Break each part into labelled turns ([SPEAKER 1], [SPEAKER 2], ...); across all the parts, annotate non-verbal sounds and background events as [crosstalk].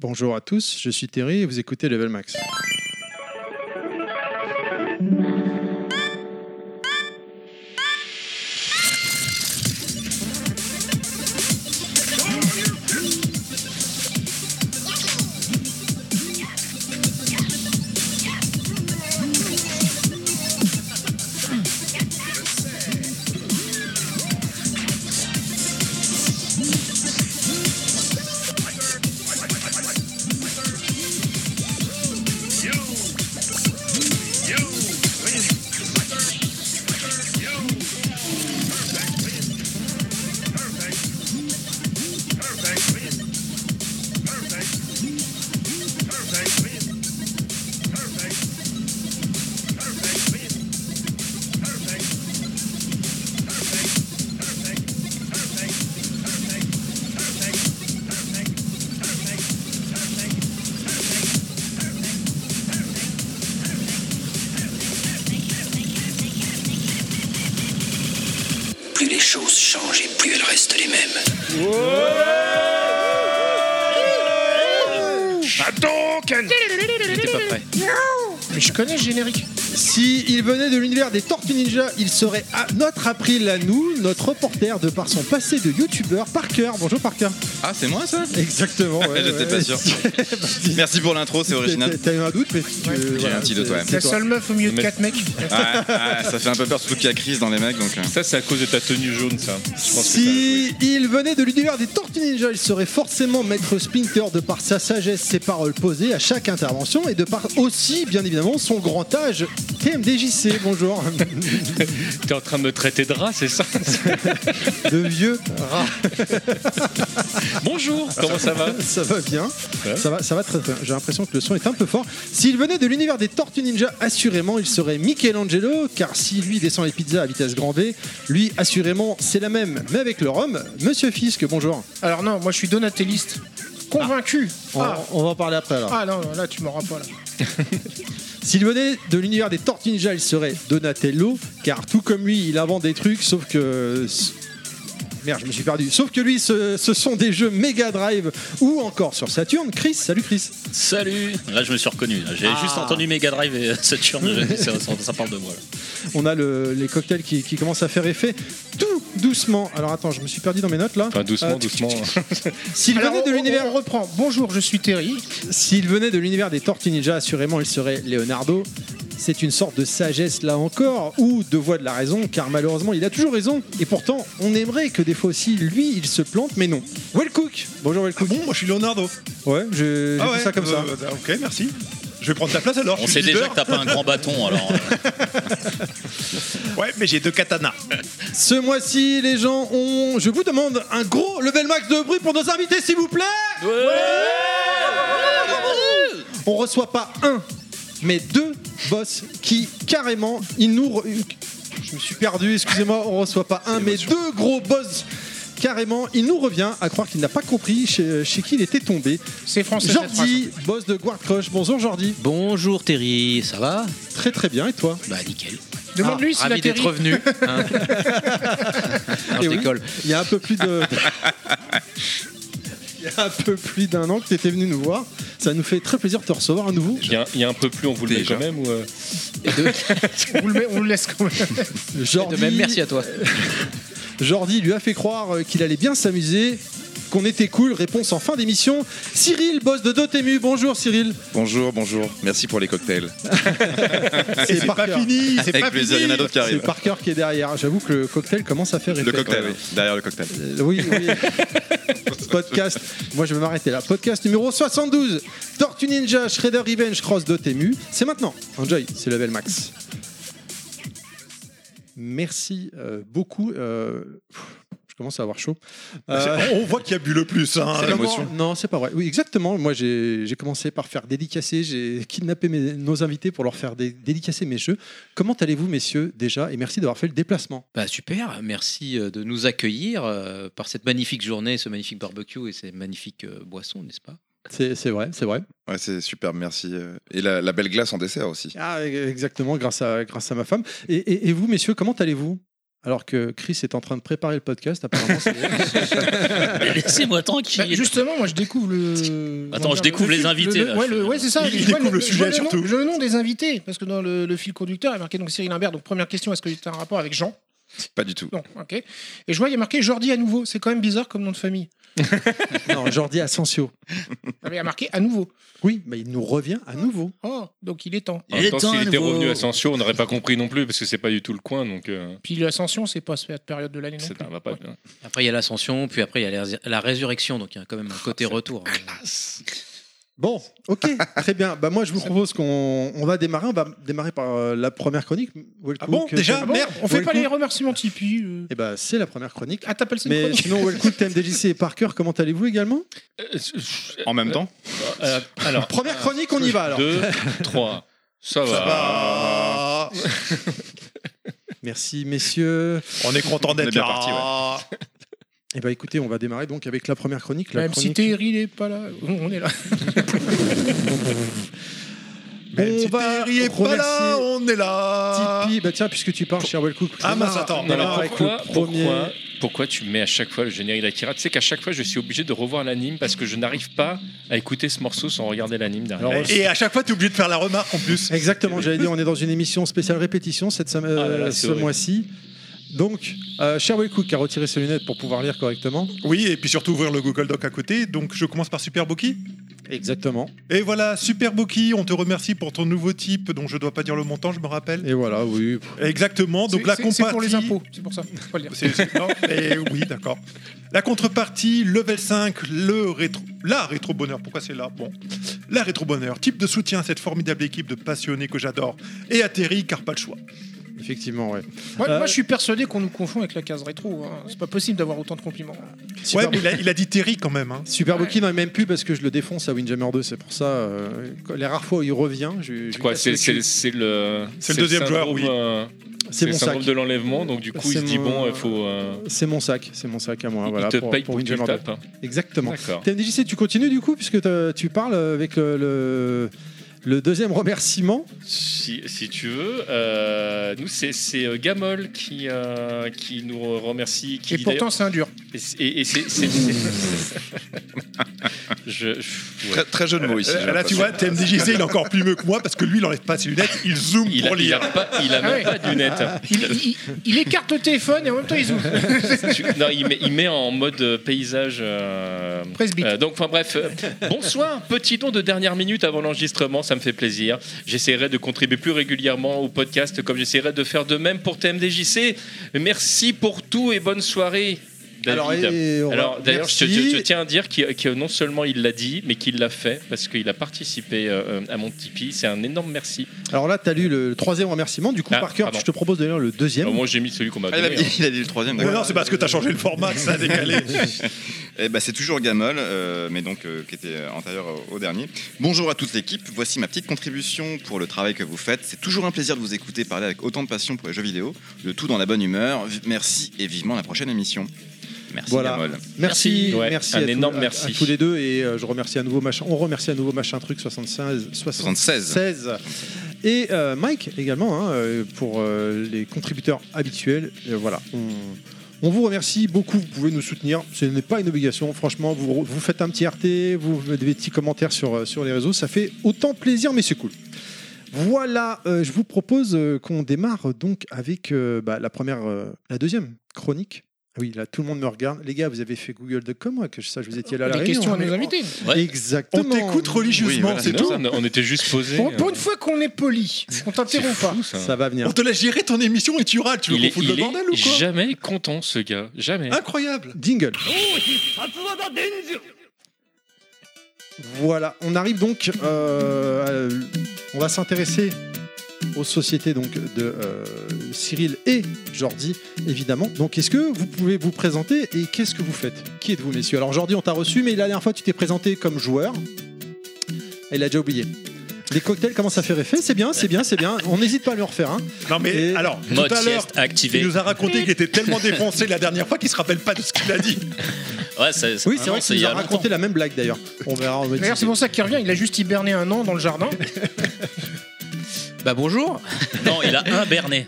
[SPEAKER 1] Bonjour à tous, je suis Terry et vous écoutez Level Max.
[SPEAKER 2] Plus les choses changent et plus elles restent les mêmes.
[SPEAKER 3] Attends, Ken
[SPEAKER 4] J'étais pas prêt.
[SPEAKER 3] Mais je connais le générique.
[SPEAKER 1] Si il venait de l'univers des Tortues Ninja, il serait à notre April à nous, notre reporter de par son passé de youtubeur, Parker. Bonjour Parker.
[SPEAKER 4] Ah, c'est moi ça
[SPEAKER 1] [laughs] Exactement. ouais,
[SPEAKER 4] [laughs] J'étais
[SPEAKER 1] ouais,
[SPEAKER 4] pas sûr. Merci pour l'intro, c'est original.
[SPEAKER 1] T'as- T'as eu un doute, mais. tu- voilà,
[SPEAKER 4] un petit doute,
[SPEAKER 1] c'est-
[SPEAKER 4] ouais.
[SPEAKER 1] c'est
[SPEAKER 3] La
[SPEAKER 1] toi.
[SPEAKER 3] seule meuf au milieu de
[SPEAKER 5] Mais-
[SPEAKER 3] 4 mecs.
[SPEAKER 4] Ouais, ouais, ça fait un peu peur, surtout qu'il y a crise dans les mecs. Donc, euh.
[SPEAKER 5] Ça, c'est à cause de ta tenue jaune, ça. Je pense que ça a joué.
[SPEAKER 1] Si il venait de l'univers des Tortues Ninja, il serait forcément maître Splinter de par sa sagesse, ses paroles posées à chaque intervention et de par aussi, bien évidemment, son grand âge. TMDJC, bonjour. [laughs]
[SPEAKER 5] T'es en train de me traiter de rat, c'est ça
[SPEAKER 1] de vieux rat.
[SPEAKER 5] [laughs] Bonjour, comment ça va
[SPEAKER 1] Ah. Ça va bien.
[SPEAKER 5] Ouais.
[SPEAKER 1] Ça va, ça va très, très bien. J'ai l'impression que le son est un peu fort. S'il venait de l'univers des Tortues Ninja, assurément, il serait Michelangelo, car si lui descend les pizzas à vitesse grand V, lui, assurément, c'est la même. Mais avec le rhum, Monsieur Fisk, bonjour.
[SPEAKER 3] Alors non, moi je suis donatelliste. Convaincu.
[SPEAKER 1] On,
[SPEAKER 3] Ah.
[SPEAKER 1] on va en parler après alors.
[SPEAKER 3] Ah non, non, là tu m'auras pas là.
[SPEAKER 1] S'il venait de l'univers des Tortues Ninja, il serait Donatello, car tout comme lui, il invente des trucs, sauf que. Merde, je me suis perdu. Sauf que lui, ce, ce sont des jeux Mega Drive ou encore sur Saturn. Chris, salut Chris.
[SPEAKER 6] Salut Là je me suis reconnu, là. j'ai
[SPEAKER 5] Ah.
[SPEAKER 6] juste entendu Mega Drive et euh,
[SPEAKER 5] [laughs]
[SPEAKER 6] Saturn, j'ai dit, ça, ça- ça parle de moi. là.
[SPEAKER 1] On a le- les cocktails qui, qui commencent à faire effet tout doucement. Alors attends, je me suis perdu dans mes notes là.
[SPEAKER 5] Enfin, doucement,
[SPEAKER 7] Ah,
[SPEAKER 1] Euh,
[SPEAKER 5] doucement.
[SPEAKER 1] [laughs] S'il
[SPEAKER 3] Alors,
[SPEAKER 1] venait de
[SPEAKER 3] on-
[SPEAKER 1] l'univers
[SPEAKER 3] On reprend. Bonjour, je suis Terry.
[SPEAKER 1] S'il venait de l'univers des Tortues Ninja, assurément il serait Leonardo. C'est une sorte de sagesse là encore, ou de voix de la raison, car malheureusement il a toujours raison, et pourtant on aimerait que des fois aussi lui il se plante, mais non. Wellcook Bonjour Wellcook.
[SPEAKER 8] Ah Bon, moi je suis Leonardo.
[SPEAKER 1] Ouais, je- j'ai
[SPEAKER 8] Ah
[SPEAKER 1] vu
[SPEAKER 8] ouais,
[SPEAKER 1] ça comme ça.
[SPEAKER 8] euh, bah, ok, merci. Je vais prendre ta place alors.
[SPEAKER 6] On
[SPEAKER 8] je
[SPEAKER 6] sait
[SPEAKER 8] suis
[SPEAKER 6] déjà
[SPEAKER 8] leader.
[SPEAKER 6] que t'as pas un grand bâton alors. euh,
[SPEAKER 8] [laughs] Ouais, mais j'ai deux katanas.
[SPEAKER 1] Ce mois-ci, les gens ont. Je vous demande un gros level max de bruit pour nos invités, s'il vous plaît Ouais On reçoit pas un, mais deux boss qui carrément. Ils nous. re- Je me suis perdu, excusez-moi, on reçoit pas un, mais deux gros boss carrément. Il nous revient à croire qu'il n'a pas compris chez, chez qui il était tombé.
[SPEAKER 3] C'est français. cette phrase.
[SPEAKER 1] Jordi, boss de Guard Crush. Bonjour Jordi.
[SPEAKER 9] Bonjour Terry, ça va
[SPEAKER 1] Très très bien, et toi
[SPEAKER 9] Bah nickel. Ah,
[SPEAKER 3] Demande-lui s'il a
[SPEAKER 9] ravi d'être
[SPEAKER 3] Terry.
[SPEAKER 9] revenu.
[SPEAKER 3] [laughs]
[SPEAKER 9] hein. non,
[SPEAKER 1] Eh
[SPEAKER 9] je
[SPEAKER 1] oui,
[SPEAKER 9] décolle.
[SPEAKER 1] Il y a un peu plus
[SPEAKER 3] [laughs]
[SPEAKER 1] de. Il y a un peu plus d'un an que tu étais venu nous voir. Ça nous fait très plaisir de te recevoir à nouveau.
[SPEAKER 5] Il y, a, il y a un peu plus, on vous le met
[SPEAKER 4] Déjà.
[SPEAKER 5] quand même ou euh,
[SPEAKER 3] [laughs] On vous le met- on le laisse quand même.
[SPEAKER 1] Jordi,
[SPEAKER 9] De même, merci à toi.
[SPEAKER 1] [laughs] Jordi lui a fait croire euh, qu'il allait bien s'amuser, qu'on était cool. Réponse en fin d'émission. Cyril, boss de Dotemu. Bonjour Cyril.
[SPEAKER 4] Bonjour, bonjour. Merci pour les cocktails.
[SPEAKER 1] C'est
[SPEAKER 8] Pas
[SPEAKER 1] Parker.
[SPEAKER 8] fini, c'est
[SPEAKER 4] Avec
[SPEAKER 8] pas
[SPEAKER 4] plaisir, il y en
[SPEAKER 8] fini.
[SPEAKER 4] a d'autres qui
[SPEAKER 1] C'est
[SPEAKER 4] arrivent.
[SPEAKER 1] Parker qui est derrière. J'avoue que le cocktail commence à faire
[SPEAKER 4] Le
[SPEAKER 1] effet.
[SPEAKER 4] cocktail, oui, derrière le cocktail.
[SPEAKER 1] Euh, Oui,
[SPEAKER 8] [laughs]
[SPEAKER 1] oui. Podcast. Moi, je vais m'arrêter là. Podcast numéro 72. Tortue Ninja, Shredder Revenge, Cross Dotemu. C'est maintenant. Enjoy, c'est level max. Merci euh, beaucoup. Euh, pff, je commence à avoir chaud. Euh,
[SPEAKER 8] C'est- On voit qui a bu le plus. hein.
[SPEAKER 1] c'est
[SPEAKER 8] Comment-
[SPEAKER 1] comment- Non, c'est pas vrai. Oui, exactement. Moi, j'ai j'ai commencé par faire dédicacer. J'ai kidnappé mes- nos invités pour leur faire dé- dédicacer mes jeux. Comment allez-vous, messieurs, déjà Et merci d'avoir fait le déplacement.
[SPEAKER 9] Bah super, merci euh, de nous accueillir euh, par cette magnifique journée, ce magnifique barbecue et ces magnifiques euh, boissons, n'est-ce pas
[SPEAKER 1] C'est c'est vrai, c'est vrai.
[SPEAKER 4] Ouais, c'est superbe, merci. euh. Et la, la belle glace en dessert aussi.
[SPEAKER 1] e, Ah, exactement, grâce à, grâce à ma femme. Et, et- et vous, messieurs, comment allez-vous alors que Chris est en train de préparer le podcast. Apparemment, c'est
[SPEAKER 6] Mais Laissez-moi
[SPEAKER 3] Bah,
[SPEAKER 6] tranquille.
[SPEAKER 3] justement, moi je découvre le.
[SPEAKER 6] Attends, je découvre
[SPEAKER 3] Le
[SPEAKER 6] les
[SPEAKER 3] fil-
[SPEAKER 6] invités,
[SPEAKER 3] le-
[SPEAKER 6] là,
[SPEAKER 3] ouais,
[SPEAKER 6] je
[SPEAKER 3] le-
[SPEAKER 6] suis-
[SPEAKER 3] ouais, c'est ça.
[SPEAKER 8] Il
[SPEAKER 3] je
[SPEAKER 8] découvre
[SPEAKER 3] vois
[SPEAKER 8] le
[SPEAKER 3] je
[SPEAKER 8] sujet,
[SPEAKER 3] vois nom-
[SPEAKER 8] surtout.
[SPEAKER 3] je vois le nom des invités, parce que dans le, le fil conducteur, il est marqué donc Cyril Imbert. Donc première question, est-ce que tu as un rapport avec Jean
[SPEAKER 4] Pas du tout.
[SPEAKER 3] Non, ok. Et je vois, il y a marqué Jordi à nouveau. C'est quand même bizarre comme nom de famille.
[SPEAKER 1] non, Jordi Asensio.
[SPEAKER 3] Ah, mais Il y a marqué à nouveau.
[SPEAKER 1] Oui, mais il nous revient à nouveau.
[SPEAKER 3] Oh, donc il est temps.
[SPEAKER 5] [laughs] En même temps,
[SPEAKER 6] Éteins
[SPEAKER 5] s'il était
[SPEAKER 6] nouveau.
[SPEAKER 5] revenu à Sancho, on n'aurait pas compris non plus, parce que c'est pas du tout le coin, donc euh,
[SPEAKER 3] Puis l'ascension, c'est pas cette période de l'année non
[SPEAKER 5] ça
[SPEAKER 3] plus.
[SPEAKER 5] ne va pas
[SPEAKER 3] Ouais.
[SPEAKER 5] bien.
[SPEAKER 9] euh, Après, il y a l'ascension, puis après, il y a la, la résurrection, donc il y a quand même un côté retour. hein.
[SPEAKER 1] Bon, ok, très bien. Bah moi, je vous propose qu'on on va démarrer. On va démarrer par euh, la première chronique.
[SPEAKER 8] Ah bon, déjà
[SPEAKER 3] Ah bon
[SPEAKER 8] Merde,
[SPEAKER 3] on fait
[SPEAKER 1] Walcook.
[SPEAKER 3] pas les remerciements Tipeee. euh.
[SPEAKER 1] Et bah c'est la première chronique.
[SPEAKER 3] Ah, t'appelles ça une
[SPEAKER 1] Mais
[SPEAKER 3] chronique Euh, [laughs]
[SPEAKER 1] sinon, Wellcook, TMDJC et Parker, comment allez-vous également
[SPEAKER 4] En même temps
[SPEAKER 5] Euh,
[SPEAKER 3] [laughs]
[SPEAKER 5] alors,
[SPEAKER 1] Première chronique, on y va alors.
[SPEAKER 5] 2, 3, ça va.
[SPEAKER 8] Ah,
[SPEAKER 1] [laughs] Merci messieurs.
[SPEAKER 8] On est content
[SPEAKER 4] On est
[SPEAKER 8] d'être
[SPEAKER 4] bien
[SPEAKER 8] là.
[SPEAKER 4] parti,
[SPEAKER 1] Et bah écoutez, on va démarrer donc avec la première chronique. La
[SPEAKER 3] Même si
[SPEAKER 1] [laughs] chronique-
[SPEAKER 3] Terry n'est pas là, on on est [laughs] là.
[SPEAKER 8] Même
[SPEAKER 1] on
[SPEAKER 8] si
[SPEAKER 1] va
[SPEAKER 8] Terry est pas là,
[SPEAKER 1] remercier
[SPEAKER 8] on est là.
[SPEAKER 1] Tipeee. Bah tiens, puisque tu parles, cher Wellcook.
[SPEAKER 8] Ah, mince, attends.
[SPEAKER 5] Non, mais
[SPEAKER 8] Alors,
[SPEAKER 1] avec
[SPEAKER 5] pourquoi,
[SPEAKER 1] le premier-
[SPEAKER 5] pourquoi, pourquoi tu mets à chaque fois le générique d'Akira Tu sais qu'à chaque fois, je suis obligé de revoir l'anime parce que je n'arrive pas à écouter ce morceau sans regarder l'anime derrière.
[SPEAKER 1] Alors,
[SPEAKER 8] Et à chaque fois, t'es obligé de faire la remarque en plus. Ah
[SPEAKER 1] Exactement, j'allais dire, on est dans une émission spéciale répétition cette sem-
[SPEAKER 5] là là,
[SPEAKER 1] euh,
[SPEAKER 5] c'est
[SPEAKER 1] ce
[SPEAKER 5] horrible.
[SPEAKER 1] mois-ci. Donc, euh, cher Wellcook a retiré ses lunettes pour pouvoir lire correctement.
[SPEAKER 8] Oui, et puis surtout ouvrir le Google Doc à côté. Donc je commence par Super Boki.
[SPEAKER 1] Exactement.
[SPEAKER 8] Et voilà, Super Boki, on te remercie pour ton nouveau type dont je dois pas dire le montant, je me rappelle.
[SPEAKER 1] Et voilà, oui.
[SPEAKER 8] Exactement. Donc
[SPEAKER 3] C'est-
[SPEAKER 8] la
[SPEAKER 3] c'est- C'est pour les
[SPEAKER 8] compatie-
[SPEAKER 3] impôts, c'est pour ça. Faut pas le dire.
[SPEAKER 8] C'est-
[SPEAKER 3] [laughs]
[SPEAKER 8] c'est- non, mais oui, d'accord. La contrepartie, level 5, le rétro, la rétro bonheur. Pourquoi c'est là Bon, la rétro bonheur, type de soutien à cette formidable équipe de passionnés que j'adore. Et atterri car pas le choix.
[SPEAKER 1] Effectivement, ouais.
[SPEAKER 3] Moi,
[SPEAKER 1] Euh,
[SPEAKER 3] moi, je suis persuadé qu'on nous confond avec la case rétro. hein. C'est pas possible d'avoir autant de compliments.
[SPEAKER 1] Super,
[SPEAKER 8] ouais, mais il a, il a dit Terry quand même. hein.
[SPEAKER 1] Super Boki n'en est même plus parce que je le défonce à Windjammer 2. C'est pour ça, euh, les rares fois où il revient, je. je
[SPEAKER 5] Quoi,
[SPEAKER 1] casse
[SPEAKER 5] c'est
[SPEAKER 1] le
[SPEAKER 5] c'est-
[SPEAKER 1] cul.
[SPEAKER 5] c'est le,
[SPEAKER 8] C'est le deuxième joueur,
[SPEAKER 5] syndrome,
[SPEAKER 8] oui.
[SPEAKER 5] euh,
[SPEAKER 1] C'est
[SPEAKER 5] le
[SPEAKER 1] mon
[SPEAKER 5] syndrome
[SPEAKER 1] sac.
[SPEAKER 5] de l'enlèvement, donc du coup, il
[SPEAKER 1] C'est
[SPEAKER 5] se dit
[SPEAKER 1] mon-
[SPEAKER 5] bon, il faut. euh,
[SPEAKER 1] C'est mon sac, c'est mon sac à moi.
[SPEAKER 5] il
[SPEAKER 1] voilà,
[SPEAKER 5] te
[SPEAKER 1] pour,
[SPEAKER 5] paye
[SPEAKER 1] pour
[SPEAKER 5] pour que tu le
[SPEAKER 1] Windjammer 2.
[SPEAKER 5] tapes. hein.
[SPEAKER 1] Exactement.
[SPEAKER 5] D'accord.
[SPEAKER 1] TMDJC, tu continues du coup, puisque t'as- tu parles avec le, le- le deuxième remerciement.
[SPEAKER 5] Si, si tu veux, euh, nous, c'est- c'est euh, Gamol qui, euh, qui nous remercie. Qui
[SPEAKER 3] Et pourtant, c'est un dur.
[SPEAKER 5] Et, et- et c'est. c'est- c'est- je, je- ouais.
[SPEAKER 4] Très, très jeu de mots ici. j'ai
[SPEAKER 8] Euh, là, tu
[SPEAKER 4] l'impression.
[SPEAKER 8] vois, TMDJC, il est encore plus mieux que moi parce que lui, il enlève pas ses lunettes, il zoome
[SPEAKER 5] Il a,
[SPEAKER 8] pour
[SPEAKER 5] il a
[SPEAKER 8] lire.
[SPEAKER 5] pas, il a
[SPEAKER 3] Ah
[SPEAKER 5] même
[SPEAKER 3] ouais.
[SPEAKER 5] pas de lunettes.
[SPEAKER 3] Il, il- il écarte le téléphone et en même temps, il [laughs] zoome.
[SPEAKER 5] Tu- non, il met, il met en mode euh, paysage. euh,
[SPEAKER 3] Presbyte.
[SPEAKER 5] euh, donc, enfin bref, euh, bonsoir. Petit don de dernière minute avant l'enregistrement, ça me fait plaisir. J'essaierai de contribuer plus régulièrement au podcast, comme j'essaierai de faire de même pour TMDJC. Merci pour tout et bonne soirée, David.
[SPEAKER 1] Alors, et on va-
[SPEAKER 5] Alors, d'ailleurs, je,
[SPEAKER 1] Merci.
[SPEAKER 5] je- je tiens à dire qu'il- que non seulement il l'a dit, mais qu'il l'a fait parce qu'il a participé euh, à mon Tipeee. C'est un énorme merci.
[SPEAKER 1] Alors là, tu as lu le troisième remerciement. Du coup,
[SPEAKER 5] Ah,
[SPEAKER 1] par cœur,
[SPEAKER 5] pardon.
[SPEAKER 1] je te propose de lire le deuxième.
[SPEAKER 5] Alors, moi, j'ai mis celui qu'on m'a
[SPEAKER 4] Ah, il, a
[SPEAKER 5] donné. hein.
[SPEAKER 4] dit, [laughs] il a dit le troisième.
[SPEAKER 8] Non,
[SPEAKER 4] d'accord.
[SPEAKER 8] non, c'est parce que t'as changé le format que
[SPEAKER 4] [laughs]
[SPEAKER 8] ça a décalé.
[SPEAKER 4] Eh ben, c'est toujours Gamol, euh, mais donc euh, qui était euh, antérieur au, au dernier. Bonjour à toute l'équipe. Voici ma petite contribution pour le travail que vous faites. C'est toujours un plaisir de vous écouter parler avec autant de passion pour les jeux vidéo, le tout dans la bonne humeur. V- Merci et vivement la prochaine émission. Merci
[SPEAKER 1] Voilà.
[SPEAKER 4] Gamol.
[SPEAKER 1] Merci,
[SPEAKER 5] Merci, ouais,
[SPEAKER 1] merci,
[SPEAKER 5] un
[SPEAKER 1] à tous-
[SPEAKER 5] énorme
[SPEAKER 1] à- à
[SPEAKER 5] merci.
[SPEAKER 1] tous les deux et euh, je remercie à nouveau machin. On remercie à nouveau machin truc 76,
[SPEAKER 4] 76.
[SPEAKER 1] 76 et euh, Mike également hein, euh, pour euh, les contributeurs habituels. Et voilà, on, on vous remercie beaucoup. Vous pouvez nous soutenir, ce n'est pas une obligation. Franchement, vous, vous faites un petit RT, vous mettez des petits commentaires sur euh, sur les réseaux, ça fait autant plaisir, mais c'est cool. Voilà, euh, je vous propose euh, qu'on démarre donc avec euh, bah, la première, euh, la deuxième chronique. Ah Oui, là tout le monde me regarde. Les gars, vous avez fait Google.com, moi, que je sache, vous étiez là. à la
[SPEAKER 3] Des
[SPEAKER 1] réunion, hein,
[SPEAKER 3] questions à
[SPEAKER 1] mais-
[SPEAKER 3] nos invités.
[SPEAKER 6] Ouais.
[SPEAKER 8] On
[SPEAKER 1] Exactement.
[SPEAKER 8] t'écoute
[SPEAKER 4] Oui,
[SPEAKER 8] religieusement,
[SPEAKER 4] voilà,
[SPEAKER 8] c'est
[SPEAKER 5] Non,
[SPEAKER 8] tout.
[SPEAKER 5] on a- on était juste posé.
[SPEAKER 3] Pour, pour une fois qu'on est poli, on t'interrompt pas.
[SPEAKER 1] Ça va venir.
[SPEAKER 8] On te laisse gérer ton émission et tu râles. Tu veux
[SPEAKER 5] Il
[SPEAKER 8] qu'on
[SPEAKER 5] est,
[SPEAKER 8] foute le
[SPEAKER 5] il est
[SPEAKER 8] bordel ou quoi
[SPEAKER 5] jamais content, ce gars. Jamais.
[SPEAKER 8] Incroyable.
[SPEAKER 1] Dingle.
[SPEAKER 7] Oh,
[SPEAKER 1] Voilà, on arrive donc. euh, à- on va s'intéresser aux sociétés donc de euh, Cyril et Jordi, évidemment. Donc, est-ce que vous pouvez vous présenter et qu'est-ce que vous faites Qui êtes-vous, messieurs Alors, Jordi, on t'a reçu, mais la dernière fois, tu t'es présenté comme joueur. Et il a déjà oublié. Les cocktails, comment ça fait effet C'est bien, c'est bien, c'est bien. On n'hésite pas à lui en refaire. hein.
[SPEAKER 8] Non mais
[SPEAKER 1] Et-
[SPEAKER 8] alors, tout
[SPEAKER 6] Mode
[SPEAKER 8] à l'heure,
[SPEAKER 6] sieste
[SPEAKER 8] il
[SPEAKER 6] activé.
[SPEAKER 8] nous a raconté qu'il était tellement défoncé la dernière fois qu'il se rappelle pas de ce qu'il a dit.
[SPEAKER 6] Ouais, c'est
[SPEAKER 1] Oui, c'est vrai
[SPEAKER 6] vraiment,
[SPEAKER 1] qu'il
[SPEAKER 6] il y
[SPEAKER 1] nous
[SPEAKER 6] a
[SPEAKER 1] a raconté
[SPEAKER 6] longtemps.
[SPEAKER 1] la même blague d'ailleurs. On verra. On va
[SPEAKER 3] D'ailleurs, c'est pour ça qu'il revient. Il a juste hiberné un an dans le jardin.
[SPEAKER 9] Bah bonjour
[SPEAKER 6] Non, il a un bernet.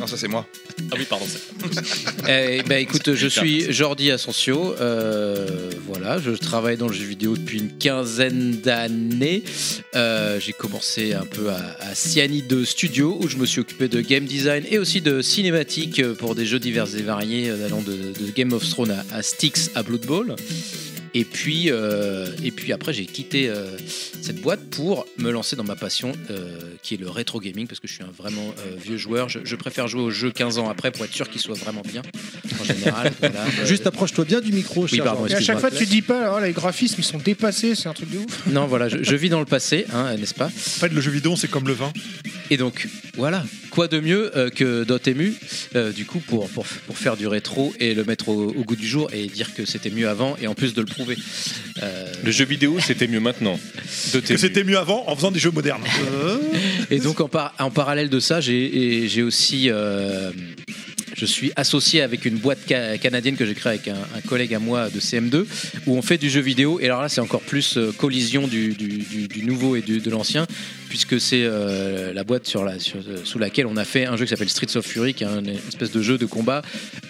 [SPEAKER 4] Non, ça c'est moi.
[SPEAKER 6] Ah oui, pardon. c'est-
[SPEAKER 9] Eh ben, écoute, je suis Jordi Asensio. euh, voilà, je travaille dans le jeu vidéo depuis une quinzaine d'années. Euh, j'ai commencé un peu à, à Cyanide Studio où je me suis occupé de game design et aussi de cinématiques euh, pour des jeux divers et variés euh, allant de, de Game of Thrones à, à Styx à Blood Bowl. Et puis, euh, et puis après, j'ai quitté euh, cette boîte pour me lancer dans ma passion euh, qui est le rétro gaming parce que je suis un vraiment euh, vieux joueur. Je, je préfère jouer aux jeux 15 ans après pour être sûr qu'ils soient vraiment bien en
[SPEAKER 1] [laughs]
[SPEAKER 9] général. voilà. Euh,
[SPEAKER 1] Juste approche-toi bien du micro, cher
[SPEAKER 9] pardon,
[SPEAKER 1] Jean.
[SPEAKER 3] Et à
[SPEAKER 9] Excuse-moi.
[SPEAKER 3] chaque fois, tu dis pas, oh, les graphismes, ils sont dépassés, c'est un truc de ouf.
[SPEAKER 9] Non, voilà, je, je vis dans le passé, hein, n'est-ce pas
[SPEAKER 8] En fait, le jeu vidéo, c'est comme le vin.
[SPEAKER 9] Et donc, voilà, quoi de mieux euh, que Dotemu, euh, du coup, pour, pour, pour faire du rétro et le mettre au, au goût du jour et dire que c'était mieux avant et en plus de le prouver. Euh,
[SPEAKER 5] Le jeu vidéo, c'était mieux maintenant. De
[SPEAKER 8] Que c'était mieux avant en faisant des jeux modernes. Euh,
[SPEAKER 9] [laughs] Et donc en, par- en parallèle de ça, j'ai et j'ai aussi, euh, je suis associé avec une boîte ca- canadienne que j'ai créée avec un, un collègue à moi de CM2, où on fait du jeu vidéo. Et alors là, c'est encore plus euh, collision du, du- du- du nouveau et du- de l'ancien, puisque c'est euh, la boîte sur la, sur- euh, sous laquelle on a fait un jeu qui s'appelle Streets of Fury, qui est un- une espèce de jeu de combat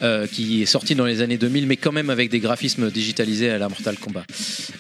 [SPEAKER 9] euh, qui est sorti dans les années 2000, mais quand même avec des graphismes digitalisés à la Mortal Kombat.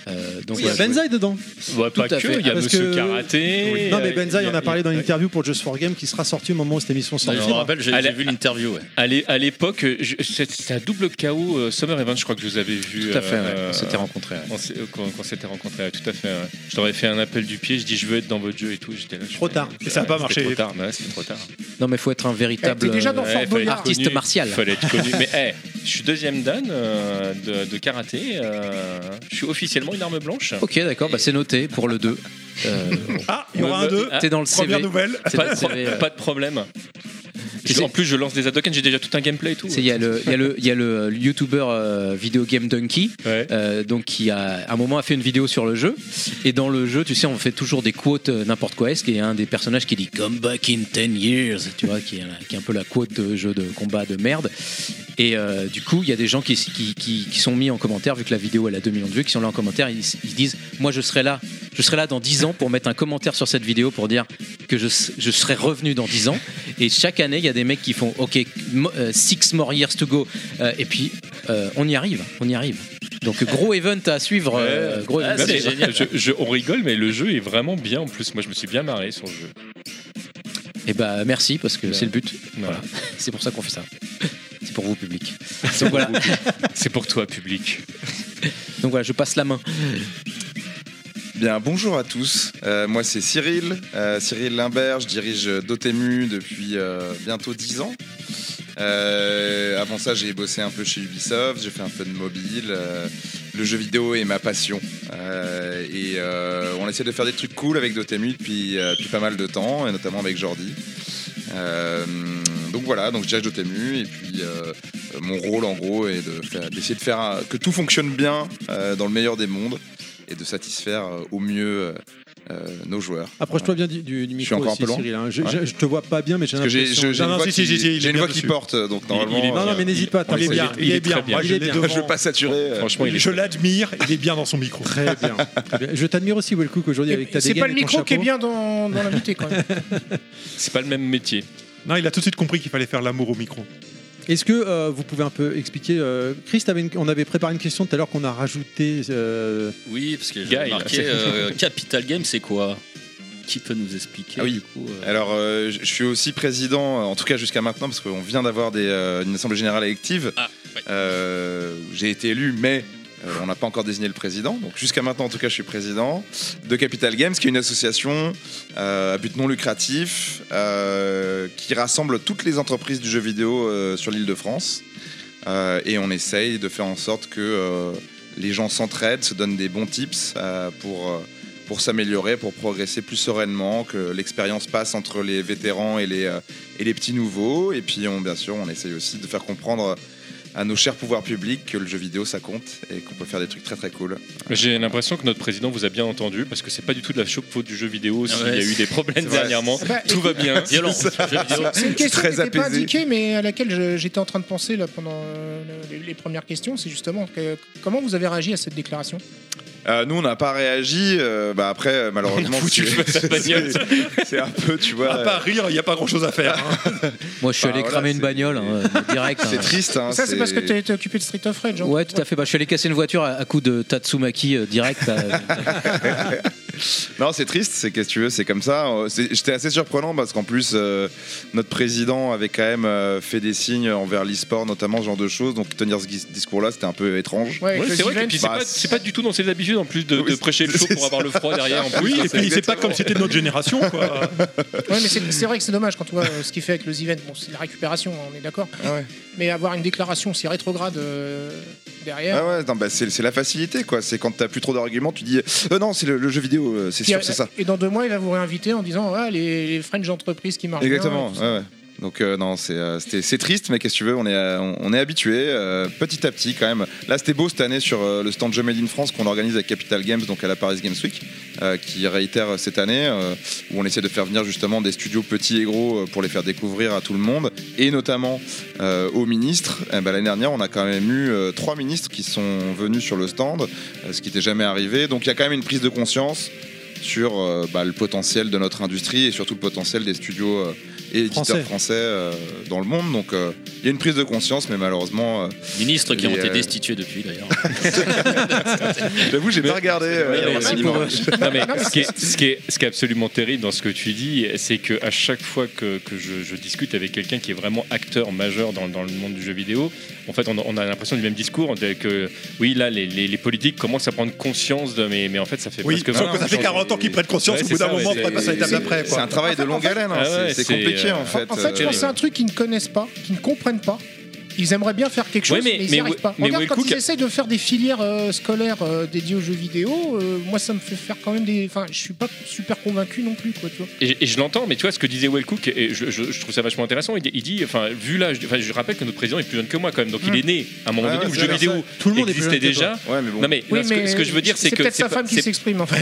[SPEAKER 9] Euh, donc
[SPEAKER 1] Il y a
[SPEAKER 9] voilà, je-
[SPEAKER 1] Benzaï dedans.
[SPEAKER 5] Ouais, pas
[SPEAKER 9] Tout à
[SPEAKER 5] que,
[SPEAKER 9] fait.
[SPEAKER 5] il y a
[SPEAKER 1] Parce
[SPEAKER 5] Monsieur
[SPEAKER 1] que-
[SPEAKER 5] Karaté.
[SPEAKER 1] Non, mais
[SPEAKER 5] euh, il
[SPEAKER 1] Benzaï,
[SPEAKER 5] y a-
[SPEAKER 1] on a parlé dans
[SPEAKER 5] il y
[SPEAKER 1] une
[SPEAKER 5] a-
[SPEAKER 1] interview pour Just for Game qui sera sortie au moment où cette émission
[SPEAKER 6] Je me
[SPEAKER 1] sortira.
[SPEAKER 6] rappelle, j'ai
[SPEAKER 5] Allez,
[SPEAKER 6] j'ai vu l'interview. ouais.
[SPEAKER 5] À l'é- à l'époque, je- c'est- c'était un double KO euh, Summer Event, je crois que je vous avais vu.
[SPEAKER 9] tout à fait, ouais,
[SPEAKER 5] euh,
[SPEAKER 9] on s'était rencontrés. ouais.
[SPEAKER 5] on s'est- euh, Quand, quand on s'était rencontrés, ouais, tout à fait. ouais. Je t'aurais fait un appel du pied, je dis je veux être dans votre jeu et tout. J'étais là. je- euh,
[SPEAKER 1] Trop tard.
[SPEAKER 8] Et ça a pas marché. Eh,
[SPEAKER 5] C'était trop tard, mais ouais, c'était trop tard.
[SPEAKER 9] Non, mais faut être un véritable.
[SPEAKER 3] Eh, t'es déjà dans
[SPEAKER 9] euh,
[SPEAKER 3] Fort
[SPEAKER 5] il fallait être
[SPEAKER 9] Boyard. Artiste
[SPEAKER 5] connu,
[SPEAKER 9] martial.
[SPEAKER 5] Fallait être
[SPEAKER 9] [laughs]
[SPEAKER 5] connu. Mais hey, je suis deuxième dan euh, de, de karaté. euh, je suis officiellement une arme blanche.
[SPEAKER 9] Ok, d'accord, bah c'est noté pour le Euh, 2.
[SPEAKER 8] Ah, il y aura un 2.
[SPEAKER 5] Ah,
[SPEAKER 9] T'es dans le
[SPEAKER 8] Première
[SPEAKER 9] CV.
[SPEAKER 8] nouvelle.
[SPEAKER 9] C'est dans
[SPEAKER 5] Pas,
[SPEAKER 9] le
[SPEAKER 5] de pro-
[SPEAKER 9] CV. euh,
[SPEAKER 5] pas de problème.
[SPEAKER 9] Et
[SPEAKER 5] Je-
[SPEAKER 9] c'est-
[SPEAKER 5] en plus, je lance des adokens, j'ai déjà tout un gameplay et tout.
[SPEAKER 9] c'est- Il y a le, il y a le, il y a le youtubeur euh, vidéo game Donkey,
[SPEAKER 5] Ouais.
[SPEAKER 9] euh, donc qui a à un moment a fait une vidéo sur le jeu. Et dans le jeu, tu sais, on fait toujours des quotes euh, n'importe quoi. Est-ce qu'il y a un des personnages qui dit Come back in 10 years, tu vois, qui est, la- qui est un peu la quote de jeu de combat de merde. Et euh, du coup, il y a des gens qui, qui, qui- qui sont mis en commentaire, vu que la vidéo elle a 2 millions de vues, qui sont là en commentaire, ils, ils disent Moi je serai là, je serai là dans 10 ans pour mettre un commentaire sur cette vidéo pour dire que je, s- je serai revenu dans 10 ans. Et chaque année, il y a des mecs qui font Ok, 6 more years to go. Euh, et puis, euh, on y arrive, on y arrive. Donc, gros event à suivre. euh, gros
[SPEAKER 5] Ah,
[SPEAKER 9] event.
[SPEAKER 5] c'est génial. Je- je- on rigole, mais le jeu est vraiment bien en plus. Moi, je me suis bien marré sur le jeu.
[SPEAKER 9] Et bah, merci parce que c'est le but.
[SPEAKER 5] Voilà.
[SPEAKER 9] C'est pour ça qu'on fait ça. C'est pour vous, public. Donc voilà.
[SPEAKER 5] C'est pour toi, public.
[SPEAKER 9] Donc voilà, je passe la main.
[SPEAKER 10] Bien, bonjour à tous. Euh, moi, c'est Cyril. euh, Cyril Limbert, je dirige Dotemu depuis euh, bientôt 10 ans. Euh, avant ça, j'ai bossé un peu chez Ubisoft, j'ai fait un peu de mobile. euh, le jeu vidéo est ma passion. Euh, et euh, on essaie de faire des trucs cool avec Dotemu depuis, euh, depuis pas mal de temps, et notamment avec Jordi. Euh, donc voilà, donc je dirige Dotemu, et puis euh, euh, mon rôle en gros est de faire- d'essayer de faire euh, que tout fonctionne bien euh, dans le meilleur des mondes et de satisfaire euh, au mieux euh, euh, nos joueurs.
[SPEAKER 1] Approche-toi bien du, du- du micro
[SPEAKER 10] encore un
[SPEAKER 1] aussi,
[SPEAKER 10] peu loin.
[SPEAKER 1] Cyril. hein. Je,
[SPEAKER 10] Ouais.
[SPEAKER 1] je- je te vois pas bien, mais j'ai
[SPEAKER 10] Parce que j'ai
[SPEAKER 1] l'impression.
[SPEAKER 10] je- j'ai
[SPEAKER 8] Non,
[SPEAKER 10] une
[SPEAKER 8] non,
[SPEAKER 10] voix
[SPEAKER 8] si,
[SPEAKER 10] qui-
[SPEAKER 8] si, si, il
[SPEAKER 10] j'ai
[SPEAKER 8] est
[SPEAKER 10] une voix
[SPEAKER 8] bien
[SPEAKER 10] qui
[SPEAKER 8] dessus.
[SPEAKER 10] porte, euh, donc
[SPEAKER 5] il est-
[SPEAKER 10] normalement.
[SPEAKER 1] Non, non, mais
[SPEAKER 10] euh,
[SPEAKER 1] n'hésite pas.
[SPEAKER 8] Il est
[SPEAKER 1] t'inquiète.
[SPEAKER 8] bien,
[SPEAKER 5] il est-
[SPEAKER 8] il
[SPEAKER 5] il
[SPEAKER 8] est
[SPEAKER 5] est
[SPEAKER 8] bien.
[SPEAKER 5] très bien.
[SPEAKER 8] Moi, je
[SPEAKER 1] Il est
[SPEAKER 8] l'ai
[SPEAKER 1] bien.
[SPEAKER 8] devant.
[SPEAKER 10] Je veux pas saturer. euh.
[SPEAKER 5] Franchement, il est
[SPEAKER 8] Je l'admire, il est bien dans son micro.
[SPEAKER 1] Très bien. très [laughs] bien. Je t'admire aussi, Wellcook, aujourd'hui avec ta
[SPEAKER 3] Et C'est
[SPEAKER 1] dégaine
[SPEAKER 3] pas le
[SPEAKER 1] et ton
[SPEAKER 3] micro qui est
[SPEAKER 1] chapeau.
[SPEAKER 3] bien dans, dans
[SPEAKER 10] [laughs]
[SPEAKER 3] l'invité, quand même.
[SPEAKER 5] C'est pas le même métier.
[SPEAKER 8] Non, il a tout de suite compris qu'il fallait faire l'amour au micro.
[SPEAKER 1] Est-ce que euh, vous pouvez un peu expliquer euh, Chris, t'avais une- on avait préparé une question tout à l'heure qu'on a rajoutée. euh,
[SPEAKER 6] Oui, parce que
[SPEAKER 5] Guy,
[SPEAKER 6] j'ai
[SPEAKER 5] là.
[SPEAKER 6] marqué euh, Capital Game, c'est quoi Qui peut nous expliquer
[SPEAKER 10] Ah oui.
[SPEAKER 6] du coup, euh,
[SPEAKER 10] Alors, euh, je je suis aussi président, euh, en tout cas jusqu'à maintenant, parce qu'on vient d'avoir des, euh, une assemblée générale élective.
[SPEAKER 6] Ah, ouais.
[SPEAKER 10] Euh, J'ai été élu, mais euh, on n'a pas encore désigné le président. Donc, jusqu'à maintenant, en tout cas, je suis président de Capital Games, qui est une association euh, à but non lucratif euh, qui rassemble toutes les entreprises du jeu vidéo euh, sur l'île de France. Euh, et on essaye de faire en sorte que euh, les gens s'entraident, se donnent des bons tips euh, pour. euh, pour s'améliorer, pour progresser plus sereinement, que l'expérience passe entre les vétérans et les, euh, et les petits nouveaux. Et puis, on, bien sûr, on essaye aussi de faire comprendre à nos chers pouvoirs publics que le jeu vidéo, ça compte et qu'on peut faire des trucs très très cool.
[SPEAKER 5] J'ai l'impression que notre président vous a bien entendu parce que c'est pas du tout de la choupe faute du jeu vidéo. S'il
[SPEAKER 6] Ouais,
[SPEAKER 5] y a eu des problèmes
[SPEAKER 10] c'est vrai.
[SPEAKER 5] dernièrement,
[SPEAKER 3] Bah,
[SPEAKER 5] tout va bien.
[SPEAKER 6] Violent. jeux vidéo.
[SPEAKER 3] C'est une
[SPEAKER 10] Je suis
[SPEAKER 3] question
[SPEAKER 10] très
[SPEAKER 3] qui n'était pas
[SPEAKER 10] apaisé.
[SPEAKER 3] indiquée, mais à laquelle je- j'étais en train de penser là, pendant euh, le- les, les premières questions. C'est justement que- comment vous avez réagi à cette déclaration
[SPEAKER 10] Euh, nous, on n'a pas réagi. euh, bah, après, euh,
[SPEAKER 8] [laughs]
[SPEAKER 10] malheureusement,
[SPEAKER 5] foutu
[SPEAKER 10] c'est-
[SPEAKER 5] le feu à sa bagnole.
[SPEAKER 10] c'est- c'est [laughs] un peu, tu vois.
[SPEAKER 8] À part rire, il n'y a pas grand chose à faire. hein.
[SPEAKER 9] Moi, je suis
[SPEAKER 10] Bah,
[SPEAKER 9] allé
[SPEAKER 10] voilà,
[SPEAKER 9] cramer une
[SPEAKER 10] c'est-
[SPEAKER 9] bagnole, hein,
[SPEAKER 4] [laughs]
[SPEAKER 9] euh, direct. hein.
[SPEAKER 10] C'est triste. hein,
[SPEAKER 3] Ça, c'est parce que t'es t'es occupé de Street of Rage. hein.
[SPEAKER 9] Ouais, tout à fait. Bah, je suis allé casser une voiture à, à coup de Tatsumaki euh, direct.
[SPEAKER 5] [laughs]
[SPEAKER 9] euh,
[SPEAKER 10] Non, c'est triste, c'est qu'est-ce que tu veux, c'est comme ça. Euh, c'est- J'étais assez surprenant parce qu'en plus, euh, notre président avait quand même euh, fait des signes envers l'e-sport, notamment ce genre de choses. Donc tenir ce gui- discours-là, c'était un peu étrange.
[SPEAKER 3] Ouais, avec
[SPEAKER 5] Ouais,
[SPEAKER 3] le
[SPEAKER 5] c'est vrai,
[SPEAKER 3] event.
[SPEAKER 5] et puis c'est
[SPEAKER 10] Bah,
[SPEAKER 5] pas, c'est pas du tout dans ses habitudes en plus de,
[SPEAKER 10] Oui,
[SPEAKER 5] de prêcher le chaud
[SPEAKER 10] c'est
[SPEAKER 5] pour avoir le froid derrière. En plus,
[SPEAKER 8] Oui,
[SPEAKER 5] Ça,
[SPEAKER 8] et
[SPEAKER 5] c'est-
[SPEAKER 8] puis c'est pas comme si c'était de notre génération, quoi.
[SPEAKER 3] Ouais, mais c'est c'est vrai que c'est dommage quand on voit euh, ce qu'il fait avec le event. Bon, c'est de la récupération, hein, on est d'accord.
[SPEAKER 10] Ah Ouais.
[SPEAKER 3] Mais avoir une déclaration aussi rétrograde euh, derrière.
[SPEAKER 10] Ah ouais, non, bah, c'est c'est la facilité, quoi. C'est quand t'as plus trop d'arguments, tu dis Euh, non, c'est le, le jeu vidéo, euh, c'est
[SPEAKER 3] Puis,
[SPEAKER 10] sûr,
[SPEAKER 3] euh,
[SPEAKER 10] c'est ça.
[SPEAKER 3] Et dans deux mois, il va vous réinviter en disant ah, les, les French entreprises qui marchent. bien,
[SPEAKER 10] Exactement.
[SPEAKER 3] et tout
[SPEAKER 10] ouais,
[SPEAKER 3] ça.
[SPEAKER 10] ouais. Donc euh, non, c'est euh, c'était- c'est triste, mais qu'est-ce que tu veux, on est euh, on, on est habitué euh, petit à petit quand même. Là, c'était beau cette année sur euh, le stand Jeux Made in France qu'on organise avec Capital Games, donc à la Paris Games Week, euh, qui réitère euh, cette année euh, où on essaie de faire venir justement des studios petits et gros euh, pour les faire découvrir à tout le monde et notamment euh, aux ministres. Eh ben, L'année dernière, on a quand même eu euh, trois ministres qui sont venus sur le stand, euh, ce qui n'était jamais arrivé. Donc il y a quand même une prise de conscience sur euh, bah, le potentiel de notre industrie et surtout le potentiel des studios euh, et éditeurs
[SPEAKER 8] Français.
[SPEAKER 10] français, euh, dans le monde. Donc euh, il y a une prise de conscience, mais malheureusement, euh,
[SPEAKER 1] Ministres qui ont
[SPEAKER 10] Et,
[SPEAKER 1] été
[SPEAKER 10] euh,
[SPEAKER 1] destitués depuis d'ailleurs.
[SPEAKER 10] [laughs] j'avoue, j'ai pas regardé. euh,
[SPEAKER 5] Ouais, ouais,
[SPEAKER 10] Merci
[SPEAKER 8] [laughs]
[SPEAKER 5] ouais.
[SPEAKER 10] Laurent.
[SPEAKER 5] Non, mais ce, qui est, ce qui est- ce qui est absolument terrible dans ce que tu dis, c'est que à chaque fois que, que je, je discute avec quelqu'un qui est vraiment acteur majeur dans, dans le monde du jeu vidéo, en fait, on, a- on a l'impression du même discours de- que oui, là, les, les- les politiques commencent à prendre conscience de, mais, mais en fait, ça fait
[SPEAKER 8] Oui,
[SPEAKER 5] presque
[SPEAKER 8] sauf
[SPEAKER 5] vingt
[SPEAKER 8] que ça
[SPEAKER 5] ans
[SPEAKER 8] fait
[SPEAKER 5] que-
[SPEAKER 8] 40 ans qu'ils prennent conscience,
[SPEAKER 5] Ouais,
[SPEAKER 8] au
[SPEAKER 5] c'est
[SPEAKER 8] bout d'un
[SPEAKER 5] ça,
[SPEAKER 8] moment,
[SPEAKER 5] ouais,
[SPEAKER 8] on va passer à
[SPEAKER 5] c'est-
[SPEAKER 8] la table d'après.
[SPEAKER 10] C'est un
[SPEAKER 8] quoi.
[SPEAKER 10] travail de longue haleine, hein,
[SPEAKER 5] Ah
[SPEAKER 10] c'est-
[SPEAKER 5] ouais,
[SPEAKER 10] c'est
[SPEAKER 5] c'est,
[SPEAKER 10] compliqué
[SPEAKER 5] euh,
[SPEAKER 10] en fait.
[SPEAKER 3] En
[SPEAKER 10] euh,
[SPEAKER 3] fait, je pense
[SPEAKER 5] terrible.
[SPEAKER 3] à un truc qu'ils ne connaissent pas, qu'ils ne comprennent pas. Ils aimeraient bien faire quelque
[SPEAKER 5] Ouais,
[SPEAKER 3] chose,
[SPEAKER 5] mais-
[SPEAKER 3] mais, ils n'y
[SPEAKER 5] mais
[SPEAKER 3] arrivent
[SPEAKER 5] Will-
[SPEAKER 3] pas.
[SPEAKER 5] mais
[SPEAKER 3] Regarde,
[SPEAKER 5] Will
[SPEAKER 3] quand
[SPEAKER 5] Cook
[SPEAKER 3] ils
[SPEAKER 5] a-
[SPEAKER 3] essayent de faire des filières euh, scolaires euh, dédiées aux jeux vidéo, euh, moi, ça me fait faire quand même des. Enfin, je suis pas super convaincu non plus, quoi, tu vois.
[SPEAKER 5] Et, et je l'entends, mais tu vois ce que disait Wellcook, et je, je- je trouve ça vachement intéressant. Il, il dit, enfin, vu l'âge, enfin, je rappelle que notre président est plus jeune que moi quand même, donc
[SPEAKER 6] Hmm.
[SPEAKER 5] il est né à un moment
[SPEAKER 10] Ouais,
[SPEAKER 5] donné
[SPEAKER 10] ouais,
[SPEAKER 5] où
[SPEAKER 10] c'est
[SPEAKER 5] le jeu
[SPEAKER 10] vrai,
[SPEAKER 5] vidéo
[SPEAKER 6] Ah, Tout le monde est plus
[SPEAKER 5] existait
[SPEAKER 6] jeune que toi.
[SPEAKER 5] déjà.
[SPEAKER 10] Ouais, mais bon.
[SPEAKER 5] Non mais,
[SPEAKER 3] Oui,
[SPEAKER 5] non, ce, que, ce que je veux dire, c'est que
[SPEAKER 3] peut-être sa
[SPEAKER 5] pas-
[SPEAKER 3] femme qui
[SPEAKER 5] c'est-
[SPEAKER 3] s'exprime,
[SPEAKER 5] [coughs]
[SPEAKER 3] en fait.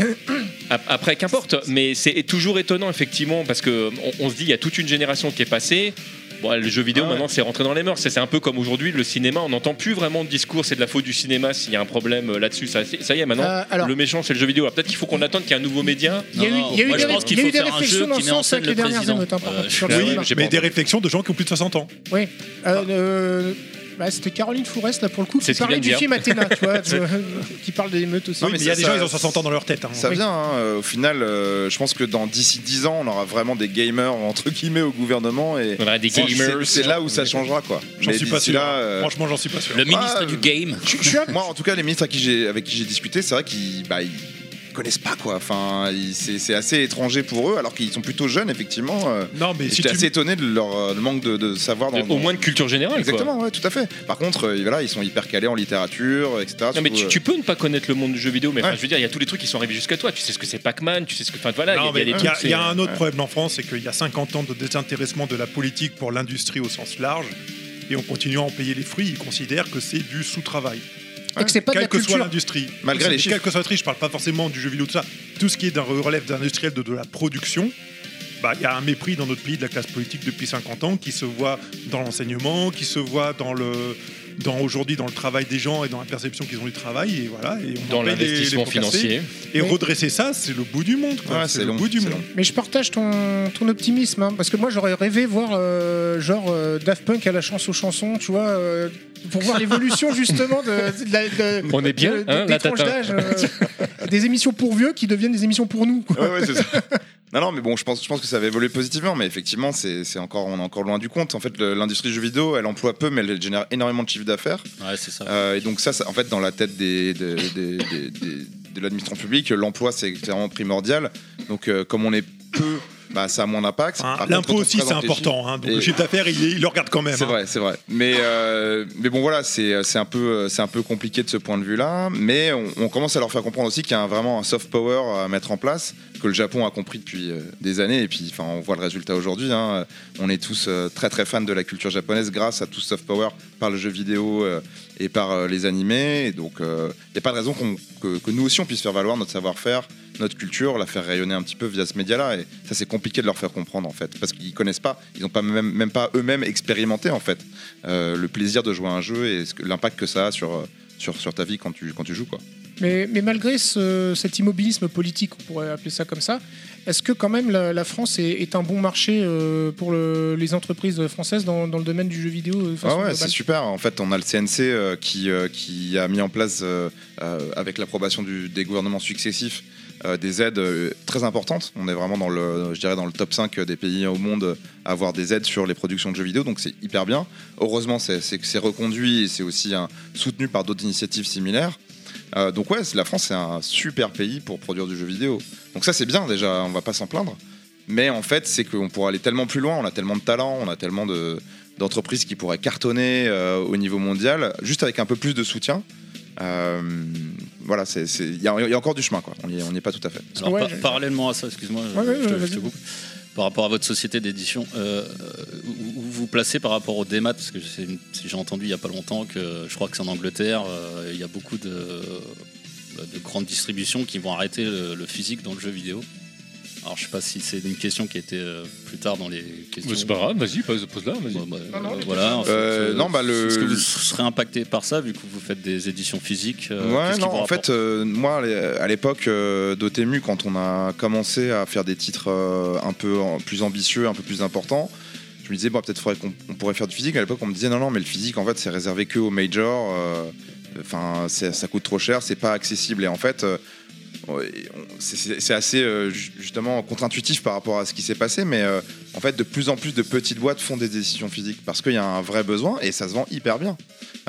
[SPEAKER 5] Ap- Après, qu'importe, mais c'est toujours étonnant, effectivement, parce que on, on se dit, il y a toute une génération qui est passée. Bon, le jeu vidéo,
[SPEAKER 10] Ah ouais.
[SPEAKER 5] maintenant, c'est rentré dans les mœurs. C'est c'est un peu comme aujourd'hui, le cinéma, on n'entend plus vraiment de discours, c'est de la faute du cinéma s'il y a un problème euh, là-dessus. Ça, c'est- ça y est, maintenant,
[SPEAKER 3] Euh, alors-
[SPEAKER 5] le méchant, c'est le jeu vidéo. Alors, Peut-être qu'il faut qu'on attende qu'il y ait un nouveau média.
[SPEAKER 3] Il y a eu-
[SPEAKER 1] Non, non,
[SPEAKER 3] il y a eu
[SPEAKER 1] moi,
[SPEAKER 3] des
[SPEAKER 1] je
[SPEAKER 3] ré-
[SPEAKER 1] pense qu'il
[SPEAKER 3] il y a
[SPEAKER 1] faut
[SPEAKER 3] eu des
[SPEAKER 1] faire un
[SPEAKER 3] réflexions
[SPEAKER 1] jeu
[SPEAKER 3] dans
[SPEAKER 1] qui
[SPEAKER 3] le
[SPEAKER 1] met en
[SPEAKER 3] sens
[SPEAKER 1] scène
[SPEAKER 3] avec
[SPEAKER 1] le
[SPEAKER 3] les dernières
[SPEAKER 1] président.
[SPEAKER 3] émeutes, hein, par
[SPEAKER 1] Euh,
[SPEAKER 3] contre,
[SPEAKER 1] je-
[SPEAKER 3] sur le
[SPEAKER 5] Ouais,
[SPEAKER 8] Oui,
[SPEAKER 5] ouais, j'ai pas
[SPEAKER 8] mais des
[SPEAKER 5] entendu.
[SPEAKER 8] réflexions de gens qui ont plus de 60 ans.
[SPEAKER 3] Oui. Euh, euh, bah, C'était Caroline Fourest, là, pour le coup,
[SPEAKER 5] C'est
[SPEAKER 3] qui
[SPEAKER 5] ce qu'il
[SPEAKER 3] parlait
[SPEAKER 5] vient de
[SPEAKER 3] du
[SPEAKER 5] dire.
[SPEAKER 3] film Athéna, tu
[SPEAKER 5] [laughs]
[SPEAKER 3] vois, de- qui parle des émeutes aussi.
[SPEAKER 10] Non,
[SPEAKER 8] Oui,
[SPEAKER 10] mais
[SPEAKER 8] mais il y a
[SPEAKER 10] ça-
[SPEAKER 8] des gens,
[SPEAKER 10] ça-
[SPEAKER 8] ils ont 60 ans dans leur tête. hein.
[SPEAKER 10] Ça
[SPEAKER 3] Oui.
[SPEAKER 10] vient, hein, euh, au final, euh, je pense que dans d'ici 10 ans, on aura vraiment des gamers, entre guillemets, au gouvernement. Et
[SPEAKER 5] On a des
[SPEAKER 10] c'est-
[SPEAKER 5] gamers.
[SPEAKER 10] C'est là où ça changera, quoi.
[SPEAKER 8] J'en
[SPEAKER 10] Mais
[SPEAKER 8] suis pas
[SPEAKER 10] d'ici
[SPEAKER 8] sûr.
[SPEAKER 10] là, euh,
[SPEAKER 8] Franchement, j'en suis pas sûr.
[SPEAKER 1] Le ministre
[SPEAKER 10] euh,
[SPEAKER 1] du game.
[SPEAKER 3] Je- je suis un-
[SPEAKER 10] Moi, en tout cas, les ministres à qui j'ai- avec qui j'ai discuté, c'est vrai qu'ils bah, ils connaissent pas, quoi. Enfin, ils- c'est c'est assez étranger pour eux, alors qu'ils sont plutôt jeunes, effectivement. euh,
[SPEAKER 8] Non, mais
[SPEAKER 10] et
[SPEAKER 8] si
[SPEAKER 10] J'étais
[SPEAKER 8] tu
[SPEAKER 10] assez étonné de leur euh, le manque de, de savoir dans.
[SPEAKER 5] Au moins de culture générale. quoi.
[SPEAKER 10] Exactement, ouais, tout à fait. Par contre, euh, voilà, ils sont hyper calés en littérature, etc.
[SPEAKER 5] Non mais
[SPEAKER 10] surtout,
[SPEAKER 5] tu,
[SPEAKER 10] euh,
[SPEAKER 5] tu peux ne pas connaître le monde du jeu vidéo, mais enfin,
[SPEAKER 10] Ouais.
[SPEAKER 5] je veux dire, il y a tous les trucs qui sont arrivés jusqu'à toi. Tu sais ce que c'est Pac-Man, tu sais ce que, enfin voilà, il y a-
[SPEAKER 8] Non,
[SPEAKER 5] il y,
[SPEAKER 8] mais
[SPEAKER 5] a des
[SPEAKER 8] il y a-
[SPEAKER 5] trucs,
[SPEAKER 8] il y a
[SPEAKER 5] c'est-
[SPEAKER 8] un autre problème en France, c'est qu'il y a 50 ans de désintéressement de la politique pour l'industrie au sens large, et on continue à en payer les fruits. Ils considèrent que c'est du sous-travail,
[SPEAKER 3] et que c'est pas de
[SPEAKER 8] quelle
[SPEAKER 3] la
[SPEAKER 8] que soit
[SPEAKER 3] culture.
[SPEAKER 8] l'industrie.
[SPEAKER 10] Malgré les chiffres.
[SPEAKER 8] Quelle que soit l'industrie, je parle pas forcément du jeu vidéo, tout ça. Tout ce qui est d'un relève d'industriel de, de la production, bah, il y a un mépris dans notre pays de la classe politique depuis 50 ans qui se voit dans l'enseignement, qui se voit dans le. Dans aujourd'hui, dans le travail des gens et dans la perception qu'ils ont du travail, et voilà. Et on en
[SPEAKER 5] dans
[SPEAKER 8] paye les- les
[SPEAKER 5] l'investissement
[SPEAKER 8] pots cassés.
[SPEAKER 5] financier.
[SPEAKER 8] Et
[SPEAKER 3] Oui.
[SPEAKER 8] redresser ça, c'est le bout du monde. quoi.
[SPEAKER 10] Ouais,
[SPEAKER 8] c'est
[SPEAKER 10] c'est
[SPEAKER 8] le
[SPEAKER 10] long,
[SPEAKER 8] bout du
[SPEAKER 10] c'est
[SPEAKER 8] monde.
[SPEAKER 10] long.
[SPEAKER 3] Mais je partage ton, ton optimisme, hein, parce que moi j'aurais rêvé voir euh, genre euh, Daft Punk à la chance aux chansons, tu vois, euh, pour voir
[SPEAKER 10] [laughs]
[SPEAKER 3] l'évolution justement de, de la- de-
[SPEAKER 5] On est bien,
[SPEAKER 3] de- de-
[SPEAKER 5] hein,
[SPEAKER 3] des
[SPEAKER 5] la
[SPEAKER 3] tranches
[SPEAKER 5] tata.
[SPEAKER 3] d'âge,
[SPEAKER 5] [laughs]
[SPEAKER 3] euh, des émissions pour vieux qui deviennent des émissions pour nous. quoi.
[SPEAKER 10] Ouais, ouais, c'est ça. Non, non, mais bon, je pense, je pense que ça va évoluer positivement, mais effectivement, c'est c'est encore, on est encore loin du compte. En fait, le- l'industrie du jeu vidéo, elle emploie peu, mais elle génère énormément de chiffre d'affaires.
[SPEAKER 1] Ouais, c'est ça.
[SPEAKER 10] Euh, et donc ça, ça- en fait, dans la tête des, des- des- des- des- de l'administration publique, l'emploi, c'est clairement primordial. Donc, euh, comme on est peu, bah, ça a moins d'impact.
[SPEAKER 8] Hein,
[SPEAKER 10] Par contre, quand
[SPEAKER 8] L'impôt
[SPEAKER 10] on
[SPEAKER 8] aussi, c'est
[SPEAKER 10] présente les chiffres-
[SPEAKER 8] important. hein, donc
[SPEAKER 10] Et-
[SPEAKER 8] le chiffre d'affaires, il, il le regarde quand même.
[SPEAKER 10] C'est
[SPEAKER 8] hein.
[SPEAKER 10] vrai, c'est vrai. Mais, euh, mais bon, voilà, c'est c'est un, peu- euh, c'est un peu compliqué de ce point de vue-là. Mais on, on commence à leur faire comprendre aussi qu'il y a un- vraiment un soft power à mettre en place, que le Japon a compris depuis euh, des années. Et puis, enfin, on voit le résultat aujourd'hui. hein. On est tous euh, très, très fans de la culture japonaise grâce à tout ce soft power par le jeu vidéo euh, et par euh, les animés. Et donc, il n'y a pas de raison qu'on- que, que nous aussi, on puisse faire valoir notre savoir-faire notre culture, la faire rayonner un petit peu via ce média-là. Et ça, c'est compliqué de leur faire comprendre, en fait, parce qu'ils connaissent pas, ils n'ont pas même, même pas eux-mêmes expérimenté, en fait, euh, le plaisir de jouer à un jeu et ce que- l'impact que ça a sur, euh, sur, sur ta vie quand tu, quand tu joues, quoi.
[SPEAKER 3] Mais, mais malgré ce- cet immobilisme politique, on pourrait appeler ça comme ça, est-ce que quand même la, la France est, est un bon marché euh, pour le- les entreprises françaises dans, dans le domaine du jeu vidéo euh, de façon
[SPEAKER 10] Ah ouais,
[SPEAKER 3] globale
[SPEAKER 10] c'est super. En fait, on a le CNC euh, qui, euh, qui a mis en place, euh, euh, avec l'approbation du- des gouvernements successifs, euh, des aides euh, très importantes. On est vraiment dans le, je dirais, dans le top 5 des pays au monde à avoir des aides sur les productions de jeux vidéo, donc c'est hyper bien. Heureusement, c'est- c'est c'est reconduit et c'est aussi un- soutenu par d'autres initiatives similaires. Euh, donc ouais, c'est- la France, c'est un super pays pour produire du jeu vidéo. Donc ça, c'est bien déjà, on va pas s'en plaindre. Mais en fait, c'est qu'on pourrait aller tellement plus loin, on a tellement de talent, on a tellement de, d'entreprises qui pourraient cartonner euh, au niveau mondial, juste avec un peu plus de soutien. Euh, voilà, c'est- c'est- il y, a il y a encore du chemin, quoi. On n'y est- on n'y est pas tout à fait.
[SPEAKER 6] Alors,
[SPEAKER 3] Ouais,
[SPEAKER 6] par-
[SPEAKER 3] je-
[SPEAKER 6] parallèlement à ça, excuse-moi, je-
[SPEAKER 3] Ouais, ouais,
[SPEAKER 6] je, te-
[SPEAKER 3] ouais,
[SPEAKER 6] je te
[SPEAKER 3] vas-y.
[SPEAKER 6] coupe. Par rapport à votre société d'édition, euh, où où vous placez par rapport au démat Parce que c'est une- si j'ai entendu il n'y a pas longtemps que je crois que c'est en Angleterre, euh, il y a beaucoup de, de grandes distributions qui vont arrêter le, le physique dans le jeu vidéo. Alors je sais pas si c'est une question qui était euh, plus tard dans les questions.
[SPEAKER 5] Mais C'est pas grave, vas-y, pose- pose-la, vas-y.
[SPEAKER 6] Bon, bah,
[SPEAKER 3] Non, non,
[SPEAKER 6] euh,
[SPEAKER 3] les
[SPEAKER 6] voilà. en fait,
[SPEAKER 10] Euh,
[SPEAKER 6] euh,
[SPEAKER 10] non, bah, le-
[SPEAKER 6] Est-ce que vous serez impacté par ça vu que vous faites des éditions physiques euh,
[SPEAKER 10] ouais,
[SPEAKER 6] qu'est-ce qui
[SPEAKER 10] non,
[SPEAKER 6] vous
[SPEAKER 10] en
[SPEAKER 6] rapporte
[SPEAKER 10] fait, euh, moi, à l'époque euh, d'Otemu, quand on a commencé à faire des titres euh, un peu en- plus ambitieux, un peu plus importants, je me disais, bon, peut-être faudrait qu'on on pourrait faire du physique. À l'époque, on me disait, non, non, mais le physique, en fait, c'est réservé que aux majors. euh, Enfin, c'est- ça coûte trop cher, c'est pas accessible. Et en fait, euh, on- c'est- c'est c'est assez euh, ju- justement contre-intuitif par rapport à ce qui s'est passé, mais euh, en fait, de plus en plus de petites boîtes font des décisions physiques parce qu'il y a un vrai besoin et ça se vend hyper bien.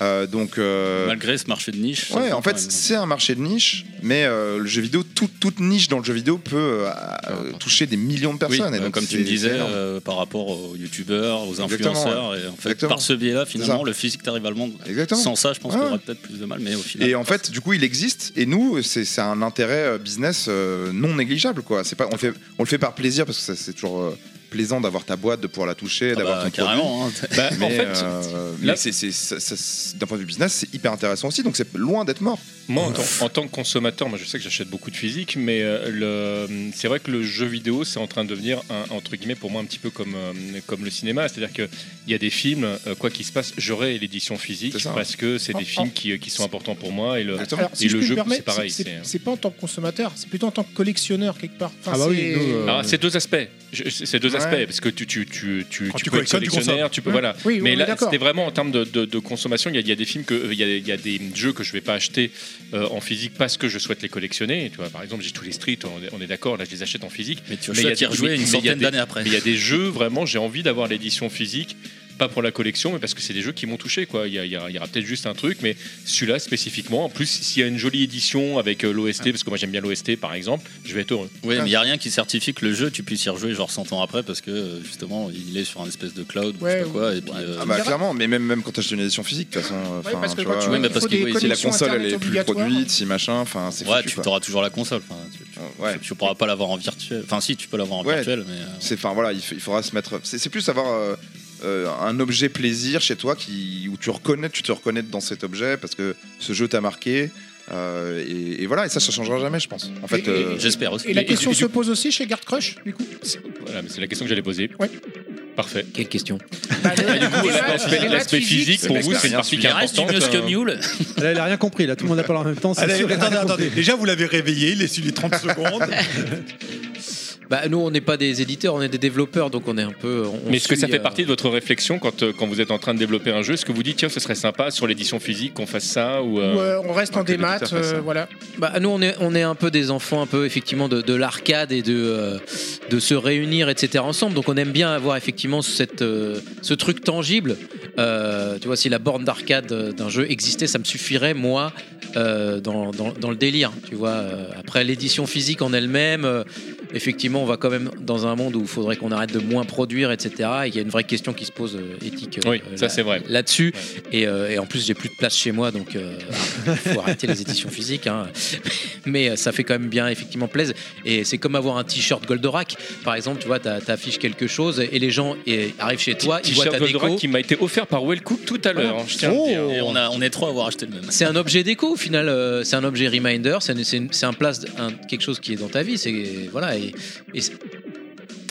[SPEAKER 10] Euh, donc, euh,
[SPEAKER 6] malgré ce marché de niche. ça
[SPEAKER 10] Ouais,
[SPEAKER 6] prend
[SPEAKER 10] en
[SPEAKER 6] quand
[SPEAKER 10] fait,
[SPEAKER 6] même-
[SPEAKER 10] c'est un marché de niche, mais euh, le jeu vidéo, tout- toute niche dans le jeu vidéo peut euh, euh, toucher des millions de
[SPEAKER 6] Oui,
[SPEAKER 10] personnes. et
[SPEAKER 6] euh,
[SPEAKER 10] donc
[SPEAKER 6] comme
[SPEAKER 10] c'est-
[SPEAKER 6] tu me disais,
[SPEAKER 10] c'est énorme.
[SPEAKER 6] euh, par rapport aux youtubeurs, aux
[SPEAKER 10] Exactement,
[SPEAKER 6] influenceurs, et en fait,
[SPEAKER 10] Exactement.
[SPEAKER 6] par ce biais-là,
[SPEAKER 10] C'est
[SPEAKER 6] finalement,
[SPEAKER 10] ça.
[SPEAKER 6] le physique t'arrive à le monde.
[SPEAKER 10] Exactement.
[SPEAKER 6] Sans ça, je pense
[SPEAKER 10] Ouais,
[SPEAKER 6] qu'il y aura
[SPEAKER 10] ouais.
[SPEAKER 6] peut-être plus de mal, mais au final.
[SPEAKER 10] Et en fait, du coup, il existe. Et nous, c'est c'est un intérêt euh, business euh, non négligeable, quoi. C'est pas, on le fait, on le fait par plaisir parce que ça, c'est toujours euh, plaisant d'avoir ta boîte, de pouvoir la toucher,
[SPEAKER 6] Ah
[SPEAKER 10] d'avoir
[SPEAKER 6] bah,
[SPEAKER 10] ton produit. [laughs]
[SPEAKER 6] carrément. hein.
[SPEAKER 5] Bah,
[SPEAKER 10] Mais,
[SPEAKER 5] en fait,
[SPEAKER 10] euh,
[SPEAKER 5] là-
[SPEAKER 10] mais c'est- c'est- ça- ça- c'est- d'un point de vue business, c'est hyper intéressant aussi. Donc c'est loin d'être mort.
[SPEAKER 5] Moi, en tant, en tant que consommateur, moi, je sais que j'achète beaucoup de physique, mais euh, le- c'est vrai que le jeu vidéo, c'est en train de devenir, un- entre guillemets, pour moi, un petit peu comme, euh, comme le cinéma. C'est-à-dire qu'il y a des films, euh, quoi qu'il se passe, j'aurai l'édition physique
[SPEAKER 10] C'est ça. hein.
[SPEAKER 5] parce que c'est des
[SPEAKER 3] Oh,
[SPEAKER 5] films qui, qui sont importants pour moi. Et le,
[SPEAKER 10] Exactement.
[SPEAKER 3] Alors, si
[SPEAKER 5] Et
[SPEAKER 3] je
[SPEAKER 5] le
[SPEAKER 3] puis
[SPEAKER 5] jeu,
[SPEAKER 3] me permettre,
[SPEAKER 5] c'est pareil,
[SPEAKER 3] c'est-
[SPEAKER 5] c'est- euh,
[SPEAKER 3] c'est pas en tant que consommateur, c'est plutôt en tant que collectionneur quelque part. Enfin,
[SPEAKER 1] Ah bah oui,
[SPEAKER 3] c'est-
[SPEAKER 1] nous, euh,
[SPEAKER 5] Alors, c'est deux aspects. Je- C'est c'est deux
[SPEAKER 10] Ouais.
[SPEAKER 5] aspects parce que tu, tu, tu, tu,
[SPEAKER 11] Quand
[SPEAKER 5] tu
[SPEAKER 11] tu
[SPEAKER 5] peux être
[SPEAKER 11] collectionnes, tu
[SPEAKER 5] collectionneur, tu peux voilà.
[SPEAKER 3] Oui, on
[SPEAKER 5] Mais
[SPEAKER 3] est
[SPEAKER 5] là,
[SPEAKER 3] d'accord.
[SPEAKER 5] c'était vraiment en termes de, de- de consommation. Il y, a, il y a des films que, il y a, il y a des jeux que je vais pas acheter euh, en physique parce que je souhaite les collectionner. Tu vois, par exemple, j'ai tous les streets. On est, on est d'accord. Là, je les achète en physique.
[SPEAKER 6] Mais tu
[SPEAKER 5] Mais
[SPEAKER 6] vas
[SPEAKER 5] il y a
[SPEAKER 6] chouette y
[SPEAKER 5] des-
[SPEAKER 6] rejouer
[SPEAKER 5] mais- mais
[SPEAKER 6] une
[SPEAKER 5] il y a
[SPEAKER 6] centaine
[SPEAKER 5] des-
[SPEAKER 6] d'années après.
[SPEAKER 5] Mais il y a des jeux vraiment. J'ai envie d'avoir l'édition physique. Pas pour la collection, mais parce que c'est des jeux qui m'ont touché. Quoi. Il, y a- il y a- il y aura peut-être juste un truc, mais celui-là spécifiquement. En plus, s'il y a une jolie édition avec euh, l'OST, parce que moi j'aime bien l'OST par exemple, je vais être heureux.
[SPEAKER 6] Ah. Oui, mais il n'y a rien qui certifie que le jeu, tu puisses y rejouer genre 100 ans après parce que euh, justement, il est sur un espèce de cloud ou je
[SPEAKER 3] Ouais,
[SPEAKER 6] sais pas quoi. Et puis, euh,
[SPEAKER 10] Ah bah,
[SPEAKER 3] verra.
[SPEAKER 10] clairement, mais même, même quand tu achètes une édition physique, de toute façon. euh,
[SPEAKER 3] Ouais,
[SPEAKER 10] enfin,
[SPEAKER 3] parce que
[SPEAKER 10] tu
[SPEAKER 3] quand
[SPEAKER 10] vois,
[SPEAKER 3] tu
[SPEAKER 6] Ouais,
[SPEAKER 3] vois,
[SPEAKER 6] mais
[SPEAKER 3] il
[SPEAKER 6] parce
[SPEAKER 3] faut
[SPEAKER 6] qu'il-
[SPEAKER 3] des
[SPEAKER 6] oui, si
[SPEAKER 10] si la
[SPEAKER 3] connexions
[SPEAKER 10] console elle
[SPEAKER 3] Internet
[SPEAKER 10] est plus
[SPEAKER 3] obligatoires.
[SPEAKER 10] produite, si machin, enfin c'est
[SPEAKER 6] ouais,
[SPEAKER 10] foutu,
[SPEAKER 6] tu
[SPEAKER 10] quoi.
[SPEAKER 6] auras toujours la console. enfin, tu, tu-
[SPEAKER 10] Euh, Ouais.
[SPEAKER 6] tu pourras pas l'avoir en virtuel. Enfin, si, tu peux l'avoir en
[SPEAKER 10] Ouais.
[SPEAKER 6] virtuel, mais. euh,
[SPEAKER 10] C'est enfin voilà, il, fa- il faudra se mettre. C'est c'est plus avoir euh, euh, un objet plaisir chez toi qui où tu reconnais, tu te reconnais dans cet objet parce que ce jeu t'a marqué. euh, et, et voilà, et ça, ça changera jamais, je pense. En fait,
[SPEAKER 3] Et-
[SPEAKER 10] euh,
[SPEAKER 6] J'espère aussi.
[SPEAKER 3] Et la
[SPEAKER 5] Et- et
[SPEAKER 3] question
[SPEAKER 5] du-
[SPEAKER 3] se pose aussi chez Guard Crush, du coup.
[SPEAKER 5] Voilà, mais c'est la question que j'allais poser.
[SPEAKER 3] Ouais.
[SPEAKER 5] Parfait.
[SPEAKER 9] Quelle question
[SPEAKER 5] Du coup, l'aspect l'aspect physique, pour
[SPEAKER 10] c'est
[SPEAKER 5] vous, c'est une
[SPEAKER 10] l'expérience.
[SPEAKER 5] partie qui est
[SPEAKER 6] Il reste du
[SPEAKER 5] importante.
[SPEAKER 6] mieux que
[SPEAKER 5] hein.
[SPEAKER 6] Mule.
[SPEAKER 1] Là, [laughs] elle a rien compris. Là, tout le monde a parlé en même temps. c'est
[SPEAKER 11] Allez,
[SPEAKER 1] sûr, elle a
[SPEAKER 11] attendez,
[SPEAKER 1] rien
[SPEAKER 11] attendez.
[SPEAKER 1] compris.
[SPEAKER 11] Déjà, vous l'avez réveillé, il est sur les
[SPEAKER 1] [laughs]
[SPEAKER 11] 30 secondes.
[SPEAKER 9] Bah, nous, on n'est pas des éditeurs, on est des développeurs, donc on est un peu. on- on
[SPEAKER 5] Mais est-ce que ça
[SPEAKER 9] suit,
[SPEAKER 5] fait
[SPEAKER 9] euh,
[SPEAKER 5] partie de votre réflexion quand, euh, quand vous êtes en train de développer un jeu Est-ce que vous dites, tiens, ce serait sympa sur l'édition physique qu'on fasse ça ou,
[SPEAKER 3] Ou,
[SPEAKER 5] euh,
[SPEAKER 3] euh, on reste
[SPEAKER 10] Ouais,
[SPEAKER 3] en
[SPEAKER 10] que les
[SPEAKER 3] démat,
[SPEAKER 10] éditeurs fassent
[SPEAKER 3] euh,
[SPEAKER 5] hein
[SPEAKER 10] ça.
[SPEAKER 3] voilà.
[SPEAKER 9] Bah, nous, on est, on est un peu des enfants, un peu effectivement de, de l'arcade et de, euh, de se réunir, etc. ensemble. Donc, on aime bien avoir effectivement cette, euh, ce truc tangible. Euh, tu vois, si la borne d'arcade euh, d'un jeu existait, ça me suffirait, moi, euh, dans, dans- dans le délire. Tu vois, Euh, après l'édition physique en elle-même, euh, effectivement, on va quand même dans un monde où il faudrait qu'on arrête de moins produire, etc. Et il y a une vraie question qui se pose euh, éthique. euh,
[SPEAKER 5] Oui, ça
[SPEAKER 9] là-
[SPEAKER 5] c'est vrai.
[SPEAKER 9] là-dessus. Et, euh, et en plus, j'ai plus de place chez moi, donc euh, faut arrêter les éditions physiques. hein. Mais euh, ça fait quand même bien, effectivement, plaisir. Et c'est comme avoir un t-shirt Goldorak, par exemple. Tu vois, t'as- t'affiches quelque chose et les gens et, arrivent chez toi, ils voient
[SPEAKER 5] T-shirt
[SPEAKER 9] ta
[SPEAKER 5] Goldorak
[SPEAKER 9] déco. Oh.
[SPEAKER 5] qui m'a été offert par Wellcook tout à l'heure. hein, je tiens à le
[SPEAKER 3] Oh.
[SPEAKER 5] dire.
[SPEAKER 6] Et on, a, on est trois à avoir acheté le même.
[SPEAKER 9] C'est un objet déco au final, euh, c'est un objet reminder, c'est une- c'est une- c'est un place, un- quelque chose qui est dans ta vie, c'est voilà et, et c'est-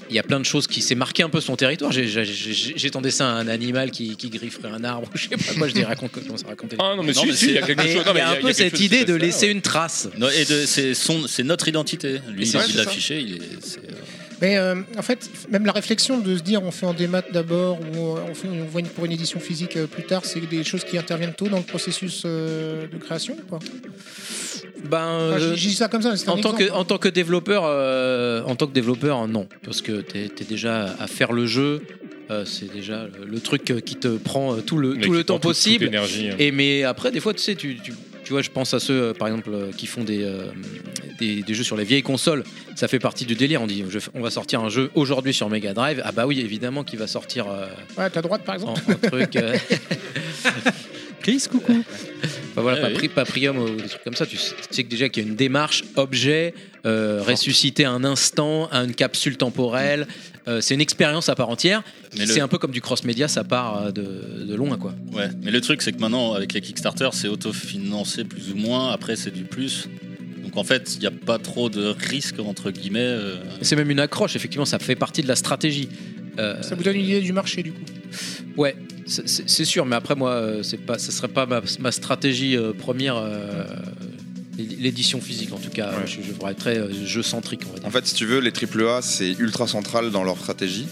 [SPEAKER 9] il y a plein de choses qui s'est marqué un peu son territoire. J'ai- j'ai- j'ai- J'étendais ça à un animal qui, qui grifferait un arbre. [laughs] Je sais pas quoi, je dis raconte comment ça racontait.
[SPEAKER 5] Ah non, mais
[SPEAKER 6] Non,
[SPEAKER 5] si,
[SPEAKER 6] mais
[SPEAKER 5] si,
[SPEAKER 6] si.
[SPEAKER 5] il y a quelque
[SPEAKER 9] Mais
[SPEAKER 5] chose.
[SPEAKER 9] il
[SPEAKER 5] non,
[SPEAKER 9] y
[SPEAKER 5] mais
[SPEAKER 9] a un
[SPEAKER 5] il
[SPEAKER 9] peu
[SPEAKER 5] quelque
[SPEAKER 9] cette
[SPEAKER 5] chose qui
[SPEAKER 9] idée
[SPEAKER 5] fait
[SPEAKER 9] de
[SPEAKER 5] ça,
[SPEAKER 9] laisser
[SPEAKER 5] ouais.
[SPEAKER 9] une trace.
[SPEAKER 6] Non, et de- c'est son- c'est notre identité. Lui,
[SPEAKER 5] c'est- ouais,
[SPEAKER 6] il
[SPEAKER 5] c'est
[SPEAKER 6] l'a
[SPEAKER 5] ça.
[SPEAKER 6] affiché. Il est, c'est, euh,
[SPEAKER 3] Mais euh, en fait, même la réflexion de se dire on fait en démat d'abord ou euh, on, fait, on voit une, pour une édition physique euh, plus tard, c'est des choses qui interviennent tôt dans le processus euh, de création. Quoi.
[SPEAKER 9] Ben,
[SPEAKER 3] Enfin,
[SPEAKER 9] euh,
[SPEAKER 3] j'ai- j'ai dit ça comme ça. c'est un
[SPEAKER 9] en tant,
[SPEAKER 3] exemple.
[SPEAKER 9] que, en tant que développeur, euh, en tant que développeur, non, parce que t'es es déjà à faire le jeu. euh, c'est déjà le- le truc euh, qui te prend euh, tout le,
[SPEAKER 5] Mais
[SPEAKER 9] tout
[SPEAKER 5] qui
[SPEAKER 9] le temps
[SPEAKER 5] prend toute- toute
[SPEAKER 9] possible.
[SPEAKER 5] l'énergie. hein.
[SPEAKER 9] Et mais après, des fois, tu sais, tu, tu, tu vois, je pense à ceux, euh, par exemple, euh, qui font des, euh, des, des jeux sur les vieilles consoles. Ça fait partie du délire. On dit, je- on va sortir un jeu aujourd'hui sur Mega Drive. Ah bah oui, évidemment qu'il va sortir euh,
[SPEAKER 3] Ouais, ta droite, par exemple.
[SPEAKER 9] en, en truc. euh,
[SPEAKER 12] Chris, coucou.
[SPEAKER 9] Enfin, voilà,
[SPEAKER 6] Ah
[SPEAKER 9] pas
[SPEAKER 6] oui.
[SPEAKER 9] pri- pas Prium ou des trucs comme ça. Tu sais tu sais que déjà qu'il y a une démarche, objet, euh, ressusciter un instant, une capsule temporelle. Euh, c'est une expérience à part entière.
[SPEAKER 6] Mais
[SPEAKER 9] C'est
[SPEAKER 6] le-
[SPEAKER 9] un peu comme du cross-média, ça part euh, de, de loin, quoi.
[SPEAKER 6] ouais. Mais le truc, c'est que maintenant, avec les Kickstarter, c'est autofinancé plus ou moins. Après, c'est du plus. Donc en fait, il n'y a pas trop de risque, entre guillemets. euh,
[SPEAKER 9] C'est même une accroche, effectivement, ça fait partie de la stratégie. Euh,
[SPEAKER 3] [laughs] Ça vous donne une idée du marché, du coup.
[SPEAKER 9] ouais, c'est- c'est c'est sûr, mais après, moi, euh, c'est pas, ça serait pas ma, ma stratégie euh, première. euh, L'édition physique, en tout cas,
[SPEAKER 4] Ouais.
[SPEAKER 9] je, je voudrais être très euh, jeu centrique, on va dire.
[SPEAKER 10] En fait, si tu veux, les AAA, c'est ultra central dans leur stratégie.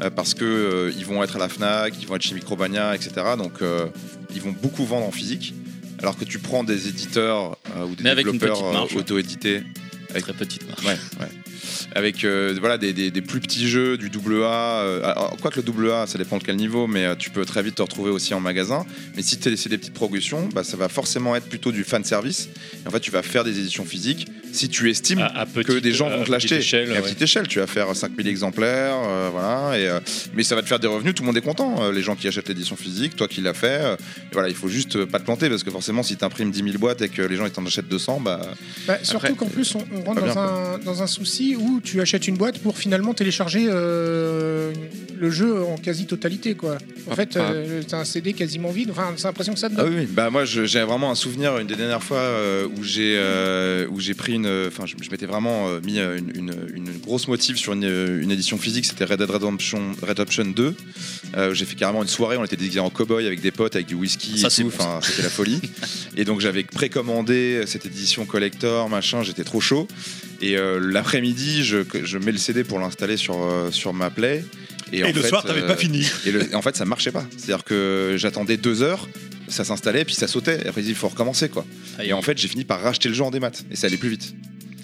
[SPEAKER 10] euh, parce que euh, ils vont être à la Fnac, ils vont être chez Micromania, etc. Donc, euh, ils vont beaucoup vendre en physique. Alors que tu prends des éditeurs euh, ou des
[SPEAKER 6] Mais avec une
[SPEAKER 10] développeurs
[SPEAKER 6] petite marge.
[SPEAKER 10] euh, auto-édités, Avec-
[SPEAKER 6] Très petite marque.
[SPEAKER 10] ouais, ouais. avec euh, voilà, des, des- des plus petits jeux, du double A. euh, alors, quoi que le double A, ça dépend de quel niveau, mais euh, tu peux très vite te retrouver aussi en magasin. Mais si t'es- c'est des petites progressions, bah, ça va forcément être plutôt du fan service. Et en fait, tu vas faire des éditions physiques si tu estimes
[SPEAKER 5] À- à
[SPEAKER 10] que
[SPEAKER 5] petite-
[SPEAKER 10] des gens vont
[SPEAKER 5] à
[SPEAKER 10] te l'acheter.
[SPEAKER 5] petite échelle,
[SPEAKER 10] Et à
[SPEAKER 5] ouais.
[SPEAKER 10] petite échelle, tu vas faire 5000 exemplaires, euh, voilà. Et, euh, mais ça va te faire des revenus, tout le monde est content. Euh, les gens qui achètent l'édition physique, toi qui l'as fait, euh, et voilà, il faut juste euh, pas te planter parce que forcément, si tu imprimes 10 000 boîtes et que les gens ils t'en achètent 200, bah.
[SPEAKER 3] Bah, surtout qu'en plus, on, on rentre
[SPEAKER 10] euh, pas
[SPEAKER 3] dans
[SPEAKER 10] bien,
[SPEAKER 3] un, dans un souci où tu achètes une boîte pour finalement télécharger euh, le jeu en quasi-totalité. quoi. En
[SPEAKER 10] Ah,
[SPEAKER 3] fait,
[SPEAKER 10] ah.
[SPEAKER 3] euh, t'as un CD quasiment vide. Enfin, c'est l'impression que ça te
[SPEAKER 10] Ah
[SPEAKER 3] donne.
[SPEAKER 10] oui, oui. bah moi je- j'ai vraiment un souvenir une des dernières fois euh, où j'ai euh, où j'ai pris une, enfin je, je m'étais vraiment euh, mis euh, une, une- une grosse motive sur une, euh, une édition physique, c'était Red Dead Redemption, Red Option 2. Euh, j'ai fait carrément une soirée, on était déguisés en cowboy avec des potes, avec du whisky,
[SPEAKER 6] Ça,
[SPEAKER 10] et
[SPEAKER 6] c'est
[SPEAKER 10] tout.
[SPEAKER 6] bon, ça.
[SPEAKER 10] enfin c'était la folie.
[SPEAKER 6] [laughs]
[SPEAKER 10] Et donc j'avais précommandé cette édition collector, machin, j'étais trop chaud. Et euh, l'après-midi, je, je mets le CD pour l'installer sur euh, sur ma Play.
[SPEAKER 8] Et,
[SPEAKER 10] en
[SPEAKER 8] le
[SPEAKER 10] fait,
[SPEAKER 8] soir, t'avais
[SPEAKER 10] euh,
[SPEAKER 8] pas fini.
[SPEAKER 10] et, le- et en fait, ça marchait pas. C'est-à-dire que j'attendais deux heures, ça s'installait, puis ça sautait. Et après, il faut recommencer, quoi.
[SPEAKER 6] Ah,
[SPEAKER 10] Et en fait, j'ai fini par racheter le jeu en démat. Et ça allait plus vite.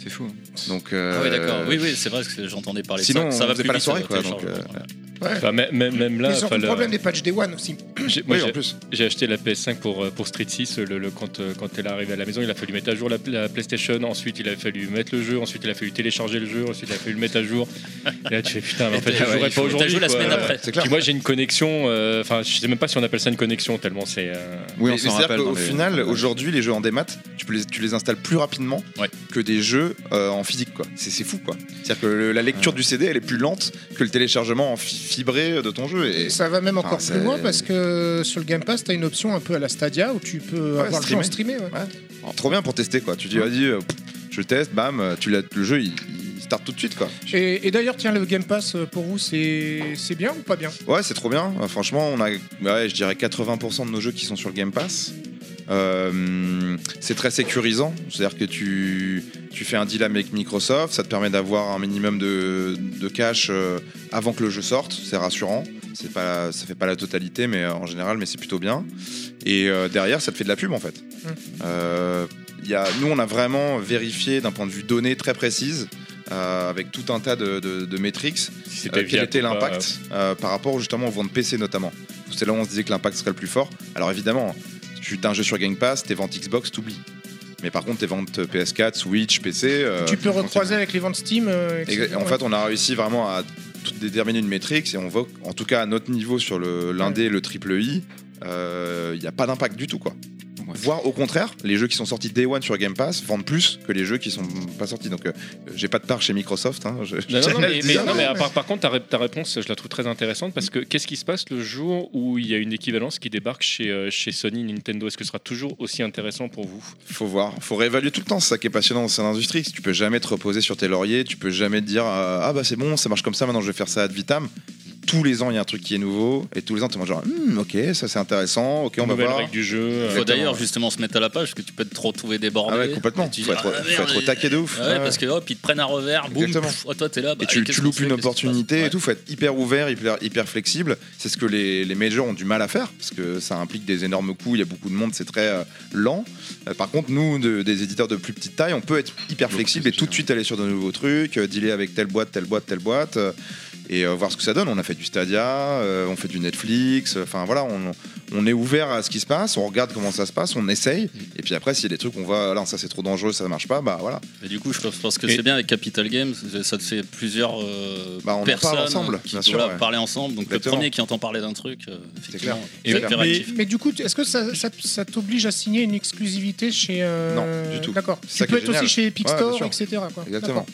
[SPEAKER 4] C'est fou.
[SPEAKER 10] Donc, euh,
[SPEAKER 6] Ah oui, d'accord. Oui, oui, c'est vrai parce que j'entendais parler
[SPEAKER 10] Sinon,
[SPEAKER 6] de ça.
[SPEAKER 10] on
[SPEAKER 6] Ça va
[SPEAKER 10] faisait
[SPEAKER 6] plus
[SPEAKER 10] pas la
[SPEAKER 6] vite,
[SPEAKER 10] soirée,
[SPEAKER 6] euh,
[SPEAKER 10] quoi,
[SPEAKER 6] télécharge,
[SPEAKER 10] donc, euh,
[SPEAKER 6] voilà.
[SPEAKER 5] Enfin, même- même même là,
[SPEAKER 3] Mais surtout
[SPEAKER 5] enfin,
[SPEAKER 3] le
[SPEAKER 5] le-
[SPEAKER 3] problème des patchs Day One aussi.
[SPEAKER 5] j'ai- moi,
[SPEAKER 10] Oui,
[SPEAKER 5] j'ai-
[SPEAKER 10] en plus.
[SPEAKER 5] J'ai acheté la PS5 pour, euh, pour Street 6 le, le- quand, euh, quand elle est arrivée à la maison. Il a fallu mettre à jour la, la PlayStation, ensuite il a fallu mettre le jeu, ensuite il a fallu télécharger le jeu, ensuite il a fallu le mettre à jour. Et là tu fais putain, mais en fait je
[SPEAKER 6] Ouais,
[SPEAKER 5] jouerai
[SPEAKER 6] il
[SPEAKER 5] pas
[SPEAKER 6] faut-
[SPEAKER 5] aujourd'hui.
[SPEAKER 6] t'as joué la
[SPEAKER 5] quoi.
[SPEAKER 6] semaine
[SPEAKER 5] Ouais.
[SPEAKER 6] après.
[SPEAKER 10] C'est clair.
[SPEAKER 5] Puis moi j'ai une connexion, euh, enfin je sais même pas si on appelle ça une connexion tellement c'est. euh,
[SPEAKER 10] Mais-
[SPEAKER 4] Oui, on
[SPEAKER 10] mais
[SPEAKER 4] s'en
[SPEAKER 10] c'est-à-dire
[SPEAKER 4] rappelle.
[SPEAKER 10] qu'au
[SPEAKER 4] dans les-
[SPEAKER 10] final, aujourd'hui, les jeux en démat, tu, peux les, tu les installes plus rapidement
[SPEAKER 6] Ouais.
[SPEAKER 10] que des jeux euh, en physique, quoi. C'est, c'est fou, quoi. C'est-à-dire que le- la lecture du CD, elle est plus lente que le téléchargement en fi- fibré de ton jeu. Et...
[SPEAKER 3] Ça va même encore
[SPEAKER 10] Ah,
[SPEAKER 3] plus
[SPEAKER 10] c'est-
[SPEAKER 3] loin parce que sur le Game Pass, t'as une option un peu à la Stadia où tu peux
[SPEAKER 10] Ouais,
[SPEAKER 3] avoir le jeu en streamé. ouais.
[SPEAKER 10] Trop bien pour tester, quoi. Tu dis, vas-y, euh, pff, je teste, bam, euh, tu l'as- le jeu, il, il start tout de suite, quoi.
[SPEAKER 3] Et, et d'ailleurs, tiens, le Game Pass euh, pour vous, c'est c'est bien ou pas bien
[SPEAKER 10] Ouais, c'est trop bien. Euh, Franchement, on a, ouais, je dirais 80% de nos jeux qui sont sur le Game Pass. Euh, c'est très sécurisant, c'est-à-dire que tu, tu fais un deal avec Microsoft, ça te permet d'avoir un minimum de, de cash euh, avant que le jeu sorte, c'est rassurant. C'est pas, ça fait pas la totalité, mais euh, en général, mais c'est plutôt bien. Et euh, derrière, ça te fait de la pub en fait.
[SPEAKER 3] Mm.
[SPEAKER 10] Euh, il y a, nous, on a vraiment vérifié d'un point de vue donné très précise, euh, avec tout un tas de, de, de métriques,
[SPEAKER 5] si
[SPEAKER 10] euh, quel
[SPEAKER 5] viable
[SPEAKER 10] était
[SPEAKER 5] ou pas, euh,
[SPEAKER 10] l'impact euh, par rapport justement aux ventes PC notamment Parce que C'est là où on se disait que l'impact serait le plus fort. Alors évidemment, si tu as un jeu sur Game Pass, tes ventes Xbox, t'oublies. Mais par contre, tes ventes PS4, Switch, PC. euh,
[SPEAKER 3] Tu peux
[SPEAKER 10] fonctionnent.
[SPEAKER 3] recroiser avec les ventes Steam. euh,
[SPEAKER 10] Exa-
[SPEAKER 3] etc.
[SPEAKER 10] En fait, on a réussi vraiment à tout déterminer une métrique et on voit, en tout cas à notre niveau sur le l'indé, le triple I, euh, il n'y a pas d'impact du tout quoi.
[SPEAKER 4] Ouais.
[SPEAKER 10] voire au contraire, les jeux qui sont sortis Day One sur Game Pass vendent plus que les jeux qui sont pas sortis. Donc, euh, j'ai pas de part chez Microsoft. hein, je- [laughs]
[SPEAKER 5] Non, non, non,
[SPEAKER 10] je
[SPEAKER 5] mais,
[SPEAKER 10] le dis,
[SPEAKER 5] mais-
[SPEAKER 10] hein,
[SPEAKER 5] non, mais à part- par contre, ta, ré- ta réponse, je la trouve très intéressante parce que qu'est-ce qui se passe le jour où il y a une équivalence qui débarque chez, euh, chez Sony, Nintendo Est-ce que ce sera toujours aussi intéressant pour vous
[SPEAKER 10] Faut voir, faut réévaluer tout le temps, c'est ça qui est passionnant dans cette industrie. Tu peux jamais te reposer sur tes lauriers, tu peux jamais te dire euh, ah bah c'est bon, ça marche comme ça, maintenant je vais faire ça ad vitam. Tous les ans, il y a un truc qui est nouveau, et tous les ans, tu es genre Hmm, ok, ça c'est intéressant, ok, euh, on va
[SPEAKER 5] Nouvelle
[SPEAKER 10] voir.
[SPEAKER 5] règle du jeu.
[SPEAKER 6] Il
[SPEAKER 5] euh,
[SPEAKER 6] faut
[SPEAKER 10] Exactement,
[SPEAKER 6] d'ailleurs
[SPEAKER 10] ouais.
[SPEAKER 6] justement se mettre à la page, parce que tu peux te retrouver débordé.
[SPEAKER 10] Ah ouais, complètement.
[SPEAKER 6] Et tu
[SPEAKER 10] Faut
[SPEAKER 6] dis,
[SPEAKER 10] être-
[SPEAKER 6] ah,
[SPEAKER 10] faut être au
[SPEAKER 6] merde,
[SPEAKER 10] taquet de ouf. Ah
[SPEAKER 6] Ouais,
[SPEAKER 10] Ouais,
[SPEAKER 6] parce que hop, ils te prennent un revers, boum,
[SPEAKER 10] Exactement.
[SPEAKER 6] pouf, oh, toi t'es là. bah,
[SPEAKER 10] Et tu,
[SPEAKER 6] qu'est-ce
[SPEAKER 10] tu
[SPEAKER 6] qu'on
[SPEAKER 10] loupes
[SPEAKER 6] fait,
[SPEAKER 10] une
[SPEAKER 6] qu'est-ce qui se
[SPEAKER 10] opportunité et
[SPEAKER 6] passe
[SPEAKER 10] tout, faut être hyper ouvert, hyper, hyper flexible. C'est ce que les, les majors ont du mal à faire, parce que ça implique des énormes coûts, il y a beaucoup de monde, c'est très euh, lent. Euh, par contre, nous, de- des éditeurs de plus petite taille, on peut être hyper flexible et tout de suite aller sur de nouveaux trucs, euh, dealer avec telle boîte, telle boîte, telle boîte, euh, et euh, voir ce que ça donne. On a fait du Stadia, euh, on fait du Netflix, euh, enfin voilà, on, on est ouvert à ce qui se passe, on regarde comment ça se passe, on
[SPEAKER 6] Mm.
[SPEAKER 10] essaye, et puis après, s'il y a des trucs, on voit, là, ça c'est trop dangereux, ça marche pas, bah voilà.
[SPEAKER 6] Et du coup, je pense que
[SPEAKER 5] Et-
[SPEAKER 6] c'est bien avec Capital Games, ça te fait plusieurs euh,
[SPEAKER 10] Bah, on en parle
[SPEAKER 6] personnes
[SPEAKER 10] ensemble,
[SPEAKER 6] qui
[SPEAKER 10] bien
[SPEAKER 6] doivent
[SPEAKER 10] sûr, ouais.
[SPEAKER 6] parler ensemble. Donc
[SPEAKER 10] Exactement.
[SPEAKER 6] le premier qui entend parler d'un truc, euh, effectivement,
[SPEAKER 10] clair.
[SPEAKER 6] il va être
[SPEAKER 10] Mais-
[SPEAKER 3] Mais,
[SPEAKER 6] réactif.
[SPEAKER 3] mais du coup, tu- est-ce que ça, ça- ça t'oblige à signer une exclusivité chez. euh,
[SPEAKER 10] Non, du tout.
[SPEAKER 3] D'accord.
[SPEAKER 10] C'est
[SPEAKER 3] Tu
[SPEAKER 10] ça qui
[SPEAKER 3] peux
[SPEAKER 10] est
[SPEAKER 3] être
[SPEAKER 10] génial.
[SPEAKER 3] aussi chez Epic
[SPEAKER 10] Ouais, bien
[SPEAKER 3] Store,
[SPEAKER 10] sûr.
[SPEAKER 3] etc. quoi.
[SPEAKER 10] Exactement.
[SPEAKER 3] D'accord.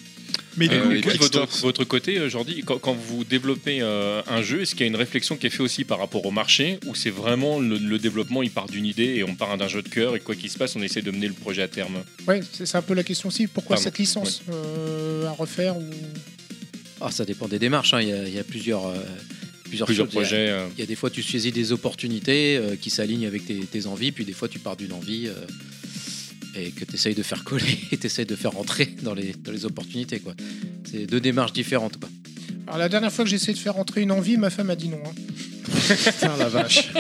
[SPEAKER 8] Mais du
[SPEAKER 5] Euh,
[SPEAKER 8] coup,
[SPEAKER 5] et puis
[SPEAKER 8] qu'est-ce-
[SPEAKER 5] votre, votre côté, euh, Jordi, quand, quand vous développez euh, un jeu, est-ce qu'il y a une réflexion qui est faite aussi par rapport au marché Ou c'est vraiment le, le développement, il part d'une idée et on part d'un jeu de cœur et quoi qu'il se passe, on essaie de mener le projet à terme
[SPEAKER 3] Ouais, c'est c'est un peu la question aussi. Pourquoi
[SPEAKER 5] Pardon.
[SPEAKER 3] cette licence euh, à refaire ou...
[SPEAKER 9] Ah, ça dépend des démarches. hein. Il y a- il y, a plusieurs, euh, plusieurs,
[SPEAKER 5] Plusieurs
[SPEAKER 9] choses. Il y a-
[SPEAKER 5] projets. euh,
[SPEAKER 9] Il y a des fois, tu saisis des opportunités euh, qui s'alignent avec tes, tes envies, puis des fois, tu pars d'une envie euh, et que tu essayes de faire coller [laughs] et tu essayes de faire rentrer dans les, dans les opportunités. quoi. C'est deux démarches différentes. Quoi.
[SPEAKER 3] Alors, la dernière fois que j'ai essayé de faire entrer une envie, ma femme a dit non.
[SPEAKER 10] [laughs]
[SPEAKER 3] hein.
[SPEAKER 9] Putain, la vache.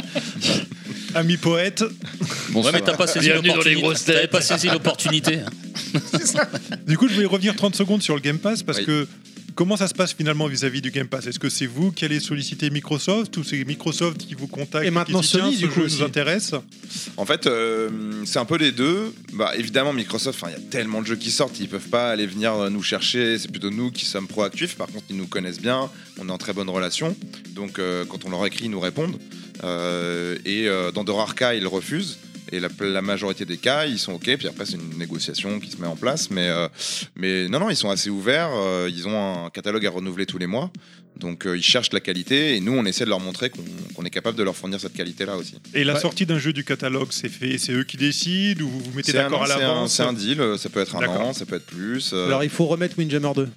[SPEAKER 10] [laughs]
[SPEAKER 8] ami poète,
[SPEAKER 10] Bon,
[SPEAKER 6] Ouais,
[SPEAKER 10] ça
[SPEAKER 6] mais
[SPEAKER 10] va.
[SPEAKER 6] t'as pas saisi
[SPEAKER 5] Bienvenue dans les
[SPEAKER 6] l'opportunité.
[SPEAKER 5] grosses
[SPEAKER 6] T'avais
[SPEAKER 5] têtes.
[SPEAKER 6] pas saisi l'opportunité. hein.
[SPEAKER 8] Du coup, je vais revenir 30 secondes sur le Game Pass parce
[SPEAKER 10] Oui.
[SPEAKER 8] que comment ça se passe finalement vis-à-vis du Game Pass Est-ce que c'est vous qui allez solliciter Microsoft ou c'est Microsoft qui vous contacte
[SPEAKER 1] Et maintenant
[SPEAKER 8] qui dit, Tiens,
[SPEAKER 1] Sony,
[SPEAKER 8] ce
[SPEAKER 1] du coup,
[SPEAKER 8] jeu
[SPEAKER 1] aussi.
[SPEAKER 8] nous intéresse
[SPEAKER 10] En fait, euh, c'est un peu les deux. Bah, évidemment, Microsoft, enfin, il y a tellement de jeux qui sortent, ils peuvent pas aller venir euh, nous chercher. C'est plutôt nous qui sommes proactifs. Par contre, ils nous connaissent bien, on est en très bonne relation. Donc, euh, quand on leur écrit, ils nous répondent. Euh, et euh, dans de rares cas, ils refusent. Et la, la majorité des cas, ils sont OK. Puis après, c'est une négociation qui se met en place. Mais, euh, mais non, non, ils sont assez ouverts. euh, ils ont un catalogue à renouveler tous les mois. Donc, euh, ils cherchent la qualité. Et nous, on essaie de leur montrer qu'on qu'on est capable de leur fournir cette qualité-là aussi.
[SPEAKER 8] Et la
[SPEAKER 1] Ouais.
[SPEAKER 8] sortie d'un jeu du catalogue, c'est fait, c'est eux qui décident ou vous vous mettez
[SPEAKER 10] C'est un
[SPEAKER 8] d'accord
[SPEAKER 10] an,
[SPEAKER 8] à
[SPEAKER 10] c'est un-
[SPEAKER 8] l'avance
[SPEAKER 10] C'est un deal, euh, ça peut être un
[SPEAKER 8] D'accord.
[SPEAKER 10] an, ça peut être plus. euh,
[SPEAKER 1] Alors il faut remettre Windjammer 2.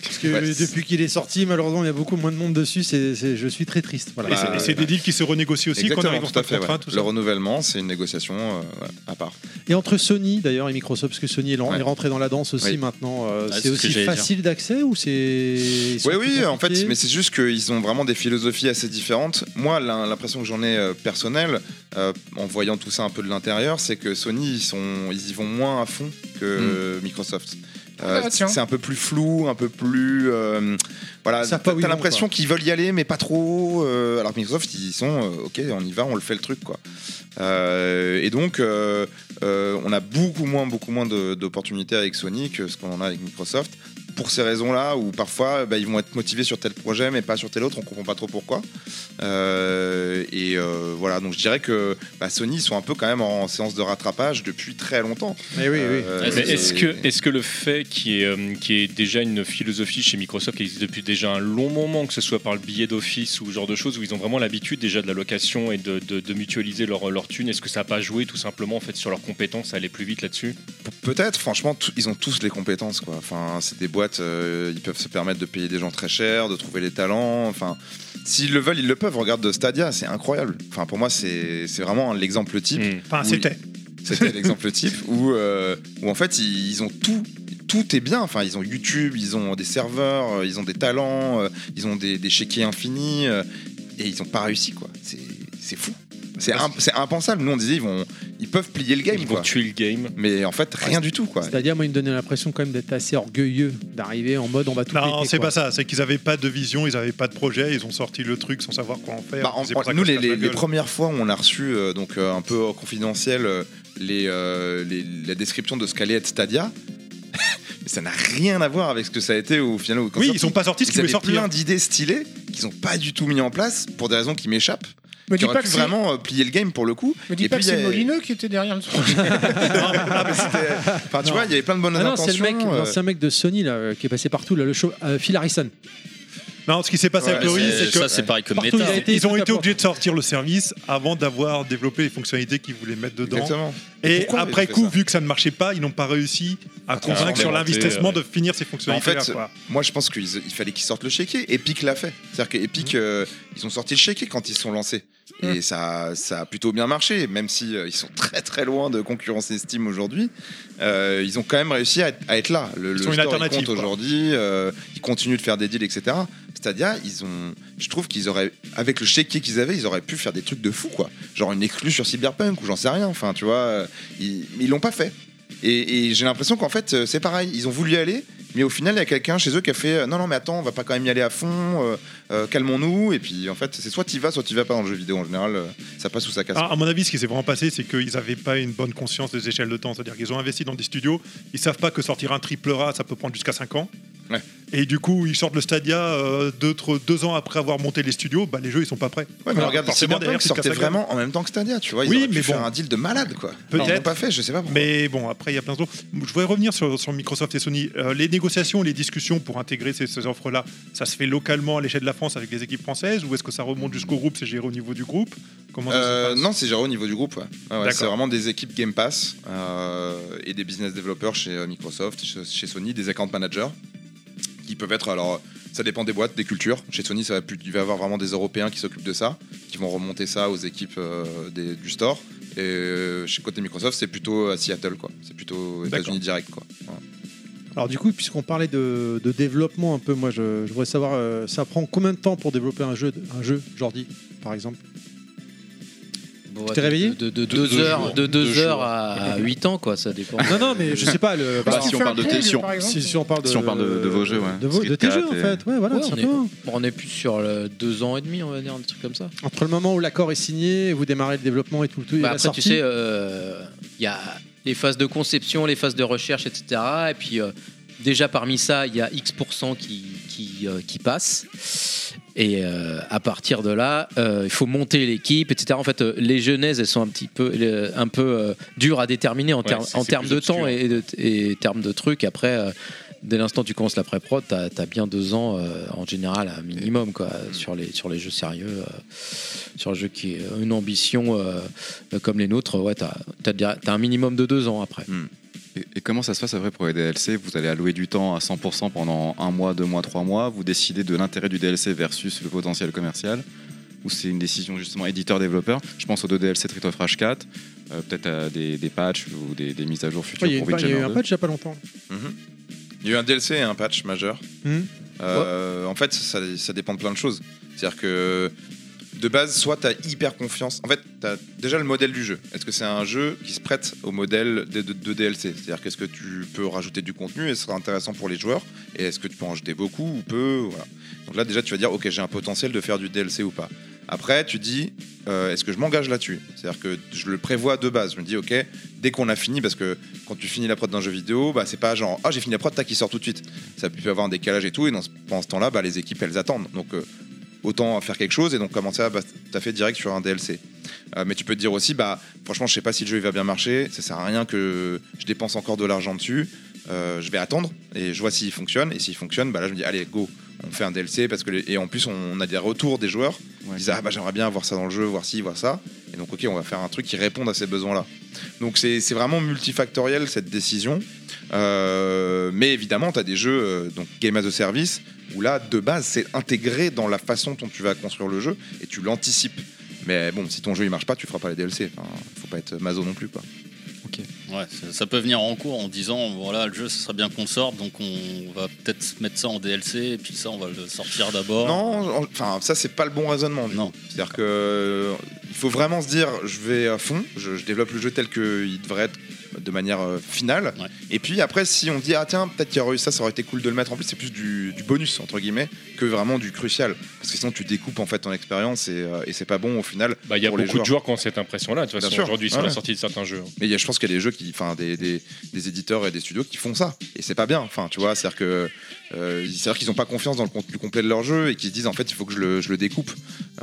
[SPEAKER 1] Parce que
[SPEAKER 10] Ouais.
[SPEAKER 1] depuis qu'il est sorti, malheureusement, il y a beaucoup moins de monde dessus. c'est- c'est- je suis très triste. Voilà.
[SPEAKER 8] Et c'est- et c'est des deals qui se renégocient aussi quand on
[SPEAKER 10] exactement,
[SPEAKER 8] arrive en
[SPEAKER 10] tout
[SPEAKER 8] fin
[SPEAKER 10] à
[SPEAKER 8] de
[SPEAKER 10] fait.
[SPEAKER 8] contrat,
[SPEAKER 10] ouais.
[SPEAKER 8] tout
[SPEAKER 10] Le
[SPEAKER 8] ça.
[SPEAKER 10] renouvellement, c'est une négociation euh, ouais, à part.
[SPEAKER 1] Et entre Sony d'ailleurs et Microsoft, parce que Sony est ren-
[SPEAKER 10] Ouais.
[SPEAKER 1] est rentré dans la danse aussi
[SPEAKER 10] Oui.
[SPEAKER 1] maintenant, euh,
[SPEAKER 6] Ah, c'est
[SPEAKER 1] c'est
[SPEAKER 6] ce que
[SPEAKER 1] aussi
[SPEAKER 6] j'allais dire.
[SPEAKER 1] facile d'accès ou c'est. ils sont
[SPEAKER 10] Oui,
[SPEAKER 1] plus
[SPEAKER 10] oui, en fait,
[SPEAKER 1] compliqués
[SPEAKER 10] mais c'est juste qu'ils ont vraiment des philosophies assez différentes. Moi, l'im- l'impression que j'en ai euh, personnelle, euh, en voyant tout ça un peu de l'intérieur, c'est que Sony, ils, sont, ils y vont moins à fond que
[SPEAKER 8] Mm.
[SPEAKER 10] euh, Microsoft. Euh,
[SPEAKER 3] Ah,
[SPEAKER 10] c'est
[SPEAKER 3] tiens.
[SPEAKER 10] c'est un peu plus flou, un peu plus. euh, voilà,
[SPEAKER 1] Ils
[SPEAKER 10] t'as
[SPEAKER 1] savent pas où ils
[SPEAKER 10] t'as
[SPEAKER 1] vont,
[SPEAKER 10] l'impression qu'ils veulent y aller, mais pas trop. euh, alors que Microsoft, ils sont, euh, ok, on y va, on le fait le truc, quoi. Euh, et donc, euh, euh, on a beaucoup moins, beaucoup moins de- d'opportunités avec Sony que ce qu'on en a avec Microsoft. Pour ces raisons-là, où parfois bah, ils vont être motivés sur tel projet, mais pas sur tel autre, on comprend pas trop pourquoi. Euh, et euh, voilà, donc je dirais que bah, Sony ils sont un peu quand même en séance de rattrapage depuis très longtemps.
[SPEAKER 1] Eh oui, oui.
[SPEAKER 10] Euh,
[SPEAKER 6] Ouais,
[SPEAKER 5] Mais
[SPEAKER 6] c'est-
[SPEAKER 5] Ah, est-ce que, est que le fait qu'il y, ait, euh, qu'il y ait déjà une philosophie chez Microsoft qui existe depuis déjà un long moment, que ce soit par le billet d'office ou ce genre de choses, où ils ont vraiment l'habitude déjà de la location et de, de- de mutualiser leur, leur thune, est-ce que ça n'a pas joué tout simplement en fait, sur leurs compétences à aller plus vite là-dessus
[SPEAKER 10] Pe- Peut-être, franchement, tout- ils ont tous les compétences. Quoi. Enfin, c'est des boîtes, euh, ils peuvent se permettre de payer des gens très chers, de trouver les talents. Enfin, s'ils le veulent, ils le peuvent. Regarde Stadia, c'est incroyable. Enfin, pour moi, c'est c'est vraiment l'exemple type.
[SPEAKER 5] Hmm.
[SPEAKER 8] Enfin,
[SPEAKER 10] Oui.
[SPEAKER 8] c'était.
[SPEAKER 10] C'était l'exemple type où, euh, où en fait, ils, ils ont tout. Tout est bien. Enfin, ils ont YouTube, ils ont des serveurs, euh, ils ont des talents, euh, ils ont des, des chéquiers infinis. euh, et ils n'ont pas réussi, quoi. C'est c'est fou. C'est
[SPEAKER 8] Parce
[SPEAKER 10] imp- c'est impensable. Nous, on disait, ils, vont, ils peuvent plier le game,
[SPEAKER 5] Ils vont
[SPEAKER 10] quoi.
[SPEAKER 5] tuer le game.
[SPEAKER 10] Mais en fait, rien du tout, quoi.
[SPEAKER 1] C'est-à-dire, moi, il me donnait l'impression quand même d'être assez orgueilleux, d'arriver en mode on va tout
[SPEAKER 8] Non,
[SPEAKER 1] péter,
[SPEAKER 8] c'est
[SPEAKER 1] quoi.
[SPEAKER 8] pas ça. C'est qu'ils avaient pas de vision, ils avaient pas de projet, ils ont sorti le truc sans savoir quoi en faire.
[SPEAKER 10] Bah, en-
[SPEAKER 8] C'est pour ça
[SPEAKER 10] nous,
[SPEAKER 8] que ça
[SPEAKER 10] les,
[SPEAKER 8] se
[SPEAKER 10] les-
[SPEAKER 8] la
[SPEAKER 10] les
[SPEAKER 8] gueule.
[SPEAKER 10] premières fois où on a reçu, euh, donc euh, un peu confidentiel, euh, les, euh, les- la description de ce qu'allait être Stadia, [laughs] mais ça n'a rien à voir avec ce que ça a été au final. au- quand
[SPEAKER 8] Oui,
[SPEAKER 10] sorti.
[SPEAKER 8] ils sont pas sortis ce qu'ils
[SPEAKER 10] Ils
[SPEAKER 8] voulaient
[SPEAKER 10] avaient
[SPEAKER 8] sortir.
[SPEAKER 10] plein d'idées stylées qu'ils n'ont pas du tout mis en place pour des raisons qui m'échappent.
[SPEAKER 3] Me
[SPEAKER 10] qui
[SPEAKER 3] dis
[SPEAKER 10] aurait
[SPEAKER 3] pas
[SPEAKER 10] pu
[SPEAKER 3] que c'est-
[SPEAKER 10] vraiment euh, plier le game pour le coup.
[SPEAKER 3] [laughs] Me dis
[SPEAKER 10] Et
[SPEAKER 3] pas que
[SPEAKER 10] puis, il
[SPEAKER 3] c'est
[SPEAKER 10] y a-
[SPEAKER 3] Molineux qui était derrière le truc.
[SPEAKER 10] Ah, mais c'était- [laughs] Enfin, tu
[SPEAKER 1] Non.
[SPEAKER 10] vois, il y avait plein de bonnes
[SPEAKER 1] Ah non,
[SPEAKER 10] intentions.
[SPEAKER 1] c'est le mec,
[SPEAKER 10] euh,
[SPEAKER 1] l'ancien mec de Sony là, euh, qui est passé partout, là, le show, euh, Phil Harrison.
[SPEAKER 8] Non, ce qui s'est passé
[SPEAKER 10] Ouais,
[SPEAKER 8] avec le Wii,
[SPEAKER 6] C'est-
[SPEAKER 8] c'est que
[SPEAKER 6] ça, c'est pareil que
[SPEAKER 1] Partout,
[SPEAKER 6] Meta.
[SPEAKER 1] il a
[SPEAKER 6] hein.
[SPEAKER 1] été-
[SPEAKER 8] ils ont
[SPEAKER 1] tout
[SPEAKER 8] été
[SPEAKER 1] à
[SPEAKER 8] obligés de sortir le service avant d'avoir développé les fonctionnalités qu'ils voulaient mettre dedans.
[SPEAKER 10] Exactement.
[SPEAKER 8] Et
[SPEAKER 10] Pourquoi
[SPEAKER 8] après
[SPEAKER 10] ils ont fait
[SPEAKER 8] coup,
[SPEAKER 10] ça
[SPEAKER 8] vu que ça ne marchait pas, ils n'ont pas réussi à convaincre sur
[SPEAKER 5] implémenter,
[SPEAKER 8] l'investissement
[SPEAKER 5] ouais.
[SPEAKER 6] euh,
[SPEAKER 8] de finir ces fonctionnalités.
[SPEAKER 10] Bah, En fait, Moi, je pense qu'il il fallait qu'ils sortent le chéquier. Epic l'a fait. C'est-à-dire
[SPEAKER 8] Mmh.
[SPEAKER 10] qu'Epic, euh, ils ont sorti le chéquier quand ils se sont lancés. Et ça, ça a plutôt bien marché, même si euh, ils sont très très loin de concurrencer Steam aujourd'hui. Euh, ils ont quand même réussi à être, à être là. Le, le
[SPEAKER 8] sont une
[SPEAKER 10] store, il
[SPEAKER 8] alternative,
[SPEAKER 10] compte
[SPEAKER 8] quoi.
[SPEAKER 10] aujourd'hui. euh, ils continuent de faire des deals, etc. Stadia, ils ont. Je trouve qu'ils auraient, avec le chéquier qu'ils avaient, ils auraient pu faire des trucs de fou, quoi. Genre une exclue sur Cyberpunk ou j'en sais rien. Enfin, tu vois, euh, ils, ils l'ont pas fait. Et, et j'ai l'impression qu'en fait, euh, c'est pareil. Ils ont voulu y aller, mais au final, il y a quelqu'un chez eux qui a fait euh, non, non, mais attends, on va pas quand même y aller à fond, euh, euh, calmons-nous. Et puis en fait, c'est soit tu vas, soit tu vas pas dans le jeu vidéo en général, euh, ça passe ou ça casse.
[SPEAKER 8] Ah, à mon avis, ce qui s'est vraiment passé, c'est qu'ils n'avaient pas une bonne conscience des échelles de temps. C'est-à-dire qu'ils ont investi dans des studios, ils savent pas que sortir un triple A, ça peut prendre jusqu'à 5 ans.
[SPEAKER 10] Ouais.
[SPEAKER 8] Et du coup, ils sortent le Stadia euh, deux, trois- deux ans après avoir monté les studios, bah, les jeux, ils sont pas prêts.
[SPEAKER 10] Ouais, mais
[SPEAKER 8] Voilà,
[SPEAKER 10] regarde,
[SPEAKER 8] Ah, forcément,
[SPEAKER 10] Cyberpunk
[SPEAKER 8] derrière, c'est
[SPEAKER 10] sortait
[SPEAKER 8] Casablanca.
[SPEAKER 10] vraiment en même temps que Stadia, tu vois. Ils
[SPEAKER 8] Oui,
[SPEAKER 10] auraient pu
[SPEAKER 8] mais
[SPEAKER 10] faire
[SPEAKER 8] bon.
[SPEAKER 10] un deal de malade, quoi.
[SPEAKER 8] Peut-être.
[SPEAKER 10] Ils l'ont pas fait, je sais pas pourquoi.
[SPEAKER 8] Mais bon, après, il y a plein d'autres. Je voudrais revenir sur, sur Microsoft et Sony. Euh, les négociations, les discussions pour intégrer ces, ces offres-là, ça se fait localement à l'échelle de la France avec les équipes françaises ou est-ce que ça remonte jusqu'au groupe C'est géré au niveau du groupe Comment ça se
[SPEAKER 10] Euh,
[SPEAKER 8] passe
[SPEAKER 10] non, c'est géré au niveau du groupe. ouais. Ah ouais,
[SPEAKER 8] D'accord.
[SPEAKER 10] c'est vraiment des équipes Game Pass euh, et des business développeurs chez euh, Microsoft, chez, chez Sony, des account managers qui peuvent être. Alors, euh, ça dépend des boîtes, des cultures. Chez Sony, ça va plus, il va y avoir vraiment des Européens qui s'occupent de ça, qui vont remonter ça aux équipes euh, des- du store. Et euh, chez côté Microsoft, c'est plutôt à Seattle, quoi. C'est plutôt aux
[SPEAKER 8] D'accord.
[SPEAKER 10] États-Unis direct, quoi. Voilà.
[SPEAKER 1] Alors du coup, puisqu'on parlait de, de développement un peu, moi je, je voudrais savoir, euh, ça prend combien de temps pour développer un jeu, un jeu, Jordi, par exemple
[SPEAKER 9] Bon,
[SPEAKER 1] Tu t'es
[SPEAKER 9] de-
[SPEAKER 1] réveillé
[SPEAKER 9] De 2
[SPEAKER 4] De- deux
[SPEAKER 9] heures,
[SPEAKER 4] jours.
[SPEAKER 9] de deux
[SPEAKER 4] Deux
[SPEAKER 9] heures
[SPEAKER 4] jours.
[SPEAKER 9] à 8 ans, quoi, ça dépend.
[SPEAKER 1] Non, non, mais je sais pas. Le,
[SPEAKER 4] Bah,
[SPEAKER 1] bah,
[SPEAKER 4] si on parle de
[SPEAKER 3] Fais un
[SPEAKER 4] tension.
[SPEAKER 3] pont, par exemple.
[SPEAKER 1] si, si on parle de,
[SPEAKER 4] si on parle de- de vos jeux, ouais.
[SPEAKER 1] de, vos- de tes
[SPEAKER 4] Skate
[SPEAKER 1] jeux en
[SPEAKER 4] et-
[SPEAKER 1] fait, ouais, voilà,
[SPEAKER 9] Ouais,
[SPEAKER 1] tout
[SPEAKER 9] on, est,
[SPEAKER 1] simplement.
[SPEAKER 9] on est plus sur 2 ans et demi, on va dire, un truc comme ça.
[SPEAKER 1] Entre le moment où l'accord est signé, vous démarrez le développement et tout, tout et
[SPEAKER 9] Bah,
[SPEAKER 1] la
[SPEAKER 9] après,
[SPEAKER 1] sortie.
[SPEAKER 9] tu sais, euh, il y a les phases de conception, les phases de recherche, etc. Et puis, euh, déjà parmi ça, il y a X% qui, qui, euh, qui passent. Et euh, à partir de là, euh, il faut monter l'équipe, etc. En fait, euh, les genèses, elles sont un petit peu, euh, un peu euh, dures à déterminer en,
[SPEAKER 4] Ouais,
[SPEAKER 9] termes-
[SPEAKER 4] c'est-
[SPEAKER 9] en
[SPEAKER 4] c'est
[SPEAKER 9] termes
[SPEAKER 4] plus
[SPEAKER 9] de
[SPEAKER 4] obscur.
[SPEAKER 9] temps et, de, et termes de trucs. Après, euh, dès l'instant où tu commences la pré-prod, tu as, bien deux ans euh, en général, un minimum, quoi,
[SPEAKER 4] Mm.
[SPEAKER 9] sur, les, sur les jeux sérieux. euh, sur un jeu qui est une ambition euh, euh, comme les nôtres, ouais, t'as as, un minimum de deux ans après.
[SPEAKER 4] Hmm. Et, et comment ça se passe après pour les DLC Vous allez allouer du temps à 100% pendant un mois, deux mois, trois mois. Vous décidez de l'intérêt du DLC versus le potentiel commercial. Ou c'est une décision justement éditeur-développeur. Je pense aux deux DLC Street of Rage 4, euh, peut-être à des, des patchs ou des, des mises à jour futures
[SPEAKER 1] Ouais, il y a,
[SPEAKER 4] pour
[SPEAKER 1] une- il y a eu
[SPEAKER 4] Windjammer 2.
[SPEAKER 1] un patch il y a pas longtemps.
[SPEAKER 10] Il y a eu un DLC et un patch majeur.
[SPEAKER 1] Mhm.
[SPEAKER 10] Euh, En fait, ça, ça dépend de plein de choses. C'est-à-dire que de base, soit tu as hyper confiance. En fait, tu as déjà le modèle du jeu. Est-ce que c'est un jeu qui se prête au modèle de, de- de DLC C'est-à-dire qu'est-ce que tu peux rajouter du contenu et ce sera intéressant pour les joueurs Et est-ce que tu peux en rajouter beaucoup ou peu Voilà. Donc là, déjà, tu vas dire ok, j'ai un potentiel de faire du DLC ou pas. Après, tu dis euh, est-ce que je m'engage là-dessus C'est-à-dire que je le prévois de base. Je me dis ok, dès qu'on a fini, parce que quand tu finis la prod d'un jeu vidéo, bah, c'est pas genre ah j'ai fini la prod, tac, qui sort tout de suite. Ça peut avoir un décalage et tout, et dans ce, pendant ce temps-là, bah, les équipes elles attendent. Donc euh, autant faire quelque chose et donc commencer à bah, t'as fait direct sur un DLC. Euh, mais tu peux te dire aussi, bah franchement, je sais pas si le jeu il va bien marcher, ça sert à rien que je dépense encore de l'argent dessus. Euh, je vais attendre et je vois s'il fonctionne. Et s'il fonctionne, bah là je me dis allez go, on fait un DLC parce que les- et en plus on a des retours des joueurs
[SPEAKER 4] Ouais.
[SPEAKER 10] ils disent ah bah j'aimerais bien voir ça dans le jeu, voir ci, voir ça. Et donc ok, on va faire un truc qui réponde à ces besoins-là. Donc c'est c'est vraiment multifactoriel cette décision. Euh, mais évidemment, tu as des jeux euh, donc game as a service où là de base c'est intégré dans la façon dont tu vas construire le jeu et tu l'anticipes. Mais bon, si ton jeu il marche pas, tu feras pas les DLC. Enfin, faut pas être maso non plus quoi.
[SPEAKER 6] Ouais, ça, ça peut venir en cours en disant voilà, le jeu, ça serait bien qu'on le sorte, donc on va peut-être mettre ça en DLC, et puis ça, on va le sortir d'abord.
[SPEAKER 10] Non, en- enfin ça c'est pas le bon raisonnement. du
[SPEAKER 6] Non.
[SPEAKER 10] C'est-à-dire que euh, il faut vraiment se dire je vais à fond, je, je développe le jeu tel qu'il devrait être de manière euh, finale.
[SPEAKER 6] Ouais.
[SPEAKER 10] Et puis après, si on dit, ah tiens, peut-être qu'il y aurait eu ça, ça aurait été cool de le mettre en plus, c'est plus du, du bonus, entre guillemets, que vraiment du crucial. Parce que sinon, tu découpes en fait ton expérience et, euh, et c'est pas bon au final.
[SPEAKER 5] Bah, il y a
[SPEAKER 10] pour les
[SPEAKER 5] beaucoup de joueurs qui ont cette impression-là, de toute
[SPEAKER 10] Bien
[SPEAKER 5] façon,
[SPEAKER 10] sûr.
[SPEAKER 5] aujourd'hui, sur
[SPEAKER 10] Ouais.
[SPEAKER 5] la sortie de certains jeux.
[SPEAKER 10] Mais il y a- je pense qu'il y a des jeux qui, enfin, des, des, des éditeurs et des studios qui font ça. Et c'est pas bien. Enfin, tu vois, c'est-à-dire que, euh, c'est-à-dire qu'ils n'ont pas confiance dans le contenu complet de leur jeu et qu'ils se disent en fait, il faut que je le, je le découpe.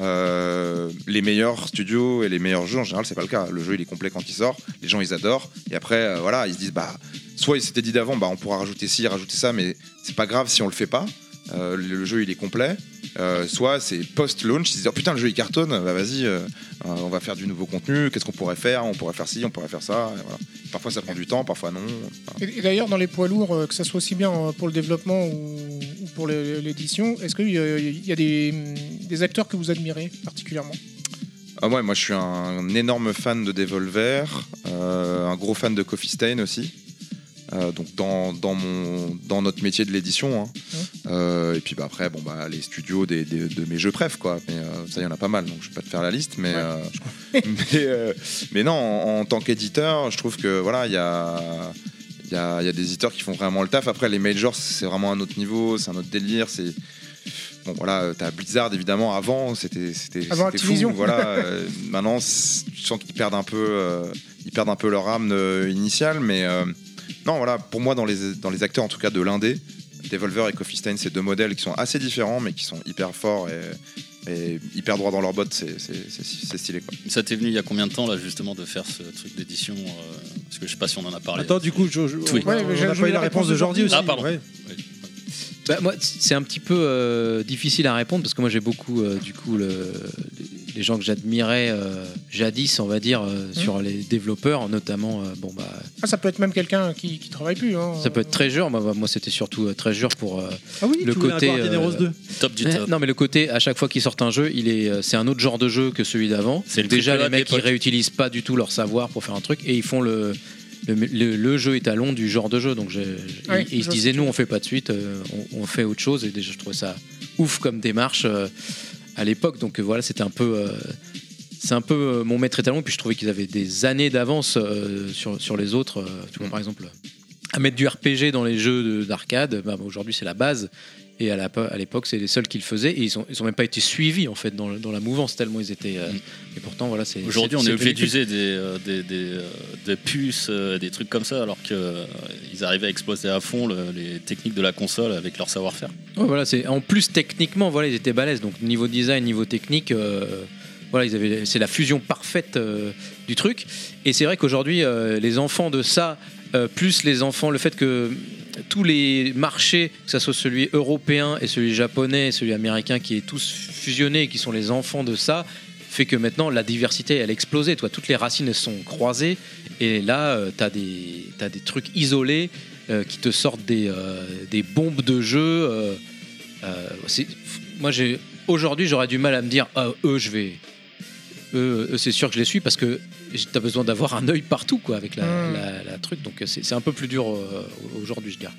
[SPEAKER 10] Euh, les meilleurs studios et les meilleurs jeux en général, c'est pas le cas. Le jeu, il est complet quand il sort. Les gens, ils adorent. Et après, euh, voilà, ils se disent bah, soit ils s'étaient dit d'avant, bah, on pourra rajouter ci, rajouter ça, mais c'est pas grave si on le fait pas. Euh, le le jeu il est complet, Euh, soit c'est post-launch, ils se disent Oh, putain le jeu il cartonne, bah vas-y, euh, euh, on va faire du nouveau contenu, qu'est-ce qu'on pourrait faire, on pourrait faire ci, on pourrait faire ça. et voilà. Parfois ça prend du temps, parfois non. Enfin,
[SPEAKER 3] Et, et d'ailleurs, dans les poids lourds, euh, que ça soit aussi bien euh, pour le développement ou, ou pour le- l'édition, est-ce qu'il y a des, des acteurs que vous admirez particulièrement
[SPEAKER 10] ah ouais, moi je suis un énorme fan de Devolver, euh, un gros fan de Coffee Stain aussi. Euh, donc dans, dans, mon, dans notre métier de l'édition. hein. Euh, et puis bah, après, bon, bah, les studios des, des- de mes jeux préf, quoi. Mais euh, ça, il y en a pas mal, donc je vais pas te faire la liste. Mais, euh, [laughs] mais, euh, mais non, en, en tant qu'éditeur, je trouve que voilà, il y a. Il y, a, il y a des éditeurs qui font vraiment le taf. Après, les majors, c'est vraiment un autre niveau, c'est un autre délire. C'est bon, voilà, euh, t'as Blizzard évidemment. Avant, c'était c'était
[SPEAKER 3] Avant
[SPEAKER 10] c'était
[SPEAKER 3] Activision.
[SPEAKER 10] Fou,
[SPEAKER 3] [laughs]
[SPEAKER 10] voilà, Euh, maintenant, c'est- tu sens qu'ils perdent un peu, euh, ils perdent un peu leur âme euh, initiale. Mais euh, non, voilà, pour moi, dans les dans les acteurs, en tout cas de l'indé, Devolver et Coffee Stain, c'est deux modèles qui sont assez différents, mais qui sont hyper forts et, et hyper droits dans leurs bottes. C'est- C'est c'est- c'est stylé. Quoi.
[SPEAKER 6] Ça t'est venu il y a combien de temps là justement de faire ce truc d'édition euh, Parce que je sais pas si on en a parlé.
[SPEAKER 1] Attends, du coup, je, je-
[SPEAKER 6] Oui.
[SPEAKER 1] on, a-
[SPEAKER 3] Ouais, mais
[SPEAKER 1] on
[SPEAKER 3] j'ai-
[SPEAKER 1] a
[SPEAKER 3] j'ai
[SPEAKER 1] pas eu la réponse de Jordi aussi.
[SPEAKER 6] Ah, pardon.
[SPEAKER 1] ouais.
[SPEAKER 9] Bah, moi, c'est un petit peu euh, difficile à répondre parce que moi j'ai beaucoup euh, du coup le- les gens que j'admirais euh, jadis, on va dire, euh,
[SPEAKER 4] Mm.
[SPEAKER 9] sur les développeurs, notamment euh, bon bah
[SPEAKER 3] Ah, ça peut être même quelqu'un qui, qui travaille plus. hein.
[SPEAKER 9] ça peut être très Moi, bah, moi c'était surtout euh, très pour euh,
[SPEAKER 1] Ah oui,
[SPEAKER 9] Le
[SPEAKER 1] tu voulais
[SPEAKER 9] côté,
[SPEAKER 1] avoir Guardian
[SPEAKER 9] euh,
[SPEAKER 1] Heroes 2.
[SPEAKER 6] Top du
[SPEAKER 9] Eh,
[SPEAKER 6] top.
[SPEAKER 9] Non, mais le côté à chaque fois qu'ils sortent un jeu, il est, euh, c'est un autre genre de jeu que celui d'avant.
[SPEAKER 6] C'est le
[SPEAKER 9] déjà
[SPEAKER 6] triple A
[SPEAKER 9] les
[SPEAKER 6] de
[SPEAKER 9] mecs ils
[SPEAKER 6] l'époque.
[SPEAKER 9] réutilisent pas du tout leur savoir pour faire un truc et ils font le le, le- le jeu étalon du genre de jeu. Donc j'ai- j'ai-
[SPEAKER 3] Ouais,
[SPEAKER 9] ils
[SPEAKER 3] je
[SPEAKER 9] se
[SPEAKER 3] vois
[SPEAKER 9] disaient nous on fait pas de suite, euh, on, on fait autre chose et déjà je trouvais ça ouf comme démarche euh, à l'époque. Donc euh, voilà c'était un peu euh, c'est un peu euh, mon maître étalon, puis je trouvais qu'ils avaient des années d'avance euh, sur, sur les autres. euh, tu vois, par exemple, à mettre du RPG dans les jeux de- d'arcade, bah, bah, aujourd'hui c'est la base. Et à la po- à l'époque, c'est les seuls qui le faisaient. Et ils n'ont ils ont même pas été suivis en fait dans, le- dans la mouvance tellement ils étaient. euh,
[SPEAKER 6] Mm.
[SPEAKER 9] Et pourtant, voilà, c'est.
[SPEAKER 6] Aujourd'hui,
[SPEAKER 9] c'est-
[SPEAKER 6] on est
[SPEAKER 9] c'est
[SPEAKER 6] obligé
[SPEAKER 9] devenu culte.
[SPEAKER 6] d'user des, euh, des, des, euh, des puces, euh, des trucs comme ça, alors qu'ils arrivaient à exploiter à fond le- les techniques de la console avec leur savoir-faire.
[SPEAKER 9] Ouais, voilà, c'est en plus techniquement, voilà, ils étaient balèzes. Donc niveau design, niveau technique, euh, voilà, ils avaient. C'est la fusion parfaite euh, du truc. Et c'est vrai qu'aujourd'hui, euh, les enfants de ça, euh, plus les enfants, le fait que tous les marchés, que ce soit celui européen et celui japonais et celui américain, qui est tous fusionnés et qui sont les enfants de ça, fait que maintenant la diversité elle a explosé. Toi, toutes les racines elles sont croisées et là, tu as des, t'as des trucs isolés euh, qui te sortent des, euh, des bombes de jeu. euh, euh, c'est- moi, j'ai aujourd'hui, j'aurais du mal à me dire, Ah, eux, je vais. Eux, eux, c'est sûr que je les suis parce que t'as besoin d'avoir un œil partout quoi avec la,
[SPEAKER 3] Mm.
[SPEAKER 9] la- la truc. Donc c'est c'est un peu plus dur euh, aujourd'hui, je dirais.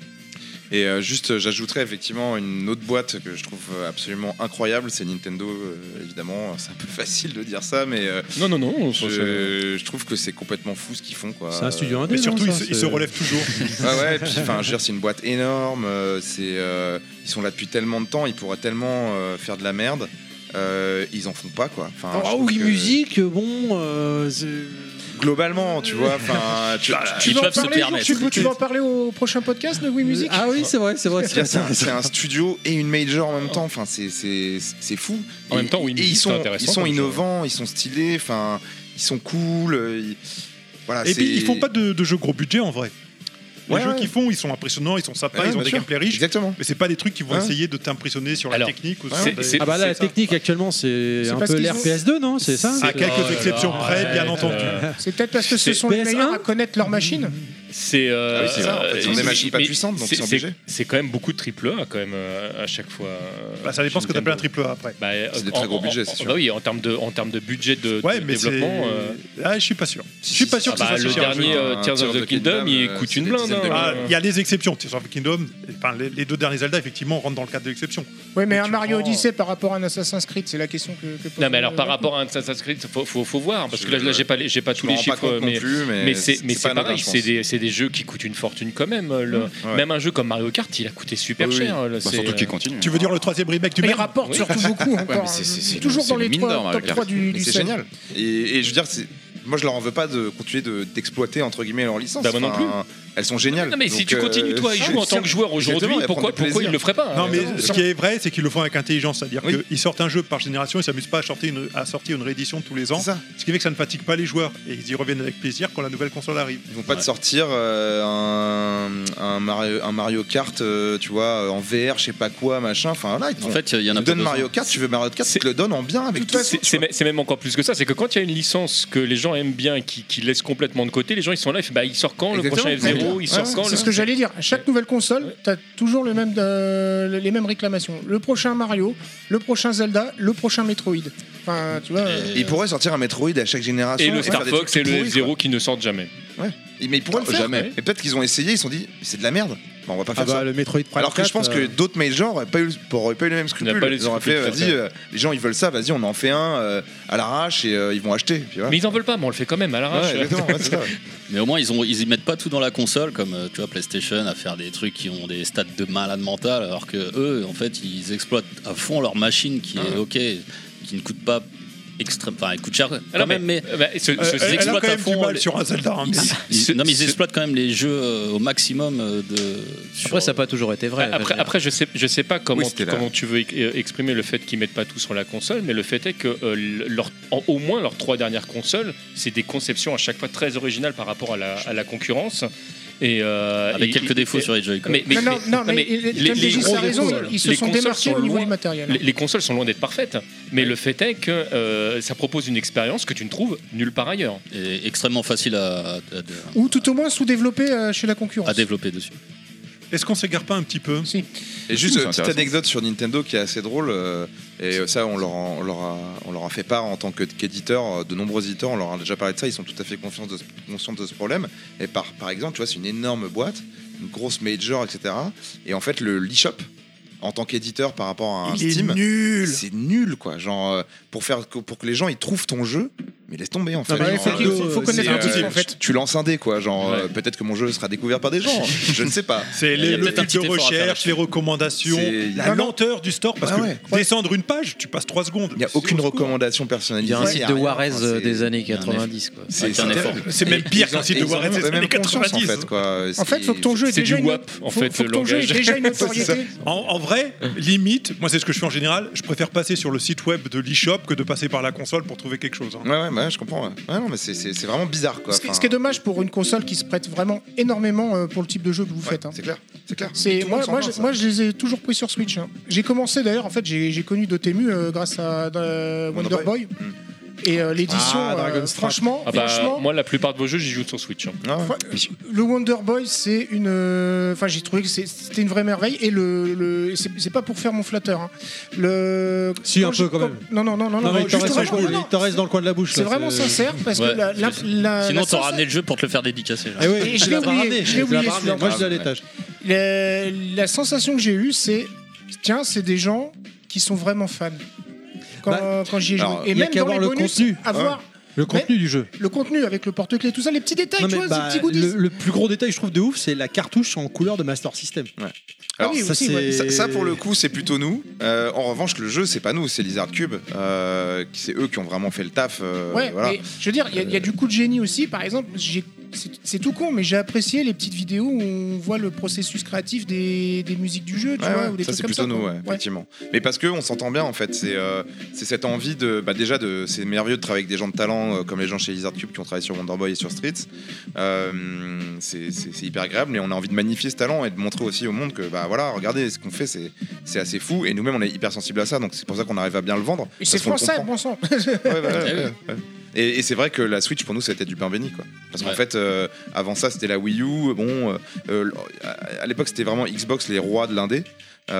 [SPEAKER 10] Et euh, juste, euh, j'ajouterais effectivement une autre boîte que je trouve euh, absolument incroyable, c'est Nintendo, euh, évidemment. C'est un peu [laughs] facile de dire ça, mais euh,
[SPEAKER 5] Non, non, non.
[SPEAKER 10] je, je trouve que c'est complètement fou ce qu'ils font. quoi.
[SPEAKER 1] C'est un studio indé.
[SPEAKER 8] Mais
[SPEAKER 1] non,
[SPEAKER 8] surtout,
[SPEAKER 1] ça,
[SPEAKER 8] ils, se- ils
[SPEAKER 1] c'est-
[SPEAKER 8] se relèvent
[SPEAKER 1] [laughs]
[SPEAKER 8] toujours.
[SPEAKER 10] Ouais, ouais, et puis enfin, je veux dire, c'est une boîte énorme. euh, c'est, euh, ils sont là depuis tellement de temps, ils pourraient tellement euh, faire de la merde. euh, ils en font pas, quoi. Enfin, je
[SPEAKER 1] Ah
[SPEAKER 10] trouve
[SPEAKER 1] oui,
[SPEAKER 10] que-
[SPEAKER 1] musique, bon. euh, c'est- Bah,
[SPEAKER 10] Globalement, tu vois, enfin, tu-
[SPEAKER 5] Euh,
[SPEAKER 10] tu-
[SPEAKER 3] Tu
[SPEAKER 6] Ils
[SPEAKER 3] vas, en
[SPEAKER 6] peuvent se
[SPEAKER 3] parler, Jean,
[SPEAKER 6] permettre.
[SPEAKER 3] tu, peux- tu vas en parler au prochain podcast de Wii Music
[SPEAKER 1] Ah oui, c'est vrai, c'est vrai. c'est
[SPEAKER 10] C'est-à-dire,
[SPEAKER 1] vrai.
[SPEAKER 10] C'est un, c'est un studio et une major en même temps. Enfin, c'est c'est- c'est fou.
[SPEAKER 5] En
[SPEAKER 10] Et-
[SPEAKER 5] même temps, oui,
[SPEAKER 10] et ils
[SPEAKER 5] c'est
[SPEAKER 10] sont
[SPEAKER 5] intéressant
[SPEAKER 10] ils sont
[SPEAKER 5] comme jeu.
[SPEAKER 10] innovants, ils sont stylés. Enfin, ils sont cool. euh, ils- Voilà.
[SPEAKER 8] Et
[SPEAKER 10] ah, c'est-
[SPEAKER 8] puis, ils font pas de, de jeux gros budget en vrai. Les
[SPEAKER 10] Ouais,
[SPEAKER 8] jeux
[SPEAKER 10] ouais.
[SPEAKER 8] qu'ils font, ils sont impressionnants, ils sont sympas,
[SPEAKER 10] Ouais,
[SPEAKER 8] ils ont
[SPEAKER 10] bien
[SPEAKER 8] des
[SPEAKER 10] sûr.
[SPEAKER 8] gameplays riches.
[SPEAKER 10] Exactement.
[SPEAKER 8] Mais c'est pas des trucs qui vont
[SPEAKER 10] Hein
[SPEAKER 8] essayer de t'impressionner sur la
[SPEAKER 5] Alors,
[SPEAKER 8] technique ou
[SPEAKER 5] ouais,
[SPEAKER 8] sur
[SPEAKER 5] c'est-
[SPEAKER 8] des-
[SPEAKER 5] c'est-
[SPEAKER 1] Ah bah là, la
[SPEAKER 8] c'est ça.
[SPEAKER 1] technique actuellement, c'est
[SPEAKER 3] C'est
[SPEAKER 1] un
[SPEAKER 3] parce
[SPEAKER 1] peu
[SPEAKER 3] qu'ils
[SPEAKER 1] l'ère
[SPEAKER 3] ont-
[SPEAKER 1] PS2, non C'est ça
[SPEAKER 8] À quelques
[SPEAKER 5] Oh là
[SPEAKER 8] exceptions
[SPEAKER 5] là,
[SPEAKER 8] près, bien
[SPEAKER 5] arrête,
[SPEAKER 8] entendu.
[SPEAKER 5] euh,
[SPEAKER 3] C'est peut-être parce que ce sont les
[SPEAKER 1] PS1.
[SPEAKER 3] meilleurs à connaître leur machine.
[SPEAKER 5] C'est euh,
[SPEAKER 10] Ah oui, c'est ça, en fait, ils ont des
[SPEAKER 5] euh,
[SPEAKER 10] machines pas
[SPEAKER 5] mais
[SPEAKER 10] puissantes, donc
[SPEAKER 5] c'est-
[SPEAKER 10] ils sont
[SPEAKER 5] c'est-
[SPEAKER 10] obligés.
[SPEAKER 5] C'est quand même beaucoup de triple A quand même euh, à chaque fois. euh,
[SPEAKER 8] Bah, ça dépend ce que
[SPEAKER 5] chez
[SPEAKER 8] t'appelles un
[SPEAKER 5] Nintendo.
[SPEAKER 8] triple A après.
[SPEAKER 5] Bah, euh,
[SPEAKER 10] C'est des
[SPEAKER 5] en-
[SPEAKER 10] très gros
[SPEAKER 5] en-
[SPEAKER 10] budgets,
[SPEAKER 5] en-
[SPEAKER 10] c'est sûr.
[SPEAKER 5] bah oui, en termes de, en termes de budget de,
[SPEAKER 8] Ouais,
[SPEAKER 5] de
[SPEAKER 8] mais c'est.
[SPEAKER 5] développement. euh,
[SPEAKER 8] Ah, je suis pas sûr. Je suis pas sûr
[SPEAKER 5] ah
[SPEAKER 8] que ce
[SPEAKER 5] bah,
[SPEAKER 8] soit
[SPEAKER 5] le
[SPEAKER 8] si cher à jouer.
[SPEAKER 5] dernier
[SPEAKER 10] jeu,
[SPEAKER 5] euh,
[SPEAKER 10] un
[SPEAKER 5] Tears of the Kingdom, il
[SPEAKER 10] euh,
[SPEAKER 5] coûte
[SPEAKER 10] c'est
[SPEAKER 5] une
[SPEAKER 10] des
[SPEAKER 5] blinde.
[SPEAKER 10] dizaines de
[SPEAKER 5] hein.
[SPEAKER 8] Ah, Il y a des exceptions. Tears of the Kingdom, enfin, les, les deux derniers Zelda, effectivement, rentrent dans le cadre de l'exception.
[SPEAKER 3] Oui, mais
[SPEAKER 8] Mais
[SPEAKER 3] un
[SPEAKER 8] tu
[SPEAKER 3] Mario
[SPEAKER 8] prends-
[SPEAKER 3] Odyssey par rapport à un Assassin's Creed, c'est la question que. que pose
[SPEAKER 5] Non mais alors
[SPEAKER 3] le-
[SPEAKER 5] par rapport à un Assassin's Creed, faut, faut, faut voir parce que
[SPEAKER 10] Je-
[SPEAKER 5] là, là, j'ai pas les- j'ai pas tous
[SPEAKER 10] Je m'en
[SPEAKER 5] les
[SPEAKER 10] rends pas
[SPEAKER 5] chiffres
[SPEAKER 10] compte non
[SPEAKER 5] mais
[SPEAKER 10] plus, mais
[SPEAKER 5] mais c'est mais c'est
[SPEAKER 10] anodin,
[SPEAKER 5] pareil,
[SPEAKER 10] je pense. Mmh,
[SPEAKER 5] c'est des c'est des des jeux qui coûtent une fortune quand même. le-
[SPEAKER 4] ouais.
[SPEAKER 5] Même un jeu comme Mario Kart, il a coûté super
[SPEAKER 4] Ah oui.
[SPEAKER 5] cher. là,
[SPEAKER 4] Bah,
[SPEAKER 5] c'est-
[SPEAKER 4] surtout qu'il continue.
[SPEAKER 8] Tu veux dire le troisième remake du
[SPEAKER 3] Mais il
[SPEAKER 8] même
[SPEAKER 3] rapporte
[SPEAKER 5] Oui.
[SPEAKER 3] surtout beaucoup encore.
[SPEAKER 4] Ouais, mais c'est- c'est-
[SPEAKER 8] euh,
[SPEAKER 4] c'est-
[SPEAKER 3] toujours
[SPEAKER 4] c'est
[SPEAKER 3] dans
[SPEAKER 4] le
[SPEAKER 3] les
[SPEAKER 4] mine
[SPEAKER 3] trois-
[SPEAKER 5] hein,
[SPEAKER 4] d'or, Mario
[SPEAKER 3] top 3
[SPEAKER 4] Kart.
[SPEAKER 3] du,
[SPEAKER 10] Mais
[SPEAKER 3] du
[SPEAKER 10] c'est
[SPEAKER 3] set.
[SPEAKER 10] génial. Et, et je veux dire, c'est- moi je leur en veux pas de continuer de- d'exploiter entre guillemets leur licence.
[SPEAKER 5] Bah, moi non
[SPEAKER 10] Elles sont géniales.
[SPEAKER 5] Non, mais si
[SPEAKER 10] Donc,
[SPEAKER 5] tu continues,
[SPEAKER 10] euh,
[SPEAKER 5] toi, à y
[SPEAKER 10] ouais,
[SPEAKER 5] jouer en tant que joueur aujourd'hui,
[SPEAKER 10] Exactement, et
[SPEAKER 5] pourquoi,
[SPEAKER 10] prendre du
[SPEAKER 5] pourquoi ils
[SPEAKER 10] plaisir.
[SPEAKER 5] le feraient pas
[SPEAKER 8] Non,
[SPEAKER 5] hein
[SPEAKER 8] mais ce qui est vrai, c'est qu'ils le font avec intelligence. C'est-à-dire
[SPEAKER 10] Oui.
[SPEAKER 8] qu'ils sortent un jeu par génération, ils s'amusent pas à sortir, une, à sortir une réédition tous les ans.
[SPEAKER 10] C'est ça.
[SPEAKER 8] Ce qui fait que ça ne fatigue pas les joueurs. Et ils y reviennent avec plaisir quand la nouvelle console arrive.
[SPEAKER 10] Ils vont pas te sortir euh, un, un Mario, un Mario Kart, euh, tu vois, en VR, je sais pas quoi, machin. Enfin, là, ils te
[SPEAKER 6] En
[SPEAKER 10] font-
[SPEAKER 6] fait, il y
[SPEAKER 10] tu
[SPEAKER 6] en a
[SPEAKER 10] me
[SPEAKER 6] pas
[SPEAKER 10] donnes
[SPEAKER 6] besoin.
[SPEAKER 10] Mario Kart, tu veux Mario Kart, tu
[SPEAKER 5] C'est-
[SPEAKER 10] te le donnes en bien avec tout.
[SPEAKER 5] C'est- C'est c'est même encore plus que ça. C'est que quand il y a une licence que les gens aiment bien, qui, qui laisse complètement de côté, les gens ils sont là, ils font, bah, il sort quand le
[SPEAKER 10] Exactement.
[SPEAKER 5] prochain F0, il sort
[SPEAKER 10] ouais,
[SPEAKER 5] quand
[SPEAKER 3] C'est
[SPEAKER 5] le-
[SPEAKER 3] ce que j'allais dire. À chaque nouvelle console, t'as toujours le même, euh, les mêmes réclamations. Le prochain Mario, le prochain Zelda, le prochain Metroid. Enfin, tu vois. euh,
[SPEAKER 10] Ils pourraient sortir un Metroid à chaque génération.
[SPEAKER 5] Et le
[SPEAKER 10] faire
[SPEAKER 5] Star
[SPEAKER 10] des
[SPEAKER 5] Fox et
[SPEAKER 10] trucs
[SPEAKER 5] le
[SPEAKER 10] pourris, quoi.
[SPEAKER 5] F0 qui ne sortent jamais.
[SPEAKER 10] Et- Mais ils pourraient le faire.
[SPEAKER 5] Jamais.
[SPEAKER 10] Et peut-être qu'ils ont essayé, ils se sont dit, c'est de la merde. Bah, on va pas
[SPEAKER 1] Ah
[SPEAKER 10] faire ça.
[SPEAKER 1] bah, le Metroid Prime
[SPEAKER 10] Alors que je
[SPEAKER 1] 4,
[SPEAKER 10] pense que
[SPEAKER 1] euh,
[SPEAKER 10] d'autres majors auraient pas eu, le- auraient pas eu les mêmes scrupules.
[SPEAKER 5] pas les
[SPEAKER 10] ils auraient
[SPEAKER 5] scrupules
[SPEAKER 10] fait,
[SPEAKER 5] de faire
[SPEAKER 10] vas-y,
[SPEAKER 5] ça.
[SPEAKER 10] euh, les gens ils veulent ça, vas-y, on en fait un euh, à l'arrache et euh, ils vont acheter. Puis voilà.
[SPEAKER 5] Mais ils en veulent pas, mais on le fait quand même à l'arrache.
[SPEAKER 10] Ouais, exactement, ouais, c'est ça.
[SPEAKER 6] Mais au moins, ils, ont, ils y mettent pas tout dans la console, comme euh, tu vois, PlayStation, à faire des trucs qui ont des stats de malade mental, alors que eux, en fait, ils exploitent à fond leur machine qui est OK, qui ne coûte pas extrême. Enfin, elle coûte cher quand
[SPEAKER 5] Alors,
[SPEAKER 6] même, mais.
[SPEAKER 5] euh, bah, ce-
[SPEAKER 8] Euh,
[SPEAKER 5] ce-
[SPEAKER 8] elle-
[SPEAKER 5] ces
[SPEAKER 8] elle, a
[SPEAKER 5] exploits-
[SPEAKER 8] quand
[SPEAKER 6] à
[SPEAKER 8] même du
[SPEAKER 6] fond,
[SPEAKER 8] mal
[SPEAKER 6] les-
[SPEAKER 8] sur un Zelda. hein, mais-
[SPEAKER 6] ils- ils-
[SPEAKER 5] ce-
[SPEAKER 6] non mais ils
[SPEAKER 5] ce-
[SPEAKER 6] exploitent quand même les jeux euh, au maximum euh, de. sur-
[SPEAKER 9] Après, ça n'a pas toujours été vrai.
[SPEAKER 5] Après, après, je sais, je sais pas comment,
[SPEAKER 10] Oui, c'était là.
[SPEAKER 5] comment tu veux ex- euh, exprimer le fait qu'ils mettent pas tout sur la console, mais le fait est que euh, le- leur- en- au moins leurs trois dernières consoles, c'est des conceptions à chaque fois très originales par rapport à la, à la concurrence. Et, euh,
[SPEAKER 6] avec
[SPEAKER 5] et-
[SPEAKER 6] quelques
[SPEAKER 5] et-
[SPEAKER 6] défauts
[SPEAKER 5] et-
[SPEAKER 6] sur les Joy-Con.
[SPEAKER 5] Mais, mais-
[SPEAKER 3] non, non,
[SPEAKER 5] mais-
[SPEAKER 3] non,
[SPEAKER 5] non,
[SPEAKER 3] mais,
[SPEAKER 5] mais
[SPEAKER 3] il-
[SPEAKER 5] les-
[SPEAKER 3] comme
[SPEAKER 5] les
[SPEAKER 3] Dégis a
[SPEAKER 5] grosses
[SPEAKER 3] raison,
[SPEAKER 5] consoles-
[SPEAKER 3] ils se
[SPEAKER 5] les
[SPEAKER 3] sont
[SPEAKER 5] consoles
[SPEAKER 3] démarqués
[SPEAKER 5] sont
[SPEAKER 3] au niveau
[SPEAKER 5] loin-
[SPEAKER 3] du matériel.
[SPEAKER 5] Les, les consoles sont loin d'être parfaites, mais le fait est que euh, ça propose une expérience que tu ne trouves nulle part ailleurs.
[SPEAKER 6] Et extrêmement facile à, à- euh, de-
[SPEAKER 3] Ou tout au moins sous-développé euh, chez la concurrence.
[SPEAKER 5] Ah,
[SPEAKER 6] à développer dessus.
[SPEAKER 8] Est-ce qu'on s'égare pas un petit peu
[SPEAKER 3] Si.
[SPEAKER 10] Et juste
[SPEAKER 4] C'est
[SPEAKER 10] une petite
[SPEAKER 4] intéressant.
[SPEAKER 10] anecdote sur Nintendo qui est assez drôle, euh, et ça on leur, en- on, leur a, on leur a fait part en tant que- qu'éditeur, euh, de nombreux éditeurs, on leur a déjà parlé de ça, ils sont tout à fait confiants de ce- conscients de ce problème. Et par, par exemple, tu vois, c'est une énorme boîte, une grosse major, etc. Et en fait, le l'eShop, en tant qu'éditeur par rapport à un
[SPEAKER 8] Il est
[SPEAKER 10] Steam,
[SPEAKER 8] nul
[SPEAKER 10] c'est nul quoi. Genre, euh, pour, faire, que- pour que les gens ils trouvent ton jeu, mais laisse tomber en
[SPEAKER 8] Ah
[SPEAKER 10] fait.
[SPEAKER 3] mais il
[SPEAKER 8] bah,
[SPEAKER 10] Genre,
[SPEAKER 3] faut qu'il-
[SPEAKER 10] euh,
[SPEAKER 3] faut- faut
[SPEAKER 10] c'est,
[SPEAKER 3] connaître le titre,
[SPEAKER 10] euh,
[SPEAKER 3] en fait.
[SPEAKER 10] Tu, tu lances un dé quoi, genre,
[SPEAKER 5] Ouais.
[SPEAKER 10] euh, peut-être que mon jeu sera découvert par des
[SPEAKER 8] [laughs]
[SPEAKER 10] gens, je ne sais pas.
[SPEAKER 8] C'est
[SPEAKER 6] Il y
[SPEAKER 8] les,
[SPEAKER 6] a
[SPEAKER 8] le
[SPEAKER 6] peut-être un
[SPEAKER 8] type de
[SPEAKER 6] petit effort à faire
[SPEAKER 8] recherche, les recommandations,
[SPEAKER 10] C'est-
[SPEAKER 8] la
[SPEAKER 10] Ah non.
[SPEAKER 8] lenteur du store. Parce
[SPEAKER 10] Ah
[SPEAKER 8] que
[SPEAKER 10] ouais.
[SPEAKER 8] descendre une page, tu passes 3 secondes.
[SPEAKER 10] Il n'y a aucune recommandation personnalisée.
[SPEAKER 9] il y a un
[SPEAKER 10] il
[SPEAKER 9] site
[SPEAKER 10] y
[SPEAKER 9] de
[SPEAKER 10] rien.
[SPEAKER 9] Warez
[SPEAKER 10] Enfin,
[SPEAKER 9] euh,
[SPEAKER 10] c'est-
[SPEAKER 9] des années
[SPEAKER 6] y a un
[SPEAKER 9] 90. quoi.
[SPEAKER 10] C'est
[SPEAKER 6] Avec
[SPEAKER 10] c'est
[SPEAKER 6] un effort.
[SPEAKER 10] terrible.
[SPEAKER 8] C'est même pire qu'un site
[SPEAKER 10] Ils
[SPEAKER 8] de
[SPEAKER 10] ont la
[SPEAKER 8] Warez des
[SPEAKER 10] même
[SPEAKER 8] années
[SPEAKER 10] conscience,
[SPEAKER 8] 90.
[SPEAKER 10] en fait. Quoi.
[SPEAKER 3] En fait, faut que ton jeu ait
[SPEAKER 5] c'est
[SPEAKER 3] déjà
[SPEAKER 5] du
[SPEAKER 3] une
[SPEAKER 5] WAP, en
[SPEAKER 3] faut-
[SPEAKER 5] fait,
[SPEAKER 3] faut que
[SPEAKER 5] le
[SPEAKER 3] ton jeu ait
[SPEAKER 10] [laughs]
[SPEAKER 5] langage.
[SPEAKER 3] déjà une notoriété.
[SPEAKER 8] En, en vrai, limite, moi c'est ce que je fais en général, je préfère passer sur le site web de l'eShop que de passer par la console pour trouver quelque chose. hein.
[SPEAKER 10] Ouais, ouais, bah, je comprends. ouais. Ouais, non, mais c'est- c'est c'est vraiment bizarre. Quoi.
[SPEAKER 3] Ce qui, ce
[SPEAKER 10] Enfin,
[SPEAKER 3] qui est dommage pour une console qui se prête vraiment énormément euh, pour le type de jeu que vous
[SPEAKER 10] ouais,
[SPEAKER 3] faites. hein.
[SPEAKER 10] C'est clair. C'est clair.
[SPEAKER 3] C'est
[SPEAKER 10] Tout le
[SPEAKER 3] moi,
[SPEAKER 10] monde s'en
[SPEAKER 3] moi,
[SPEAKER 10] plaint,
[SPEAKER 3] je,
[SPEAKER 10] ça.
[SPEAKER 3] moi, je les ai toujours pris sur Switch. hein. J'ai commencé d'ailleurs, en fait, j'ai j'ai connu Dotemu euh, grâce à euh, Wonder,
[SPEAKER 10] Wonder
[SPEAKER 3] Boy, et euh, l'édition.
[SPEAKER 1] Hmm. Ah,
[SPEAKER 3] euh,
[SPEAKER 1] Dragon's Trap.
[SPEAKER 3] franchement,
[SPEAKER 5] Ah bah,
[SPEAKER 3] franchement,
[SPEAKER 5] moi, la plupart de vos jeux, j'y joue sur Switch. hein.
[SPEAKER 10] Ah ouais.
[SPEAKER 3] Enfin, euh, le Wonder Boy, c'est une. euh, Enfin, j'ai trouvé que c'est- c'était une vraie merveille. Et le, le- c'est c'est pas pour faire mon flatteur. hein. Le.
[SPEAKER 1] Si, un
[SPEAKER 3] je-
[SPEAKER 1] peu, quand même.
[SPEAKER 3] Non, non, non, non,
[SPEAKER 1] Non,
[SPEAKER 3] non,
[SPEAKER 1] mais il te
[SPEAKER 3] juste
[SPEAKER 1] reste dans le
[SPEAKER 3] vraiment-
[SPEAKER 1] coin-
[SPEAKER 3] non, non,
[SPEAKER 1] il te reste dans le coin de la bouche.
[SPEAKER 3] C'est
[SPEAKER 1] là,
[SPEAKER 3] vraiment sincère parce
[SPEAKER 6] Ouais,
[SPEAKER 3] que la, la,
[SPEAKER 6] parce
[SPEAKER 3] Euh, la-
[SPEAKER 6] Sinon,
[SPEAKER 3] la
[SPEAKER 6] t'auras
[SPEAKER 3] sensa-
[SPEAKER 6] ramené le jeu pour te le faire dédicacer. genre.
[SPEAKER 1] Eh ouais,
[SPEAKER 3] Et je
[SPEAKER 1] tu
[SPEAKER 3] l'ai
[SPEAKER 1] l'as
[SPEAKER 3] oublié,
[SPEAKER 1] ramené,
[SPEAKER 3] je l'ai
[SPEAKER 1] tu l'as
[SPEAKER 3] oublié,
[SPEAKER 1] ramené.
[SPEAKER 3] celui-là.
[SPEAKER 1] Moi, je l'ai à l'étage.
[SPEAKER 3] la, la sensation que j'ai eue, c'est tiens, c'est des gens qui sont vraiment fans. Quand,
[SPEAKER 1] Bah,
[SPEAKER 3] quand j'y ai joué.
[SPEAKER 10] alors,
[SPEAKER 3] Et
[SPEAKER 1] il y a
[SPEAKER 3] même
[SPEAKER 1] qu'à
[SPEAKER 3] dans
[SPEAKER 1] voir
[SPEAKER 3] les
[SPEAKER 1] le
[SPEAKER 3] bonus,
[SPEAKER 1] contenu.
[SPEAKER 10] hein.
[SPEAKER 3] avoir
[SPEAKER 1] Le contenu du jeu.
[SPEAKER 3] le contenu avec le porte-clés, tout ça, les petits détails,
[SPEAKER 1] Non,
[SPEAKER 3] tu
[SPEAKER 1] mais,
[SPEAKER 3] vois,
[SPEAKER 1] bah,
[SPEAKER 3] ces petits goodies.
[SPEAKER 1] le, le plus gros détail, je trouve, de ouf, c'est la cartouche en couleur de Master System.
[SPEAKER 10] Alors,
[SPEAKER 3] ah oui,
[SPEAKER 1] ça,
[SPEAKER 3] aussi,
[SPEAKER 1] c'est-
[SPEAKER 3] ouais.
[SPEAKER 10] Ça, ça, pour le coup, c'est plutôt nous. Euh, en revanche, le jeu, c'est pas nous, c'est Lizard Cube. Euh, qui- c'est eux qui ont vraiment fait le taf. euh,
[SPEAKER 3] Ouais,
[SPEAKER 10] voilà.
[SPEAKER 3] mais je veux dire, il y a- il y, a du coup de génie aussi. Par exemple, j'ai- c'est c'est tout con, mais j'ai apprécié les petites vidéos où on voit le processus créatif des, des musiques du jeu, tu
[SPEAKER 10] Ouais,
[SPEAKER 3] vois,
[SPEAKER 10] ouais,
[SPEAKER 3] ou des
[SPEAKER 10] ça
[SPEAKER 3] trucs
[SPEAKER 10] c'est plutôt
[SPEAKER 3] comme ça.
[SPEAKER 10] nous,
[SPEAKER 3] quoi.
[SPEAKER 10] ouais,
[SPEAKER 3] Ouais.
[SPEAKER 10] effectivement. Mais parce que on s'entend bien en fait, c'est euh, c'est cette envie de, bah, déjà de, c'est merveilleux de travailler avec des gens de talent euh, comme les gens chez Lizard Cube qui ont travaillé sur Wonder Boy et sur Streets. Euh, c'est c'est- c'est hyper agréable et on a envie de magnifier ce talent et de montrer aussi au monde que bah voilà, regardez ce qu'on fait, c'est c'est assez fou et nous-mêmes on est hyper sensible à ça, donc c'est pour ça qu'on arrive à bien le vendre.
[SPEAKER 3] Et c'est
[SPEAKER 10] parce qu'on le
[SPEAKER 3] français,
[SPEAKER 10] comprend.
[SPEAKER 3] bon sang.
[SPEAKER 10] Ouais, ouais,
[SPEAKER 3] Ah
[SPEAKER 10] ouais, ouais, ouais. Et, et c'est vrai que la Switch pour nous ça a été du pain béni quoi. Parce qu'en
[SPEAKER 6] Ouais.
[SPEAKER 10] fait euh, avant ça c'était la Wii U, bon euh, euh, à l'époque c'était vraiment Xbox les rois de l'indé.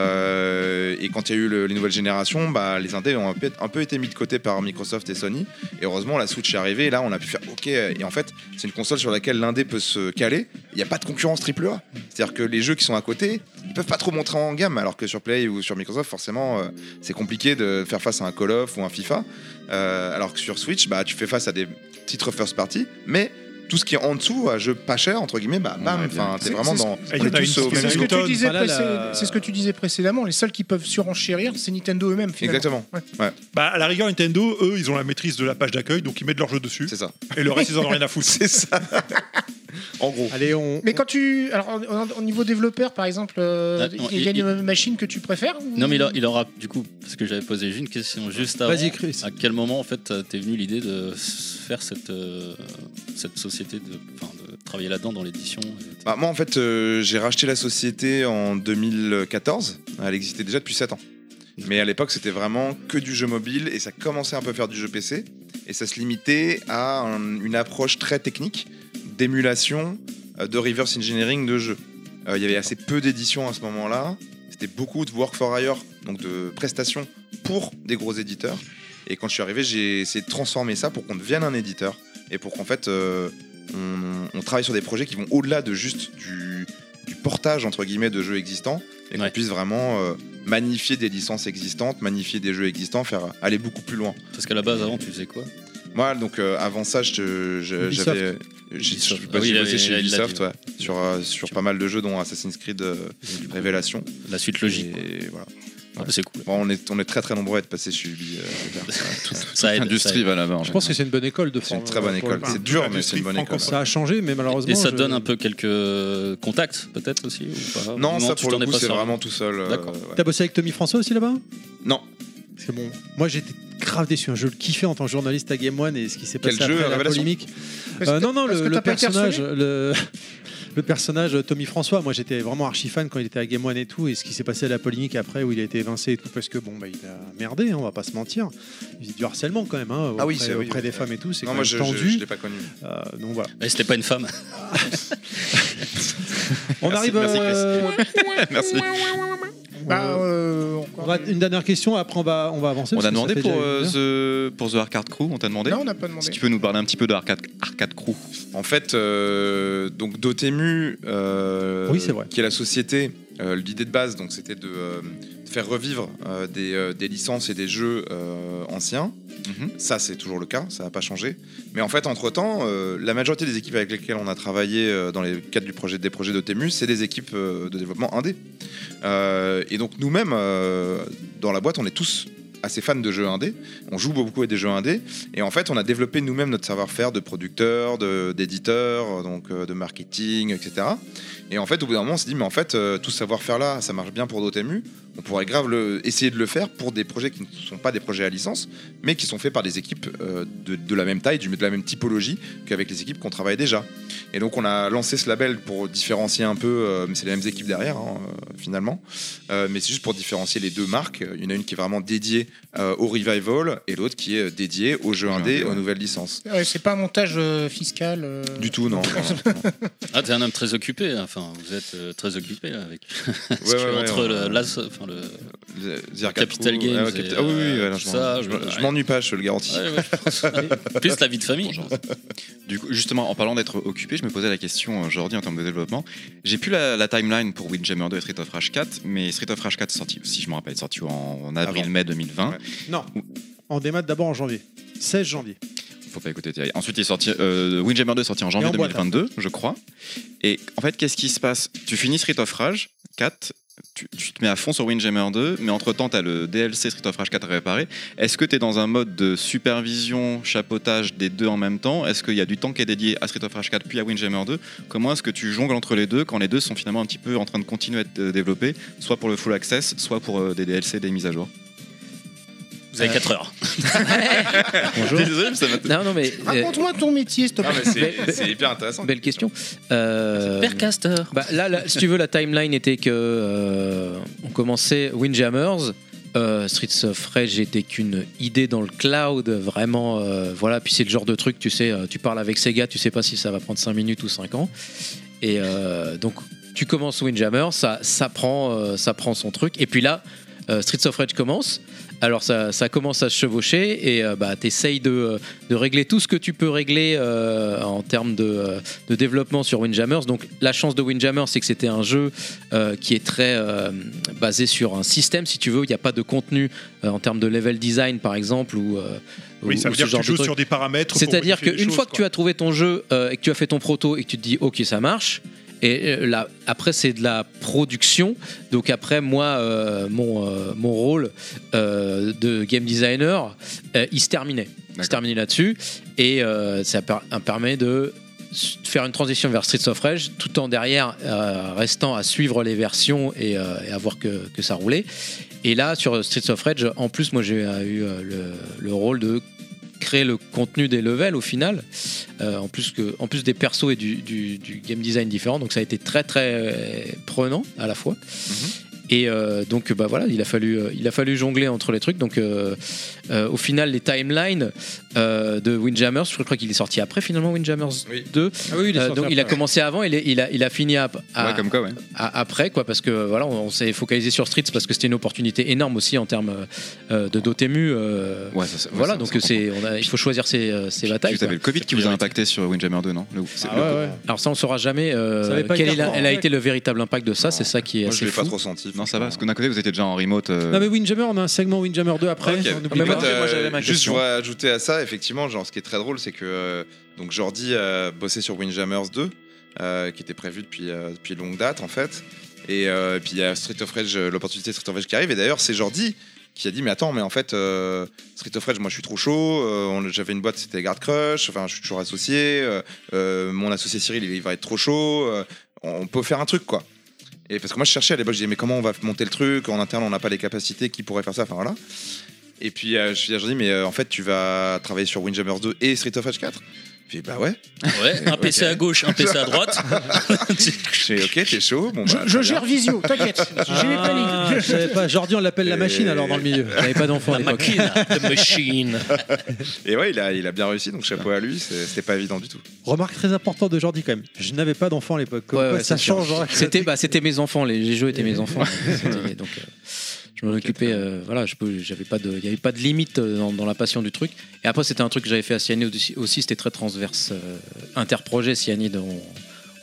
[SPEAKER 10] Euh, et quand il y a eu le- les nouvelles générations, bah, les indés ont un peu, un peu été mis de côté par Microsoft et Sony. Et heureusement, la Switch est arrivée. Et là, on a pu faire OK. Et en fait, c'est une console sur laquelle l'indé peut se caler. Il n'y a pas de concurrence AAA. C'est-à-dire que les jeux qui sont à côté, ils peuvent pas trop montrer en gamme. Alors que sur Play ou sur Microsoft, forcément, euh, c'est compliqué de faire face à un Call of ou un FIFA. Euh, alors que sur Switch, bah, tu fais face à des titres first party, mais tout ce qui est en dessous à jeu pas cher entre guillemets bah bam
[SPEAKER 4] Ouais, bien.
[SPEAKER 10] enfin t'es
[SPEAKER 3] C'est-
[SPEAKER 10] vraiment
[SPEAKER 3] c'est- Eh,
[SPEAKER 10] dans
[SPEAKER 8] Et il y en a
[SPEAKER 10] on est
[SPEAKER 8] une-
[SPEAKER 10] tous au
[SPEAKER 8] c'est
[SPEAKER 10] même
[SPEAKER 3] C'est ce,
[SPEAKER 10] niveau.
[SPEAKER 3] que
[SPEAKER 8] Hamilton,
[SPEAKER 3] tu disais
[SPEAKER 12] voilà,
[SPEAKER 3] précé-
[SPEAKER 12] la-
[SPEAKER 3] c'est ce que tu disais précédemment. Les seuls qui peuvent surenchérir, c'est Nintendo eux-mêmes. finalement.
[SPEAKER 10] exactement
[SPEAKER 8] Bah, à la rigueur, Nintendo, eux, ils ont la maîtrise de la page d'accueil, donc ils mettent leur jeu dessus.
[SPEAKER 10] c'est ça
[SPEAKER 8] Et le reste, ils en ont rien à foutre.
[SPEAKER 10] [laughs] c'est ça en gros
[SPEAKER 1] Allez, on.
[SPEAKER 3] Mais quand tu. Alors, en- en- au niveau développeur, par exemple, euh,
[SPEAKER 6] Ah,
[SPEAKER 3] il
[SPEAKER 6] non,
[SPEAKER 3] y a
[SPEAKER 6] il-
[SPEAKER 3] une machine que tu préfères ou-
[SPEAKER 6] Non mais il, a- il aura du coup parce que j'avais posé une question juste avant.
[SPEAKER 12] Vas-y, Chris.
[SPEAKER 6] À quel moment en fait t'es venu l'idée de s- faire cette euh, cette société de, enfin, de travailler là-dedans dans l'édition et-
[SPEAKER 10] Bah, moi, en fait, euh, j'ai racheté la société en 2014. Elle existait déjà depuis 7 ans. Mais à l'époque, c'était vraiment que du jeu mobile et ça commençait un peu à faire du jeu PC. Et ça se limitait à un- une approche très technique d'émulation, euh, de reverse engineering de jeu. Euh, Il y avait assez peu d'éditions à ce moment-là. C'était beaucoup de work for hire, donc de prestations pour des gros éditeurs. Et quand je suis arrivé, j'ai essayé de transformer ça pour qu'on devienne un éditeur et pour qu'en fait, euh, on, on travaille sur des projets qui vont au-delà de juste du, du portage entre guillemets de jeux existants et
[SPEAKER 6] Ouais.
[SPEAKER 10] qu'on puisse vraiment euh, magnifier des licences existantes, magnifier des jeux existants, faire aller beaucoup plus loin.
[SPEAKER 6] Parce qu'à la base avant tu faisais quoi
[SPEAKER 10] Moi, donc euh, avant ça, je te- je-
[SPEAKER 1] Ubisoft.
[SPEAKER 10] j'avais j'ai- je
[SPEAKER 6] Ubisoft.
[SPEAKER 10] suis passé-
[SPEAKER 6] Ah oui,
[SPEAKER 10] j'ai bossé
[SPEAKER 6] il avait- il
[SPEAKER 10] chez
[SPEAKER 6] a dit,
[SPEAKER 10] Ubisoft
[SPEAKER 6] ouais.
[SPEAKER 10] ouais, sur euh, sur pas mal de jeux dont Assassin's Creed euh,
[SPEAKER 6] Du coup,
[SPEAKER 10] Révélation.
[SPEAKER 6] La suite logique. quoi.
[SPEAKER 10] Et voilà.
[SPEAKER 6] Ah, bah, c'est cool.
[SPEAKER 10] Bon, on est on est très très nombreux à être passés chez Ubi. euh, plus
[SPEAKER 6] [laughs]
[SPEAKER 10] tard.
[SPEAKER 6] Ça aide. ça
[SPEAKER 4] Industrie
[SPEAKER 6] aide.
[SPEAKER 4] va
[SPEAKER 10] bah,
[SPEAKER 4] là-bas. en
[SPEAKER 1] Je pense que c'est une bonne école de
[SPEAKER 10] c'est une
[SPEAKER 1] forme,
[SPEAKER 10] très bonne
[SPEAKER 1] euh, pour le
[SPEAKER 10] école.
[SPEAKER 1] coup.
[SPEAKER 10] C'est dur, mais c'est une bonne école.
[SPEAKER 1] Ça a changé, mais malheureusement.
[SPEAKER 6] Et
[SPEAKER 1] je-
[SPEAKER 6] ça te donne un peu quelques contacts peut-être aussi ou pas
[SPEAKER 10] Non, ça
[SPEAKER 6] tu
[SPEAKER 10] pour
[SPEAKER 6] t'en
[SPEAKER 10] le
[SPEAKER 6] es
[SPEAKER 10] coup,
[SPEAKER 6] pas
[SPEAKER 10] c'est
[SPEAKER 6] servi.
[SPEAKER 10] vraiment tout seul. euh,
[SPEAKER 6] D'accord.
[SPEAKER 10] ouais.
[SPEAKER 1] T'as bossé avec Tommy François aussi là-bas
[SPEAKER 10] Non,
[SPEAKER 1] C'est bon. Moi, j'étais grave déçu. hein. Je le kiffais en tant que journaliste à Game One et ce qui s'est
[SPEAKER 10] Quel
[SPEAKER 1] passé
[SPEAKER 10] jeu,
[SPEAKER 1] après la
[SPEAKER 10] Révélation
[SPEAKER 1] polémique.
[SPEAKER 3] Parce
[SPEAKER 1] Euh,
[SPEAKER 3] que-
[SPEAKER 1] non, non,
[SPEAKER 3] parce
[SPEAKER 1] le,
[SPEAKER 3] que
[SPEAKER 1] le
[SPEAKER 3] t'as pas été
[SPEAKER 1] personnage,
[SPEAKER 3] harcelé
[SPEAKER 1] le, [laughs] le personnage euh, Tommy François. Moi, j'étais vraiment archi fan quand il était à Game One et tout, et ce qui s'est passé à la polémique après où il a été évincé et tout, parce que bon, bah, il a merdé, hein, on va pas se mentir. Il y a du harcèlement quand même, hein,
[SPEAKER 10] Ah oui,
[SPEAKER 1] auprès,
[SPEAKER 10] c'est- oui,
[SPEAKER 1] auprès
[SPEAKER 10] oui,
[SPEAKER 1] des
[SPEAKER 10] oui.
[SPEAKER 1] femmes et tout, c'est
[SPEAKER 10] non
[SPEAKER 1] quand
[SPEAKER 10] moi
[SPEAKER 1] même
[SPEAKER 10] je je-
[SPEAKER 1] tendu.
[SPEAKER 10] je l'ai pas connu.
[SPEAKER 1] Euh, donc voilà.
[SPEAKER 6] Mais c'était pas une femme.
[SPEAKER 1] On
[SPEAKER 10] Merci,
[SPEAKER 1] arrive.
[SPEAKER 10] merci,
[SPEAKER 1] euh,
[SPEAKER 4] Merci.
[SPEAKER 3] Bah, euh, encore
[SPEAKER 1] on va-
[SPEAKER 3] des-
[SPEAKER 1] une dernière question. Après, on va on va avancer.
[SPEAKER 4] On
[SPEAKER 1] parce
[SPEAKER 4] t'a
[SPEAKER 1] que
[SPEAKER 4] demandé
[SPEAKER 1] ça fait
[SPEAKER 4] pour,
[SPEAKER 1] déjà une heure.
[SPEAKER 4] euh, the, pour The Arcade Crew, on t'a demandé
[SPEAKER 3] Non, on n'a pas
[SPEAKER 4] Si tu
[SPEAKER 3] demandé.
[SPEAKER 4] peux nous parler un petit peu de Arcade, Arcade Crew.
[SPEAKER 10] En fait, euh, donc Dotemu, euh,
[SPEAKER 1] Oui, c'est vrai.
[SPEAKER 10] qui est la société, euh, l'idée de base, donc c'était de euh, faire revivre euh, des, euh, des licences et des jeux euh, anciens.
[SPEAKER 4] Mhm.
[SPEAKER 10] Ça, c'est toujours le cas, ça n'a pas changé. Mais en fait, entre temps, la majorité des équipes avec lesquelles on a travaillé euh, dans les cadres du projet des projets Dotemu, c'est des équipes euh, de développement indé. Euh, et donc nous-mêmes, euh, dans la boîte, on est tous assez fans de jeux indés. On joue beaucoup à des jeux indés. Et en fait, on a développé nous-mêmes notre savoir-faire de producteurs, de- d'éditeurs, donc euh, de marketing, etc. Et en fait, au bout d'un moment, on s'est dit, mais en fait, euh, tout ce savoir-faire-là, ça marche bien pour Dotemu. On pourrait grave le- essayer de le faire pour des projets qui ne sont pas des projets à licence, mais qui sont faits par des équipes euh, de, de la même taille, du- de la même typologie qu'avec les équipes qu'on travaille déjà. Et donc, on a lancé ce label pour différencier un peu, euh, mais c'est les mêmes équipes derrière, hein, euh, finalement. Euh, mais c'est juste pour différencier les deux marques. Il y en a une qui est vraiment dédiée euh, au revival et l'autre qui est euh, dédiée aux jeux
[SPEAKER 4] Jeux
[SPEAKER 10] indés,
[SPEAKER 4] indés,
[SPEAKER 10] aux
[SPEAKER 4] ouais.
[SPEAKER 10] nouvelles licences.
[SPEAKER 3] Ouais, c'est pas un montage euh, fiscal. euh,
[SPEAKER 10] Du tout,
[SPEAKER 3] [laughs]
[SPEAKER 10] non. non, non.
[SPEAKER 6] Ah, t'es un homme très occupé. hein. Enfin, vous êtes euh, très occupé là, avec. [laughs] Parce
[SPEAKER 10] Ouais,
[SPEAKER 6] que
[SPEAKER 10] ouais,
[SPEAKER 6] entre
[SPEAKER 10] ouais,
[SPEAKER 6] le,
[SPEAKER 10] ouais.
[SPEAKER 6] la so- enfin, le-
[SPEAKER 10] The- The Arcade
[SPEAKER 6] Capital
[SPEAKER 10] Crew,
[SPEAKER 6] Games.
[SPEAKER 10] Ah, ouais,
[SPEAKER 6] et,
[SPEAKER 10] Capital- ah oui, oui,
[SPEAKER 6] euh,
[SPEAKER 10] ouais, non,
[SPEAKER 6] tout
[SPEAKER 10] je
[SPEAKER 6] ça,
[SPEAKER 10] m'en-
[SPEAKER 6] je
[SPEAKER 10] je
[SPEAKER 6] me-
[SPEAKER 10] m'en- je m'ennuie pas, je te le garantis.
[SPEAKER 6] Ouais, ouais, je
[SPEAKER 4] [laughs]
[SPEAKER 6] pense. Plus la vie de famille.
[SPEAKER 4] Bonjour. Du coup, justement, en parlant d'être occupé, je me posais la question aujourd'hui en termes de développement. J'ai plus la, la timeline pour Windjammer 2 et Street of Rage 4, mais Street of Rage 4 est sorti, si je me rappelle, est sorti en,
[SPEAKER 10] Avant.
[SPEAKER 4] avril-mai 2020.
[SPEAKER 10] Ouais.
[SPEAKER 1] Non. En démat d'abord en janvier. 16 janvier.
[SPEAKER 4] Faut pas écouter Thierry. Ensuite, il est sorti, euh, Windjammer 2 est sorti en janvier
[SPEAKER 1] Et en boîte,
[SPEAKER 4] 2022, je crois. Et en fait, qu'est-ce qui se passe Tu finis Street of Rage 4, tu, tu te mets à fond sur Windjammer 2, mais entre-temps, tu as le DLC Street of Rage 4 à réparer. Est-ce que tu es dans un mode de supervision, chapeautage des deux en même temps Est-ce qu'il y a du temps qui est dédié à Street of Rage 4 puis à Windjammer 2 Comment est-ce que tu jongles entre les deux quand les deux sont finalement un petit peu en train de continuer à être euh, développés, soit pour le full access, soit pour euh, des DLC, des mises à jour
[SPEAKER 6] Vous avez 4 heures.
[SPEAKER 9] Bonjour.
[SPEAKER 4] [laughs] Désolé, mais ça m'a-
[SPEAKER 9] Non, non, mais. euh,
[SPEAKER 3] Raconte-moi ton métier, s'il te
[SPEAKER 10] Ah,
[SPEAKER 3] plaît.
[SPEAKER 10] mais c'est- c'est hyper intéressant.
[SPEAKER 9] belle question. Euh,
[SPEAKER 12] Percaster.
[SPEAKER 9] Bah, là, là, si tu veux, la timeline était que euh, on commençait Windjammers. euh, Streets of Rage était qu'une idée dans le cloud, vraiment. euh, voilà, puis c'est le genre de truc, tu sais, euh, tu parles avec Sega, tu sais pas si ça va prendre 5 minutes ou 5 ans. Et euh, donc, tu commences Windjammer, ça, ça, prend, euh, ça prend son truc. Et puis là, euh, Streets of Rage commence. Alors ça, ça commence à se chevaucher et euh, bah, tu essayes de, euh, de régler tout ce que tu peux régler euh, en termes de, euh, de développement sur Windjammers. Donc la chance de Windjammers, c'est que c'était un jeu euh, qui est très euh, basé sur un système, si tu veux. Il n'y a pas de contenu euh, en termes de level design, par exemple, ou, euh,
[SPEAKER 8] Oui,
[SPEAKER 9] ou-
[SPEAKER 8] ça
[SPEAKER 9] ou ce
[SPEAKER 8] veut dire que
[SPEAKER 9] genre
[SPEAKER 8] tu
[SPEAKER 9] de
[SPEAKER 8] joues
[SPEAKER 9] truc.
[SPEAKER 8] sur des paramètres. pour
[SPEAKER 9] C'est-à-dire
[SPEAKER 8] modifier les
[SPEAKER 9] qu'une
[SPEAKER 8] choses,
[SPEAKER 9] fois que tu as trouvé ton jeu euh, et que tu as fait ton proto et que tu te dis ok ça marche, et euh, là, après c'est de la production. Donc après moi euh, mon, euh, mon rôle euh, de game designer euh, il se terminait. Il se terminait là-dessus et euh, ça per- un- permet de s- faire une transition vers Streets of Rage tout en derrière euh, restant à suivre les versions et, euh, et à voir que, que ça roulait. Et là sur Streets of Rage en plus moi j'ai euh, eu euh, le- le rôle de créer le contenu des levels au final, euh, en, plus que, en plus des persos et du, du- du game design différent. Donc ça a été très très euh, prenant à la fois. Et euh, donc bah voilà, il a fallu euh, il a fallu jongler entre les trucs. Donc euh, euh, au final les timelines euh, de Windjammers, je crois qu'il est sorti après finalement Windjammers 2.
[SPEAKER 1] Ah oui, il est
[SPEAKER 9] Euh,
[SPEAKER 1] sorti
[SPEAKER 9] donc il a
[SPEAKER 1] après, ouais.
[SPEAKER 9] commencé avant, il, est- il a il a fini à, à-
[SPEAKER 4] Ouais, comme quoi, ouais.
[SPEAKER 9] à- après quoi parce que voilà on, on s'est focalisé sur Streets parce que c'était une opportunité énorme aussi en termes euh, de Dotemu euh,
[SPEAKER 4] Ouais, ça, ça- ouais,
[SPEAKER 9] voilà
[SPEAKER 4] ça-
[SPEAKER 9] donc
[SPEAKER 4] ça-
[SPEAKER 9] c'est on a- il faut choisir ses, euh, ses batailles
[SPEAKER 4] Vous
[SPEAKER 9] quoi.
[SPEAKER 4] avez le Covid qui vous a impacté sur Windjammer 2, non Le- c'est- le-
[SPEAKER 9] alors Ah ça on saura jamais euh,
[SPEAKER 1] Ah Ça avait pas
[SPEAKER 9] quel
[SPEAKER 1] été hein.
[SPEAKER 9] est la-
[SPEAKER 1] reporté.
[SPEAKER 9] elle a été le véritable impact de ça c'est ça qui est
[SPEAKER 10] Moi, je
[SPEAKER 9] assez
[SPEAKER 10] l'ai
[SPEAKER 9] fou
[SPEAKER 10] pas trop senti.
[SPEAKER 4] Non, ça va, parce que d'un côté, vous étiez déjà en remote. euh,
[SPEAKER 1] Non mais Windjammer, on a un segment Windjammer 2 après.
[SPEAKER 10] Ok.
[SPEAKER 1] on
[SPEAKER 10] En
[SPEAKER 1] oublie
[SPEAKER 10] fait,
[SPEAKER 1] pas.
[SPEAKER 12] Ah, moi,
[SPEAKER 10] euh,
[SPEAKER 12] j'avais ma
[SPEAKER 10] juste, je
[SPEAKER 12] question.
[SPEAKER 10] voudrais ajouter à ça, effectivement, genre, ce qui est très drôle, c'est que euh, donc Jordi a bossé sur Windjammers 2, euh, qui était prévu depuis, euh, depuis longue date, en fait. Et, euh, et puis, il y a Street of Rage, euh, l'opportunité de Street of Rage qui arrive. Et d'ailleurs, c'est Jordi qui a dit Mais attends, mais en fait, euh, Street of Rage, moi, je suis trop chaud. euh, on- J'avais une boîte, c'était Guard Crush. Enfin, je suis toujours associé. euh, euh, mon associé Cyril, il, il va être trop chaud. euh, on peut faire un truc, quoi. Et parce que moi, je cherchais à l'époque, je disais, mais comment on va monter le truc En interne, on n'a pas les capacités, qui pourrait faire ça Enfin, voilà. Et puis euh, je suis à Jordi, mais euh, en fait, tu vas travailler sur Windjammers 2 et Street of Rage 4 Puis bah ouais, [laughs]
[SPEAKER 6] Ouais, un PC à gauche, un PC à droite.
[SPEAKER 10] je fais, ok, t'es chaud. Bon,
[SPEAKER 3] Je,
[SPEAKER 10] bah,
[SPEAKER 3] je
[SPEAKER 10] très
[SPEAKER 3] gère
[SPEAKER 10] bien.
[SPEAKER 3] Visio, t'inquiète. J'ai les
[SPEAKER 1] Ah,
[SPEAKER 3] plannings.
[SPEAKER 1] je savais pas. Jordi, on l'appelle la
[SPEAKER 10] Et-
[SPEAKER 1] machine alors dans le milieu.
[SPEAKER 9] J'avais pas d'enfant à
[SPEAKER 6] La
[SPEAKER 9] l'époque.
[SPEAKER 6] machine, the machine.
[SPEAKER 10] [laughs] Et ouais, il a, il a bien réussi, donc chapeau à lui, c'est- c'était pas évident du tout.
[SPEAKER 1] Remarque très importante de Jordi quand même. Je n'avais pas d'enfant à l'époque. Comme
[SPEAKER 9] Ouais,
[SPEAKER 1] quoi,
[SPEAKER 9] ouais,
[SPEAKER 1] ça
[SPEAKER 9] c'est sûr.
[SPEAKER 1] change. hein.
[SPEAKER 9] C'était bah, c'était mes enfants, les, les jeux étaient mes enfants. [laughs] C'était- donc euh, je m'en occupais. euh, voilà, je peux- j'avais pas de, il y avait pas de limite euh, dans, dans la passion du truc. Et après c'était un truc que j'avais fait à Cyanide aussi. aussi, c'était très transverse, euh, interprojet Cyanide. On,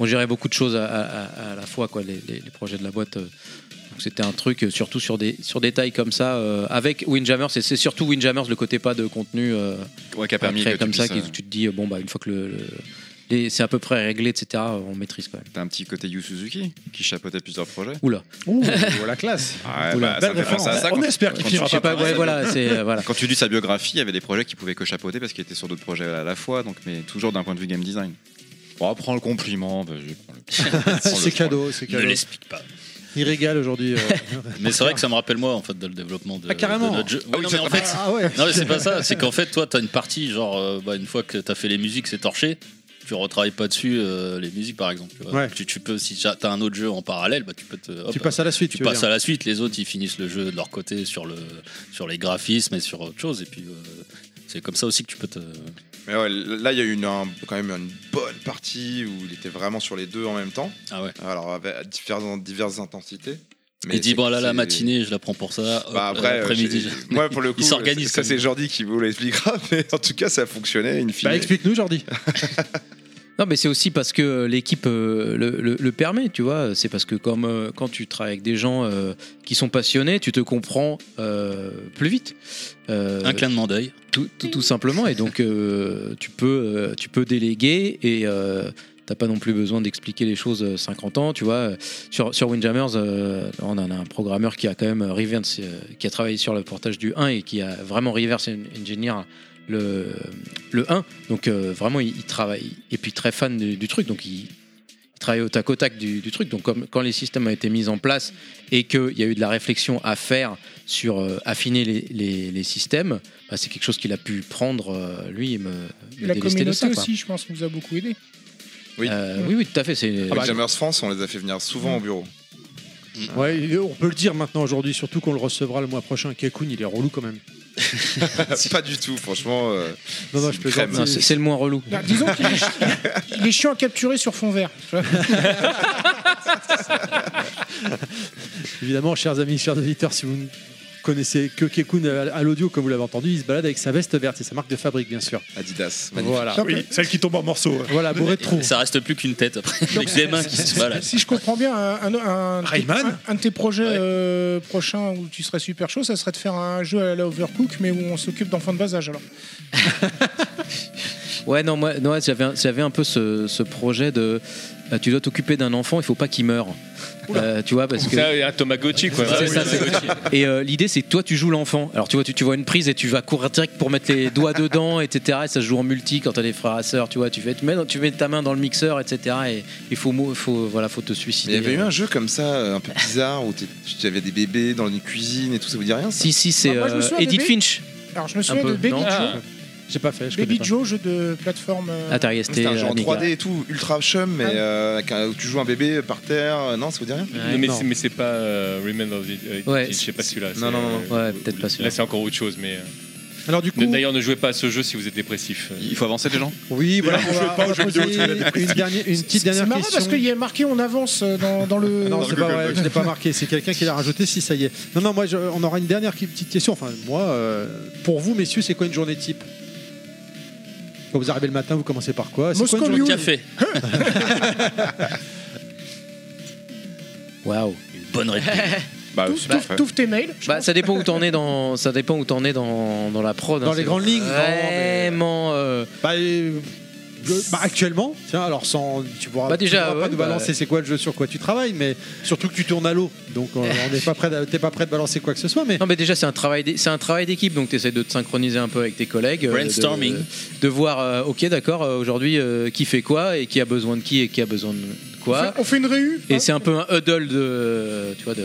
[SPEAKER 9] on gérait beaucoup de choses à, à- à- à la fois, quoi, les, les- les projets de la boîte. euh. donc c'était un truc, euh, surtout sur des, sur des tailles comme ça, euh, avec Windjammers, et c'est surtout Windjammers, le côté pas de contenu euh,
[SPEAKER 4] Ouais, qui a permis
[SPEAKER 9] créé
[SPEAKER 4] que
[SPEAKER 9] comme
[SPEAKER 4] tu
[SPEAKER 9] ça,
[SPEAKER 4] puisses,
[SPEAKER 9] qui-
[SPEAKER 4] euh,
[SPEAKER 9] tu te dis, euh, bon, bah, une fois que le, le- les- c'est à peu près réglé, etc., on maîtrise quand même.
[SPEAKER 4] T'as un petit côté Yu Suzuki qui chapeautait plusieurs projets.
[SPEAKER 9] Oula.
[SPEAKER 1] Ouh, la classe.
[SPEAKER 4] Ouais,
[SPEAKER 1] Oula,
[SPEAKER 4] bah, ça
[SPEAKER 1] belle
[SPEAKER 4] me fait penser à
[SPEAKER 1] référence.
[SPEAKER 4] ça.
[SPEAKER 8] On
[SPEAKER 4] Quand,
[SPEAKER 8] espère qu'il
[SPEAKER 4] quand
[SPEAKER 8] finira
[SPEAKER 9] Je sais pas,
[SPEAKER 8] pareil.
[SPEAKER 9] ouais, voilà, c'est euh, voilà.
[SPEAKER 4] quand tu lis sa biographie, il y avait des projets qu'il pouvait que chapeauter parce qu'il était sur d'autres projets à la fois, donc, mais toujours d'un point de vue game design. Bon, prends le compliment. bah, je [laughs] prends le- prends le-
[SPEAKER 1] [laughs] C'est cadeau, c'est
[SPEAKER 6] Ne
[SPEAKER 1] cadeau.
[SPEAKER 6] l'explique pas.
[SPEAKER 1] Il régale aujourd'hui. euh.
[SPEAKER 6] [laughs] Mais c'est vrai que ça me rappelle moi en fait de le développement de,
[SPEAKER 1] Ah, carrément.
[SPEAKER 6] de notre jeu.
[SPEAKER 10] Ah oui,
[SPEAKER 6] non,
[SPEAKER 10] ça
[SPEAKER 6] mais en
[SPEAKER 10] te
[SPEAKER 6] fait,
[SPEAKER 1] Ah ouais.
[SPEAKER 6] non mais c'est pas ça. C'est qu'en fait toi t'as une partie genre euh, bah, une fois que t'as fait les musiques c'est torché. Tu retravailles pas dessus euh, les musiques par exemple. Tu, vois.
[SPEAKER 1] Ouais.
[SPEAKER 6] Tu, tu peux si t'as t'as un autre jeu en parallèle bah tu peux te. hop,
[SPEAKER 1] Tu passes à la suite.
[SPEAKER 6] tu
[SPEAKER 1] Tu veux
[SPEAKER 6] passes
[SPEAKER 1] dire.
[SPEAKER 6] à la suite, les autres ils finissent le jeu de leur côté sur, le, sur les graphismes et sur autre chose. Et puis euh, c'est comme ça aussi que tu peux te.
[SPEAKER 10] Mais ouais, là, il y a eu une, un- quand même une bonne partie où il était vraiment sur les deux en même temps.
[SPEAKER 6] Ah ouais.
[SPEAKER 10] Alors, avec, à différentes, diverses intensités.
[SPEAKER 6] il dit
[SPEAKER 10] c'est-
[SPEAKER 6] bon là la
[SPEAKER 10] c'est-
[SPEAKER 6] matinée je la prends pour ça.
[SPEAKER 10] Bah
[SPEAKER 6] hop,
[SPEAKER 10] après, euh,
[SPEAKER 6] l'après-midi.
[SPEAKER 10] j'ai- moi
[SPEAKER 6] [laughs]
[SPEAKER 10] pour le coup,
[SPEAKER 6] s'organise,
[SPEAKER 10] ça
[SPEAKER 6] quand
[SPEAKER 10] c'est Jordi qui vous l'expliquera, [laughs] mais en tout cas ça fonctionnait une fille.
[SPEAKER 1] Bah, explique-nous, Jordi.
[SPEAKER 9] [laughs] Non, mais c'est aussi parce que l'équipe euh, le, le- le permet, tu vois. C'est parce que comme euh, quand tu travailles avec des gens euh, qui sont passionnés, tu te comprends euh, plus vite. Euh,
[SPEAKER 6] Un clignement d'œil.
[SPEAKER 9] tout, tout- tout simplement. Et donc, euh, tu, peux, euh, tu peux déléguer et euh, t'as pas non plus besoin d'expliquer les choses euh, 50 ans. Tu vois, Euh, sur, sur Windjammers, euh, on en a un programmeur qui a quand même euh, reverse, euh, qui a travaillé sur le portage du 1 et qui a vraiment reverse en- engineer le, le 1. Donc, euh, vraiment, il, il travaille. Et puis, très fan du, du truc. Donc, il. il travaille au tac au tac du, du truc. Donc, comme, quand les systèmes ont été mis en place et qu'il y a eu de la réflexion à faire sur euh, affiner les- les- les systèmes, bah, c'est quelque chose qu'il a pu prendre euh, lui et me, me délister
[SPEAKER 3] La
[SPEAKER 9] de
[SPEAKER 3] communauté
[SPEAKER 9] ça. quoi.
[SPEAKER 3] aussi, je pense, nous a beaucoup aidé.
[SPEAKER 9] Euh, oui, oui, tout à fait. C'est
[SPEAKER 10] Ah bah, Jammers France, on les a fait venir souvent au
[SPEAKER 9] [laughs]
[SPEAKER 10] bureau.
[SPEAKER 1] Mm. Ouais, et on peut le dire maintenant aujourd'hui, surtout qu'on le recevra le mois prochain. Kekun, il est relou quand même.
[SPEAKER 10] pas du tout, franchement. euh,
[SPEAKER 1] Non, non,
[SPEAKER 10] C'est
[SPEAKER 1] je
[SPEAKER 10] une
[SPEAKER 1] plaisante.
[SPEAKER 10] crème.
[SPEAKER 9] Non, c'est c'est le moins relou.
[SPEAKER 1] Bah,
[SPEAKER 3] Non, disons qu'il
[SPEAKER 1] [laughs]
[SPEAKER 3] est, chi- il est chiant à capturer sur fond vert. tu vois.
[SPEAKER 1] Évidemment, chers amis, chers auditeurs, si vous ne connaissez que Kekun à à l'audio, comme vous l'avez entendu, il se balade avec sa veste verte. C'est sa marque de fabrique, bien sûr.
[SPEAKER 10] Adidas. Magnifique.
[SPEAKER 1] Voilà.
[SPEAKER 8] Oui, celle qui tombe en morceaux. ouais.
[SPEAKER 1] Voilà, bourré de trous.
[SPEAKER 6] Ça reste plus qu'une tête après.
[SPEAKER 3] Donc,
[SPEAKER 6] Avec des mains qui se baladent.
[SPEAKER 3] Si je comprends bien, un, un- un-
[SPEAKER 8] Rayman
[SPEAKER 3] un- un de tes projets euh, prochains où tu serais super chaud, ça serait de faire un jeu à la Overcook, mais où on s'occupe d'enfants de bas âge. Alors,
[SPEAKER 9] Ouais, non, moi, non, ouais, j'avais, un- j'avais un peu ce, ce projet de. euh, Tu dois t'occuper d'un enfant, il faut pas qu'il meure. Euh, tu vois, parce que.
[SPEAKER 5] Ça, un Tamagotchi, quoi. Ah
[SPEAKER 9] C'est ça, c'est- Et euh, l'idée, c'est que toi, tu joues l'enfant. Alors, tu vois, tu, tu vois une prise et tu vas courir direct pour mettre les doigts dedans, etc. Et ça se joue en multi quand t'as des frères et sœurs, tu vois. Tu, fais, tu, mets, tu mets ta main dans le mixeur, etc. Et il faut, mo- faut, voilà, faut te
[SPEAKER 10] Il
[SPEAKER 9] suicider.
[SPEAKER 10] y avait eu un jeu comme ça, euh, un peu bizarre, où t'es- tu avais des bébés dans une cuisine et tout, ça vous dit rien ça
[SPEAKER 9] Si, si, c'est
[SPEAKER 3] Bah, moi, je me
[SPEAKER 9] euh,
[SPEAKER 3] souviens de
[SPEAKER 9] Edith
[SPEAKER 3] Baby-
[SPEAKER 9] Finch.
[SPEAKER 3] alors je me souviens
[SPEAKER 9] peu,
[SPEAKER 3] de Baby
[SPEAKER 9] non
[SPEAKER 5] Ah.
[SPEAKER 3] Joe,
[SPEAKER 1] J'ai pas fait. Je
[SPEAKER 3] Baby
[SPEAKER 1] connais pas.
[SPEAKER 3] Joe, jeu de plateforme. euh,
[SPEAKER 9] Atari ST.
[SPEAKER 10] C'était un jeu en
[SPEAKER 9] Amiga.
[SPEAKER 10] 3D et tout, ultra chum, mais
[SPEAKER 3] Ah.
[SPEAKER 10] euh, avec un- où tu joues un bébé par terre, euh, non, ça vous dit rien
[SPEAKER 9] Ouais,
[SPEAKER 5] mais
[SPEAKER 9] non.
[SPEAKER 5] c'est- mais c'est pas euh, Remember the.
[SPEAKER 9] Ouais,
[SPEAKER 5] ouais, je sais pas celui-là. euh,
[SPEAKER 10] non, non, non.
[SPEAKER 9] Ouais, peut-être pas celui-là.
[SPEAKER 5] Là, c'est encore autre chose, mais. euh,
[SPEAKER 1] Alors, du coup.
[SPEAKER 5] ne- D'ailleurs, ne jouez pas à ce jeu si vous êtes dépressif.
[SPEAKER 4] Il faut avancer les gens
[SPEAKER 1] Oui, voilà.
[SPEAKER 8] Je
[SPEAKER 1] on
[SPEAKER 8] vais
[SPEAKER 1] va-
[SPEAKER 8] pas
[SPEAKER 1] on va
[SPEAKER 8] aux jeux vidéo,
[SPEAKER 1] poser
[SPEAKER 8] tu
[SPEAKER 1] une, dernière- une petite
[SPEAKER 3] C'est
[SPEAKER 1] dernière
[SPEAKER 3] c'est marrant
[SPEAKER 1] question.
[SPEAKER 3] parce qu'il y a marqué on avance euh, dans, dans le.
[SPEAKER 1] Ah Non,
[SPEAKER 10] Dans
[SPEAKER 1] c'est
[SPEAKER 10] le
[SPEAKER 1] pas
[SPEAKER 10] Google
[SPEAKER 1] vrai,
[SPEAKER 10] Doc.
[SPEAKER 1] je l'ai pas marqué, c'est quelqu'un qui l'a rajouté si ça y est. Non, non, moi je- on aura une dernière qui- petite question. Enfin, moi, euh, pour vous, messieurs, c'est quoi une journée type Quand vous arrivez le matin, vous commencez par quoi C'est quoi
[SPEAKER 3] Moscow
[SPEAKER 1] une
[SPEAKER 3] Mule.
[SPEAKER 1] journée
[SPEAKER 6] Café.
[SPEAKER 9] Waouh.
[SPEAKER 6] Une bonne réponse.
[SPEAKER 10] Bah,
[SPEAKER 3] Touffe- touffe- Touffe tes mails.
[SPEAKER 9] Bah, ça dépend où t'en es dans, ça dépend où t'en es dans, dans la prod. hein,
[SPEAKER 1] Dans les
[SPEAKER 9] c'est
[SPEAKER 1] grandes lignes, non, mais-
[SPEAKER 9] Vraiment. euh,
[SPEAKER 1] bah, euh, je- bah, actuellement, tiens, alors sans. Tu pourras,
[SPEAKER 9] Bah, déjà,
[SPEAKER 1] tu pourras pas
[SPEAKER 9] ouais,
[SPEAKER 1] nous
[SPEAKER 9] bah-
[SPEAKER 1] balancer c'est quoi le jeu sur quoi tu travailles, mais surtout que tu tournes à l'eau. Donc
[SPEAKER 9] [laughs]
[SPEAKER 1] on on n'est pas prêt d'a- t'es pas prêt de balancer quoi que ce soit, mais.
[SPEAKER 9] Non mais déjà c'est un travail d'é- c'est un travail d'équipe donc tu essaies de te synchroniser un peu avec tes collègues euh,
[SPEAKER 6] Brainstorming.
[SPEAKER 9] de, de voir euh, OK d'accord euh, aujourd'hui euh, qui fait quoi et qui a besoin de qui et qui a besoin de
[SPEAKER 3] On
[SPEAKER 9] quoi
[SPEAKER 3] fait- On fait une réu.
[SPEAKER 9] et
[SPEAKER 3] hein.
[SPEAKER 9] c'est un peu un huddle de euh, tu vois de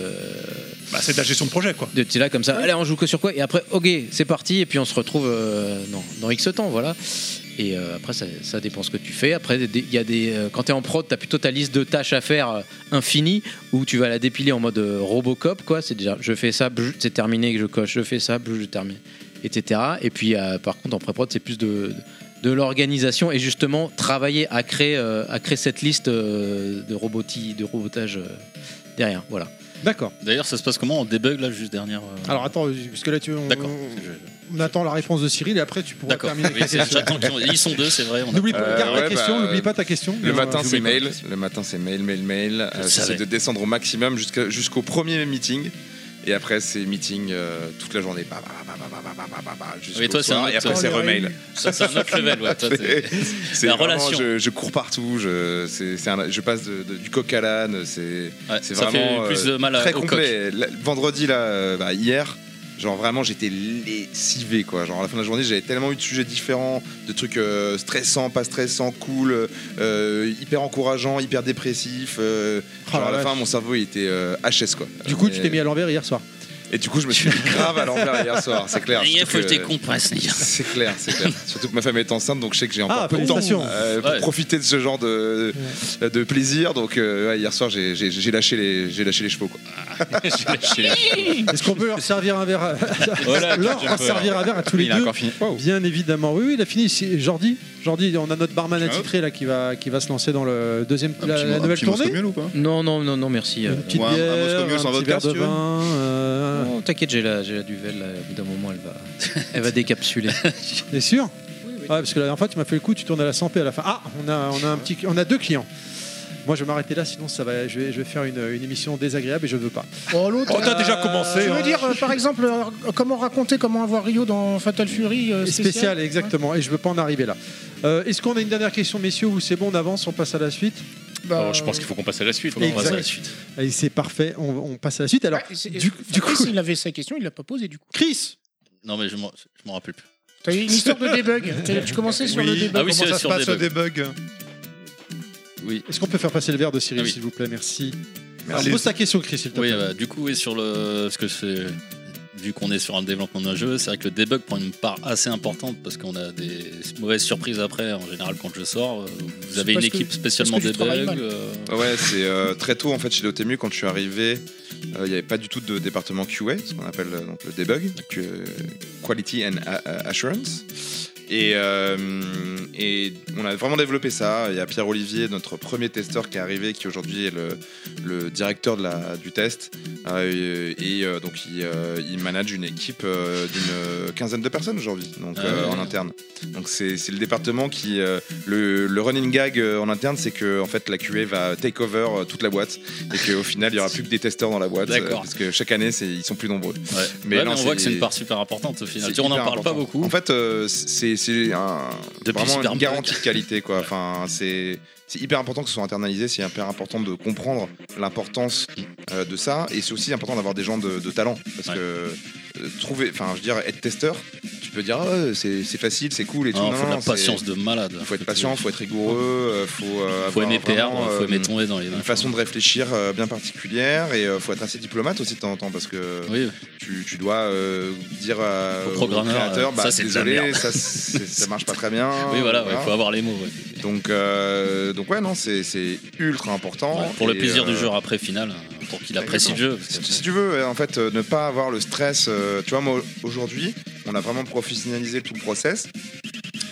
[SPEAKER 8] Bah, c'est de la gestion de projet, quoi.
[SPEAKER 9] de t'es là comme ça allez on joue que sur quoi et après OK c'est parti et puis on se retrouve euh, non, dans X temps voilà et euh, après ça, ça dépend ce que tu fais après des- il y a des euh, quand tu es en prod tu as plutôt ta liste de tâches à faire euh, infinie où tu vas la dépiler en mode euh, Robocop quoi c'est déjà je fais ça bzz, c'est terminé que je coche je fais ça bzz, je termine etc. Et puis euh, par contre en pré-prod c'est plus de, de l'organisation et justement travailler à créer, euh, à créer cette liste euh, de, roboti, de robotage euh, derrière. Voilà.
[SPEAKER 1] D'accord.
[SPEAKER 6] D'ailleurs, ça se passe comment On débug là, juste dernière. euh,
[SPEAKER 1] Alors attends, parce que là tu. on-
[SPEAKER 6] D'accord.
[SPEAKER 1] On attend la réponse de Cyril et après tu pourras
[SPEAKER 6] D'accord.
[SPEAKER 1] terminer.
[SPEAKER 6] Oui, c'est- J'attends qu'ils ont- Ils sont deux, c'est vrai. on a-
[SPEAKER 1] N'oublie pas,
[SPEAKER 10] Euh,
[SPEAKER 1] garde la
[SPEAKER 10] ouais,
[SPEAKER 1] question,
[SPEAKER 10] bah,
[SPEAKER 1] n'oublie pas ta question.
[SPEAKER 10] Le
[SPEAKER 1] Non,
[SPEAKER 10] matin,
[SPEAKER 1] j'oublie
[SPEAKER 10] c'est
[SPEAKER 1] pas.
[SPEAKER 10] mail. Le matin, c'est mail, mail, mail.
[SPEAKER 6] Je
[SPEAKER 10] Euh,
[SPEAKER 6] le
[SPEAKER 10] J'essaie
[SPEAKER 6] savais.
[SPEAKER 10] de descendre au maximum jusqu'à- jusqu'au premier meeting. Et après, c'est meeting euh, toute la journée. Bah, bah, bah, bah, bah, bah, bah, bah, bah, jusqu'au
[SPEAKER 6] Et toi, c'est un
[SPEAKER 10] soir.
[SPEAKER 6] autre-
[SPEAKER 10] Et après,
[SPEAKER 6] Oh,
[SPEAKER 10] c'est
[SPEAKER 3] les
[SPEAKER 10] remail.
[SPEAKER 3] réunions.
[SPEAKER 6] [laughs] Ça, c'est un autre level, ouais. Toi, t'es-
[SPEAKER 10] [laughs] C'est
[SPEAKER 6] La
[SPEAKER 10] vraiment,
[SPEAKER 6] relation.
[SPEAKER 10] Je, je cours partout. Je, c'est- c'est un- je passe de- de- du coq à l'âne. C'est
[SPEAKER 6] ouais,
[SPEAKER 10] c'est
[SPEAKER 6] ça fait
[SPEAKER 10] vraiment,
[SPEAKER 6] plus
[SPEAKER 10] euh,
[SPEAKER 6] de mal à-
[SPEAKER 10] très
[SPEAKER 6] au coq.
[SPEAKER 10] complet. La- vendredi là, euh, bah, hier, genre vraiment j'étais lessivé quoi. Genre à la fin de la journée j'avais tellement eu de sujets différents, de trucs euh, stressants, pas stressants, cool, euh, hyper encourageants, hyper dépressifs. euh,
[SPEAKER 1] Oh
[SPEAKER 10] genre
[SPEAKER 1] la
[SPEAKER 10] à la
[SPEAKER 1] vache.
[SPEAKER 10] fin mon cerveau il était euh, HS quoi.
[SPEAKER 1] Du coup,
[SPEAKER 10] Mais-
[SPEAKER 1] tu t'es mis à l'envers hier soir.
[SPEAKER 10] Et du coup je me
[SPEAKER 1] [laughs]
[SPEAKER 10] suis mis [laughs] grave à l'envers hier soir, c'est clair.
[SPEAKER 6] Il
[SPEAKER 10] Surtout
[SPEAKER 6] faut que je
[SPEAKER 10] que-
[SPEAKER 6] décompresse, les gars.
[SPEAKER 10] [laughs] c'est clair, c'est clair. Surtout que ma femme est enceinte, donc je sais que j'ai encore
[SPEAKER 1] Ah,
[SPEAKER 10] peu de temps
[SPEAKER 1] félicitations.
[SPEAKER 10] euh, pour
[SPEAKER 6] Ouais.
[SPEAKER 10] profiter de ce genre de, de plaisir. Donc euh, ouais, hier soir, j'ai- j'ai j'ai lâché les, j'ai lâché les chevaux.
[SPEAKER 6] [laughs]
[SPEAKER 10] Quoi.
[SPEAKER 1] Est-ce qu'on peut leur servir un verre à... [laughs]
[SPEAKER 5] Voilà,
[SPEAKER 1] Leur
[SPEAKER 5] j'ai
[SPEAKER 1] en
[SPEAKER 5] peur.
[SPEAKER 1] servir un verre à tous les
[SPEAKER 4] Il a
[SPEAKER 1] deux
[SPEAKER 4] encore fini.
[SPEAKER 1] Bien évidemment. Oui, oui, il a fini. C'est Jordi, Jordi, on a notre barman attitré là qui va qui va se lancer dans le deuxième
[SPEAKER 4] Un
[SPEAKER 1] la,
[SPEAKER 4] petit
[SPEAKER 1] la
[SPEAKER 4] mo- un
[SPEAKER 1] nouvelle
[SPEAKER 4] petit
[SPEAKER 1] tournée.
[SPEAKER 4] Moscow Mule ou pas
[SPEAKER 9] Non, non, non, non, merci. euh,
[SPEAKER 1] Une petite
[SPEAKER 4] Ou un- un
[SPEAKER 1] bière,
[SPEAKER 4] Moscow Mule
[SPEAKER 1] un,
[SPEAKER 4] sans
[SPEAKER 1] petit
[SPEAKER 4] vodka,
[SPEAKER 1] verre
[SPEAKER 4] si
[SPEAKER 1] de
[SPEAKER 4] tu veux.
[SPEAKER 1] vin. euh,
[SPEAKER 9] non, T'inquiète, j'ai la, j'ai la duvel, là, au bout d'un moment elle va, elle va décapsuler.
[SPEAKER 1] T'es sûr Ouais, parce que la dernière fois, tu m'as fait le coup, tu tournes à la 100p à la fin. Ah, on a, on a un petit, on a deux clients. Moi, je vais m'arrêter là, sinon ça va, je vais, je vais faire une, une émission désagréable et je veux pas.
[SPEAKER 3] Oh, l'autre,
[SPEAKER 8] On a déjà commencé.
[SPEAKER 3] Tu
[SPEAKER 8] hein.
[SPEAKER 3] veux dire, euh, par exemple, euh, comment raconter comment avoir Rio dans Fatal Fury euh,
[SPEAKER 1] Et
[SPEAKER 3] spécial,
[SPEAKER 1] spécial, exactement, et je veux pas en arriver là. Euh, Est-ce qu'on a une dernière question, messieurs, ou c'est bon, on avance, on passe à la suite
[SPEAKER 3] Bah,
[SPEAKER 5] Alors, Oh, je pense qu'il faut qu'on passe à la suite.
[SPEAKER 1] Exact.
[SPEAKER 5] On passe à la suite.
[SPEAKER 1] Allez, c'est parfait, on, on passe à la suite. Alors,
[SPEAKER 3] Ouais, Ah, c'est- euh,
[SPEAKER 1] du,
[SPEAKER 3] Fabrice,
[SPEAKER 1] du coup,
[SPEAKER 3] il avait sa question, il l'a pas posée du coup.
[SPEAKER 1] Chris,
[SPEAKER 6] Non, mais je m'en je m'en rappelle plus.
[SPEAKER 3] T'as eu une histoire de
[SPEAKER 5] [laughs]
[SPEAKER 3] débug. T'as- Tu commençais sur le débug.
[SPEAKER 6] Ah oui,
[SPEAKER 8] Comment
[SPEAKER 6] c'est
[SPEAKER 8] ça se
[SPEAKER 6] sur
[SPEAKER 8] passe
[SPEAKER 6] des
[SPEAKER 8] des bugs
[SPEAKER 1] est-ce qu'on peut faire passer le verre de Cyril,
[SPEAKER 6] Ah oui.
[SPEAKER 1] s'il vous plaît Merci. Alors,
[SPEAKER 8] Allez.
[SPEAKER 1] pose ta question, Chris, s'il te
[SPEAKER 6] Oui,
[SPEAKER 1] plaît.
[SPEAKER 6] bah, du coup, oui, sur le. Parce que c'est. Vu qu'on est sur un développement d'un jeu, c'est vrai que le debug prend une part assez importante parce qu'on a des mauvaises surprises après. En général, quand je sors, euh, vous
[SPEAKER 3] C'est
[SPEAKER 6] avez une
[SPEAKER 3] parce que-
[SPEAKER 6] équipe spécialement
[SPEAKER 3] parce que tu travailles
[SPEAKER 6] debug.
[SPEAKER 3] mal.
[SPEAKER 6] euh,
[SPEAKER 10] Ouais, c'est euh, très tôt en fait chez Dotemu quand je suis arrivé. euh, Il n'y avait pas du tout de euh, département QA, ce qu'on appelle euh, donc, le debug, que- Quality and A- A- uh, Assurance. Et, euh, et on a vraiment développé ça. Il y a Pierre Olivier, notre premier testeur qui est arrivé, qui aujourd'hui est le, le directeur de la, du test. Euh, et euh, donc il, euh, il manage une équipe euh, d'une quinzaine de personnes aujourd'hui, donc
[SPEAKER 6] Ah
[SPEAKER 10] euh,
[SPEAKER 6] ouais.
[SPEAKER 10] en interne. Donc c'est c'est le département qui euh, le, le running gag euh, en interne, c'est que en fait la QA va take over euh, toute la boîte et qu'au final il y aura plus que des testeurs dans la boîte, euh,
[SPEAKER 6] D'accord.
[SPEAKER 10] parce que chaque année c'est- ils sont plus nombreux.
[SPEAKER 6] Ouais. Ouais,
[SPEAKER 10] Mais
[SPEAKER 6] Mais,
[SPEAKER 10] non,
[SPEAKER 6] on voit que c'est
[SPEAKER 10] c'est-
[SPEAKER 6] une part super importante au final.
[SPEAKER 10] C'est
[SPEAKER 6] Tu vois, on n'en
[SPEAKER 10] hyper
[SPEAKER 6] parle pas
[SPEAKER 10] important.
[SPEAKER 6] beaucoup.
[SPEAKER 10] En fait, euh, c'est c'est un,
[SPEAKER 6] Depuis
[SPEAKER 10] vraiment une
[SPEAKER 6] Superbug.
[SPEAKER 10] garantie de qualité.
[SPEAKER 6] [laughs]
[SPEAKER 10] Quoi. Enfin, c'est c'est hyper important que ce soit internalisé, c'est hyper important de comprendre l'importance euh, de ça, et c'est aussi important d'avoir des gens de, de talent, parce
[SPEAKER 6] Ouais.
[SPEAKER 10] que euh, trouver, enfin, je veux dire, être testeur, tu peux dire Ah ouais, c'est c'est facile, c'est cool et tout.
[SPEAKER 6] Ah,
[SPEAKER 10] Non,
[SPEAKER 6] faut de
[SPEAKER 10] non,
[SPEAKER 6] la
[SPEAKER 10] c'est-
[SPEAKER 6] patience de malade.
[SPEAKER 10] faut être patient, faut être rigoureux, euh, faut, euh,
[SPEAKER 6] Faut
[SPEAKER 10] avoir
[SPEAKER 6] aimer
[SPEAKER 10] vraiment,
[SPEAKER 6] perdre, faut
[SPEAKER 10] euh,
[SPEAKER 6] aimer tomber dans les mains.
[SPEAKER 10] une façon de réfléchir euh, bien particulière et euh, faut être assez diplomate aussi de temps en temps parce que
[SPEAKER 6] Oui,
[SPEAKER 10] tu, tu dois euh, dire à-
[SPEAKER 6] Au
[SPEAKER 10] au
[SPEAKER 6] programmeur,
[SPEAKER 10] créateur
[SPEAKER 6] euh,
[SPEAKER 10] bah,
[SPEAKER 6] ça, c'est de la
[SPEAKER 10] désolé
[SPEAKER 6] merde.
[SPEAKER 10] ça, c'est- ça marche pas très bien
[SPEAKER 6] oui voilà, il faut avoir les mots. ouais.
[SPEAKER 10] donc euh, donc ouais non c'est c'est ultra important
[SPEAKER 6] Ouais, pour le
[SPEAKER 10] Et,
[SPEAKER 6] plaisir
[SPEAKER 10] euh,
[SPEAKER 6] du joueur après final, euh, pour qu'il apprécie le jeu. parce
[SPEAKER 10] si,
[SPEAKER 6] que-
[SPEAKER 10] si tu veux euh, en fait euh, ne pas avoir le stress euh, tu vois moi aujourd'hui on a vraiment professionnalisé tout le process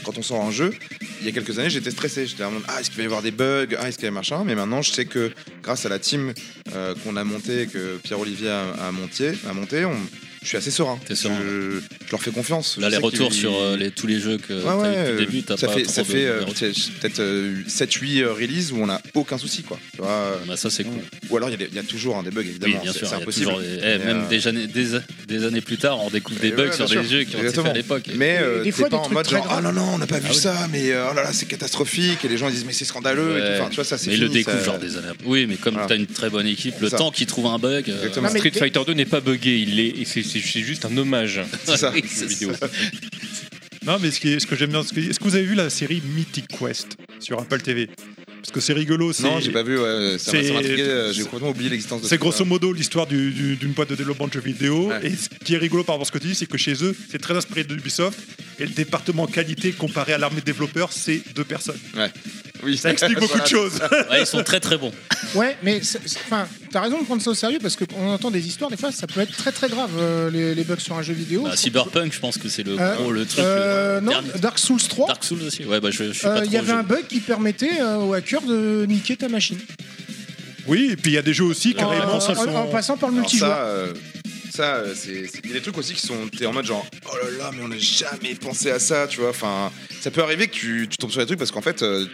[SPEAKER 10] quand on sort un jeu, il y a quelques années, j'étais stressé. J'étais en mode Ah, est-ce qu'il va y avoir des bugs Ah, est-ce qu'il y a machin Mais maintenant, je sais que grâce à la team euh, qu'on a montée, que Pierre-Olivier a, a monté, a monté on- je suis assez serein.
[SPEAKER 6] T'es serein.
[SPEAKER 10] Je, je leur fais confiance.
[SPEAKER 6] Là,
[SPEAKER 10] Je
[SPEAKER 6] les
[SPEAKER 10] sais
[SPEAKER 6] retours
[SPEAKER 10] qu'ils-
[SPEAKER 6] sur euh, les- tous les jeux que
[SPEAKER 10] Ouais,
[SPEAKER 6] t'as
[SPEAKER 10] ouais,
[SPEAKER 6] eu depuis le début, t'as
[SPEAKER 10] ça
[SPEAKER 6] pas
[SPEAKER 10] fait,
[SPEAKER 6] trop
[SPEAKER 10] ça
[SPEAKER 6] de-
[SPEAKER 10] fait
[SPEAKER 6] de
[SPEAKER 10] euh,
[SPEAKER 6] retours.
[SPEAKER 10] peut-être- peut-être euh, 7-8 releases où on n'a aucun souci. Quoi. Tu vois, euh,
[SPEAKER 6] Bah, ça c'est cool.
[SPEAKER 10] ou alors, il y, a des- il y a toujours hein, des bugs,
[SPEAKER 6] Oui,
[SPEAKER 10] évidemment.
[SPEAKER 6] bien
[SPEAKER 10] c'est-
[SPEAKER 6] sûr.
[SPEAKER 10] c'est
[SPEAKER 6] il y a
[SPEAKER 10] impossible.
[SPEAKER 6] toujours des-
[SPEAKER 10] Mais,
[SPEAKER 6] eh, même
[SPEAKER 10] euh,
[SPEAKER 6] des, années, des, des années plus tard, on découvre des
[SPEAKER 10] Et
[SPEAKER 6] bugs
[SPEAKER 10] ouais,
[SPEAKER 6] sur
[SPEAKER 10] bien
[SPEAKER 6] des
[SPEAKER 10] sûr.
[SPEAKER 6] jeux qui ont été faits
[SPEAKER 10] Exactement.
[SPEAKER 6] à l'époque. Ah
[SPEAKER 10] Mais euh, t'es
[SPEAKER 3] des
[SPEAKER 10] pas
[SPEAKER 3] fois, des
[SPEAKER 10] en
[SPEAKER 3] trucs
[SPEAKER 10] mode
[SPEAKER 3] très
[SPEAKER 10] genre,
[SPEAKER 3] graves.
[SPEAKER 10] oh non, non, on n'a pas vu
[SPEAKER 6] oui.
[SPEAKER 10] ça, mais euh, oh là là, c'est catastrophique. Et les gens ils disent, mais c'est scandaleux. Et
[SPEAKER 6] Ouais.
[SPEAKER 10] tout. Enfin, tu vois, ça, c'est
[SPEAKER 6] Mais il le
[SPEAKER 10] fini, ça-
[SPEAKER 6] découvre genre des années. après. Oui, mais comme
[SPEAKER 10] Voilà.
[SPEAKER 6] t'as une très bonne équipe, le
[SPEAKER 10] Ça.
[SPEAKER 6] temps qu'il trouve un bug. euh,
[SPEAKER 10] Exactement.
[SPEAKER 3] mais
[SPEAKER 5] Street
[SPEAKER 3] dès-
[SPEAKER 5] Fighter 2 n'est pas buggé, il est, et c'est c'est- c'est juste un hommage.
[SPEAKER 10] C'est
[SPEAKER 5] [laughs]
[SPEAKER 10] ça.
[SPEAKER 6] oui,
[SPEAKER 5] jeu
[SPEAKER 6] c'est
[SPEAKER 5] vidéo.
[SPEAKER 8] Non, mais ce, qui est- ce que j'aime bien, ce que- est-ce que vous avez vu la série Mythic Quest sur Apple TV Parce que c'est rigolo. c'est-
[SPEAKER 10] Non, j'ai pas vu, ouais, ça m'a- ça m'a
[SPEAKER 8] c'est-
[SPEAKER 10] intrigué, euh, j'ai
[SPEAKER 8] c'est-
[SPEAKER 10] complètement oublié l'existence de
[SPEAKER 8] C'est
[SPEAKER 10] ça.
[SPEAKER 8] grosso modo l'histoire du- du- d'une boîte de développement de jeux vidéo.
[SPEAKER 10] Ouais.
[SPEAKER 8] Et ce qui est rigolo par rapport à ce que tu dis, c'est que chez eux, c'est très inspiré de Ubisoft. Et le département qualité comparé à l'armée de développeurs, c'est deux personnes.
[SPEAKER 10] Oui. [laughs]
[SPEAKER 8] Ça explique beaucoup
[SPEAKER 10] Voilà.
[SPEAKER 8] de choses.
[SPEAKER 6] Ouais, ils sont très très bons.
[SPEAKER 3] Ouais, mais c'est- c'est- enfin, t'as raison de prendre ça au sérieux parce qu'on entend des histoires, des fois ça peut être très très grave euh, les, les bugs sur un jeu vidéo.
[SPEAKER 6] Bah, Cyberpunk, je pense que c'est le
[SPEAKER 3] Euh,
[SPEAKER 6] gros le truc.
[SPEAKER 3] Euh,
[SPEAKER 6] le
[SPEAKER 3] non,
[SPEAKER 6] dernier.
[SPEAKER 3] Dark Souls 3,
[SPEAKER 6] Dark Souls aussi. Ouais, bah je, je suis
[SPEAKER 3] euh,
[SPEAKER 6] pas
[SPEAKER 3] il
[SPEAKER 6] trop.
[SPEAKER 3] y avait
[SPEAKER 6] [laughs] jeu.
[SPEAKER 3] un bug qui permettait euh, au hacker de niquer ta machine.
[SPEAKER 8] Oui, et puis il y a des jeux aussi
[SPEAKER 3] En,
[SPEAKER 8] carrément. ça,
[SPEAKER 3] en-
[SPEAKER 8] sont-
[SPEAKER 3] en passant par le
[SPEAKER 10] Alors
[SPEAKER 3] multijoueur.
[SPEAKER 10] ça, euh, ça, euh, c'est. c'est- Il y a des trucs aussi qui sont. T'es en mode genre, oh là là, mais on n'a jamais pensé à ça, tu vois. Enfin, ça peut arriver que tu, tu tombes sur des trucs parce qu'en fait. euh,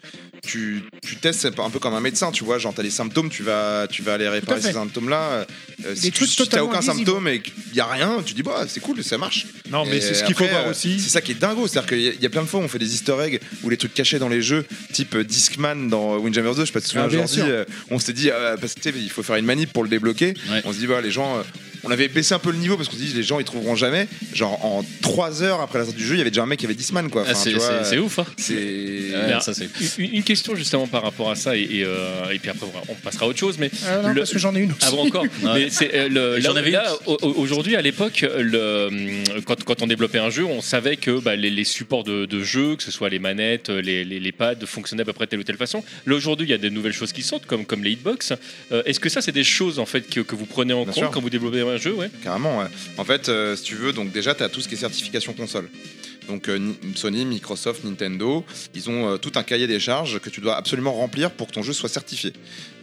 [SPEAKER 10] tu, tu testes un peu comme un médecin, tu vois, genre t'as des symptômes, tu vas, tu vas aller réparer
[SPEAKER 3] fait.
[SPEAKER 10] ces symptômes-là. Euh, si tu
[SPEAKER 3] trucs
[SPEAKER 10] si t'as
[SPEAKER 3] totalement
[SPEAKER 10] aucun
[SPEAKER 3] invisibles.
[SPEAKER 10] symptôme et qu'il y a rien, tu dis bah c'est cool, ça marche.
[SPEAKER 8] Non, mais
[SPEAKER 10] Et
[SPEAKER 8] c'est ce qu'il faut
[SPEAKER 10] après,
[SPEAKER 8] voir
[SPEAKER 10] euh,
[SPEAKER 8] aussi.
[SPEAKER 10] C'est ça qui est dingo, c'est-à-dire qu'il y a- il y a plein de fois où on fait des easter eggs ou les trucs cachés dans les jeux, type euh, Discman dans euh, Windjammer 2, je sais pas si tu te
[SPEAKER 3] Ah,
[SPEAKER 10] souviens
[SPEAKER 3] bien
[SPEAKER 10] aujourd'hui,
[SPEAKER 3] sûr.
[SPEAKER 10] euh, on s'était dit, euh, parce que tu sais, il faut faire une manip pour le débloquer,
[SPEAKER 6] Ouais.
[SPEAKER 10] on se dit, bah les gens, euh, on avait baissé un peu le niveau parce qu'on se dit, les gens ils trouveront jamais, genre en 3 heures après la sortie du jeu, il y avait déjà un mec qui avait Discman quoi.
[SPEAKER 6] Ah,
[SPEAKER 10] Enfin,
[SPEAKER 6] c'est
[SPEAKER 10] tu vois,
[SPEAKER 6] c'est- c'est ouf. hein.
[SPEAKER 10] c'est-
[SPEAKER 6] Ouais,
[SPEAKER 5] Mais-
[SPEAKER 6] ça, c'est-
[SPEAKER 5] Une, une question justement par rapport à ça, et, et, euh, et puis après on passera à autre chose, mais
[SPEAKER 3] Ah non,
[SPEAKER 5] le-
[SPEAKER 3] parce que j'en ai une aussi.
[SPEAKER 5] Ah bon,
[SPEAKER 3] [laughs]
[SPEAKER 5] encore Mais c'est, euh, le-
[SPEAKER 6] J'en
[SPEAKER 5] là-
[SPEAKER 6] avais
[SPEAKER 5] là,
[SPEAKER 6] une.
[SPEAKER 5] au- au- Aujourd'hui, à l'époque, le- hum, quand, quand on développait un jeu, on savait que bah, les, les supports de, de jeu, que ce soit les manettes, les, les, les pads, fonctionnaient à peu près de telle ou telle façon. Là, aujourd'hui, il y a des nouvelles choses qui sortent, comme, comme les hitbox. Euh, Est-ce que ça, c'est des choses en fait que, que vous prenez en
[SPEAKER 10] Bien
[SPEAKER 5] compte
[SPEAKER 10] sûr.
[SPEAKER 5] quand vous développez un jeu ouais
[SPEAKER 10] Carrément, ouais. En fait, euh, si tu veux, donc déjà, tu as tout ce qui est certification console. Donc euh, Ni- Sony, Microsoft, Nintendo, ils ont euh, tout un cahier des charges que tu dois absolument remplir pour que ton jeu soit certifié.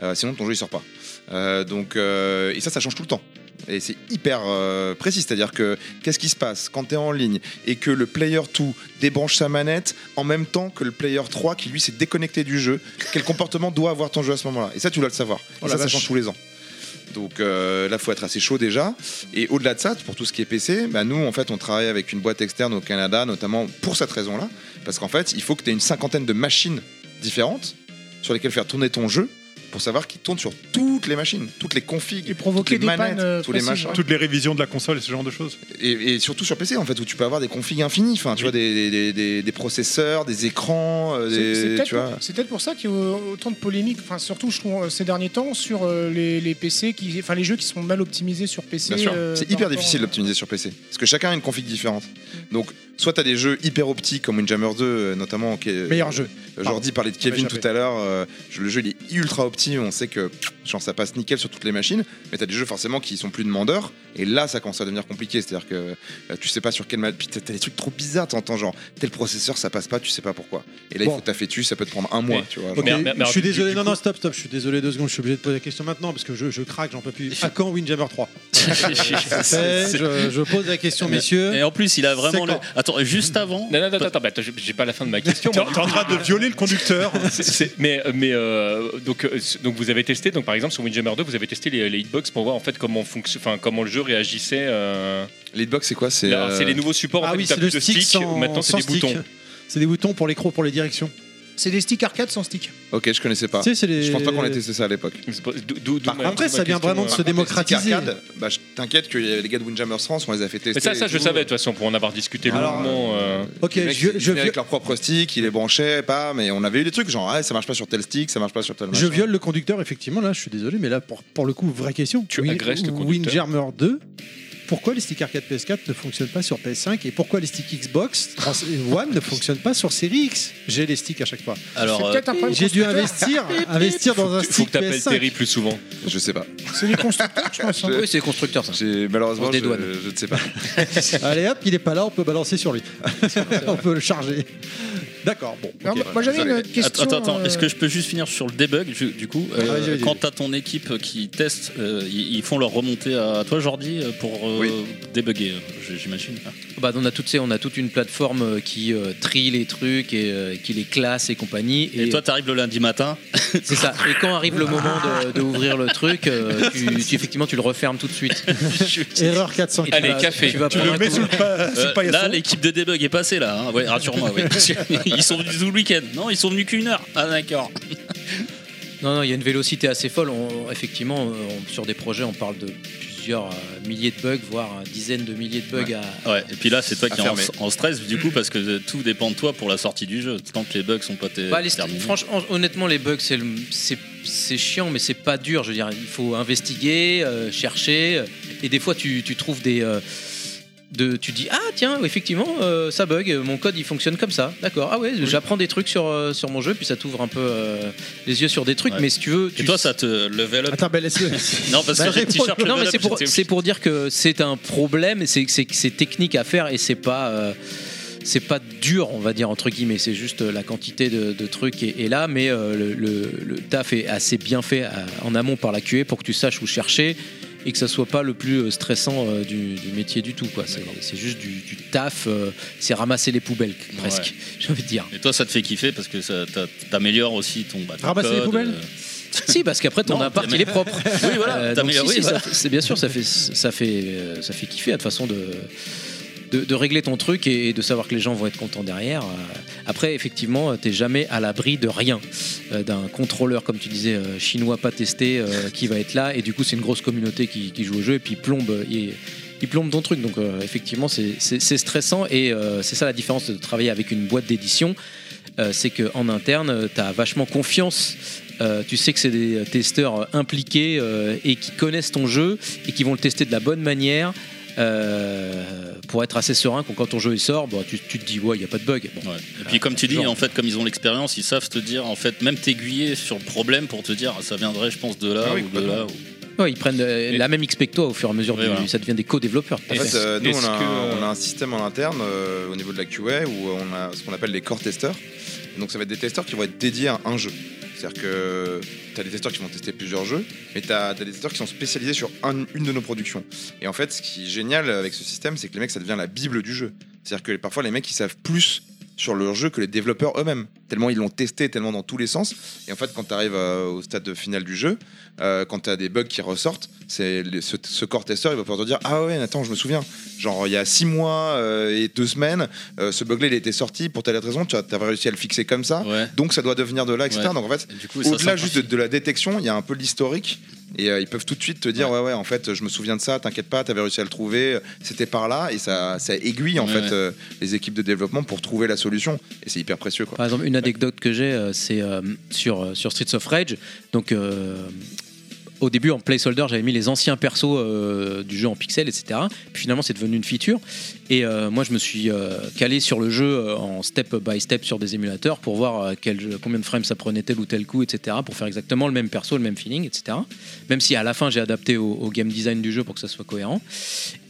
[SPEAKER 10] Euh, sinon, ton jeu, il sort pas. Euh, donc, euh, et ça, ça change tout le temps. Et c'est hyper euh, précis, c'est-à-dire que qu'est-ce qui se passe quand tu es en ligne et que le player 2 débranche sa manette en même temps que le player 3 qui lui s'est déconnecté du jeu, quel comportement doit avoir ton jeu à ce moment-là Et ça, tu dois le savoir. Et
[SPEAKER 8] Oh la
[SPEAKER 10] ça, ça
[SPEAKER 8] vache.
[SPEAKER 10] change tous les ans. Donc euh, là, faut être assez chaud déjà. Et au-delà de ça, pour tout ce qui est PC, bah, nous, en fait, on travaille avec une boîte externe au Canada, notamment pour cette raison-là. Parce qu'en fait, il faut que tu aies une cinquantaine de machines différentes sur lesquelles faire tourner ton jeu pour savoir qu'il tourne sur toutes les machines, toutes les configs,
[SPEAKER 3] Et provoquer
[SPEAKER 10] toutes les
[SPEAKER 3] des
[SPEAKER 10] manettes,
[SPEAKER 3] pannes, euh,
[SPEAKER 10] tous les
[SPEAKER 3] précises,
[SPEAKER 10] machins.
[SPEAKER 3] ouais.
[SPEAKER 8] Toutes les révisions de la console et ce genre de choses.
[SPEAKER 10] Et, et surtout sur PC, en fait, où tu peux avoir des configs infinis. Enfin, tu vois, des, des- des- des processeurs, des écrans, euh,
[SPEAKER 3] C'est- C'est
[SPEAKER 10] des-
[SPEAKER 3] peut-être
[SPEAKER 10] tu vois.
[SPEAKER 3] pour- c'est peut-être pour ça qu'il y a eu autant de polémiques, enfin surtout je trouve euh, ces derniers temps sur euh, les, les PC, qui, enfin les jeux qui sont mal optimisés sur PC.
[SPEAKER 10] Bien sûr,
[SPEAKER 3] euh,
[SPEAKER 10] c'est
[SPEAKER 3] par
[SPEAKER 10] hyper
[SPEAKER 3] rapport-
[SPEAKER 5] hein.
[SPEAKER 10] difficile d'optimiser sur PC parce que chacun a une config différente.
[SPEAKER 5] Mm.
[SPEAKER 10] Donc, soit tu as des jeux hyper optiques comme Windjammer 2, euh, notamment. qui est-
[SPEAKER 3] Meilleur jeu.
[SPEAKER 10] Jordi parlait de
[SPEAKER 8] Ah,
[SPEAKER 10] Kevin
[SPEAKER 8] mais
[SPEAKER 10] tout à l'heure. euh, je- le jeu il est ultra opti. On sait que pff, chance ça passe nickel sur toutes les machines, mais t'as des jeux forcément qui sont plus demandeurs, et là ça commence à devenir compliqué, c'est-à-dire que euh, tu sais pas sur quelle... ma- Puis t'as t'as des trucs trop bizarres, t'entends genre, tel processeur ça passe pas, tu sais pas pourquoi. Et là
[SPEAKER 1] Bon.
[SPEAKER 10] il faut taffer dessus, ça peut te prendre un mois,
[SPEAKER 5] Mais-
[SPEAKER 10] tu vois.
[SPEAKER 1] Ok,
[SPEAKER 10] genre.
[SPEAKER 5] Mais- mais- mais-
[SPEAKER 1] je suis
[SPEAKER 5] du-
[SPEAKER 1] désolé,
[SPEAKER 5] du
[SPEAKER 1] non,
[SPEAKER 5] coup-
[SPEAKER 1] non, stop, stop, je suis désolé deux secondes, je suis obligé de poser la question maintenant parce que je, je craque, j'en peux plus. À quand Windjammer
[SPEAKER 5] [laughs]
[SPEAKER 1] 3 C'est-
[SPEAKER 6] C'est-
[SPEAKER 1] je, je pose la question,
[SPEAKER 6] Et
[SPEAKER 1] messieurs.
[SPEAKER 6] en plus, il a
[SPEAKER 1] C'est
[SPEAKER 6] vraiment le.
[SPEAKER 1] quand
[SPEAKER 6] Attends, juste avant.
[SPEAKER 5] Non, non, attends, attends, bah, attends, j'ai- j'ai pas la fin de ma question.
[SPEAKER 8] T'es en t'es en train de violer le conducteur.
[SPEAKER 5] [laughs] C'est- c'est- mais mais euh, donc, euh, c- donc vous avez testé, donc par exemple sur Windjammer 2, vous avez testé les, les hitbox pour voir en fait comment, fonc- enfin, comment le jeu réagissait. euh,
[SPEAKER 10] Les hitbox c'est quoi C'est
[SPEAKER 5] là,
[SPEAKER 10] euh,
[SPEAKER 5] C'est les nouveaux supports, en
[SPEAKER 1] Ah
[SPEAKER 5] fait,
[SPEAKER 1] oui,
[SPEAKER 5] tu
[SPEAKER 1] c'est
[SPEAKER 5] tapes
[SPEAKER 1] le
[SPEAKER 5] de
[SPEAKER 1] stick sans,
[SPEAKER 5] maintenant c'est
[SPEAKER 1] sans
[SPEAKER 5] des
[SPEAKER 1] stick.
[SPEAKER 5] boutons.
[SPEAKER 1] C'est des boutons pour les crocs, pour les directions.
[SPEAKER 3] C'est des sticks arcade sans stick.
[SPEAKER 10] Ok, je connaissais pas.
[SPEAKER 1] Tu sais, c'est les-
[SPEAKER 10] Je pense pas qu'on ait testé ça à l'époque.
[SPEAKER 5] C'est pas- d'où- d'où- d'où
[SPEAKER 10] Par
[SPEAKER 5] ma-
[SPEAKER 10] contre,
[SPEAKER 5] d'où ma
[SPEAKER 1] ça vient
[SPEAKER 5] question,
[SPEAKER 1] vraiment de
[SPEAKER 5] euh.
[SPEAKER 1] se
[SPEAKER 10] Par contre, les stick
[SPEAKER 1] démocratiser.
[SPEAKER 10] arcade, bah, je t'inquiète que les gars de Windjammers France, on les a fait tester.
[SPEAKER 5] Mais ça, ça
[SPEAKER 10] et
[SPEAKER 5] je
[SPEAKER 10] tout.
[SPEAKER 5] savais de toute façon, pour en avoir discuté
[SPEAKER 10] Alors,
[SPEAKER 5] longuement. euh,
[SPEAKER 1] Ok,
[SPEAKER 10] Les mecs,
[SPEAKER 1] je,
[SPEAKER 10] ils
[SPEAKER 1] je,
[SPEAKER 10] venaient avec leur propre stick, ils les branchaient, pas, mais on avait eu des trucs genre ah, ça marche pas sur tel stick, ça marche pas sur tel.
[SPEAKER 1] Je
[SPEAKER 10] machin.
[SPEAKER 1] viole le conducteur, effectivement, là, je suis désolé, mais là, pour, pour le coup, vraie question.
[SPEAKER 5] Tu agresses le conducteur.
[SPEAKER 1] Windjammer 2, pourquoi les sticks arcade PS4 ne fonctionnent pas sur PS5 et pourquoi les sticks Xbox trans- One ne fonctionnent pas sur Series X J'ai les sticks à chaque fois.
[SPEAKER 6] Alors,
[SPEAKER 3] c'est
[SPEAKER 6] euh,
[SPEAKER 3] peut-être un problème.
[SPEAKER 1] J'ai dû
[SPEAKER 3] constructeur.
[SPEAKER 1] investir,
[SPEAKER 3] [laughs]
[SPEAKER 1] investir dans un
[SPEAKER 5] tu- faut
[SPEAKER 1] stick
[SPEAKER 5] que t'appelles Terry
[SPEAKER 1] PS5.
[SPEAKER 5] plus souvent.
[SPEAKER 10] Je sais pas.
[SPEAKER 3] C'est des constructeurs, je pense. hein.
[SPEAKER 10] Je-
[SPEAKER 9] Oui, c'est les constructeurs, ça.
[SPEAKER 10] J'ai-
[SPEAKER 9] On
[SPEAKER 10] Malheureusement,
[SPEAKER 9] se
[SPEAKER 10] je,
[SPEAKER 9] dédouane.
[SPEAKER 10] je ne sais
[SPEAKER 1] [laughs]
[SPEAKER 10] pas.
[SPEAKER 1] [laughs] Allez hop, il est pas là, on peut balancer sur lui. [laughs] on peut le charger. D'accord, bon.
[SPEAKER 3] Alors,
[SPEAKER 1] ok.
[SPEAKER 3] moi j'avais une
[SPEAKER 10] Désolé.
[SPEAKER 3] question.
[SPEAKER 6] Attends, attends,
[SPEAKER 3] euh,
[SPEAKER 6] est-ce que je peux juste finir sur le debug je- du coup euh,
[SPEAKER 1] Ah, vas-y, vas-y,
[SPEAKER 6] Quand
[SPEAKER 1] vas-y.
[SPEAKER 6] t'as ton équipe qui teste, euh, ils ils font leur remontée à toi, Jordi, euh, pour euh,
[SPEAKER 10] Oui.
[SPEAKER 6] débugger, euh, j- j'imagine.
[SPEAKER 9] Bah, on, a toutes, ces- on a toute une plateforme euh, qui euh, trie les trucs et euh, qui les classe et compagnie.
[SPEAKER 6] Et, toi, t'arrives le lundi matin.
[SPEAKER 9] C'est ça. Et quand arrive le moment de, de ouvrir le truc, euh, tu, tu- effectivement, tu le refermes tout de suite.
[SPEAKER 1] Erreur
[SPEAKER 9] Et
[SPEAKER 1] 404.
[SPEAKER 9] tu
[SPEAKER 5] Allez,
[SPEAKER 9] vas-
[SPEAKER 5] café.
[SPEAKER 9] Tu vas
[SPEAKER 8] Tu
[SPEAKER 9] prendre
[SPEAKER 8] le
[SPEAKER 9] un
[SPEAKER 8] mets
[SPEAKER 9] coup.
[SPEAKER 8] sous le, pa- sous le
[SPEAKER 6] Euh,
[SPEAKER 8] paillasson.
[SPEAKER 6] là, l'équipe de debug est passée là. Hein. Ouais, rassure-moi. ouais. ils sont venus tout le week-end. Non, ils sont venus qu'une heure. Ah d'accord.
[SPEAKER 9] Non, non, il y a une vélocité assez folle. On- effectivement, on- sur des projets, on parle de plusieurs euh, milliers de bugs, voire euh, dizaines de milliers de bugs à.
[SPEAKER 6] Ouais. Et puis là, c'est toi qui es en,
[SPEAKER 10] fermer.
[SPEAKER 6] en stress du coup parce que euh, tout dépend de toi pour la sortie du jeu. Tant que les bugs sont pas tes.
[SPEAKER 9] Bah, les-
[SPEAKER 6] terminés.
[SPEAKER 9] franchement, honnêtement, les bugs, c'est le- c'est c'est chiant, mais c'est pas dur. Je veux dire, il faut investiguer, euh, chercher, euh, et des fois, tu, tu trouves des. euh, de, tu dis ah tiens effectivement euh, ça bug euh, mon code il fonctionne comme ça d'accord ah ouais j'apprends des trucs sur, euh, sur mon jeu puis ça t'ouvre un peu euh, les yeux sur des trucs
[SPEAKER 6] Ouais.
[SPEAKER 9] mais si tu veux tu
[SPEAKER 6] Et toi, ça te level up.
[SPEAKER 1] Attends, ben laisse-le.
[SPEAKER 6] Non, parce que
[SPEAKER 1] Bah,
[SPEAKER 6] j'ai le t-shirt
[SPEAKER 9] non
[SPEAKER 6] level
[SPEAKER 9] mais
[SPEAKER 6] up,
[SPEAKER 9] c'est pour,
[SPEAKER 6] j'étais-
[SPEAKER 9] c'est pour dire que c'est un problème et c'est c'est- c'est technique à faire et c'est pas euh, c'est pas dur on va dire entre guillemets c'est juste euh, la quantité de, de trucs est, est là mais euh, le, le- le taf est assez bien fait à- en amont par la QA pour que tu saches où chercher et que ça soit pas le plus euh, stressant euh, du, du métier du tout quoi c'est c'est juste du, du taf euh, c'est ramasser les poubelles presque [laughs] j'ai envie de dire
[SPEAKER 6] Et toi, ça te fait kiffer parce que ça t'a- t'améliores aussi ton. Bah, ton
[SPEAKER 1] Ramasser les
[SPEAKER 6] code,
[SPEAKER 1] poubelles
[SPEAKER 6] euh,
[SPEAKER 9] [laughs] si parce qu'après ton
[SPEAKER 6] Non,
[SPEAKER 9] appart
[SPEAKER 6] mais-
[SPEAKER 9] il est propre
[SPEAKER 6] [laughs] Oui, voilà.
[SPEAKER 9] Euh, donc,
[SPEAKER 6] t'améliores-
[SPEAKER 9] si,
[SPEAKER 6] oui,
[SPEAKER 9] si,
[SPEAKER 6] voilà.
[SPEAKER 9] ça fait- c'est bien sûr, ça fait, ça fait, euh, ça fait kiffer la façon de, de, de régler ton truc et, et de savoir que les gens vont être contents derrière. Euh, Après, effectivement, euh, t'es jamais à l'abri de rien, Euh, d'un contrôleur comme tu disais euh, chinois pas testé euh, qui va être là et du coup c'est une grosse communauté qui, qui joue au jeu et puis il plombe. euh, il- il plombe ton truc, donc euh, effectivement c'est- c'est c'est stressant et euh, c'est ça la différence de travailler avec une boîte d'édition, euh, c'est qu'en interne, tu as vachement confiance euh, tu sais que c'est des testeurs euh, impliqués euh, et qui connaissent ton jeu et qui vont le tester de la bonne manière euh, pour être assez serein quand, quand ton jeu il sort, bah, tu, tu te dis ouais, il n'y a pas de bug. Bon.
[SPEAKER 6] Ouais. Et puis comme tu dis,
[SPEAKER 9] Genre.
[SPEAKER 6] en fait, comme ils ont l'expérience, ils savent te dire, en fait, même t'aiguiller sur le problème pour te dire, ah, ça viendrait, je pense, de là
[SPEAKER 10] Ah oui,
[SPEAKER 6] ou de là. ou-
[SPEAKER 9] Ouais, ils prennent euh,
[SPEAKER 5] Et-
[SPEAKER 9] la même XP que toi au fur et à mesure,
[SPEAKER 6] Ouais,
[SPEAKER 9] du-
[SPEAKER 6] voilà.
[SPEAKER 9] ça devient des co-développeurs. tout à
[SPEAKER 10] En
[SPEAKER 5] Et
[SPEAKER 9] fait.
[SPEAKER 10] fait,
[SPEAKER 5] Est-ce-
[SPEAKER 10] euh, nous, on
[SPEAKER 5] est-ce
[SPEAKER 10] a, un-
[SPEAKER 5] que-
[SPEAKER 10] on a un système en interne euh, au niveau de la QA où euh, on a ce qu'on appelle les core testeurs. Donc, ça va être des testeurs qui vont être dédiés à un jeu. C'est-à-dire que tu as des testeurs qui vont tester plusieurs jeux, mais tu as, des testeurs qui sont spécialisés sur un- une de nos productions. Et en fait, ce qui est génial avec ce système, c'est que les mecs, ça devient la bible du jeu. C'est-à-dire que parfois, les mecs, ils savent plus sur leur jeu que les développeurs eux-mêmes. Tellement ils l'ont testé, tellement dans tous les sens. Et en fait, quand tu arrives au stade final du jeu, euh, quand tu as des bugs qui ressortent, c'est le- ce, ce core testeur, il va pouvoir te dire Ah ouais, attends, je me souviens. Genre, il y a six mois euh, et deux semaines, euh, ce bug-là, il était sorti pour telle raison, tu avais réussi à le fixer comme ça.
[SPEAKER 6] Ouais.
[SPEAKER 10] Donc, ça doit devenir de là, etc.
[SPEAKER 6] Ouais.
[SPEAKER 10] Donc, en fait,
[SPEAKER 6] Et Du coup, ça
[SPEAKER 10] au-delà
[SPEAKER 6] simplifie.
[SPEAKER 10] juste de, de la détection, il y a un peu l'historique. Et euh, ils peuvent tout de suite te dire ouais. ouais en fait je me souviens de ça t'inquiète pas t'avais réussi à le trouver euh, c'était par là et ça ça aiguille en
[SPEAKER 6] Ouais,
[SPEAKER 10] fait
[SPEAKER 6] ouais.
[SPEAKER 10] euh, les équipes de développement pour trouver la solution et c'est hyper précieux quoi
[SPEAKER 9] Par exemple, une anecdote que j'ai, euh, c'est euh, sur, euh, sur Streets of Rage. Donc, euh, au début, en placeholder, j'avais mis les anciens persos euh, du jeu en pixels, etc. Puis finalement, c'est devenu une feature. Et euh, moi, je me suis euh, calé sur le jeu euh, en step by step sur des émulateurs pour voir euh, quel jeu- combien de frames ça prenait tel ou tel coup, etc. Pour faire exactement le même perso, le même feeling, etc. Même si à la fin, j'ai adapté au, au game design du jeu pour que ça soit cohérent.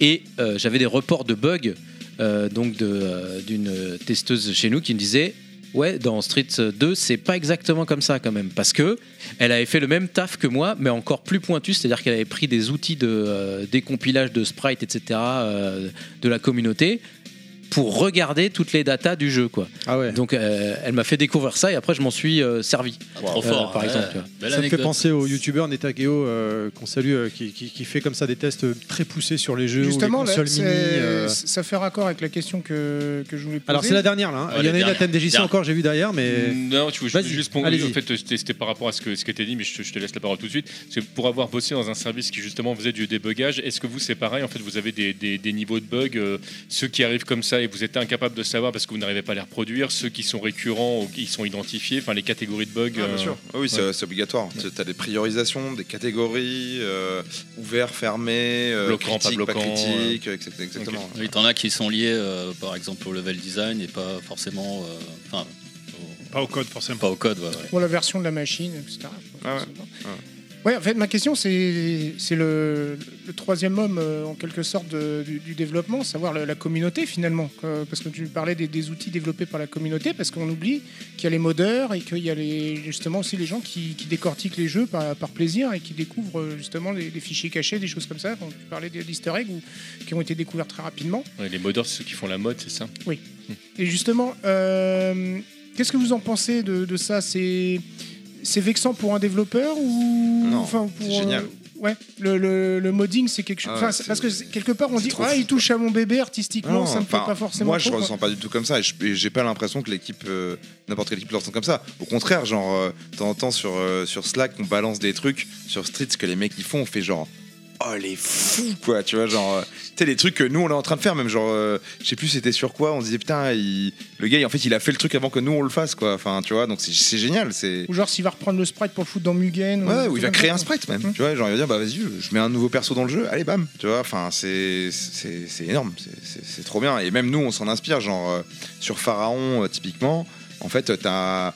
[SPEAKER 9] Et euh, j'avais des reports de bugs euh, donc de, euh, d'une testeuse chez nous qui me disait Ouais, dans Street 2, c'est pas exactement comme ça quand même, parce que elle avait fait le même taf que moi, mais encore plus pointu, c'est-à-dire qu'elle avait pris des outils de euh, décompilage de sprites, etc., euh, de la communauté pour regarder toutes les datas du jeu, quoi.
[SPEAKER 1] Ah ouais.
[SPEAKER 9] Donc euh, elle m'a fait découvrir ça et après je m'en suis euh, servi.
[SPEAKER 6] Ah, Trop
[SPEAKER 9] Euh,
[SPEAKER 6] fort.
[SPEAKER 9] par
[SPEAKER 6] ouais.
[SPEAKER 9] exemple. tu vois.
[SPEAKER 6] Belle
[SPEAKER 1] ça me fait
[SPEAKER 6] anecdote.
[SPEAKER 1] penser au youtubeur Netageo euh, qu'on salue euh, qui, qui- qui fait comme ça des tests très poussés sur les jeux
[SPEAKER 3] Justement,
[SPEAKER 1] ou les
[SPEAKER 3] là,
[SPEAKER 1] consoles
[SPEAKER 3] c'est-
[SPEAKER 1] mini. euh.
[SPEAKER 3] ça fait raccord avec la question que, que je voulais poser.
[SPEAKER 1] Alors c'est la dernière là. hein.
[SPEAKER 6] Ouais,
[SPEAKER 1] Il y en a
[SPEAKER 6] la
[SPEAKER 1] une à
[SPEAKER 6] dernière.
[SPEAKER 1] thème DJC
[SPEAKER 6] Dernière. Hmm.
[SPEAKER 1] encore j'ai vu derrière mais
[SPEAKER 5] Non, tu veux
[SPEAKER 1] Vas-y,
[SPEAKER 5] juste pour en
[SPEAKER 1] allez-y.
[SPEAKER 5] fait c'était c'était par rapport à ce que ce qui était dit, mais je te, je te laisse la parole tout de suite. Parce que pour avoir bossé dans un service qui justement faisait du débugage, est-ce que vous c'est pareil En fait, vous avez des, des- des niveaux de bugs, euh, ceux qui arrivent comme ça et vous êtes incapable de savoir parce que vous n'arrivez pas à les reproduire, ceux qui sont récurrents ou qui sont identifiés, enfin les catégories de bugs. euh,
[SPEAKER 10] Ah oui, c'est c'est obligatoire. Tu as des priorisations, des catégories, euh, ouvert, fermé, euh,
[SPEAKER 5] Bloquant, pas
[SPEAKER 10] critique,
[SPEAKER 5] bloquant,
[SPEAKER 10] critique, etc. exactement.
[SPEAKER 6] Oui, t'en as qui sont liés, euh, par exemple, au level design et pas forcément. euh, Enfin, au-
[SPEAKER 8] Pas au code, forcément.
[SPEAKER 6] pas au code, ouais, ouais.
[SPEAKER 3] Pour la version de la machine, etc.
[SPEAKER 10] Ah ouais,
[SPEAKER 3] Ouais, en fait, ma question, c'est c'est le, le troisième homme, euh, en quelque sorte, de- du, du développement, savoir la, la communauté, finalement. Euh, parce que tu parlais des, des outils développés par la communauté, parce qu'on oublie qu'il y a les modeurs et qu'il y a les, justement aussi les gens qui, qui décortiquent les jeux par, par plaisir et qui découvrent euh, justement les, les fichiers cachés, des choses comme ça. Donc, tu parlais des easter eggs ou, qui ont été découverts très rapidement.
[SPEAKER 5] ouais, les modeurs, c'est ceux qui font la mode, c'est ça
[SPEAKER 3] Et justement, euh, qu'est-ce que vous en pensez de, de ça C'est c'est vexant pour un développeur ou
[SPEAKER 10] Non,
[SPEAKER 3] enfin,
[SPEAKER 10] c'est
[SPEAKER 3] pour,
[SPEAKER 10] génial.
[SPEAKER 3] euh, ouais, le, le, le modding, c'est quelque chose.
[SPEAKER 10] Ah ouais,
[SPEAKER 3] enfin, c'est-
[SPEAKER 10] c'est-
[SPEAKER 3] parce que c'est- quelque part, on
[SPEAKER 10] c'est
[SPEAKER 3] dit
[SPEAKER 10] trop
[SPEAKER 3] ah,
[SPEAKER 10] fou,
[SPEAKER 3] il touche à mon bébé artistiquement,
[SPEAKER 10] Non,
[SPEAKER 3] ça me fait
[SPEAKER 10] enfin,
[SPEAKER 3] pas forcément.
[SPEAKER 10] Moi, je
[SPEAKER 3] trop, quoi.
[SPEAKER 10] ressens pas du tout comme ça. Et je- et j'ai pas l'impression que l'équipe, euh, n'importe quelle équipe, le ressent comme ça. Au contraire, genre, euh, de temps en temps sur, euh, sur Slack, on balance des trucs sur Street, ce que les mecs ils font, on fait genre. Oh les fous quoi, tu vois genre, euh, tu sais les trucs que nous on est en train de faire même genre, euh, je sais plus c'était sur quoi, on se disait putain il- le gars en fait il a fait le truc avant que nous on le fasse quoi, enfin tu vois donc c'est- c'est génial, c'est
[SPEAKER 3] Ou genre s'il va reprendre le sprite pour le foutre dans Mugen.
[SPEAKER 10] Ouais, ou il va
[SPEAKER 3] comme
[SPEAKER 10] créer
[SPEAKER 3] ça.
[SPEAKER 10] un sprite même.
[SPEAKER 3] Mm.
[SPEAKER 10] Tu vois, genre il va dire bah vas-y, je- je mets un nouveau perso dans le jeu, allez bam. Tu vois, enfin c'est c'est c'est énorme, c'est- c'est c'est trop bien. Et même nous, on s'en inspire. Genre euh, sur Pharaon euh, typiquement, en fait euh, t'as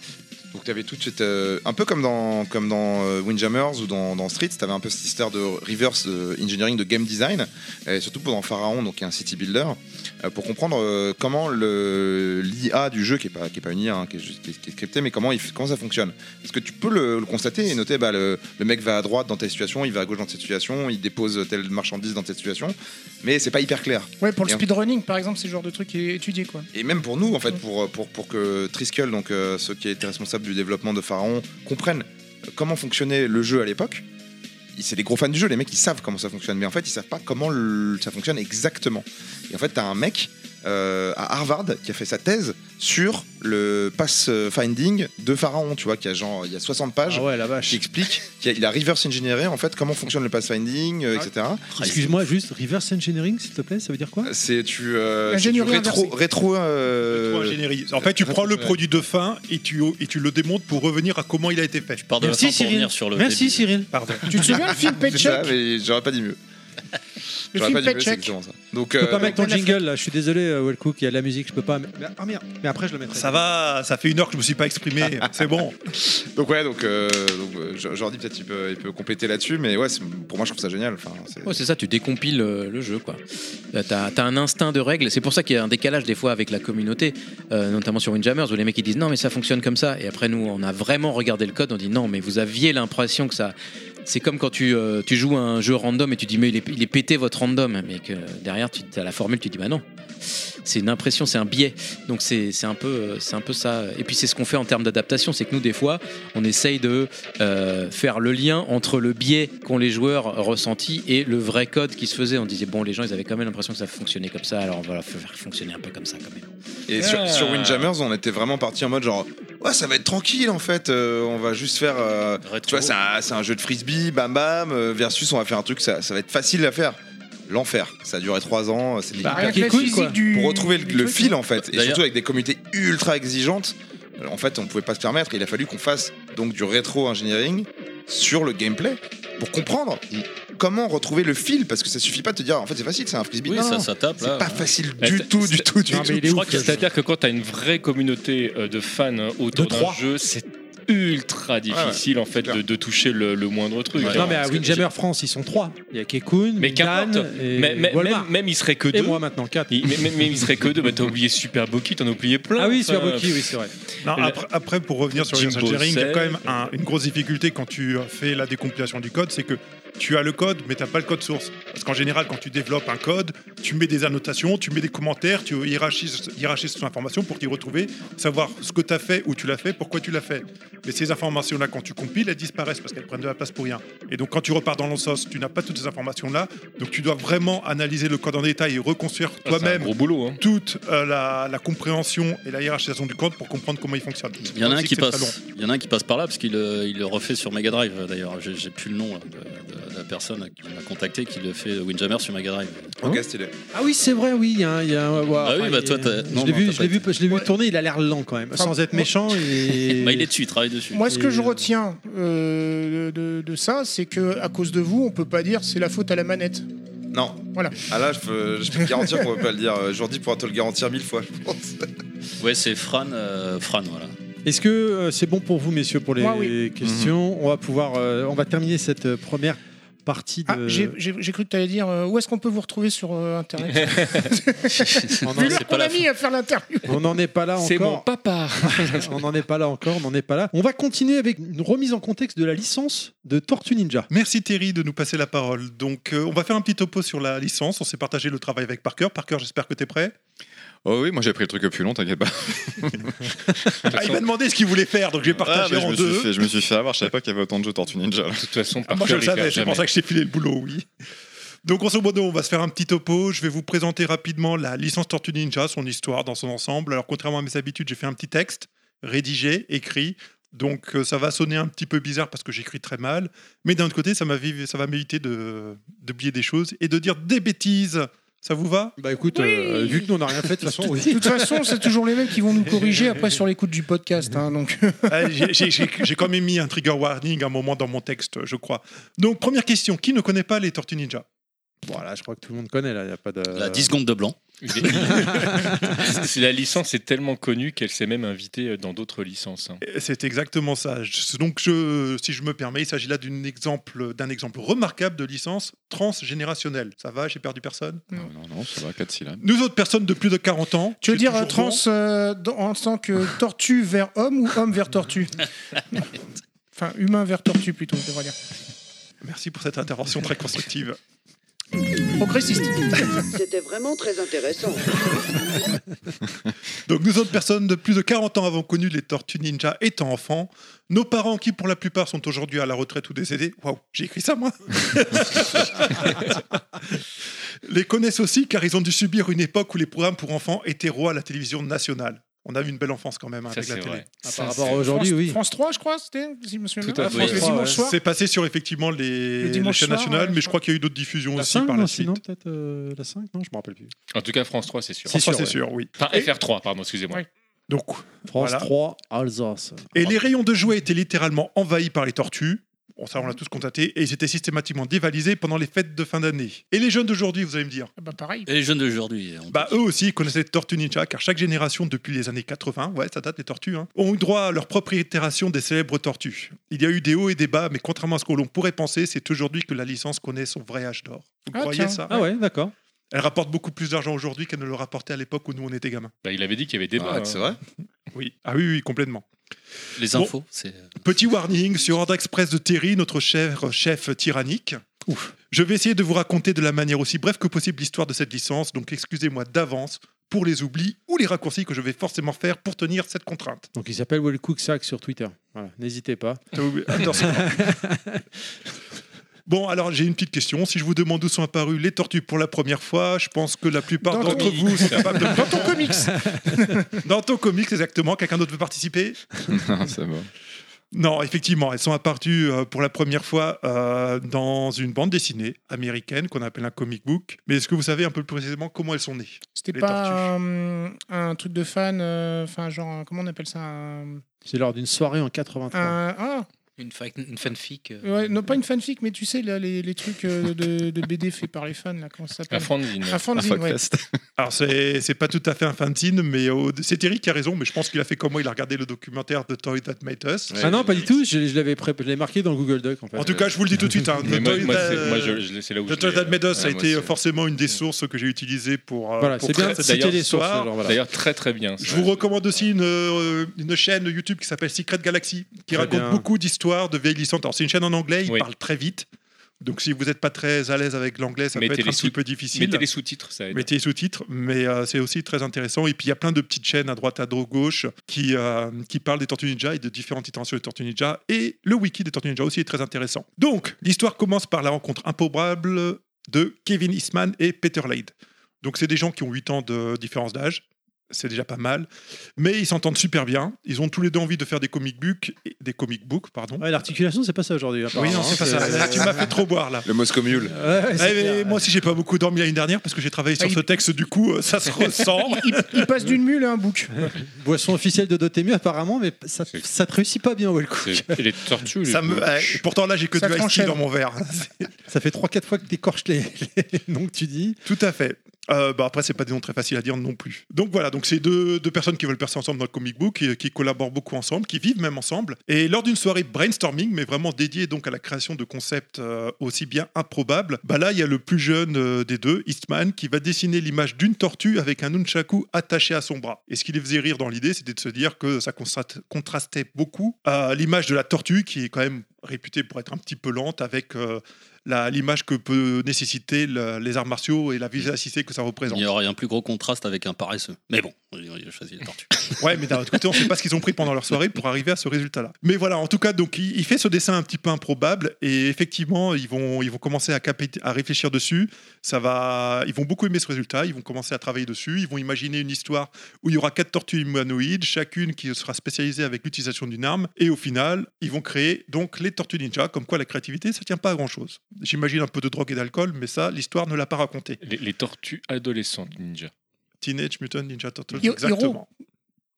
[SPEAKER 10] donc t'avais tout de suite euh, un peu comme dans comme dans euh, Windjammers ou dans, dans Streets, t'avais un peu cette histoire de reverse euh, engineering de game design, et surtout pendant Pharaon, donc qui est un city builder, euh, pour comprendre euh, comment le l'IA du jeu qui est pas qui est pas une IA, hein, qui, est, juste- qui est- qui est scriptée, mais comment il f- comment ça fonctionne. Parce que tu peux le, le constater et noter, bah, le, le mec va à droite dans telle situation, il va à gauche dans cette situation, il dépose telle marchandise dans cette situation, mais c'est pas hyper clair.
[SPEAKER 3] Ouais, pour le
[SPEAKER 10] Et-
[SPEAKER 3] speedrunning, par exemple, c'est le genre de truc qui est étudié, quoi.
[SPEAKER 10] Et même pour nous, en fait,
[SPEAKER 3] Ouais.
[SPEAKER 10] pour, pour, pour que Triskel, donc euh, ceux qui étaient responsables du développement de Pharaon, comprennent euh, comment fonctionnait le jeu à l'époque. Ils- C'est des gros fans du jeu, les mecs ils savent comment ça fonctionne, mais en fait ils savent pas comment le- ça fonctionne exactement. Et en fait, t'as un mec euh, à Harvard qui a fait sa thèse sur le pass euh, finding de Pharaon, tu vois, qui a genre, il y a 60 pages
[SPEAKER 1] Ah ouais la
[SPEAKER 10] qui
[SPEAKER 1] vache.
[SPEAKER 10] explique qu'il a- il a reverse engineeré en fait comment fonctionne le pass finding, euh, etc.
[SPEAKER 3] Ah,
[SPEAKER 1] Excuse-moi juste reverse engineering s'il te plaît ça veut dire quoi
[SPEAKER 10] C'est tu, euh, c'est du
[SPEAKER 3] Ingénierie
[SPEAKER 10] rétro,
[SPEAKER 3] inversée.
[SPEAKER 10] rétro, euh,
[SPEAKER 8] Trop ingénierie. En fait, tu prends le
[SPEAKER 10] ouais.
[SPEAKER 8] produit de fin et tu, et tu le démontes pour revenir à comment il a été fait.
[SPEAKER 6] Je pars de la
[SPEAKER 12] Merci
[SPEAKER 6] fin pour
[SPEAKER 12] Cyril.
[SPEAKER 6] revenir sur le.
[SPEAKER 12] Merci
[SPEAKER 6] début.
[SPEAKER 12] Cyril.
[SPEAKER 8] Pardon.
[SPEAKER 3] Tu te souviens le
[SPEAKER 8] [laughs]
[SPEAKER 3] film
[SPEAKER 10] c'est ça,
[SPEAKER 3] Paycheck
[SPEAKER 10] mais j'aurais pas dit mieux.
[SPEAKER 3] Le
[SPEAKER 10] J'aurais
[SPEAKER 3] film
[SPEAKER 10] pas dit mieux, c'est
[SPEAKER 3] Paycheck.
[SPEAKER 10] exactement ça. Donc
[SPEAKER 1] Je peux
[SPEAKER 10] euh,
[SPEAKER 1] pas mettre ton
[SPEAKER 3] Ben Affleck.
[SPEAKER 1] jingle là, je suis désolé euh, Wellcook, il y a de la musique, je peux pas. mais- Ah merde, mais après je le mettrai.
[SPEAKER 8] Ça va, ça fait une heure que je me suis pas exprimé. C'est bon.
[SPEAKER 10] donc ouais donc, euh, donc, euh, Jo- Jordi peut-être il peut, il peut compléter là-dessus, mais ouais c'est- pour moi je trouve ça génial. Enfin, c'est-
[SPEAKER 9] Ouais, c'est ça, tu décompiles euh, le jeu, quoi. Euh, T'as as un instinct de règles, c'est pour ça qu'il y a un décalage des fois avec la communauté, euh, notamment sur Windjammers, où les mecs ils disent non mais ça fonctionne comme ça, et après nous on a vraiment regardé le code, on dit non mais vous aviez l'impression que ça... C'est comme quand tu, euh, tu joues à un jeu random et tu dis mais il est, il est pété votre random, mais que derrière tu as la formule, tu dis bah non. C'est une impression, c'est un biais. Donc c'est c'est un, peu, euh, c'est un peu ça. Et puis c'est ce qu'on fait en termes d'adaptation, c'est que nous des fois on essaye de euh, faire le lien entre le biais qu'ont les joueurs ressentis et le vrai code qui se faisait. On disait, bon, les gens, ils avaient quand même l'impression que ça fonctionnait comme ça, alors on va leur faire fonctionner un peu comme ça quand même.
[SPEAKER 10] Et sur,
[SPEAKER 5] Ah.
[SPEAKER 10] sur Windjammers on était vraiment parti en mode genre ouais ça va être tranquille en fait, euh, on va juste faire euh,
[SPEAKER 6] Rétro.
[SPEAKER 10] Tu vois, c'est un, c'est un jeu de frisbee, bam bam, euh, versus on va faire un truc, ça, ça va être facile à faire. L'enfer. Ça a duré trois ans, euh, c'est
[SPEAKER 1] Bah,
[SPEAKER 10] hyper
[SPEAKER 3] Rien que la
[SPEAKER 1] Cool, quoi.
[SPEAKER 3] physique du.
[SPEAKER 10] Pour retrouver le,
[SPEAKER 3] du
[SPEAKER 10] le
[SPEAKER 3] truc, hein.
[SPEAKER 10] fil en fait, et
[SPEAKER 6] D'ailleurs-
[SPEAKER 10] surtout avec des communautés ultra exigeantes, euh, en fait on pouvait pas se permettre, il a fallu qu'on fasse donc du rétro engineering sur le gameplay pour comprendre comment retrouver le fil, parce que ça suffit pas de te dire en fait c'est facile, c'est un frisbee.
[SPEAKER 6] Oui,
[SPEAKER 10] Non,
[SPEAKER 6] ça,
[SPEAKER 10] non,
[SPEAKER 6] ça tape là.
[SPEAKER 10] c'est pas facile
[SPEAKER 5] Mais
[SPEAKER 10] du
[SPEAKER 5] t'as-
[SPEAKER 10] tout, du
[SPEAKER 5] c'est-
[SPEAKER 10] tout, du
[SPEAKER 12] Non,
[SPEAKER 10] tout.
[SPEAKER 12] mais il est
[SPEAKER 5] Je crois
[SPEAKER 12] ouf,
[SPEAKER 5] que
[SPEAKER 12] ce
[SPEAKER 5] c'est-à-dire que quand tu as une vraie communauté euh, de fans hein, autour
[SPEAKER 12] De
[SPEAKER 5] d'un
[SPEAKER 12] trois.
[SPEAKER 5] jeu, c'est ultra difficile en fait de, de toucher le, le moindre truc.
[SPEAKER 6] Ouais.
[SPEAKER 5] hein,
[SPEAKER 1] Non, mais à
[SPEAKER 5] parce que-
[SPEAKER 1] Windjammer France, ils sont trois. Il y a Kekun,
[SPEAKER 5] Mais
[SPEAKER 1] Dan
[SPEAKER 5] qu'importe.
[SPEAKER 1] et
[SPEAKER 5] Mais- mais-
[SPEAKER 1] Walmart.
[SPEAKER 5] même, même il serait que
[SPEAKER 1] Et
[SPEAKER 5] deux.
[SPEAKER 1] moi maintenant, quatre.
[SPEAKER 5] Il- mais, mais- mais il serait que deux. Bah, t'as oublié Super Boki, t'en as oublié plein.
[SPEAKER 1] Ah oui,
[SPEAKER 5] enfin,
[SPEAKER 1] sur Boki, oui, c'est vrai.
[SPEAKER 8] Non,
[SPEAKER 5] Le-
[SPEAKER 8] après, après, pour revenir sur le
[SPEAKER 5] Jimbo
[SPEAKER 8] sharing, il y a quand
[SPEAKER 5] Sell.
[SPEAKER 8] même un- une grosse difficulté quand tu fais la décompilation du code, c'est que tu as le code, mais tu n'as pas le code source. Parce qu'en général, quand tu développes un code, tu mets des annotations, tu mets des commentaires, tu hiérarchises, hiérarchises ton information pour t'y retrouver, savoir ce que tu as fait, où tu l'as fait, pourquoi tu l'as fait. Mais ces informations-là, quand tu compiles, elles disparaissent parce qu'elles prennent de la place pour rien. Et donc, quand tu repars dans l'ensos, tu n'as pas toutes ces informations-là. Donc, tu dois vraiment analyser le code en détail et reconstruire
[SPEAKER 5] Ah, c'est un
[SPEAKER 8] toi-même
[SPEAKER 5] Gros boulot. hein.
[SPEAKER 8] toute euh, la, la compréhension et la hiérarchisation du code pour comprendre comment il fonctionne.
[SPEAKER 6] Il y en a un
[SPEAKER 8] C'est
[SPEAKER 6] qui
[SPEAKER 8] très long.
[SPEAKER 6] passe. Il y en a un qui passe par là parce qu'il euh, il le refait sur Mega Drive euh, d'ailleurs. J'ai j'ai plus le nom là, de, de- de la personne qui m'a contacté qui le fait euh, Windjammer sur Mega Drive.
[SPEAKER 10] Ok, stylé.
[SPEAKER 1] Ah oui, c'est vrai, oui. Il y a, un- il y a un- ouais,
[SPEAKER 6] Ah oui,
[SPEAKER 1] enfin,
[SPEAKER 6] bah,
[SPEAKER 1] il-
[SPEAKER 6] toi, t'as-
[SPEAKER 1] je
[SPEAKER 6] non,
[SPEAKER 1] l'ai
[SPEAKER 6] non,
[SPEAKER 1] vu,
[SPEAKER 6] t'as
[SPEAKER 1] je
[SPEAKER 6] pas
[SPEAKER 1] l'ai vu,
[SPEAKER 6] été.
[SPEAKER 1] je l'ai vu tourner, il a l'air lent quand même. Sans être méchant, il
[SPEAKER 6] [laughs] Bah, il est dessus, il travaille dessus. euh,
[SPEAKER 3] Moi, ce que
[SPEAKER 1] Et-
[SPEAKER 3] je retiens euh, de, de ça, c'est que à cause de vous, on peut pas dire c'est la faute à la manette.
[SPEAKER 10] Non.
[SPEAKER 3] Voilà.
[SPEAKER 10] Ah là, je peux, je peux te garantir qu'on peut pas le dire. Euh, Jordi pourra te le garantir mille fois, je pense.
[SPEAKER 6] [laughs] Ouais, c'est Fran. euh, Fran, voilà.
[SPEAKER 1] Est-ce que euh, c'est bon pour vous, messieurs, pour les
[SPEAKER 3] Moi, Ah oui.
[SPEAKER 1] questions On va pouvoir, euh, on va terminer cette euh, première partie de.
[SPEAKER 3] Ah, j'ai
[SPEAKER 8] Euh.
[SPEAKER 3] j'ai- j'ai cru que tu allais dire euh, où est-ce qu'on peut vous retrouver sur euh,
[SPEAKER 5] [laughs]
[SPEAKER 3] internet.
[SPEAKER 1] On en-
[SPEAKER 3] Vu l'heure qu'on
[SPEAKER 6] c'est pas
[SPEAKER 3] a
[SPEAKER 6] la
[SPEAKER 3] mis à faire
[SPEAKER 5] [laughs]
[SPEAKER 3] l'interview.
[SPEAKER 1] on n'en est pas là
[SPEAKER 5] C'est mon
[SPEAKER 1] encore.
[SPEAKER 5] papa.
[SPEAKER 1] [laughs] on n'en est pas là encore. On n'en est pas là. On va continuer avec une remise en contexte de la licence de Tortue Ninja.
[SPEAKER 8] Merci Thierry de nous passer la parole. Donc, euh, on va faire un petit topo sur la licence. On s'est partagé le travail avec Parker. Parker, j'espère que tu es prêt.
[SPEAKER 4] Oh oui, moi j'ai pris le truc au plus long, t'inquiète pas.
[SPEAKER 8] Ah, il m'a demandé ce qu'il voulait faire, donc j'ai
[SPEAKER 4] Ah,
[SPEAKER 8] partagé
[SPEAKER 4] mais je,
[SPEAKER 8] en
[SPEAKER 4] me suis
[SPEAKER 8] deux.
[SPEAKER 4] fait, je me suis fait avoir, je savais pas qu'il y avait autant de jeux Tortue Ninja.
[SPEAKER 5] De toute façon,
[SPEAKER 8] Ah,
[SPEAKER 5] par
[SPEAKER 8] moi, je
[SPEAKER 5] cœur,
[SPEAKER 8] le
[SPEAKER 5] il
[SPEAKER 8] savais,
[SPEAKER 5] perd
[SPEAKER 8] c'est
[SPEAKER 5] jamais.
[SPEAKER 8] pour ça que je t'ai filé le boulot, oui. Donc, grosso modo, on va se faire un petit topo. Je vais vous présenter rapidement la licence Tortue Ninja, son histoire dans son ensemble. Alors, contrairement à mes habitudes, j'ai fait un petit texte rédigé, écrit. Donc, euh, ça va sonner un petit peu bizarre parce que j'écris très mal. Mais d'un autre côté, ça, m'a vi- ça va m'éviter de- d'oublier des choses et de dire des bêtises. Ça vous va
[SPEAKER 1] Bah écoute, euh, vu que nous on n'a rien fait de toute façon,
[SPEAKER 3] De
[SPEAKER 1] oui.
[SPEAKER 3] toute façon, c'est toujours les mêmes qui vont nous corriger après sur l'écoute du podcast. hein, donc,
[SPEAKER 8] [laughs] Ah, j'ai- J'ai j'ai- j'ai quand même mis un trigger warning à un moment dans mon texte, je crois. Donc, première question qui ne connaît pas les Tortues Ninja
[SPEAKER 1] Voilà, je crois que tout le monde connaît là. Il y a pas de.
[SPEAKER 6] La 10 secondes de blanc.
[SPEAKER 5] Il est- [laughs] La licence est tellement connue qu'elle s'est même invitée euh, dans d'autres licences. hein.
[SPEAKER 8] Euh, C'est exactement ça. Je- Donc, je, si je me permets, il s'agit là d'un exemple, d'un exemple remarquable de licence transgénérationnelle. Ça va, j'ai perdu personne
[SPEAKER 4] Non, non, non, ça va, 4 syllabes.
[SPEAKER 8] Nous autres personnes de plus de 40 ans.
[SPEAKER 3] tu veux
[SPEAKER 8] c'est
[SPEAKER 3] dire euh,
[SPEAKER 8] toujours
[SPEAKER 3] trans
[SPEAKER 8] bon.
[SPEAKER 3] euh, dans- en tant que tortue vers homme ou homme vers
[SPEAKER 5] [laughs]
[SPEAKER 3] tortue Enfin, humain vers tortue plutôt, je devrais dire.
[SPEAKER 8] Merci pour cette intervention très constructive.
[SPEAKER 3] Progressiste.
[SPEAKER 2] C'était vraiment très intéressant.
[SPEAKER 8] Donc nous autres personnes de plus de 40 ans avons connu les Tortues Ninja étant enfants. Nos parents qui pour la plupart sont aujourd'hui à la retraite ou décédés. Waouh, j'ai écrit ça moi. les connaissent aussi car ils ont dû subir une époque où les programmes pour enfants étaient rois à la télévision nationale. On a eu une belle enfance quand même hein,
[SPEAKER 5] Ça,
[SPEAKER 8] avec la
[SPEAKER 5] c'est
[SPEAKER 8] télé.
[SPEAKER 5] vrai.
[SPEAKER 1] Ah,
[SPEAKER 5] Ça,
[SPEAKER 1] par
[SPEAKER 5] c'est-
[SPEAKER 1] rapport à aujourd'hui,
[SPEAKER 3] France,
[SPEAKER 1] oui.
[SPEAKER 3] [laughs] France 3, je crois, c'était, si je me souviens
[SPEAKER 5] Tout
[SPEAKER 3] bien.
[SPEAKER 5] à
[SPEAKER 3] Ah,
[SPEAKER 5] fait.
[SPEAKER 3] France, le
[SPEAKER 1] France 3,
[SPEAKER 3] dimanche soir.
[SPEAKER 8] C'est passé sur effectivement les,
[SPEAKER 3] Le
[SPEAKER 8] les
[SPEAKER 3] dimanche
[SPEAKER 8] chaînes
[SPEAKER 3] soir,
[SPEAKER 8] nationales,
[SPEAKER 3] ouais,
[SPEAKER 8] mais
[SPEAKER 3] je
[SPEAKER 8] je crois qu'il y a eu d'autres diffusions
[SPEAKER 1] La
[SPEAKER 8] aussi
[SPEAKER 1] 5,
[SPEAKER 8] par
[SPEAKER 1] non,
[SPEAKER 8] la
[SPEAKER 1] sinon,
[SPEAKER 8] suite.
[SPEAKER 1] peut-être euh, la 5, non, je me rappelle plus.
[SPEAKER 5] En tout cas, France 3, c'est sûr.
[SPEAKER 1] C'est
[SPEAKER 8] Enfin,
[SPEAKER 1] sûr,
[SPEAKER 8] c'est
[SPEAKER 1] ouais.
[SPEAKER 8] sûr, oui.
[SPEAKER 5] Enfin, FR3, pardon, excusez-moi.
[SPEAKER 3] Ouais.
[SPEAKER 8] Donc
[SPEAKER 1] France
[SPEAKER 8] Voilà.
[SPEAKER 1] ah, 3, Alsace.
[SPEAKER 8] Et les rayons de jouets étaient littéralement envahis par les tortues. Bon, ça, on l'a tous constaté. Et ils étaient systématiquement dévalisés pendant les fêtes de fin d'année. Et les jeunes d'aujourd'hui, vous allez me dire
[SPEAKER 3] Ah Bah, pareil.
[SPEAKER 6] Et les jeunes d'aujourd'hui. on-
[SPEAKER 8] bah, eux aussi connaissaient les Tortues Ninja, car chaque génération depuis les années 80, ouais, ça date des tortues, hein, ont eu droit à leur propre itération des célèbres tortues. Il y a eu des hauts et des bas, mais contrairement à ce que l'on pourrait penser, c'est aujourd'hui que la licence connaît son vrai âge d'or. Vous
[SPEAKER 3] Ah,
[SPEAKER 8] croyez
[SPEAKER 3] tiens.
[SPEAKER 8] ça
[SPEAKER 1] Ah ouais, d'accord.
[SPEAKER 8] Elle rapporte beaucoup plus d'argent aujourd'hui qu'elle ne le rapportait à l'époque où nous on était gamins.
[SPEAKER 5] Bah, il avait dit qu'il y avait des
[SPEAKER 10] Ah, c'est vrai
[SPEAKER 8] Oui. Ah oui, oui, complètement.
[SPEAKER 6] Les
[SPEAKER 8] Bon.
[SPEAKER 6] infos, c'est.
[SPEAKER 8] Petit warning sur ordre express de Terry, notre cher chef tyrannique. Je vais essayer de vous raconter de la manière aussi brève que possible l'histoire de cette licence, donc excusez-moi d'avance pour les oublis ou les raccourcis que je vais forcément faire pour tenir cette contrainte. Ah
[SPEAKER 1] Donc il s'appelle Will Cooksack sur Twitter. Voilà, n'hésitez pas.
[SPEAKER 8] T'as oublié- Attends,
[SPEAKER 1] [laughs]
[SPEAKER 8] c'est bon. Bon, alors j'ai une petite question. Si je vous demande où sont apparues les tortues pour la première fois, je pense que la plupart
[SPEAKER 3] Dans ton
[SPEAKER 8] d'entre vous sont capables de... Dans ton comics [laughs] Dans ton comics, exactement. Quelqu'un d'autre veut participer
[SPEAKER 5] [laughs]
[SPEAKER 4] Non, ça va.
[SPEAKER 8] Non, effectivement, elles sont apparues euh, pour la première fois euh, dans une bande dessinée américaine qu'on appelle un comic book. Mais est-ce que vous savez un peu plus précisément comment elles sont nées
[SPEAKER 3] C'était
[SPEAKER 8] les
[SPEAKER 3] pas un, un truc de fan, euh, enfin, genre, un- comment on appelle ça un,
[SPEAKER 1] C'est lors d'une soirée en 83.
[SPEAKER 3] un- ah,
[SPEAKER 9] Une, fa- une fanfic. euh.
[SPEAKER 3] Ouais, non, pas une fanfic, mais tu sais, là, les, les trucs euh, de, de BD faits par les fans, là, comment ça s'appelle
[SPEAKER 5] fanzine.
[SPEAKER 3] Un fanzine, ouais.
[SPEAKER 5] [laughs]
[SPEAKER 8] Alors, c'est c'est pas tout à fait un fanzine, mais au- c'est Thierry qui a raison, mais je pense qu'il a fait comme moi, il a regardé le documentaire de Toy That Made Us.
[SPEAKER 1] Ah non, pas du tout, je, je l'avais pré- je l'avais marqué dans le Google Doc en fait.
[SPEAKER 8] En tout cas, je vous le dis tout de suite, hein,
[SPEAKER 5] [laughs] Mais
[SPEAKER 8] le
[SPEAKER 5] moi,
[SPEAKER 8] Toy
[SPEAKER 5] moi,
[SPEAKER 8] That-
[SPEAKER 5] c'est- moi, je- je- c'est là où
[SPEAKER 8] le
[SPEAKER 5] je
[SPEAKER 8] Toy
[SPEAKER 5] l'ai,
[SPEAKER 8] That Made
[SPEAKER 5] euh,
[SPEAKER 8] Us a
[SPEAKER 10] ouais, moi
[SPEAKER 8] été
[SPEAKER 10] aussi.
[SPEAKER 8] forcément une des sources que j'ai utilisées pour, euh,
[SPEAKER 1] Voilà,
[SPEAKER 8] pour
[SPEAKER 1] c'est bien
[SPEAKER 8] traiter
[SPEAKER 1] de
[SPEAKER 8] ce
[SPEAKER 1] citer les sources.
[SPEAKER 8] soir.
[SPEAKER 1] alors, voilà.
[SPEAKER 5] D'ailleurs, très très bien. ça.
[SPEAKER 8] Je vous recommande aussi une, euh, une chaîne YouTube qui s'appelle Secret Galaxy, qui
[SPEAKER 1] Très
[SPEAKER 8] raconte
[SPEAKER 1] bien.
[SPEAKER 8] beaucoup d'histoires de vieilles licences. Alors, c'est une chaîne en anglais, ils
[SPEAKER 5] Oui.
[SPEAKER 8] parlent très vite. Donc, si vous n'êtes pas très à l'aise avec l'anglais, ça
[SPEAKER 5] Mettez
[SPEAKER 8] peut être
[SPEAKER 5] les
[SPEAKER 8] un petit
[SPEAKER 5] sous-
[SPEAKER 8] peu difficile.
[SPEAKER 5] Mettez les sous-titres, ça aide.
[SPEAKER 8] Mettez les sous-titres, mais euh, c'est aussi très intéressant. Et puis il y a plein de petites chaînes à droite, à droite, gauche qui, euh, qui parlent des Tortues Ninja et de différentes itérations des Tortues Ninja. Et le wiki des Tortues Ninja aussi est très intéressant. Donc, l'histoire commence par la rencontre improbable de Kevin Eastman et Peter Lade. Donc, c'est des gens qui ont 8 ans de différence d'âge. C'est déjà pas mal. Mais ils s'entendent super bien. Ils ont tous les deux envie de faire des comic books. et- Des comic books, pardon.
[SPEAKER 1] Ouais, l'articulation, c'est pas ça aujourd'hui.
[SPEAKER 8] Oui, non,
[SPEAKER 1] apparemment,
[SPEAKER 8] c'est pas
[SPEAKER 1] hein,
[SPEAKER 8] ça. Là, tu m'as fait trop boire, là.
[SPEAKER 10] Le Moscow Mule.
[SPEAKER 1] Ouais, ouais, c'est
[SPEAKER 8] Eh, mais
[SPEAKER 1] clair.
[SPEAKER 8] moi aussi, j'ai pas beaucoup dormi l'année dernière parce que j'ai travaillé sur
[SPEAKER 3] Ah, il-
[SPEAKER 8] ce texte. Du coup, euh, [laughs]
[SPEAKER 1] [laughs]
[SPEAKER 8] ça se ressent.
[SPEAKER 3] Il, il passe d'une mule à un bouc.
[SPEAKER 1] Boisson officielle de Dotemu apparemment, mais ça,
[SPEAKER 5] C'est-
[SPEAKER 1] ça te réussit pas bien, Wellcook.
[SPEAKER 5] C'est- Les tortues.
[SPEAKER 8] Ça
[SPEAKER 5] les-
[SPEAKER 8] me... euh, pourtant là j'ai que
[SPEAKER 3] Ça
[SPEAKER 8] du ice
[SPEAKER 3] t'enchaîne.
[SPEAKER 8] dans [laughs] mon verre.
[SPEAKER 1] Ça fait 3-4 fois que t'écorches les, les noms que tu dis.
[SPEAKER 8] Tout à fait. Euh, bah après c'est pas des noms très faciles à dire non plus. Donc voilà, donc c'est deux, deux personnes qui veulent percer ensemble dans le comic book, euh, qui, qui collaborent beaucoup ensemble, qui vivent même ensemble. Et lors d'une soirée brainstorming, mais vraiment dédiée donc à la création de concepts euh, aussi bien improbables, bah là il y a le plus jeune euh, des deux, Eastman, qui va dessiner l'image d'une tortue avec un nunchaku attaché à son bras. Et ce qui les faisait rire dans l'idée, c'était de se dire que ça constate- contrastait beaucoup à l'image de la tortue qui est quand même réputée pour être un petit peu lente avec euh, la- l'image que peut nécessiter le- les arts martiaux et la vivacité que ça
[SPEAKER 6] Il
[SPEAKER 8] représente.
[SPEAKER 6] y aurait un plus gros contraste avec un paresseux. Mais bon, il a choisi
[SPEAKER 8] [laughs]
[SPEAKER 6] les tortues.
[SPEAKER 8] Ouais, mais d'un autre côté, on ne sait pas ce qu'ils ont pris pendant leur soirée pour arriver à ce résultat-là. Mais voilà, en tout cas, donc il, il fait ce dessin un petit peu improbable et effectivement, ils vont, ils vont commencer à, capi- à réfléchir dessus. Ça va, ils vont beaucoup aimer ce résultat. Ils vont commencer à travailler dessus. Ils vont imaginer une histoire où il y aura quatre tortues humanoïdes, chacune qui sera spécialisée avec l'utilisation d'une arme. Et au final, ils vont créer donc les tortues ninja. Comme quoi, la créativité, ça tient pas à grand chose. J'imagine un peu de drogue et d'alcool, mais ça, l'histoire ne l'a pas raconté.
[SPEAKER 5] Les, les tortues adolescentes ninja.
[SPEAKER 8] Teenage Mutant Ninja Turtles,
[SPEAKER 3] Yo-
[SPEAKER 8] exactement.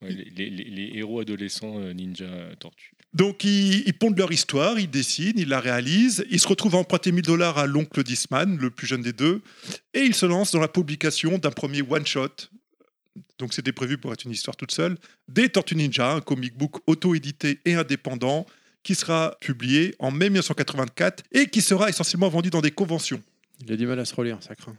[SPEAKER 5] Ouais, Les, les- les- les héros adolescents euh, ninja euh, tortues.
[SPEAKER 8] Donc ils, ils pondent leur histoire, ils dessinent, ils la réalisent, ils se retrouvent à emprunter 1000 dollars à l'oncle Disman, le plus jeune des deux, et ils se lancent dans la publication d'un premier one-shot. Donc c'était prévu pour être une histoire toute seule, des Tortues Ninja, un comic book auto-édité et indépendant, qui sera publié en mai 1984 et qui sera essentiellement vendu dans des conventions.
[SPEAKER 1] Il a du mal à se relire, ça craint.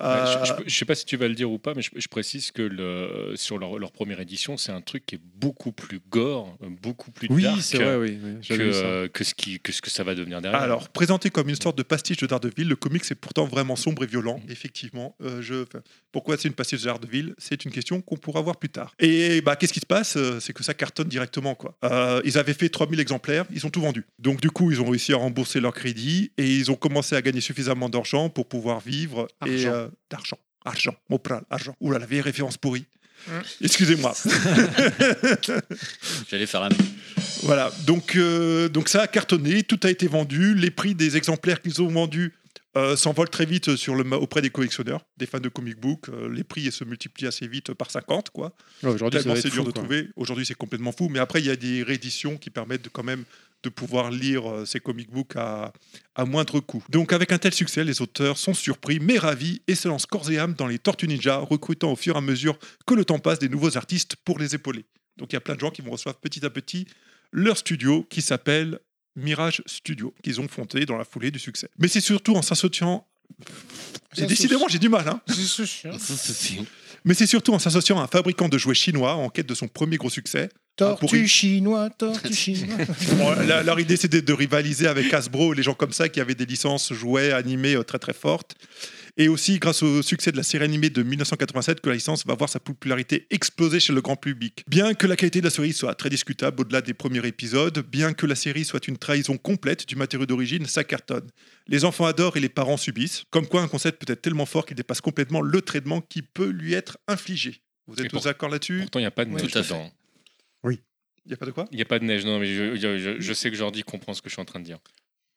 [SPEAKER 8] Euh,
[SPEAKER 5] Ouais, je, je peux- je sais pas si tu vas le dire ou pas, mais je, je précise que le- sur leur, leur première édition, c'est un truc qui est beaucoup plus gore, euh, beaucoup plus
[SPEAKER 1] Oui,
[SPEAKER 5] dark
[SPEAKER 1] c'est vrai, oui. oui,
[SPEAKER 5] que,
[SPEAKER 1] j'avais vu ça.
[SPEAKER 5] euh, que ce qui, que ce que ça va devenir derrière.
[SPEAKER 8] Alors, présenté comme une sorte de pastiche de Daredevil, le comics est pourtant vraiment sombre et violent. Effectivement, euh, je... enfin, pourquoi c'est une pastiche de Daredevil C'est une question qu'on pourra voir plus tard. Et bah, qu'est-ce qui se passe Euh, C'est que ça cartonne directement. quoi. Euh, ils avaient fait 3000 exemplaires, ils ont tout vendu. Donc, du coup, ils ont réussi à rembourser leur crédit et ils ont commencé à gagner suffisamment d'argent pour pouvoir vivre.
[SPEAKER 3] Argent.
[SPEAKER 8] Et, euh, d'argent. Argent. Mon pral, argent. Ouh là, la vieille référence pourrie. Excusez-moi.
[SPEAKER 6] J'allais faire la même.
[SPEAKER 8] Voilà, donc, euh, donc ça a cartonné, tout a été vendu, les prix des exemplaires qu'ils ont vendus euh, s'envolent très vite sur le, ma- auprès des collectionneurs, des fans de comic book, euh, les prix se multiplient assez vite par 50, quoi.
[SPEAKER 1] Ouais, Aujourd'hui, ça
[SPEAKER 8] Tellement
[SPEAKER 1] va
[SPEAKER 8] c'est
[SPEAKER 1] être
[SPEAKER 8] dur
[SPEAKER 1] fou,
[SPEAKER 8] de
[SPEAKER 1] quoi.
[SPEAKER 8] trouver, aujourd'hui c'est complètement fou, mais après il y a des rééditions qui permettent de, quand même de pouvoir lire euh, ces comic books à, à moindre coût. Donc avec un tel succès, les auteurs sont surpris, mais ravis, et se lancent corps et âme dans les Tortues Ninja, recrutant au fur et à mesure que le temps passe des nouveaux artistes pour les épauler. Donc il y a plein de gens qui vont recevoir petit à petit leur studio qui s'appelle Mirage Studio, qu'ils ont fondé dans la foulée du succès. Mais c'est surtout en s'associant... Et décidément, j'ai du mal, hein
[SPEAKER 3] C'est c'est sûr.
[SPEAKER 8] Mais c'est surtout en s'associant à un fabricant de jouets chinois en quête de son premier gros succès,
[SPEAKER 3] Tortue chinois, tortue chinois. [laughs]
[SPEAKER 8] Bon, la- leur idée, c'était de rivaliser avec Hasbro et les gens comme ça qui avaient des licences jouets animés euh, très très fortes. Et aussi grâce au succès de la série animée de 1987 que la licence va voir sa popularité exploser chez le grand public. Bien que la qualité de la série soit très discutable au-delà des premiers épisodes, bien que la série soit une trahison complète du matériau d'origine, ça cartonne. Les enfants adorent et les parents subissent, comme quoi un concept peut être tellement fort qu'il dépasse complètement le traitement qui peut lui être infligé. Vous
[SPEAKER 5] Et
[SPEAKER 8] êtes
[SPEAKER 5] pour-
[SPEAKER 8] tous d'accord là-dessus
[SPEAKER 5] Pourtant, il n'y a pas de
[SPEAKER 3] Ouais.
[SPEAKER 5] neige
[SPEAKER 6] Tout à fait.
[SPEAKER 5] dedans.
[SPEAKER 8] Il n'y a pas de quoi
[SPEAKER 5] Il n'y a pas de neige. Non, mais je, je- je- je sais que Jordi comprend ce que je suis en train de dire.
[SPEAKER 8] [laughs]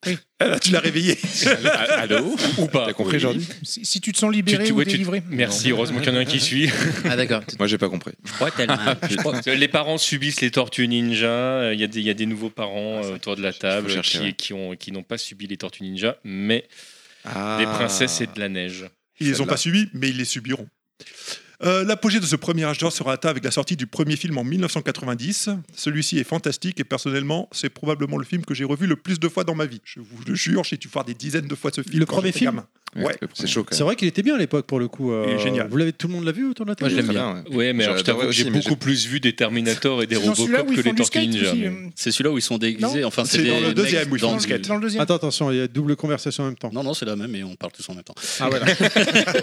[SPEAKER 5] Ah,
[SPEAKER 8] Ah, là, tu l'as
[SPEAKER 5] [laughs]
[SPEAKER 8] réveillé.
[SPEAKER 5] Allô Ou pas
[SPEAKER 10] T'as compris, Jordi
[SPEAKER 3] Si, si tu te sens libéré ou
[SPEAKER 5] ouais,
[SPEAKER 3] délivré.
[SPEAKER 5] Merci, heureusement qu'il y en a un qui suit. Ah,
[SPEAKER 9] Ah d'accord.
[SPEAKER 10] Moi, j'ai pas compris.
[SPEAKER 12] Je crois tellement. Je crois-
[SPEAKER 5] Les parents subissent les tortues ninja. euh, Il y, a des- il y a des nouveaux parents euh, autour de la table
[SPEAKER 10] chercher,
[SPEAKER 5] qui,
[SPEAKER 10] ouais.
[SPEAKER 5] qui ont- qui n'ont pas subi les tortues ninja, mais
[SPEAKER 10] Ah.
[SPEAKER 5] les princesses et de la neige.
[SPEAKER 8] Ils les ont
[SPEAKER 10] Celle-là.
[SPEAKER 8] pas subis, mais ils les subiront. Euh, L'apogée de ce premier âge d'or sera atteint avec la sortie du premier film en 1990. Celui-ci est fantastique et personnellement, c'est probablement le film que j'ai revu le plus de fois dans ma vie. Je vous le jure, j'ai dû voir des dizaines de fois ce film.
[SPEAKER 1] Le
[SPEAKER 8] quand
[SPEAKER 1] premier
[SPEAKER 8] j'étais
[SPEAKER 1] film
[SPEAKER 8] gamin.
[SPEAKER 10] Ouais,
[SPEAKER 8] Ouais.
[SPEAKER 10] C'est chaud quand
[SPEAKER 1] C'est
[SPEAKER 10] même.
[SPEAKER 1] vrai qu'il était bien à l'époque pour le coup. euh,
[SPEAKER 8] Il est génial.
[SPEAKER 1] Vous l'avez tout le monde l'a vu autour de la table
[SPEAKER 9] Moi, je l'aime bien.
[SPEAKER 10] Très ouais.
[SPEAKER 5] Ouais, mais alors, je
[SPEAKER 10] J'adorais
[SPEAKER 5] t'avoue que
[SPEAKER 10] aussi,
[SPEAKER 5] j'ai
[SPEAKER 10] mais
[SPEAKER 5] beaucoup plus vu des Terminator et des
[SPEAKER 3] C'est dans celui-là
[SPEAKER 5] Robocop
[SPEAKER 3] où
[SPEAKER 5] que
[SPEAKER 3] ils font
[SPEAKER 5] les
[SPEAKER 3] du
[SPEAKER 5] tortues
[SPEAKER 3] skate
[SPEAKER 5] ninja.
[SPEAKER 3] aussi.
[SPEAKER 5] mais-
[SPEAKER 3] euh,
[SPEAKER 6] C'est celui-là où ils sont déguisés. Enfin,
[SPEAKER 8] C'est
[SPEAKER 6] c'est
[SPEAKER 8] dans
[SPEAKER 6] des
[SPEAKER 8] le
[SPEAKER 6] mecs
[SPEAKER 8] deuxième où ils font
[SPEAKER 6] dans
[SPEAKER 8] du
[SPEAKER 6] du-
[SPEAKER 8] skate.
[SPEAKER 3] Dans le deuxième.
[SPEAKER 1] Attends, attention, il y a double conversation en même temps.
[SPEAKER 6] Non, non, c'est la même et on parle tous en même temps.
[SPEAKER 8] Ah,
[SPEAKER 9] [laughs]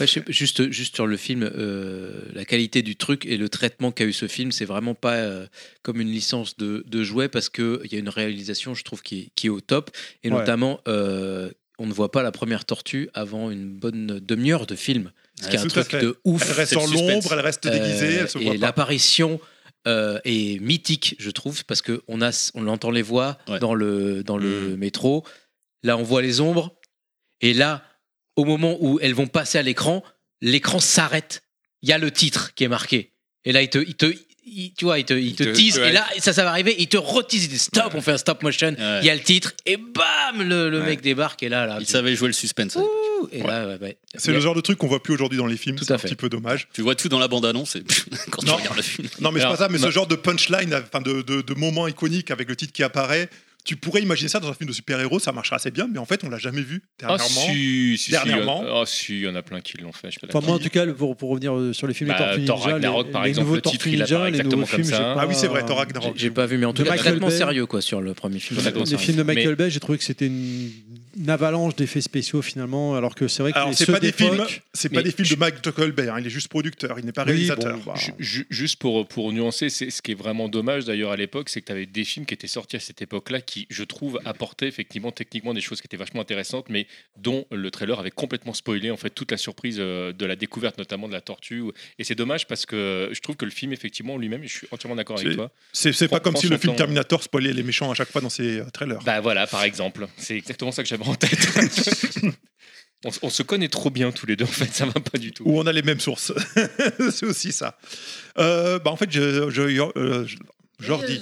[SPEAKER 9] Ouais, je sais pas, juste, juste sur le film, euh, la qualité du truc et le traitement qu'a eu ce film, c'est vraiment pas euh, comme une licence de, de jouet parce qu'il y a une réalisation, je trouve, qui est, qui est au top. Et
[SPEAKER 1] Ouais.
[SPEAKER 9] notamment, euh, on ne voit pas la première tortue avant une bonne demi-heure de film. Ce qui est
[SPEAKER 8] Ouais,
[SPEAKER 9] un
[SPEAKER 8] tout à
[SPEAKER 9] truc
[SPEAKER 8] fait.
[SPEAKER 9] de ouf.
[SPEAKER 8] Elle reste
[SPEAKER 9] C'est
[SPEAKER 8] dans
[SPEAKER 9] le suspense.
[SPEAKER 8] l'ombre, elle reste déguisée, elle se
[SPEAKER 9] Euh,
[SPEAKER 8] voit
[SPEAKER 9] et
[SPEAKER 8] pas.
[SPEAKER 9] l'apparition euh, est mythique, je trouve, parce que on a, on entend les voix
[SPEAKER 6] Ouais.
[SPEAKER 9] dans le dans
[SPEAKER 8] Mmh.
[SPEAKER 9] le métro. Là, on voit les ombres, et là, au moment où elles vont passer à l'écran, l'écran s'arrête. Il y a le titre qui est marqué, et là, il te, il te il- tu vois, il te, il te
[SPEAKER 10] te-
[SPEAKER 9] tease,
[SPEAKER 10] ouais.
[SPEAKER 9] et là, ça, ça va arriver, il te retise, il dit stop, on fait un stop motion, il
[SPEAKER 6] Ouais.
[SPEAKER 9] y a le titre, et bam, le, le
[SPEAKER 10] Ouais.
[SPEAKER 9] mec débarque, et là, là,
[SPEAKER 6] Ils savaient jouer le suspense.
[SPEAKER 9] ouh, et là, ouais, ouais.
[SPEAKER 8] C'est le genre de truc qu'on voit plus aujourd'hui dans les films.
[SPEAKER 9] Tout
[SPEAKER 8] C'est
[SPEAKER 9] à
[SPEAKER 8] un
[SPEAKER 9] fait.
[SPEAKER 8] petit peu dommage.
[SPEAKER 6] Tu vois tout dans la bande-annonce et [laughs] quand tu
[SPEAKER 8] Non.
[SPEAKER 6] regardes le film.
[SPEAKER 8] Non, mais c'est
[SPEAKER 5] Alors,
[SPEAKER 8] pas ça, mais
[SPEAKER 5] ma-
[SPEAKER 8] ce genre de punchline, enfin de, de, de moment iconique avec le titre qui apparaît, tu pourrais imaginer ça dans un film de super-héros, ça marcherait assez bien, mais en fait, on l'a jamais vu
[SPEAKER 5] Ah,
[SPEAKER 8] dernièrement.
[SPEAKER 5] si, si, si, il y en a-
[SPEAKER 8] Dernièrement.
[SPEAKER 5] ah, si, il y en a plein qui l'ont fait. Je suis pas
[SPEAKER 1] Enfin,
[SPEAKER 5] d'accord.
[SPEAKER 1] moi, en tout cas, le- pour, pour revenir euh, sur les films
[SPEAKER 5] Bah,
[SPEAKER 1] des Tortues
[SPEAKER 5] Thor
[SPEAKER 1] Ninja,
[SPEAKER 5] Ragnarok,
[SPEAKER 1] les,
[SPEAKER 5] par
[SPEAKER 1] les
[SPEAKER 5] exemple,
[SPEAKER 1] nouveaux
[SPEAKER 5] le titre,
[SPEAKER 1] Tortues
[SPEAKER 5] il apparaît
[SPEAKER 1] Ninja, les
[SPEAKER 5] exactement
[SPEAKER 1] nouveaux
[SPEAKER 5] comme
[SPEAKER 1] films,
[SPEAKER 5] ça.
[SPEAKER 1] j'ai pas-
[SPEAKER 8] ah oui, c'est vrai, Thor Ragnarok.
[SPEAKER 9] J'ai pas vu, mais en tout
[SPEAKER 1] De
[SPEAKER 9] cas,
[SPEAKER 1] Michael
[SPEAKER 9] traitement
[SPEAKER 1] Bay.
[SPEAKER 9] sérieux quoi sur le premier film.
[SPEAKER 5] Je suis d'accord.
[SPEAKER 1] Les films de Michael Bay, j'ai trouvé que c'était une, une avalanche d'effets spéciaux finalement, alors que c'est vrai que
[SPEAKER 8] Alors,
[SPEAKER 1] les
[SPEAKER 8] c'est
[SPEAKER 1] ceux
[SPEAKER 8] pas des films,
[SPEAKER 1] d'époque-
[SPEAKER 8] c'est
[SPEAKER 9] mais
[SPEAKER 8] pas des films de Mike Tuckelberg, il est juste producteur, il n'est pas
[SPEAKER 1] Oui,
[SPEAKER 8] réalisateur.
[SPEAKER 1] bon, bah,
[SPEAKER 5] Ju- ju- Juste pour, pour nuancer, c'est ce qui est vraiment dommage d'ailleurs à l'époque, c'est que tu avais des films qui étaient sortis à cette époque-là qui, je trouve, apportaient effectivement techniquement des choses qui étaient vachement intéressantes, mais dont le trailer avait complètement spoilé en fait toute la surprise euh, de la découverte, notamment de la tortue. ou- Et c'est dommage parce que je trouve que le film, effectivement, lui-même, et je suis entièrement d'accord avec
[SPEAKER 8] C'est-
[SPEAKER 5] toi.
[SPEAKER 8] C'est c'est pas
[SPEAKER 5] Prends-
[SPEAKER 8] comme si
[SPEAKER 5] prends
[SPEAKER 8] le
[SPEAKER 5] son
[SPEAKER 8] film
[SPEAKER 5] temps.
[SPEAKER 8] Terminator spoilait les méchants à chaque fois dans ses euh, trailers.
[SPEAKER 5] Bah voilà, par exemple, c'est exactement ça que j'avais en tête. [laughs] on, s- on se connaît trop bien tous les deux, en fait, ça va pas du tout.
[SPEAKER 8] Où on a les mêmes sources. [laughs] c'est aussi ça. Euh, bah, en fait, je, je- euh, je- Jordi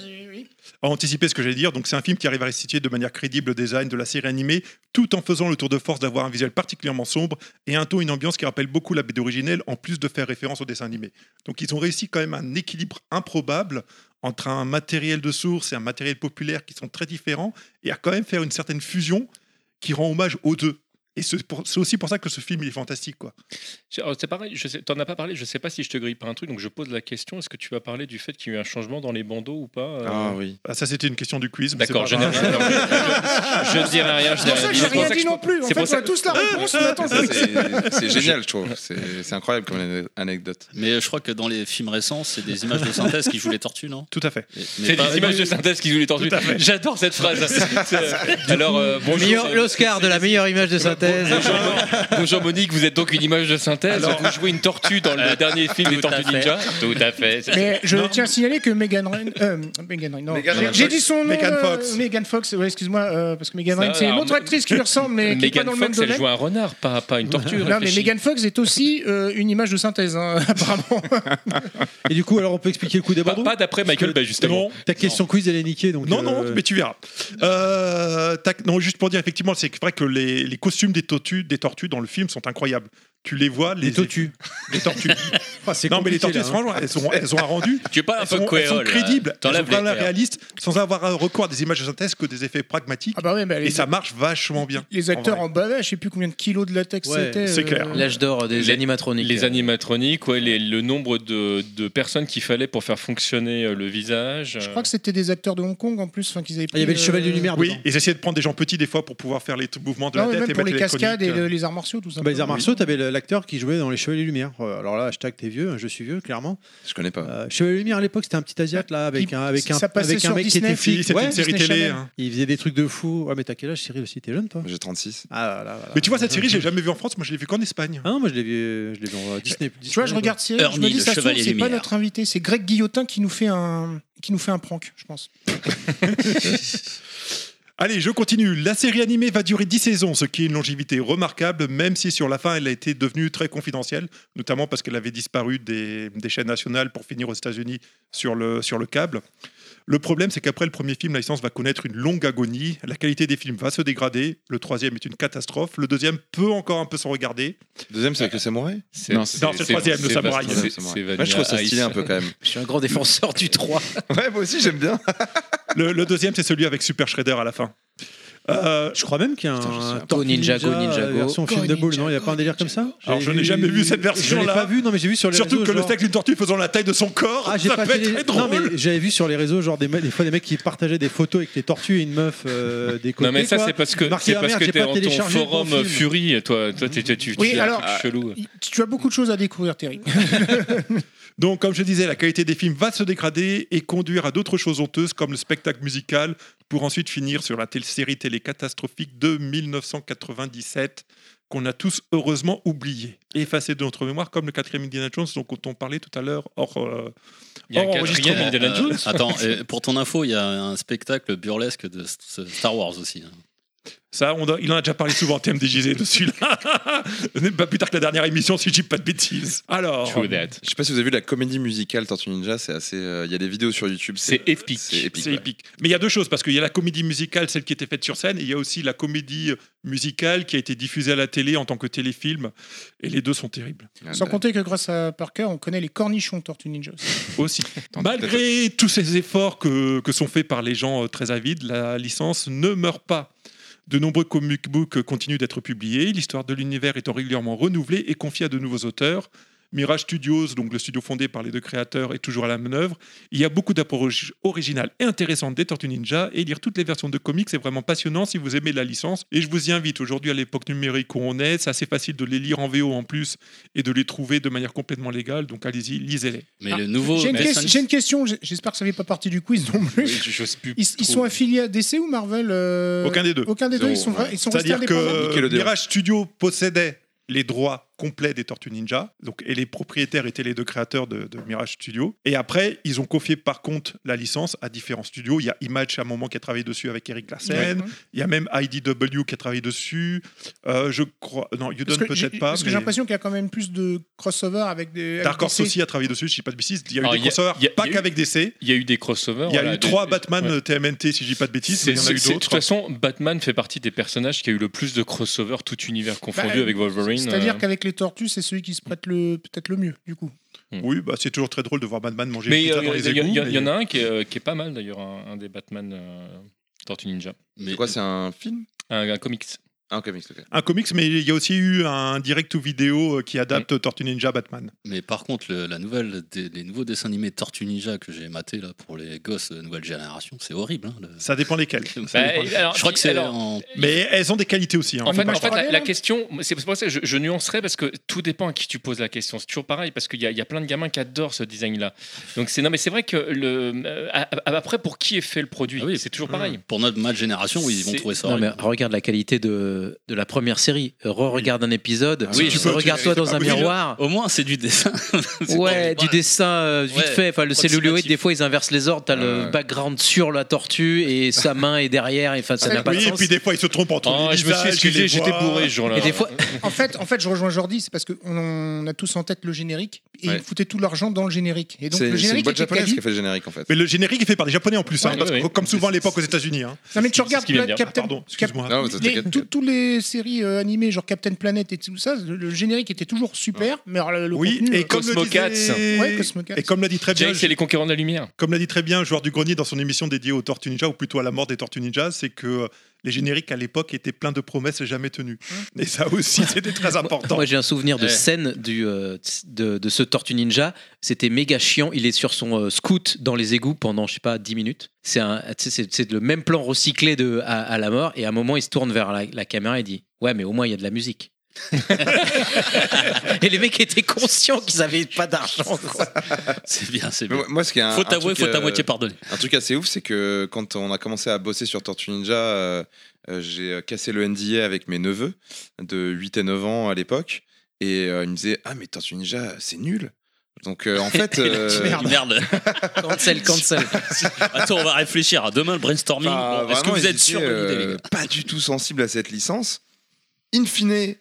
[SPEAKER 8] a anticipé ce que j'allais dire. Donc, c'est un film qui arrive à restituer de manière crédible le design de la série animée, tout en faisant le tour de force d'avoir un visuel particulièrement sombre et un ton, une ambiance qui rappelle beaucoup la BD originelle, en plus de faire référence au dessin animé. Donc, ils ont réussi quand même un équilibre improbable entre un matériel de source et un matériel populaire qui sont très différents et à quand même faire une certaine fusion qui rend hommage aux deux. Et c'est pour- c'est aussi pour ça que ce film il est fantastique, quoi.
[SPEAKER 5] Je- alors, C'est pareil, je sais- t'en as pas parlé, je sais pas si je te grille pas un truc, donc je pose la question est-ce que tu vas parler du fait qu'il y a eu un changement dans les bandeaux ou pas euh,
[SPEAKER 10] Ah oui.
[SPEAKER 8] Ah, ça, c'était une question du quiz. mais
[SPEAKER 5] D'accord, je
[SPEAKER 8] c'est
[SPEAKER 5] n'ai
[SPEAKER 8] pas
[SPEAKER 3] [laughs]
[SPEAKER 5] rien.
[SPEAKER 8] grave.
[SPEAKER 5] Je ne dirai rien. Je
[SPEAKER 3] Ah. C'est pour ça que j'ai
[SPEAKER 5] C'est pour
[SPEAKER 3] rien
[SPEAKER 5] ça que
[SPEAKER 3] dit
[SPEAKER 5] je-
[SPEAKER 3] non plus. En
[SPEAKER 5] c'est
[SPEAKER 3] fait,
[SPEAKER 5] pour
[SPEAKER 3] on
[SPEAKER 5] ça
[SPEAKER 3] a
[SPEAKER 5] que- Ah.
[SPEAKER 3] tous la réponse, mais attends,
[SPEAKER 8] Ah
[SPEAKER 10] Ça, C'est c'est
[SPEAKER 3] [laughs]
[SPEAKER 10] génial, je trouve. C'est c'est incroyable comme ane- anecdote.
[SPEAKER 6] Mais je crois que dans les films récents, c'est des images de synthèse qui jouent les tortues, non
[SPEAKER 8] Tout à fait.
[SPEAKER 6] Mais- mais
[SPEAKER 5] C'est
[SPEAKER 6] pas-
[SPEAKER 5] des images de synthèse qui jouent les tortues.
[SPEAKER 8] Tout à fait.
[SPEAKER 5] [laughs] J'adore
[SPEAKER 8] [laughs]
[SPEAKER 1] [laughs]
[SPEAKER 5] cette phrase. C'est, euh, [laughs] Alors, euh, bonjour.
[SPEAKER 9] Meilleur- L'Oscar de la meilleure image de synthèse.
[SPEAKER 5] Bonjour, bonjour Monique, vous êtes [laughs] donc une image de synthèse.
[SPEAKER 8] Alors-
[SPEAKER 5] Vous jouez une tortue dans le dernier film des
[SPEAKER 6] tout à
[SPEAKER 5] Tortues
[SPEAKER 6] fait.
[SPEAKER 5] Ninja. Tout à fait. C'est-
[SPEAKER 3] Mais je tiens à signaler que Megan Rain, euh, Megan Rain, non.
[SPEAKER 10] Megan
[SPEAKER 3] J'ai-
[SPEAKER 10] Rain
[SPEAKER 3] j'ai
[SPEAKER 10] Fox.
[SPEAKER 3] dit son nom.
[SPEAKER 8] Megan
[SPEAKER 3] euh,
[SPEAKER 8] Fox.
[SPEAKER 3] Megan Fox, ouais, excuse-moi, euh, parce que Megan
[SPEAKER 5] Ça
[SPEAKER 3] Rain,
[SPEAKER 5] va,
[SPEAKER 3] c'est une
[SPEAKER 5] alors,
[SPEAKER 3] autre actrice qui lui ressemble, mais qui n'est pas
[SPEAKER 5] Megan
[SPEAKER 3] dans le même
[SPEAKER 5] Fox, elle
[SPEAKER 3] domaine.
[SPEAKER 5] joue un renard, pas, pas une tortue.
[SPEAKER 3] Non, mais
[SPEAKER 5] réfléchis.
[SPEAKER 3] Megan Fox est aussi euh, une image de synthèse, hein, [laughs] apparemment.
[SPEAKER 1] Et du coup, alors on peut expliquer le coup des
[SPEAKER 5] Pas,
[SPEAKER 1] bandeaux
[SPEAKER 5] pas d'après Michael Bay, justement.
[SPEAKER 8] Non,
[SPEAKER 1] Ta question quiz, elle est niquée. Donc,
[SPEAKER 8] non,
[SPEAKER 1] euh,
[SPEAKER 8] non, mais tu verras. Euh, tac, non, juste pour dire, effectivement, c'est vrai que les, les costumes des tortues, des tortues dans le film sont incroyables. Tu les vois, les,
[SPEAKER 1] les totus.
[SPEAKER 8] les tortues.
[SPEAKER 1] [laughs] Ah, c'est
[SPEAKER 8] non, mais les
[SPEAKER 1] compliqué,
[SPEAKER 8] tortues,
[SPEAKER 1] là, hein.
[SPEAKER 8] franchement, elles, sont, elles ont un rendu.
[SPEAKER 6] [laughs] Tu es pas un
[SPEAKER 8] Elles
[SPEAKER 6] peu
[SPEAKER 8] sont, elles sont
[SPEAKER 6] cohérent.
[SPEAKER 8] crédibles, elles sont
[SPEAKER 6] T'enlèves
[SPEAKER 8] vraiment
[SPEAKER 6] les airs.
[SPEAKER 8] réalistes, sans avoir un recours à des images de synthèse que des effets pragmatiques.
[SPEAKER 3] Ah bah ouais, mais
[SPEAKER 8] et
[SPEAKER 3] les,
[SPEAKER 8] ça marche vachement bien.
[SPEAKER 3] les acteurs en bavait, je sais plus combien de kilos de latex
[SPEAKER 1] Ouais,
[SPEAKER 3] c'était. euh,
[SPEAKER 8] c'est clair.
[SPEAKER 9] L'âge d'or des
[SPEAKER 5] Euh, Les-
[SPEAKER 9] animatroniques.
[SPEAKER 5] Les animatroniques, ouais, les- le nombre de, de personnes qu'il fallait pour faire fonctionner euh, le visage.
[SPEAKER 3] Je crois que c'était des acteurs de Hong Kong en plus, enfin qu'ils avaient.
[SPEAKER 1] Ah, Il y avait le
[SPEAKER 3] pris,
[SPEAKER 1] chevalier
[SPEAKER 3] euh,
[SPEAKER 1] de lumière
[SPEAKER 8] Oui,
[SPEAKER 1] dedans.
[SPEAKER 8] ils essayaient de prendre des gens petits des fois pour pouvoir faire les t- mouvements de
[SPEAKER 3] Non,
[SPEAKER 8] la
[SPEAKER 3] mais
[SPEAKER 8] tête
[SPEAKER 3] même
[SPEAKER 8] et
[SPEAKER 3] pour
[SPEAKER 8] euh. mettre
[SPEAKER 3] les
[SPEAKER 8] électronique.
[SPEAKER 3] cascades et le- les arts martiaux, tout ça.
[SPEAKER 1] Bah, les arts martiaux, t'avais le- l'acteur qui jouait dans les Chevaliers Lumière. Euh, Alors là, hashtag t'es vieux, je suis vieux, clairement.
[SPEAKER 10] Je connais pas.
[SPEAKER 1] Euh, Chevalier Lumière à l'époque, c'était un petit asiate là, avec
[SPEAKER 3] Qui-
[SPEAKER 1] un, avec un,
[SPEAKER 3] ça passait
[SPEAKER 1] avec un
[SPEAKER 3] sur
[SPEAKER 1] mec
[SPEAKER 3] Disney,
[SPEAKER 1] qui
[SPEAKER 8] Si,
[SPEAKER 1] était flic.
[SPEAKER 8] c'était
[SPEAKER 1] Ouais,
[SPEAKER 8] une série
[SPEAKER 3] Disney
[SPEAKER 8] télé.
[SPEAKER 3] Channel.
[SPEAKER 8] hein.
[SPEAKER 1] il faisait des trucs de fou. Ouais, mais t'as quel âge, Cyril aussi T'es jeune, toi
[SPEAKER 10] J'ai 36.
[SPEAKER 1] Ah là là là.
[SPEAKER 8] Mais tu vois, cette série, je l'ai jamais vue en France, moi je l'ai vue qu'en Espagne.
[SPEAKER 1] Ah non, moi je l'ai vu, je l'ai vu en euh, Disney.
[SPEAKER 3] Tu vois, je regarde Cyril, je me
[SPEAKER 6] Ernie,
[SPEAKER 3] dis,
[SPEAKER 6] le
[SPEAKER 3] ça se trouve,
[SPEAKER 6] chevalier
[SPEAKER 3] c'est pas
[SPEAKER 6] lumière.
[SPEAKER 3] notre invité, c'est Greg Guillotin qui nous fait un, qui nous fait un prank, je pense.
[SPEAKER 8] [laughs] Allez, je continue. La série animée va durer 10 saisons, ce qui est une longévité remarquable, même si sur la fin, elle a été devenue très confidentielle, notamment parce qu'elle avait disparu des, des chaînes nationales pour finir aux États-Unis sur le, sur le câble. Le problème, c'est qu'après le premier film, la licence va connaître une longue agonie. La qualité des films va se dégrader. Le troisième est une catastrophe. Le deuxième peut encore un peu s'en regarder.
[SPEAKER 10] Deuxième, c'est avec le samouraï
[SPEAKER 8] Non, c'est le troisième, le samouraï.
[SPEAKER 10] Moi, je trouve ça stylé un peu quand [laughs] même.
[SPEAKER 9] Je suis un grand défenseur du 3.
[SPEAKER 10] Ouais, moi aussi, j'aime bien.
[SPEAKER 8] [laughs] Le, le deuxième, c'est celui avec Super Shredder à la fin. Euh,
[SPEAKER 13] Je crois même qu'il y a un
[SPEAKER 9] Go
[SPEAKER 13] Tortue
[SPEAKER 9] Ninjago,
[SPEAKER 13] Ninja, euh,
[SPEAKER 9] Ninjago.
[SPEAKER 13] version film de boule, non Il n'y a pas un délire comme ça
[SPEAKER 8] Alors, je n'ai jamais vu cette
[SPEAKER 13] Je l'ai
[SPEAKER 8] version-là.
[SPEAKER 13] pas vu, non mais j'ai vu sur les
[SPEAKER 8] Surtout
[SPEAKER 13] réseaux,
[SPEAKER 8] que le
[SPEAKER 13] genre-
[SPEAKER 8] steak d'une tortue faisant la taille de son corps,
[SPEAKER 13] Ah, j'ai
[SPEAKER 8] ça
[SPEAKER 13] pas
[SPEAKER 8] peut
[SPEAKER 13] fait
[SPEAKER 8] être
[SPEAKER 13] les-
[SPEAKER 8] très
[SPEAKER 13] Non,
[SPEAKER 8] drôle.
[SPEAKER 13] mais j'avais vu sur les réseaux genre des, me- des fois des mecs qui partageaient des photos avec des tortues et une meuf
[SPEAKER 5] [laughs]
[SPEAKER 13] euh, des côtés.
[SPEAKER 5] Non mais ça
[SPEAKER 13] quoi.
[SPEAKER 5] c'est parce que
[SPEAKER 13] Marqué,
[SPEAKER 5] c'est
[SPEAKER 13] ah,
[SPEAKER 5] parce
[SPEAKER 13] merde,
[SPEAKER 5] que
[SPEAKER 13] j'ai
[SPEAKER 5] t'es
[SPEAKER 13] pas
[SPEAKER 5] dans ton
[SPEAKER 13] téléchargé le bon
[SPEAKER 5] forum euh,
[SPEAKER 13] film.
[SPEAKER 5] Fury, toi, toi tu, tu, tu,
[SPEAKER 3] Oui,
[SPEAKER 5] tu dis un
[SPEAKER 3] alors-
[SPEAKER 5] truc chelou.
[SPEAKER 3] Tu as beaucoup de choses à découvrir, Terry.
[SPEAKER 8] Donc, comme je disais, la qualité des films va se dégrader et conduire à d'autres choses honteuses comme le spectacle musical, pour ensuite finir sur la télé- série télé catastrophique de 1997 qu'on a tous heureusement oublié, effacé de notre mémoire, comme le quatrième Indiana Jones dont on parlait tout à l'heure hors, euh,
[SPEAKER 5] Il y a un
[SPEAKER 8] hors
[SPEAKER 5] quatrième
[SPEAKER 8] enregistrement.
[SPEAKER 5] Indiana Jones.
[SPEAKER 6] Euh,
[SPEAKER 8] [laughs]
[SPEAKER 6] attends, et pour ton info, il y a un spectacle burlesque de s- s- Star Wars aussi. hein.
[SPEAKER 8] Ça, Ah, on a- il en a déjà parlé souvent en TMDJZ de celui-là. [laughs] Même pas plus tard que la dernière émission, si je dis pas de bêtises. Alors,
[SPEAKER 5] True that.
[SPEAKER 10] Je sais pas si vous avez vu la comédie musicale Tortue Ninja, c'est assez. euh, Il y a des vidéos sur YouTube.
[SPEAKER 5] C'est épique.
[SPEAKER 10] C'est épique.
[SPEAKER 8] C'est
[SPEAKER 10] ouais.
[SPEAKER 8] épique. Mais il y a deux choses, parce qu'il y a la comédie musicale, celle qui était faite sur scène, et il y a aussi la comédie musicale qui a été diffusée à la télé en tant que téléfilm, et les deux sont terribles.
[SPEAKER 10] Ah, bah. uh,
[SPEAKER 3] Sans compter que grâce à Parker, on connaît les cornichons Tortue Ninja. aussi.
[SPEAKER 10] [laughs]
[SPEAKER 8] Aussi.
[SPEAKER 10] Tant-
[SPEAKER 8] Malgré tous ces efforts que, que sont faits par les gens euh, très avides, la licence ne meurt pas. De nombreux comic books continuent d'être publiés, l'histoire de l'univers étant régulièrement renouvelée et confiée à de nouveaux auteurs. Mirage Studios, donc le studio fondé par les deux créateurs, est toujours à la manœuvre. Il y a beaucoup d'approches originales et intéressantes des Tortues Ninja et lire toutes les versions de comics c'est vraiment passionnant si vous aimez la licence. Et je vous y invite aujourd'hui à l'époque numérique où on est, c'est assez facile de les lire en VO en plus et de les trouver de manière complètement légale. Donc allez-y, lisez-les.
[SPEAKER 6] Mais
[SPEAKER 3] Ah,
[SPEAKER 6] le nouveau.
[SPEAKER 3] J'ai une,
[SPEAKER 6] mais
[SPEAKER 3] ques-
[SPEAKER 6] Sun-
[SPEAKER 3] j'ai une question, j'- j'espère que ça fait pas partie du quiz non plus.
[SPEAKER 5] J'ose plus.
[SPEAKER 3] Ils, ils sont
[SPEAKER 5] trop.
[SPEAKER 3] affiliés à DC ou Marvel euh,
[SPEAKER 8] Aucun des deux.
[SPEAKER 3] Aucun des deux,
[SPEAKER 10] Zéro,
[SPEAKER 3] ils sont, vra-
[SPEAKER 10] ouais.
[SPEAKER 3] ils sont restés
[SPEAKER 8] C'est-à-dire
[SPEAKER 3] indépendants.
[SPEAKER 8] que
[SPEAKER 10] Nickelodeon.
[SPEAKER 8] Mirage Studio possédait les droits complets des Tortues Ninja, donc, et les propriétaires étaient les deux créateurs de, de Mirage Studio. Et après, ils ont confié par contre la licence à différents studios. Il y a Image à un moment qui a travaillé dessus avec Eric Larsen.
[SPEAKER 3] Ouais.
[SPEAKER 8] Il y a même IDW qui a travaillé dessus. Euh, je crois. Non, Udon
[SPEAKER 3] Parce que j'ai-
[SPEAKER 8] peut-être pas.
[SPEAKER 3] parce que j'ai
[SPEAKER 8] mais
[SPEAKER 3] l'impression qu'il y a quand même plus de crossover avec des. avec
[SPEAKER 8] Dark Horse
[SPEAKER 3] DC.
[SPEAKER 8] aussi a travaillé dessus, si je dis pas de bêtises. Il y a eu
[SPEAKER 5] Alors,
[SPEAKER 8] des
[SPEAKER 5] il y a-
[SPEAKER 8] crossovers,
[SPEAKER 5] il y a-
[SPEAKER 8] pas
[SPEAKER 5] il y a eu-
[SPEAKER 8] qu'avec DC.
[SPEAKER 5] Il y a eu des crossovers.
[SPEAKER 8] Il y a
[SPEAKER 5] voilà,
[SPEAKER 8] eu
[SPEAKER 5] des-
[SPEAKER 8] trois
[SPEAKER 5] des-
[SPEAKER 8] Batman euh,
[SPEAKER 5] ouais.
[SPEAKER 8] TMNT, si je dis pas de bêtises, mais
[SPEAKER 5] C'est-
[SPEAKER 8] il y en
[SPEAKER 5] c'est-
[SPEAKER 8] a eu
[SPEAKER 5] c'est- De toute
[SPEAKER 8] d'autres.
[SPEAKER 5] façon, Batman fait partie des personnages qui a eu le plus de crossovers, tout univers confondu
[SPEAKER 3] Bah,
[SPEAKER 5] avec Wolverine.
[SPEAKER 3] C'est-à-dire
[SPEAKER 5] euh.
[SPEAKER 3] qu'avec les tortues, c'est celui qui se prête le peut-être le mieux, du coup.
[SPEAKER 8] Oui, bah, c'est toujours très drôle de voir Batman manger
[SPEAKER 5] Hmm. Mais
[SPEAKER 8] des
[SPEAKER 5] il
[SPEAKER 8] pizzas dans les
[SPEAKER 5] y,
[SPEAKER 8] égouts.
[SPEAKER 5] a- y en
[SPEAKER 8] mais-
[SPEAKER 5] a un qui est, euh, qui est pas mal d'ailleurs, un, un des Batman euh, Tortue Ninja.
[SPEAKER 6] mais-
[SPEAKER 10] C'est quoi, c'est un film
[SPEAKER 5] Un, un comics.
[SPEAKER 10] Ah, un comics, ok.
[SPEAKER 8] un comics, mais il y a aussi eu un direct ou vidéo euh, qui
[SPEAKER 5] Hmm.
[SPEAKER 8] adapte Tortue Ninja Batman.
[SPEAKER 6] Mais par contre, le- la nouvelle, des- les nouveaux dessins animés Tortue Ninja que j'ai maté là pour les gosses de nouvelle génération, c'est horrible. hein, le-
[SPEAKER 8] Ça dépend lesquels.
[SPEAKER 6] [laughs]
[SPEAKER 5] Bah, alors,
[SPEAKER 6] je crois que c'est
[SPEAKER 5] alors, euh,
[SPEAKER 6] en-
[SPEAKER 8] Mais elles ont des qualités aussi. hein.
[SPEAKER 5] En fait,
[SPEAKER 3] image
[SPEAKER 5] en fait, la,
[SPEAKER 3] parallèle,
[SPEAKER 5] la
[SPEAKER 3] hein.
[SPEAKER 5] question, c'est pour ça que je, je nuancerais parce que tout dépend à qui tu poses la question. C'est toujours pareil parce qu'il y, a- il y a plein de gamins qui adorent ce design-là. Donc c'est non, mais c'est vrai que le euh, à- à- après pour qui est fait le produit,
[SPEAKER 6] Ah oui.
[SPEAKER 5] c'est toujours pareil.
[SPEAKER 6] pour notre ma génération, oui, ils vont
[SPEAKER 5] C'est-
[SPEAKER 6] trouver ça.
[SPEAKER 9] Non, mais
[SPEAKER 6] horrible.
[SPEAKER 9] regarde la qualité de, de la première série. Re-regarde un épisode.
[SPEAKER 6] Ah
[SPEAKER 10] Oui,
[SPEAKER 9] Tu
[SPEAKER 10] tu peux-
[SPEAKER 9] Regarde-toi
[SPEAKER 10] tu-
[SPEAKER 9] dans
[SPEAKER 10] c'est
[SPEAKER 6] [laughs]
[SPEAKER 9] un
[SPEAKER 10] pas possible.
[SPEAKER 9] miroir.
[SPEAKER 6] Au moins, c'est du [laughs] dessin. C'est
[SPEAKER 9] Ouais,
[SPEAKER 6] horrible.
[SPEAKER 9] du dessin euh, vite
[SPEAKER 6] Ouais,
[SPEAKER 9] fait. Enfin, le
[SPEAKER 6] approximatif.
[SPEAKER 9] celluloïd, des fois, ils inversent les ordres. T'as
[SPEAKER 10] Ouais.
[SPEAKER 9] le background sur la tortue et sa main est derrière. Et, Enfin, ça n'a pas de
[SPEAKER 8] Ah, oui, et
[SPEAKER 9] sens.
[SPEAKER 8] puis des fois, ils se trompent entre
[SPEAKER 5] Ah,
[SPEAKER 8] les
[SPEAKER 5] je me suis
[SPEAKER 8] visages,
[SPEAKER 5] excusé,
[SPEAKER 8] les
[SPEAKER 5] j'étais
[SPEAKER 8] voix.
[SPEAKER 5] bourré ce jour-là.
[SPEAKER 9] Et des fois-
[SPEAKER 3] En fait, en fait, je rejoins Jordi, c'est parce qu'on a tous en tête le générique et
[SPEAKER 10] Ouais.
[SPEAKER 3] ils foutaient tout l'argent dans le générique. Et donc
[SPEAKER 10] C'est
[SPEAKER 3] le
[SPEAKER 10] c'est une
[SPEAKER 3] générique
[SPEAKER 10] boîte
[SPEAKER 3] était
[SPEAKER 10] japonaise
[SPEAKER 3] quasi.
[SPEAKER 10] qui a fait le générique en fait. Ah
[SPEAKER 8] Mais le générique est fait par des Japonais en plus, hein,
[SPEAKER 5] Ouais,
[SPEAKER 8] parce que,
[SPEAKER 5] ouais, ouais.
[SPEAKER 8] comme souvent à l'époque aux États-Unis. hein. Ah,
[SPEAKER 3] Non mais tu
[SPEAKER 5] C'est
[SPEAKER 3] regardes
[SPEAKER 5] ce qu'il vient de
[SPEAKER 3] Pla-
[SPEAKER 5] dire.
[SPEAKER 3] Captain.
[SPEAKER 8] Pardon,
[SPEAKER 3] Cap-
[SPEAKER 8] excuse-moi.
[SPEAKER 10] Non, mais ça,
[SPEAKER 3] les-
[SPEAKER 10] t'inquiète.
[SPEAKER 3] tout- Toutes les séries euh, animées, genre Captain Planet et tout ça, le, le générique était toujours super, mais alors, le, le
[SPEAKER 8] Oui,
[SPEAKER 3] contenu,
[SPEAKER 8] et
[SPEAKER 3] euh,
[SPEAKER 8] comme le
[SPEAKER 5] Cosmo Cats.
[SPEAKER 8] disait-
[SPEAKER 3] Ouais, Cosmo Cats.
[SPEAKER 8] Et comme l'a dit très bien,
[SPEAKER 5] Jake, c'est les conquérants de la lumière.
[SPEAKER 8] comme l'a dit très bien joueur du grenier dans son émission dédiée aux Tortues Ninja ou plutôt à la mort des Tortues Ninja, c'est que euh, les génériques à l'époque étaient pleins de promesses jamais tenues. Et ça
[SPEAKER 3] [laughs]
[SPEAKER 8] aussi, c'était très important.
[SPEAKER 9] Moi, j'ai un souvenir de
[SPEAKER 6] Ouais.
[SPEAKER 9] scène du, euh, tss- de, de ce Tortue Ninja. C'était méga chiant. Il est sur son euh, scoot dans les égouts pendant, je sais pas, 10 minutes. C'est un- tu sais, c'est- c'est le même plan recyclé de, à, à la mort. Et à un moment, il se tourne vers la, la caméra et dit Ouais, mais au moins, il y a de la musique. [laughs] et les mecs étaient conscients qu'ils avaient pas d'argent. quoi.
[SPEAKER 6] C'est bien, c'est
[SPEAKER 10] Mais
[SPEAKER 6] bien.
[SPEAKER 10] moi- Moi, ce qui est un.
[SPEAKER 6] Faut
[SPEAKER 10] un
[SPEAKER 6] t'avouer,
[SPEAKER 10] truc,
[SPEAKER 6] faut à
[SPEAKER 10] euh,
[SPEAKER 6] moitié pardonner.
[SPEAKER 10] Un truc assez ouf, c'est que quand on a commencé à bosser sur Tortue Ninja, euh, euh, j'ai euh, cassé le NDA avec mes neveux de 8 et 9 ans à l'époque. Et euh, ils me disaient Ah, mais Tortue Ninja, c'est nul. Donc
[SPEAKER 6] [laughs]
[SPEAKER 10] euh, en
[SPEAKER 13] [laughs]
[SPEAKER 10] fait, euh,
[SPEAKER 5] [laughs]
[SPEAKER 6] Merde.
[SPEAKER 9] cancel, cancel.
[SPEAKER 6] [laughs] Attends, on va réfléchir. À demain, le brainstorming.
[SPEAKER 10] Enfin,
[SPEAKER 6] Bon, Est-ce que
[SPEAKER 10] vraiment,
[SPEAKER 6] vous êtes
[SPEAKER 10] ils
[SPEAKER 6] sûr
[SPEAKER 10] étaient,
[SPEAKER 6] de l'idée, les
[SPEAKER 10] euh,
[SPEAKER 6] gars
[SPEAKER 10] Pas du tout sensible à cette licence. In fine,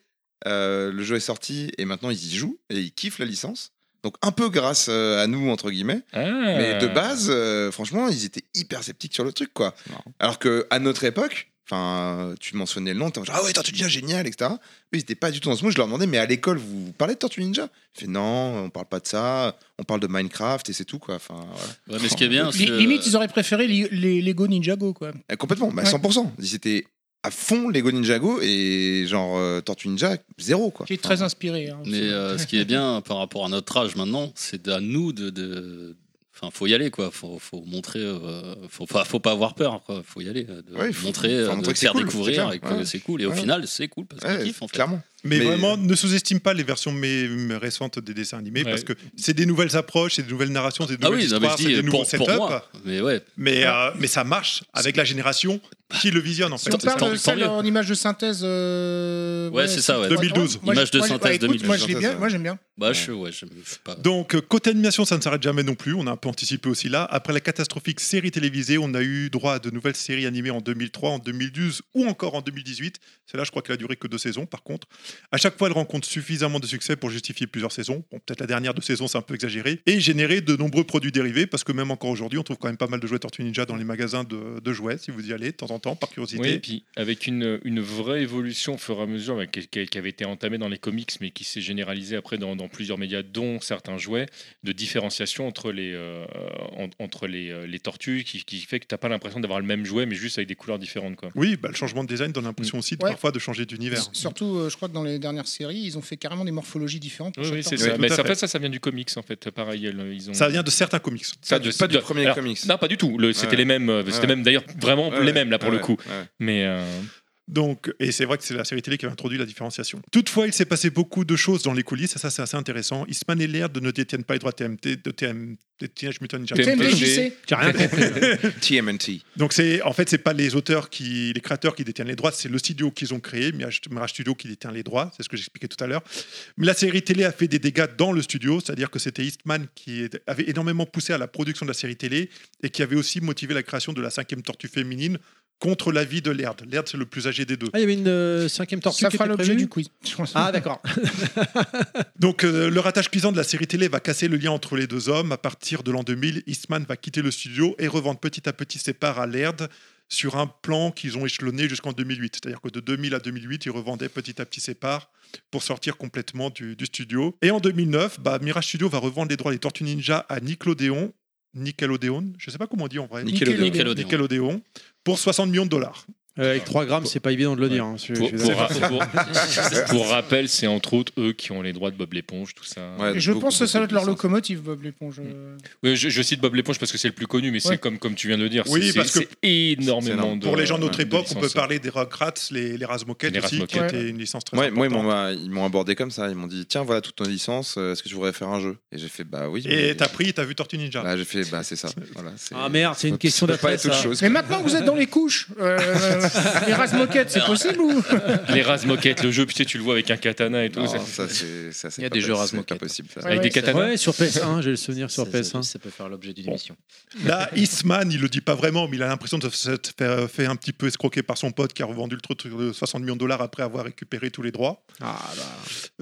[SPEAKER 10] euh, le jeu est sorti et maintenant ils y jouent et ils kiffent la licence. Donc un peu grâce euh, à nous entre guillemets,
[SPEAKER 6] Ah.
[SPEAKER 10] mais de base, euh, franchement, ils étaient hyper sceptiques sur le truc quoi. Alors que à notre époque, enfin, tu mentionnais le nom, t'es en genre, ah ouais, Tortue Ninja génial, etc. Eux, ils étaient pas du tout dans ce mood. Je leur demandais mais à l'école vous, vous parlez de Tortue Ninja Ils fait non, on parle pas de ça, on parle de Minecraft et c'est tout quoi. Enfin, voilà.
[SPEAKER 6] Ouais, mais ce qui est bien, c'est
[SPEAKER 3] Li-
[SPEAKER 6] que-
[SPEAKER 3] Limite, ils auraient préféré li- les Lego Ninjago, quoi.
[SPEAKER 10] Euh, Complètement, bah,
[SPEAKER 3] Ouais.
[SPEAKER 10] 100%. Ils étaient à fond Lego Ninjago et genre euh, Tortue Ninja, zéro quoi.
[SPEAKER 3] Qui est
[SPEAKER 6] Ah.
[SPEAKER 3] très inspiré. hein.
[SPEAKER 6] Mais euh, ce qui est bien par rapport à notre âge maintenant, c'est à nous de. de... Enfin, faut y aller quoi. Faut, faut montrer. euh, faut pas, faut pas avoir peur. Quoi. Faut y aller. euh, De
[SPEAKER 10] Ouais, faut-
[SPEAKER 6] montrer, euh,
[SPEAKER 10] faut montrer
[SPEAKER 6] de
[SPEAKER 10] que c'est
[SPEAKER 6] faire
[SPEAKER 10] cool,
[SPEAKER 6] découvrir
[SPEAKER 10] c'est
[SPEAKER 6] et que
[SPEAKER 10] clair. Ouais.
[SPEAKER 6] c'est cool. Et au
[SPEAKER 10] Ouais.
[SPEAKER 6] final, c'est cool parce qu'on
[SPEAKER 10] Ouais,
[SPEAKER 6] kiffe en fait.
[SPEAKER 10] Clairement.
[SPEAKER 8] Mais,
[SPEAKER 10] Mais-
[SPEAKER 8] vraiment, ne sous-estime pas les versions mé- mé- récentes des dessins animés
[SPEAKER 5] Ouais.
[SPEAKER 8] parce que c'est des nouvelles approches, c'est des nouvelles narrations, c'est des
[SPEAKER 6] Ah
[SPEAKER 8] nouvelles
[SPEAKER 6] oui, non, mais
[SPEAKER 8] histoires,
[SPEAKER 6] je
[SPEAKER 8] c'est
[SPEAKER 6] dis
[SPEAKER 8] des
[SPEAKER 6] euh,
[SPEAKER 8] nouveaux
[SPEAKER 6] pour,
[SPEAKER 8] setups.
[SPEAKER 6] pour moi. Mais ouais.
[SPEAKER 8] mais, euh, mais ça marche avec la génération qui le visionne en fait.
[SPEAKER 3] Ah. Si on
[SPEAKER 6] Bah, Tant- tant-
[SPEAKER 3] parle de euh, celle
[SPEAKER 6] tant mieux.
[SPEAKER 3] en image de synthèse. euh,
[SPEAKER 6] Ouais, c'est ça, ouais.
[SPEAKER 8] 2012.
[SPEAKER 3] moi,
[SPEAKER 6] Image
[SPEAKER 3] je-
[SPEAKER 6] de
[SPEAKER 3] moi, je-
[SPEAKER 6] synthèse
[SPEAKER 3] ouais, écoute,
[SPEAKER 6] 2012.
[SPEAKER 3] Moi, je l'ai bien- moi, j'aime bien.
[SPEAKER 6] Bah, je, ouais, je, je sais pas.
[SPEAKER 8] Donc euh, côté animation, ça ne s'arrête jamais non plus. On a un peu anticipé aussi là. Après la catastrophique série télévisée, on a eu droit à de nouvelles séries animées en 2003, en 2012 ou encore en 2018. Celle-là, je crois qu'elle a duré que deux saisons. Par contre, à chaque fois, elle rencontre suffisamment de succès pour justifier plusieurs saisons. Bon, peut-être la dernière de saison, c'est un peu exagéré, et générer de nombreux produits dérivés parce que même encore aujourd'hui, on trouve quand même pas mal de jouets Tortue Ninja dans les magasins de, de jouets si vous y allez de temps en temps par curiosité.
[SPEAKER 5] Oui, et puis avec une, une vraie évolution au fur et à mesure avec- qui, qui avait été entamée dans les comics, mais qui s'est généralisée après dans, dans plusieurs médias, dont certains jouets, de différenciation entre les, euh, en- entre les, euh, les tortues, qui, qui fait que tu n'as pas l'impression d'avoir le même jouet, mais juste avec des couleurs différentes. Quoi.
[SPEAKER 8] Oui, bah, le changement de design donne l'impression aussi de-
[SPEAKER 3] Ouais.
[SPEAKER 8] parfois de changer d'univers.
[SPEAKER 3] S- Surtout, euh, je crois que dans les dernières séries, ils ont fait carrément des morphologies différentes. pour
[SPEAKER 5] Oui,
[SPEAKER 3] chaque
[SPEAKER 5] oui, c'est
[SPEAKER 3] tortue.
[SPEAKER 5] ça.
[SPEAKER 8] tout
[SPEAKER 5] Mais
[SPEAKER 8] à
[SPEAKER 5] ça, en
[SPEAKER 8] fait.
[SPEAKER 5] fait, ça, ça vient du comics, en fait. Pareil, elles- ils ont.
[SPEAKER 8] Ça vient de certains comics.
[SPEAKER 10] Pas
[SPEAKER 5] ça,
[SPEAKER 10] du- pas du premier
[SPEAKER 5] alors,
[SPEAKER 10] comics.
[SPEAKER 5] Non, pas du tout. Le- C'était
[SPEAKER 10] Ouais.
[SPEAKER 5] les mêmes. euh, C'était
[SPEAKER 10] Ouais.
[SPEAKER 5] même d'ailleurs vraiment
[SPEAKER 10] Ouais,
[SPEAKER 5] les mêmes là pour le
[SPEAKER 10] ouais,
[SPEAKER 5] coup.
[SPEAKER 10] ouais.
[SPEAKER 5] Mais euh,
[SPEAKER 8] Donc, et c'est vrai que c'est la série télé qui a introduit la différenciation. Toutefois, il s'est passé beaucoup de choses dans les coulisses, et ça c'est assez intéressant. Eastman et Laird ne détiennent pas les droits TMT, de TM, des Teenage Mutant Ninja Turtles.
[SPEAKER 3] TMDJC.
[SPEAKER 8] J'ai rien compris.
[SPEAKER 10] [laughs] TMNT.
[SPEAKER 8] Donc c'est en fait c'est pas les auteurs qui les créateurs qui détiennent les droits, c'est le studio qu'ils ont créé, Mirage Mirage Studio qui détient les droits, c'est ce que j'expliquais tout à l'heure. Mais la série télé a fait des dégâts dans le studio, c'est-à-dire que c'était Eastman qui est- avait énormément poussé à la production de la série télé et qui avait aussi motivé la création de la cinquième tortue féminine contre l'avis de Laird. Laird c'est le plus âgé des deux.
[SPEAKER 13] Ah, il y avait une euh, cinquième tortue
[SPEAKER 3] Ça
[SPEAKER 13] qui
[SPEAKER 3] fera
[SPEAKER 13] était
[SPEAKER 3] l'objet
[SPEAKER 13] prévue
[SPEAKER 3] du quiz. je [laughs] pense.
[SPEAKER 13] Ah, d'accord.
[SPEAKER 8] Donc euh, le ratage cuisant de la série télé va casser le lien entre les deux hommes. À partir de l'an 2000, Eastman va quitter le studio et revendre petit à petit ses parts à Laird sur un plan qu'ils ont échelonné jusqu'en 2008. C'est-à-dire que de 2000 à 2008, ils revendaient petit à petit ses parts pour sortir complètement du, du studio. Et en 2009, bah, Mirage Studio va revendre les droits des Tortues Ninja à Nickelodeon. Nickelodeon, je sais pas comment on dit en vrai.
[SPEAKER 6] Nickelodeon. Nickelodeon.
[SPEAKER 8] Nickelodeon pour 60 millions de dollars.
[SPEAKER 13] Euh, avec 3 grammes, c'est pas évident de le dire. hein, je-
[SPEAKER 5] pour,
[SPEAKER 13] je-
[SPEAKER 5] pour, pour- pour rappel, c'est entre autres eux qui ont les droits de Bob l'éponge, tout ça.
[SPEAKER 3] Je pense que ça doit être
[SPEAKER 6] hein.
[SPEAKER 3] leur locomotive, Bob l'éponge. euh.
[SPEAKER 5] Oui, je, je cite Bob l'éponge parce que c'est le plus connu, mais
[SPEAKER 3] Ouais.
[SPEAKER 5] c'est comme, comme tu viens de le dire.
[SPEAKER 8] Oui,
[SPEAKER 5] c'est-
[SPEAKER 8] parce
[SPEAKER 5] c'est-
[SPEAKER 8] que
[SPEAKER 5] c'est énormément
[SPEAKER 10] c'est énorme.
[SPEAKER 5] de.
[SPEAKER 8] Pour les gens de notre
[SPEAKER 5] de
[SPEAKER 8] époque, on peut
[SPEAKER 5] licences.
[SPEAKER 8] parler des Rugrats, les, les Razmoket
[SPEAKER 5] Les
[SPEAKER 8] aussi, qui
[SPEAKER 5] Razmoket.
[SPEAKER 8] était une licence très
[SPEAKER 10] Ouais, moi, ils
[SPEAKER 8] importante.
[SPEAKER 10] m'ont, euh, ils m'ont abordé comme ça. Ils m'ont dit Tiens, voilà toute ton licence, euh, est-ce que tu voudrais faire un jeu Et j'ai fait Bah oui.
[SPEAKER 8] Et
[SPEAKER 10] mais-
[SPEAKER 8] t'as pris, t'as vu Tortue Ninja.
[SPEAKER 10] Bah, j'ai fait Bah c'est ça.
[SPEAKER 8] [laughs]
[SPEAKER 10] Voilà, c'est-
[SPEAKER 13] Ah merde, c'est une
[SPEAKER 10] ça peut-
[SPEAKER 13] question
[SPEAKER 10] ça peut pas
[SPEAKER 13] d'après,
[SPEAKER 10] être autre
[SPEAKER 13] ça.
[SPEAKER 10] chose.
[SPEAKER 3] Mais maintenant que vous êtes dans les couches, [laughs] euh, les Razmoquettes, c'est possible [laughs] ou
[SPEAKER 5] Les Razmoket, le jeu, putain, tu le vois avec un katana et tout.
[SPEAKER 10] Non,
[SPEAKER 5] ça-
[SPEAKER 10] ça, c'est, ça, c'est
[SPEAKER 9] Il y a
[SPEAKER 10] pas
[SPEAKER 9] des
[SPEAKER 10] possible,
[SPEAKER 9] jeux hein.
[SPEAKER 10] c'est
[SPEAKER 9] Razmoket.
[SPEAKER 10] pas possible. ça.
[SPEAKER 5] Avec
[SPEAKER 3] Ouais,
[SPEAKER 5] des
[SPEAKER 3] ouais,
[SPEAKER 5] katanas.
[SPEAKER 13] Ouais, sur
[SPEAKER 8] [laughs]
[SPEAKER 13] PS1, j'ai le souvenir sur
[SPEAKER 9] Ça-
[SPEAKER 13] PS1.
[SPEAKER 9] Ça peut faire l'objet d'une émission.
[SPEAKER 8] Là, Eastman, il le dit pas vraiment, mais il a l'impression de s'être fait, fait un petit peu escroquer par son pote qui a revendu le truc de 60 millions de dollars après avoir récupéré tous les droits.
[SPEAKER 9] Ah, bah.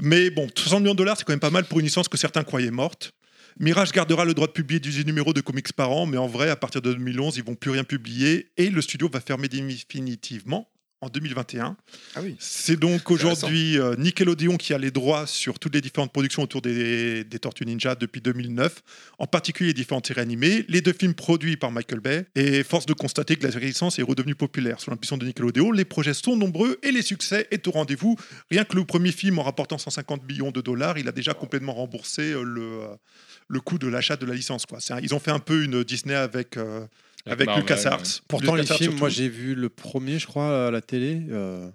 [SPEAKER 8] Mais bon, 60 millions de dollars, c'est quand même pas mal pour une licence que certains croyaient morte. Mirage gardera le droit de publier 18 numéros de comics par an, mais en vrai, à partir de 2011, ils vont plus rien publier et le studio va fermer définitivement en 2021.
[SPEAKER 10] Ah oui.
[SPEAKER 8] C'est donc aujourd'hui euh, Nickelodeon qui a les droits sur toutes les différentes productions autour des, des Tortues Ninja depuis 2009, en particulier les différentes séries animées, les deux films produits par Michael Bay, et force de constater que la licence est redevenue populaire. Sous l'impulsion de Nickelodeon, les projets sont nombreux et les succès est au rendez-vous. Rien que le premier film, en rapportant 150 millions de dollars, il a déjà complètement remboursé euh, le, euh, le coût de l'achat de la licence. Quoi. C'est un- ils ont fait un peu une Disney avec, euh, avec,
[SPEAKER 5] Marvel,
[SPEAKER 8] LucasArts.
[SPEAKER 5] ouais.
[SPEAKER 13] Pourtant, les
[SPEAKER 8] LucasArts
[SPEAKER 13] films,
[SPEAKER 8] surtout.
[SPEAKER 13] moi j'ai vu le premier, je crois, à la télé. euh,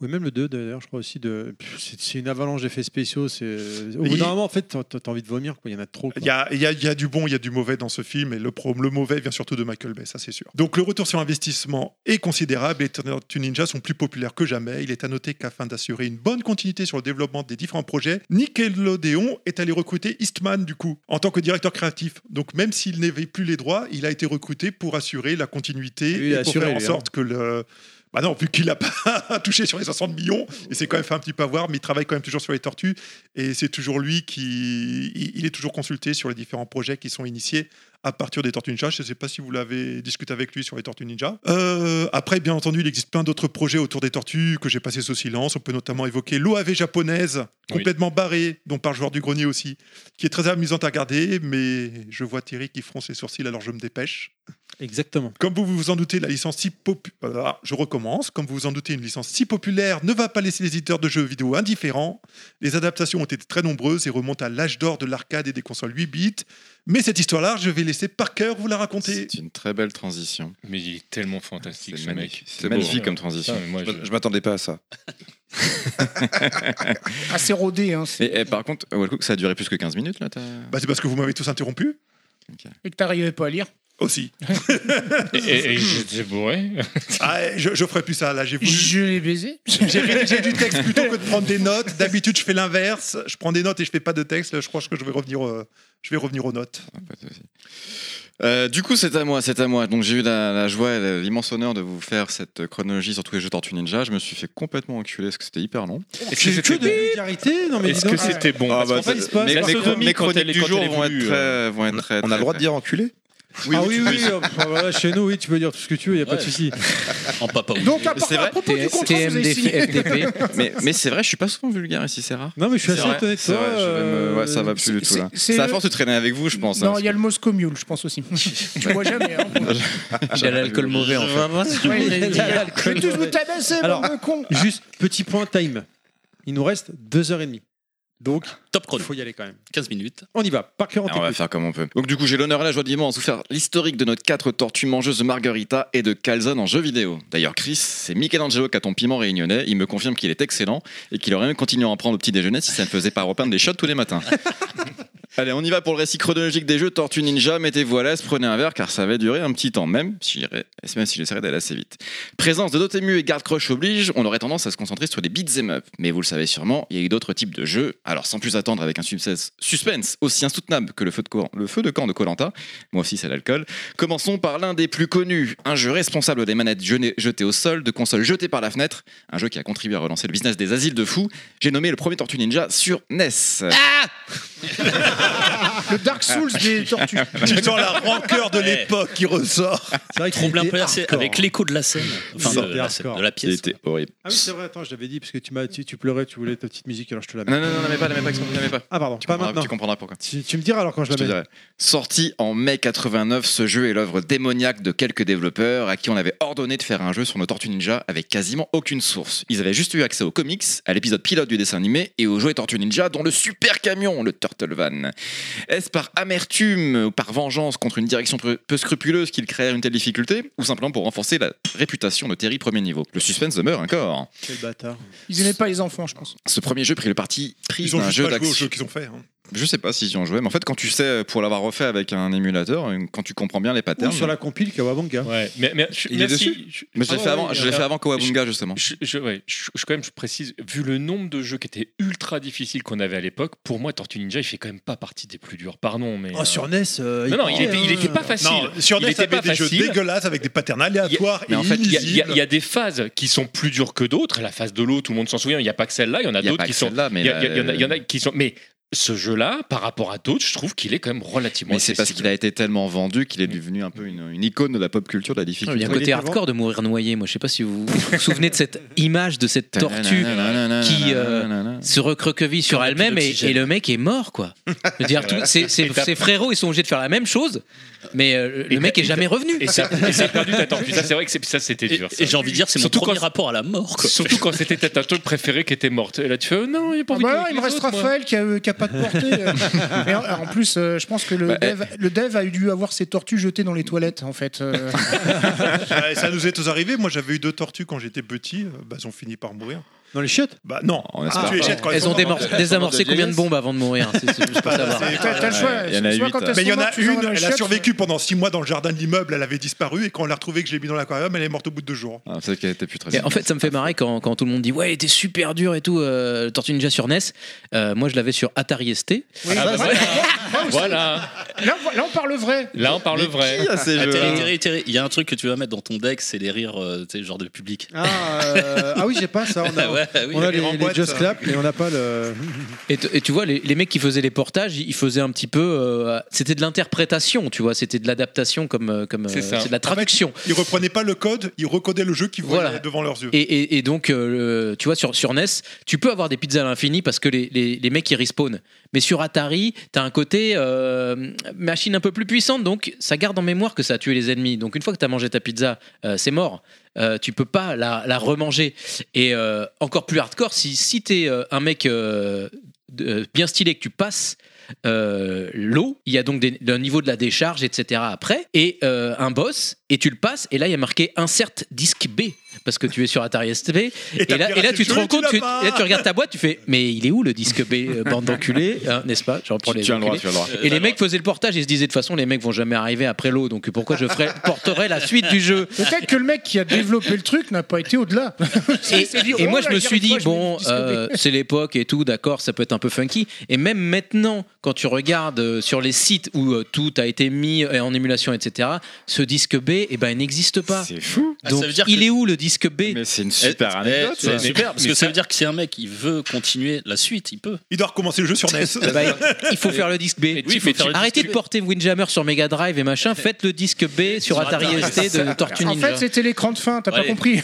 [SPEAKER 1] Oui, même le 2 d'ailleurs, je crois aussi. De... Pff, C'est c'est une avalanche d'effets spéciaux. c'est- Au bout
[SPEAKER 8] Il-
[SPEAKER 1] d'un moment, en fait, t'as t'as envie de vomir. quoi. Il y en a trop. quoi.
[SPEAKER 8] Il y a, il y a- il y a du bon, il y a du mauvais dans ce film, et le, pro- le mauvais vient surtout de Michael Bay, ça c'est sûr. Donc le retour sur investissement est considérable, et Teenage Ninja sont plus populaires que jamais. Il est à noter qu'afin d'assurer une bonne continuité sur le développement des différents projets, Nickelodeon est allé recruter Eastman du coup, en tant que directeur créatif. Donc même s'il n'avait plus les droits, il a été recruté pour assurer la continuité
[SPEAKER 13] Ah
[SPEAKER 1] Lui, il a
[SPEAKER 8] et pour
[SPEAKER 1] assuré,
[SPEAKER 8] faire en
[SPEAKER 1] lui, hein.
[SPEAKER 8] sorte que le... Bah non, vu qu'il n'a pas [laughs] touché sur les 60 millions, il s'est quand même fait un petit peu avoir, mais il travaille quand même toujours sur les tortues. Et c'est toujours lui qui. Il il est toujours consulté sur les différents projets qui sont initiés à partir des Tortues Ninja. Je ne sais pas si vous l'avez discuté avec lui sur les Tortues Ninja. Euh, après, bien entendu, il existe plein d'autres projets autour des tortues que j'ai passé sous silence. On peut notamment évoquer l'OAV japonaise, complètement barrée, dont par joueur du grenier aussi, qui est très amusante à regarder, mais je vois Thierry qui fronce les sourcils, alors je me dépêche.
[SPEAKER 1] Exactement.
[SPEAKER 8] Comme vous vous en doutez, la licence si populaire, je recommence, comme vous vous en doutez, une licence si populaire ne va pas laisser les éditeurs de jeux vidéo indifférents. Les adaptations ont été très nombreuses et remontent à l'âge d'or de l'arcade et des consoles 8 bits. Mais cette histoire-là, je vais laisser Parker vous la raconter.
[SPEAKER 4] C'est une très belle transition.
[SPEAKER 5] Mais il est tellement fantastique,
[SPEAKER 4] C'est
[SPEAKER 5] ce
[SPEAKER 4] magnifique.
[SPEAKER 5] mec.
[SPEAKER 4] C'est magnifique comme transition.
[SPEAKER 5] Putain, mais moi, je-
[SPEAKER 10] Je m'attendais pas à
[SPEAKER 5] [laughs]
[SPEAKER 10] ça.
[SPEAKER 3] Assez rodé. Hein, c'est-
[SPEAKER 4] Et, et par contre, Wallcook, ça a duré plus que 15 minutes là t'as-
[SPEAKER 8] Bah, c'est parce que vous m'avez tous interrompu
[SPEAKER 3] Et que t'arrivais pas à lire.
[SPEAKER 8] aussi.
[SPEAKER 5] Et, et- [laughs] et j'étais bourré.
[SPEAKER 8] Ah, je, je ferai plus ça, là, j'ai voulu.
[SPEAKER 3] Je l'ai baisé.
[SPEAKER 8] J'ai rédigé du texte plutôt que de prendre des notes. D'habitude, je fais l'inverse. Je prends des notes et je fais pas de texte. Là, Je crois que je vais revenir, euh, je vais revenir aux notes.
[SPEAKER 4] Pas de souci. Euh, du coup, c'est à moi, c'est à moi. Donc, j'ai eu la, la joie et l'immense honneur de vous faire cette chronologie sur tous les jeux Tortue Ninja. Je me suis fait complètement enculer parce que c'était hyper long.
[SPEAKER 5] Est-ce que
[SPEAKER 1] C'est que
[SPEAKER 5] c'était
[SPEAKER 1] de
[SPEAKER 5] bon
[SPEAKER 1] vulgarité Non, mais dis
[SPEAKER 5] Est-ce que
[SPEAKER 1] donc.
[SPEAKER 5] c'était bon
[SPEAKER 1] Ah,
[SPEAKER 5] Parce
[SPEAKER 1] bah,
[SPEAKER 5] qu'en fait,
[SPEAKER 1] c'est- il se passe-
[SPEAKER 4] mes,
[SPEAKER 5] la
[SPEAKER 4] mes-
[SPEAKER 5] sodomie,
[SPEAKER 4] mes
[SPEAKER 5] quand
[SPEAKER 4] chroniques
[SPEAKER 5] elle est-
[SPEAKER 4] du
[SPEAKER 5] quand
[SPEAKER 4] jour euh,
[SPEAKER 5] elle est
[SPEAKER 4] vont être
[SPEAKER 5] voulue,
[SPEAKER 4] très. Vont être très,
[SPEAKER 10] On a
[SPEAKER 4] très-
[SPEAKER 10] le droit de dire enculé
[SPEAKER 1] ah
[SPEAKER 4] oui,
[SPEAKER 1] oui,
[SPEAKER 4] tu
[SPEAKER 1] oui, oh, pff, voilà, chez nous, oui, tu peux dire tout ce que tu veux, il n'y a pas de
[SPEAKER 6] Ouais.
[SPEAKER 1] souci.
[SPEAKER 6] En papa oui.
[SPEAKER 3] Donc, à, par-
[SPEAKER 4] C'est
[SPEAKER 3] à
[SPEAKER 4] vrai,
[SPEAKER 3] propos du contrat, que vous
[SPEAKER 9] TMDF,
[SPEAKER 3] avez signé.
[SPEAKER 9] FDP.
[SPEAKER 4] mais mais c'est vrai, je suis pas souvent vulgaire ici, c'est rare.
[SPEAKER 1] Non, mais je suis
[SPEAKER 4] C'est
[SPEAKER 1] assez
[SPEAKER 4] vrai,
[SPEAKER 1] étonné de
[SPEAKER 4] c'est
[SPEAKER 1] toi.
[SPEAKER 4] vrai, je vais me- ouais, ça va plus du
[SPEAKER 3] c'est-
[SPEAKER 4] tout là.
[SPEAKER 3] c'est-
[SPEAKER 4] C'est à
[SPEAKER 3] le-
[SPEAKER 4] force de traîner avec vous, je pense. hein,
[SPEAKER 3] non, il y a le Moscow Mule, je pense [laughs] aussi. tu vois jamais. Hein.
[SPEAKER 4] parce
[SPEAKER 9] Il a
[SPEAKER 4] que-
[SPEAKER 9] l'alcool mauvais en fait.
[SPEAKER 3] Ouais, il a dit,
[SPEAKER 1] Il a
[SPEAKER 3] Je vais tous vous tabasser,
[SPEAKER 1] Alors-
[SPEAKER 3] bande de cons.
[SPEAKER 1] Juste, petit point time. Il nous reste 2h30. Donc,
[SPEAKER 6] Top
[SPEAKER 1] il
[SPEAKER 6] chrono.
[SPEAKER 1] faut y aller quand même.
[SPEAKER 6] 15 minutes.
[SPEAKER 1] On y va, par cœur en
[SPEAKER 4] Ah, on va faire comme on peut. Donc du coup, j'ai l'honneur et la joie de l'immense de vous faire l'historique de notre quatre tortues mangeuses de margarita et de calzone en jeu vidéo. D'ailleurs, Chris, c'est Michelangelo qui a ton piment réunionnais. Il me confirme qu'il est excellent et qu'il aurait même continué à en prendre au petit déjeuner si ça ne faisait pas repeindre des shots tous les matins. [laughs] Allez, on y va pour le récit chronologique des jeux Tortue Ninja. Mettez-vous à l'aise, prenez un verre car ça va durer un petit temps, même si j'irai- même si j'essaierai d'aller assez vite. Présence de Dotemu et Garde Crush oblige, on aurait tendance à se concentrer sur les beats em up. Mais vous le savez sûrement, il y a eu d'autres types de jeux. Alors sans plus attendre, avec un suspense, suspense aussi insoutenable que le feu de, Cor- le feu de camp de Colanta, moi aussi c'est l'alcool, commençons par l'un des plus connus, un jeu responsable des manettes jené- jetées au sol, de consoles jetées par la fenêtre, un jeu qui a contribué à relancer le business des asiles de fous. J'ai nommé le premier Tortue Ninja sur E NES.
[SPEAKER 3] Le Dark Souls des
[SPEAKER 8] [laughs]
[SPEAKER 3] tortues.
[SPEAKER 8] Tu sens la rancœur de
[SPEAKER 6] [laughs] Ouais.
[SPEAKER 8] l'époque qui ressort.
[SPEAKER 1] C'est vrai
[SPEAKER 6] Tromble un peu la scène, avec
[SPEAKER 1] les.
[SPEAKER 6] l'écho de la scène. hein. Enfin,
[SPEAKER 1] Il
[SPEAKER 6] de,
[SPEAKER 1] était
[SPEAKER 6] la
[SPEAKER 1] hardcore.
[SPEAKER 6] scène, de la
[SPEAKER 4] Il
[SPEAKER 6] pièce.
[SPEAKER 4] était horrible.
[SPEAKER 1] Ah oui, c'est vrai, attends, je l'avais dit parce que tu, m'as- tu, tu pleurais, tu voulais ta petite musique, alors je te la mets.
[SPEAKER 4] Non, non, non, n'aimais pas, n'aimais pas, n'aimais pas.
[SPEAKER 1] Ah, pardon,
[SPEAKER 4] Tu
[SPEAKER 1] pas
[SPEAKER 4] comprendras-
[SPEAKER 1] maintenant.
[SPEAKER 4] tu comprendras pourquoi.
[SPEAKER 1] Tu, tu me diras alors quand je,
[SPEAKER 4] Je te
[SPEAKER 1] la mets.
[SPEAKER 4] dirai. Sorti en mai 89, ce jeu est l'œuvre démoniaque de quelques développeurs à qui on avait ordonné de faire un jeu sur nos Tortues Ninja avec quasiment aucune source. Ils avaient juste eu accès aux comics, à l'épisode pilote du dessin animé et aux jouets Tortues Ninja, dont le super camion, le Turtle Van. Est-ce par amertume ou par vengeance contre une direction peu peu scrupuleuse qu'ils créèrent une telle difficulté, ou simplement pour renforcer la réputation de Terry premier niveau Le suspense demeure encore.
[SPEAKER 1] Quel bâtard.
[SPEAKER 3] hein. Ils aimaient pas les enfants, je pense.
[SPEAKER 4] Ce premier jeu prit le parti pris
[SPEAKER 8] Ils ont
[SPEAKER 4] d'un
[SPEAKER 8] juste
[SPEAKER 4] jeu
[SPEAKER 8] pas joué au
[SPEAKER 4] d'action.
[SPEAKER 8] jeu qu'ils ont fait. hein.
[SPEAKER 4] Je sais pas s'ils y ont joué, mais en fait, quand tu sais, pour l'avoir refait avec un émulateur, quand tu comprends bien les
[SPEAKER 1] Ou
[SPEAKER 4] patterns.
[SPEAKER 1] sur la compile Kawabanga.
[SPEAKER 5] Ouais,
[SPEAKER 8] [laughs]
[SPEAKER 5] mais, mais je-
[SPEAKER 4] Il est
[SPEAKER 5] merci.
[SPEAKER 4] dessus
[SPEAKER 5] Je-
[SPEAKER 4] Mais je l'ai
[SPEAKER 5] Ah
[SPEAKER 4] fait,
[SPEAKER 5] ouais,
[SPEAKER 4] avant,
[SPEAKER 5] ouais,
[SPEAKER 4] je l'ai fait
[SPEAKER 5] alors,
[SPEAKER 4] avant Kawabunga, justement.
[SPEAKER 5] Je, je, ouais, je- je- quand même, je précise, vu le nombre de jeux qui étaient ultra difficiles qu'on avait à l'époque, pour moi, Tortue Ninja, il fait quand même pas partie des plus durs. Pardon, mais.
[SPEAKER 1] Oh,
[SPEAKER 5] euh,
[SPEAKER 1] sur NES. euh,
[SPEAKER 5] Non, non, il était, il était pas facile.
[SPEAKER 8] Non, sur
[SPEAKER 5] Il
[SPEAKER 8] NES,
[SPEAKER 5] était
[SPEAKER 8] avait
[SPEAKER 5] pas
[SPEAKER 8] des jeux
[SPEAKER 5] facile.
[SPEAKER 8] dégueulasses avec des patterns
[SPEAKER 5] Il y a-
[SPEAKER 8] aléatoires
[SPEAKER 4] mais en
[SPEAKER 8] et
[SPEAKER 4] fait, il
[SPEAKER 5] Il y, a- il y a- il y
[SPEAKER 8] illisibles.
[SPEAKER 5] a des phases qui sont plus dures que d'autres. La phase de l'eau, tout le monde s'en souvient. Il n'y a pas que celle-là. Il y en a
[SPEAKER 4] Il y a
[SPEAKER 5] d'autres
[SPEAKER 4] pas
[SPEAKER 5] qui
[SPEAKER 4] que
[SPEAKER 5] sont.
[SPEAKER 4] celle-là, mais euh,
[SPEAKER 5] Il y, a-
[SPEAKER 4] la-
[SPEAKER 5] il y en a- il y en a qui sont. Mais ce jeu-là, par rapport à d'autres, je trouve qu'il est quand même relativement.
[SPEAKER 4] Mais c'est parce
[SPEAKER 5] accessible.
[SPEAKER 4] qu'il a été tellement vendu qu'il est devenu un peu une, une icône de la pop culture de la
[SPEAKER 9] Il y
[SPEAKER 4] difficulté.
[SPEAKER 9] a un côté hardcore de mourir noyé. Moi, je sais pas si vous vous souvenez de cette image de cette tortue qui, euh, se recroqueville sur
[SPEAKER 6] Comme
[SPEAKER 9] elle-même
[SPEAKER 6] la
[SPEAKER 9] et,
[SPEAKER 6] pile d'oxygène.
[SPEAKER 9] et le mec est mort
[SPEAKER 5] [laughs]
[SPEAKER 9] quoi. Je veux dire, tous ces, ces-
[SPEAKER 5] Et t'as-
[SPEAKER 9] ces frérots ils sont obligés de faire la même chose, mais euh,
[SPEAKER 5] Et
[SPEAKER 9] le mec
[SPEAKER 5] t'as-
[SPEAKER 9] est jamais revenu.
[SPEAKER 5] Et ça, et ça a perdu ta tortue. Ça, c'est vrai que c'est- ça, c'était
[SPEAKER 6] Et,
[SPEAKER 5] dur. ça.
[SPEAKER 6] et j'ai envie de dire, c'est mon
[SPEAKER 5] Surtout
[SPEAKER 6] premier
[SPEAKER 5] quand-
[SPEAKER 6] rapport à la mort. Quoi.
[SPEAKER 5] Surtout quand c'était ta tortue préférée qui était morte. Et là, tu fais, oh, non, il n'y a pas
[SPEAKER 3] Ah
[SPEAKER 5] envie de
[SPEAKER 3] bah
[SPEAKER 5] jouer
[SPEAKER 3] non,
[SPEAKER 5] avec
[SPEAKER 3] il me
[SPEAKER 5] les
[SPEAKER 3] reste
[SPEAKER 5] autres, moi.
[SPEAKER 3] Raphaël qui a, qui a pas de portée. euh. [laughs] Mais en, en plus, euh, je pense que le,
[SPEAKER 10] Bah,
[SPEAKER 3] dev, le dev a dû avoir ses tortues jetées dans les toilettes, en fait. euh.
[SPEAKER 8] Ah, et ça nous est tous arrivé. Moi, j'avais eu deux tortues quand j'étais petit. Euh, Bah, elles ont fini par mourir.
[SPEAKER 1] Dans les chiottes
[SPEAKER 8] Bah non.
[SPEAKER 9] espère
[SPEAKER 8] tu les
[SPEAKER 9] pas.
[SPEAKER 8] jettes quand
[SPEAKER 9] Ah. Elles
[SPEAKER 8] sont
[SPEAKER 9] ont
[SPEAKER 8] mortes.
[SPEAKER 9] démor- désamorcé combien de bombes avant de mourir C'est c'est juste pour savoir.
[SPEAKER 8] Mais il y en a hein. une, elle a survécu pendant 6 mois dans le jardin de l'immeuble, elle avait disparu et quand on l'a retrouvée que je l'ai mis dans l'aquarium, elle est morte au bout de 2 jours.
[SPEAKER 5] Ah,
[SPEAKER 4] C'est qu'elle était plus très
[SPEAKER 9] Mais en fait, ça me fait marrer quand, quand tout le monde dit ouais, il était super dur et tout. euh, Tortue Ninja sur NES. Euh, moi, je l'avais sur Atari Euh, ST.
[SPEAKER 3] Oui, bah, [laughs] voilà.
[SPEAKER 5] Voilà.
[SPEAKER 3] Là, on- là, on parle vrai.
[SPEAKER 5] Là, on parle vrai.
[SPEAKER 6] Ah, Terry, Terry, Terry, Il y a un truc que tu vas mettre dans ton deck, c'est les rires, euh, tu sais, genre de public.
[SPEAKER 1] Ah, euh, ah oui, j'ai pas ça.
[SPEAKER 9] [laughs]
[SPEAKER 1] On a,
[SPEAKER 6] [laughs] Ouais, oui,
[SPEAKER 1] on a les,
[SPEAKER 6] les
[SPEAKER 1] les
[SPEAKER 6] remboîtes, hein.
[SPEAKER 1] Just
[SPEAKER 6] ça.
[SPEAKER 1] Clap, mais on n'a pas le.
[SPEAKER 9] Et, t- et tu vois, les, les mecs qui faisaient les portages, ils faisaient un petit peu. euh, c'était de l'interprétation, tu vois, c'était de l'adaptation comme. euh, comme euh,
[SPEAKER 8] C'est ça.
[SPEAKER 9] de la traduction.
[SPEAKER 8] Ils reprenaient pas le code, ils recodaient le jeu qu'ils voyaient devant leurs yeux.
[SPEAKER 9] Et, et- et donc, euh, le- tu vois, sur, sur NES, tu peux avoir des pizzas à l'infini parce que les, les- les mecs ils respawnent. Mais sur Atari, t'as un côté euh, machine un peu plus puissante, donc ça garde en mémoire que ça a tué les ennemis. Donc une fois que t'as mangé ta pizza, euh, c'est mort. Euh, tu peux pas la, la remanger. Et euh, encore plus hardcore, si, si t'es euh, un mec euh, de- euh, bien stylé que tu passes. euh, l'eau, il y a donc des- le niveau de la décharge, etc. après, et euh, un boss, et tu le passes, et là il y a marqué insert disque B, parce que tu es sur Atari ST, et, là,
[SPEAKER 6] piraté
[SPEAKER 9] et là,
[SPEAKER 6] le
[SPEAKER 9] tu te
[SPEAKER 6] jeu,
[SPEAKER 9] rends
[SPEAKER 6] tu
[SPEAKER 9] compte,
[SPEAKER 6] l'as
[SPEAKER 9] tu, et
[SPEAKER 6] pas.
[SPEAKER 9] là, tu regardes ta boîte, tu fais, mais il est où le disque B, euh, bande d'enculés, hein, n'est-ce pas Je reprends
[SPEAKER 6] Tu-
[SPEAKER 9] les
[SPEAKER 6] tu as le droit,
[SPEAKER 9] enculés.
[SPEAKER 6] tu as le droit.
[SPEAKER 9] Et les mecs faisaient le portage, ils se disaient de toute façon, les mecs vont jamais arriver après l'eau, donc pourquoi je ferais, porterais la suite du jeu
[SPEAKER 3] Peut-être que le mec qui a développé le truc n'a pas été au-delà.
[SPEAKER 6] [laughs]
[SPEAKER 9] et,
[SPEAKER 3] [laughs] C'est dit,
[SPEAKER 9] et
[SPEAKER 3] oh
[SPEAKER 9] moi,
[SPEAKER 3] là,
[SPEAKER 9] je me
[SPEAKER 3] il y a
[SPEAKER 9] suis
[SPEAKER 3] une
[SPEAKER 9] dit,
[SPEAKER 3] fois, je me
[SPEAKER 9] bon,
[SPEAKER 3] dis que-
[SPEAKER 9] euh, c'est l'époque et tout, d'accord, ça peut être un peu funky. Et même maintenant, quand tu regardes euh, sur les sites où euh, tout a été mis euh, en émulation, etc., ce disque B, eh ben, il n'existe pas.
[SPEAKER 4] C'est fou.
[SPEAKER 6] Ah,
[SPEAKER 9] Donc,
[SPEAKER 6] ça veut dire
[SPEAKER 9] il
[SPEAKER 6] que-
[SPEAKER 9] est où le disque B
[SPEAKER 4] Mais c'est une
[SPEAKER 6] Eh, eh, C'est
[SPEAKER 9] Mais-
[SPEAKER 6] super, parce
[SPEAKER 9] mais
[SPEAKER 6] que ça veut dire que si un mec il veut continuer la suite, il peut.
[SPEAKER 8] Il doit recommencer le jeu sur E NES.
[SPEAKER 9] Bah, il faut faire le disque B.
[SPEAKER 6] Et tu
[SPEAKER 9] Oui,
[SPEAKER 6] peux faire le
[SPEAKER 9] Arrêtez
[SPEAKER 6] disque Eh.
[SPEAKER 9] de porter Windjammer sur Mega Drive et machin. Faites le disque B sur
[SPEAKER 6] Sur
[SPEAKER 9] Atari
[SPEAKER 6] Atari,
[SPEAKER 9] ST
[SPEAKER 6] c'est
[SPEAKER 9] de
[SPEAKER 6] ça.
[SPEAKER 9] Tortue
[SPEAKER 3] En
[SPEAKER 9] Ninja.
[SPEAKER 3] fait, c'était l'écran de fin, t'as pas
[SPEAKER 5] [laughs]
[SPEAKER 6] Ouais.
[SPEAKER 3] compris.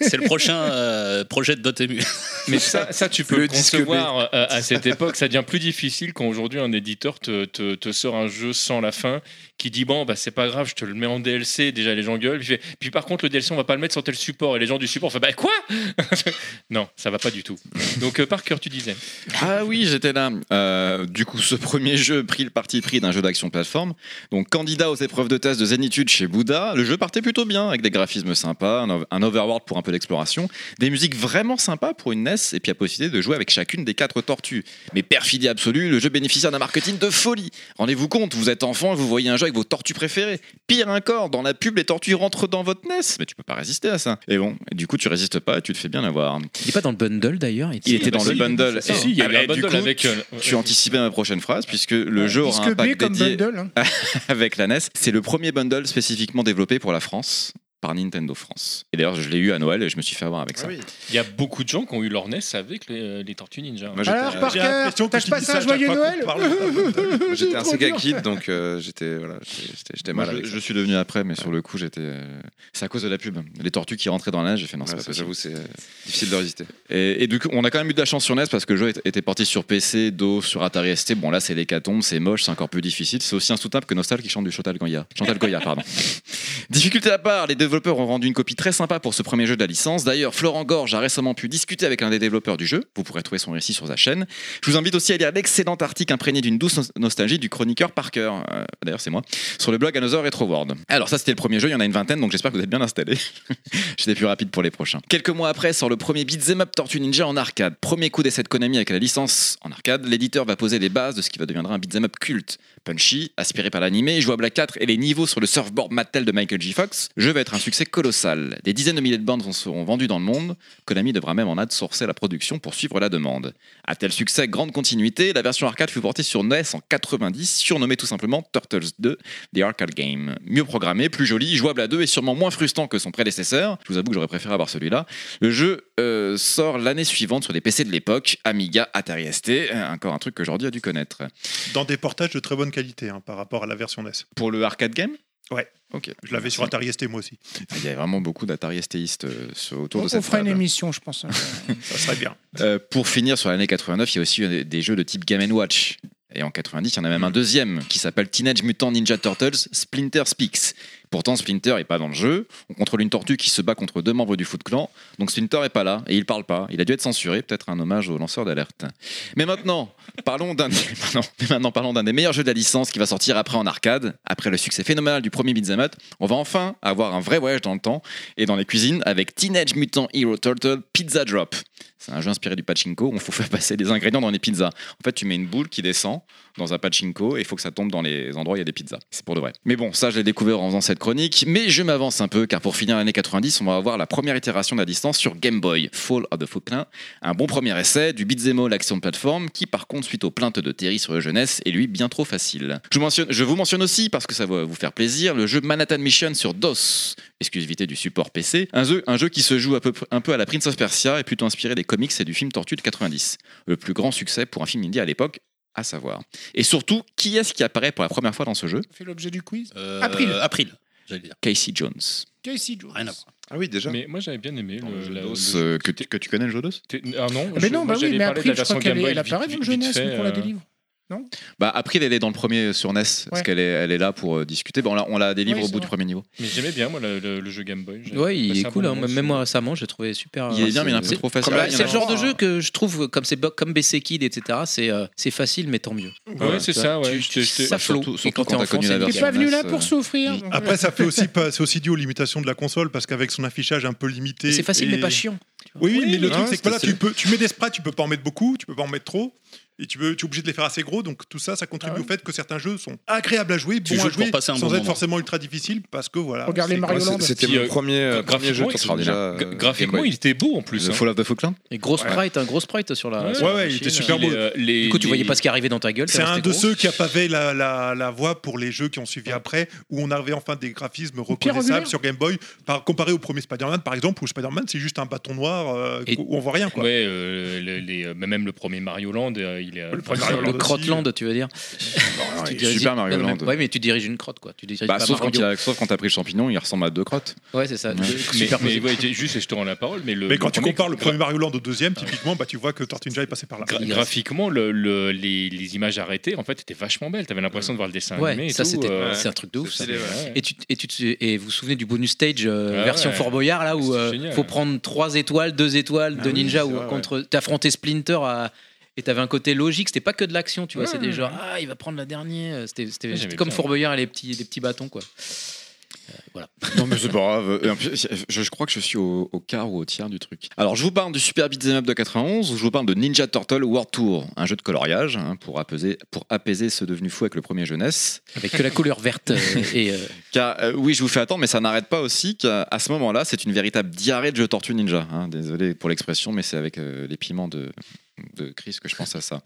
[SPEAKER 6] C'est le prochain euh, projet de Dotemu.
[SPEAKER 5] Mais ça, ça, tu peux le concevoir euh, à cette époque. Ça devient plus difficile quand aujourd'hui un éditeur te, te- te sort un jeu sans la fin qui dit Bon, bah, c'est pas grave, je te le mets en DLC. Déjà, les gens gueulent. Puis, il fait, Puis par contre, le DLC, on va pas le mettre sur tel support. Et les gens du support font Bah, quoi Non, ça va pas du tout. Donc, euh, par cœur, tu disais.
[SPEAKER 4] Ah oui, j'étais là. Euh, du coup, ce premier jeu prit le parti pris d'un jeu d'action plateforme. Donc, candidat aux épreuves de test de zénitude chez Bouddha, le jeu partait plutôt bien, avec des graphismes sympas, un, ov- un overworld pour un peu d'exploration, des musiques vraiment sympas pour une NES, et puis la possibilité de jouer avec chacune des quatre tortues. Mais perfidie absolue, le jeu bénéficiait d'un marketing de folie. Rendez-vous compte, vous êtes enfant et vous voyez un jeu avec vos tortues préférées. Pire encore, dans la pub, les tortues rentrent dans votre NES. Mais tu peux pas résister à ça. Et bon, du coup, tu résistes pas et tu te fais bien avoir.
[SPEAKER 9] Il est pas dans le bundle d'ailleurs.
[SPEAKER 4] Il était dans
[SPEAKER 9] bah
[SPEAKER 4] le
[SPEAKER 9] si,
[SPEAKER 4] bundle.
[SPEAKER 9] c'est ça.
[SPEAKER 4] Et-
[SPEAKER 9] Si, il y a eu
[SPEAKER 4] ah,
[SPEAKER 9] un
[SPEAKER 4] et du
[SPEAKER 9] bundle
[SPEAKER 4] coup,
[SPEAKER 9] avec,
[SPEAKER 4] tu-
[SPEAKER 9] euh,
[SPEAKER 4] Tu anticipais ma prochaine phrase, puisque le jeu aura un
[SPEAKER 3] Disque
[SPEAKER 4] pack
[SPEAKER 3] B comme
[SPEAKER 4] dédié
[SPEAKER 3] bundle, hein.
[SPEAKER 4] [laughs] avec la NES. C'est le premier bundle spécifiquement développé pour la France par Nintendo France. Et d'ailleurs, je l'ai eu à Noël et je me suis fait avoir
[SPEAKER 3] Ah
[SPEAKER 4] avec ça.
[SPEAKER 5] Il y a beaucoup de gens qui ont eu leur NES avec les, les Tortues Ninja.
[SPEAKER 4] Moi, j'étais- Alors,
[SPEAKER 3] Parker, t'as passé un joyeux Noël
[SPEAKER 10] J'étais un
[SPEAKER 4] Trop
[SPEAKER 10] Sega
[SPEAKER 4] dur.
[SPEAKER 10] Kid, donc euh, j'étais voilà, j'étais- j'étais- j'étais
[SPEAKER 4] Moi,
[SPEAKER 10] mal avec
[SPEAKER 4] je,
[SPEAKER 10] ça.
[SPEAKER 4] je suis devenu après, mais sur le coup, j'étais. euh, C'est à cause de la pub. Les tortues qui rentraient dans la neige, j'ai fait non, c'est
[SPEAKER 10] Ouais,
[SPEAKER 4] pas
[SPEAKER 10] ça,
[SPEAKER 4] possible.
[SPEAKER 10] J'avoue, c'est euh, difficile de résister.
[SPEAKER 4] Et, et du coup, on a quand même eu de la chance sur NES parce que le jeu est- était porté sur PC, DOS, sur Atari ST. Bon, là, c'est l'hécatombe, c'est moche, c'est encore plus difficile. C'est aussi insoutenable que Nostal qui chante du Chantal Goya. Chantal Goya,
[SPEAKER 10] [laughs]
[SPEAKER 4] pardon. Difficulté à part, les développeurs ont rendu une copie très sympa pour ce premier jeu de la licence. D'ailleurs, Florent Gorge a récemment pu discuter avec un des développeurs du jeu. Vous pourrez trouver son récit sur sa chaîne. Je vous invite aussi à lire l'excellent article imprégné d'une douce nos- nostalgie du chroniqueur Parker. Euh, D'ailleurs, c'est moi. Sur le blog Another Retroward. Alors, ça, c'était le premier jeu. Il y en a une vingtaine, donc j'espère que vous êtes bien installés. [laughs] J'étais plus rapide pour les prochains. Quelques mois après sort le premier Beat'em Up Tortue Ninja en arcade. Premier coup d'essai de Konami avec la licence en arcade, l'éditeur va poser les bases de ce qui va deviendra un Beat'em Up culte. Punchy, aspiré par l'animé, jouable à 4 et les niveaux sur le surfboard Mattel de Michael J. Fox, le jeu va être un succès colossal. Des dizaines de milliers de bandes en seront vendues dans le monde. Konami devra même en outsourcer la production pour suivre la demande. À tel succès, grande continuité, la version arcade fut portée sur NES en 90, surnommée tout simplement Turtles 2, The Arcade Game. Mieux programmé, plus joli, jouable à deux et sûrement moins frustrant que son prédécesseur. Je vous avoue que j'aurais préféré avoir celui-là. Le jeu euh, sort l'année suivante sur des PC de l'époque, Amiga, Atari ST, euh, encore un truc que Jordi a dû connaître.
[SPEAKER 8] Dans des portages de très bonne qualité hein, par rapport à la version NES.
[SPEAKER 4] Pour le arcade game
[SPEAKER 8] Ouais.
[SPEAKER 4] Ok.
[SPEAKER 8] Je l'avais sur Atari ST moi aussi.
[SPEAKER 4] Il y avait vraiment beaucoup d'Atari STistes euh, sur- autour de
[SPEAKER 3] On
[SPEAKER 4] cette
[SPEAKER 3] fera une
[SPEAKER 4] table.
[SPEAKER 3] émission, je
[SPEAKER 5] [laughs]
[SPEAKER 3] pense. hein.
[SPEAKER 8] Ça serait bien.
[SPEAKER 4] Euh, pour finir sur l'année 89, il y a aussi eu des- des jeux de type Game Watch. Et en 90, il y en a même un deuxième qui s'appelle Teenage Mutant Ninja Turtles Splinter Speaks, Pourtant, Splinter est pas dans le jeu. On contrôle une tortue qui se bat contre deux membres du Foot Clan. Donc Splinter est pas là et il parle pas. Il a dû être censuré, peut-être un hommage au lanceur d'alerte. Mais maintenant, parlons d'un non, mais [laughs] maintenant parlons d'un des meilleurs jeux de la licence qui va sortir après en arcade, après le succès phénoménal du premier Beat'em Up. On va enfin avoir un vrai voyage dans le temps et dans les cuisines avec Teenage Mutant Hero Turtle Pizza Drop. C'est un jeu inspiré du pachinko où il faut faire passer des ingrédients dans les pizzas. En fait, tu mets une boule qui descend dans un pachinko et il faut que ça tombe dans les endroits où il y a des pizzas. C'est pour de vrai. Mais bon, ça, je l'ai découvert en faisant cette chronique. Mais je m'avance un peu car pour finir l'année 90, on va avoir la première itération de la distance sur Game Boy, Fall of the Foot Clan. Un bon premier essai du beat'em all action platform qui, par contre, suite aux plaintes de Terry sur le jeunesse, est lui bien trop facile. Je vous mentionne, je vous mentionne aussi, parce que ça va vous faire plaisir, le jeu Manhattan Mission sur DOS, exclusivité du support PC. Un jeu, un jeu qui se joue un peu, un peu à la Prince of Persia et plutôt inspiré des comics et du film Tortue de 90. Le plus grand succès pour un film indie à l'époque, à savoir. Et surtout, qui est-ce qui apparaît pour la première fois dans ce jeu
[SPEAKER 3] fait l'objet du quiz. Ah,
[SPEAKER 6] Euh,
[SPEAKER 3] April.
[SPEAKER 6] April, j'allais dire.
[SPEAKER 4] Casey Jones.
[SPEAKER 3] Casey Jones.
[SPEAKER 6] Rien à
[SPEAKER 10] Ah oui, déjà. Oh,
[SPEAKER 5] Mais moi j'avais bien aimé le, la- le-
[SPEAKER 4] DOS, euh, que, tu, que tu connais le jeu DOS
[SPEAKER 5] t'es- Ah non,
[SPEAKER 3] Mais
[SPEAKER 5] je-
[SPEAKER 3] non, bah
[SPEAKER 5] moi,
[SPEAKER 3] oui, mais
[SPEAKER 5] j'allais parler de
[SPEAKER 3] April, je
[SPEAKER 5] version
[SPEAKER 3] crois qu'elle
[SPEAKER 5] Game
[SPEAKER 3] est-
[SPEAKER 5] Boy
[SPEAKER 3] elle apparaît dans
[SPEAKER 5] vite-
[SPEAKER 3] le
[SPEAKER 5] vite
[SPEAKER 3] jeunesse,
[SPEAKER 5] fait,
[SPEAKER 3] mais qu'on la
[SPEAKER 5] euh,
[SPEAKER 3] délivre.
[SPEAKER 4] Bah, April, elle est dans le premier sur NES,
[SPEAKER 3] Ouais.
[SPEAKER 4] parce qu'elle est, elle est là pour euh, discuter. Bon, on la- on la délivre
[SPEAKER 3] Oui,
[SPEAKER 4] au
[SPEAKER 3] c'est
[SPEAKER 4] bout du
[SPEAKER 3] vrai.
[SPEAKER 4] premier niveau.
[SPEAKER 5] Mais j'aimais bien moi le, le- le jeu Game Boy. J'avais
[SPEAKER 9] Ouais, il
[SPEAKER 5] passé
[SPEAKER 9] est
[SPEAKER 5] un
[SPEAKER 9] cool.
[SPEAKER 5] bon
[SPEAKER 9] hein.
[SPEAKER 5] moment
[SPEAKER 9] Même
[SPEAKER 5] dessus.
[SPEAKER 9] moi récemment, j'ai trouvé super. euh,
[SPEAKER 4] Il est bien, mais il est un peu
[SPEAKER 9] c'est-
[SPEAKER 4] trop facile.
[SPEAKER 9] Comme-
[SPEAKER 4] Ouais, il y en
[SPEAKER 9] c'est
[SPEAKER 4] a
[SPEAKER 9] le genre de
[SPEAKER 4] vraiment,
[SPEAKER 9] jeu que je trouve, comme c'est bo- comme BC Kid, etc. C'est euh, c'est facile, mais tant mieux.
[SPEAKER 5] Ouais,
[SPEAKER 9] tu
[SPEAKER 5] c'est
[SPEAKER 9] vois,
[SPEAKER 5] ça, ouais.
[SPEAKER 9] tu-
[SPEAKER 5] J'étais- j'étais-
[SPEAKER 9] Ça
[SPEAKER 4] surtout-
[SPEAKER 9] flotte.
[SPEAKER 4] surtout
[SPEAKER 9] Et quand t'es
[SPEAKER 4] quand t'as
[SPEAKER 9] enfant,
[SPEAKER 4] connu la
[SPEAKER 9] c'est
[SPEAKER 3] T'es
[SPEAKER 4] version.
[SPEAKER 9] nickel.
[SPEAKER 3] pas venu là
[SPEAKER 4] Jonas,
[SPEAKER 3] pour
[SPEAKER 4] euh,
[SPEAKER 3] souffrir.
[SPEAKER 5] ah,
[SPEAKER 3] donc,
[SPEAKER 8] Après, ça fait aussi pas, c'est aussi dû aux limitations de la console parce qu'avec son affichage un peu limité.
[SPEAKER 9] C'est facile, mais
[SPEAKER 8] et-
[SPEAKER 9] pas chiant.
[SPEAKER 8] Oui, oui, mais le
[SPEAKER 10] Non,
[SPEAKER 8] truc, c'est que
[SPEAKER 10] c'était-
[SPEAKER 8] voilà, tu, peux, tu mets des sprites, tu peux pas en mettre beaucoup, tu peux pas en mettre trop. Et tu, peux, tu es obligé de les faire assez gros, donc tout ça, ça contribue
[SPEAKER 3] Ah ouais.
[SPEAKER 8] au fait que certains jeux sont agréables à jouer,
[SPEAKER 6] Tu
[SPEAKER 8] bons
[SPEAKER 6] joues
[SPEAKER 8] à
[SPEAKER 6] pour
[SPEAKER 8] jouer,
[SPEAKER 6] passer un
[SPEAKER 8] sans
[SPEAKER 6] bon
[SPEAKER 8] être
[SPEAKER 6] moment.
[SPEAKER 8] forcément ultra difficile, parce que voilà.
[SPEAKER 3] Regarde les
[SPEAKER 8] c'est-
[SPEAKER 3] Mario
[SPEAKER 10] Moi,
[SPEAKER 3] Land.
[SPEAKER 10] c'est- C'était
[SPEAKER 5] Puis,
[SPEAKER 10] mon
[SPEAKER 5] euh,
[SPEAKER 10] premier, euh, premier jeu
[SPEAKER 5] Graphiquement,
[SPEAKER 10] sur
[SPEAKER 5] ils sont
[SPEAKER 10] ordinateur,
[SPEAKER 5] déjà-
[SPEAKER 10] euh,
[SPEAKER 5] gra- graphiquement,
[SPEAKER 10] Game Boy.
[SPEAKER 5] il était beau en plus.
[SPEAKER 4] The
[SPEAKER 5] hein.
[SPEAKER 4] Fall of the Foot Clan
[SPEAKER 9] Et gros sprite, un gros sprite sur la.
[SPEAKER 5] Ouais,
[SPEAKER 9] sur la
[SPEAKER 8] ouais, il était
[SPEAKER 9] machine.
[SPEAKER 8] super beau.
[SPEAKER 5] euh, les-
[SPEAKER 9] Du coup, tu voyais
[SPEAKER 5] les-
[SPEAKER 9] pas ce qui arrivait dans ta gueule.
[SPEAKER 8] C'est
[SPEAKER 9] t'as
[SPEAKER 8] un
[SPEAKER 9] resté
[SPEAKER 8] de
[SPEAKER 9] gros.
[SPEAKER 8] ceux qui a pavé la, la, la voie pour les jeux qui ont suivi après, où on avait enfin des graphismes
[SPEAKER 3] Pierre
[SPEAKER 8] reconnaissables
[SPEAKER 3] angulaire.
[SPEAKER 8] sur Game Boy, par, comparé au premier Spider-Man, par exemple, où Spider-Man, c'est juste un bâton noir euh,
[SPEAKER 9] Et-
[SPEAKER 8] où on voit rien. Quoi.
[SPEAKER 5] Ouais, euh, les- les- euh, même le premier Mario Land, euh, il est.
[SPEAKER 8] Le premier Mario
[SPEAKER 9] Le
[SPEAKER 8] Land
[SPEAKER 9] Crotland, tu veux dire [laughs] Tu
[SPEAKER 4] il est
[SPEAKER 9] diriges-
[SPEAKER 4] super Mario
[SPEAKER 9] Non, mais-
[SPEAKER 4] Land.
[SPEAKER 9] Ouais, mais tu diriges une crotte, quoi. Tu diriges
[SPEAKER 4] Bah,
[SPEAKER 9] pas
[SPEAKER 4] sauf, quand
[SPEAKER 9] Mario.
[SPEAKER 4] il a- sauf quand t'as pris le champignon, il ressemble à deux crottes.
[SPEAKER 9] Ouais, c'est ça.
[SPEAKER 4] Ouais.
[SPEAKER 5] Mais,
[SPEAKER 9] Super
[SPEAKER 5] mais
[SPEAKER 4] euh.
[SPEAKER 5] ouais, juste, je te rends la parole, mais le.
[SPEAKER 8] Mais quand tu
[SPEAKER 5] premier- Ah
[SPEAKER 8] compares le premier Mario Land au deuxième, typiquement, bah, tu vois que Tortue Ninja est passé par là.
[SPEAKER 5] Gra-
[SPEAKER 9] Il reste-
[SPEAKER 5] graphiquement, le- le- les, les images arrêtées, en fait, étaient vachement belles. T'avais l'impression de voir le dessin animé.
[SPEAKER 9] Ouais,
[SPEAKER 5] et
[SPEAKER 9] ça
[SPEAKER 5] tout,
[SPEAKER 9] c'était
[SPEAKER 5] euh,
[SPEAKER 9] c'est un truc de ouf. ça.
[SPEAKER 10] C'est stylé, ouais.
[SPEAKER 5] ouais.
[SPEAKER 9] Et tu, et tu te- et vous vous souvenez du bonus stage euh,
[SPEAKER 5] Ah
[SPEAKER 9] version
[SPEAKER 5] ouais.
[SPEAKER 9] Fort Boyard là où
[SPEAKER 5] C'était
[SPEAKER 9] euh,
[SPEAKER 5] génial.
[SPEAKER 9] faut prendre trois étoiles, deux étoiles,
[SPEAKER 8] Ah
[SPEAKER 9] deux
[SPEAKER 8] oui,
[SPEAKER 9] ninjas
[SPEAKER 8] c'est
[SPEAKER 9] ou
[SPEAKER 8] vrai,
[SPEAKER 9] contre t'affrontais Splinter à et t'avais un côté logique, c'était pas que de l'action, tu vois,
[SPEAKER 5] Ouais,
[SPEAKER 9] c'était
[SPEAKER 6] Hmm.
[SPEAKER 5] ouais,
[SPEAKER 9] genre ah il va prendre la dernière, c'était c'était-
[SPEAKER 5] Ouais,
[SPEAKER 9] c'était
[SPEAKER 5] j'aimais
[SPEAKER 9] comme
[SPEAKER 5] bien.
[SPEAKER 9] Fort Boyard et les petits les petits bâtons quoi.
[SPEAKER 4] Non mais c'est pas grave. Et en plus, je, je crois que je suis au, au quart ou au tiers du truc. Alors je vous parle du Super Beat'em Up de 91 ou je vous parle de Ninja Turtle World Tour, un jeu de coloriage hein, pour, apaiser, pour apaiser ceux devenus fous avec le premier jeunesse.
[SPEAKER 9] Avec que la couleur verte euh,
[SPEAKER 4] [laughs]
[SPEAKER 9] et euh,
[SPEAKER 4] Car euh, oui, je vous fais attendre, mais ça n'arrête pas aussi qu'à à ce moment-là, c'est une véritable diarrhée de jeu Tortue Ninja. hein. Désolé pour l'expression, mais c'est avec euh, les piments de, de Chris que je pense à ça.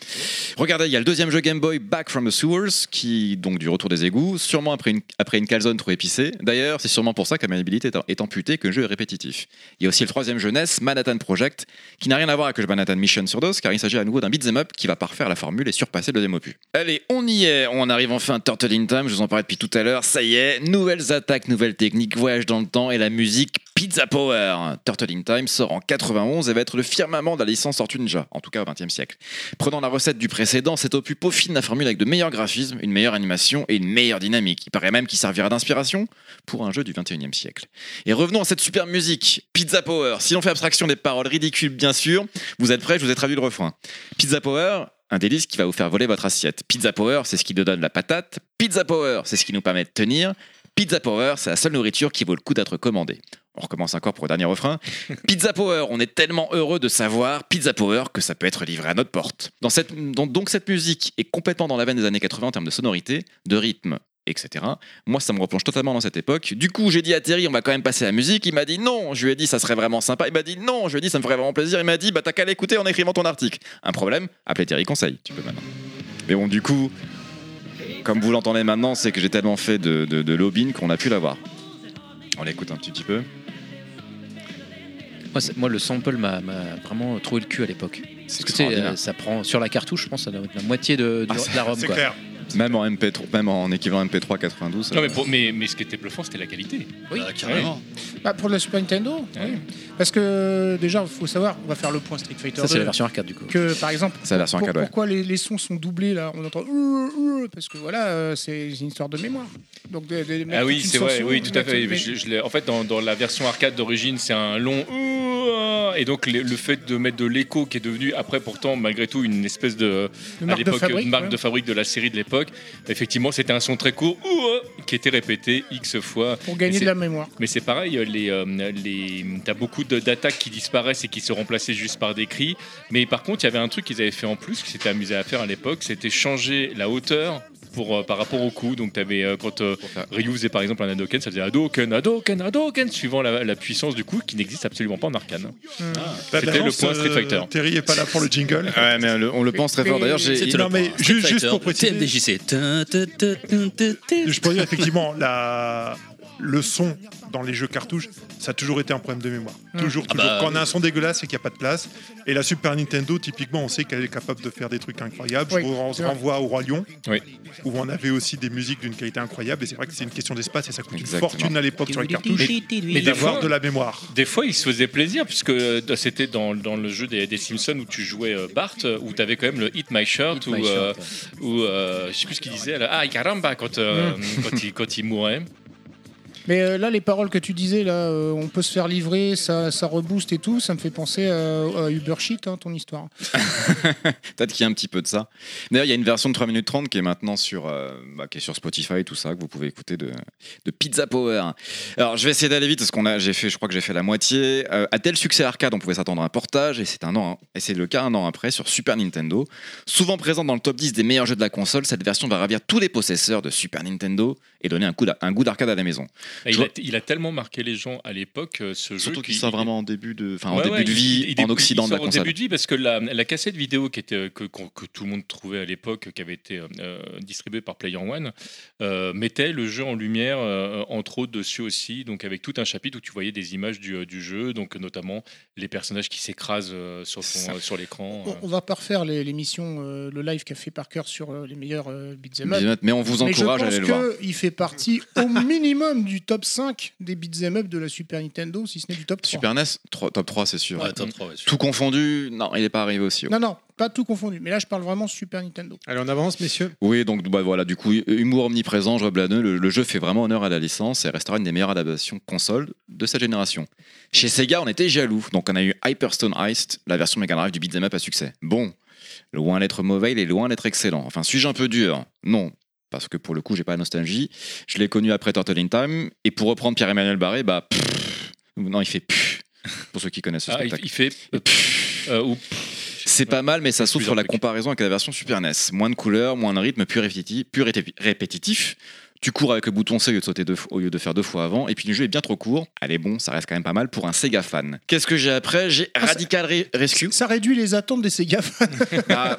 [SPEAKER 4] Regardez, il y a le deuxième jeu Game Boy Back from the Sewers, qui donc du retour des égouts, sûrement après une, après une calzone trop épicée. D'ailleurs, c'est sûrement pour ça que la maniabilité est, est amputée, que le jeu est répétitif. Il y a aussi le troisième jeunesse, Manhattan Project, qui n'a rien à voir avec le Manhattan Mission sur DOS, car il s'agit à nouveau d'un beat'em up qui va parfaire la formule et surpasser le deuxième opus. Allez, on y est, on arrive enfin à Turtle in Time, je vous en parlais depuis tout à l'heure, ça y est, nouvelles attaques, nouvelles techniques, voyage dans le temps et la musique Pizza Power. Turtle in Time sort en 91 et va être le firmament de la licence Tortue Ninja, en tout cas au XXe siècle. Prenant la recette du précédent, cet opus peaufine la formule avec de meilleurs graphismes, une meilleure animation et une meilleure dynamique. Il paraît même qu'il servira d'inspiration pour un jeu du XXIe siècle. Et revenons à cette super musique, Pizza Power. Si l'on fait abstraction des paroles ridicules, bien sûr, vous êtes prêts, je vous ai traduit le refrain. Pizza Power, un délice qui va vous faire voler votre assiette. Pizza Power, c'est ce qui nous donne la patate. Pizza Power, c'est ce qui nous permet de tenir. Pizza Power, c'est la seule nourriture qui vaut le coup d'être commandée. On recommence encore pour le dernier refrain. Pizza Power, on est tellement heureux de savoir Pizza Power que ça peut être livré à notre porte. Dans cette, dans- donc cette musique est complètement dans la veine des années 80 en termes de sonorité, de rythme, etc. Moi, ça me replonge totalement dans cette époque. Du coup, j'ai dit à Thierry, on va quand même passer à la musique. Il m'a dit non. Je lui ai dit, ça serait vraiment sympa. Il m'a dit non. Je lui ai dit, ça me ferait vraiment plaisir. Il m'a dit, bah t'as qu'à l'écouter en écrivant ton article. Un problème Appelez Thierry Conseil. Tu peux maintenant. Mais bon, du coup, comme vous l'entendez maintenant, c'est que j'ai tellement fait de, de, de lobbying qu'on a pu l'avoir. On l'écoute un petit, petit peu.
[SPEAKER 9] moi, c'est- moi, le sample m'a m'a vraiment trouvé le cul à l'époque.
[SPEAKER 4] C'est
[SPEAKER 9] Parce que tu sais,
[SPEAKER 4] extraordinaire.
[SPEAKER 9] euh, ça prend sur la cartouche, je pense, ça doit être la moitié de, du-
[SPEAKER 4] Ah, c'est-
[SPEAKER 9] de la ROM
[SPEAKER 8] C'est
[SPEAKER 9] quoi.
[SPEAKER 8] clair.
[SPEAKER 4] Même en MP3, même en équivalent MP3 92. ça
[SPEAKER 5] Non,
[SPEAKER 4] va.
[SPEAKER 5] mais, pour- mais, mais ce qui était bluffant, c'était la qualité.
[SPEAKER 4] Oui. Bah, carrément.
[SPEAKER 3] Bah, pour la Super Nintendo, oui. Parce que déjà, il faut savoir, on va faire le point Street Fighter.
[SPEAKER 9] Ça, c'est
[SPEAKER 3] 2,
[SPEAKER 9] la version arcade, du coup.
[SPEAKER 3] Que par exemple,
[SPEAKER 4] C'est la version
[SPEAKER 3] pour-
[SPEAKER 4] arcade, ouais.
[SPEAKER 3] pourquoi les, les sons sont doublés là On entend [laughs] euh, euh, parce que voilà, euh, c'est une histoire de mémoire. Donc, de- de- de
[SPEAKER 5] Ah
[SPEAKER 3] mettre
[SPEAKER 5] oui,
[SPEAKER 3] toute une
[SPEAKER 5] c'est vrai,
[SPEAKER 3] chanson,
[SPEAKER 5] oui, tout à
[SPEAKER 3] mettre
[SPEAKER 5] fait.
[SPEAKER 3] une-
[SPEAKER 5] Je- je l'ai- en fait, dans, dans la version arcade d'origine, c'est un long Ouah et donc le, le fait de mettre de l'écho qui est devenu après pourtant malgré tout une espèce de
[SPEAKER 3] Une
[SPEAKER 5] à
[SPEAKER 3] marque de
[SPEAKER 5] l'époque
[SPEAKER 3] fabrique,
[SPEAKER 5] marque
[SPEAKER 3] ouais.
[SPEAKER 5] de fabrique de la série de l'époque. Effectivement, c'était un son très court Ouah qui était répété x fois
[SPEAKER 3] Pour
[SPEAKER 5] Et
[SPEAKER 3] gagner
[SPEAKER 5] c'est-
[SPEAKER 3] de la mémoire.
[SPEAKER 5] Mais c'est pareil, euh, les, euh, les, t'as beaucoup de- d'attaques qui disparaissent et qui sont remplacées juste par des cris. Mais par contre, il y avait un truc qu'ils avaient fait en plus, qu'ils s'étaient amusés à faire à l'époque, c'était changer la hauteur. Pour, euh, par rapport au coup, donc t'avais euh, quand euh, Ryu faisait par exemple un Hadoken, ça faisait Hadoken, Hadoken, Hadoken, suivant la, la puissance du coup qui n'existe absolument pas en arcane.
[SPEAKER 4] Hmm.
[SPEAKER 8] La
[SPEAKER 5] C'était le
[SPEAKER 8] balance,
[SPEAKER 5] point Street
[SPEAKER 8] euh,
[SPEAKER 5] Fighter.
[SPEAKER 8] Ah. Terry est pas là pour le jingle.
[SPEAKER 4] [laughs] Ouais, mais le- on le pense très fort. D'ailleurs, j'ai.
[SPEAKER 8] C'était Non, le mais point. ju- juste pour préciser-
[SPEAKER 6] TMDJC.
[SPEAKER 8] Je peux dire effectivement la le son dans les jeux cartouches, ça a toujours été un problème de mémoire.
[SPEAKER 4] Hmm.
[SPEAKER 6] Ouais.
[SPEAKER 8] Toujours,
[SPEAKER 6] Ah
[SPEAKER 8] toujours.
[SPEAKER 6] bah,
[SPEAKER 8] Quand on a un son dégueulasse, c'est qu'il n'y a pas de place. Et la Super Nintendo, typiquement, on sait qu'elle est capable de faire des trucs incroyables.
[SPEAKER 3] Oui,
[SPEAKER 8] Je vous ren-
[SPEAKER 3] c'est vrai.
[SPEAKER 8] renvoie au Roi Lion,
[SPEAKER 5] Oui.
[SPEAKER 8] où on avait aussi des musiques d'une qualité incroyable. Et c'est vrai que c'est une question d'espace et ça coûte
[SPEAKER 5] Exactement.
[SPEAKER 8] une fortune à l'époque sur les cartouches.
[SPEAKER 5] Mais- mais
[SPEAKER 8] Mais
[SPEAKER 5] des
[SPEAKER 8] d'avoir
[SPEAKER 5] fois-
[SPEAKER 8] de la mémoire.
[SPEAKER 5] Des fois, il se faisait plaisir, puisque euh, c'était dans, dans le jeu des, des Simpsons où tu jouais euh, Bart, euh, où tu avais quand même le Hit My Shirt, ou
[SPEAKER 9] My
[SPEAKER 5] euh,
[SPEAKER 9] Shirt,
[SPEAKER 5] ou, euh, je sais plus ce qu'il disait, là, ah caramba, quand, euh,
[SPEAKER 8] Hmm.
[SPEAKER 3] Mm.
[SPEAKER 5] quand, il, quand il mourait.
[SPEAKER 3] Mais euh, là, les paroles que tu disais, là, euh, on peut se faire livrer, ça, ça rebooste et tout, ça me fait penser à, à Uber Sheet, hein, ton histoire.
[SPEAKER 4] [laughs] Peut-être qu'il y a un petit peu de ça. D'ailleurs, il y a une version de 3 minutes 30 qui est maintenant sur, euh, bah, qui est sur Spotify, tout ça, que vous pouvez écouter de, de Pizza Power. Alors, je vais essayer d'aller vite parce qu'on a, j'ai fait, je crois que j'ai fait la moitié. Euh, à tel succès arcade, on pouvait s'attendre à un portage, et c'est un an, hein. et c'est le cas un an après sur Super Nintendo. Souvent présente dans le top 10 des meilleurs jeux de la console, cette version va ravir tous les possesseurs de Super Nintendo et donner un coup d'a- un goût d'arcade à la maison.
[SPEAKER 5] Et
[SPEAKER 4] Je
[SPEAKER 5] il, a,
[SPEAKER 4] vois-
[SPEAKER 5] il a tellement marqué les gens à l'époque, euh, ce jeu.
[SPEAKER 4] Surtout qu'il
[SPEAKER 5] qui-
[SPEAKER 4] sort vraiment en début de, enfin, en
[SPEAKER 5] Ouais,
[SPEAKER 4] début
[SPEAKER 5] ouais,
[SPEAKER 4] de vie
[SPEAKER 5] il- il-
[SPEAKER 4] en
[SPEAKER 5] il-
[SPEAKER 4] Occident
[SPEAKER 5] il
[SPEAKER 4] de la
[SPEAKER 5] sort
[SPEAKER 4] console.
[SPEAKER 5] Au début de vie, parce que la, la cassette vidéo qui était, euh, que, qu'on- que tout le monde trouvait à l'époque, qui avait été euh, euh, distribuée par Player One, euh, mettait le jeu en lumière, euh, entre autres dessus aussi, donc avec tout un chapitre où tu voyais des images du, euh, du jeu, donc notamment les personnages qui s'écrasent euh, sur, ton- euh, sur l'écran.
[SPEAKER 3] On, on va pas refaire les- l'émission, euh, le live qu'a fait Parker sur euh, les meilleurs euh, beat'em
[SPEAKER 4] Beat'em
[SPEAKER 3] up.
[SPEAKER 4] up, mais on vous
[SPEAKER 3] je
[SPEAKER 4] encourage à
[SPEAKER 3] pense
[SPEAKER 4] aller le voir.
[SPEAKER 3] que Il fait partie au minimum du top 5 des beat'em up de la Super Nintendo, si ce n'est du top 3.
[SPEAKER 4] Super NES, trois- top 3, c'est sûr.
[SPEAKER 6] Ouais, top 3, ouais, sûr.
[SPEAKER 4] Tout confondu, non, il n'est pas arrivé aussi haut.
[SPEAKER 3] Non, non, pas tout confondu. Mais là, je parle vraiment Super Nintendo.
[SPEAKER 1] Allez, on avance, messieurs.
[SPEAKER 4] Oui, donc bah, voilà, du coup, humour omniprésent, je bladeux, le, le jeu fait vraiment honneur à la licence et restera une des meilleures adaptations console de sa génération. Chez Sega, on était jaloux, donc on a eu Hyperstone Heist, la version Mega Drive du beat'em up à succès. Bon, loin d'être mauvais, il est loin d'être excellent. Enfin, suis-je un peu dur Non, parce que pour le coup, j'ai pas la nostalgie. Je l'ai connu après Turtle in Time, et pour reprendre Pierre-Emmanuel Barré, bah, pff, non, il fait pff, pour ceux qui connaissent ce
[SPEAKER 5] Ah, il,
[SPEAKER 4] spectacle.
[SPEAKER 5] il fait. euh, ou-
[SPEAKER 4] C'est pas mal, mais ça souffre sur la comparaison avec la version Super NES. Moins de couleurs, moins de rythme, plus répétitif. Plus ré- répétitif. Tu cours avec le bouton C au lieu de sauter deux fois- au lieu de faire deux fois avant, et puis le jeu est bien trop court. Allez bon, ça reste quand même pas mal pour un Sega fan. Ah, Qu'est-ce que j'ai après J'ai Radical Re- [laughs] Rescue.
[SPEAKER 3] Ça réduit les attentes des Sega fans.
[SPEAKER 4] Ah,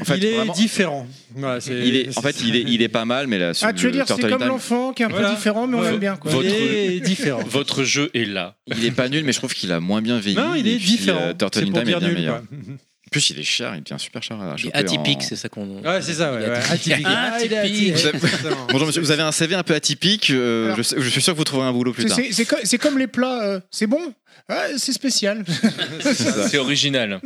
[SPEAKER 4] en fait,
[SPEAKER 1] il est
[SPEAKER 4] vraiment,
[SPEAKER 1] différent. Voilà, c'est-
[SPEAKER 4] il est- en fait, il est, il est pas mal, mais la
[SPEAKER 3] Ah, tu veux
[SPEAKER 4] le
[SPEAKER 3] dire, c'est
[SPEAKER 4] Turtle
[SPEAKER 3] comme
[SPEAKER 4] Time-
[SPEAKER 3] l'enfant qui est un
[SPEAKER 1] Voilà.
[SPEAKER 3] peu différent, mais on
[SPEAKER 1] Ouais.
[SPEAKER 3] l'aime bien. Quoi.
[SPEAKER 1] Votre-
[SPEAKER 3] Et-
[SPEAKER 1] Il est [laughs] différent.
[SPEAKER 5] Votre jeu est là.
[SPEAKER 4] Il est pas nul, mais je trouve qu'il a moins bien vieilli.
[SPEAKER 1] Non, il est
[SPEAKER 4] et puis,
[SPEAKER 1] différent.
[SPEAKER 4] euh, Turtle
[SPEAKER 1] C'est
[SPEAKER 4] in
[SPEAKER 1] pour
[SPEAKER 4] Time est
[SPEAKER 1] dire
[SPEAKER 4] bien
[SPEAKER 1] nul,
[SPEAKER 4] meilleur.
[SPEAKER 1] quoi. [laughs]
[SPEAKER 4] En plus, il est cher, il devient super cher à choper en-
[SPEAKER 9] Atypique, c'est ça qu'on.
[SPEAKER 1] Ouais, c'est ça, ouais. ouais. Atypique. Ah, il est
[SPEAKER 9] Atypique.
[SPEAKER 4] Vous avez-
[SPEAKER 1] Exactement.
[SPEAKER 4] Bonjour monsieur, vous avez un CV un peu atypique, euh, je, sais- je suis sûr que vous trouverez un boulot plus
[SPEAKER 3] c'est-
[SPEAKER 4] tard.
[SPEAKER 3] c'est- C'est co- c'est comme les plats, euh, c'est bon, Ah, c'est spécial.
[SPEAKER 5] C'est original.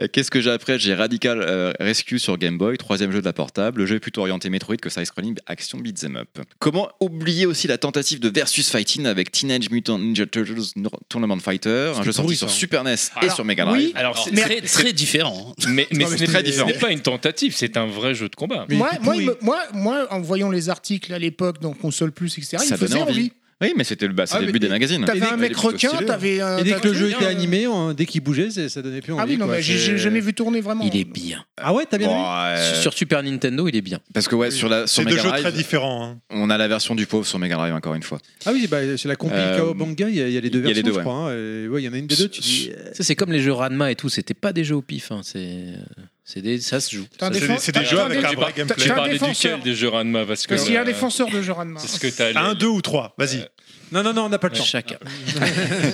[SPEAKER 4] Euh, Qu'est-ce que j'ai après J'ai Radical euh, Rescue sur Game Boy, troisième jeu de la portable. Le jeu est plutôt orienté Metroid que side-scrolling action beat'em up. Comment oublier aussi la tentative de versus fighting avec Teenage Mutant Ninja Turtles No- Tournament Fighter, un jeu sorti
[SPEAKER 1] pourri,
[SPEAKER 4] sur
[SPEAKER 1] ça. hein.
[SPEAKER 4] Super NES et
[SPEAKER 3] Alors,
[SPEAKER 4] sur Mega
[SPEAKER 3] oui,
[SPEAKER 4] Drive
[SPEAKER 5] Euh, Alors, c'est-
[SPEAKER 6] Mais
[SPEAKER 5] c'est-
[SPEAKER 6] très, très différent.
[SPEAKER 5] [laughs] mais, mais
[SPEAKER 4] Non, mais
[SPEAKER 5] ce n'est-
[SPEAKER 4] très
[SPEAKER 5] ce
[SPEAKER 4] différent.
[SPEAKER 5] n'est pas une tentative, c'est un vrai jeu de
[SPEAKER 3] [laughs]
[SPEAKER 5] combat.
[SPEAKER 3] moi, moi, il me- moi, moi, en voyant les articles à l'époque dans Console Plus, etc., il me faisait envie.
[SPEAKER 4] Oui, mais c'était le, bah, c'est
[SPEAKER 1] Ah,
[SPEAKER 4] le
[SPEAKER 1] mais-
[SPEAKER 4] début des magazines.
[SPEAKER 3] T'avais un
[SPEAKER 1] Et-
[SPEAKER 3] mec
[SPEAKER 1] plutôt
[SPEAKER 3] requin,
[SPEAKER 4] hein.
[SPEAKER 1] stylé,
[SPEAKER 3] t'avais un.
[SPEAKER 1] Et dès que le jeu
[SPEAKER 3] t'avais
[SPEAKER 1] était
[SPEAKER 3] un-
[SPEAKER 1] animé, en- dès qu'il bougeait, c'est- ça donnait plus envie.
[SPEAKER 3] Ah oui, non,
[SPEAKER 1] quoi.
[SPEAKER 3] mais j'ai
[SPEAKER 1] C'est-
[SPEAKER 3] j'ai jamais vu tourner vraiment.
[SPEAKER 9] Il est bien.
[SPEAKER 1] Ah ouais, t'as bien
[SPEAKER 4] Bon,
[SPEAKER 1] vu
[SPEAKER 4] euh,
[SPEAKER 9] Sur Super Nintendo, il est bien.
[SPEAKER 4] Parce que ouais, sur, la, sur
[SPEAKER 8] C'est deux
[SPEAKER 4] Mega
[SPEAKER 8] jeux très
[SPEAKER 4] Drive,
[SPEAKER 8] différents. hein.
[SPEAKER 4] on a la version du pauvre sur Mega Drive encore une fois.
[SPEAKER 1] Ah oui, bah, c'est la compil
[SPEAKER 4] Euh,
[SPEAKER 1] Kawabanga, il y, a- il y a les deux
[SPEAKER 4] il y a les
[SPEAKER 1] versions,
[SPEAKER 4] deux,
[SPEAKER 1] je
[SPEAKER 4] ouais.
[SPEAKER 1] crois. hein. Et ouais, Il y en a une des deux, tu dis.
[SPEAKER 9] Ça, c'est comme les jeux Ranma et tout, c'était pas des jeux au pif. hein, C'est C'est des- ça se joue.
[SPEAKER 3] T'as un
[SPEAKER 9] Ça se joue.
[SPEAKER 3] défense- C'est des t'as- jeux t'as un avec un défense- vrai gameplay.
[SPEAKER 14] Tu
[SPEAKER 3] t'as un
[SPEAKER 14] parlais
[SPEAKER 3] défenseur.
[SPEAKER 14] duquel des jeux Ranma parce que
[SPEAKER 3] Parce qu'il y a un
[SPEAKER 14] euh,
[SPEAKER 3] défenseur de Joranma.
[SPEAKER 14] C'est ce que t'as.
[SPEAKER 8] Un, deux ou trois, vas-y.
[SPEAKER 1] Non, non, non, on n'a pas le
[SPEAKER 14] temps.
[SPEAKER 9] Chacun.
[SPEAKER 4] [laughs]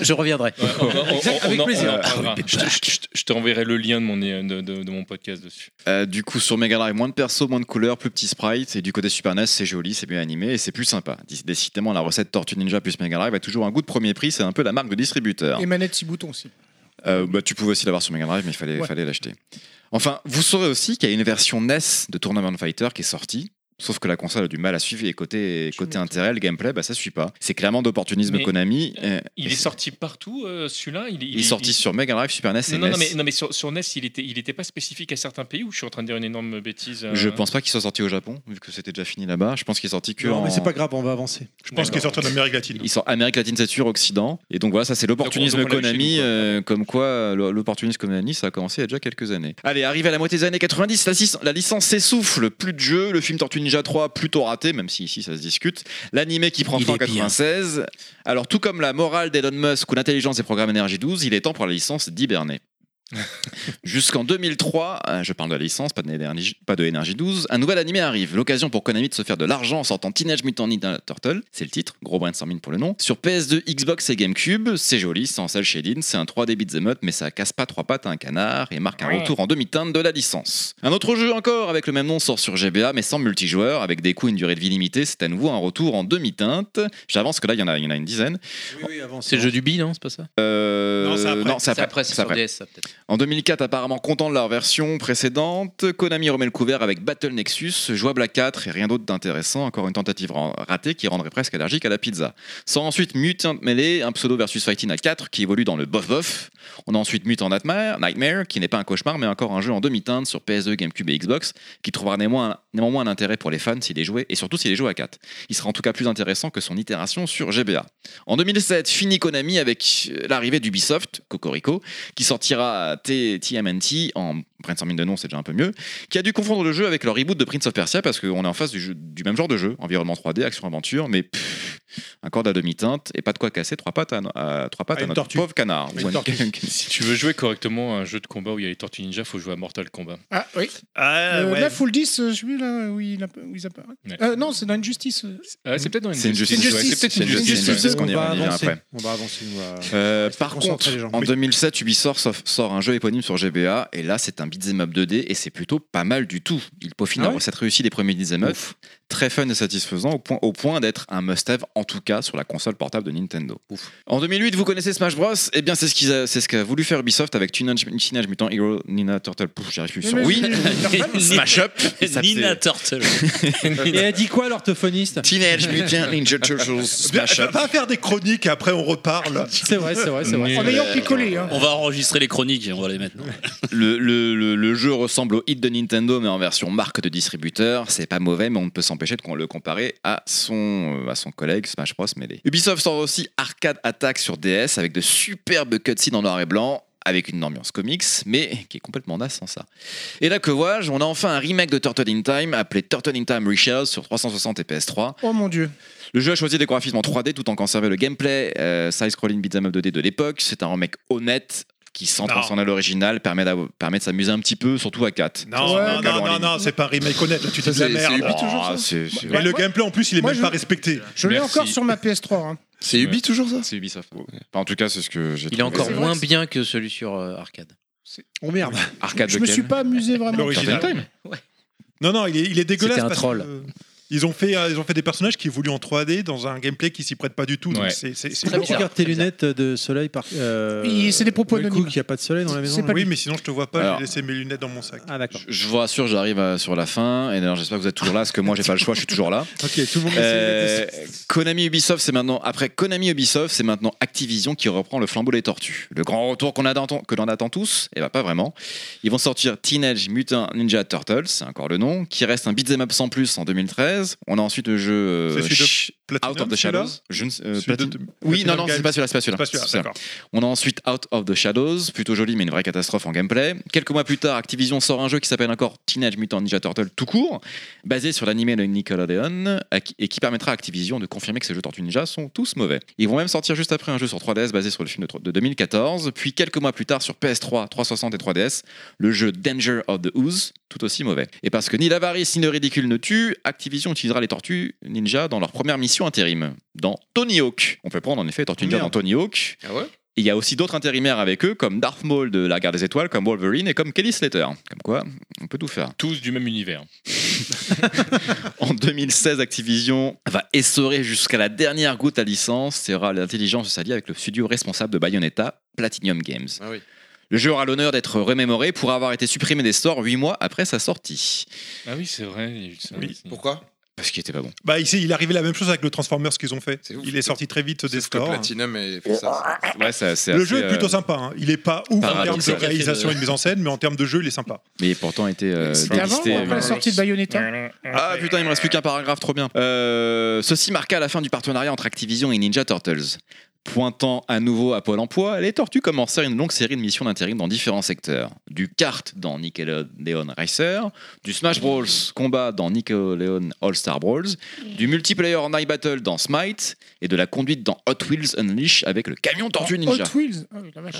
[SPEAKER 9] Je reviendrai.
[SPEAKER 14] on va- on-
[SPEAKER 9] Exact,
[SPEAKER 14] on-
[SPEAKER 9] avec
[SPEAKER 14] on en-
[SPEAKER 9] plaisir.
[SPEAKER 14] on en parlera. Je te- je te- je t'enverrai le lien de mon, euh, de- de- de mon podcast dessus.
[SPEAKER 4] Euh, du coup, sur Mega Drive, moins de perso, moins de couleurs, plus petit sprite. Et du côté Super NES, c'est joli, c'est bien animé et c'est plus sympa. Dé- Décidément, la recette Tortue Ninja plus Mega Drive a toujours un goût de premier prix. C'est un peu la marque de distributeur.
[SPEAKER 3] Et manette 6 boutons aussi.
[SPEAKER 4] Euh, bah, tu pouvais aussi l'avoir sur Mega Drive, mais il fallait
[SPEAKER 3] Ouais.
[SPEAKER 4] fallait l'acheter. Enfin, vous saurez aussi qu'il y a une version NES de Tournament Fighter qui est sortie. Sauf que la console a du mal à suivre et côté, côté intérêt, le gameplay, bah, ça suit pas. C'est clairement d'opportunisme
[SPEAKER 14] Mais,
[SPEAKER 4] Konami. euh,
[SPEAKER 14] Il est sorti partout, euh, celui-là il,
[SPEAKER 4] il est sorti sur Mega Drive, Super NES et E
[SPEAKER 14] Non, non,
[SPEAKER 4] NES.
[SPEAKER 14] mais, non, mais sur, sur NES, il était, il était pas spécifique à certains pays ou je suis en train de dire une énorme bêtise euh,
[SPEAKER 4] Je pense pas qu'il soit sorti au Japon, vu que c'était déjà fini là-bas. Je pense qu'il est sorti que
[SPEAKER 1] Non,
[SPEAKER 4] en...
[SPEAKER 1] mais c'est pas grave, on va avancer.
[SPEAKER 8] Je pense qu'il est sorti en Amérique latine.
[SPEAKER 4] Il sort Amérique latine, c'est sûr, Occident. Et donc voilà, ça c'est l'opportunisme
[SPEAKER 8] Donc, on- donc, on l'a eu
[SPEAKER 4] Konami, euh, comme quoi euh, l'opportunisme Konami, ça a commencé il y a déjà quelques années. Allez, arrivé à la moitié des années 90, la, sis- la licence s'essouffle, plus de jeux, le film Tortue Ninja 3 plutôt raté, même si ici ça se discute, l'animé qui prend
[SPEAKER 9] Il
[SPEAKER 4] fin en
[SPEAKER 9] est bien.
[SPEAKER 4] 96. Alors tout comme la morale d'Elon Musk ou l'intelligence des programmes NRJ12, il est temps pour la licence d'hiberner. Jusqu'en 2003, euh, je parle de la licence, pas de NRJ pas de NRJ 12, un nouvel animé arrive. L'occasion pour Konami de se faire de l'argent en sortant Teenage Mutant Ninja Turtle, c'est le titre, gros brainstorming pour le nom, sur PS2, Xbox et GameCube. C'est joli, c'est en salle chez Lynn, c'est un 3D beat'em up, mais ça casse pas trois pattes à un canard et marque un
[SPEAKER 14] Ouais.
[SPEAKER 4] retour en demi-teinte de la licence. Un autre jeu encore avec le même nom sort sur GBA, mais sans multijoueur, avec des coups et une durée de vie limitée, c'est à nouveau un retour en demi-teinte. J'avance que là, il y, en a- il y en a une dizaine.
[SPEAKER 9] C'est le jeu du bill, non C'est pas ça
[SPEAKER 4] Euh,
[SPEAKER 9] Non, c'est après.
[SPEAKER 4] c'est
[SPEAKER 9] C'est après, c'est
[SPEAKER 4] c'est
[SPEAKER 9] sur DS, ça, peut-être.
[SPEAKER 4] En 2004, apparemment content de leur version précédente, Konami remet le couvert avec Battle Nexus, jouable à 4 et rien d'autre d'intéressant, encore une tentative ran- ratée qui rendrait presque allergique à la pizza. Sans ensuite Mutant Melee, un pseudo versus fighting à 4 qui évolue dans le bof bof. On a ensuite Mutant Nightmare, Nightmare qui n'est pas un cauchemar mais encore un jeu en demi-teinte sur PS2, GameCube et Xbox qui trouvera néanmoins, néanmoins un intérêt pour les fans s'il est joué et surtout s'il est joué à 4. Il sera en tout cas plus intéressant que son itération sur GBA. En 2007, fini Konami avec euh, l'arrivée d'Ubisoft, Cocorico, qui sortira T- TMNT en brainstorming de nom, c'est déjà un peu mieux, qui a dû confondre le jeu avec leur reboot de Prince of Persia parce qu'on est en face du, jeu- du même genre de jeu, environnement 3D, action-aventure, mais pff, un corde à demi-teinte et pas de quoi casser trois pattes à, no- à- trois pattes
[SPEAKER 14] À
[SPEAKER 4] à
[SPEAKER 14] Ah, une
[SPEAKER 4] notre
[SPEAKER 14] tortue.
[SPEAKER 4] pauvre canard.
[SPEAKER 14] Une
[SPEAKER 4] Ou à une-
[SPEAKER 14] tortue.
[SPEAKER 4] [laughs]
[SPEAKER 14] si tu veux jouer correctement à un jeu de combat où il y a les Tortues Ninja, faut jouer à Mortal Kombat.
[SPEAKER 3] Ah oui.
[SPEAKER 14] Ah,
[SPEAKER 3] Le
[SPEAKER 14] ouais.
[SPEAKER 3] 9 ou le 10, euh, je sais plus là où il, app- où ils apparaissent.
[SPEAKER 14] Ouais.
[SPEAKER 3] Euh, non, c'est dans Injustice. euh.
[SPEAKER 14] Ah, c'est peut-être dans
[SPEAKER 4] C'est une justice, ouais, c'est peut-être une justice, ouais, c'est ce qu'on y on y vient après.
[SPEAKER 1] On va avancer. on va-
[SPEAKER 4] Euh, par contre,
[SPEAKER 1] concentrer les gens.
[SPEAKER 4] en
[SPEAKER 1] Oui.
[SPEAKER 4] 2007, Ubisoft sof- sort un jeu éponyme sur GBA, et là, c'est un beat'em up 2D, et c'est plutôt pas mal du tout. Il peaufine
[SPEAKER 1] Ah
[SPEAKER 4] la
[SPEAKER 1] ouais
[SPEAKER 4] recette réussie des premiers beat'em up, très fun et satisfaisant, au point, au point d'être un must-have, en tout cas sur la console portable de Nintendo. En 2008, vous connaissez Smash Bros Eh bien, c'est ce qu'ils a- c'est ce qu'a voulu faire Ubisoft avec Teenage, Teenage Mutant Hero Nina Turtle. Pouf, j'arrive plus sur.
[SPEAKER 1] Mais-
[SPEAKER 4] Oui, [laughs]
[SPEAKER 1] mais-
[SPEAKER 4] Smash Up Et ça,
[SPEAKER 6] Nina
[SPEAKER 4] c'est-
[SPEAKER 6] Turtle.
[SPEAKER 1] Et elle dit quoi, l'orthophoniste
[SPEAKER 4] Teenage Mutant Ninja
[SPEAKER 8] [laughs]
[SPEAKER 4] Turtles Smash Up.
[SPEAKER 8] Va faire des chroniques et après on reparle.
[SPEAKER 1] C'est vrai, c'est vrai, c'est
[SPEAKER 6] vrai.
[SPEAKER 3] En ayant picolé. hein.
[SPEAKER 6] On va enregistrer les chroniques et on va les mettre. non
[SPEAKER 4] le, le- le- le jeu ressemble au hit de Nintendo, mais en version marque de distributeur. C'est pas mauvais, mais on ne peut s'empêcher de le comparer à son, euh, à son collègue Smash Bros. Melee. Ubisoft sort aussi Arcade Attack sur DS avec de superbes cutscenes en noir et blanc. Avec une ambiance comics, mais qui est complètement naze sans ça. Et là, que vois-je On a enfin un remake de Turtle in Time appelé Turtle in Time Reshell sur 360 et PS3.
[SPEAKER 3] Oh mon dieu.
[SPEAKER 4] Le jeu a choisi des graphismes en 3D tout en conservant le gameplay euh, side-scrolling beat'em up 2D de l'époque. C'est un remake honnête qui, sans
[SPEAKER 8] Non.
[SPEAKER 4] transcender l'original, permet, d'av- permet de s'amuser un petit peu, surtout à 4.
[SPEAKER 8] Non, non, non, non, non, c'est pas un remake honnête, là, tu dis de la merde.
[SPEAKER 4] Ah,
[SPEAKER 8] Ah, Mais le gameplay en plus, il est
[SPEAKER 3] Moi,
[SPEAKER 8] même
[SPEAKER 3] je-
[SPEAKER 8] pas respecté.
[SPEAKER 3] Je l'ai encore sur ma PS3. hein.
[SPEAKER 4] C'est
[SPEAKER 10] Ubi Ouais.
[SPEAKER 4] toujours ça C'est Ubisoft. en tout cas, c'est ce que j'ai
[SPEAKER 9] Il est
[SPEAKER 4] trouvé.
[SPEAKER 9] encore
[SPEAKER 4] C'est
[SPEAKER 9] moins
[SPEAKER 4] vrai,
[SPEAKER 9] bien que celui sur euh, arcade.
[SPEAKER 1] Oh merde.
[SPEAKER 4] Arcade
[SPEAKER 3] Je me
[SPEAKER 4] lequel
[SPEAKER 3] suis pas amusé vraiment.
[SPEAKER 8] L'original. Non, non, il est, il est dégueulasse.
[SPEAKER 9] C'était un
[SPEAKER 8] parce que,
[SPEAKER 9] troll.
[SPEAKER 8] euh, ils, ont fait, euh, ils ont fait des personnages qui évoluent en 3D dans un gameplay qui s'y prête pas du tout. donc
[SPEAKER 4] Ouais.
[SPEAKER 8] c'est- c'est- c'est
[SPEAKER 1] Pourquoi
[SPEAKER 8] lourd.
[SPEAKER 1] tu gardes tes lunettes de soleil par. euh,
[SPEAKER 3] Et c'est des propos
[SPEAKER 1] le coup
[SPEAKER 3] anonymes.
[SPEAKER 1] qu'il n'y a pas de soleil dans la maison. là.
[SPEAKER 8] Oui, mais sinon je te vois pas,
[SPEAKER 4] Alors.
[SPEAKER 8] j'ai laissé mes lunettes dans mon sac.
[SPEAKER 1] Ah d'accord.
[SPEAKER 4] Je vous rassure, j'arrive à- sur la fin. Et d'ailleurs, j'espère que vous êtes toujours là, parce que moi, j'ai pas le choix, je suis toujours
[SPEAKER 8] [laughs]
[SPEAKER 4] là.
[SPEAKER 1] Ok, tout le monde.
[SPEAKER 4] Euh, Konami Ubisoft, c'est maintenant après Konami Ubisoft, c'est maintenant Activision qui reprend le flambeau des tortues. Le grand retour qu'on attend, que l'on attend tous, et eh ben pas vraiment. Ils vont sortir Teenage Mutant Ninja Turtles, c'est encore le nom, qui reste un beat'em up sans plus en 2013. On a ensuite le jeu euh,
[SPEAKER 8] C'est celui de
[SPEAKER 4] Sh-
[SPEAKER 8] Platinum,
[SPEAKER 4] Out of the
[SPEAKER 8] celui-là
[SPEAKER 4] Shadows. Je ne sais- euh,
[SPEAKER 8] Celui de-
[SPEAKER 4] Platin- Oui, non,
[SPEAKER 8] Platinum
[SPEAKER 4] non, c'est
[SPEAKER 8] Games.
[SPEAKER 4] pas celui-là, c'est pas celui-là.
[SPEAKER 8] C'est pas celui-là,
[SPEAKER 4] C'est ça.
[SPEAKER 8] d'accord.
[SPEAKER 4] On a ensuite Out of the Shadows, plutôt joli mais une vraie catastrophe en gameplay. Quelques mois plus tard, Activision sort un jeu qui s'appelle encore Teenage Mutant Ninja Turtle tout court, basé sur l'animé de Nickelodeon à qui- et qui permettra à Activision de confirmer que ces jeux Tortues Ninja sont tous mauvais. Ils vont même sortir juste après un jeu sur 3DS basé sur le film de tro- de 2014, puis quelques mois plus tard sur PS3, 360 et 3DS, le jeu Danger of the Ooze, tout aussi mauvais. Et parce que ni l'avarice ni le ridicule ne tue, Activision utilisera les Tortues Ninja dans leur première mission intérim, dans Tony Hawk. On peut prendre en effet les Tortues Ninja
[SPEAKER 7] Merde.
[SPEAKER 4] dans Tony Hawk.
[SPEAKER 7] Ah ouais
[SPEAKER 4] Et il y a aussi d'autres intérimaires avec eux, comme Darth Maul de la Guerre des Étoiles, comme Wolverine et comme Kelly Slater. Comme quoi, on peut tout faire.
[SPEAKER 14] Tous du même univers.
[SPEAKER 4] [laughs] En 2016, Activision va essorer jusqu'à la dernière goutte la licence. C'est aura l'intelligence de s'allier avec le studio responsable de Bayonetta, Platinum Games. Le jeu aura l'honneur d'être remémoré pour avoir été supprimé des stores 8 mois après sa sortie.
[SPEAKER 14] Ah oui, c'est vrai. il y a eu ça aussi.
[SPEAKER 4] Pourquoi Parce qu'il était pas bon.
[SPEAKER 8] Bah, ici, il est arrivé la même chose avec le Transformers qu'ils ont fait. il est sorti très vite des
[SPEAKER 10] que
[SPEAKER 8] stores.
[SPEAKER 10] Platinum et fait ça.
[SPEAKER 4] Ouais, ça- c'est
[SPEAKER 8] Le
[SPEAKER 4] assez,
[SPEAKER 8] jeu est plutôt
[SPEAKER 4] euh,
[SPEAKER 8] sympa. hein. Il est pas ouf en termes de
[SPEAKER 4] paradoxal.
[SPEAKER 8] réalisation et de mise en scène, mais en termes de jeu, il
[SPEAKER 4] [laughs]
[SPEAKER 8] est sympa.
[SPEAKER 4] Mais pourtant, était euh,
[SPEAKER 3] C'était avant
[SPEAKER 4] délisté,
[SPEAKER 3] ou après la
[SPEAKER 4] euh,
[SPEAKER 3] sortie de Bayonetta
[SPEAKER 4] Ah putain, il me reste plus qu'un paragraphe, trop bien. Euh, ceci marqua la fin du partenariat entre Activision et Ninja Turtles. Pointant à nouveau à Pôle emploi, les Tortues commencèrent une longue série de missions d'intérim dans différents secteurs. Du kart dans Nickelodeon Racer, du Smash Bros. Combat dans Nickelodeon All-Star Brawls, du multiplayer Night Battle dans Smite et de la conduite dans Hot Wheels Unleash avec le camion Tortue Ninja.
[SPEAKER 3] Hot Wheels Ah oui, la vache.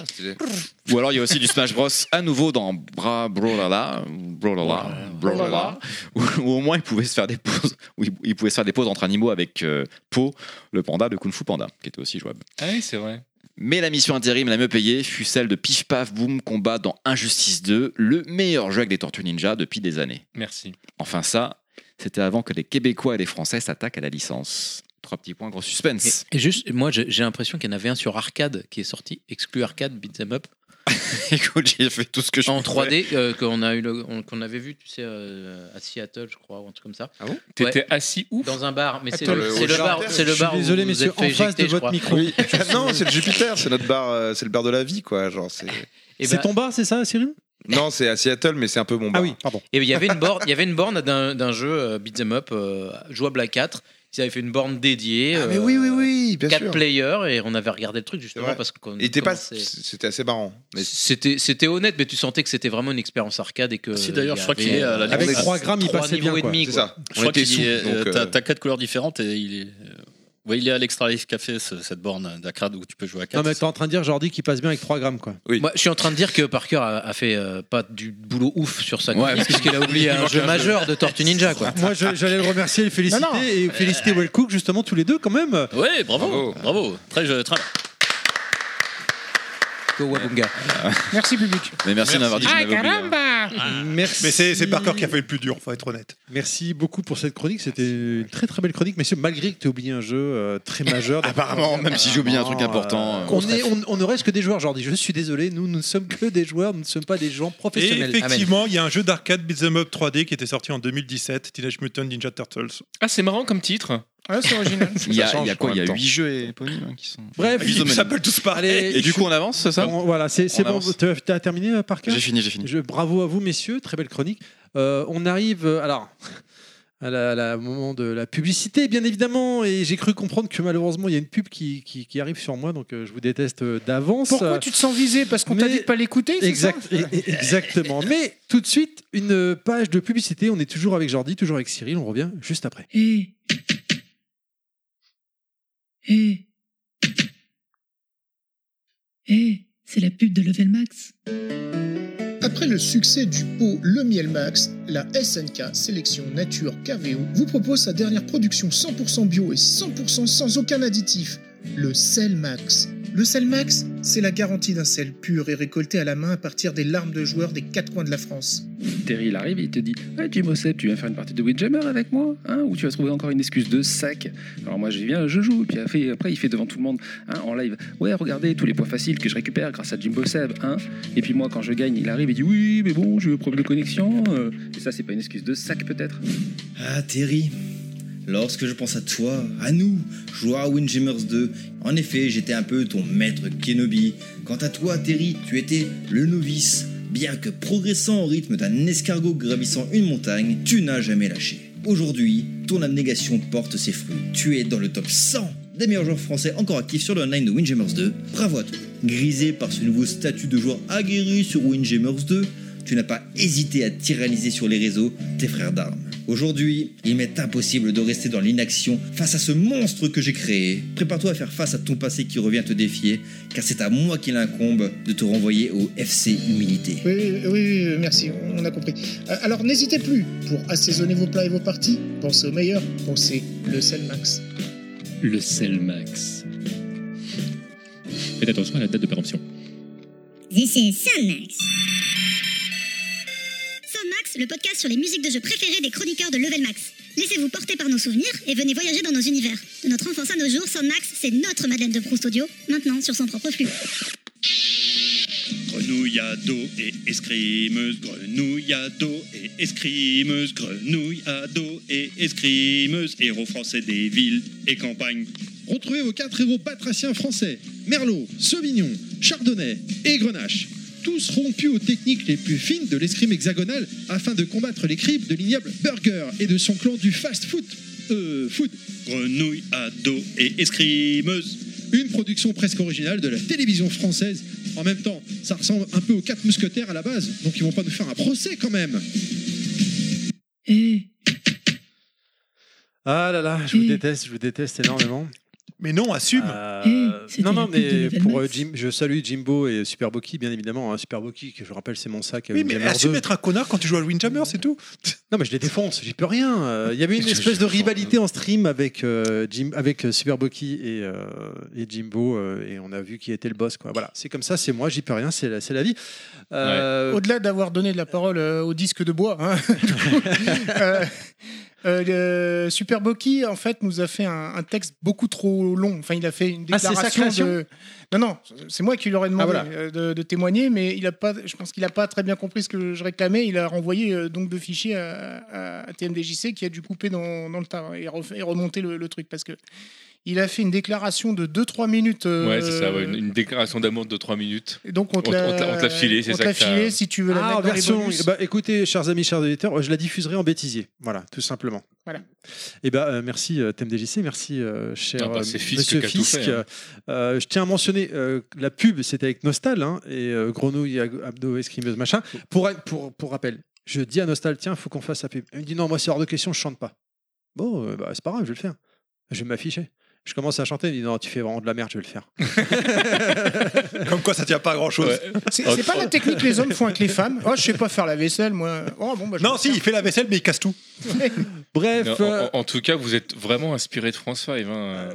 [SPEAKER 4] Ou alors il y a aussi du Smash Bros à nouveau dans Bra Brawlala, Brawlala, Brawlala, où, où au moins ils pouvaient se faire des pauses, où ils, ils pouvaient se faire des pauses entre animaux avec euh, Po, le panda de Kung Fu Panda, qui était aussi jouable.
[SPEAKER 14] Ah oui, c'est vrai.
[SPEAKER 4] Mais la mission intérim la mieux payée fut celle de Pif Paf Boom Combat dans Injustice 2, le meilleur jeu avec des Tortues Ninja depuis des années.
[SPEAKER 14] Merci.
[SPEAKER 4] Enfin ça, c'était avant que les Québécois et les Français s'attaquent à la licence. Trois petits points, gros suspense.
[SPEAKER 9] Et juste, moi j'ai j'ai l'impression qu'il y en avait un sur arcade qui est sorti, exclu arcade, beat'em up.
[SPEAKER 4] [laughs] Écoute, j'ai fait tout ce que je
[SPEAKER 9] En
[SPEAKER 4] pouvais.
[SPEAKER 9] 3D, euh, qu'on a eu le- on- qu'on avait vu, tu sais, euh, à Seattle, je crois, ou un truc comme ça.
[SPEAKER 4] Ah bon
[SPEAKER 14] T'étais assis où
[SPEAKER 9] Dans un bar, mais c'est
[SPEAKER 14] Attends,
[SPEAKER 9] le,
[SPEAKER 14] le-
[SPEAKER 9] c'est le
[SPEAKER 14] au
[SPEAKER 9] bar,
[SPEAKER 14] Jardin
[SPEAKER 9] c'est le
[SPEAKER 14] Je suis
[SPEAKER 9] bar. où
[SPEAKER 14] désolé,
[SPEAKER 9] vous
[SPEAKER 14] messieurs,
[SPEAKER 9] êtes fait
[SPEAKER 14] en face
[SPEAKER 9] éjecter,
[SPEAKER 14] de
[SPEAKER 9] je
[SPEAKER 14] votre
[SPEAKER 9] crois.
[SPEAKER 14] micro.
[SPEAKER 10] Oui. Ah [laughs] non, c'est le Jupiter, c'est notre bar, euh, c'est le bar de la vie, quoi. Genre, c'est.
[SPEAKER 9] Eh ben- C'est ton
[SPEAKER 1] Bah,
[SPEAKER 10] bar, c'est ça, Cyril Non, c'est à Seattle, mais c'est un peu mon bar. Ah oui,
[SPEAKER 1] pardon.
[SPEAKER 9] Et il y avait une borne, il y avait une borne d'un d'un jeu euh, beat'em up euh, jouable à 4. Ils avaient fait une borne dédiée.
[SPEAKER 14] Ah,
[SPEAKER 10] Ah,
[SPEAKER 9] euh,
[SPEAKER 10] mais oui, oui, oui, bien
[SPEAKER 9] 4
[SPEAKER 10] sûr.
[SPEAKER 9] players et on avait regardé le truc justement
[SPEAKER 10] vrai.
[SPEAKER 9] parce qu'on.
[SPEAKER 10] Il était pas-
[SPEAKER 9] commençait-
[SPEAKER 10] C'était assez marrant.
[SPEAKER 9] C'était c'était honnête, mais tu sentais que c'était vraiment une expérience arcade et que.
[SPEAKER 6] Si d'ailleurs,
[SPEAKER 9] il y
[SPEAKER 6] je crois qu'il
[SPEAKER 9] avait,
[SPEAKER 6] est à la
[SPEAKER 9] euh,
[SPEAKER 6] limite.
[SPEAKER 9] trois trois niveaux et demi, quoi.
[SPEAKER 6] Je crois qu'il est. euh, t'as-
[SPEAKER 9] t'as-
[SPEAKER 6] T'as quatre couleurs différentes et il est. euh, Ouais, il est à l'Extra Life Café, ce- cette borne d'Acrad où tu peux jouer à
[SPEAKER 1] Non,
[SPEAKER 6] 4.
[SPEAKER 1] mais t'es en train de dire, Jordi, qu'il passe bien avec 3 grammes, quoi.
[SPEAKER 9] Moi, je suis en train de dire que Parker a, a fait euh, pas du boulot ouf sur sa
[SPEAKER 1] Ouais,
[SPEAKER 9] chronique,
[SPEAKER 1] parce que-
[SPEAKER 9] puisqu'il a oublié
[SPEAKER 1] il
[SPEAKER 9] un
[SPEAKER 1] manque
[SPEAKER 9] jeu
[SPEAKER 1] un jeu.
[SPEAKER 9] majeur de Tortue Ninja. Quoi.
[SPEAKER 1] [laughs] Moi, je- j'allais le remercier et le féliciter.
[SPEAKER 9] Non, non.
[SPEAKER 1] Et féliciter Wellcook, justement, tous les deux, quand même.
[SPEAKER 6] Ouais, bravo, bravo, Très, je- très...
[SPEAKER 9] Go Wabunga.
[SPEAKER 3] Merci public.
[SPEAKER 4] Mais merci, d'avoir dit. que je
[SPEAKER 3] Ah
[SPEAKER 4] m'avais
[SPEAKER 14] hein.
[SPEAKER 4] oublié. Ah.
[SPEAKER 3] caramba
[SPEAKER 1] Merci.
[SPEAKER 8] Mais c'est c'est Parker qui a fait le plus dur, faut être honnête.
[SPEAKER 1] Merci beaucoup pour cette chronique. C'était une très très belle chronique, messieurs, malgré que tu aies oublié un jeu euh, très majeur.
[SPEAKER 4] Apparemment, même si j'ai oublié un truc important, euh,
[SPEAKER 1] on, est, on, on ne reste que des joueurs, Jordi. Je suis désolé, nous nous ne sommes que des joueurs, nous ne sommes pas des gens
[SPEAKER 8] Et
[SPEAKER 1] professionnels.
[SPEAKER 8] effectivement, il y a un jeu d'arcade beat'em up 3D qui était sorti en 2017, Teenage Mutant Ninja Turtles.
[SPEAKER 14] Ah, c'est marrant comme titre.
[SPEAKER 3] Ouais, c'est original.
[SPEAKER 4] Il y a, il y a quoi Il y a 8 jeux éponymes hein, qui sont.
[SPEAKER 1] [laughs] Bref,
[SPEAKER 4] Ils
[SPEAKER 1] s'appellent
[SPEAKER 8] tous pareil.
[SPEAKER 4] Et du coup, on avance, c'est ça
[SPEAKER 1] Bon, voilà, c'est c'est
[SPEAKER 4] On
[SPEAKER 1] bon.
[SPEAKER 4] avance.
[SPEAKER 1] T'as t'as terminé, euh, Parker
[SPEAKER 4] J'ai fini, j'ai fini.
[SPEAKER 1] Je- bravo à vous, messieurs. Très belle chronique. Euh, on arrive euh, alors à la, à la- au moment de la publicité, bien évidemment. Et j'ai cru comprendre que malheureusement, il y a une pub qui, qui- qui arrive sur moi, donc euh, je vous déteste euh, d'avance.
[SPEAKER 3] Pourquoi
[SPEAKER 1] Euh,
[SPEAKER 3] tu te sens visé Parce qu'on t'a
[SPEAKER 1] mais-
[SPEAKER 3] dit de pas l'écouter c'est
[SPEAKER 1] Exact,
[SPEAKER 3] ça
[SPEAKER 1] et- et- exactement. Mais tout de suite, une page de publicité. On est toujours avec Jordi, toujours avec Cyril. On revient juste après.
[SPEAKER 15] Eh Eh, c'est la pub de Level Max.
[SPEAKER 16] Après le succès du pot Le Miel Max, la SNK Sélection Nature KVO vous propose sa dernière production 100% bio et 100% sans aucun additif, le Sel Max. Le Sel Max, c'est la garantie d'un sel pur et récolté à la main à partir des larmes de joueurs des quatre coins de la France.
[SPEAKER 17] Terry, il arrive et il te dit Ah, Jim Ossep, tu viens faire une partie de Windjammer avec moi hein, Ou tu vas trouver encore une excuse de sac Alors moi, j'y viens, je joue. Et puis après, après, il fait devant tout le monde hein, en live Ouais, regardez tous les points faciles que je récupère grâce à Jim Ossep. Hein. Et puis moi, quand je gagne, il arrive et dit Oui, mais bon, j'ai eu un problème de connexion. euh. Et ça, c'est pas une excuse de sac
[SPEAKER 3] [laughs]
[SPEAKER 17] peut-être
[SPEAKER 18] Ah Terry, lorsque je pense à toi, à nous, joueurs à Windjammers 2, en effet j'étais un peu ton maître Kenobi. Quant à toi Terry, tu étais le novice. Bien que progressant au rythme d'un escargot gravissant une montagne, tu n'as jamais lâché. Aujourd'hui, ton abnégation porte ses fruits. Tu es dans le top 100 des meilleurs joueurs français encore actifs sur le online de Windjammers 2. Bravo à toi. Grisé par ce nouveau statut de joueur aguerri sur Windjammers 2, tu n'as pas hésité à tyranniser sur les réseaux tes frères d'armes. Aujourd'hui, il m'est impossible de rester dans l'inaction face à ce monstre que j'ai créé. Prépare-toi à faire face à ton passé qui revient te défier, car c'est à moi qu'il incombe de te renvoyer au FC Humilité.
[SPEAKER 19] Oui, oui, oui, oui, merci, on a compris. Euh, Alors n'hésitez plus, pour assaisonner vos plats et vos parties, pensez au meilleur, pensez le sel max.
[SPEAKER 20] Le Selmax. Faites attention à la date de péremption.
[SPEAKER 7] This is Sonmax. Sonmax, le podcast sur les musiques de jeux préférées des chroniqueurs de Level Max. Laissez-vous porter par nos souvenirs et venez voyager dans nos univers. De notre enfance à nos jours, Sonmax, c'est notre Madeleine de Proust audio, maintenant sur son propre flux.
[SPEAKER 6] Grenouille à dos et escrimeuse, grenouille à dos et escrimeuse, grenouille à dos et escrimeuse, héros français des villes et campagnes.
[SPEAKER 21] Retrouvez vos quatre héros batraciens français Merlot, Sauvignon, Chardonnay et Grenache. Tous rompus aux techniques les plus fines de l'escrime hexagonale afin de combattre les crimes de l'ignoble Burger et de son clan du fast food. Euh, food.
[SPEAKER 6] Grenouille à dos et escrimeuse.
[SPEAKER 21] Une production presque originale de la télévision française. En même temps, ça ressemble un peu aux quatre mousquetaires à la base, donc ils vont pas nous faire un procès quand même.
[SPEAKER 1] Ah là là, je vous déteste, je vous déteste énormément. Euh,
[SPEAKER 8] Mais non, assume.
[SPEAKER 1] Ah,
[SPEAKER 22] c'était
[SPEAKER 1] non, non,
[SPEAKER 22] la pub de
[SPEAKER 1] mais
[SPEAKER 22] Level
[SPEAKER 1] pour
[SPEAKER 22] Max.
[SPEAKER 1] euh, Jim, je salue Jimbo et Superboki, bien évidemment. hein, Superboki, que je rappelle, c'est mon sac. euh, à
[SPEAKER 8] Oui, mais
[SPEAKER 1] Windjammer
[SPEAKER 8] assume
[SPEAKER 1] 2.
[SPEAKER 8] être un connard quand tu joues à Windjammer, c'est tout.
[SPEAKER 1] [laughs] Non, mais je les défonce, j'y peux rien. Euh, Il y avait une espèce de rivalité
[SPEAKER 8] hein.
[SPEAKER 1] en stream avec, euh, Jim, avec euh, Super Bucky et, euh, et Jimbo, euh, et on a vu qui était le boss. Quoi. Voilà, c'est comme ça, c'est moi, j'y peux rien, c'est la, c'est la vie. Euh,
[SPEAKER 3] Au-delà d'avoir donné de la parole euh, au disque de bois,
[SPEAKER 1] [laughs]
[SPEAKER 3] hein, euh, euh, le Super Boki en fait nous a fait un, un texte beaucoup trop long. Enfin, il a fait une
[SPEAKER 1] Ah, c'est sa
[SPEAKER 3] déclaration
[SPEAKER 1] création
[SPEAKER 3] de. Non, non, c'est moi qui lui aurais demandé
[SPEAKER 1] Ah, voilà.
[SPEAKER 3] euh, de, de témoigner, mais il a pas. Je pense qu'il a pas très bien compris ce que je réclamais. Il a renvoyé euh, donc deux fichiers à, à- à TMDJC qui a dû couper dans, dans le tas hein, et, ref- et remonter le, le truc parce que. Il a fait une déclaration de 2-3 minutes. euh,
[SPEAKER 5] Ouais, c'est ça, ouais, une, une déclaration d'amour de 3 minutes.
[SPEAKER 3] Et donc on te
[SPEAKER 5] on,
[SPEAKER 3] l'a-
[SPEAKER 5] te l'a- on te l'a filé, c'est
[SPEAKER 3] on
[SPEAKER 5] ça
[SPEAKER 3] te l'a
[SPEAKER 5] que ça-
[SPEAKER 3] filé, si tu veux la
[SPEAKER 1] ah,
[SPEAKER 3] mettre
[SPEAKER 1] en
[SPEAKER 3] dans les
[SPEAKER 1] version.
[SPEAKER 3] bonus.
[SPEAKER 1] eh ben, écoutez, chers amis, chers auditeurs, euh, je la diffuserai en bêtisier. Voilà, tout simplement.
[SPEAKER 3] Voilà.
[SPEAKER 1] Eh ben, euh, merci euh, TMDJC, merci euh, cher
[SPEAKER 5] Ah bah,
[SPEAKER 1] euh,
[SPEAKER 5] c'est Fisk
[SPEAKER 1] Monsieur
[SPEAKER 5] qui a tout
[SPEAKER 1] Fisk.
[SPEAKER 5] fait, hein.
[SPEAKER 1] Euh, je tiens à mentionner euh, la pub, c'était avec Nostal hein, et euh, Grenouille, Ag- Abdo, Escrimeuse, machin. Pour, pour, pour rappel, je dis à Nostal, tiens, faut qu'on fasse la pub. Il me dit non, moi c'est hors de question, je chante pas. Bon, euh, bah, c'est pas grave, je vais le faire. Je vais m'afficher. Je commence à chanter, il me dit non, tu fais vraiment de la merde, je vais le faire.
[SPEAKER 8] [laughs]
[SPEAKER 1] [laughs]
[SPEAKER 8] Comme quoi, ça tient pas à grand chose.
[SPEAKER 3] C'est c'est pas la technique que les hommes font avec les femmes. Oh, je sais pas faire la vaisselle, moi. Oh, bon, bah, je-
[SPEAKER 8] Non, si, il fait la vaisselle, mais il casse tout.
[SPEAKER 1] Bref.
[SPEAKER 5] Non,
[SPEAKER 1] euh,
[SPEAKER 5] en, en- en tout cas, vous êtes vraiment inspiré de France 5.
[SPEAKER 1] [laughs]
[SPEAKER 5] hein.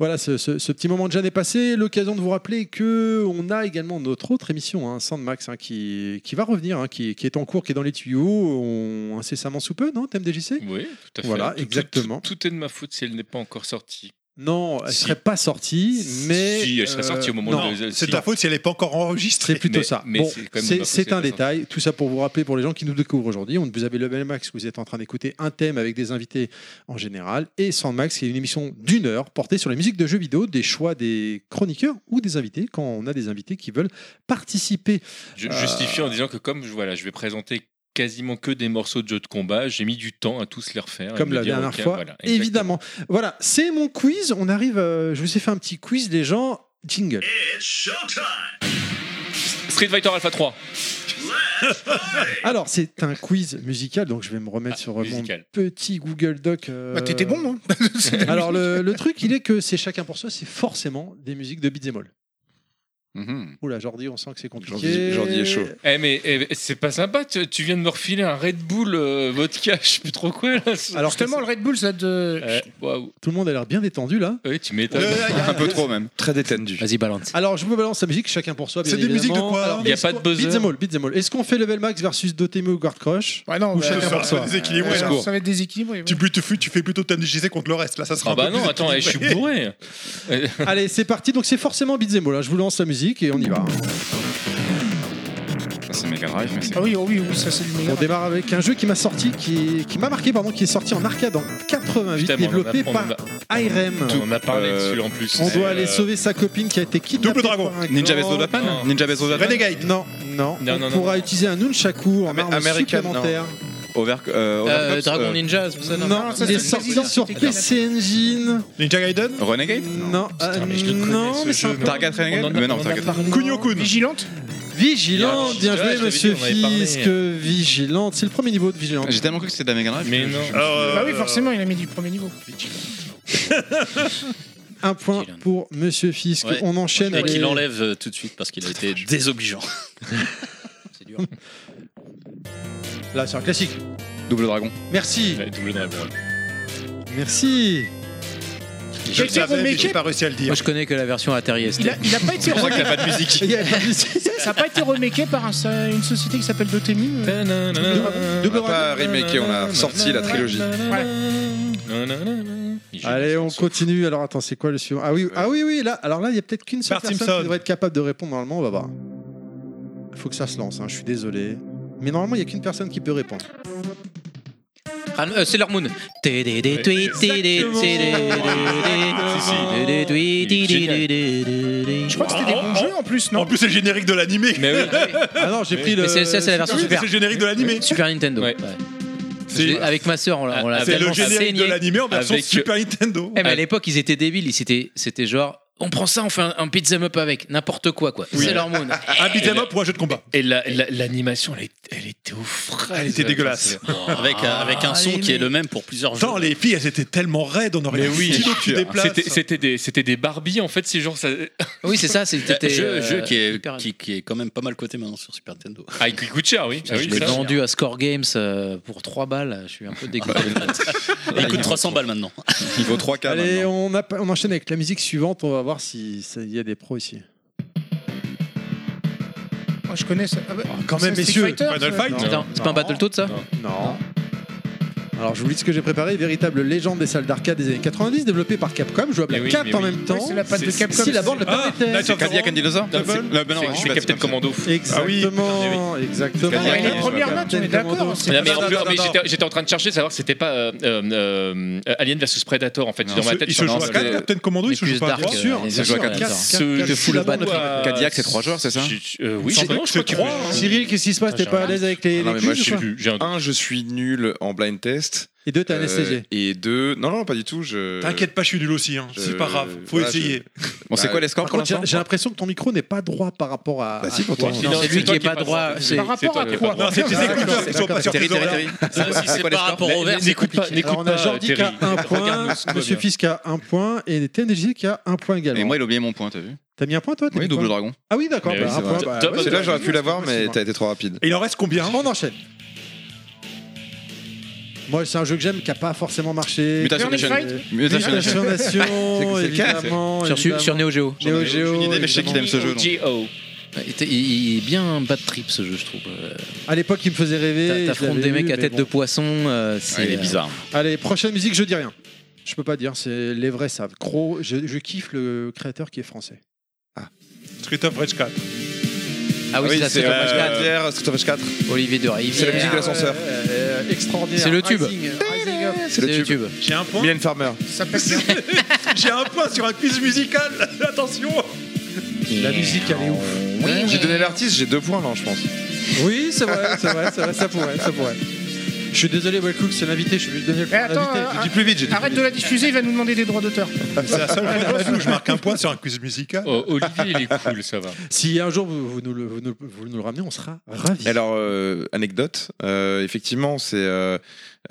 [SPEAKER 1] Voilà, ce, ce- ce petit moment de Jeanne est passé. L'occasion de vous rappeler que on a également notre autre émission, hein, Sandmax, hein, qui, qui va revenir, hein, qui, qui est en cours, qui est dans les tuyaux, on- incessamment sous peu, non Thème DJC
[SPEAKER 5] Oui, tout à fait.
[SPEAKER 1] Voilà,
[SPEAKER 5] Tout- tout-
[SPEAKER 1] exactement.
[SPEAKER 5] Tout, tout est de ma faute si elle n'est pas encore sortie.
[SPEAKER 1] Non, elle serait pas sortie, mais. euh,
[SPEAKER 5] Si, elle serait sortie au moment
[SPEAKER 1] non,
[SPEAKER 5] de-
[SPEAKER 8] C'est
[SPEAKER 5] si.
[SPEAKER 8] ta faute si elle n'est pas encore enregistrée.
[SPEAKER 1] C'est plutôt
[SPEAKER 5] Mais-
[SPEAKER 1] ça.
[SPEAKER 5] mais
[SPEAKER 1] Bon,
[SPEAKER 5] c'est quand même
[SPEAKER 1] c'est
[SPEAKER 5] dommage que
[SPEAKER 1] c'est
[SPEAKER 5] c'est
[SPEAKER 1] un
[SPEAKER 5] pas
[SPEAKER 1] détail. Tout ça pour vous rappeler, pour les gens qui nous découvrent aujourd'hui, on vous avez Level Max, vous êtes en train d'écouter un thème avec des invités en général, et Sandmax, qui est une émission d'une heure portée sur les musiques de jeux vidéo, des choix des chroniqueurs ou des invités, quand on a des invités qui veulent participer.
[SPEAKER 5] Je
[SPEAKER 1] Euh,
[SPEAKER 5] justifie en disant que comme je, voilà, je vais présenter quasiment que des morceaux de jeux de combat, j'ai mis du temps à tous les refaire. et
[SPEAKER 1] Comme
[SPEAKER 5] me
[SPEAKER 1] la
[SPEAKER 5] dire,
[SPEAKER 1] dernière
[SPEAKER 5] ok,
[SPEAKER 1] fois,
[SPEAKER 5] voilà, exact.
[SPEAKER 1] évidemment. Voilà, c'est mon quiz. On arrive. euh, je vous ai fait un petit quiz, les gens. Jingle.
[SPEAKER 5] Street Fighter
[SPEAKER 1] [laughs]
[SPEAKER 5] Alpha 3.
[SPEAKER 1] Alors, c'est un quiz musical, donc je vais me remettre
[SPEAKER 5] Ah,
[SPEAKER 1] sur euh, mon petit Google Doc. euh,
[SPEAKER 3] Bah, t'étais bon,
[SPEAKER 1] [laughs]
[SPEAKER 3] hein [laughs]
[SPEAKER 1] Alors, le, le truc, il est que c'est chacun pour soi, c'est forcément des musiques de beat'em all.
[SPEAKER 5] Mhm.
[SPEAKER 1] Oula, Jordi, on sent que c'est compliqué.
[SPEAKER 5] Eh mais eh, c'est pas sympa, tu, tu viens de me refiler un Red Bull euh, vodka, je sais plus trop quoi là.
[SPEAKER 3] Alors, justement, le Red Bull, ça te.
[SPEAKER 1] Tout le monde a l'air bien détendu là.
[SPEAKER 5] Euh, Oui, tu m'étonnes.
[SPEAKER 23] Un peu trop même. Très détendu.
[SPEAKER 9] Vas-y, balance.
[SPEAKER 1] Alors, je vous balance la musique, chacun pour soi. bien
[SPEAKER 5] C'est des musiques de
[SPEAKER 1] évidemment.
[SPEAKER 5] quoi,
[SPEAKER 1] Alors,
[SPEAKER 5] hein Y a
[SPEAKER 1] est-ce
[SPEAKER 5] pas de
[SPEAKER 1] qu'on-
[SPEAKER 5] buzzer.
[SPEAKER 1] Beat'em all, beat'em all. Est-ce qu'on fait level max versus Dotemu ou Guard Crush
[SPEAKER 3] Ouais, non,
[SPEAKER 1] Ou
[SPEAKER 3] bah,
[SPEAKER 1] chacun
[SPEAKER 3] ça
[SPEAKER 1] pour
[SPEAKER 3] va
[SPEAKER 1] soi
[SPEAKER 3] être déséquilibré, ça, ça va être déséquilibré.
[SPEAKER 8] Tu, tu fais- tu fais plutôt ta DJC contre le reste. Là, ça sera
[SPEAKER 5] Ah
[SPEAKER 8] un peu
[SPEAKER 5] bah non,
[SPEAKER 8] plus
[SPEAKER 5] attends, eh, je suis
[SPEAKER 8] équilibré.
[SPEAKER 3] [laughs]
[SPEAKER 5] bourré.
[SPEAKER 1] [laughs] Allez, c'est parti. Donc, c'est forcément beat'em all. hein. Je vous lance la musique et on y va.
[SPEAKER 4] Ça, c'est Mega Drive, mais c'est.
[SPEAKER 3] Ah oui, oh oui, oui, ça c'est du meilleur.
[SPEAKER 1] On démarre avec un jeu qui m'a sorti, qui, qui m'a marqué, pardon, qui est sorti en arcade en 88,
[SPEAKER 5] Putain, mais on en a-
[SPEAKER 1] développé
[SPEAKER 5] on en
[SPEAKER 1] par
[SPEAKER 5] a-
[SPEAKER 1] IREM.
[SPEAKER 5] On en a parlé de celui-là en plus.
[SPEAKER 1] On doit
[SPEAKER 5] Euh,
[SPEAKER 1] aller sauver sa copine qui a été kidnappée. Double dragon.
[SPEAKER 4] Ninja Bezo Japan Ninja Bezo Japan
[SPEAKER 1] Non, non.
[SPEAKER 4] Non,
[SPEAKER 1] on
[SPEAKER 4] non, non,
[SPEAKER 1] pourra
[SPEAKER 4] non.
[SPEAKER 1] utiliser un nunchaku en arme
[SPEAKER 4] American,
[SPEAKER 1] supplémentaire.
[SPEAKER 4] Over, euh,
[SPEAKER 9] Euh,
[SPEAKER 4] Overcops,
[SPEAKER 9] Dragon
[SPEAKER 4] euh,
[SPEAKER 9] Ninja, c'est pour ça, non
[SPEAKER 1] Non, il est sorti sur PC Engine.
[SPEAKER 8] Ninja Gaiden
[SPEAKER 4] Renegade
[SPEAKER 1] Non, euh, non, mais c'est un peu-
[SPEAKER 4] Target Renegade Mais non, Target.
[SPEAKER 8] Kunio-kun.
[SPEAKER 3] Vigilante
[SPEAKER 1] Vigilante, bien
[SPEAKER 4] Ouais,
[SPEAKER 1] joué,
[SPEAKER 4] je l'avais
[SPEAKER 1] monsieur
[SPEAKER 4] dit, on avait parlé.
[SPEAKER 1] Fisk. Vigilante, c'est le premier niveau de Vigilante.
[SPEAKER 4] J'ai tellement cru que c'était de la Mega Drive. Mais non.
[SPEAKER 3] bah oui, forcément, il a mis du premier niveau.
[SPEAKER 1] Un point pour monsieur Fisk.
[SPEAKER 6] Ouais.
[SPEAKER 1] On enchaîne
[SPEAKER 6] Et
[SPEAKER 1] avec.
[SPEAKER 6] qu'il enlève euh, tout de suite parce qu'il a été
[SPEAKER 9] [laughs]
[SPEAKER 6] désobligeant. C'est dur.
[SPEAKER 1] Là, c'est un classique.
[SPEAKER 4] Double Dragon.
[SPEAKER 1] Merci.
[SPEAKER 14] double Dragon.
[SPEAKER 1] Merci.
[SPEAKER 3] Je le savais, mais j'ai
[SPEAKER 8] pas réussi à le dire.
[SPEAKER 9] Moi, je connais que la version Atari ST.
[SPEAKER 3] Il a, il a pas été reméqué- [laughs]
[SPEAKER 1] musique. Il y a pas de musique.
[SPEAKER 3] ça n'a pas été reméqué par un seul- une société qui s'appelle Dotemu. euh.
[SPEAKER 10] On a pas remake, on a sorti la trilogie.
[SPEAKER 5] Hein
[SPEAKER 1] Allez, on continue. Alors attends, c'est quoi le suivant Ah oui, ah oui, oui. Là, alors là, il y a peut-être qu'une seule
[SPEAKER 8] Bart
[SPEAKER 1] personne
[SPEAKER 8] Simpson.
[SPEAKER 1] qui devrait être capable de répondre. Normalement, on va voir. Il faut que ça se lance. hein, Je suis désolé. Mais normalement, il y a qu'une personne qui peut répondre.
[SPEAKER 9] Ah, non, euh, Sailor Moon. Tédédé, tweet, tédé,
[SPEAKER 1] Exactement.
[SPEAKER 9] tédé, tédé, tédé, tweet, tédé, tédé, tédé.
[SPEAKER 3] Je crois que c'était des bons jeux en plus, non
[SPEAKER 8] En plus, c'est le générique de l'animé.
[SPEAKER 14] Mais
[SPEAKER 8] [laughs]
[SPEAKER 1] Ah non, j'ai pris
[SPEAKER 9] Mais
[SPEAKER 1] le.
[SPEAKER 9] c'est- ça, c'est la version
[SPEAKER 8] Oui,
[SPEAKER 9] super.
[SPEAKER 8] C'est le générique de l'animé.
[SPEAKER 9] Super Nintendo. Ouais. J'ai- Avec ma sœur, on l'a on l'a
[SPEAKER 8] Ah, C'est le
[SPEAKER 9] tellement
[SPEAKER 8] générique de
[SPEAKER 9] saigné.
[SPEAKER 8] l'animé en version
[SPEAKER 9] Avec- euh,
[SPEAKER 8] Super Nintendo.
[SPEAKER 9] Eh, mais à l'époque, ils étaient débiles. Ils- C'était c'était genre, on prend ça, on fait un, un beat'em up avec. N'importe quoi, quoi.
[SPEAKER 8] Oui.
[SPEAKER 9] Sailor Moon.
[SPEAKER 8] Un beat'em up pour un jeu de combat.
[SPEAKER 14] Et la- la- l'animation, elle, est- elle était au frais.
[SPEAKER 8] Elle était dégueulasse.
[SPEAKER 5] euh,
[SPEAKER 6] avec,
[SPEAKER 8] Ah,
[SPEAKER 6] un- avec un
[SPEAKER 5] Ah,
[SPEAKER 6] son qui est le même pour plusieurs jeux.
[SPEAKER 8] Tant les filles, elles étaient tellement raides, on aurait
[SPEAKER 14] Mais
[SPEAKER 8] un
[SPEAKER 14] oui,
[SPEAKER 8] stylo que tu déplaces.
[SPEAKER 14] c'était c'était des c'était des Barbie en fait, c'est genre ça.
[SPEAKER 9] Ah Oui, c'est ça.
[SPEAKER 5] [laughs]
[SPEAKER 9] C'était
[SPEAKER 6] jeu,
[SPEAKER 9] euh,
[SPEAKER 6] jeu qui,
[SPEAKER 9] hyper-
[SPEAKER 6] est, qui, qui est quand même pas mal coté maintenant sur Super Nintendo.
[SPEAKER 14] Ah, il coûte cher, oui. Ah
[SPEAKER 9] Je
[SPEAKER 14] oui,
[SPEAKER 9] l'ai
[SPEAKER 14] ça.
[SPEAKER 9] vendu à Score Games euh, pour 3 balles. Je suis un peu dégoûté.
[SPEAKER 6] Il coûte 300 balles maintenant.
[SPEAKER 4] Il vaut 3K.
[SPEAKER 1] Allez, on, app- on enchaîne avec la musique suivante. On va voir si ça- il y a des pros ici.
[SPEAKER 3] Oh, je connais ça. Ah bah,
[SPEAKER 1] quand
[SPEAKER 3] c'est
[SPEAKER 1] même,
[SPEAKER 3] Street
[SPEAKER 1] messieurs.
[SPEAKER 3] Fighter,
[SPEAKER 1] Final
[SPEAKER 3] ça.
[SPEAKER 1] Fight
[SPEAKER 9] Attends, c'est pas un Battletoad ça
[SPEAKER 1] Non. Alors je vous lis ce que j'ai préparé, véritable légende des salles d'arcade des années 90, développée par Capcom, jouable
[SPEAKER 14] Mais
[SPEAKER 1] à
[SPEAKER 14] oui,
[SPEAKER 1] 4
[SPEAKER 14] mais
[SPEAKER 1] en
[SPEAKER 14] oui.
[SPEAKER 1] même temps.
[SPEAKER 3] Oui, c'est la patte de Capcom.
[SPEAKER 1] Si la bande le
[SPEAKER 8] Ah,
[SPEAKER 1] permettait.
[SPEAKER 8] Night of the
[SPEAKER 4] Cadillac and
[SPEAKER 8] Rock,
[SPEAKER 4] Dinosaur Non,
[SPEAKER 8] Double.
[SPEAKER 4] c'est- non, Ah, non,
[SPEAKER 14] C'est-
[SPEAKER 4] je
[SPEAKER 14] c'est
[SPEAKER 4] suis pas-
[SPEAKER 14] Captain
[SPEAKER 4] c'est pas-
[SPEAKER 14] Commando.
[SPEAKER 8] Ah oui,
[SPEAKER 1] Exactement, exactement.
[SPEAKER 4] Cadillac
[SPEAKER 3] Ah,
[SPEAKER 4] and
[SPEAKER 3] la
[SPEAKER 4] Dinosaur.
[SPEAKER 3] première note, on est d'accord. c'est-
[SPEAKER 14] Non, mais en
[SPEAKER 1] Non,
[SPEAKER 14] plus,
[SPEAKER 1] non,
[SPEAKER 14] mais
[SPEAKER 1] non,
[SPEAKER 14] j'étais- J'étais en train de chercher, savoir si c'était pas euh, euh, euh, Alien versus Predator en fait.
[SPEAKER 4] Non,
[SPEAKER 14] dans ma
[SPEAKER 8] Il se-
[SPEAKER 14] tête,
[SPEAKER 8] Il se joue
[SPEAKER 14] j'étais en
[SPEAKER 8] à
[SPEAKER 14] train
[SPEAKER 8] 4,
[SPEAKER 14] de-
[SPEAKER 8] Captain Commando, il se joue pas à
[SPEAKER 9] dark,
[SPEAKER 8] trois.
[SPEAKER 9] euh,
[SPEAKER 1] sûr,
[SPEAKER 9] bien
[SPEAKER 4] ça joue à
[SPEAKER 9] sûr,
[SPEAKER 4] 4.
[SPEAKER 9] attends.
[SPEAKER 1] Ce-
[SPEAKER 9] Je fous la bande.
[SPEAKER 1] euh,
[SPEAKER 4] Cadillac, c'est 3 joueurs, c'est ça
[SPEAKER 14] Je- euh, oui,
[SPEAKER 8] C'est
[SPEAKER 14] je non, je crois que-
[SPEAKER 8] trois, hein.
[SPEAKER 1] Cyril, qu'est-ce qui se passe T'es pas à l'aise avec les.
[SPEAKER 10] Non,
[SPEAKER 1] les
[SPEAKER 10] mais moi,
[SPEAKER 1] cuisses
[SPEAKER 10] je
[SPEAKER 1] ou
[SPEAKER 10] suis
[SPEAKER 1] quoi
[SPEAKER 10] plus-
[SPEAKER 14] J'ai un-
[SPEAKER 10] Un, je suis nul en blind test.
[SPEAKER 1] Et deux, t'es
[SPEAKER 10] Euh,
[SPEAKER 1] anesthésié.
[SPEAKER 10] et deux, non, non, pas du tout.
[SPEAKER 14] euh,
[SPEAKER 10] Je...
[SPEAKER 8] T'inquiète pas, je suis nul aussi, hein. c'est
[SPEAKER 10] Euh,
[SPEAKER 8] pas grave, faut
[SPEAKER 10] voilà,
[SPEAKER 8] essayer.
[SPEAKER 4] Bon, c'est
[SPEAKER 10] Bah,
[SPEAKER 4] quoi les scores
[SPEAKER 1] Par
[SPEAKER 4] pour
[SPEAKER 1] contre, j'ai
[SPEAKER 4] l'instant
[SPEAKER 1] j'ai l'impression que ton micro n'est pas droit par rapport à.
[SPEAKER 10] Bah si,
[SPEAKER 1] à-
[SPEAKER 10] pourtant.
[SPEAKER 14] Non,
[SPEAKER 9] Non, c'est lui
[SPEAKER 14] toi
[SPEAKER 9] qui est pas
[SPEAKER 14] passe.
[SPEAKER 9] droit.
[SPEAKER 14] C'est-
[SPEAKER 9] c'est-
[SPEAKER 3] Par
[SPEAKER 14] c'est
[SPEAKER 3] rapport
[SPEAKER 14] toi
[SPEAKER 3] à
[SPEAKER 14] qui est pas
[SPEAKER 3] quoi
[SPEAKER 14] droit.
[SPEAKER 8] Non, c'est tes écouteurs qui sont pas sur
[SPEAKER 4] Terry,
[SPEAKER 8] tes
[SPEAKER 4] Terry,
[SPEAKER 8] oreilles.
[SPEAKER 4] Terry.
[SPEAKER 6] si
[SPEAKER 4] C'est
[SPEAKER 6] c'est
[SPEAKER 4] quoi les
[SPEAKER 6] par
[SPEAKER 4] scores
[SPEAKER 6] rapport au vert, c'est
[SPEAKER 14] N'écoute pas,
[SPEAKER 6] compliqué.
[SPEAKER 1] Alors,
[SPEAKER 14] n'écoute
[SPEAKER 1] on a
[SPEAKER 14] pas.
[SPEAKER 1] Jordi qui
[SPEAKER 14] Terry.
[SPEAKER 1] a un point, Monsieur Fisk qui a un point et TNG qui a un point
[SPEAKER 4] Et
[SPEAKER 1] également.
[SPEAKER 4] moi, il a oublié mon point, t'as vu
[SPEAKER 1] T'as mis un point toi t'as
[SPEAKER 4] Oui,
[SPEAKER 1] mis
[SPEAKER 4] double
[SPEAKER 1] quoi
[SPEAKER 4] dragon.
[SPEAKER 1] Ah oui, d'accord.
[SPEAKER 14] Mais
[SPEAKER 1] bah,
[SPEAKER 14] oui,
[SPEAKER 1] un
[SPEAKER 14] c'est
[SPEAKER 1] point,
[SPEAKER 14] vrai.
[SPEAKER 1] bah,
[SPEAKER 14] Top,
[SPEAKER 1] ouais,
[SPEAKER 10] C'est là, j'aurais pu
[SPEAKER 1] c'est
[SPEAKER 10] l'avoir,
[SPEAKER 1] possible,
[SPEAKER 10] mais
[SPEAKER 1] hein.
[SPEAKER 10] t'as été trop rapide.
[SPEAKER 8] Et il en reste combien
[SPEAKER 1] On enchaîne. Moi, c'est un jeu que j'aime qui n'a pas forcément marché.
[SPEAKER 4] Mutation
[SPEAKER 3] Burning
[SPEAKER 4] Nation.
[SPEAKER 3] Fight
[SPEAKER 4] Mutation Nation.
[SPEAKER 1] [laughs] Mutation
[SPEAKER 9] [laughs]
[SPEAKER 1] Nation,
[SPEAKER 10] C'est- c'est le cas,
[SPEAKER 1] évidemment.
[SPEAKER 9] Sur, sur, sur Neo
[SPEAKER 1] évidemment.
[SPEAKER 9] Geo. Bah,
[SPEAKER 4] J'en ai
[SPEAKER 1] Neo
[SPEAKER 4] aucune
[SPEAKER 1] Geo.
[SPEAKER 4] idée, mais je sais qu'il
[SPEAKER 1] évidemment.
[SPEAKER 4] aime ce jeu. donc.
[SPEAKER 14] G.O.
[SPEAKER 9] Il, était- il- il est bien bad trip ce jeu, je trouve. Euh,
[SPEAKER 1] À l'époque, il me faisait rêver.
[SPEAKER 9] t'a-
[SPEAKER 1] je
[SPEAKER 9] T'affrontes
[SPEAKER 1] l'avais
[SPEAKER 9] des
[SPEAKER 1] eu,
[SPEAKER 9] mecs à
[SPEAKER 1] mais
[SPEAKER 9] tête
[SPEAKER 1] bon.
[SPEAKER 9] de poisson. euh, c'est
[SPEAKER 6] Ah, il est bizarre.
[SPEAKER 1] Allez, prochaine musique, je dis rien. Je peux pas dire, c'est les vrais savent. Gros, je, je kiffe le créateur qui est français.
[SPEAKER 8] Street of Rage 4.
[SPEAKER 9] Ah oui, c'est ça, c'est
[SPEAKER 10] euh,
[SPEAKER 9] Thomas Gatz,
[SPEAKER 10] Pierre, Street of Rage 4.
[SPEAKER 9] Olivier de Rivière.
[SPEAKER 10] C'est la musique de l'ascenseur.
[SPEAKER 1] Euh, euh, extraordinaire.
[SPEAKER 9] C'est le tube.
[SPEAKER 1] Rising, Rising Up.
[SPEAKER 9] C'est le tube.
[SPEAKER 8] J'ai un point.
[SPEAKER 10] Mylène Farmer.
[SPEAKER 3] Ça passe bien.
[SPEAKER 8] [laughs] J'ai un point sur un quiz musical. [laughs] Attention.
[SPEAKER 1] La musique, elle est ouf.
[SPEAKER 10] J'ai donné l'artiste, j'ai deux points là, je pense.
[SPEAKER 1] Oui, c'est vrai, c'est vrai, c'est vrai, ça pourrait, ça pourrait. Je suis désolé, Boycook, c'est l'invité, je suis obligé de donner le
[SPEAKER 3] Eh,
[SPEAKER 1] point à
[SPEAKER 3] attends,
[SPEAKER 1] l'invité.
[SPEAKER 3] euh,
[SPEAKER 10] J'ai dit plus vite, j'ai dit.
[SPEAKER 3] arrête de la diffuser, il va nous demander des droits d'auteur.
[SPEAKER 8] C'est la seule fois de ma vie où je marque un point sur un quiz musical.
[SPEAKER 14] Oh, Olivier, il est cool, ça va.
[SPEAKER 1] Si un jour vous, vous nous le, vous nous- vous nous le ramenez, on sera ravis.
[SPEAKER 10] Alors, euh, anecdote, euh, effectivement, c'est euh,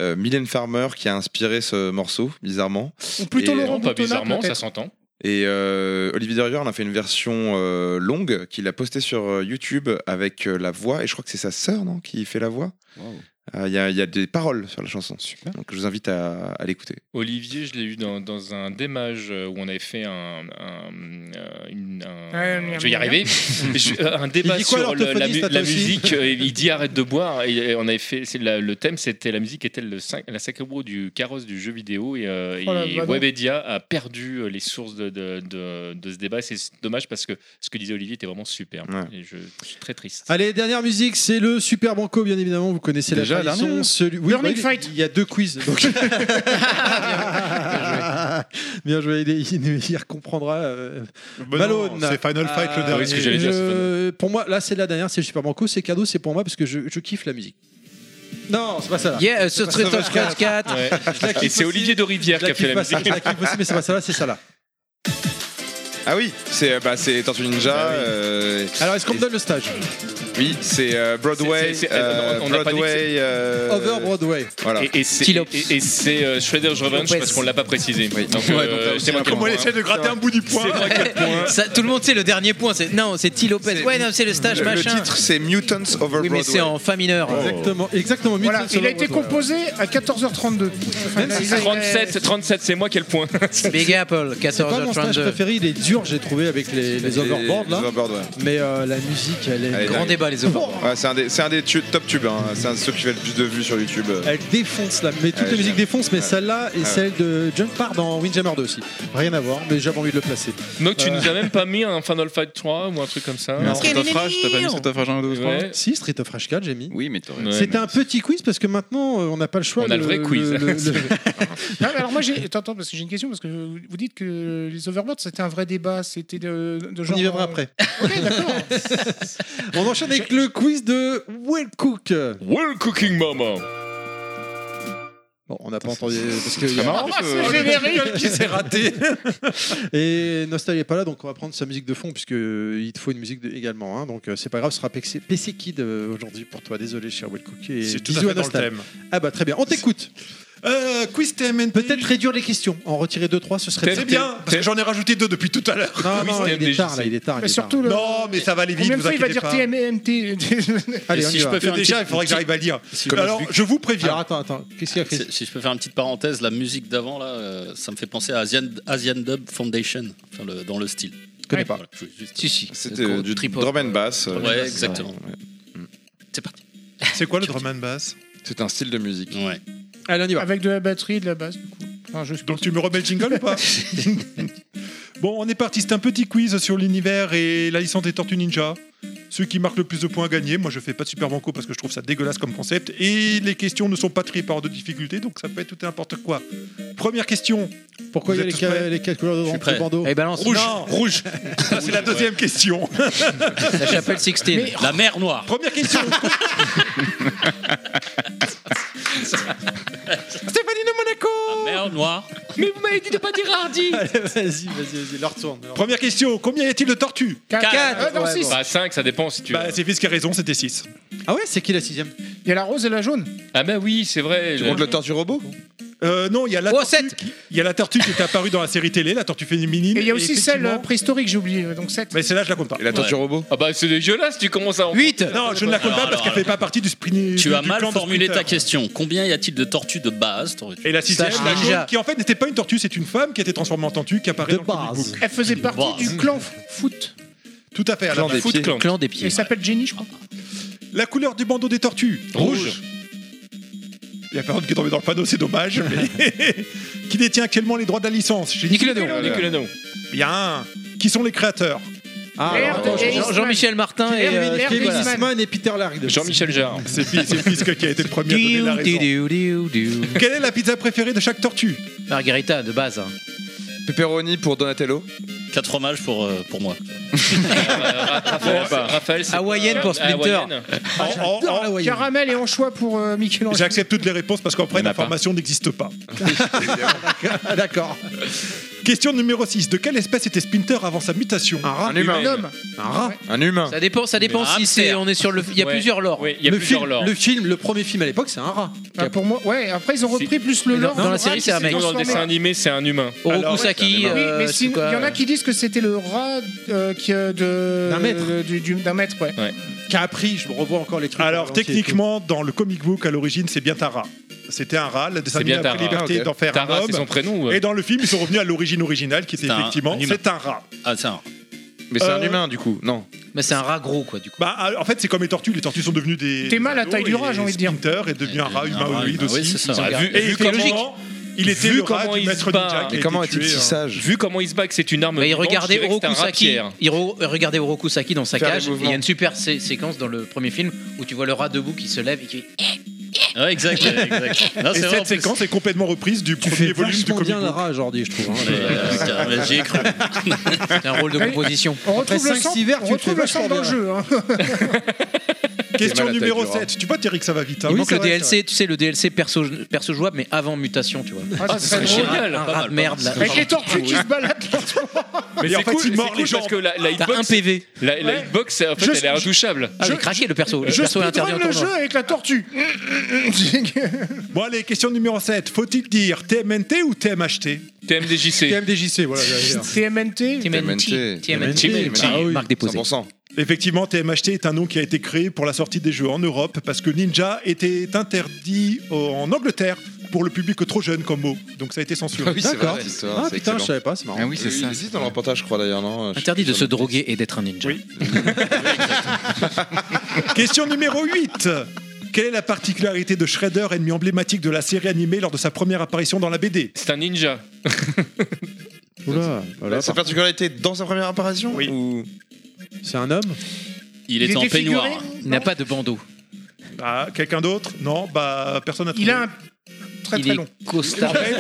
[SPEAKER 10] euh, Mylène Farmer qui a inspiré ce morceau, bizarrement.
[SPEAKER 3] Ou plutôt
[SPEAKER 10] Et-
[SPEAKER 3] Laurent
[SPEAKER 14] Non, pas
[SPEAKER 3] Boutonnat,
[SPEAKER 14] bizarrement, ça
[SPEAKER 3] peut-être.
[SPEAKER 14] s'entend.
[SPEAKER 10] Et euh, Olivier Derrier en a fait une version euh, longue qu'il a postée sur euh, YouTube avec euh, la voix, et je crois que c'est sa sœur, non, qui fait la voix. Euh, Il y, a- il y a des paroles sur la chanson. Donc je vous invite à, à l'écouter.
[SPEAKER 14] Olivier, je l'ai eu dans, dans un démage euh, où on avait fait un. un- euh, une- un-
[SPEAKER 3] Ouais, mais-
[SPEAKER 14] je vais y arriver. Je- euh, un débat
[SPEAKER 1] dit quoi,
[SPEAKER 14] sur le- la, mu-
[SPEAKER 1] l'orthophoniste, à
[SPEAKER 14] la
[SPEAKER 1] toi aussi
[SPEAKER 14] musique. euh, il dit arrête de boire. Et, euh, on avait fait, c'est la- le thème, c'était la musique était le cin- la sacrée roue du carrosse du jeu vidéo. Et, euh,
[SPEAKER 3] Oh là,
[SPEAKER 14] et
[SPEAKER 3] bah non.
[SPEAKER 14] Webedia a perdu euh, les sources de, de- de- de ce débat. C'est dommage parce que ce que disait Olivier était vraiment super.
[SPEAKER 10] Ouais.
[SPEAKER 14] Et je, je suis très triste.
[SPEAKER 1] Allez, dernière musique, c'est le Super Banco, bien évidemment, vous connaissez
[SPEAKER 10] Déjà,
[SPEAKER 1] la
[SPEAKER 10] la
[SPEAKER 1] chanson.
[SPEAKER 10] dernière
[SPEAKER 1] Celui... oui,
[SPEAKER 3] Burning
[SPEAKER 1] bah, il-
[SPEAKER 3] Fight.
[SPEAKER 1] Il y a deux quiz. donc. bien joué, il, est- il- il comprendra. euh,
[SPEAKER 8] Bah
[SPEAKER 1] Malone.
[SPEAKER 8] non, C'est Final Fight le
[SPEAKER 1] Ah,
[SPEAKER 8] dernier.
[SPEAKER 14] oui, ce que j'allais dire,
[SPEAKER 1] je- Pour moi, là, c'est la dernière, c'est le Super Banco, c'est cadeau, c'est pour moi parce que je, je kiffe la musique. Non, c'est pas ça. là.
[SPEAKER 9] Yeah, euh,
[SPEAKER 1] C'est
[SPEAKER 9] sur
[SPEAKER 1] pas
[SPEAKER 9] Street
[SPEAKER 1] ça,
[SPEAKER 9] of
[SPEAKER 1] Rage
[SPEAKER 9] Rage 4.
[SPEAKER 1] Ouais. Je la kiffe
[SPEAKER 5] Et c'est
[SPEAKER 1] aussi.
[SPEAKER 5] Olivier de Rivière
[SPEAKER 1] Je la
[SPEAKER 5] qui a fait
[SPEAKER 1] kiffe
[SPEAKER 5] la
[SPEAKER 1] pas ça, je
[SPEAKER 5] musique.
[SPEAKER 1] la kiffe aussi, mais c'est pas ça là, c'est ça là.
[SPEAKER 10] Ah oui, c'est euh, bah, c'est Tortue Ninja. euh,
[SPEAKER 1] Alors, est-ce qu'on me donne le stage
[SPEAKER 10] Oui, c'est euh, Broadway.
[SPEAKER 5] C'est- c'est- c'est-
[SPEAKER 10] euh,
[SPEAKER 5] on- on n'a pas dit que c'est-
[SPEAKER 10] Broadway. euh,
[SPEAKER 5] Over Broadway.
[SPEAKER 10] Voilà.
[SPEAKER 5] Et, et c'est, et, et c'est euh, Shredder's Revenge parce qu'on l'a pas précisé. Donc, euh, c'est moi qui ai le point.
[SPEAKER 10] bout du point.
[SPEAKER 9] Ça, tout le monde sait le dernier point. C'est non, c'est T Lopez. Ouais, non, c'est le stage
[SPEAKER 10] Le-
[SPEAKER 9] machin.
[SPEAKER 10] Le titre, c'est Mutants Over
[SPEAKER 9] oui, mais c'est
[SPEAKER 10] Broadway. Oh.
[SPEAKER 9] en fa mineur.
[SPEAKER 1] Exactement, exactement.
[SPEAKER 3] Voilà,
[SPEAKER 9] Mutants
[SPEAKER 3] il a
[SPEAKER 9] Over
[SPEAKER 3] été
[SPEAKER 9] Broadway.
[SPEAKER 3] composé à 14h32. Enfin, là, il a-
[SPEAKER 5] 37, 37, c'est moi qui ai le point.
[SPEAKER 9] Big Apple,
[SPEAKER 1] C'est pas mon
[SPEAKER 5] Euh,
[SPEAKER 1] stage
[SPEAKER 9] 14h32.
[SPEAKER 1] préféré, il est dur, j'ai trouvé avec les, les overboards là.
[SPEAKER 10] les overboards, ouais.
[SPEAKER 1] Mais euh, la musique, elle est.
[SPEAKER 10] Allez, dingue.
[SPEAKER 1] Oh
[SPEAKER 10] Ouais, c'est un des, c'est un des tu- top tubes. hein. C'est un de ceux qui fait le plus de vues sur YouTube. euh.
[SPEAKER 1] Elle défonce là, mais toutes
[SPEAKER 10] Ouais,
[SPEAKER 1] les musiques
[SPEAKER 10] j'aime.
[SPEAKER 1] défoncent, mais
[SPEAKER 10] Ouais.
[SPEAKER 1] celle-là et
[SPEAKER 10] Ouais.
[SPEAKER 1] celle de Junk Part dans Windjammer 2 aussi. Rien à voir, mais j'avais envie de le placer.
[SPEAKER 5] Donc tu
[SPEAKER 1] Euh,
[SPEAKER 5] nous as même pas mis un Final Fight 3 ou un truc comme ça.
[SPEAKER 1] Non. Street of Rage, t'as pas mis Street of Rage
[SPEAKER 5] 1, 2,
[SPEAKER 1] Si, Street of Rage 4, j'ai mis.
[SPEAKER 10] Oui, mais t'aurais.
[SPEAKER 4] [laughs]
[SPEAKER 1] C'était un petit quiz parce que maintenant euh, on n'a pas le choix.
[SPEAKER 5] On a le vrai quiz. [laughs]
[SPEAKER 3] Non, mais alors moi j'ai attends, attends, parce que j'ai une question parce que vous dites que les overboards c'était un vrai débat, c'était de, de genre. euh,
[SPEAKER 1] y viendra après.
[SPEAKER 3] Ok, d'accord.
[SPEAKER 1] [laughs] on enchaîne avec le quiz de Will Cook.
[SPEAKER 5] Well Cooking Mama.
[SPEAKER 1] Bon, on n'a pas entendu parce que
[SPEAKER 5] C'est
[SPEAKER 1] il y a-
[SPEAKER 5] marrant,
[SPEAKER 3] ce euh,
[SPEAKER 8] [laughs]
[SPEAKER 3] générique
[SPEAKER 1] qui s'est raté. [laughs] Et Nostal n'est pas là, donc on va prendre sa musique de fond puisque euh, il te faut une musique de- également. hein. donc euh, c'est pas grave, ce sera PC, PC Kid euh, aujourd'hui pour toi. Désolé, cher Will Cook. Et
[SPEAKER 8] C'est tout à
[SPEAKER 1] bisous
[SPEAKER 8] fait dans le
[SPEAKER 1] Nostal.
[SPEAKER 8] thème. Euh,
[SPEAKER 1] Ah bah très bien, on t'écoute.
[SPEAKER 8] quiz TMNT.
[SPEAKER 1] Peut-être réduire les questions, en retirer 2-3 ce serait
[SPEAKER 8] C'est bien, parce que j'en ai rajouté deux depuis tout à l'heure.
[SPEAKER 1] Non, non, il est tard là, il est tard. il
[SPEAKER 3] Mais
[SPEAKER 1] est
[SPEAKER 3] surtout
[SPEAKER 1] tard.
[SPEAKER 3] le.
[SPEAKER 8] Non, mais ça va aller vite.
[SPEAKER 3] Combien de
[SPEAKER 8] vous
[SPEAKER 3] fois il va
[SPEAKER 8] inquiétez
[SPEAKER 3] dire
[SPEAKER 8] pas.
[SPEAKER 3] TMMT
[SPEAKER 1] Allez, on
[SPEAKER 6] si
[SPEAKER 1] y
[SPEAKER 6] je
[SPEAKER 1] va.
[SPEAKER 6] peux faire
[SPEAKER 8] Déjà,
[SPEAKER 6] un
[SPEAKER 8] il faudrait que
[SPEAKER 6] petit-
[SPEAKER 8] j'arrive à lire.
[SPEAKER 6] Si-
[SPEAKER 8] Alors,
[SPEAKER 6] Comic Book.
[SPEAKER 8] je vous préviens.
[SPEAKER 1] Alors attends, attends, qu'est-ce qu'il y a Chris
[SPEAKER 6] Si, si je peux faire une petite parenthèse, la musique d'avant, là, euh, ça me fait penser à Asian, Asian Dub Foundation, enfin, le- dans le style.
[SPEAKER 1] Je connais pas.
[SPEAKER 6] Voilà, je voulais juste-
[SPEAKER 9] Si, si.
[SPEAKER 10] C'était euh, du
[SPEAKER 9] Tripod.
[SPEAKER 10] drum and bass. euh,
[SPEAKER 6] Ouais, exactement. C'est parti.
[SPEAKER 8] C'est quoi le drum and bass
[SPEAKER 10] C'est un style de musique.
[SPEAKER 6] Ouais.
[SPEAKER 1] Allez, on y va.
[SPEAKER 3] Avec de la batterie et de la basse, du coup. Enfin, je
[SPEAKER 8] Donc tu me remets le jingle
[SPEAKER 1] [laughs]
[SPEAKER 8] ou pas Bon, on est parti. C'est un petit quiz sur l'univers et la licence des Tortues Ninja. Ceux qui marquent le plus de points gagnés. Moi, je fais pas de super banco parce que je trouve ça dégueulasse comme concept. Et les questions ne sont pas triées par ordre de difficulté, donc ça peut être tout et n'importe quoi. Première question.
[SPEAKER 1] Pourquoi il y a les,
[SPEAKER 8] Vous êtes tous
[SPEAKER 1] ca-
[SPEAKER 8] prêts
[SPEAKER 1] les quatre couleurs de
[SPEAKER 9] suis prêt.
[SPEAKER 1] le bandeau
[SPEAKER 9] Allez, balance.
[SPEAKER 8] Rouge,
[SPEAKER 9] Non.
[SPEAKER 1] [laughs]
[SPEAKER 8] rouge. Ça, c'est la deuxième question.
[SPEAKER 6] [laughs]
[SPEAKER 9] La chapelle 16.
[SPEAKER 3] Mais-
[SPEAKER 6] La mer noire.
[SPEAKER 8] Première
[SPEAKER 6] [laughs]
[SPEAKER 8] question. Stéphanie de Monaco.
[SPEAKER 6] La mer noire.
[SPEAKER 5] Mais vous m'avez dit de pas dire Hardy.
[SPEAKER 1] [laughs] Allez, Vas-y, vas-y, vas-y, leur tourne. leur-
[SPEAKER 8] Première question. Combien y a-t-il de tortues
[SPEAKER 3] Quatre.
[SPEAKER 9] Quatre.
[SPEAKER 8] Euh,
[SPEAKER 3] Ah, non,
[SPEAKER 1] Ouais,
[SPEAKER 3] six.
[SPEAKER 1] bon.
[SPEAKER 5] Bah 5, ça dépend si tu
[SPEAKER 8] Bah, c'est Fils qui a raison, c'était 6.
[SPEAKER 1] Ah ouais, c'est qui la sixième
[SPEAKER 3] Il y a la rose et la jaune.
[SPEAKER 5] Ah bah oui, c'est vrai.
[SPEAKER 10] Tu
[SPEAKER 5] le-
[SPEAKER 10] comptes le tortue robot
[SPEAKER 8] Euh, non, il y a la
[SPEAKER 9] Oh,
[SPEAKER 8] tortue.
[SPEAKER 9] sept.
[SPEAKER 8] qui- Il y a la tortue qui est apparue dans la série télé, la tortue féminine.
[SPEAKER 3] Et il y a aussi celle
[SPEAKER 8] effectivement-
[SPEAKER 3] euh, préhistorique, j'ai oublié, euh, donc 7.
[SPEAKER 8] Mais celle-là, je la compte pas.
[SPEAKER 10] Et la tortue
[SPEAKER 6] Ouais.
[SPEAKER 10] robot
[SPEAKER 5] Ah bah c'est dégueulasse, tu commences à en...
[SPEAKER 9] 8.
[SPEAKER 8] Non, je ne la compte
[SPEAKER 6] Alors,
[SPEAKER 8] pas parce
[SPEAKER 6] alors,
[SPEAKER 8] qu'elle fait pas partie du sprint.
[SPEAKER 6] Tu
[SPEAKER 8] du-
[SPEAKER 6] as
[SPEAKER 8] du
[SPEAKER 6] mal
[SPEAKER 8] clan de
[SPEAKER 6] formulé ta
[SPEAKER 8] sprinter.
[SPEAKER 6] question. Combien y a-t-il de tortues de base t'aurais-tu
[SPEAKER 8] Et la sixième,
[SPEAKER 9] Sache
[SPEAKER 8] la
[SPEAKER 9] déjà.
[SPEAKER 8] jaune, qui en fait n'était pas une tortue, c'est une femme qui a été transformée en tortue qui apparaît
[SPEAKER 1] De
[SPEAKER 8] dans le comic
[SPEAKER 1] base.
[SPEAKER 8] book.
[SPEAKER 3] Elle faisait partie
[SPEAKER 6] Wow.
[SPEAKER 3] du clan f- foot.
[SPEAKER 8] Tout à fait. à la base.
[SPEAKER 6] Foot Clan.
[SPEAKER 9] Clan des
[SPEAKER 3] Et
[SPEAKER 9] pieds.
[SPEAKER 3] elle s'appelle Jenny, je crois.
[SPEAKER 8] La couleur du bandeau des tortues
[SPEAKER 5] Rouge.
[SPEAKER 8] Il y a personne qui est tombé dans le panneau, c'est dommage. mais-
[SPEAKER 1] [laughs]
[SPEAKER 8] qui détient actuellement les droits de la licence J'ai dit-
[SPEAKER 5] Nicolas Nicolano.
[SPEAKER 8] Bien. Qui sont les créateurs
[SPEAKER 1] Ah,
[SPEAKER 3] Merde,
[SPEAKER 1] alors, attends,
[SPEAKER 3] j'ai-
[SPEAKER 1] Jean-
[SPEAKER 9] Jean- Jean-Michel Martin et. euh,
[SPEAKER 3] Hervé- Hervé
[SPEAKER 1] Kevin Eastman
[SPEAKER 3] Eastman.
[SPEAKER 1] et Peter Largue.
[SPEAKER 5] Jean-Michel Jarre.
[SPEAKER 8] C'est Fis- c'est Fisk qui a été le premier à donner la
[SPEAKER 9] Diou,
[SPEAKER 8] raison.
[SPEAKER 9] diou, diou, diou.
[SPEAKER 8] Quelle est la pizza préférée de chaque tortue
[SPEAKER 9] Margarita de base. hein.
[SPEAKER 10] Pepperoni pour Donatello.
[SPEAKER 6] 4 fromages pour, euh, pour moi.
[SPEAKER 5] Raphaël, c'est- Raphaël, c'est-
[SPEAKER 9] Hawaïenne pour Splinter.
[SPEAKER 5] Hawaïenne.
[SPEAKER 8] En- en- en-
[SPEAKER 1] Ah ouais,
[SPEAKER 3] Caramel et anchois pour euh, Michel-Ange.
[SPEAKER 8] Oh, J'accepte toutes les réponses parce qu'après
[SPEAKER 5] Il y en a
[SPEAKER 8] l'information n'existe pas.
[SPEAKER 1] Ah, [laughs] D'accord.
[SPEAKER 8] Question numéro 6. De quelle espèce était Splinter avant sa mutation
[SPEAKER 1] Un rat.
[SPEAKER 10] Un humain.
[SPEAKER 3] Un homme.
[SPEAKER 1] Un rat.
[SPEAKER 10] Un humain.
[SPEAKER 9] Ça dépend, ça dépend
[SPEAKER 6] Mais un
[SPEAKER 9] si c'est.
[SPEAKER 6] hamster.
[SPEAKER 9] On est sur le. Il y a
[SPEAKER 5] Ouais.
[SPEAKER 9] plusieurs lores.
[SPEAKER 5] Oui, il y a
[SPEAKER 1] le,
[SPEAKER 5] plusieurs
[SPEAKER 1] film,
[SPEAKER 5] lore.
[SPEAKER 1] le film, le premier film à l'époque, c'est un rat.
[SPEAKER 3] Bah, pour moi, ouais, après ils ont
[SPEAKER 5] Si.
[SPEAKER 3] repris plus le
[SPEAKER 9] Dans-
[SPEAKER 3] lore.
[SPEAKER 9] dans
[SPEAKER 3] le
[SPEAKER 9] la
[SPEAKER 3] rat
[SPEAKER 9] série,
[SPEAKER 3] qui
[SPEAKER 9] c'est un
[SPEAKER 3] s'est
[SPEAKER 9] mec.
[SPEAKER 5] Dans le
[SPEAKER 3] transformé.
[SPEAKER 5] dessin animé, c'est un humain.
[SPEAKER 8] Oh,
[SPEAKER 9] Orokusaki.
[SPEAKER 3] Oui,
[SPEAKER 9] euh,
[SPEAKER 3] mais
[SPEAKER 9] c'est
[SPEAKER 3] si- il y
[SPEAKER 9] quoi,
[SPEAKER 3] en a qui disent que c'était le rat euh, qui, euh, de.
[SPEAKER 1] D'un mètre.
[SPEAKER 3] euh, du- du- D'un mètre, ouais.
[SPEAKER 1] Qui a appris, je me revois encore les trucs.
[SPEAKER 8] Alors
[SPEAKER 1] en entier et
[SPEAKER 8] techniquement, dans le comic book à l'origine, c'est bien Tara. C'était un rat, la dessin
[SPEAKER 5] C'est bien
[SPEAKER 8] animé a pris
[SPEAKER 5] Tara,
[SPEAKER 8] liberté
[SPEAKER 10] ok.
[SPEAKER 8] d'en faire un
[SPEAKER 5] Tara, c'est
[SPEAKER 8] homme.
[SPEAKER 5] son prénom. ouais.
[SPEAKER 8] Et dans le film, ils sont revenus à l'origine originale qui était
[SPEAKER 6] C'est un-
[SPEAKER 8] effectivement
[SPEAKER 6] un humain.
[SPEAKER 8] c'est un rat.
[SPEAKER 6] Ah, tiens.
[SPEAKER 10] Mais c'est un
[SPEAKER 8] Euh,
[SPEAKER 10] humain du coup, non
[SPEAKER 9] Mais c'est un rat gros, quoi, du coup.
[SPEAKER 8] Bah, en fait, c'est comme les tortues. Les tortues sont devenues des.
[SPEAKER 3] T'es mal à
[SPEAKER 8] des ados
[SPEAKER 3] taille du
[SPEAKER 8] et
[SPEAKER 3] rat, j'ai envie de dire.
[SPEAKER 8] Splinter est devenu un rat
[SPEAKER 6] Un rat
[SPEAKER 8] humanoïde
[SPEAKER 6] humain, oui, c'est
[SPEAKER 8] aussi.
[SPEAKER 6] ça.
[SPEAKER 9] Ils ont-
[SPEAKER 5] vu,
[SPEAKER 8] Et
[SPEAKER 5] vu comment,
[SPEAKER 8] effectivement, il était
[SPEAKER 5] vu
[SPEAKER 8] le rat
[SPEAKER 5] comment
[SPEAKER 8] du
[SPEAKER 5] il se
[SPEAKER 8] maître
[SPEAKER 5] bat.
[SPEAKER 8] ninja qui a
[SPEAKER 10] Mais
[SPEAKER 8] été
[SPEAKER 10] comment est-il
[SPEAKER 8] tué,
[SPEAKER 10] si
[SPEAKER 8] hein.
[SPEAKER 10] sage
[SPEAKER 5] vu comment il se bat, que c'est une arme.
[SPEAKER 9] Bah, il
[SPEAKER 5] vivante, je
[SPEAKER 9] regardait
[SPEAKER 5] dirais que c'est un hein. rat de
[SPEAKER 9] Orokusaki,
[SPEAKER 5] pierre.
[SPEAKER 9] il re- euh, regardait Orokusaki dans sa
[SPEAKER 10] Faire des
[SPEAKER 9] cage. et Il y
[SPEAKER 10] mouvements.
[SPEAKER 9] a une super sé- séquence dans le premier film où tu vois le rat debout qui se lève et qui.
[SPEAKER 6] Ouais, exact. ouais,
[SPEAKER 9] [laughs]
[SPEAKER 6] exact. Non,
[SPEAKER 8] Et
[SPEAKER 6] c'est vrai, en
[SPEAKER 8] cette
[SPEAKER 6] plus.
[SPEAKER 8] séquence est complètement reprise du
[SPEAKER 1] Tu fais
[SPEAKER 8] premier volume du
[SPEAKER 1] vachement
[SPEAKER 8] comic
[SPEAKER 1] bien le
[SPEAKER 8] book.
[SPEAKER 1] rat aujourd'hui, je trouve. hein.
[SPEAKER 6] Mais, euh, mais J'y ai cru.
[SPEAKER 9] C'est un rôle de composition.
[SPEAKER 3] On
[SPEAKER 1] Après
[SPEAKER 3] retrouve le
[SPEAKER 1] cinq,
[SPEAKER 3] sang
[SPEAKER 1] six verres,
[SPEAKER 3] on
[SPEAKER 1] tu le fais
[SPEAKER 3] retrouve le sang dans
[SPEAKER 1] vachement
[SPEAKER 3] le
[SPEAKER 1] bien.
[SPEAKER 3] jeu. hein.
[SPEAKER 8] Question numéro 7. Tu vois, Thierry, que ça va vite. hein.
[SPEAKER 9] Il manque le DLC, tu sais, le DLC perso, perso jouable, mais avant mutation, tu vois.
[SPEAKER 8] Ah, ça serait
[SPEAKER 9] J'ai
[SPEAKER 8] génial,
[SPEAKER 9] un- un
[SPEAKER 8] pas mal,
[SPEAKER 9] rat de
[SPEAKER 8] pas
[SPEAKER 9] merde là.
[SPEAKER 8] mal. Avec les tortues qui se
[SPEAKER 3] baladent
[SPEAKER 5] Mais
[SPEAKER 9] Ah Et
[SPEAKER 5] c'est
[SPEAKER 9] en fait,
[SPEAKER 5] cool,
[SPEAKER 9] il
[SPEAKER 5] c'est
[SPEAKER 9] mord
[SPEAKER 5] cool
[SPEAKER 9] les
[SPEAKER 8] bah,
[SPEAKER 9] gens.
[SPEAKER 5] parce que la, la
[SPEAKER 9] T'as
[SPEAKER 5] hitbox,
[SPEAKER 9] un PV.
[SPEAKER 5] La, la
[SPEAKER 9] Ouais.
[SPEAKER 5] hitbox, en fait,
[SPEAKER 9] Je-
[SPEAKER 5] elle est intouchable.
[SPEAKER 9] Ah, j'ai craqué le perso. Le
[SPEAKER 8] Je
[SPEAKER 9] perso est interdit
[SPEAKER 8] speedrun
[SPEAKER 9] en
[SPEAKER 8] le
[SPEAKER 9] tournoi.
[SPEAKER 8] jeu avec la tortue. [laughs] bon, allez, question numéro 7. Faut-il dire TMNT ou TMHT
[SPEAKER 5] TMDJC.
[SPEAKER 8] TMDJC, voilà.
[SPEAKER 3] TMNT
[SPEAKER 10] TMNT.
[SPEAKER 8] Marque
[SPEAKER 10] déposée. 100%.
[SPEAKER 8] Effectivement, TMHT est un nom qui a été créé pour la sortie des jeux en Europe parce que Ninja était interdit en Angleterre pour le public trop jeune comme mot. Donc ça a été censuré.
[SPEAKER 10] Ah oui, c'est D'accord. vrai, cette histoire, Ah, c'est putain, excellent. je savais pas, c'est marrant. Ah oui, c'est ça.
[SPEAKER 8] existe
[SPEAKER 10] dans le reportage, je crois d'ailleurs, non
[SPEAKER 9] Interdit de se droguer et d'être un ninja.
[SPEAKER 8] [laughs] Question numéro 8. Quelle est la particularité de Shredder, ennemi emblématique de la série animée lors de sa première apparition dans la BD
[SPEAKER 5] C'est un ninja.
[SPEAKER 1] Ah,
[SPEAKER 10] Oula,
[SPEAKER 8] voilà,
[SPEAKER 10] Sa
[SPEAKER 8] par-
[SPEAKER 10] particularité dans sa première apparition Oui.
[SPEAKER 13] C'est un homme
[SPEAKER 8] Il était était en peignoir. figuré
[SPEAKER 9] Il n'a pas de bandeau.
[SPEAKER 8] Ah, quelqu'un d'autre Non, bah personne n'a trouvé.
[SPEAKER 3] Il a un très
[SPEAKER 8] Il
[SPEAKER 3] très
[SPEAKER 8] est
[SPEAKER 3] long.
[SPEAKER 9] costard.
[SPEAKER 8] En fait-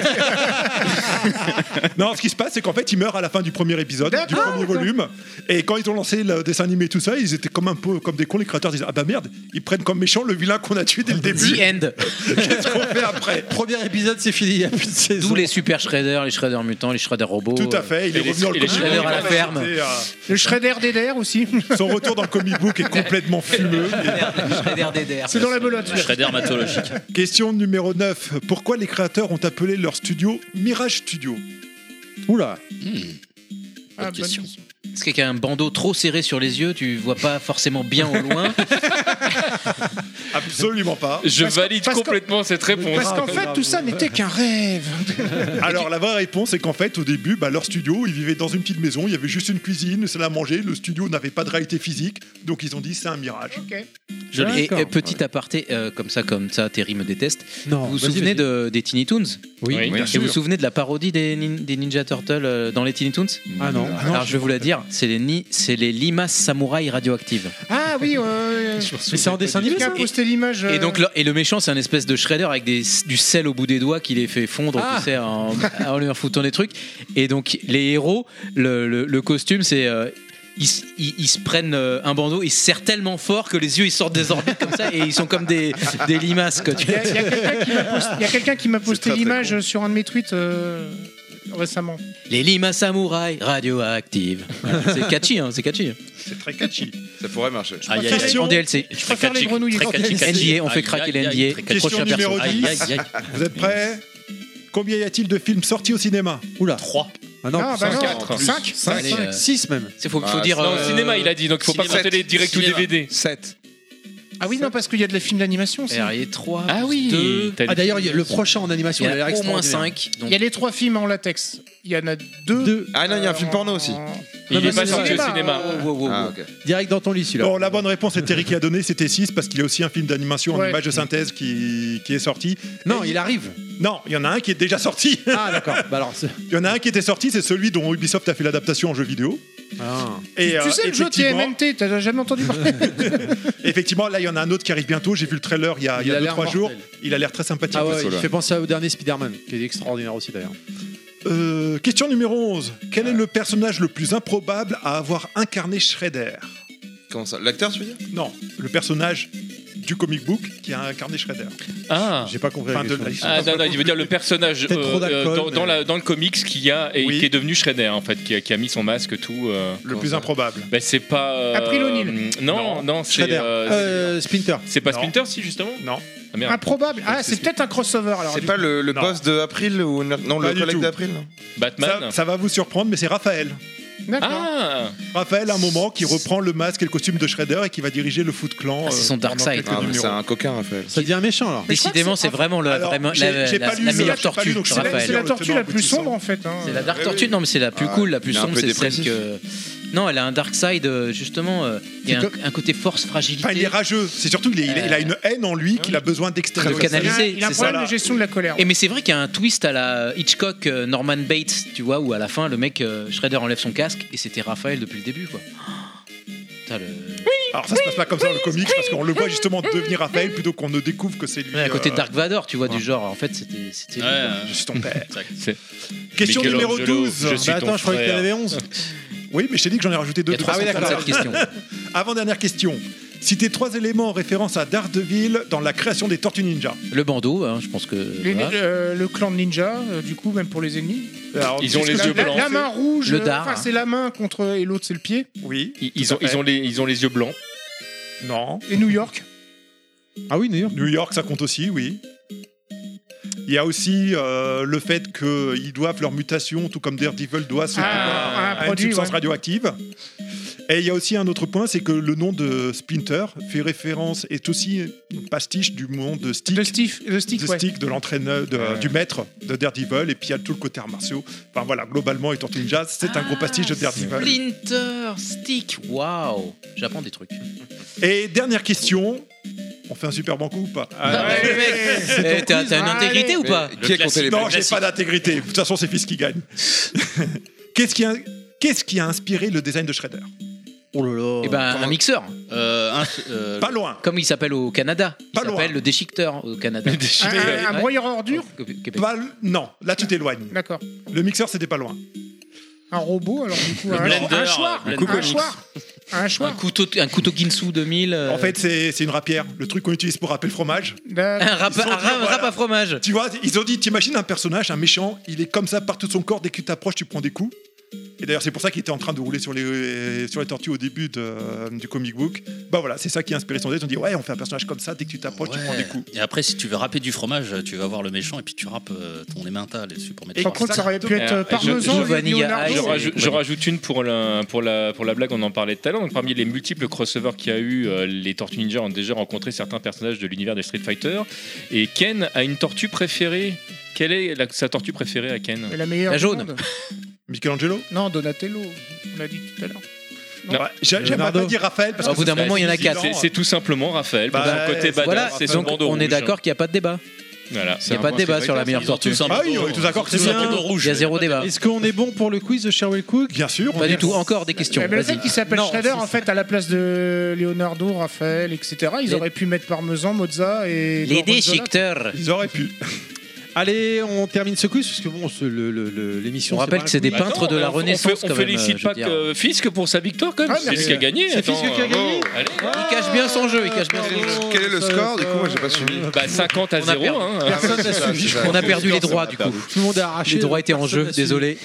[SPEAKER 8] [laughs] non, ce qui se passe, c'est qu'en fait, il meurt à la fin du premier épisode, du premier volume. Et quand ils ont lancé le dessin animé et tout ça, ils étaient comme un peu comme des cons. Les créateurs disaient Ah bah merde, ils prennent comme méchant le vilain qu'on a tué dès le début.
[SPEAKER 9] The end.
[SPEAKER 8] [laughs] Qu'est-ce qu'on fait après
[SPEAKER 13] Premier épisode, c'est fini. Il y a plus de saison.
[SPEAKER 9] Tous les super shredders, les shredders mutants, les shredders robots.
[SPEAKER 8] Tout à
[SPEAKER 9] euh,
[SPEAKER 8] fait, il est
[SPEAKER 9] et les-
[SPEAKER 8] revenu dans
[SPEAKER 9] et les
[SPEAKER 8] comic book.
[SPEAKER 9] shredders à la ferme.
[SPEAKER 8] C'était, euh,
[SPEAKER 3] Le Shredder DDR aussi.
[SPEAKER 8] Son retour dans le comic book est complètement fumeux.
[SPEAKER 1] [laughs]
[SPEAKER 9] Shredder DDR.
[SPEAKER 3] C'est dans la belote.
[SPEAKER 8] Question numéro 9. Pourquoi les créateurs ont appelé leur studio Mirage Studio
[SPEAKER 13] Oula.
[SPEAKER 9] Hmm. Bonne question. Parce qu'il y a un bandeau trop serré sur les yeux, tu vois pas forcément bien au loin.
[SPEAKER 8] [laughs] Absolument pas.
[SPEAKER 5] Je
[SPEAKER 8] Parce que-
[SPEAKER 5] valide
[SPEAKER 8] parce que-
[SPEAKER 5] complètement cette réponse.
[SPEAKER 3] Parce qu'en fait, tout ça n'était qu'un rêve.
[SPEAKER 8] Alors la vraie réponse c'est qu'en fait au début bah, leur studio ils vivaient dans une petite maison il y avait juste une cuisine une salle à manger le studio n'avait pas de réalité physique donc ils ont dit c'est un mirage.
[SPEAKER 9] Et, et petit aparté, euh, comme ça, comme ça, Terry me déteste.
[SPEAKER 13] Non,
[SPEAKER 9] vous vous
[SPEAKER 13] vas-y,
[SPEAKER 9] souvenez
[SPEAKER 13] vas-y.
[SPEAKER 9] de- des Teeny Toons
[SPEAKER 13] Oui, Oui, bien
[SPEAKER 9] Et
[SPEAKER 13] sûr.
[SPEAKER 9] vous vous souvenez de la parodie des, nin- des Ninja Turtles euh, dans les Teeny Toons
[SPEAKER 13] Ah non. Ah non,
[SPEAKER 9] Alors je vais vous la dire, c'est les, ni- c'est les limaces samouraïs radioactives.
[SPEAKER 3] Ah oui, euh,
[SPEAKER 9] c'est en dessin animé,
[SPEAKER 3] Quelqu'un a
[SPEAKER 9] ça
[SPEAKER 3] posté l'image.
[SPEAKER 9] Et donc le, et le méchant c'est un espèce de shredder avec des, du sel au bout des doigts qui les fait fondre
[SPEAKER 3] Ah.
[SPEAKER 9] tu sais, en, en leur foutant des trucs et donc les héros le, le- le costume c'est euh, ils, s- ils- ils se prennent euh, un bandeau ils se serrent tellement fort que les yeux ils sortent des orbites comme ça et ils sont comme des, des limaces quoi, tu
[SPEAKER 3] Il y
[SPEAKER 9] vois.
[SPEAKER 3] a, il y a quelqu'un qui m'a posté- euh, il y a quelqu'un qui m'a posté l'image sur un de mes tweets euh, récemment.
[SPEAKER 9] les limaces samouraï radioactives Voilà. c'est catchy hein, c'est catchy
[SPEAKER 8] C'est très catchy.
[SPEAKER 10] Ça pourrait marcher.
[SPEAKER 9] Aïe, aïe, aïe. en DLC
[SPEAKER 10] Je préfère les grenouilles.
[SPEAKER 9] Très catchy,
[SPEAKER 10] Très
[SPEAKER 9] catchy.
[SPEAKER 10] catchy.
[SPEAKER 9] NDA on fait
[SPEAKER 10] Aïe,
[SPEAKER 9] craquer
[SPEAKER 10] aïe,
[SPEAKER 9] les
[SPEAKER 10] aïe.
[SPEAKER 9] NDA
[SPEAKER 10] Question
[SPEAKER 9] prochain perso
[SPEAKER 8] numéro 10.
[SPEAKER 9] Aïe, aïe, aïe.
[SPEAKER 8] Vous êtes prêts Combien y a-t-il de films sortis au cinéma
[SPEAKER 13] Oula.
[SPEAKER 8] 3.
[SPEAKER 13] Ah non,
[SPEAKER 8] Ah,
[SPEAKER 13] plus
[SPEAKER 8] bah non,
[SPEAKER 13] cinq. en plus.
[SPEAKER 8] cinq.
[SPEAKER 13] Cinq,
[SPEAKER 8] Allez,
[SPEAKER 13] cinq,
[SPEAKER 8] euh,
[SPEAKER 13] six même.
[SPEAKER 9] C'est faut,
[SPEAKER 8] faut Ah, dire,
[SPEAKER 5] Non,
[SPEAKER 9] euh,
[SPEAKER 5] au cinéma, il a dit, donc il faut pas
[SPEAKER 13] Cinéma.
[SPEAKER 5] compter les directs ou
[SPEAKER 13] Cinéma.
[SPEAKER 5] DVD.
[SPEAKER 10] 7.
[SPEAKER 3] Ah oui, non, parce qu'il y a de la film d'animation. aussi.
[SPEAKER 9] RE 3
[SPEAKER 5] Ah oui.
[SPEAKER 3] deux.
[SPEAKER 13] Ah d'ailleurs, il y a le prochain en animation,
[SPEAKER 3] Il y en a
[SPEAKER 13] il a l'air
[SPEAKER 3] au moins
[SPEAKER 13] extraordinaire.
[SPEAKER 3] cinq, Il y a les trois films en latex. Il y en a deux. Euh,
[SPEAKER 10] Ah non, il y a un film porno aussi.
[SPEAKER 5] Il est
[SPEAKER 8] mais
[SPEAKER 5] pas
[SPEAKER 8] c'est
[SPEAKER 5] sorti au
[SPEAKER 8] cinéma.
[SPEAKER 5] cinéma.
[SPEAKER 9] Oh,
[SPEAKER 10] Ah, ok.
[SPEAKER 13] euh, Direct dans ton lit celui-là.
[SPEAKER 8] Bon, la bonne réponse c'est Terry qui a donné, c'était 6 parce qu'il y a aussi un film d'animation en
[SPEAKER 13] Ouais.
[SPEAKER 8] image de synthèse qui, qui est sorti.
[SPEAKER 13] Non, il arrive.
[SPEAKER 8] Non, il y en a un qui est déjà sorti.
[SPEAKER 13] Ah d'accord. Bah alors. c'est-
[SPEAKER 8] Il y en a un qui était sorti, c'est celui dont Ubisoft a fait l'adaptation en jeu vidéo.
[SPEAKER 13] Ah.
[SPEAKER 8] Et,
[SPEAKER 3] tu
[SPEAKER 8] euh,
[SPEAKER 3] sais le jeu
[SPEAKER 8] effectivement-
[SPEAKER 3] TMNT, t'as jamais entendu parler
[SPEAKER 8] Effectivement, là il y en a un autre qui arrive bientôt. J'ai vu le trailer il y a
[SPEAKER 13] Il a l'air
[SPEAKER 8] 2-3 jours.
[SPEAKER 13] mortel.
[SPEAKER 8] Il a l'air très sympathique.
[SPEAKER 13] Ah ouais,
[SPEAKER 8] le
[SPEAKER 13] il
[SPEAKER 8] solo.
[SPEAKER 13] fait penser au dernier Spider-Man, qui est extraordinaire aussi d'ailleurs.
[SPEAKER 8] Euh, question numéro 11. Quel est le personnage le plus improbable à avoir incarné Shredder
[SPEAKER 10] Comment ça L'acteur, tu veux dire
[SPEAKER 8] Non, le personnage du comic book qui a incarné Shredder.
[SPEAKER 5] Ah.
[SPEAKER 8] J'ai pas compris.
[SPEAKER 5] Ah non, non, il veut dire le personnage
[SPEAKER 8] Peut-être
[SPEAKER 5] euh,
[SPEAKER 8] trop d'alcool,
[SPEAKER 5] euh, dans, dans
[SPEAKER 8] mais-
[SPEAKER 5] la- dans le comics qui a et
[SPEAKER 8] Oui.
[SPEAKER 5] qui est devenu Shredder en fait, qui a, qui a mis son masque tout. euh,
[SPEAKER 8] Le plus improbable.
[SPEAKER 5] Ben c'est pas. euh,
[SPEAKER 3] April O'Neil.
[SPEAKER 5] Non, non, c'est.
[SPEAKER 13] Shredder.
[SPEAKER 5] euh,
[SPEAKER 13] Euh, Splinter.
[SPEAKER 5] c'est pas Splinter si justement.
[SPEAKER 8] Non.
[SPEAKER 5] Ah, [laughs] merde.
[SPEAKER 3] Improbable. Ah, c'est peut-être un crossover alors.
[SPEAKER 10] C'est
[SPEAKER 3] du
[SPEAKER 10] pas
[SPEAKER 3] coup.
[SPEAKER 10] le, le boss de April ou non,
[SPEAKER 8] Pas
[SPEAKER 10] le
[SPEAKER 8] du
[SPEAKER 10] collègue
[SPEAKER 8] tout.
[SPEAKER 10] d'April
[SPEAKER 5] Batman.
[SPEAKER 8] Ça, ça va vous surprendre, mais c'est Raphaël.
[SPEAKER 3] D'accord.
[SPEAKER 5] Ah
[SPEAKER 8] Raphaël, à un moment, qui reprend le masque et le costume de Shredder et qui va diriger le Foot Clan.
[SPEAKER 9] Ah, c'est
[SPEAKER 8] euh,
[SPEAKER 9] son Dark
[SPEAKER 8] pendant
[SPEAKER 9] Side.
[SPEAKER 8] quelques
[SPEAKER 9] Ah, mais
[SPEAKER 8] numéros.
[SPEAKER 10] C'est un coquin, Raphaël.
[SPEAKER 13] Ça devient méchant alors.
[SPEAKER 8] Mais je crois que
[SPEAKER 9] Décidément, c'est vraiment la,
[SPEAKER 8] Alors,
[SPEAKER 9] vraiment
[SPEAKER 8] j'ai-
[SPEAKER 9] la-
[SPEAKER 8] j'ai
[SPEAKER 9] la-
[SPEAKER 8] pas lu
[SPEAKER 9] la
[SPEAKER 8] le-
[SPEAKER 9] meilleure
[SPEAKER 8] j'ai pas
[SPEAKER 9] tortue.
[SPEAKER 8] lu, donc c'est la-
[SPEAKER 9] Raphaël.
[SPEAKER 8] c'est la tortue
[SPEAKER 3] la plus sombre en fait. hein.
[SPEAKER 9] C'est la Dark Tortue, non mais c'est la plus
[SPEAKER 10] Ah,
[SPEAKER 9] cool, la plus
[SPEAKER 10] il est un
[SPEAKER 9] sombre,
[SPEAKER 10] peu
[SPEAKER 9] c'est celle
[SPEAKER 10] dépressif.
[SPEAKER 9] que. Non, elle a un dark side euh, justement. euh, Il y a
[SPEAKER 8] C'est
[SPEAKER 9] un, un côté force fragilité. Euh,
[SPEAKER 8] Enfin, il est rageux. C'est surtout qu'il est- il est- il a une haine en lui qu'il a besoin
[SPEAKER 9] de
[SPEAKER 8] d'extérioriser.
[SPEAKER 9] canaliser.
[SPEAKER 3] Il a un
[SPEAKER 9] c'est
[SPEAKER 3] problème
[SPEAKER 9] ça.
[SPEAKER 3] de gestion de la colère.
[SPEAKER 9] Et mais c'est vrai qu'il y a un twist à la Hitchcock euh, Norman Bates, tu vois, où à la fin le mec euh, Shredder enlève son casque et c'était Raphaël depuis le début quoi. Putain, le-
[SPEAKER 8] Alors ça se passe pas comme ça dans le comics parce qu'on le voit justement devenir Raphaël plutôt qu'on ne découvre que c'est lui.
[SPEAKER 9] Ouais, à côté
[SPEAKER 8] euh,
[SPEAKER 9] Dark Vador, tu vois, du genre en fait c'était. c'était lui, quoi.
[SPEAKER 8] Je suis ton père.
[SPEAKER 5] C'est-
[SPEAKER 8] Question numéro
[SPEAKER 5] Michelangelo,
[SPEAKER 8] 12.
[SPEAKER 5] je suis Bah, attends, ton je croyais que frère. Ah, t'en avais
[SPEAKER 13] 11.
[SPEAKER 8] Oui, mais je t'ai dit que j'en ai rajouté
[SPEAKER 9] Il y a
[SPEAKER 8] 2 [laughs]
[SPEAKER 9] 337 questions.
[SPEAKER 8] Avant dernière question. Citez trois éléments en référence à Daredevil dans la création des Tortues Ninja.
[SPEAKER 9] Le bandeau, hein, je pense que.
[SPEAKER 3] Les-
[SPEAKER 9] voilà.
[SPEAKER 3] euh, le clan de ninja, euh, du coup, même pour les ennemis.
[SPEAKER 8] Alors,
[SPEAKER 5] Ils ont
[SPEAKER 3] Parce
[SPEAKER 5] les
[SPEAKER 3] que la-
[SPEAKER 5] yeux
[SPEAKER 3] la-
[SPEAKER 5] blancs.
[SPEAKER 3] La, main rouge,
[SPEAKER 5] Le
[SPEAKER 3] euh,
[SPEAKER 5] dard,
[SPEAKER 3] enfin,
[SPEAKER 5] hein.
[SPEAKER 3] c'est la main contre et l'autre c'est le pied.
[SPEAKER 8] Oui.
[SPEAKER 5] Ils, ils ont, ils, ont les, ils ont les yeux blancs.
[SPEAKER 8] Non.
[SPEAKER 3] Et New York.
[SPEAKER 8] Ah oui, New York. New York, ça compte aussi, oui. Il y a aussi euh, le fait qu'ils doivent leur mutation, tout comme Daredevil doit se
[SPEAKER 3] Ah, un
[SPEAKER 8] à
[SPEAKER 3] produit,
[SPEAKER 8] une substance
[SPEAKER 3] ouais.
[SPEAKER 8] radioactive. Et il y a aussi un autre point, c'est que le nom de Splinter fait référence, est aussi une pastiche du nom de Stick. De
[SPEAKER 3] Stick, de, Stick, ouais.
[SPEAKER 8] l'entraîneur, de-
[SPEAKER 3] Ouais.
[SPEAKER 8] du maître de Daredevil, et puis il y a tout le côté arts martiaux. Enfin voilà, globalement, et Tortue Ninja, c'est un gros pastiche
[SPEAKER 3] Ah,
[SPEAKER 8] de Daredevil.
[SPEAKER 9] Splinter Stick, waouh J'apprends des trucs.
[SPEAKER 8] Et dernière question. On fait un super bon coup ou
[SPEAKER 9] Bah
[SPEAKER 8] pas
[SPEAKER 9] mais mec,
[SPEAKER 8] C'est
[SPEAKER 9] eh,
[SPEAKER 8] ton
[SPEAKER 9] t'as-
[SPEAKER 8] quiz.
[SPEAKER 9] t'as une intégrité ou pas
[SPEAKER 8] Mais
[SPEAKER 9] Qui a compté les points
[SPEAKER 8] Non, j'ai pas d'intégrité. De toute façon, c'est fils
[SPEAKER 9] [laughs]
[SPEAKER 8] qui gagne. Qu'est-ce qui a... Qu'est-ce qui a inspiré le design de Shredder
[SPEAKER 9] Oh là là. Eh ben, un mixeur.
[SPEAKER 5] Euh,
[SPEAKER 8] Pas loin.
[SPEAKER 9] Comme il s'appelle au Canada. Il
[SPEAKER 8] Pas loin.
[SPEAKER 9] s'appelle le déchiqueteur au
[SPEAKER 5] [laughs]
[SPEAKER 9] Canada.
[SPEAKER 3] Un,
[SPEAKER 8] Ah,
[SPEAKER 3] un- un broyeur à ordures,
[SPEAKER 9] Oh,
[SPEAKER 8] Pas l- Non, là tu t'éloignes.
[SPEAKER 3] D'accord.
[SPEAKER 8] Le mixeur, c'était pas loin.
[SPEAKER 3] un robot alors du coup
[SPEAKER 8] Le
[SPEAKER 3] un,
[SPEAKER 8] blender,
[SPEAKER 3] un choir,
[SPEAKER 8] le
[SPEAKER 3] un
[SPEAKER 8] blender.
[SPEAKER 3] choir, un choir.
[SPEAKER 9] couteau, un couteau Ginsu 2000. euh,
[SPEAKER 8] En fait, c'est c'est une rapière, le truc qu'on utilise pour râper le fromage.
[SPEAKER 3] Bah,
[SPEAKER 9] Un rap-
[SPEAKER 8] Ils sont
[SPEAKER 9] un rap-
[SPEAKER 8] dit, voilà.
[SPEAKER 9] rap à fromage.
[SPEAKER 8] Tu vois, ils ont dit, t'imagines un personnage, un méchant, il est comme ça partout de son corps, dès que tu t'approches, tu prends des coups. Et d'ailleurs, c'est pour ça qu'il était en train de rouler sur les, euh, sur les tortues au début de, euh, du comic book. Bah voilà, c'est ça qui a inspiré son design. On dit, ouais, on fait un personnage comme ça, dès que tu t'approches, tu prends des coups.
[SPEAKER 6] Et après, si tu veux râper du fromage, tu vas voir le méchant et puis tu râpes euh, ton emmental dessus pour mettre
[SPEAKER 3] Et par contre, ça aurait pu être, euh, parmesan,
[SPEAKER 6] Je- je-
[SPEAKER 3] Giovanni Leonardo.
[SPEAKER 5] Je
[SPEAKER 3] Ice
[SPEAKER 5] rajoute,
[SPEAKER 3] et
[SPEAKER 5] je rajoute une pour la, pour, la, pour la blague, on en parlait tout à l'heure. Donc, Parmi les multiples crossovers qu'il y a eu, euh, les Tortues Ninja ont déjà rencontré certains personnages de l'univers des Street Fighter. Et Ken a une tortue préférée. Quelle est la- sa tortue préférée à Ken
[SPEAKER 3] Mais Euh, la meilleure du monde.
[SPEAKER 8] Michelangelo
[SPEAKER 3] Non, Donatello. On l'a dit tout à l'heure.
[SPEAKER 5] Non.
[SPEAKER 8] Bah, j'a- J'aimerais
[SPEAKER 5] Leonardo.
[SPEAKER 8] pas dire Raphaël parce que ce serait évident.
[SPEAKER 5] C'est- C'est tout simplement Raphaël. Pour
[SPEAKER 8] Bah,
[SPEAKER 5] son côté badass,
[SPEAKER 9] voilà,
[SPEAKER 5] c'est son
[SPEAKER 9] donc on
[SPEAKER 5] bandeau
[SPEAKER 9] est
[SPEAKER 5] rouge. hein.
[SPEAKER 9] d'accord qu'il n'y a pas de débat.
[SPEAKER 5] Voilà,
[SPEAKER 9] Il n'y a pas de débat sur la meilleure tortue.
[SPEAKER 8] Ah oui, on est tous d'accord que c'est bien.
[SPEAKER 9] Il y a zéro débat.
[SPEAKER 1] Est-ce qu'on est bon pour le quiz de Sherwell Cook
[SPEAKER 8] Bien sûr.
[SPEAKER 9] Pas du tout. Encore des questions.
[SPEAKER 3] Eh ben, le
[SPEAKER 9] Vas-y.
[SPEAKER 3] fait qu'il s'appelle
[SPEAKER 1] Non,
[SPEAKER 3] Shredder,
[SPEAKER 1] c'est-
[SPEAKER 3] en fait, à la place de Leonardo, Raphaël, etc., ils
[SPEAKER 1] Les-
[SPEAKER 3] auraient pu mettre Parmesan, Mozza et. Gorgonzola.
[SPEAKER 1] Ils
[SPEAKER 8] auraient pu.
[SPEAKER 1] [laughs] Allez, on termine ce quiz parce que bon, ce- le- le- le- l'émission.
[SPEAKER 9] On rappelle que c'est des
[SPEAKER 1] Attends,
[SPEAKER 9] peintres de la
[SPEAKER 1] on fait- on
[SPEAKER 9] Renaissance,
[SPEAKER 1] fait-
[SPEAKER 5] On
[SPEAKER 1] quand même, euh,
[SPEAKER 5] félicite
[SPEAKER 1] je veux
[SPEAKER 5] pas
[SPEAKER 1] dire.
[SPEAKER 5] que Fisk pour sa victoire quand même.
[SPEAKER 1] Ah,
[SPEAKER 5] c'est
[SPEAKER 1] merci.
[SPEAKER 5] Fisk qui a gagné.
[SPEAKER 1] C'est Fisk
[SPEAKER 5] attends,
[SPEAKER 1] qui a gagné.
[SPEAKER 5] bravo. Allez. Ah,
[SPEAKER 9] Il cache bien son jeu, il cache bien son jeu.
[SPEAKER 17] Quel est le score
[SPEAKER 8] euh,
[SPEAKER 17] du coup Moi, j'ai pas suivi.
[SPEAKER 5] Bah 50 à hein.
[SPEAKER 9] On
[SPEAKER 5] Ah,
[SPEAKER 9] a
[SPEAKER 5] 0.
[SPEAKER 9] perdu. Personne [laughs] n'a suivi. hein. On a perdu les droits, du coup.
[SPEAKER 1] Tout le monde a arraché.
[SPEAKER 9] Les droits étaient en
[SPEAKER 1] personne
[SPEAKER 9] jeu,
[SPEAKER 1] n'a suivi.
[SPEAKER 9] désolé.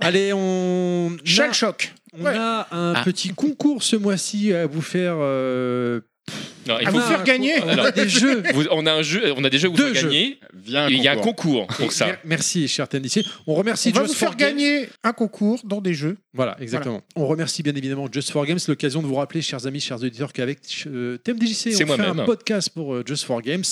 [SPEAKER 1] Allez, on.
[SPEAKER 3] Chaque
[SPEAKER 1] a-
[SPEAKER 3] choc.
[SPEAKER 1] On a un
[SPEAKER 9] Ah.
[SPEAKER 1] petit concours ce mois-ci à vous faire. euh,
[SPEAKER 5] Non, il
[SPEAKER 1] À
[SPEAKER 8] Ah,
[SPEAKER 5] faut-
[SPEAKER 1] vous faire gagner.
[SPEAKER 5] Alors, [laughs]
[SPEAKER 1] Des jeux.
[SPEAKER 5] Vous- on a un jeu, on a des jeux où vous
[SPEAKER 1] Deux
[SPEAKER 5] faut
[SPEAKER 1] jeux.
[SPEAKER 5] gagner. Il y a un concours pour ça.
[SPEAKER 1] Merci, cher TNDC. On remercie
[SPEAKER 3] On va
[SPEAKER 1] Just
[SPEAKER 3] vous faire
[SPEAKER 1] for Games.
[SPEAKER 3] gagner un concours dans des jeux.
[SPEAKER 1] Voilà, exactement. On remercie bien évidemment Just for Games. L'occasion de vous rappeler, chers amis, chers auditeurs, qu'avec euh, TMDJC,
[SPEAKER 5] C'est
[SPEAKER 1] on fait
[SPEAKER 5] moi-même.
[SPEAKER 1] un podcast pour euh, Just for Games.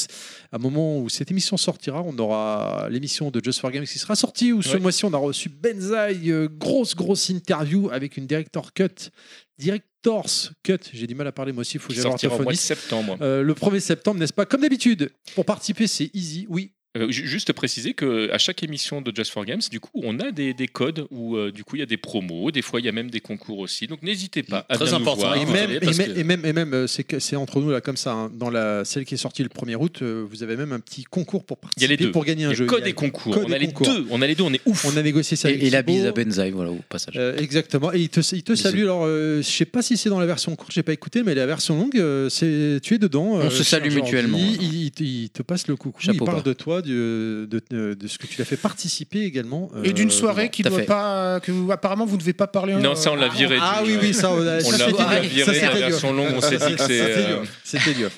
[SPEAKER 1] À un moment où cette émission sortira, on aura l'émission de Just for Games qui sera sortie. Où ce
[SPEAKER 5] Ouais.
[SPEAKER 1] mois-ci, on a reçu Benzaï, euh, grosse, grosse interview avec une director cut. Director's cut, j'ai du mal à parler moi aussi, il faut que
[SPEAKER 5] Qui
[SPEAKER 1] j'aille voir
[SPEAKER 5] sortira au mois de
[SPEAKER 1] l'orthophoniste.
[SPEAKER 5] septembre.
[SPEAKER 1] Euh, le 1er septembre, n'est-ce pas Comme d'habitude, pour participer, c'est easy, oui.
[SPEAKER 5] Euh, ju- juste préciser que à chaque émission de Just for Games, du coup, on a des, des codes où euh, du coup il y a des promos, des fois il y a même des concours aussi. Donc n'hésitez pas. À
[SPEAKER 6] Très
[SPEAKER 5] bien nous
[SPEAKER 6] important,
[SPEAKER 5] voir.
[SPEAKER 1] Et même, et, même, et même- et même, euh, c'est que- c'est entre nous là comme ça. hein. Dans la celle qui est sortie le 1er août, euh, vous avez même un petit concours pour
[SPEAKER 5] Il y
[SPEAKER 1] participer
[SPEAKER 5] a les deux.
[SPEAKER 1] pour gagner un
[SPEAKER 5] Il y a
[SPEAKER 1] jeu.
[SPEAKER 5] Code
[SPEAKER 1] Il y a
[SPEAKER 5] et concours.
[SPEAKER 1] code
[SPEAKER 5] on a
[SPEAKER 1] et
[SPEAKER 5] les
[SPEAKER 1] concours.
[SPEAKER 5] deux. On a les deux. On est ouf.
[SPEAKER 1] On a négocié ça. avec
[SPEAKER 9] Et, et la
[SPEAKER 1] Thibaut.
[SPEAKER 9] bise à Benzaï, voilà, au passage.
[SPEAKER 1] Euh, exactement. Et il te, il te salue. Alors, euh, je sais pas si c'est dans la version courte, j'ai pas écouté, mais la version longue, euh, c'est tu es dedans.
[SPEAKER 9] On se
[SPEAKER 1] cher
[SPEAKER 9] salue
[SPEAKER 1] Jordi.
[SPEAKER 9] mutuellement.
[SPEAKER 1] Il, il te- il te passe le coucou.
[SPEAKER 9] Chapeau
[SPEAKER 1] il parle
[SPEAKER 9] bas.
[SPEAKER 1] de toi, du- de, de, de ce que tu l'as fait participer également.
[SPEAKER 3] Et
[SPEAKER 1] euh,
[SPEAKER 3] d'une soirée
[SPEAKER 1] dedans.
[SPEAKER 3] qui doit pas. que vous- apparemment vous ne devez pas parler.
[SPEAKER 5] Non,
[SPEAKER 3] euh,
[SPEAKER 5] ça on l'a viré.
[SPEAKER 1] Ah
[SPEAKER 5] du-
[SPEAKER 1] oui, oui, ça, on l'a
[SPEAKER 5] on
[SPEAKER 1] ça,
[SPEAKER 5] l'a
[SPEAKER 1] c'était
[SPEAKER 5] on l'a
[SPEAKER 1] dur.
[SPEAKER 5] viré.
[SPEAKER 1] Ça,
[SPEAKER 5] La
[SPEAKER 1] c'était
[SPEAKER 5] version
[SPEAKER 1] dur.
[SPEAKER 5] longue, on s'est dit que
[SPEAKER 1] Ça,
[SPEAKER 5] c'est.
[SPEAKER 1] c'était
[SPEAKER 5] euh,
[SPEAKER 1] dur. C'était dur.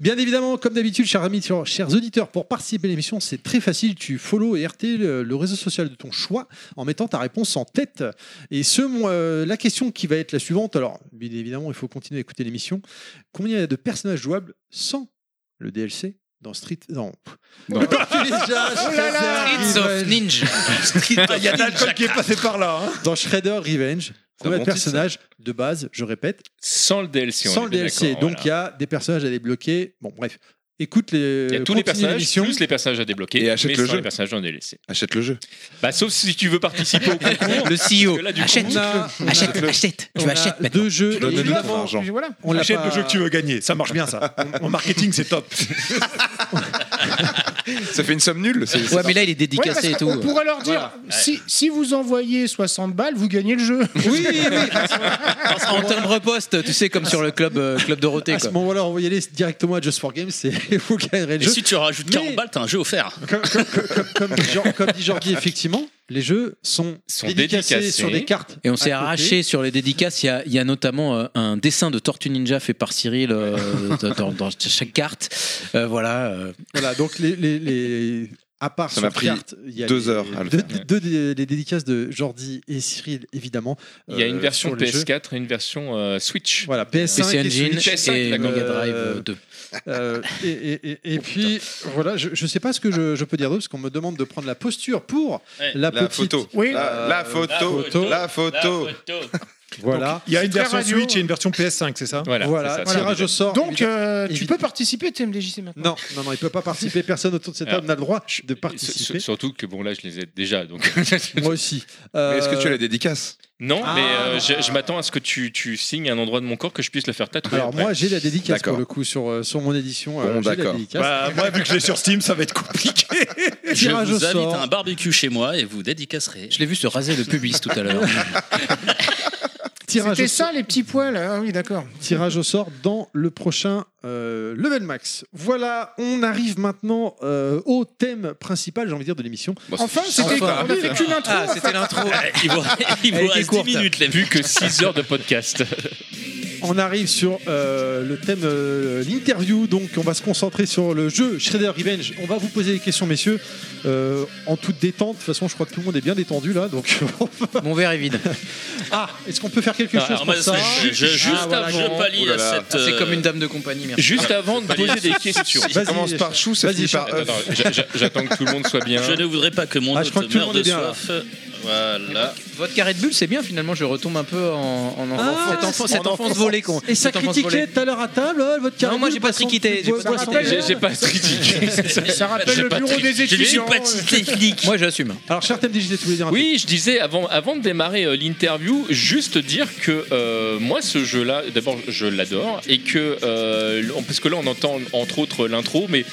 [SPEAKER 1] Bien évidemment, comme d'habitude, chers amis, chers- chers auditeurs, pour participer à l'émission, c'est très facile. Tu follow et RT le, le réseau social de ton choix en mettant ta réponse en tête. Et ce, moi, euh, la question qui va être la suivante. Alors, bien évidemment, il faut continuer à écouter l'émission. Combien il y a de personnages jouables sans le DLC dans Street Non. [laughs]
[SPEAKER 17] Dans-
[SPEAKER 3] Oh là là
[SPEAKER 9] Streets of Ninja.
[SPEAKER 8] Ah, Il y a de l'alcool qui est passé par là. hein.
[SPEAKER 1] Dans Shredder Revenge, combien de
[SPEAKER 8] remonte, ça.
[SPEAKER 1] personnages de base, je répète,
[SPEAKER 5] Sans le DLC. on
[SPEAKER 1] sans
[SPEAKER 5] est
[SPEAKER 1] le
[SPEAKER 5] bien
[SPEAKER 1] DLC.
[SPEAKER 5] d'accord,
[SPEAKER 1] Donc il y a des personnages à débloquer. Bon, bref. Écoute les.
[SPEAKER 5] Il y a tous les
[SPEAKER 1] continue
[SPEAKER 5] personnages,
[SPEAKER 1] l'émission.
[SPEAKER 5] plus les personnages à débloquer,
[SPEAKER 17] Et achète
[SPEAKER 5] mais
[SPEAKER 17] le
[SPEAKER 5] sans
[SPEAKER 17] jeu.
[SPEAKER 5] les personnages en DLC.
[SPEAKER 17] Achète le jeu.
[SPEAKER 5] Bah, sauf si tu veux participer au concours.
[SPEAKER 9] Le CEO.
[SPEAKER 5] parce que là, du
[SPEAKER 9] Achète,
[SPEAKER 5] coup,
[SPEAKER 9] achète, achète.
[SPEAKER 1] On
[SPEAKER 9] Tu
[SPEAKER 1] a
[SPEAKER 9] achètes maintenant.
[SPEAKER 1] deux jeux.
[SPEAKER 17] Donne-nous ton
[SPEAKER 1] évidemment,
[SPEAKER 17] argent.
[SPEAKER 3] Puis voilà.
[SPEAKER 1] on l'a
[SPEAKER 8] Achète
[SPEAKER 1] pas- [laughs]
[SPEAKER 8] le jeu que tu veux gagner. Ça marche bien, ça. En marketing, c'est top.
[SPEAKER 10] Ça fait une somme nulle. c'est- c'est
[SPEAKER 9] Ouais, mais
[SPEAKER 10] pas-
[SPEAKER 9] là, il est dédicacé
[SPEAKER 3] Ouais,
[SPEAKER 9] et
[SPEAKER 3] parce
[SPEAKER 9] tout.
[SPEAKER 3] qu'on pourrait leur dire,
[SPEAKER 9] Voilà.
[SPEAKER 3] si, si vous envoyez 60 balles, vous gagnez le jeu.
[SPEAKER 9] Oui,
[SPEAKER 3] [laughs]
[SPEAKER 9] En timbre poste, tu sais, comme sur le club, euh, club Dorothée.
[SPEAKER 1] à ce
[SPEAKER 9] quoi.
[SPEAKER 1] moment-là, envoyez-les directement à Just for Games [laughs] et vous gagnerez le
[SPEAKER 6] Et
[SPEAKER 1] jeu.
[SPEAKER 6] si tu rajoutes 40 balles, t'as un jeu offert.
[SPEAKER 1] Comme dit, Jean- comme dit
[SPEAKER 5] [laughs]
[SPEAKER 1] Jordi, effectivement, les jeux sont, dédicacés, sur des cartes.
[SPEAKER 9] Et on
[SPEAKER 1] à
[SPEAKER 9] s'est
[SPEAKER 1] côté.
[SPEAKER 9] arraché sur les dédicaces. Il y a, il y a notamment euh, un dessin de Tortue Ninja fait par Cyril euh,
[SPEAKER 1] [laughs]
[SPEAKER 9] dans, dans- dans chaque carte. Euh, voilà. euh.
[SPEAKER 1] Voilà, donc les. les- les- À part
[SPEAKER 10] Ça
[SPEAKER 1] sur
[SPEAKER 10] m'a pris
[SPEAKER 1] carte, il y a
[SPEAKER 10] deux
[SPEAKER 1] les-
[SPEAKER 10] heures à le
[SPEAKER 1] deux,
[SPEAKER 10] faire.
[SPEAKER 1] deux des- les dédicaces de Jordi et Cyril, évidemment.
[SPEAKER 5] Il y a
[SPEAKER 1] euh,
[SPEAKER 5] une version
[SPEAKER 1] sur les jeux.
[SPEAKER 5] PS4 et une version euh, Switch. Euh,
[SPEAKER 1] Voilà, PS5
[SPEAKER 5] PC
[SPEAKER 1] et
[SPEAKER 5] Engine
[SPEAKER 1] Switch.
[SPEAKER 5] PS5,
[SPEAKER 1] et
[SPEAKER 5] d'accord.
[SPEAKER 1] Mega Drive, euh, deux. Euh, et et- et- et
[SPEAKER 8] Oh,
[SPEAKER 1] puis, voilà, je ne sais pas ce que je, je peux dire d'autre, parce qu'on me demande de prendre la posture pour
[SPEAKER 5] Ouais.
[SPEAKER 1] la
[SPEAKER 10] La
[SPEAKER 1] petite... Euh,
[SPEAKER 10] photo.
[SPEAKER 8] Euh,
[SPEAKER 10] La- la photo. La photo.
[SPEAKER 1] [laughs] Voilà.
[SPEAKER 8] Il y a une
[SPEAKER 3] Très
[SPEAKER 8] version
[SPEAKER 3] radio.
[SPEAKER 8] Switch et une version PS5, c'est ça
[SPEAKER 5] Voilà.
[SPEAKER 1] Voilà,
[SPEAKER 8] c'est ça,
[SPEAKER 1] tirage
[SPEAKER 8] c'est
[SPEAKER 1] au sort.
[SPEAKER 3] Donc,
[SPEAKER 1] évidemment.
[SPEAKER 3] euh, tu peux participer, TMDJC maintenant.
[SPEAKER 1] Non, non, non, il peut pas participer. Personne autour de cette
[SPEAKER 5] Alors,
[SPEAKER 1] table n'a le droit de
[SPEAKER 5] S-
[SPEAKER 1] participer.
[SPEAKER 5] Surtout que bon là je les ai déjà donc.
[SPEAKER 1] Moi aussi.
[SPEAKER 10] Mais Est-ce que tu as
[SPEAKER 1] Euh,
[SPEAKER 10] la dédicace
[SPEAKER 5] Non,
[SPEAKER 1] Ah.
[SPEAKER 5] mais euh, je, je m'attends à ce que tu, tu signes un endroit de mon corps que je puisse le faire tatouer.
[SPEAKER 1] Alors
[SPEAKER 5] après.
[SPEAKER 1] moi j'ai la dédicace
[SPEAKER 5] D'accord.
[SPEAKER 1] pour le coup sur, euh, sur mon édition. euh,
[SPEAKER 10] Bon,
[SPEAKER 1] j'ai la
[SPEAKER 10] d'accord.
[SPEAKER 1] dédicace.
[SPEAKER 8] Bah, moi, vu que je l'ai sur Steam, ça va être compliqué.
[SPEAKER 6] Je
[SPEAKER 1] Tirage au
[SPEAKER 6] vous invite
[SPEAKER 1] sort.
[SPEAKER 6] à un barbecue chez moi et vous dédicacerez.
[SPEAKER 9] Je l'ai vu se raser le pubis tout à l'heure.
[SPEAKER 1] Tirage au
[SPEAKER 3] C'était
[SPEAKER 1] sort.
[SPEAKER 3] ça, les petits poils. Ah oui, d'accord.
[SPEAKER 1] Tirage au sort dans le prochain euh, Level Max. Voilà, on arrive maintenant euh, au thème principal, j'ai envie de dire, de l'émission.
[SPEAKER 3] Enfin, c'était-
[SPEAKER 1] Enfin,
[SPEAKER 3] on a fait qu'une intro.
[SPEAKER 9] Ah, c'était l'intro.
[SPEAKER 6] Il vous, il vous
[SPEAKER 9] Elle était
[SPEAKER 6] reste 10
[SPEAKER 9] courte.
[SPEAKER 6] minutes, les
[SPEAKER 5] Vu que 6 heures de podcast.
[SPEAKER 1] On arrive sur euh, le thème, euh, l'interview, donc on va se concentrer sur le jeu Shredder Revenge. On va vous poser des questions, messieurs, euh, en toute détente. De toute façon, je crois que tout le monde est bien détendu là, donc [laughs]
[SPEAKER 9] Mon verre est vide.
[SPEAKER 1] Ah, est-ce qu'on peut faire quelque
[SPEAKER 6] Ah,
[SPEAKER 1] chose
[SPEAKER 6] alors,
[SPEAKER 1] pour
[SPEAKER 6] moi,
[SPEAKER 1] ça
[SPEAKER 6] je- je- juste avant, je pallie à cette,
[SPEAKER 9] Ah, C'est
[SPEAKER 6] euh,
[SPEAKER 9] comme une dame de compagnie, merci.
[SPEAKER 5] Juste avant de poser des questions.
[SPEAKER 1] Vas-y,
[SPEAKER 10] commence par chou, ça
[SPEAKER 1] vas-y,
[SPEAKER 10] finit par
[SPEAKER 1] Charles.
[SPEAKER 10] œuf.
[SPEAKER 5] Attends, j'a- j'a- J'attends que tout le monde soit bien.
[SPEAKER 6] Je ne voudrais pas que mon
[SPEAKER 1] Ah, je crois que
[SPEAKER 6] hôte
[SPEAKER 1] tout le
[SPEAKER 6] meure
[SPEAKER 1] monde
[SPEAKER 6] de
[SPEAKER 1] est bien, là.
[SPEAKER 6] soif. Voilà.
[SPEAKER 9] Votre carré de bulle, c'est bien finalement. Je retombe un peu en, en enfant.
[SPEAKER 1] Ah,
[SPEAKER 9] cette, enfant-
[SPEAKER 1] c'est-
[SPEAKER 9] cette enfance volée, con.
[SPEAKER 1] Et ça
[SPEAKER 9] Cette enfance
[SPEAKER 1] critiquait
[SPEAKER 9] volée.
[SPEAKER 1] tout à l'heure à table,
[SPEAKER 3] euh,
[SPEAKER 1] oh, votre
[SPEAKER 9] Non,
[SPEAKER 1] caractère,
[SPEAKER 9] moi j'ai pas
[SPEAKER 1] boisson-
[SPEAKER 9] triquité. j'ai
[SPEAKER 1] boisson-
[SPEAKER 9] pas
[SPEAKER 1] boisson-
[SPEAKER 9] triquité.
[SPEAKER 5] J'ai j'ai pas critiqué.
[SPEAKER 3] [laughs] Ça rappelle
[SPEAKER 5] J'ai
[SPEAKER 3] le
[SPEAKER 5] pas
[SPEAKER 3] bureau
[SPEAKER 5] tri-
[SPEAKER 3] des
[SPEAKER 5] j'ai lu
[SPEAKER 3] étudiants.
[SPEAKER 5] pas-
[SPEAKER 9] Moi j'assume.
[SPEAKER 1] Alors, cher thème digital, tous les dire un
[SPEAKER 5] Oui, je disais avant, avant de démarrer euh, l'interview, juste dire que euh, moi ce jeu-là, d'abord je l'adore et que euh, l- parce que là on entend entre autres l'intro, mais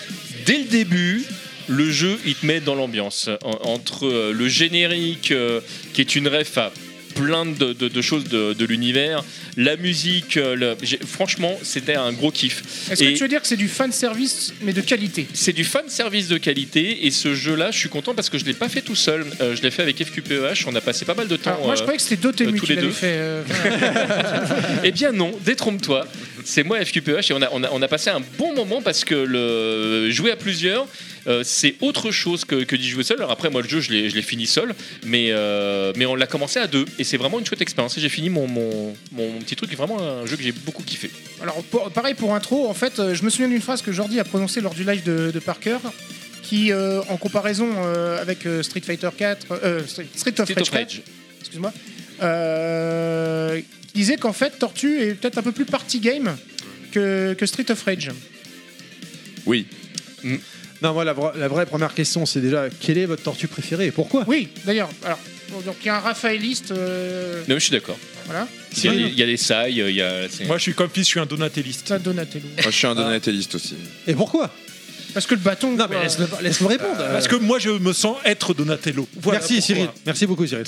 [SPEAKER 5] dès le début. Le jeu, il te met dans l'ambiance. En- Entre euh, le générique, euh, qui est une ref à plein de, de- de choses de, de l'univers, la musique, euh, le- j'ai- franchement, c'était un gros kiff.
[SPEAKER 3] Est-ce
[SPEAKER 5] Et-
[SPEAKER 3] que tu veux dire que c'est du fan service, mais de qualité
[SPEAKER 5] c'est du fan service de qualité et ce jeu là je suis content parce que je l'ai pas fait tout seul Euh, je l'ai fait avec FQPEH on a passé pas mal de temps
[SPEAKER 3] Alors, Ah, Moi, je
[SPEAKER 5] euh,
[SPEAKER 3] croyais que c'était Dotemu
[SPEAKER 5] tous
[SPEAKER 3] qui
[SPEAKER 5] les
[SPEAKER 3] l'avait
[SPEAKER 5] deux.
[SPEAKER 3] fait. euh, voilà.
[SPEAKER 5] [laughs] eh bien non, détrompe-toi. C'est moi FQPH E et on a, on, a, on a passé un bon moment parce que le jouer à plusieurs, euh, c'est autre chose que, que d'y jouer seul. Alors après moi le jeu je l'ai je l'ai fini seul, mais, euh, mais on l'a commencé à deux et c'est vraiment une chouette expérience. Et J'ai fini mon, mon, mon petit truc, vraiment un jeu que j'ai beaucoup kiffé.
[SPEAKER 3] Alors, pour- pareil pour intro, en fait, euh, je me souviens d'une phrase que Jordi a prononcée lors du live de, de Parker, qui, euh, en comparaison euh, avec euh, Street Fighter 4, euh, Street, Street of
[SPEAKER 5] Street
[SPEAKER 3] Rage
[SPEAKER 5] of
[SPEAKER 3] 4,
[SPEAKER 5] Rage.
[SPEAKER 3] excuse-moi, euh, qui disait qu'en fait, Tortue est peut-être un peu plus party game que, que Street of Rage.
[SPEAKER 10] Oui.
[SPEAKER 1] Mm. Non, moi, la, vra- la vraie première question, c'est déjà quelle est votre tortue préférée et pourquoi
[SPEAKER 3] Oui, d'ailleurs, alors, bon, donc il y a un Raphaéliste, euh,
[SPEAKER 5] Non mais je suis d'accord.
[SPEAKER 3] voilà, Ah,
[SPEAKER 5] Il y a des- il y a des sailles, il y a... c'est-
[SPEAKER 8] Moi, je suis comme fils, je suis un Donatelliste.
[SPEAKER 3] c'est un Donatello.
[SPEAKER 10] Moi, je suis un donatelliste aussi.
[SPEAKER 1] Et pourquoi
[SPEAKER 3] Parce que le bâton. euh,
[SPEAKER 1] Non,
[SPEAKER 3] quoi.
[SPEAKER 1] mais laisse-le laisse-le répondre.
[SPEAKER 8] Parce que moi, je me sens être Donatello. Voilà
[SPEAKER 1] euh, Merci,
[SPEAKER 8] pourquoi.
[SPEAKER 1] Cyril. Merci beaucoup, Cyril.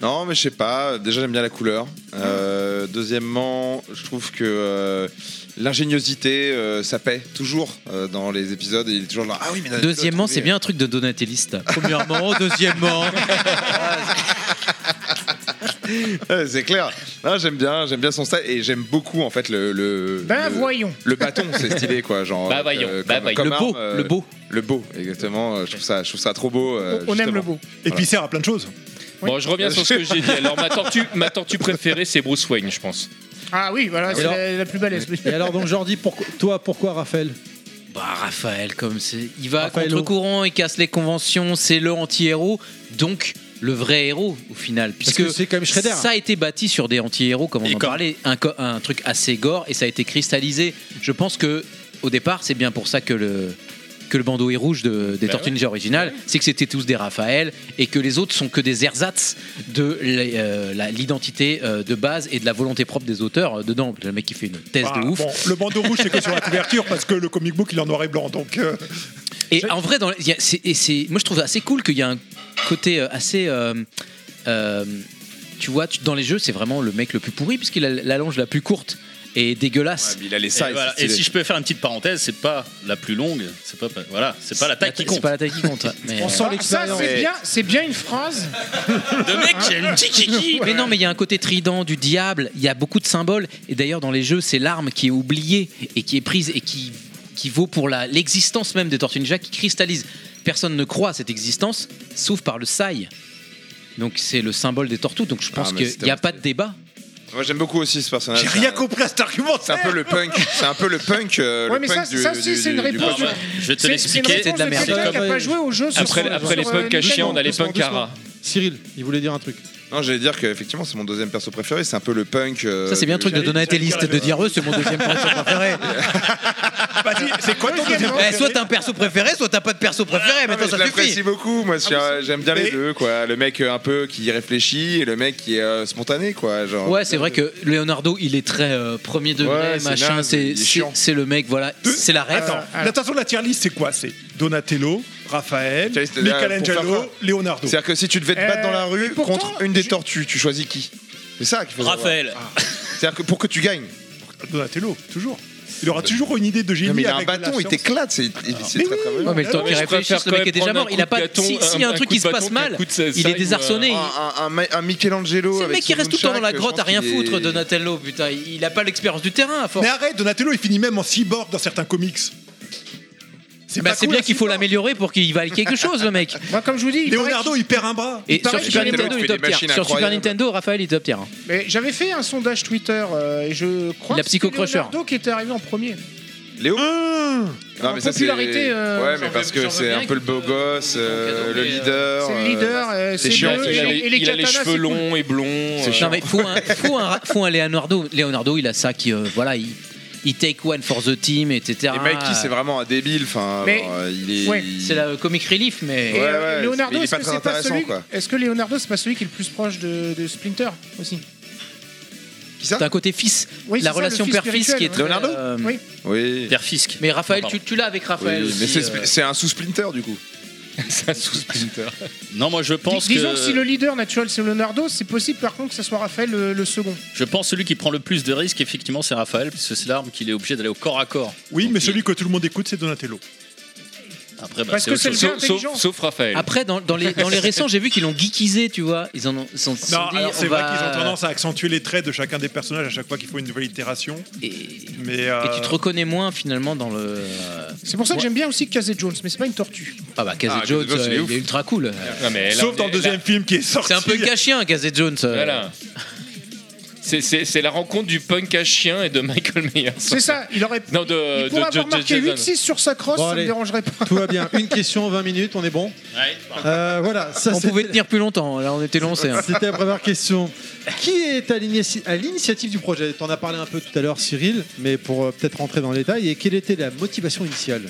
[SPEAKER 10] Non, mais je sais pas. Déjà, j'aime bien la couleur. Euh, deuxièmement, je trouve que euh, l'ingéniosité, euh, ça paie toujours euh, dans les épisodes. Et il est toujours là. Ah oui, mais Donatello a
[SPEAKER 9] Deuxièmement,
[SPEAKER 10] trouvé.
[SPEAKER 9] c'est bien un truc de Donatelliste.
[SPEAKER 3] [laughs]
[SPEAKER 9] Premièrement, deuxièmement.
[SPEAKER 10] [laughs] Ouais, c'est clair. Non, j'aime bien, j'aime bien son style et j'aime beaucoup en fait le. le
[SPEAKER 3] Ben
[SPEAKER 10] le-
[SPEAKER 3] voyons.
[SPEAKER 10] Le bâton, c'est stylé quoi, genre. euh,
[SPEAKER 5] Bah voyons, bah
[SPEAKER 10] comme-
[SPEAKER 5] voyons.
[SPEAKER 10] comme
[SPEAKER 9] Le
[SPEAKER 10] arme,
[SPEAKER 9] beau,
[SPEAKER 10] euh,
[SPEAKER 9] le beau.
[SPEAKER 10] Le beau, exactement. Euh, Je trouve ça, je trouve ça trop beau. euh,
[SPEAKER 3] on aime
[SPEAKER 10] justement.
[SPEAKER 3] le beau.
[SPEAKER 8] Et puis, il sert à plein de choses.
[SPEAKER 5] Bon je reviens
[SPEAKER 10] [laughs]
[SPEAKER 5] sur ce que j'ai dit. Alors ma tortue, ma tortue préférée c'est Bruce Wayne je pense.
[SPEAKER 3] Ah oui, voilà, c'est
[SPEAKER 1] alors-
[SPEAKER 3] la, la plus balèze.
[SPEAKER 1] Et alors, donc, Jordi, pourquoi- toi, pourquoi Raphaël
[SPEAKER 9] Bah Raphaël, comme c'est, il va
[SPEAKER 1] Raphaël,
[SPEAKER 9] contre courant, il casse les conventions, c'est le anti-héros, donc le vrai héros au final, puisque
[SPEAKER 1] que c'est quand même Shredder.
[SPEAKER 9] Ça a été bâti sur des anti-héros, comme on
[SPEAKER 6] Et
[SPEAKER 9] en
[SPEAKER 6] comme-
[SPEAKER 9] parlait, un, co- un truc assez gore et ça a été cristallisé. Je pense que au départ, c'est bien pour ça que le que le bandeau est rouge de- des
[SPEAKER 5] Bah
[SPEAKER 9] Tortues
[SPEAKER 5] ouais.
[SPEAKER 9] Ninja originales, c'est que c'était tous des Raphaël et que les autres sont que des ersatz de la- euh, la- l'identité euh, de base et de la volonté propre des auteurs euh, dedans. Le mec qui fait une thèse
[SPEAKER 8] Ah,
[SPEAKER 9] de ouf. [laughs]
[SPEAKER 8] bon, le bandeau rouge, c'est que sur la couverture, parce que le comic book, il est en noir et blanc. Donc, euh,
[SPEAKER 9] Et en vrai, dans, les- il y a- c'est- et c'est- moi je trouve assez cool qu'il y a un côté euh, assez. euh, euh, tu vois, tu- dans les jeux, c'est vraiment le mec le plus pourri, puisqu'il a la longe la plus courte et dégueulasse.
[SPEAKER 6] il a les
[SPEAKER 9] size,
[SPEAKER 6] Et, voilà.
[SPEAKER 9] c'est
[SPEAKER 6] Et
[SPEAKER 9] stylé.
[SPEAKER 6] si je peux faire une petite parenthèse, c'est pas la plus longue, c'est pas voilà, c'est pas la taille qui compte.
[SPEAKER 9] C'est pas la taille qui compte. ouais. Mais,
[SPEAKER 6] On sent
[SPEAKER 9] euh,
[SPEAKER 6] l'expérience.
[SPEAKER 3] Ça, c'est bien, c'est bien une phrase.
[SPEAKER 6] [laughs] De mec, j'ai une
[SPEAKER 3] [laughs]
[SPEAKER 6] petite kiki.
[SPEAKER 9] Mais non, mais il y a un côté trident du diable, il y a beaucoup de symboles, et d'ailleurs dans les jeux, c'est l'arme qui est oubliée et qui est prise et qui, qui vaut pour la- l'existence même des Tortues Ninja qui cristallise. Personne ne croit à cette existence, sauf par le Sai. Donc c'est le symbole des tortues, donc je pense
[SPEAKER 10] Ah, mais
[SPEAKER 9] qu'il
[SPEAKER 10] c'était
[SPEAKER 9] n'y a pas de débat.
[SPEAKER 10] Moi j'aime beaucoup aussi ce personnage.
[SPEAKER 9] J'ai
[SPEAKER 10] C'est
[SPEAKER 9] rien
[SPEAKER 10] un-
[SPEAKER 8] compris à cet argument.
[SPEAKER 10] C'est un peu le punk. C'est un peu le punk. euh,
[SPEAKER 3] Ouais,
[SPEAKER 10] le
[SPEAKER 3] mais
[SPEAKER 10] punk
[SPEAKER 3] ça,
[SPEAKER 10] du,
[SPEAKER 3] ça, si,
[SPEAKER 10] du-
[SPEAKER 3] c'est une
[SPEAKER 10] du- du-
[SPEAKER 3] réponse.
[SPEAKER 10] du-
[SPEAKER 6] Je vais te
[SPEAKER 3] C'est-
[SPEAKER 6] l'expliquer.
[SPEAKER 3] c'est une réponse de quelqu'un qui a pas joué au jeu sur
[SPEAKER 6] Après-
[SPEAKER 3] son-
[SPEAKER 6] après
[SPEAKER 3] sur,
[SPEAKER 6] les
[SPEAKER 3] euh,
[SPEAKER 6] punks à
[SPEAKER 3] Nintendo.
[SPEAKER 6] chiens, on a les
[SPEAKER 3] Doucement,
[SPEAKER 6] punks à
[SPEAKER 3] doucement.
[SPEAKER 6] rats.
[SPEAKER 13] Cyril, il voulait dire un truc.
[SPEAKER 10] Non, j'allais dire qu'effectivement, c'est mon deuxième perso préféré. C'est un peu le punk. euh,
[SPEAKER 9] Ça c'est bien un
[SPEAKER 10] du-
[SPEAKER 9] truc de Donatelliste de dire eux, c'est mon deuxième perso préféré.
[SPEAKER 10] c'est quoi ton deuxième
[SPEAKER 9] Eh, Soit t'as un perso préféré, soit t'as pas de perso préféré,
[SPEAKER 10] Ah,
[SPEAKER 9] maintenant
[SPEAKER 10] mais je
[SPEAKER 9] ça suffit.
[SPEAKER 10] l'apprécie beaucoup, moi je suis- euh, j'aime bien les deux quoi. Le mec euh, un peu qui réfléchit et le mec qui est euh, spontané quoi. Genre,
[SPEAKER 9] Ouais, c'est vrai que Leonardo, il est très euh, premier degré,
[SPEAKER 10] Ouais, c'est
[SPEAKER 9] machin,
[SPEAKER 10] naze,
[SPEAKER 9] c'est
[SPEAKER 10] il est
[SPEAKER 9] c'est-
[SPEAKER 10] chiant.
[SPEAKER 9] c'est le mec, voilà, c'est la ref.
[SPEAKER 8] Attends, l'attention de la tier list, c'est quoi C'est Donatello, Raphaël,
[SPEAKER 10] c'est-à-dire, Euh, pour faire
[SPEAKER 8] Michelangelo,
[SPEAKER 10] quoi
[SPEAKER 8] Leonardo.
[SPEAKER 10] C'est-à-dire que si tu devais te battre dans la rue contre une des tortues, tu choisis qui C'est ça qu'il faut savoir.
[SPEAKER 6] Raphaël.
[SPEAKER 10] Ah. C'est-à-dire que pour que tu gagnes.
[SPEAKER 8] Donatello, toujours. Il aura toujours une idée de génie.
[SPEAKER 10] Non, mais il a un
[SPEAKER 8] avec de la
[SPEAKER 10] bâton, il
[SPEAKER 8] science. Ah,
[SPEAKER 10] t'éclate, c'est c'est
[SPEAKER 8] mais
[SPEAKER 10] très très
[SPEAKER 8] oui.
[SPEAKER 10] mal.
[SPEAKER 8] Ouais, mais le temps
[SPEAKER 9] qu'il réfléchisse, Ah, le mec est déjà mort, il a pas- si- s'il y
[SPEAKER 8] hein.
[SPEAKER 9] a un truc qui se passe mal, il est désarçonné, il-
[SPEAKER 10] Un, un- un Michelangelo.
[SPEAKER 9] C'est le
[SPEAKER 10] avec
[SPEAKER 9] mec qui
[SPEAKER 10] son
[SPEAKER 9] reste tout le temps dans la
[SPEAKER 10] nunchak,
[SPEAKER 9] grotte
[SPEAKER 10] je
[SPEAKER 9] à
[SPEAKER 10] pense
[SPEAKER 9] rien
[SPEAKER 10] qu'il est-
[SPEAKER 9] foutre, Donatello, putain, il a pas l'expérience du terrain à force.
[SPEAKER 8] Mais arrête, Donatello, il finit même en cyborg dans certains comics.
[SPEAKER 9] C'est bah,
[SPEAKER 8] hein,
[SPEAKER 9] c'est bien qu'il faut l'améliorer pour qu'il vaille quelque chose, le mec.
[SPEAKER 3] Moi, comme je vous dis, il
[SPEAKER 8] Leonardo,
[SPEAKER 3] paraît
[SPEAKER 8] il perd un bras.
[SPEAKER 9] Et
[SPEAKER 3] paraît
[SPEAKER 9] sur
[SPEAKER 3] que
[SPEAKER 9] Super
[SPEAKER 3] Donatello
[SPEAKER 9] Nintendo, il
[SPEAKER 3] fait
[SPEAKER 9] est
[SPEAKER 3] des
[SPEAKER 9] top tier.
[SPEAKER 3] machines
[SPEAKER 9] Sur Super
[SPEAKER 3] incroyables.
[SPEAKER 9] Nintendo, Raphaël, il est top tier. hein.
[SPEAKER 3] Mais j'avais fait un sondage Twitter euh, et je crois
[SPEAKER 9] La
[SPEAKER 3] que c'est
[SPEAKER 9] Psycho Crusher.
[SPEAKER 3] Leonardo qui était arrivé en premier.
[SPEAKER 10] Léo
[SPEAKER 3] En
[SPEAKER 10] Non, mais ça, c'est-
[SPEAKER 3] popularité, euh,
[SPEAKER 10] ouais,
[SPEAKER 3] j'en
[SPEAKER 10] mais
[SPEAKER 3] veux-
[SPEAKER 10] parce
[SPEAKER 3] j'en
[SPEAKER 10] que
[SPEAKER 3] veux
[SPEAKER 10] c'est
[SPEAKER 3] bien
[SPEAKER 10] un peu le beau gosse, euh, le leader.
[SPEAKER 3] c'est le
[SPEAKER 10] euh,
[SPEAKER 3] leader, euh, c'est
[SPEAKER 10] c'est chiant,
[SPEAKER 3] le-
[SPEAKER 10] c'est
[SPEAKER 3] il a-
[SPEAKER 10] chiant.
[SPEAKER 3] il a les cheveux longs
[SPEAKER 5] et blonds.
[SPEAKER 10] C'est
[SPEAKER 9] Non
[SPEAKER 10] chiant.
[SPEAKER 9] mais faut un, faut un, faut un Leonardo. Leonardo, il a ça qui, euh, voilà, il, il take one for the team, etc.
[SPEAKER 10] Et Mikey, c'est vraiment un débile. Enfin,
[SPEAKER 9] Mais-
[SPEAKER 10] alors, euh, il est.
[SPEAKER 9] Ouais. C'est la euh, comic relief, mais.
[SPEAKER 10] Ouais, ouais,
[SPEAKER 3] Et euh, Leonardo,
[SPEAKER 10] mais il est
[SPEAKER 3] est-ce
[SPEAKER 10] pas
[SPEAKER 3] que
[SPEAKER 10] très
[SPEAKER 3] c'est pas
[SPEAKER 10] intéressant,
[SPEAKER 3] celui
[SPEAKER 10] quoi.
[SPEAKER 3] Est-ce que Leonardo c'est pas celui qui est le plus proche de, de Splinter aussi
[SPEAKER 9] T'as un côté fils,
[SPEAKER 3] Oui,
[SPEAKER 9] la
[SPEAKER 3] c'est ça,
[SPEAKER 9] relation
[SPEAKER 3] le fils
[SPEAKER 9] père-fils qui est très. euh,
[SPEAKER 3] spirituel, ouais. Oui.
[SPEAKER 10] Oui.
[SPEAKER 6] Père Fisk.
[SPEAKER 9] Mais Raphaël, tu, tu l'as avec Raphaël
[SPEAKER 10] Oui,
[SPEAKER 9] aussi.
[SPEAKER 10] mais c'est
[SPEAKER 9] euh.
[SPEAKER 10] c'est un sous-splinter du
[SPEAKER 9] [laughs]
[SPEAKER 10] coup.
[SPEAKER 6] c'est un sous-splinter. Non, moi je pense
[SPEAKER 3] Dis- Disons
[SPEAKER 6] que
[SPEAKER 3] que si le leader naturel c'est Leonardo, c'est possible par contre que ce soit Raphaël le, le second.
[SPEAKER 6] je pense celui qui prend le plus de risques effectivement c'est Raphaël parce que c'est l'arme qu'il est obligé d'aller au corps à corps.
[SPEAKER 8] Oui, mais celui que tout le monde écoute, c'est Donatello.
[SPEAKER 6] Après bah,
[SPEAKER 8] Parce
[SPEAKER 6] c'est
[SPEAKER 8] que
[SPEAKER 6] autre
[SPEAKER 8] c'est le
[SPEAKER 6] chose.
[SPEAKER 8] gars intelligent.
[SPEAKER 5] sauf Raphaël.
[SPEAKER 9] Après, dans, dans les, dans les récents, j'ai vu qu'ils l'ont geekisé, tu vois. Ils en ont. ils sont- ils sont
[SPEAKER 8] Non,
[SPEAKER 9] dit,
[SPEAKER 8] alors c'est
[SPEAKER 9] on
[SPEAKER 8] vrai
[SPEAKER 9] va-
[SPEAKER 8] qu'ils ont tendance à accentuer les traits de chacun des personnages à chaque fois qu'il faut une nouvelle itération. mais euh,
[SPEAKER 9] Et tu te reconnais moins finalement dans le. euh,
[SPEAKER 3] C'est pour ça que j'aime bien aussi Casey Jones, mais c'est pas une tortue.
[SPEAKER 9] Ah bah Casey
[SPEAKER 6] Ah, Casey
[SPEAKER 9] Jones,
[SPEAKER 6] Jones, il est
[SPEAKER 9] euh,
[SPEAKER 6] ouf.
[SPEAKER 9] il est ultra cool.
[SPEAKER 6] Non, mais là, Sauf on dans le est- deuxième là-
[SPEAKER 8] film qui est sorti.
[SPEAKER 9] C'est un peu gâchien, Casey Jones. euh.
[SPEAKER 5] Voilà. C'est- C'est c'est la rencontre du punk à chien et de Michael Myers.
[SPEAKER 3] C'est ça, il aurait.
[SPEAKER 5] Non, de,
[SPEAKER 3] Il pourrait
[SPEAKER 5] Euh, de- de-
[SPEAKER 3] avoir
[SPEAKER 5] de
[SPEAKER 3] marqué
[SPEAKER 5] Jason.
[SPEAKER 3] 8-6 sur sa crosse,
[SPEAKER 5] Bon,
[SPEAKER 3] ça me
[SPEAKER 5] allez.
[SPEAKER 3] dérangerait pas.
[SPEAKER 13] Tout va bien. Une question en 20 minutes, on est bon. Euh, voilà, ça
[SPEAKER 9] on
[SPEAKER 13] c'était-
[SPEAKER 9] pouvait tenir plus longtemps, là on était lancé. hein.
[SPEAKER 13] C'était la première question. Qui est à l'inici- à l'initiative du projet T'en as parlé un peu tout à l'heure, Cyril, mais pour euh, peut-être rentrer dans les détails. Et quelle était la motivation
[SPEAKER 10] [laughs]
[SPEAKER 13] initiale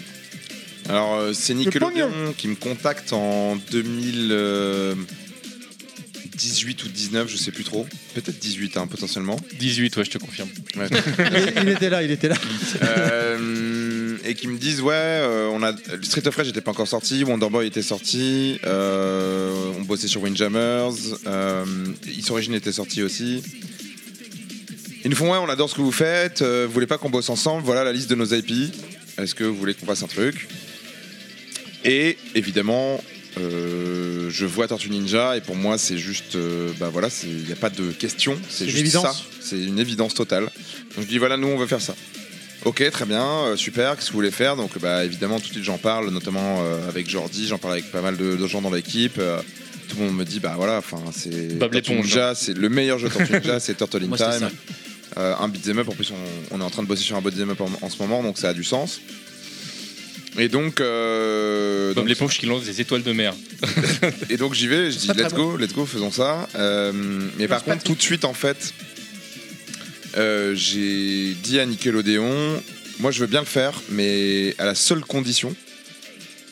[SPEAKER 10] Alors, euh, c'est Nickelodeon qui me contacte en 2018 ou 19, je sais plus trop. Peut-être 18, hein, potentiellement.
[SPEAKER 5] 18, ouais, je te confirme.
[SPEAKER 10] Ouais.
[SPEAKER 1] [laughs]
[SPEAKER 13] il, il était là, il était là.
[SPEAKER 10] Euh, et qui me disent ouais euh, on a Street of Rage n'était pas encore sorti Wonderboy était sorti euh, on bossait sur Windjammers euh, X Origin était sorti aussi ils nous font ouais on adore ce que vous faites euh, vous voulez pas qu'on bosse ensemble voilà la liste de nos IP est-ce que vous voulez qu'on fasse un truc et évidemment euh, je vois Tortue Ninja et pour moi c'est juste euh, bah voilà c'est- il n'y a pas de question
[SPEAKER 13] C'est
[SPEAKER 10] c'est
[SPEAKER 13] une
[SPEAKER 10] juste
[SPEAKER 13] évidence.
[SPEAKER 10] ça c'est une évidence totale donc je dis voilà nous on veut faire ça Ok, très bien, euh, super, qu'est-ce que vous voulez faire Donc bah, évidemment, tout de suite j'en parle, notamment euh, avec Jordi, j'en parle avec pas mal de, de gens dans l'équipe. euh, tout le monde me dit, bah voilà, enfin c'est
[SPEAKER 5] Bob
[SPEAKER 10] Tortue
[SPEAKER 5] l'éponge. hein.
[SPEAKER 10] Ninja, c'est le meilleur jeu Tortue Ninja, c'est Turtle in
[SPEAKER 5] [laughs] Moi, c'est
[SPEAKER 10] Time.
[SPEAKER 5] ça.
[SPEAKER 10] Euh, un beat'em up, en plus on, on est en train de bosser sur un beat'em up en, en ce moment, donc ça a du sens. Et donc, euh,
[SPEAKER 5] Bob
[SPEAKER 10] donc-
[SPEAKER 5] l'éponge qui lance des étoiles de mer.
[SPEAKER 10] [laughs] et donc j'y vais, je dis
[SPEAKER 5] Pas très
[SPEAKER 10] let's
[SPEAKER 5] bon.
[SPEAKER 10] go, let's go, faisons ça. Euh, mais par contre, tout de suite en fait, euh, j'ai dit à Nickelodeon, moi je veux bien le faire, mais à la seule condition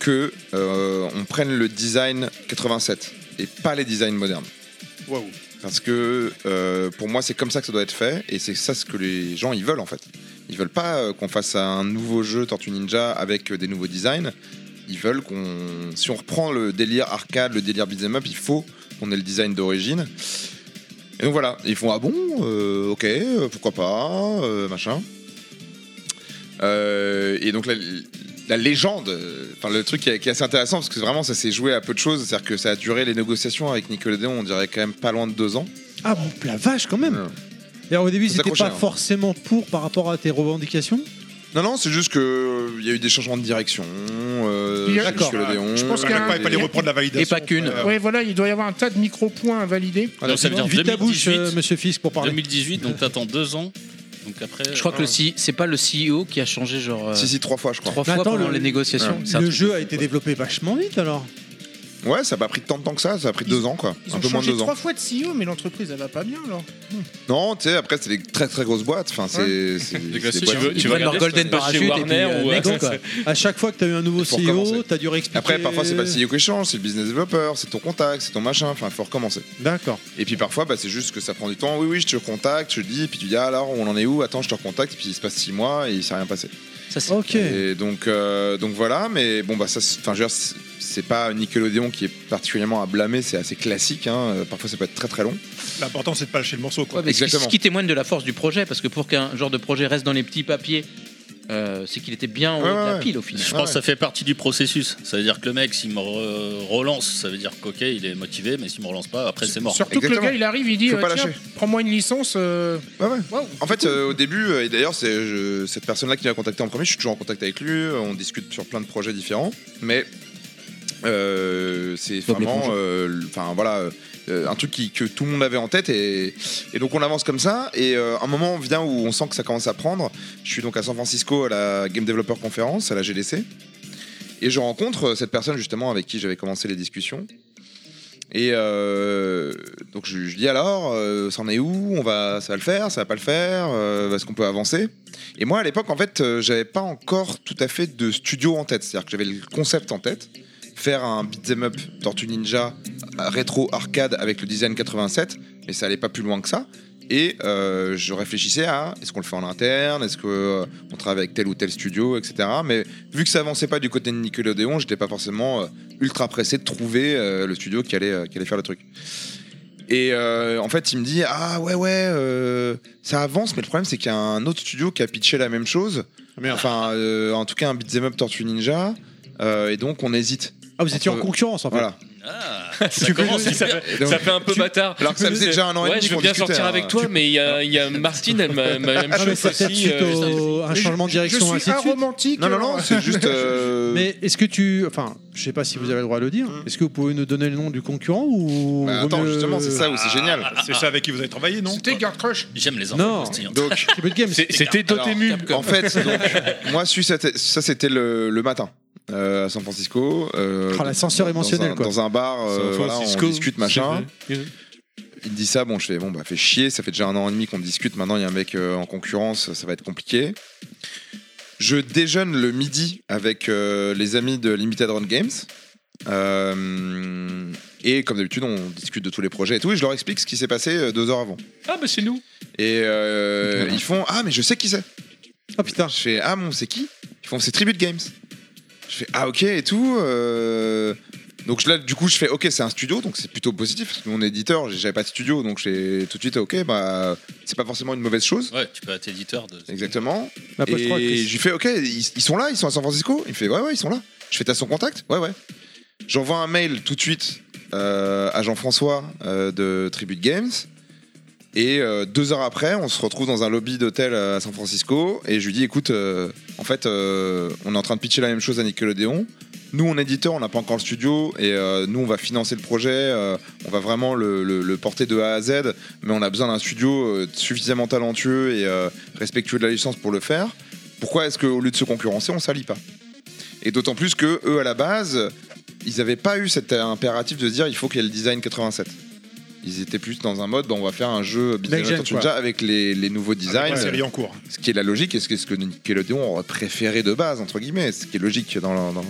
[SPEAKER 10] que euh, on prenne le design 87 et pas les designs modernes.
[SPEAKER 8] Waouh.
[SPEAKER 10] Parce que euh, pour moi, c'est comme ça que ça doit être fait, et c'est ça ce que les gens ils veulent en fait. Ils veulent pas euh, qu'on fasse un nouveau jeu Tortue Ninja avec euh, des nouveaux designs. ils veulent qu'on. Si on reprend le délire arcade, le délire beat'em up, il faut qu'on ait le design d'origine. Et donc voilà, ils font ah bon, euh, ok, euh, pourquoi pas, euh, machin. Euh, et donc la, la légende, euh, enfin le truc qui est, qui est assez intéressant parce que vraiment ça s'est joué à peu de choses, c'est-à-dire que ça a duré les négociations avec Nickelodeon, on dirait quand même pas loin de deux ans.
[SPEAKER 13] Ah, bon, la vache quand même Et alors, au début,
[SPEAKER 10] Faut
[SPEAKER 13] ils n'étaient
[SPEAKER 10] s'accrocher,
[SPEAKER 13] pas
[SPEAKER 10] hein.
[SPEAKER 13] forcément pour par rapport à tes revendications
[SPEAKER 10] Non, non, c'est juste que euh, il y a eu des changements de direction. euh,
[SPEAKER 3] Il y a-
[SPEAKER 10] chez
[SPEAKER 3] D'accord.
[SPEAKER 10] Nickelodeon,
[SPEAKER 3] Je pense qu'il y a un-
[SPEAKER 10] des-
[SPEAKER 3] Ouais, voilà, il doit y avoir un tas de micro-points à valider.
[SPEAKER 10] Ah,
[SPEAKER 6] Donc, ça veut dire
[SPEAKER 13] Vite ta
[SPEAKER 6] 2018,
[SPEAKER 13] bouche, euh, monsieur Fisk, pour parler.
[SPEAKER 6] 2018, donc t'attends deux ans. Donc après, euh,
[SPEAKER 9] Je crois que le C- c'est pas le CEO qui a changé genre. euh,
[SPEAKER 10] Si, si, trois fois, je crois.
[SPEAKER 9] Trois fois pendant les négociations. C'est un
[SPEAKER 13] Le
[SPEAKER 9] truc
[SPEAKER 13] jeu a été développé vachement vite alors.
[SPEAKER 10] Ouais, ça n'a pas pris tant de temps que ça, ça a pris deux ans quoi.
[SPEAKER 3] Ils
[SPEAKER 10] Un
[SPEAKER 3] ont
[SPEAKER 10] peu moins de
[SPEAKER 3] changé
[SPEAKER 10] deux ans.
[SPEAKER 3] trois fois de CEO, mais l'entreprise, elle va pas bien alors.
[SPEAKER 10] Non, tu sais, après, c'est des très très grosses boîtes. Enfin, c'est. c'est-
[SPEAKER 14] Douglas,
[SPEAKER 10] c'est des
[SPEAKER 14] tu
[SPEAKER 10] boîtes-
[SPEAKER 14] veux- tu Ils veux prennent leur regarder Golden ce que c'est chez Parachute et Warner puis, euh, ou, euh, Next, [laughs]
[SPEAKER 13] Donc,
[SPEAKER 14] quoi.
[SPEAKER 13] à chaque fois que tu as eu un nouveau
[SPEAKER 10] Faut
[SPEAKER 13] CEO,
[SPEAKER 10] recommencer.
[SPEAKER 13] tu as dû réexpliquer.
[SPEAKER 10] Après, parfois, c'est pas le CEO qui change, c'est le business developer, c'est ton contact, c'est ton machin. Enfin, il faut recommencer.
[SPEAKER 13] D'accord.
[SPEAKER 10] Et puis parfois, bah, c'est juste que ça prend du temps. Oui, oui, je te recontacte, je te dis, puis tu dis, ah, alors, on en est où Attends, je te recontacte, puis il se passe six mois et il s'est rien passé.
[SPEAKER 9] Ça,
[SPEAKER 13] c'est Ok.
[SPEAKER 10] Et donc, euh, donc voilà, mais bon, bah, ça, c'est- enfin, je veux dire, c'est- c'est pas Nickelodeon qui est particulièrement à blâmer, c'est assez classique. hein. Euh, Parfois, ça peut être très très long.
[SPEAKER 8] L'important, c'est de pas lâcher le morceau. Quoi.
[SPEAKER 9] Ouais, mais ce qui- Ce qui témoigne de la force du projet, parce que pour qu'un genre de projet reste dans les petits papiers, euh, c'est qu'il était bien en haut de la pile au final.
[SPEAKER 6] Je pense que ça fait partie du processus. Ça veut dire que le mec, s'il me re- relance, ça veut dire qu'ok, il est motivé, mais s'il me relance pas, après c'est mort.
[SPEAKER 3] Surtout que le gars, il arrive, il dit
[SPEAKER 10] Faut
[SPEAKER 3] euh,
[SPEAKER 10] pas
[SPEAKER 3] Tiens,
[SPEAKER 10] lâcher. Bah
[SPEAKER 3] prends-moi une licence. euh, waouh.
[SPEAKER 10] En fait, euh, au début, euh, et d'ailleurs, c'est je- cette personne-là qui m'a contacté en premier, je suis toujours en contact avec lui, euh, on discute sur plein de projets différents, mais euh, c'est vraiment euh, le- enfin voilà euh, un truc qui- que tout le monde avait en tête et, et donc on avance comme ça et euh, un moment vient où on sent que ça commence à prendre je suis donc à San Francisco à la Game Developer Conference à la GDC et je rencontre euh, cette personne justement avec qui j'avais commencé les discussions et euh, donc je, je dis alors, euh, c'en est où On va, ça va le faire, ça va pas le faire euh, Est-ce qu'on peut avancer Et moi à l'époque, en fait, euh, j'avais pas encore tout à fait de studio en tête, c'est-à-dire que j'avais le concept en tête, faire un beat'em up Tortue Ninja euh, rétro arcade avec le design 87, mais ça allait pas plus loin que ça. Et euh, je réfléchissais à est-ce qu'on le fait en interne, est-ce qu'on travaille avec tel ou tel studio, etc. Mais vu que ça avançait pas du côté de Nickelodeon, j'étais pas forcément euh, ultra pressé de trouver euh, le studio qui allait, euh, qui allait faire le truc. Et euh, en fait, il me dit Ah ouais, ouais, euh, ça avance, mais le problème, c'est qu'il y a un autre studio qui a pitché la même chose.
[SPEAKER 13] Ah,
[SPEAKER 10] Enfin, euh, en tout cas, un beat'em up Tortue Ninja. euh, et donc, on hésite.
[SPEAKER 13] Ah, vous étiez
[SPEAKER 10] Entre-
[SPEAKER 13] en concurrence en fait.
[SPEAKER 10] Voilà. Ah,
[SPEAKER 5] [laughs] ça
[SPEAKER 10] Tu
[SPEAKER 5] commence,
[SPEAKER 10] peux-
[SPEAKER 5] ça, fait,
[SPEAKER 10] Donc,
[SPEAKER 5] ça fait un peu
[SPEAKER 10] tu-
[SPEAKER 5] bâtard.
[SPEAKER 10] alors que ça faisait déjà un an et
[SPEAKER 5] Ouais,
[SPEAKER 10] demi
[SPEAKER 5] je veux
[SPEAKER 10] qu'on
[SPEAKER 5] bien
[SPEAKER 10] discutait,
[SPEAKER 5] sortir
[SPEAKER 10] hein.
[SPEAKER 5] avec toi, mais il y a, il y a Martine, elle
[SPEAKER 10] Bah,
[SPEAKER 5] m'a m'a- elle me
[SPEAKER 13] Ah, mais
[SPEAKER 5] chauffe
[SPEAKER 13] c'est peut-être
[SPEAKER 5] aussi,
[SPEAKER 13] suite
[SPEAKER 5] euh,
[SPEAKER 13] au- à un
[SPEAKER 5] je-
[SPEAKER 13] changement de direction, ainsi de suite.
[SPEAKER 10] Non, non,
[SPEAKER 5] hein.
[SPEAKER 10] non, c'est
[SPEAKER 5] [laughs]
[SPEAKER 10] juste. euh, Mm.
[SPEAKER 13] Mais est-ce que tu. Enfin, je sais pas si vous avez le droit de le dire. Est-ce que vous pouvez nous donner le nom du concurrent ou. Ah,
[SPEAKER 10] Bah,
[SPEAKER 13] vaut
[SPEAKER 10] attends,
[SPEAKER 13] mieux-
[SPEAKER 10] justement, c'est ça où c'est génial.
[SPEAKER 8] Ah, C'est ça avec qui vous avez travaillé, non
[SPEAKER 3] C'était Guard Crush.
[SPEAKER 6] J'aime les
[SPEAKER 13] Non,
[SPEAKER 10] donc.
[SPEAKER 13] c'était Dotemu.
[SPEAKER 10] Alors, En fait,
[SPEAKER 13] [laughs]
[SPEAKER 10] donc, moi, je suis cette- ça, c'était le, le matin. euh, à San Francisco. euh,
[SPEAKER 13] Oh, l'ascenseur
[SPEAKER 10] dans-
[SPEAKER 13] émotionnel,
[SPEAKER 10] dans un,
[SPEAKER 13] quoi.
[SPEAKER 10] Dans un bar, euh,
[SPEAKER 13] San
[SPEAKER 10] voilà,
[SPEAKER 13] Francisco,
[SPEAKER 10] on discute, machin. Il me dit ça, bon, je fais, bon, bah, fait chier, ça fait déjà un an et demi qu'on discute, maintenant il y a un mec euh, en concurrence, ça va être compliqué. Je déjeune le midi avec euh, les amis de Limited Run Games. Euh, et comme d'habitude, on discute de tous les projets et tout, et je leur explique ce qui s'est passé euh, deux heures avant.
[SPEAKER 5] Ah, bah c'est nous.
[SPEAKER 10] Et euh, ils font Ah, mais je sais qui c'est.
[SPEAKER 6] Oh,
[SPEAKER 13] Ah putain.
[SPEAKER 10] Je fais Ah, bon, c'est qui Ils font C'est Tribute Games. Je fais Ah, ok et tout. euh. Donc là, du coup, je fais Ok, c'est un studio, donc c'est plutôt positif. Parce que mon éditeur, j'avais pas de studio, donc je fais tout de suite Ok, bah, c'est pas forcément une mauvaise chose.
[SPEAKER 6] Ouais, tu peux être éditeur de.
[SPEAKER 10] Exactement.
[SPEAKER 6] La post-prod,
[SPEAKER 10] Et
[SPEAKER 6] Chris.
[SPEAKER 10] je lui fais Ok, ils, ils sont là, ils sont à San Francisco. Il me fait Ouais, ouais, ils sont là. Je fais T'as son contact Ouais, ouais. J'envoie un mail tout de suite euh, à Jean-François euh, de Tribute Games. Et euh, deux heures après, on se retrouve dans un lobby d'hôtel euh, à San Francisco et je lui dis écoute, euh, en fait, euh, on est en train de pitcher la même chose à Nickelodeon. Nous, on est éditeur, on n'a pas encore le studio et euh, nous, on va financer le projet, euh, on va vraiment le, le- le porter de A à Z, mais on a besoin d'un studio euh, suffisamment talentueux et euh, respectueux de la licence pour le faire. Pourquoi est-ce qu'au lieu de se concurrencer, on s'allie pas et d'autant plus que eux, à la base, ils n'avaient pas eu cet impératif de se dire il faut qu'il y ait le design 87. Ils étaient plus dans un mode, bah, on va faire un jeu beat'em
[SPEAKER 8] Next
[SPEAKER 10] up
[SPEAKER 8] gen,
[SPEAKER 10] Tortue Ninja
[SPEAKER 8] quoi.
[SPEAKER 10] avec les, les nouveaux designs.
[SPEAKER 8] la série en cours.
[SPEAKER 10] Ce qui est la logique et ce que, ce que Nickelodeon aurait préféré de base, entre guillemets. Ce qui est logique dans leur, dans,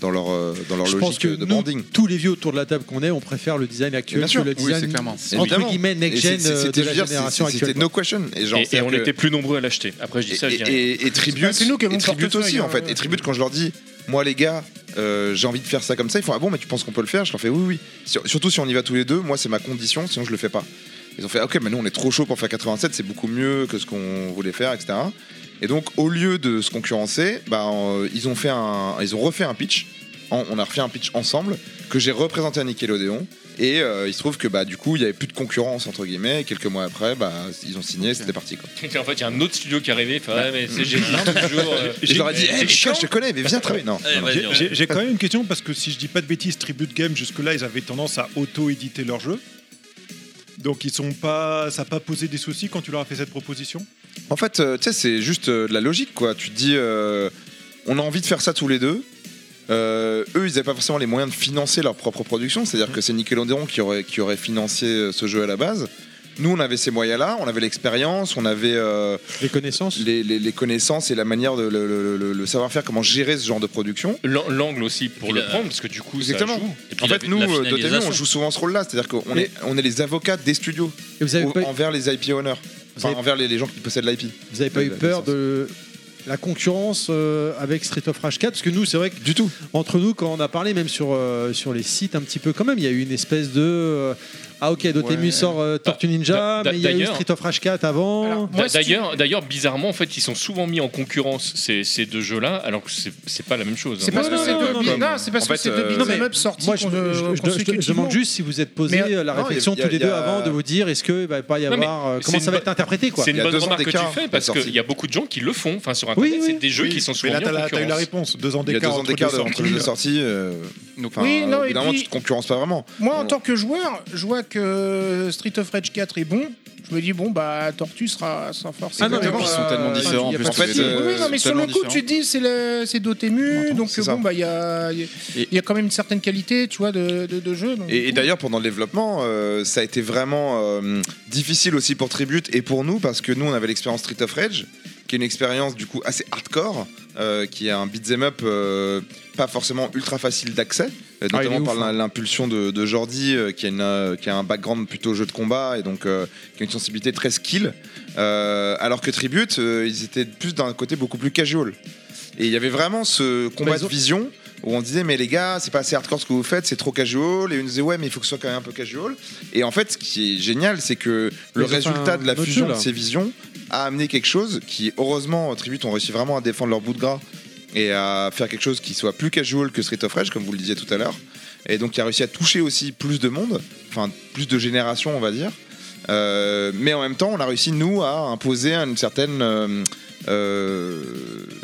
[SPEAKER 10] dans leur, euh, dans leur
[SPEAKER 13] Je pense
[SPEAKER 10] logique
[SPEAKER 13] que
[SPEAKER 10] de
[SPEAKER 13] nous,
[SPEAKER 10] branding.
[SPEAKER 13] tous les vieux autour de la table qu'on est, on préfère le design actuel
[SPEAKER 10] Bien sûr.
[SPEAKER 13] que le
[SPEAKER 10] Oui,
[SPEAKER 13] design
[SPEAKER 10] c'est clairement.
[SPEAKER 13] entre
[SPEAKER 10] Évidemment.
[SPEAKER 13] guillemets next
[SPEAKER 10] Et
[SPEAKER 13] gen
[SPEAKER 10] c'est- c'était-
[SPEAKER 13] euh,
[SPEAKER 10] je
[SPEAKER 13] de la
[SPEAKER 10] veux dire, c'est-
[SPEAKER 13] génération
[SPEAKER 10] c'était
[SPEAKER 13] actuelle.
[SPEAKER 10] no question. Et genre,
[SPEAKER 5] Et- et
[SPEAKER 10] c'est-à-dire
[SPEAKER 5] on
[SPEAKER 10] que-
[SPEAKER 5] était plus nombreux à l'acheter. Après, je dis ça,
[SPEAKER 10] et,
[SPEAKER 5] je dis rien.
[SPEAKER 10] et- et Tribute,
[SPEAKER 3] Bah, c'est nous qui avons
[SPEAKER 10] et Tribute
[SPEAKER 3] portefeuille,
[SPEAKER 10] aussi
[SPEAKER 3] hein,
[SPEAKER 10] en fait.
[SPEAKER 3] ouais.
[SPEAKER 10] Et Tribute, quand je leur dis, moi les gars, euh, j'ai envie de faire ça comme ça. Ils font ah bon, mais tu penses qu'on peut le faire Je leur fais oui, oui. Sur- surtout si on y va tous les deux, moi c'est ma condition, sinon je le fais pas. Ils ont fait ah, ok, mais nous on est trop chaud pour faire 87, c'est beaucoup mieux que ce qu'on voulait faire, etc. Et donc au lieu de se concurrencer, bah, euh, ils ont fait un, ils ont refait un pitch. En- on a refait un pitch ensemble que j'ai représenté à Nickelodeon. Et euh, il se trouve que bah du coup il y avait plus de concurrence entre guillemets. Et quelques mois après, bah ils ont signé, c'était parti quoi.
[SPEAKER 5] En fait, il y a un autre studio qui est arrivé. il fait, Ouais, [laughs] mais c'est génial. Toujours. euh,
[SPEAKER 10] Et je leur ai dit, Eh, Mika, je te connais, mais viens travailler. Non.
[SPEAKER 5] Eh,
[SPEAKER 10] non, non.
[SPEAKER 5] vas-y, on-
[SPEAKER 8] J'ai j'ai quand même une question parce que si je dis pas de bêtises, Tribute Game jusque-là, ils avaient tendance à auto-éditer leurs jeux. Donc ils sont pas, ça n'a pas posé des soucis quand tu leur as fait cette proposition.
[SPEAKER 10] En fait, euh, tu sais, c'est juste euh, de la logique, quoi. Tu te dis, euh, on a envie de faire ça tous les deux. Euh, eux, ils n'avaient pas forcément les moyens de financer leur propre production. C'est-à-dire que c'est Nickelodeon qui aurait, qui aurait financé euh, ce jeu à la base. Nous, on avait ces moyens-là, on avait l'expérience, on avait euh,
[SPEAKER 13] les connaissances,
[SPEAKER 10] les, les- les connaissances et la manière de le, le- le- le savoir-faire, comment gérer ce genre de production.
[SPEAKER 5] l'an- L'angle aussi pour le prendre, parce que du coup,
[SPEAKER 10] Exactement.
[SPEAKER 5] ça joue.
[SPEAKER 10] En fait, nous, euh, Dotemu, on joue souvent ce rôle-là, c'est-à-dire qu'on
[SPEAKER 5] Mais-
[SPEAKER 10] est, on est les avocats des studios
[SPEAKER 13] Et vous avez
[SPEAKER 10] au-
[SPEAKER 13] pas eu-
[SPEAKER 10] envers les IP owners, enfin,
[SPEAKER 13] avez-
[SPEAKER 10] envers les, les gens qui possèdent l'IP.
[SPEAKER 13] Vous n'avez pas eu peur de la concurrence euh, avec Street of Rage 4 Parce que nous, c'est vrai que
[SPEAKER 10] du tout.
[SPEAKER 13] Entre nous, quand on a parlé, même sur euh, sur les sites, un petit peu quand même, il y a eu une espèce de euh, ah ok, Dotemu
[SPEAKER 5] Ouais.
[SPEAKER 13] sort euh, Tortue
[SPEAKER 5] d'a-
[SPEAKER 13] Ninja,
[SPEAKER 5] d'a-
[SPEAKER 13] mais il y a eu
[SPEAKER 5] d'ailleurs-
[SPEAKER 13] Street of Rage 4 avant.
[SPEAKER 5] D'a- D'ailleurs, d'ailleurs, bizarrement, en fait, ils sont souvent mis en concurrence ces, ces deux jeux-là, alors que c'est c'est pas la même chose.
[SPEAKER 3] C'est parce que c'est deux beat- non, c'est parce que c'est deux
[SPEAKER 1] euh,
[SPEAKER 5] euh,
[SPEAKER 3] beat 'em up sortis
[SPEAKER 13] Moi, je,
[SPEAKER 3] con-
[SPEAKER 13] je- je- je-
[SPEAKER 3] consécutivement.
[SPEAKER 13] je demande juste si vous êtes posé
[SPEAKER 3] Mais-
[SPEAKER 13] euh, la
[SPEAKER 3] Non,
[SPEAKER 13] réflexion
[SPEAKER 3] il y a-
[SPEAKER 13] tous les
[SPEAKER 3] il y a-
[SPEAKER 13] deux avant de vous dire est-ce que va pas y
[SPEAKER 5] Non, mais
[SPEAKER 13] avoir euh,
[SPEAKER 5] c'est
[SPEAKER 13] comment
[SPEAKER 5] une
[SPEAKER 13] ça va
[SPEAKER 5] bonne-
[SPEAKER 13] être interprété quoi
[SPEAKER 5] C'est une bonne remarque que tu fais parce qu'il y a beaucoup de gens qui le font. Enfin, sur internet, c'est des jeux qui sont souvent
[SPEAKER 8] Mais là,
[SPEAKER 5] mis
[SPEAKER 8] t'as
[SPEAKER 5] en
[SPEAKER 8] la- t'as eu la
[SPEAKER 5] concurrence.
[SPEAKER 8] réponse. Deux ans
[SPEAKER 10] Il y a deux
[SPEAKER 8] d'écart
[SPEAKER 10] ans
[SPEAKER 8] entre,
[SPEAKER 10] d'écart
[SPEAKER 8] les
[SPEAKER 10] entre les deux sorties. euh, donc, enfin,
[SPEAKER 3] Oui,
[SPEAKER 8] euh,
[SPEAKER 3] non,
[SPEAKER 10] au bout
[SPEAKER 3] et
[SPEAKER 10] d'un moment,
[SPEAKER 3] puis-
[SPEAKER 10] tu te concurrences pas vraiment.
[SPEAKER 3] Moi, en tant que joueur, je vois que Street of Rage 4 est bon. Je me dis, bon, bah, Tortue sera sans force.
[SPEAKER 10] Ah non, mais bon, ils sont tellement différents,
[SPEAKER 3] En
[SPEAKER 10] en fait,
[SPEAKER 3] fait,
[SPEAKER 10] euh,
[SPEAKER 3] oui, non, mais
[SPEAKER 10] ils sont
[SPEAKER 3] sur le coup,
[SPEAKER 10] tellement
[SPEAKER 3] tu te dis, c'est le- c'est Dotemu. Donc,
[SPEAKER 10] c'est
[SPEAKER 3] bon,
[SPEAKER 10] ça.
[SPEAKER 3] bah, il y a, il y a- il y a quand même une certaine qualité, tu vois, de, de, de jeu. donc.
[SPEAKER 10] Et, et d'ailleurs, pendant le développement, euh, ça a été vraiment euh, difficile aussi pour Tribute et pour nous parce que nous, on avait l'expérience Street of Rage, qui est une expérience du coup assez hardcore, euh, qui est un beat'em up euh, pas forcément ultra facile d'accès,
[SPEAKER 13] Ah, il
[SPEAKER 10] euh,
[SPEAKER 13] est
[SPEAKER 10] notamment
[SPEAKER 13] ouf,
[SPEAKER 10] par l'in-
[SPEAKER 13] hein.
[SPEAKER 10] l'impulsion de, de Jordi, euh, qui, a une, euh, qui a un background plutôt jeu de combat et donc euh, qui a une sensibilité très skill. Euh, alors que Tribute, euh, ils étaient plus d'un côté beaucoup plus casual. Et il y avait vraiment ce combat
[SPEAKER 13] Bah, ils
[SPEAKER 10] de
[SPEAKER 13] ont-
[SPEAKER 10] vision où on disait mais les gars c'est pas assez hardcore ce que vous faites c'est trop casual et on disait ouais mais il faut que ce soit quand même un peu casual et en fait ce qui est génial c'est que
[SPEAKER 13] Ils
[SPEAKER 10] le
[SPEAKER 13] ont fait
[SPEAKER 10] résultat
[SPEAKER 13] un
[SPEAKER 10] de la
[SPEAKER 13] autre
[SPEAKER 10] fusion
[SPEAKER 13] jeu,
[SPEAKER 10] de
[SPEAKER 13] là.
[SPEAKER 10] ces visions a amené quelque chose qui heureusement Tribute ont réussi vraiment à défendre leur bout de gras et à faire quelque chose qui soit plus casual que Street of Rage comme vous le disiez tout à l'heure et donc qui a réussi à toucher aussi plus de monde enfin plus de générations on va dire euh, mais en même temps, on a réussi, nous, à imposer une certaine euh, euh,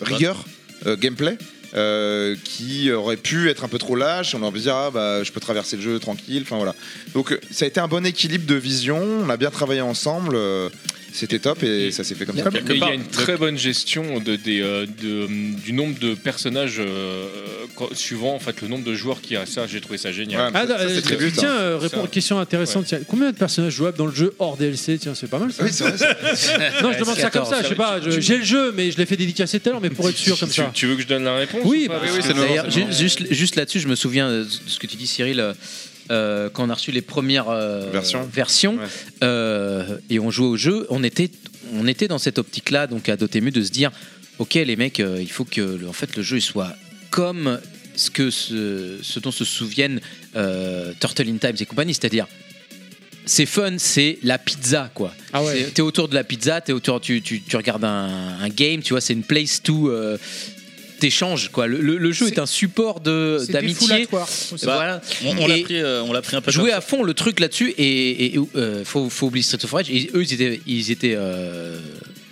[SPEAKER 10] rigueur euh, gameplay. euh, qui aurait pu être un peu trop lâche, on aurait pu se dire ah bah je peux traverser le jeu tranquille, enfin voilà. Donc euh, ça a été un bon équilibre de vision, on a bien travaillé ensemble, euh, c'était top et ça s'est fait comme ça.
[SPEAKER 5] Quelque part, il y a une très bonne gestion de, des, euh, de, hum, du nombre de personnages euh, quand- suivant en fait le nombre de joueurs qui a ça. J'ai trouvé ça génial.
[SPEAKER 13] Ah, non, euh, tiens, euh, réponds-
[SPEAKER 5] hein. Ça-
[SPEAKER 13] question intéressante. tiens, combien de personnages jouables dans le jeu hors DLC Tiens, c'est pas mal ça.
[SPEAKER 5] Oui, c'est vrai, ça.
[SPEAKER 13] [laughs] non, je demande ça comme ça. Je sais pas. je- J'ai le jeu, mais je l'ai fait dédicacer tout à l'heure, mais pour être sûr comme
[SPEAKER 5] Tu,
[SPEAKER 13] ça.
[SPEAKER 5] tu veux que je donne la réponse
[SPEAKER 13] Oui,
[SPEAKER 5] ou pas
[SPEAKER 13] bah,
[SPEAKER 5] Parce
[SPEAKER 13] oui,
[SPEAKER 5] que-
[SPEAKER 13] c'est le moment,
[SPEAKER 9] D'ailleurs,
[SPEAKER 13] c'est le
[SPEAKER 9] ju-
[SPEAKER 13] moment.
[SPEAKER 9] juste, juste là-dessus, je me souviens euh, de ce que tu dis, Cyril, euh, euh, quand on a reçu les premières euh,
[SPEAKER 10] Versions.
[SPEAKER 9] versions, euh, et on jouait au jeu, on était, on était dans cette optique-là, donc à Dotemu, de se dire Ok, les mecs, euh, il faut que le- en fait, le jeu il soit comme ce, que ce, ce dont se souviennent euh, Turtle in Times et compagnie, c'est-à-dire c'est fun, c'est la pizza, quoi.
[SPEAKER 3] Ah
[SPEAKER 9] C'est- T'es autour de la pizza, t'es autour, tu, tu, tu regardes un, un game, tu vois, c'est une place to. euh, t'échanges quoi le, le- le jeu est, un support de
[SPEAKER 3] c'est
[SPEAKER 9] d'amitié
[SPEAKER 3] défoulatoire aussi.
[SPEAKER 9] voilà
[SPEAKER 6] Bah, On- on l'a
[SPEAKER 9] Et
[SPEAKER 6] pris, euh, on l'a pris un peu
[SPEAKER 9] jouer
[SPEAKER 6] comme
[SPEAKER 9] à fond le truc là-dessus et, et, euh, faut, faut oublier Street of Rage et eux ils étaient ils étaient euh,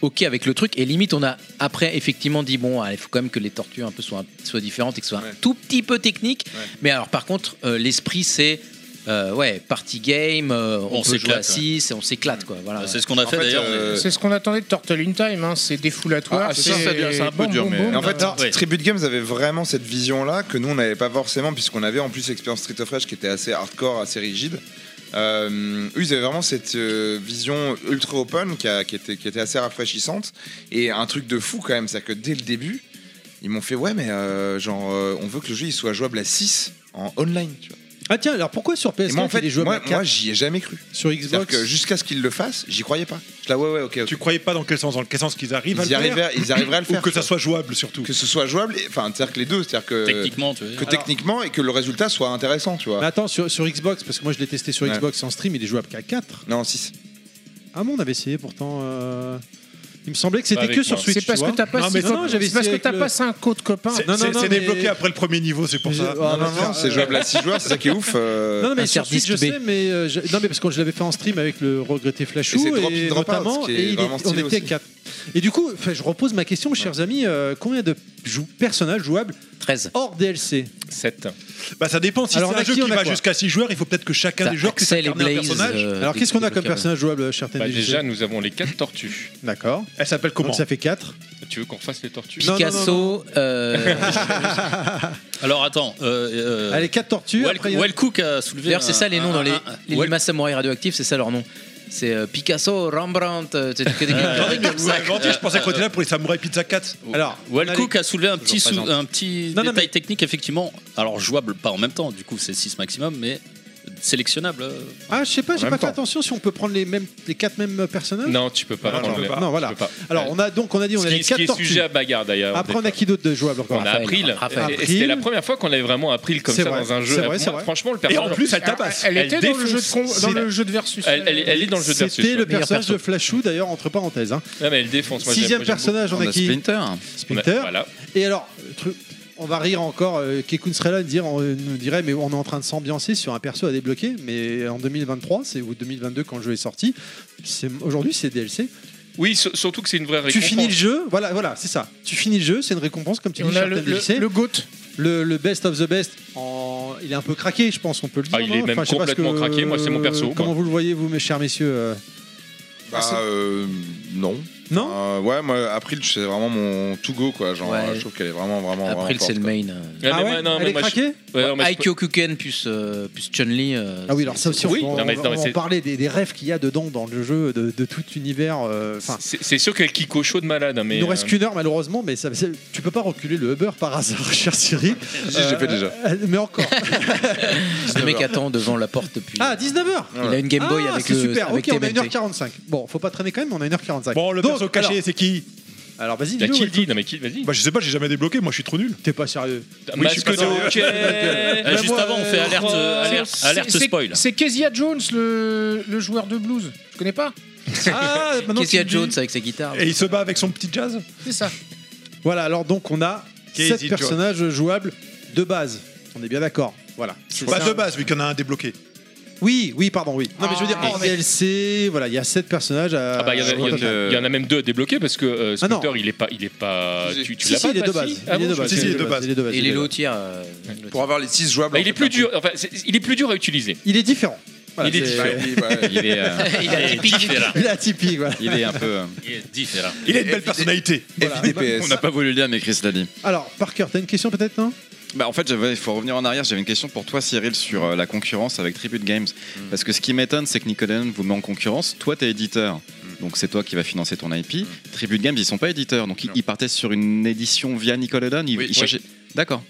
[SPEAKER 9] ok avec le truc et limite on a après effectivement dit bon allez, il faut quand même que les tortues un peu soient soient différentes et que ce soit un tout petit peu technique mais alors par contre euh, l'esprit c'est euh, ouais party game euh, on,
[SPEAKER 6] On
[SPEAKER 9] peut jouer à
[SPEAKER 6] s'éclate,
[SPEAKER 9] 6 et on s'éclate quoi voilà
[SPEAKER 6] C'est ce qu'on a fait d'ailleurs.
[SPEAKER 1] euh,
[SPEAKER 6] mais-
[SPEAKER 3] euh, C'est ce qu'on attendait de Turtle in Time, hein, c'est
[SPEAKER 10] Ah,
[SPEAKER 3] défoulatoire.
[SPEAKER 1] Ah,
[SPEAKER 3] bon, bon, bon.
[SPEAKER 10] Et en fait, Tribute Games avait vraiment cette vision-là que nous, on n'avait pas forcément, puisqu'on avait en plus l'expérience Street of Rage qui était assez hardcore, assez rigide. Euh, eux, ils avaient vraiment cette euh, vision ultra open qui, a- qui était, qui était assez rafraîchissante. Et un truc de fou quand même, c'est que dès le début, ils m'ont fait Ouais, mais euh, genre, euh, on veut que le jeu il soit jouable à 6 en online, tu vois.
[SPEAKER 1] Ah tiens, alors pourquoi sur PS4
[SPEAKER 10] Et moi, en
[SPEAKER 1] il y a
[SPEAKER 10] fait,
[SPEAKER 1] des jeux à
[SPEAKER 10] moi,
[SPEAKER 1] quatre
[SPEAKER 10] moi, j'y ai jamais cru.
[SPEAKER 1] Sur
[SPEAKER 10] C'est-à-dire
[SPEAKER 1] Xbox
[SPEAKER 10] que jusqu'à ce qu'ils le fassent, j'y croyais pas. Je là, ouais, ouais, ok.
[SPEAKER 8] Tu croyais pas dans quel sens Dans quel sens qu'ils arrivent à
[SPEAKER 10] Ils y
[SPEAKER 8] le faire
[SPEAKER 10] arriveraient- ils arriveraient à le
[SPEAKER 8] Ou
[SPEAKER 10] faire,
[SPEAKER 8] que
[SPEAKER 10] quoi.
[SPEAKER 8] ça soit jouable surtout.
[SPEAKER 10] Que ce soit jouable, et- enfin, c'est-à-dire que les deux, c'est-à-dire que.
[SPEAKER 6] Techniquement, tu veux
[SPEAKER 10] Que
[SPEAKER 6] dire.
[SPEAKER 10] techniquement et que le résultat soit intéressant, tu vois.
[SPEAKER 1] Mais attends, sur, sur Xbox, parce que moi je l'ai testé sur
[SPEAKER 10] Ouais.
[SPEAKER 1] Xbox en stream, il est jouable qu'à 4.
[SPEAKER 10] Non, 6.
[SPEAKER 1] Ah bon, on avait essayé pourtant. euh, Il me semblait que c'était
[SPEAKER 8] Avec
[SPEAKER 1] que sur
[SPEAKER 8] moi.
[SPEAKER 1] Switch.
[SPEAKER 8] C'est parce
[SPEAKER 1] tu vois.
[SPEAKER 8] que t'as pas
[SPEAKER 1] Non, mais
[SPEAKER 8] six-
[SPEAKER 1] non, j'avais
[SPEAKER 8] c'est parce
[SPEAKER 1] essayé
[SPEAKER 8] que t'as
[SPEAKER 1] avec
[SPEAKER 8] pas
[SPEAKER 1] le-
[SPEAKER 8] cinq autres copains.
[SPEAKER 1] C'est-
[SPEAKER 8] C'est-
[SPEAKER 1] non, non,
[SPEAKER 8] c'est-
[SPEAKER 1] non,
[SPEAKER 8] c'est
[SPEAKER 1] mais-
[SPEAKER 8] débloqué après le premier niveau, c'est pour
[SPEAKER 1] Je-
[SPEAKER 8] ça.
[SPEAKER 1] Ah,
[SPEAKER 8] Non,
[SPEAKER 1] non,
[SPEAKER 8] non,
[SPEAKER 1] non,
[SPEAKER 8] c'est-
[SPEAKER 1] euh,
[SPEAKER 10] euh.
[SPEAKER 1] Non, non, mais
[SPEAKER 8] Insert
[SPEAKER 1] sur Switch, je
[SPEAKER 8] disque B.
[SPEAKER 1] sais, mais euh, je- non, mais parce que je l'avais fait en stream avec le regretté
[SPEAKER 10] Et
[SPEAKER 1] Flashou
[SPEAKER 10] c'est
[SPEAKER 1] et,
[SPEAKER 10] Drop in Drop Out,
[SPEAKER 1] notamment,
[SPEAKER 10] ce qui est
[SPEAKER 1] et il est-
[SPEAKER 10] vraiment
[SPEAKER 1] on
[SPEAKER 10] stylé
[SPEAKER 1] était
[SPEAKER 10] aussi.
[SPEAKER 1] 4. Et du coup, enfin, je repose ma question, chers amis, euh, combien de jou- personnages jouables
[SPEAKER 9] 13
[SPEAKER 1] hors DLC
[SPEAKER 5] 7.
[SPEAKER 8] Bah ça dépend si c'est
[SPEAKER 1] Alors, on
[SPEAKER 8] un
[SPEAKER 1] a
[SPEAKER 8] jeu
[SPEAKER 1] qui,
[SPEAKER 8] qui,
[SPEAKER 1] on a
[SPEAKER 8] va
[SPEAKER 1] quoi
[SPEAKER 8] jusqu'à 6 joueurs, il faut peut-être que chacun
[SPEAKER 1] T'as
[SPEAKER 8] des joueurs puisse
[SPEAKER 1] Axel et
[SPEAKER 8] incarner un
[SPEAKER 1] Blaze,
[SPEAKER 8] personnage.
[SPEAKER 1] euh, Alors, qu'est-ce qu'on a comme personnage jouable, cher
[SPEAKER 5] Bah,
[SPEAKER 1] TNDG?
[SPEAKER 5] déjà, nous avons les 4 tortues.
[SPEAKER 1] D'accord.
[SPEAKER 8] Elle s'appelle
[SPEAKER 1] Donc ça fait 4.
[SPEAKER 5] Tu veux qu'on refasse les tortues
[SPEAKER 1] Non, non, Picasso, non,
[SPEAKER 9] euh,
[SPEAKER 6] Alors attends. Euh, euh,
[SPEAKER 9] Allez,
[SPEAKER 1] quatre tortues.
[SPEAKER 6] Well,
[SPEAKER 9] après, il y a-
[SPEAKER 6] Well Cook a soulevé.
[SPEAKER 9] D'ailleurs, c'est
[SPEAKER 6] un-
[SPEAKER 9] ça les noms
[SPEAKER 6] un-
[SPEAKER 9] dans les,
[SPEAKER 6] un-
[SPEAKER 9] les
[SPEAKER 6] Well-
[SPEAKER 9] Lima Samouraï radioactifs, c'est ça leur nom. C'est euh, Picasso, Rembrandt, euh,
[SPEAKER 6] [laughs]
[SPEAKER 9] c'est que des
[SPEAKER 8] Ah oui, mais vous m'avez menti, je pensais qu'on était là pour les samouraïs pizza 4.
[SPEAKER 1] Alors,
[SPEAKER 6] Well Cook a soulevé un
[SPEAKER 8] Toujours
[SPEAKER 6] petit, sou-
[SPEAKER 8] présente.
[SPEAKER 6] un petit
[SPEAKER 8] Non, non,
[SPEAKER 6] détail technique, effectivement. Alors jouable pas en même temps, du coup c'est 6 maximum, mais sélectionnable. euh.
[SPEAKER 1] [laughs] Ah, je sais pas,
[SPEAKER 6] En
[SPEAKER 1] j'ai
[SPEAKER 6] même
[SPEAKER 1] pas fait
[SPEAKER 6] temps.
[SPEAKER 1] attention si on peut prendre les, mêmes, les 4 mêmes personnages
[SPEAKER 5] Non, tu peux pas.
[SPEAKER 1] Non,
[SPEAKER 5] prendre
[SPEAKER 1] tu peux
[SPEAKER 5] les-
[SPEAKER 1] pas. Non, voilà.
[SPEAKER 5] tu peux pas.
[SPEAKER 1] Alors, on a donc on a dit on
[SPEAKER 5] Ce
[SPEAKER 1] a
[SPEAKER 5] qui-
[SPEAKER 1] les
[SPEAKER 5] ce qui
[SPEAKER 1] 4
[SPEAKER 5] est sujet à
[SPEAKER 1] tortues.
[SPEAKER 5] bagarre d'ailleurs.
[SPEAKER 1] Après, on a qui d'autre de jouable encore
[SPEAKER 5] On a April. Et- et C'était la première fois qu'on avait vraiment April comme
[SPEAKER 1] C'est
[SPEAKER 5] ça
[SPEAKER 1] vrai,
[SPEAKER 5] dans un jeu.
[SPEAKER 1] c'est vrai, c'est
[SPEAKER 5] Moi,
[SPEAKER 1] vrai.
[SPEAKER 5] Franchement, le
[SPEAKER 1] Et
[SPEAKER 5] personnage.
[SPEAKER 1] en plus, elle tabasse. Elle était dans le jeu de
[SPEAKER 5] défonce.
[SPEAKER 1] con- dans
[SPEAKER 5] C'est-
[SPEAKER 1] le jeu
[SPEAKER 3] de versus.
[SPEAKER 5] Elle, elle est- elle est dans le jeu de versus.
[SPEAKER 1] C'était le
[SPEAKER 5] ouais.
[SPEAKER 1] personnage de Flashou, d'ailleurs, entre parenthèses. hein.
[SPEAKER 5] Non, mais elle défonce. Moi, j'aime-
[SPEAKER 1] Sixième
[SPEAKER 5] moi, j'aime
[SPEAKER 1] personnage, on
[SPEAKER 5] beaucoup.
[SPEAKER 1] a qui
[SPEAKER 5] On
[SPEAKER 1] Splinter.
[SPEAKER 5] a- Voilà.
[SPEAKER 1] Et alors, le truc, on va rire encore. euh, Kekun serait là et dire, on nous dirait, mais on est en train de s'ambiancer sur un perso à débloquer. Mais en 2023, c'est ou 2022 quand le jeu est sorti. c'est- Aujourd'hui, c'est DLC.
[SPEAKER 5] Oui, sur- surtout que c'est une vraie récompense.
[SPEAKER 1] Tu finis le jeu, voilà, voilà, c'est ça. Tu finis le jeu, c'est une récompense comme tu
[SPEAKER 5] Et
[SPEAKER 1] dis.
[SPEAKER 5] on a
[SPEAKER 1] Charles
[SPEAKER 5] le-
[SPEAKER 1] Davis.
[SPEAKER 5] le- le
[SPEAKER 1] GOAT. Le, le best of the best. en- Il est un peu craqué, je pense, on peut le dire.
[SPEAKER 5] Ah, il
[SPEAKER 1] non
[SPEAKER 5] est même
[SPEAKER 1] Enfin, je sais pas ce
[SPEAKER 5] complètement
[SPEAKER 1] que-
[SPEAKER 5] craqué. Moi, c'est mon perso, moi.
[SPEAKER 1] Comment vous le voyez, vous, mes chers messieurs euh,
[SPEAKER 10] Bah, euh, non. Bah,
[SPEAKER 1] Non
[SPEAKER 10] Ouais, moi, April, c'est vraiment mon to go, quoi. Genre,
[SPEAKER 9] Ouais.
[SPEAKER 10] je trouve qu'elle est vraiment, vraiment.
[SPEAKER 9] April,
[SPEAKER 10] vraiment
[SPEAKER 9] c'est le
[SPEAKER 10] forte, quoi.
[SPEAKER 9] main. euh.
[SPEAKER 10] Ah Ah ouais ouais Non, mais Elle est moi, je- craquée
[SPEAKER 5] Ouais, non, mais je-
[SPEAKER 9] Aikyo Kuken plus, euh, plus Chun-Li. euh,
[SPEAKER 1] Ah oui, alors ça aussi, on
[SPEAKER 9] Oui.
[SPEAKER 1] peut en-
[SPEAKER 9] Non, mais-
[SPEAKER 1] on
[SPEAKER 9] non,
[SPEAKER 1] va
[SPEAKER 9] mais
[SPEAKER 1] en
[SPEAKER 9] c'est-
[SPEAKER 1] parler des, des rêves qu'il y a dedans dans le jeu, de, de tout univers. euh, enfin,
[SPEAKER 5] C'est c'est sûr qu'elle kick au chaud de malade. hein, Mais
[SPEAKER 1] il nous reste
[SPEAKER 5] euh,
[SPEAKER 1] qu'une heure malheureusement, mais ça, c'est- tu peux pas reculer le Uber par hasard, [laughs]
[SPEAKER 9] [laughs]
[SPEAKER 1] cher Cyril.
[SPEAKER 10] Si, je l'ai fait déjà.
[SPEAKER 1] euh, Mais encore.
[SPEAKER 9] Le mec attend devant la porte depuis.
[SPEAKER 1] Ah, 19h
[SPEAKER 9] Il a une Game Boy
[SPEAKER 1] ah,
[SPEAKER 9] avec
[SPEAKER 1] c'est
[SPEAKER 9] le-
[SPEAKER 1] super,
[SPEAKER 9] avec
[SPEAKER 1] ok, on a
[SPEAKER 9] TMNT.
[SPEAKER 1] 1h45. Bon, faut pas traîner quand même, mais on a 1h45.
[SPEAKER 8] Bon, le
[SPEAKER 1] Donc,
[SPEAKER 8] perso caché,
[SPEAKER 1] alors-
[SPEAKER 8] c'est qui
[SPEAKER 1] Alors, vas-y,
[SPEAKER 8] Bah,
[SPEAKER 1] dis-nous.
[SPEAKER 8] qui le
[SPEAKER 1] écoute.
[SPEAKER 5] Non, mais qui Vas-y.
[SPEAKER 8] Bah, je sais pas, j'ai jamais débloqué, moi je suis trop nul.
[SPEAKER 1] T'es pas sérieux.
[SPEAKER 8] Oui, je suis pas
[SPEAKER 5] Masque de
[SPEAKER 8] sérieux. [laughs]
[SPEAKER 5] hockey.
[SPEAKER 8] Bah,
[SPEAKER 5] Ah, juste
[SPEAKER 8] moi,
[SPEAKER 5] avant, on fait
[SPEAKER 8] euh,
[SPEAKER 5] alerte,
[SPEAKER 8] euh,
[SPEAKER 5] alerte,
[SPEAKER 8] c'est-
[SPEAKER 5] alerte
[SPEAKER 8] c'est-
[SPEAKER 5] spoil.
[SPEAKER 3] C'est Kezia Jones, le, le joueur de blues. Je connais pas.
[SPEAKER 1] Ah,
[SPEAKER 3] maintenant
[SPEAKER 9] Qu'est-ce qu'il y a
[SPEAKER 3] tu
[SPEAKER 9] de
[SPEAKER 3] le
[SPEAKER 9] Jones
[SPEAKER 3] dis.
[SPEAKER 9] avec sa guitare
[SPEAKER 8] Et il se bat avec son petit jazz
[SPEAKER 3] C'est ça.
[SPEAKER 1] Voilà, alors donc on a
[SPEAKER 8] Casey
[SPEAKER 1] 7
[SPEAKER 8] Jones.
[SPEAKER 1] personnages jouables de base. On est bien d'accord. Voilà. C'est
[SPEAKER 8] Bah,
[SPEAKER 1] ça.
[SPEAKER 8] de base, vu qu'il y en a un débloqué.
[SPEAKER 1] Oui, oui, pardon, oui. Non, mais je veux dire,
[SPEAKER 8] Ah,
[SPEAKER 1] en
[SPEAKER 8] mais-
[SPEAKER 1] DLC, voilà, il y a 7 personnages à.
[SPEAKER 5] Ah bah, il y, en a- il y en a- il y en a même deux à débloquer parce que euh,
[SPEAKER 1] Euh, Ah non.
[SPEAKER 5] Splinter, il est pas, il est pas. Tu, tu
[SPEAKER 1] Si,
[SPEAKER 5] l'as
[SPEAKER 1] si,
[SPEAKER 5] pas
[SPEAKER 1] il est de
[SPEAKER 5] toi,
[SPEAKER 1] base. Il
[SPEAKER 5] si
[SPEAKER 1] est
[SPEAKER 5] Ah bon,
[SPEAKER 1] de
[SPEAKER 5] je
[SPEAKER 1] base,
[SPEAKER 5] sais
[SPEAKER 1] il est
[SPEAKER 5] pas.
[SPEAKER 1] de base, il est de base,
[SPEAKER 9] Et
[SPEAKER 1] il
[SPEAKER 9] il est
[SPEAKER 1] est de
[SPEAKER 9] low
[SPEAKER 1] base.
[SPEAKER 9] tier. euh,
[SPEAKER 10] Pour avoir les 6 jouables. hein.
[SPEAKER 5] Bah, il est plus dur. Enfin, c'est- il est plus dur à utiliser.
[SPEAKER 1] Il est différent. Voilà,
[SPEAKER 5] il est
[SPEAKER 1] c'est-
[SPEAKER 5] différent.
[SPEAKER 1] [laughs]
[SPEAKER 10] Il est, euh,
[SPEAKER 9] Il est atypique.
[SPEAKER 1] Il est atypique, voilà.
[SPEAKER 10] Il est un peu. euh,
[SPEAKER 6] Il est différent.
[SPEAKER 8] Il a une belle personnalité.
[SPEAKER 10] FDPS.
[SPEAKER 4] On n'a pas voulu le dire, mais Chris l'a dit.
[SPEAKER 1] Alors, Parker, t'as une question peut-être, non
[SPEAKER 4] Bah, en fait, j'avais- il faut revenir en arrière. J'avais une question pour toi, Cyril, sur euh, la concurrence avec Tribute Games.
[SPEAKER 10] Mm.
[SPEAKER 4] Parce que ce qui m'étonne, c'est que Nickelodeon vous met en concurrence. Toi, t'es éditeur.
[SPEAKER 10] Mm.
[SPEAKER 4] Donc, c'est toi qui vas financer ton IP. Tribute Games, ils sont pas éditeurs. Donc, ils- ils partaient sur une édition via Nickelodeon. Ils,
[SPEAKER 10] Oui.
[SPEAKER 4] ils cherchaient. D'accord.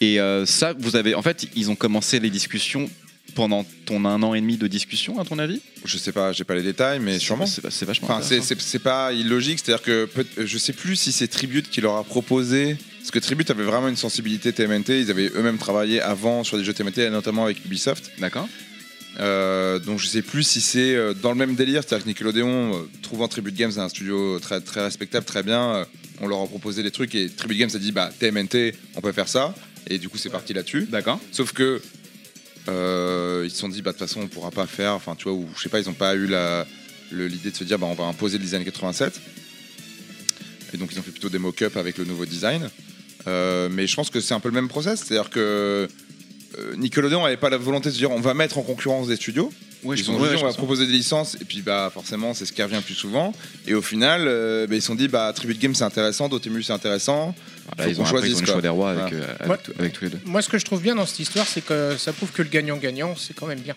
[SPEAKER 4] Et euh, ça, vous avez. En fait, ils ont commencé les discussions pendant ton un an et demi de discussion, à ton avis
[SPEAKER 10] Je sais pas, j'ai pas les détails, mais sûrement.
[SPEAKER 4] C'est c'est vachement.
[SPEAKER 10] Enfin, c'est-
[SPEAKER 4] intéressant.
[SPEAKER 10] c'est c'est pas illogique, c'est-à-dire que peut- euh, je sais plus si c'est Tribute qui leur a proposé. Parce que Tribute avait vraiment une sensibilité TMNT, ils avaient eux-mêmes travaillé avant sur des jeux TMNT, et notamment avec Ubisoft.
[SPEAKER 4] D'accord.
[SPEAKER 10] Euh, donc je sais plus si c'est euh, dans le même délire, c'est-à-dire que Nickelodeon, euh, trouvant Tribute Games un studio très, très respectable, très bien, euh, on leur a proposé des trucs et Tribute Games a dit bah TMNT, on peut faire ça, et du coup c'est parti là-dessus.
[SPEAKER 4] D'accord.
[SPEAKER 10] Sauf que euh, ils se sont dit bah de toute façon on pourra pas faire, enfin tu vois, ou je sais pas, ils ont pas eu la le- l'idée de se dire bah on va imposer le design 87. Et donc ils ont fait plutôt des mock-ups avec le nouveau design. Euh, mais je pense que c'est un peu le même process, c'est-à-dire que euh, Nickelodeon n'avait pas la volonté de se dire on va mettre en concurrence des studios.
[SPEAKER 4] Ouais,
[SPEAKER 10] ils
[SPEAKER 4] je
[SPEAKER 10] ont
[SPEAKER 4] pense-
[SPEAKER 10] dit
[SPEAKER 4] ouais, je
[SPEAKER 10] on va
[SPEAKER 4] pense.
[SPEAKER 10] proposer des licences et puis bah forcément c'est ce qui revient le plus souvent. Et au final euh, bah, ils se sont dit bah Tribute Game c'est intéressant, Dotemu c'est intéressant.
[SPEAKER 4] Voilà,
[SPEAKER 10] Faut
[SPEAKER 4] ils
[SPEAKER 10] qu'on
[SPEAKER 4] ont après, ils
[SPEAKER 10] choisisse,
[SPEAKER 4] ont le
[SPEAKER 10] quoi.
[SPEAKER 4] choix des rois avec,
[SPEAKER 10] Voilà.
[SPEAKER 4] euh, avec,
[SPEAKER 3] Ouais.
[SPEAKER 4] tout- avec tous les deux.
[SPEAKER 3] Moi, ce que je trouve bien dans cette histoire, c'est que ça prouve que le gagnant-gagnant, c'est quand même bien.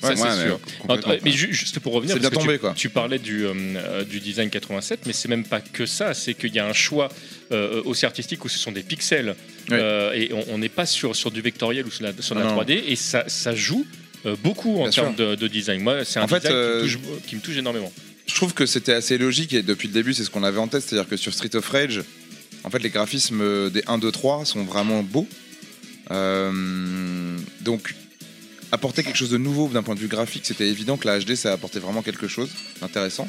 [SPEAKER 5] ça
[SPEAKER 10] Ouais, ouais,
[SPEAKER 5] c'est
[SPEAKER 10] mais
[SPEAKER 5] sûr.
[SPEAKER 10] complètement.
[SPEAKER 5] Ah, mais ju- juste pour revenir,
[SPEAKER 10] C'est bien
[SPEAKER 5] parce que
[SPEAKER 10] tombé,
[SPEAKER 5] tu,
[SPEAKER 10] quoi.
[SPEAKER 5] tu parlais du, euh, euh, du design 87, mais c'est même pas que ça, c'est qu'il y a un choix euh, aussi artistique où ce sont des pixels Euh, et on- on n'est pas sur, sur du vectoriel ou sur la, sur la
[SPEAKER 10] Ah Non, non.
[SPEAKER 5] 3D et ça, ça joue euh, beaucoup en
[SPEAKER 10] Bien
[SPEAKER 5] termes
[SPEAKER 10] sûr.
[SPEAKER 5] de, de design. Moi, c'est un
[SPEAKER 10] En fait,
[SPEAKER 5] design
[SPEAKER 10] euh,
[SPEAKER 5] qui, me touche, qui me touche énormément.
[SPEAKER 10] je trouve que c'était assez logique et depuis le début c'est ce qu'on avait en tête, c'est-à-dire que sur Street of Rage, en fait les graphismes euh, des 1, 2, 3 sont vraiment beaux. Euh, donc apporter quelque chose de nouveau d'un point de vue graphique, c'était évident que la HD ça apportait vraiment quelque chose d'intéressant.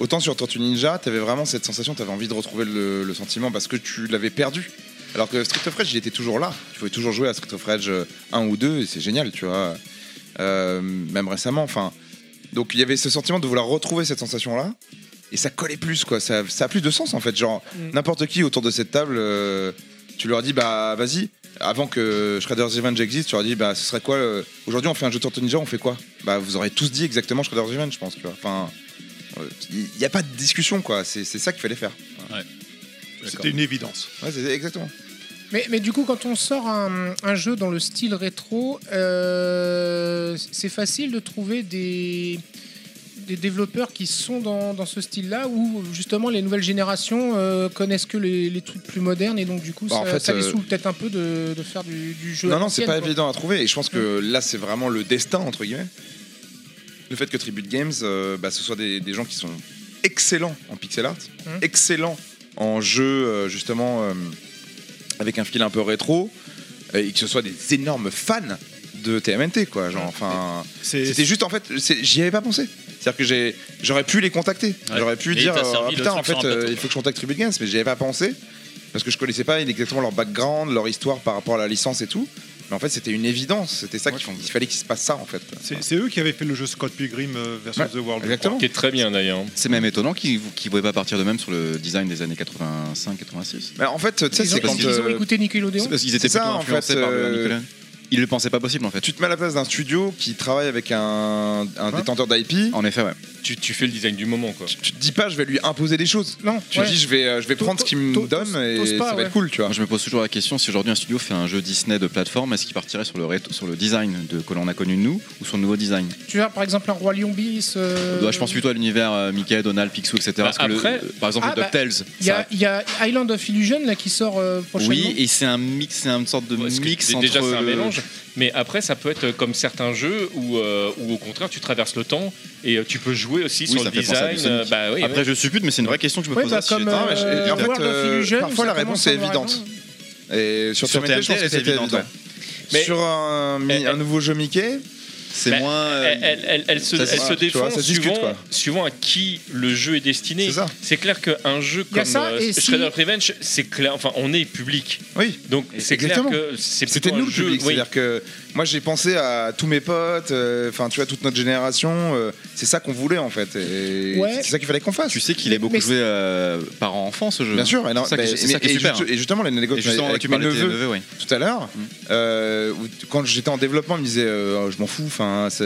[SPEAKER 10] Autant sur Tortue Ninja, t'avais vraiment cette sensation, t'avais envie de retrouver le, le sentiment parce que tu l'avais perdu. Alors que Street of Rage, il était toujours là. Tu pouvais toujours jouer à Street of Rage euh, 1 ou 2 et c'est génial, tu vois. Euh, même récemment, enfin. Donc il y avait ce sentiment de vouloir retrouver cette sensation-là. Et ça collait plus, quoi. Ça, ça a plus de sens, en fait. Genre, n'importe qui autour de cette table, euh, tu leur dis, bah, vas-y. Avant que Shredder's Revenge existe, tu leur dis, bah, ce serait quoi euh, Aujourd'hui, on fait un jeu de Tortue Ninja, on fait quoi Bah, vous aurez tous dit exactement Shredder's Revenge, je pense, tu vois. Enfin, euh, il n'y a pas de discussion, quoi. C'est c'est ça qu'il fallait faire.
[SPEAKER 8] C'était une évidence.
[SPEAKER 10] Ouais, c'est- exactement.
[SPEAKER 3] Mais, mais du coup, quand on sort un, un jeu dans le style rétro, euh, c'est facile de trouver des, des développeurs qui sont dans, dans ce style-là, où justement les nouvelles générations euh, connaissent que les, les trucs plus modernes, et donc du coup,
[SPEAKER 10] Bah,
[SPEAKER 3] ça,
[SPEAKER 10] en fait,
[SPEAKER 3] ça les
[SPEAKER 10] euh,
[SPEAKER 3] saoule peut-être un peu de, de faire du, du jeu. à
[SPEAKER 10] Non, non, c'est
[SPEAKER 3] l'ancienne,
[SPEAKER 10] pas
[SPEAKER 3] quoi.
[SPEAKER 10] évident à trouver. Et je pense que là, c'est vraiment le destin, entre guillemets. Le fait que Tribute Games, euh, bah, ce soit des, des gens qui sont excellents en pixel art,
[SPEAKER 8] Mhm.
[SPEAKER 10] excellents en jeu, euh, justement, euh, avec un fil un peu rétro, et que ce soit des énormes fans de TMNT, quoi. Genre, enfin. C'était juste, en fait, c'est- j'y avais pas pensé. C'est-à-dire que j'ai- j'aurais pu les contacter. J'aurais pu
[SPEAKER 6] Mais
[SPEAKER 10] dire,
[SPEAKER 6] t'as
[SPEAKER 10] euh,
[SPEAKER 6] servi
[SPEAKER 10] ah,
[SPEAKER 6] le
[SPEAKER 10] putain, en
[SPEAKER 6] truc sur
[SPEAKER 10] fait,
[SPEAKER 6] un plateau,
[SPEAKER 10] euh, il faut que je contacte Tribute Games, mais j'y avais pas pensé parce que je connaissais pas exactement leur background, leur histoire par rapport à la licence et tout. Mais en fait, c'était une évidence. C'était ça qu'il il fallait qu'il se passe ça en fait.
[SPEAKER 8] C'est c'est eux qui avaient fait le jeu Scott Pilgrim euh, versus
[SPEAKER 10] Ouais,
[SPEAKER 8] The World.
[SPEAKER 10] Bah, exactement.
[SPEAKER 5] Qui est très bien d'ailleurs.
[SPEAKER 4] C'est même étonnant qu'ils ne pouvaient pas partir de même sur le design des années 85-86.
[SPEAKER 10] en fait, tu sais,
[SPEAKER 3] Ils ont,
[SPEAKER 10] c'est quand.
[SPEAKER 3] ils ont
[SPEAKER 10] euh,
[SPEAKER 3] écouté Nickelodeon
[SPEAKER 4] C'est parce qu'ils étaient
[SPEAKER 10] C'est ça,
[SPEAKER 4] plutôt
[SPEAKER 10] en
[SPEAKER 4] influencés
[SPEAKER 10] fait,
[SPEAKER 4] par
[SPEAKER 10] euh,
[SPEAKER 4] le Nicolas. Ils le pensaient pas possible en fait. Hein
[SPEAKER 10] Tu te mets à la place d'un studio qui travaille avec un, un détenteur d'IP.
[SPEAKER 4] En effet, ouais.
[SPEAKER 5] Tu, tu fais le design du moment quoi.
[SPEAKER 10] Tu te dis pas, je vais lui imposer des choses.
[SPEAKER 3] Non.
[SPEAKER 10] Tu
[SPEAKER 4] ouais.
[SPEAKER 10] dis, je vais, euh, je vais prendre ce qu'il me donne et ça va être cool, tu vois.
[SPEAKER 4] Je me pose toujours la question si aujourd'hui un studio fait un jeu Disney de plateforme, est-ce qu'il partirait sur le, rétro- sur le design de que l'on a connu nous ou sur le nouveau design
[SPEAKER 3] Tu vois, par exemple, un Roi Lion bis. euh,
[SPEAKER 4] Ouais, Bah, Je pense plutôt à l'univers euh, Mickey, Donald, Picsou, etc. Parce que le-
[SPEAKER 3] Bah, après-
[SPEAKER 4] euh, par exemple,
[SPEAKER 3] Ah,
[SPEAKER 4] le
[SPEAKER 3] bah,
[SPEAKER 4] DuckTales.
[SPEAKER 3] Il y, a-
[SPEAKER 4] ça-
[SPEAKER 3] il y a Island of Illusion là, qui sort euh, prochainement.
[SPEAKER 4] Oui, et c'est un mix, c'est une sorte de mix
[SPEAKER 5] Dé-
[SPEAKER 4] entre.
[SPEAKER 5] Déjà, c'est un
[SPEAKER 10] euh,
[SPEAKER 4] le-
[SPEAKER 5] mélange. Mais après, ça peut être comme certains jeux où, euh, où au contraire, tu traverses le temps et euh, tu peux jouer aussi
[SPEAKER 4] Oui,
[SPEAKER 5] sur
[SPEAKER 4] ça
[SPEAKER 5] le
[SPEAKER 4] me fait penser à du
[SPEAKER 5] design.
[SPEAKER 4] Sonic.
[SPEAKER 5] euh, bah oui,
[SPEAKER 4] Après,
[SPEAKER 5] ouais.
[SPEAKER 4] je suppute, mais c'est une vraie question que je me
[SPEAKER 5] Ouais,
[SPEAKER 4] pose.
[SPEAKER 5] bah,
[SPEAKER 4] si j'étais-
[SPEAKER 5] comme, euh,
[SPEAKER 4] Ah, mais je-
[SPEAKER 10] Et en fait,
[SPEAKER 4] World of
[SPEAKER 10] euh,
[SPEAKER 4] Illusion,
[SPEAKER 10] parfois
[SPEAKER 4] ça
[SPEAKER 10] la réponse
[SPEAKER 4] commence à
[SPEAKER 10] est
[SPEAKER 4] avoir
[SPEAKER 10] évidente. Et sur,
[SPEAKER 4] Sur
[SPEAKER 10] TMNT,
[SPEAKER 4] TMNT,
[SPEAKER 10] je pense que
[SPEAKER 4] elle est
[SPEAKER 10] c'était
[SPEAKER 4] évidente,
[SPEAKER 10] évident.
[SPEAKER 4] ouais.
[SPEAKER 10] Sur un, mi- un nouveau jeu Mickey, euh,
[SPEAKER 4] c'est
[SPEAKER 5] Bah,
[SPEAKER 4] moins.
[SPEAKER 5] Elle, elle- elle- elle se,
[SPEAKER 10] ça
[SPEAKER 5] elle
[SPEAKER 10] se-
[SPEAKER 5] se
[SPEAKER 10] tu
[SPEAKER 5] défend
[SPEAKER 10] vois, ça se discute,
[SPEAKER 5] suivant,
[SPEAKER 10] quoi.
[SPEAKER 5] suivant à qui le jeu est destiné. C'est clair qu'un jeu
[SPEAKER 10] Il y a
[SPEAKER 5] comme
[SPEAKER 10] ça,
[SPEAKER 5] euh,
[SPEAKER 10] et si-
[SPEAKER 5] Shredder Revenge, c'est clair. Enfin, on est public.
[SPEAKER 10] Oui.
[SPEAKER 5] Donc c'est clair
[SPEAKER 10] Exactement.
[SPEAKER 5] que c'est plutôt
[SPEAKER 10] C'était
[SPEAKER 5] un
[SPEAKER 10] nous le
[SPEAKER 5] jeu-
[SPEAKER 10] public,
[SPEAKER 5] oui.
[SPEAKER 10] c'est-à-dire que moi j'ai pensé à tous mes potes, euh, enfin tu vois toute notre génération, euh, c'est ça qu'on voulait en fait, et
[SPEAKER 4] Ouais.
[SPEAKER 10] c'est ça qu'il fallait qu'on fasse.
[SPEAKER 4] Tu sais qu'il est beaucoup joué euh, par enfant ce jeu.
[SPEAKER 10] Bien sûr, et, non,
[SPEAKER 4] c'est ça,
[SPEAKER 10] mais-
[SPEAKER 4] qui- c'est ça
[SPEAKER 10] mais-
[SPEAKER 4] qui est
[SPEAKER 10] et
[SPEAKER 4] super. hein.
[SPEAKER 10] juste-
[SPEAKER 5] hein.
[SPEAKER 10] et justement, les
[SPEAKER 4] Et
[SPEAKER 10] négociations
[SPEAKER 4] justement,
[SPEAKER 10] avec
[SPEAKER 4] tu
[SPEAKER 10] mes
[SPEAKER 4] parlais de tes
[SPEAKER 10] neveux,
[SPEAKER 4] neveux, oui. Mm.
[SPEAKER 10] tout à l'heure, euh, où t- quand j'étais en développement, ils me disaient euh, Oh, Je m'en fous, enfin, ça,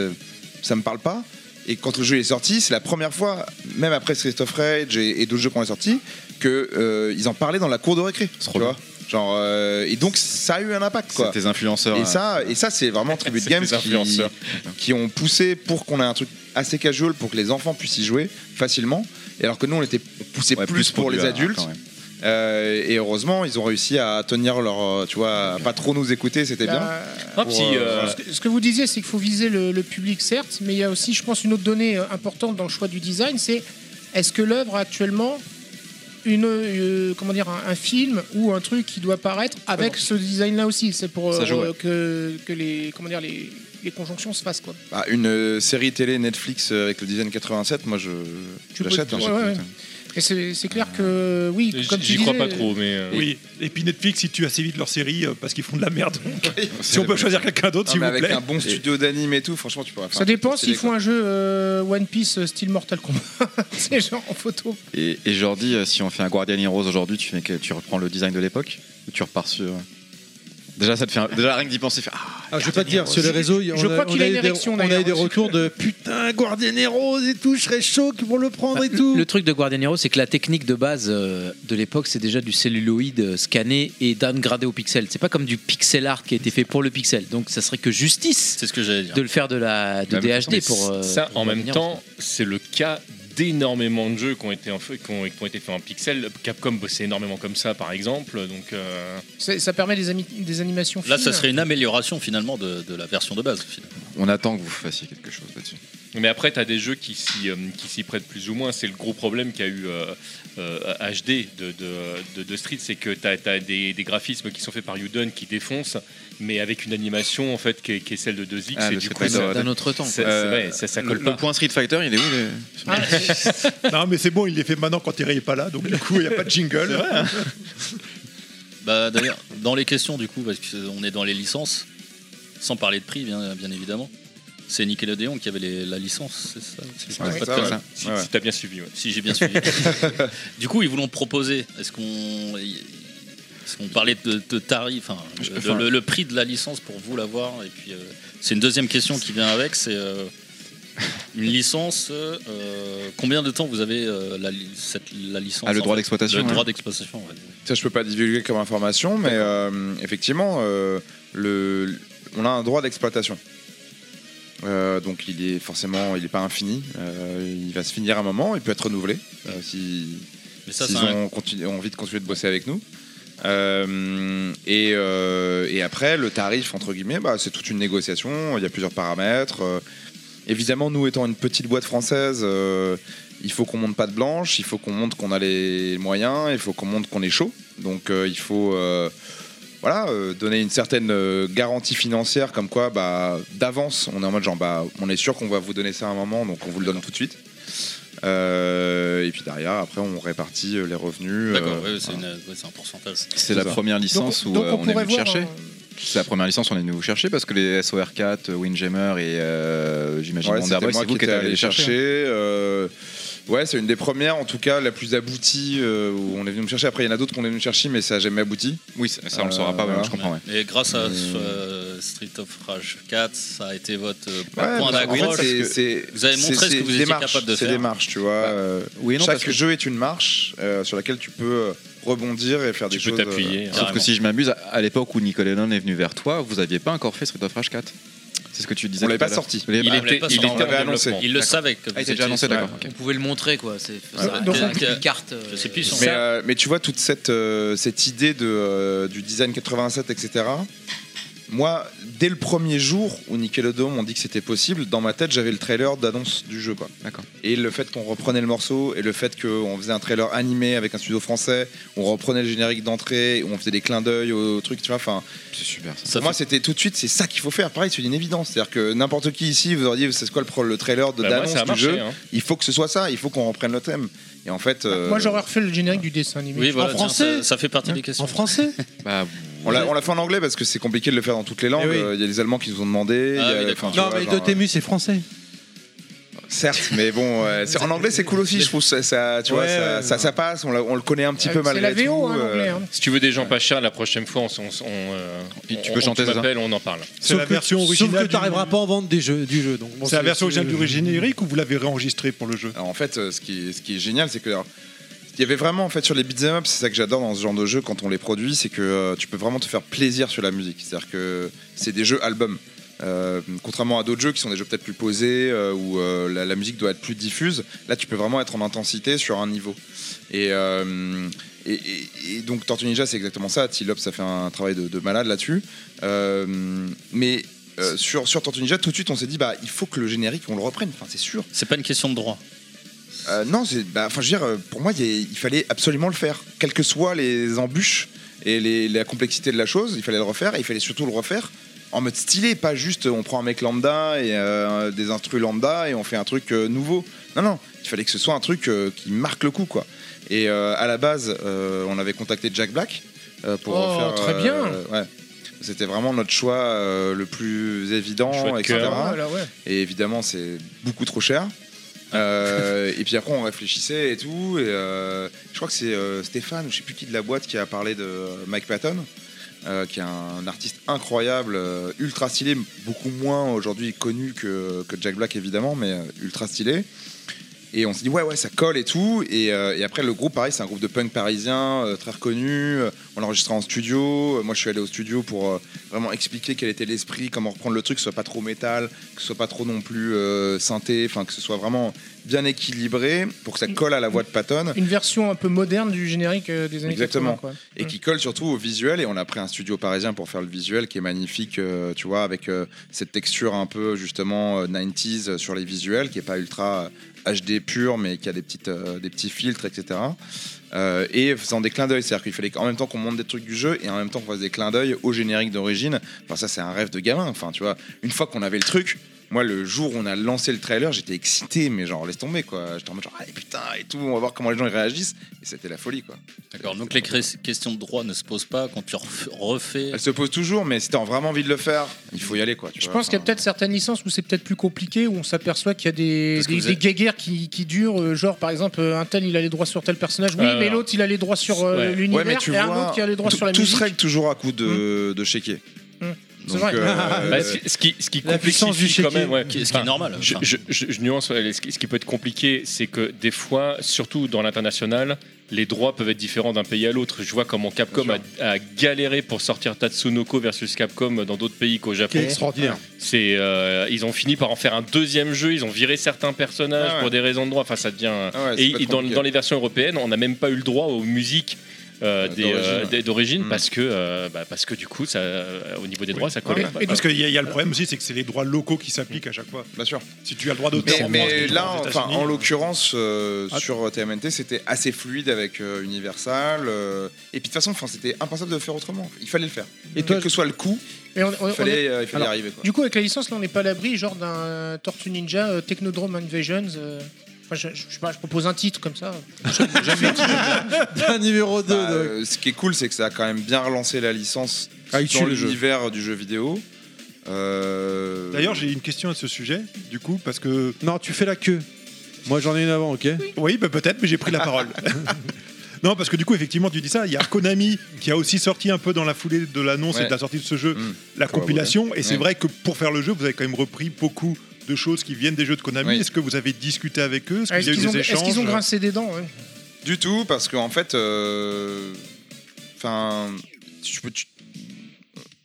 [SPEAKER 10] ça me parle pas. Et quand le jeu est sorti, c'est la première fois, même après Christophe Rage et, et d'autres jeux qu'on a sortis, qu'ils euh, en parlaient dans la cour de récré. Tu vois Genre, euh, et donc ça a eu un impact. quoi.
[SPEAKER 4] C'est tes influenceurs,
[SPEAKER 10] Et
[SPEAKER 4] euh.
[SPEAKER 10] ça, et ça c'est vraiment Tribute
[SPEAKER 4] C'est
[SPEAKER 10] Games
[SPEAKER 4] tes
[SPEAKER 10] qui,
[SPEAKER 4] influenceurs.
[SPEAKER 10] qui ont poussé pour qu'on ait un truc assez casual pour que les enfants puissent y jouer facilement. Et alors que nous, on était poussé plus,
[SPEAKER 4] plus
[SPEAKER 10] pour,
[SPEAKER 4] pour
[SPEAKER 10] les
[SPEAKER 4] du-
[SPEAKER 10] adultes.
[SPEAKER 4] attends, ouais.
[SPEAKER 10] Euh, et heureusement, ils ont réussi à tenir leur, euh, tu vois, à pas trop nous écouter, c'était bien.
[SPEAKER 3] Euh,
[SPEAKER 10] Pour, euh,
[SPEAKER 3] ce, que, ce que vous disiez, c'est qu'il faut viser le, le public, certes, mais il y a aussi, je pense, une autre donnée euh, importante dans le choix du design, c'est est-ce que l'œuvre a actuellement une, euh, comment dire, un, un film ou un truc qui doit paraître avec ce design-là aussi C'est pour euh,
[SPEAKER 10] Ça joue, ouais.
[SPEAKER 3] que, que les, comment dire, les, les conjonctions se fassent. Quoi.
[SPEAKER 10] bah, une euh, série télé Netflix euh, avec le design 87, moi je je l'achète. hein,
[SPEAKER 3] Ouais,
[SPEAKER 10] chaque
[SPEAKER 3] ouais,
[SPEAKER 10] fois.
[SPEAKER 3] ouais. Et c'est c'est clair que oui, comme tu disais,
[SPEAKER 8] euh,
[SPEAKER 5] euh,
[SPEAKER 8] Oui, et puis Netflix, ils tuent assez vite leurs séries euh, parce qu'ils font de la merde. Donc, [laughs] si on peut
[SPEAKER 10] C'est-
[SPEAKER 8] choisir quelqu'un d'autre,
[SPEAKER 10] Non,
[SPEAKER 8] s'il
[SPEAKER 10] mais
[SPEAKER 8] vous
[SPEAKER 10] avec
[SPEAKER 8] plaît.
[SPEAKER 10] un bon studio d'anime et tout, franchement, tu pourras faire.
[SPEAKER 3] Ça dépend
[SPEAKER 10] un truc
[SPEAKER 3] s'ils
[SPEAKER 10] stylé,
[SPEAKER 3] font un jeu euh, One Piece euh, style Mortal Kombat. [laughs] c'est genre en photo.
[SPEAKER 4] Et, et Jordi, euh, si on fait un Guardian Heroes aujourd'hui, tu, fais que- tu reprends le design de l'époque Ou tu repars sur. Déjà, ça te fait un- Déjà rien que d'y penser, fait, ah,
[SPEAKER 1] Ah, je vais pas te dire, sur les réseaux, on
[SPEAKER 3] Je
[SPEAKER 1] a,
[SPEAKER 3] crois
[SPEAKER 1] on
[SPEAKER 3] qu'il
[SPEAKER 1] a
[SPEAKER 3] a
[SPEAKER 1] eu
[SPEAKER 3] une
[SPEAKER 1] des-
[SPEAKER 3] érection,
[SPEAKER 1] on a eu
[SPEAKER 3] d'ailleurs,
[SPEAKER 1] des
[SPEAKER 3] aussi.
[SPEAKER 1] retours de putain, Guardian Rose et tout, je serais chaud pour le prendre et tout.
[SPEAKER 9] Le truc de Guardianero, c'est que la technique de base euh, de l'époque, c'est déjà du celluloïde euh, scanné et downgradé au pixel. C'est pas comme du pixel art qui a été fait pour le pixel. Donc ça serait que justice
[SPEAKER 6] c'est ce que j'allais dire.
[SPEAKER 9] de le faire de la Ah, de
[SPEAKER 6] Bah, mais
[SPEAKER 9] DHD pour. euh,
[SPEAKER 5] ça,
[SPEAKER 9] pour
[SPEAKER 5] en même
[SPEAKER 9] revenir.
[SPEAKER 5] temps, c'est le cas d'énormément de jeux qui ont été en fait- qui ont- qui ont été faits en pixel. Capcom bossait énormément comme ça, par exemple. Donc, euh,
[SPEAKER 3] C'est- Ça permet des, ami- des animations.
[SPEAKER 6] Là,
[SPEAKER 3] fines.
[SPEAKER 6] ça serait une amélioration finalement de, de la version de base. finalement.
[SPEAKER 4] on attend que vous fassiez quelque chose là-dessus.
[SPEAKER 5] Mais après, tu as des jeux qui s'y, euh, qui s'y prêtent plus ou moins. C'est le gros problème qu'a eu euh, euh, HD de, de- de- de Street, c'est que tu as, des, des graphismes qui sont faits par Udon qui défoncent, mais avec une animation en fait qui est, qui est celle de 2X.
[SPEAKER 4] Ah,
[SPEAKER 5] et
[SPEAKER 4] le
[SPEAKER 5] du coup,
[SPEAKER 4] Street
[SPEAKER 5] ça-
[SPEAKER 4] Fighter.
[SPEAKER 5] C'est, c'est
[SPEAKER 4] Euh,
[SPEAKER 5] vrai, ça, ça colle
[SPEAKER 4] le,
[SPEAKER 5] pas.
[SPEAKER 4] le point euh, Street Fighter, il est où le-
[SPEAKER 8] non, mais c'est bon, il les fait maintenant quand Thierry est pas là, donc du coup, il n'y a pas de jingle.
[SPEAKER 6] Bah, d'ailleurs, dans les questions, du coup, parce qu'on est dans les licences, sans parler de prix, bien, bien évidemment. C'est Nickelodeon qui avait les- la licence, c'est ça Si je me
[SPEAKER 4] Ouais,
[SPEAKER 6] trompe
[SPEAKER 4] ça,
[SPEAKER 6] de
[SPEAKER 4] ouais.
[SPEAKER 6] conneries.
[SPEAKER 4] Si- Ouais, ouais. si t'as bien
[SPEAKER 5] suivi, ouais.
[SPEAKER 6] Si j'ai bien suivi. [laughs] du coup, ils voulaient proposer. Est-ce qu'on. y- Parce qu'on parlait de, de tarif, enfin,
[SPEAKER 4] Je-
[SPEAKER 6] le-
[SPEAKER 4] enfin,
[SPEAKER 6] le, le prix de la licence pour vous l'avoir. Et puis, euh, c'est une deuxième question qui vient avec, c'est euh, une licence. euh, euh, combien de temps vous avez euh, la, li- cette- la licence
[SPEAKER 4] Ah, le
[SPEAKER 6] en
[SPEAKER 4] droit
[SPEAKER 6] fait
[SPEAKER 4] d'exploitation,
[SPEAKER 6] Le
[SPEAKER 4] ouais.
[SPEAKER 6] droit d'exploitation, ouais.
[SPEAKER 10] Ça, je peux pas divulguer comme information, mais euh, effectivement, euh, le, on a un droit d'exploitation. Euh, donc il est forcément, il n'est pas infini. Euh, il va se finir un moment, il peut être renouvelé euh, si
[SPEAKER 6] Mais ça,
[SPEAKER 10] s'ils
[SPEAKER 6] c'est un-
[SPEAKER 10] ont, continu- ont envie de continuer de bosser avec nous. Euh, et, euh, et après, le tarif entre guillemets, bah, c'est toute une négociation. Il y a plusieurs paramètres. Euh, évidemment, nous étant une petite boîte française, euh, il faut qu'on monte pas de blanche, il faut qu'on montre qu'on a les moyens, il faut qu'on montre qu'on est chaud. Donc euh, il faut euh, voilà, euh, donner une certaine euh, garantie financière comme quoi bah, d'avance on est en mode genre bah, on est sûr qu'on va vous donner ça à un moment donc on vous le donne tout de suite. Euh, et puis derrière après on répartit euh, les revenus.
[SPEAKER 6] D'accord,
[SPEAKER 10] euh,
[SPEAKER 6] ouais, c'est
[SPEAKER 10] voilà.
[SPEAKER 6] une- ouais, c'est un pourcentage.
[SPEAKER 4] C'est la
[SPEAKER 10] ça.
[SPEAKER 4] première licence où
[SPEAKER 10] Donc- donc
[SPEAKER 4] euh,
[SPEAKER 10] on
[SPEAKER 4] on, est
[SPEAKER 10] pourrait
[SPEAKER 4] venu
[SPEAKER 10] voir
[SPEAKER 4] chercher.
[SPEAKER 10] un-
[SPEAKER 4] C'est la première licence où on est venu vous chercher parce que les SOR4, euh, Windjammer et euh, j'imagine
[SPEAKER 10] Ouais, c'était
[SPEAKER 4] Wonderboy,
[SPEAKER 10] moi
[SPEAKER 4] c'est vous qui êtes allé les chercher. hein.
[SPEAKER 10] euh, ouais, c'est une des premières, en tout cas la plus aboutie euh, où on est venu me chercher. Après, il y en a d'autres qu'on est venu chercher, mais ça n'a jamais abouti. Euh,
[SPEAKER 4] Oui, ça, on le saura pas,
[SPEAKER 10] voilà.
[SPEAKER 4] je comprends. Ouais.
[SPEAKER 6] Et grâce à euh, Street of Rage 4, ça a été votre euh,
[SPEAKER 10] Ouais,
[SPEAKER 6] point
[SPEAKER 10] bah, en fait,
[SPEAKER 6] d'accroche.
[SPEAKER 10] c'est-
[SPEAKER 6] parce que
[SPEAKER 10] c'est-
[SPEAKER 6] vous avez
[SPEAKER 10] c'est-
[SPEAKER 6] montré ce que
[SPEAKER 10] c'est
[SPEAKER 6] vous
[SPEAKER 10] des
[SPEAKER 6] étiez
[SPEAKER 10] marches,
[SPEAKER 6] capable de
[SPEAKER 10] C'est des
[SPEAKER 6] faire.
[SPEAKER 10] marches, tu vois. euh,
[SPEAKER 4] oui, non,
[SPEAKER 10] chaque
[SPEAKER 4] parce que-
[SPEAKER 10] jeu est une marche euh, sur laquelle tu peux euh, rebondir et faire des choses. euh,
[SPEAKER 4] Sauf que si je m'abuse, à- à l'époque où Nicolas Lennon est venu vers toi, vous aviez pas encore fait Street of Rage 4. C'est ce que tu disais.
[SPEAKER 10] On l'avait
[SPEAKER 4] tout à
[SPEAKER 10] pas
[SPEAKER 4] l'heure.
[SPEAKER 10] sorti.
[SPEAKER 4] Vous l'avez
[SPEAKER 6] Il
[SPEAKER 4] pas-
[SPEAKER 6] l'avait pas
[SPEAKER 4] il
[SPEAKER 6] sorti.
[SPEAKER 4] était en
[SPEAKER 6] On l'avait
[SPEAKER 4] développement.
[SPEAKER 6] annoncé. Il le
[SPEAKER 4] D'accord.
[SPEAKER 6] savait que
[SPEAKER 4] Ah, il
[SPEAKER 6] vous
[SPEAKER 4] était déjà
[SPEAKER 6] étiez-
[SPEAKER 4] annoncé, d'accord. ok.
[SPEAKER 9] On pouvait le montrer quoi. C'est ça
[SPEAKER 6] Ouais.
[SPEAKER 9] aurait
[SPEAKER 6] Donc,
[SPEAKER 9] été
[SPEAKER 6] on-
[SPEAKER 9] avec une carte. euh,
[SPEAKER 6] Je sais plus son
[SPEAKER 10] Mais,
[SPEAKER 6] nom.
[SPEAKER 10] euh, mais tu vois toute cette, euh, cette idée de, euh, du design 87 etc moi dès le premier jour où Nickelodeon m'ont dit que c'était possible dans ma tête j'avais le trailer d'annonce du jeu quoi. et le fait qu'on reprenait le morceau et le fait qu'on faisait un trailer animé avec un studio français on reprenait le générique d'entrée on faisait des clins d'œil au, au truc tu vois enfin
[SPEAKER 4] c'est super
[SPEAKER 10] pour moi c'était tout de suite c'est ça qu'il faut faire pareil c'est une évidence c'est à dire que n'importe qui ici vous auriez dit c'est quoi le, pro- le trailer de-
[SPEAKER 5] Bah, moi,
[SPEAKER 10] d'annonce
[SPEAKER 5] ça a
[SPEAKER 10] du
[SPEAKER 5] marché,
[SPEAKER 10] jeu
[SPEAKER 5] hein.
[SPEAKER 10] il faut que ce soit ça il faut qu'on reprenne le thème et en fait euh,
[SPEAKER 3] Moi, j'aurais refait le générique du dessin animé.
[SPEAKER 10] Oui, voilà,
[SPEAKER 3] en
[SPEAKER 10] tiens,
[SPEAKER 3] français. Hein,
[SPEAKER 10] ça- ça fait partie des questions.
[SPEAKER 3] En
[SPEAKER 10] [laughs]
[SPEAKER 3] français.
[SPEAKER 10] on l'a on l'a fait en anglais parce que c'est compliqué de le faire dans toutes les langues.
[SPEAKER 13] Eh
[SPEAKER 10] Euh,
[SPEAKER 13] oui.
[SPEAKER 10] Il y a les Allemands qui nous ont demandé. Ah,
[SPEAKER 5] Ah,
[SPEAKER 1] euh,
[SPEAKER 10] il y a- enfin, tu
[SPEAKER 13] non,
[SPEAKER 10] vois,
[SPEAKER 13] mais
[SPEAKER 10] genre, euh,
[SPEAKER 13] Dotemu, c'est français.
[SPEAKER 10] Certes, mais [laughs] bon, euh, c'est- en anglais c'est cool aussi. Je trouve ça, ça- tu vois,
[SPEAKER 5] Ouais,
[SPEAKER 10] ça,
[SPEAKER 5] ouais,
[SPEAKER 10] ça- ça passe. On, l'a- on le connaît un petit peu malgré tout. euh,
[SPEAKER 5] Si tu veux des gens pas chers, la prochaine fois, on, s- on s- on, euh,
[SPEAKER 4] Et tu
[SPEAKER 5] on-
[SPEAKER 4] peux
[SPEAKER 5] on-
[SPEAKER 4] chanter,
[SPEAKER 5] tu
[SPEAKER 4] c'est ça
[SPEAKER 5] m'appelles, on en parle.
[SPEAKER 13] Sauf que- Sauf que t'arriveras pas à en vendre des jeux, du jeu. donc bon,
[SPEAKER 8] c'est la version originale du
[SPEAKER 13] originaire
[SPEAKER 8] générique ou vous l'avez réenregistré pour le jeu
[SPEAKER 10] Alors, en fait, euh, ce qui, est- ce qui est génial, c'est que alors, il y avait vraiment en fait sur les beat'em up, c'est ça que j'adore dans ce genre de jeu quand on les produit, c'est que euh, tu peux vraiment te faire plaisir sur la musique. C'est-à-dire que c'est des jeux albums. Euh, contrairement à d'autres jeux qui sont des jeux peut-être plus posés euh, où euh, la, la musique doit être plus diffuse, là tu peux vraiment être en intensité sur un niveau. Et, euh, et, et- et donc Tortue Ninja c'est exactement ça. T-Lop ça fait un travail de, de malade là-dessus. Euh, mais euh, sur, sur Tortue Ninja tout de suite on s'est dit bah il faut que le générique on le reprenne. Enfin c'est sûr.
[SPEAKER 6] C'est pas une question de droit.
[SPEAKER 10] Euh, non, c'est- bah, enfin, je veux dire, euh, pour moi, il y a- il fallait absolument le faire, quelles que soient les embûches et les- la complexité de la chose, il fallait le refaire et il fallait surtout le refaire en mode stylé, pas juste euh, on prend un mec lambda et euh, des instrus lambda et on fait un truc euh, nouveau. Non, non, il fallait que ce soit un truc euh, qui marque le coup, quoi. Et euh, à la base, euh, on avait contacté Jack Black euh, pour
[SPEAKER 3] Oh,
[SPEAKER 10] faire.
[SPEAKER 3] très bien.
[SPEAKER 10] ouais. C'était vraiment notre choix euh, le plus évident,
[SPEAKER 3] Choix de
[SPEAKER 10] etc.
[SPEAKER 3] cœur. Ah, voilà, ouais.
[SPEAKER 10] Et évidemment, c'est beaucoup trop cher. Euh, et puis après, on réfléchissait et tout. Et euh, je crois que c'est euh, Stéphane, ou je sais plus qui de la boîte, qui a parlé de Mike Patton. euh, qui est un artiste incroyable, euh, ultra stylé, beaucoup moins aujourd'hui connu que, que Jack Black évidemment, mais euh, ultra stylé. Et on se dit ouais ouais ça colle et tout. Et, euh, et après le groupe pareil c'est un groupe de punk parisien euh, très reconnu. Euh, On l'a enregistré en studio. Euh, Moi je suis allé au studio pour euh, vraiment expliquer quel était l'esprit, comment reprendre le truc, que ce soit pas trop métal, que ce soit pas trop non plus euh, synthé, enfin que ce soit vraiment bien équilibré pour que ça colle à la voix de Patton.
[SPEAKER 3] Une version un peu moderne du générique euh, des années
[SPEAKER 10] Exactement.
[SPEAKER 3] 80, quoi.
[SPEAKER 10] Et qui colle surtout au visuel. Et on a pris un studio parisien pour faire le visuel qui est magnifique, euh, tu vois, avec euh, cette texture un peu justement euh, 90s euh, sur les visuels, qui est pas ultra euh, HD pur, mais qui a des, petites, euh, des petits filtres, etc. Euh, et faisant des clins d'œil, c'est-à-dire qu'il fallait en même temps qu'on monte des trucs du jeu et en même temps qu'on fasse des clins d'œil au générique d'origine. Enfin, ça, c'est un rêve de gamin. Enfin, tu vois, une fois qu'on avait le truc, moi, le jour où on a lancé le trailer, j'étais excité, mais genre, laisse tomber, quoi. J'étais en mode genre, allez, putain, et tout, on va voir comment les gens ils réagissent. Et c'était la folie, quoi.
[SPEAKER 6] D'accord, donc les cré- questions de droit ne se posent pas quand tu ref- refais.
[SPEAKER 10] Elle se pose toujours, mais si t'as vraiment envie de le faire, il faut y aller, quoi. tu
[SPEAKER 3] Je
[SPEAKER 10] vois.
[SPEAKER 3] pense qu'il y a peut-être certaines licences où c'est peut-être plus compliqué, où on s'aperçoit qu'il y a des,
[SPEAKER 10] que
[SPEAKER 3] des,
[SPEAKER 10] vous
[SPEAKER 3] des
[SPEAKER 10] êtes-
[SPEAKER 3] guéguerres qui, qui durent. euh, Genre, par exemple, euh, un tel, il a les droits sur tel personnage. Oui,
[SPEAKER 10] Ouais,
[SPEAKER 3] mais
[SPEAKER 10] ouais.
[SPEAKER 3] l'autre, il a les droits sur euh,
[SPEAKER 10] Ouais.
[SPEAKER 3] l'univers.
[SPEAKER 10] Ouais, mais tu
[SPEAKER 3] et un
[SPEAKER 10] vois,
[SPEAKER 3] autre qui a les droits
[SPEAKER 10] tout-
[SPEAKER 3] sur la
[SPEAKER 10] tout
[SPEAKER 3] musique. Hmm.
[SPEAKER 10] se règle toujours à coup de, de chéquier.
[SPEAKER 3] C'est
[SPEAKER 10] Donc, [laughs]
[SPEAKER 3] vrai. [laughs]
[SPEAKER 10] euh,
[SPEAKER 5] Bah, ce, qui- ce qui, ce qui
[SPEAKER 10] La puissance du
[SPEAKER 5] complexifie quand
[SPEAKER 10] chéquier.
[SPEAKER 5] même, ouais.
[SPEAKER 10] Qui- ce qui
[SPEAKER 5] Enfin,
[SPEAKER 10] est normal,
[SPEAKER 5] Je,
[SPEAKER 10] enfin.
[SPEAKER 5] je- je- je nuance. ouais, Ce qui, ce qui peut être compliqué, c'est que des fois, surtout dans l'international, les droits peuvent être différents d'un pays à l'autre. Je vois comment Capcom a, a galéré pour sortir Tatsunoko versus Capcom dans d'autres pays qu'au Japon.
[SPEAKER 13] Qui est extraordinaire.
[SPEAKER 5] C'est, euh, ils ont fini par en faire un deuxième jeu. Ils ont viré certains personnages
[SPEAKER 10] Ah ouais.
[SPEAKER 5] pour des raisons de droit. Enfin, ça devient.
[SPEAKER 10] Ah ouais, c'est
[SPEAKER 5] et
[SPEAKER 10] pas
[SPEAKER 5] et dans,
[SPEAKER 10] compliqué.
[SPEAKER 5] dans les versions européennes, on n'a même pas eu le droit aux musiques. euh, des,
[SPEAKER 10] d'origine, Mm.
[SPEAKER 5] euh,
[SPEAKER 10] ouais.
[SPEAKER 5] des- d'origine parce que euh, bah, parce que du coup ça euh, au niveau des droits
[SPEAKER 10] Ah
[SPEAKER 5] ça collait pas.
[SPEAKER 8] Parce qu'il y, a- il y a le problème aussi, c'est que c'est les droits locaux qui s'appliquent à chaque fois.
[SPEAKER 10] Bien sûr.
[SPEAKER 8] Si tu as le droit d'auteur
[SPEAKER 10] Mais,
[SPEAKER 8] en
[SPEAKER 10] mais
[SPEAKER 8] France, tu le
[SPEAKER 10] là,
[SPEAKER 8] droit aux
[SPEAKER 10] enfin,
[SPEAKER 8] États-Unis.
[SPEAKER 10] en l'occurrence, euh,
[SPEAKER 8] Ah.
[SPEAKER 10] sur TMNT, c'était assez fluide avec euh, Universal. euh, et puis de toute façon, enfin, c'était impensable de le faire autrement. Il fallait le faire. Et quel que soit le
[SPEAKER 3] [laughs]
[SPEAKER 10] coût,
[SPEAKER 3] Et on- on-
[SPEAKER 10] il fallait,
[SPEAKER 3] on est-
[SPEAKER 10] euh, il fallait
[SPEAKER 3] Alors,
[SPEAKER 10] y arriver. Quoi.
[SPEAKER 3] Du coup, avec la licence, là, on n'est pas à l'abri, genre d'un euh, Tortue Ninja, euh, Technodrome Invasions. euh, enfin, je, je- je sais pas, je propose un titre comme ça.
[SPEAKER 10] numéro 2. Bah, euh, ce qui est cool, c'est que ça a quand même bien relancé la licence
[SPEAKER 8] Ah, il tue
[SPEAKER 10] dans
[SPEAKER 8] le jeu.
[SPEAKER 10] l'univers du jeu vidéo. Euh,
[SPEAKER 8] D'ailleurs, j'ai une question à ce sujet, du coup, parce que.
[SPEAKER 13] Non, tu fais la queue. Moi, j'en ai une avant, ok
[SPEAKER 8] Oui, bah, peut-être, mais j'ai pris
[SPEAKER 13] [laughs]
[SPEAKER 8] la parole. Non, parce que du coup, effectivement, tu dis ça. Il y a Konami qui a aussi sorti un peu dans la foulée de l'annonce et
[SPEAKER 10] Ouais.
[SPEAKER 8] de la sortie de ce jeu
[SPEAKER 5] Hmm.
[SPEAKER 8] la
[SPEAKER 10] Collaborer.
[SPEAKER 8] compilation. Et c'est
[SPEAKER 10] Ouais.
[SPEAKER 8] vrai que pour faire le jeu, vous avez quand même repris beaucoup de choses qui viennent des jeux de Konami.
[SPEAKER 10] Oui.
[SPEAKER 8] Est-ce que vous avez discuté avec eux Est-ce
[SPEAKER 3] Ah,
[SPEAKER 8] qu'il
[SPEAKER 3] Est-ce
[SPEAKER 8] y a eu
[SPEAKER 3] qu'ils ont,
[SPEAKER 8] des
[SPEAKER 3] est-ce qu'ils
[SPEAKER 8] échanges
[SPEAKER 3] ont
[SPEAKER 10] hein.
[SPEAKER 3] grincé des dents hein ouais.
[SPEAKER 10] Du tout, parce qu'en fait, euh, enfin, tu peux- tu-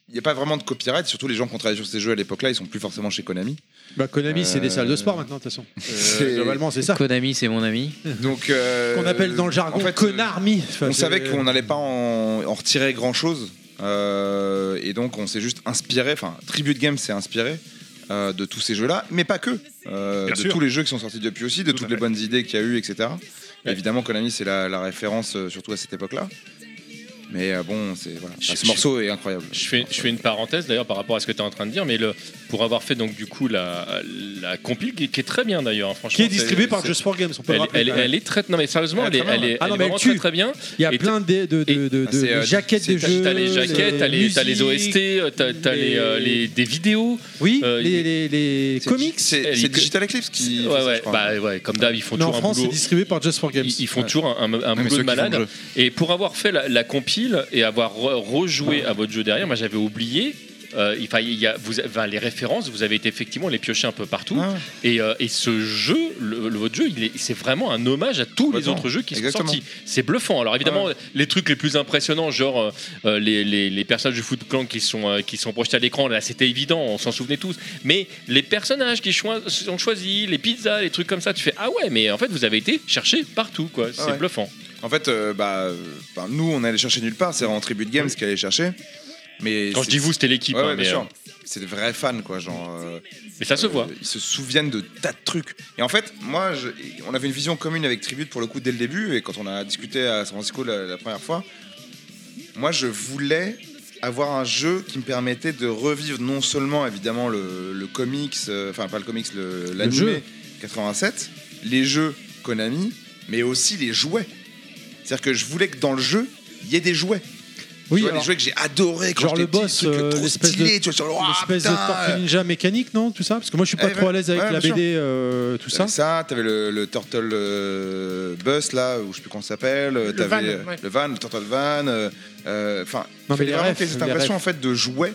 [SPEAKER 10] il n'y a pas vraiment de copyright. Surtout les gens qui ont travaillé sur ces jeux à l'époque-là, ils sont plus forcément chez Konami.
[SPEAKER 13] Bah, Konami, c'est des salles de
[SPEAKER 10] Euh,
[SPEAKER 13] sport maintenant, de toute façon.
[SPEAKER 10] c'est-
[SPEAKER 13] Euh, globalement, c'est ça.
[SPEAKER 9] Konami, c'est mon ami.
[SPEAKER 10] Donc, euh,
[SPEAKER 13] Qu'on appelle dans le jargon
[SPEAKER 10] en fait,
[SPEAKER 13] Konami.
[SPEAKER 10] on
[SPEAKER 13] Enfin, c'est-
[SPEAKER 10] savait qu'on n'allait pas en, en retirer grand chose et donc on s'est juste inspiré enfin Tribute Game s'est inspiré euh, de tous ces jeux là mais pas que euh,
[SPEAKER 8] Bien
[SPEAKER 10] de
[SPEAKER 8] sûr.
[SPEAKER 10] tous les jeux qui sont sortis depuis aussi de toutes les bonnes idées qu'il y a eu etc évidemment Konami c'est la, la référence euh, surtout à cette époque là mais euh, bon c'est voilà.
[SPEAKER 5] Je-
[SPEAKER 10] Ah, ce
[SPEAKER 5] je-
[SPEAKER 10] morceau est incroyable
[SPEAKER 5] Je fais, je fais une parenthèse d'ailleurs par rapport à ce que tu es en train de dire, mais le, pour avoir fait donc du coup la, la compile qui, qui est très bien d'ailleurs, hein, franchement.
[SPEAKER 13] Qui est distribuée
[SPEAKER 5] c'est-
[SPEAKER 13] par
[SPEAKER 5] c'est-
[SPEAKER 13] Just for Games, on peut le
[SPEAKER 5] elle,
[SPEAKER 13] rappeler,
[SPEAKER 5] elle-
[SPEAKER 13] quand même.
[SPEAKER 5] elle est très. Non mais sérieusement,
[SPEAKER 13] Elle
[SPEAKER 5] elle
[SPEAKER 13] est
[SPEAKER 5] est,
[SPEAKER 13] très
[SPEAKER 5] elle
[SPEAKER 13] bien.
[SPEAKER 5] est-
[SPEAKER 13] Ah non,
[SPEAKER 5] elle est
[SPEAKER 13] mais elle
[SPEAKER 5] vraiment
[SPEAKER 13] tue.
[SPEAKER 5] très très bien.
[SPEAKER 13] Il y a
[SPEAKER 5] Et
[SPEAKER 13] plein de, de, de, de- de
[SPEAKER 5] euh,
[SPEAKER 13] jaquettes de
[SPEAKER 5] t'as-
[SPEAKER 13] jeux.
[SPEAKER 5] T'as les jaquettes, t'as les, t'as les
[SPEAKER 13] musiques.
[SPEAKER 5] OST, euh, t'as t'as les, euh, les- des vidéos.
[SPEAKER 13] Oui,
[SPEAKER 5] euh, Eh,
[SPEAKER 13] les, les, les comics.
[SPEAKER 10] c'est c'est Digital Eclipse qui
[SPEAKER 5] Ouais, ouais, bah, ouais, comme d'hab, ils font
[SPEAKER 13] Non, en
[SPEAKER 5] toujours un
[SPEAKER 13] France, c'est
[SPEAKER 5] boulot.
[SPEAKER 13] distribué par Just for Games.
[SPEAKER 5] Ils, ils font toujours un, un, un
[SPEAKER 13] mais ceux
[SPEAKER 5] boulot de
[SPEAKER 13] qui font le
[SPEAKER 5] malade.
[SPEAKER 13] jeu.
[SPEAKER 5] Et pour avoir fait la, la compile et avoir re- rejoué à votre jeu derrière, moi j'avais oublié. euh, il fallait- il y a, vous, enfin, les références, vous avez été effectivement les piocher un peu partout.
[SPEAKER 13] Ah.
[SPEAKER 5] Et, euh, et ce jeu, le, le- votre jeu, il est- c'est vraiment un hommage à tous les
[SPEAKER 10] Complètement.
[SPEAKER 5] autres jeux qui
[SPEAKER 10] Exactement.
[SPEAKER 5] sont sortis. C'est bluffant. Alors
[SPEAKER 13] Ah
[SPEAKER 5] évidemment,
[SPEAKER 10] Ouais.
[SPEAKER 5] les trucs les plus impressionnants, genre euh, euh, les, les- les personnages du Foot Clan qui sont, euh, qui sont projetés à l'écran, là c'était évident, on s'en souvenait tous. Mais les personnages qui choi- sont choisis, les pizzas, les trucs comme ça, tu fais ah ouais, mais en fait vous avez été chercher partout quoi. C'est
[SPEAKER 10] Ah ouais.
[SPEAKER 5] bluffant.
[SPEAKER 10] en fait euh, bah, euh, bah, nous on allait chercher nulle part c'est en Tribute Games qui allait chercher mais
[SPEAKER 5] Quand je
[SPEAKER 10] c'est-
[SPEAKER 5] dis vous, c'était l'équipe,
[SPEAKER 10] Ouais,
[SPEAKER 5] hein,
[SPEAKER 10] ouais, bien
[SPEAKER 5] mais,
[SPEAKER 10] sûr.
[SPEAKER 5] euh,
[SPEAKER 10] c'est des vrais fans quoi genre euh,
[SPEAKER 5] Mais ça se
[SPEAKER 10] euh,
[SPEAKER 5] voit.
[SPEAKER 10] ils se souviennent de tas de trucs et en fait moi je- on avait une vision commune avec Tribute pour le coup dès le début et quand on a discuté à San Francisco la, la première fois moi je voulais avoir un jeu qui me permettait de revivre non seulement évidemment le, le comics euh, enfin pas le comics le
[SPEAKER 13] jeu.
[SPEAKER 10] l'animé 87 les jeux Konami mais aussi les jouets c'est à dire que je voulais que dans le jeu il y ait des jouets Oui, tu vois, des jeux que j'ai adoré quand
[SPEAKER 13] Genre
[SPEAKER 10] j'étais
[SPEAKER 13] le
[SPEAKER 10] petit,
[SPEAKER 13] boss,
[SPEAKER 10] des trucs, euh,
[SPEAKER 13] euh,
[SPEAKER 10] trop
[SPEAKER 13] l'espèce de,
[SPEAKER 10] stylés, tu vois, sur le- Ah,
[SPEAKER 13] l'espèce de
[SPEAKER 10] putain,
[SPEAKER 13] tortue
[SPEAKER 10] euh.
[SPEAKER 13] ninja mécanique, non Tout ça Parce que moi je suis pas
[SPEAKER 10] Eh,
[SPEAKER 13] trop
[SPEAKER 10] ouais.
[SPEAKER 13] à l'aise avec
[SPEAKER 10] Ouais,
[SPEAKER 13] la
[SPEAKER 10] bien sûr.
[SPEAKER 13] BD, euh, tout ça.
[SPEAKER 10] T'avais ça, t'avais le, le Turtle euh, Bus là, ou je sais plus comment ça s'appelle, euh, t'avais
[SPEAKER 13] van,
[SPEAKER 10] euh,
[SPEAKER 13] ouais.
[SPEAKER 10] le van, le Turtle Van, euh, euh, enfin,
[SPEAKER 13] Non, mais
[SPEAKER 10] fallait
[SPEAKER 13] les
[SPEAKER 10] vraiment
[SPEAKER 13] refs,
[SPEAKER 10] que t'aies cette
[SPEAKER 13] les
[SPEAKER 10] impression
[SPEAKER 13] refs.
[SPEAKER 10] en fait de jouer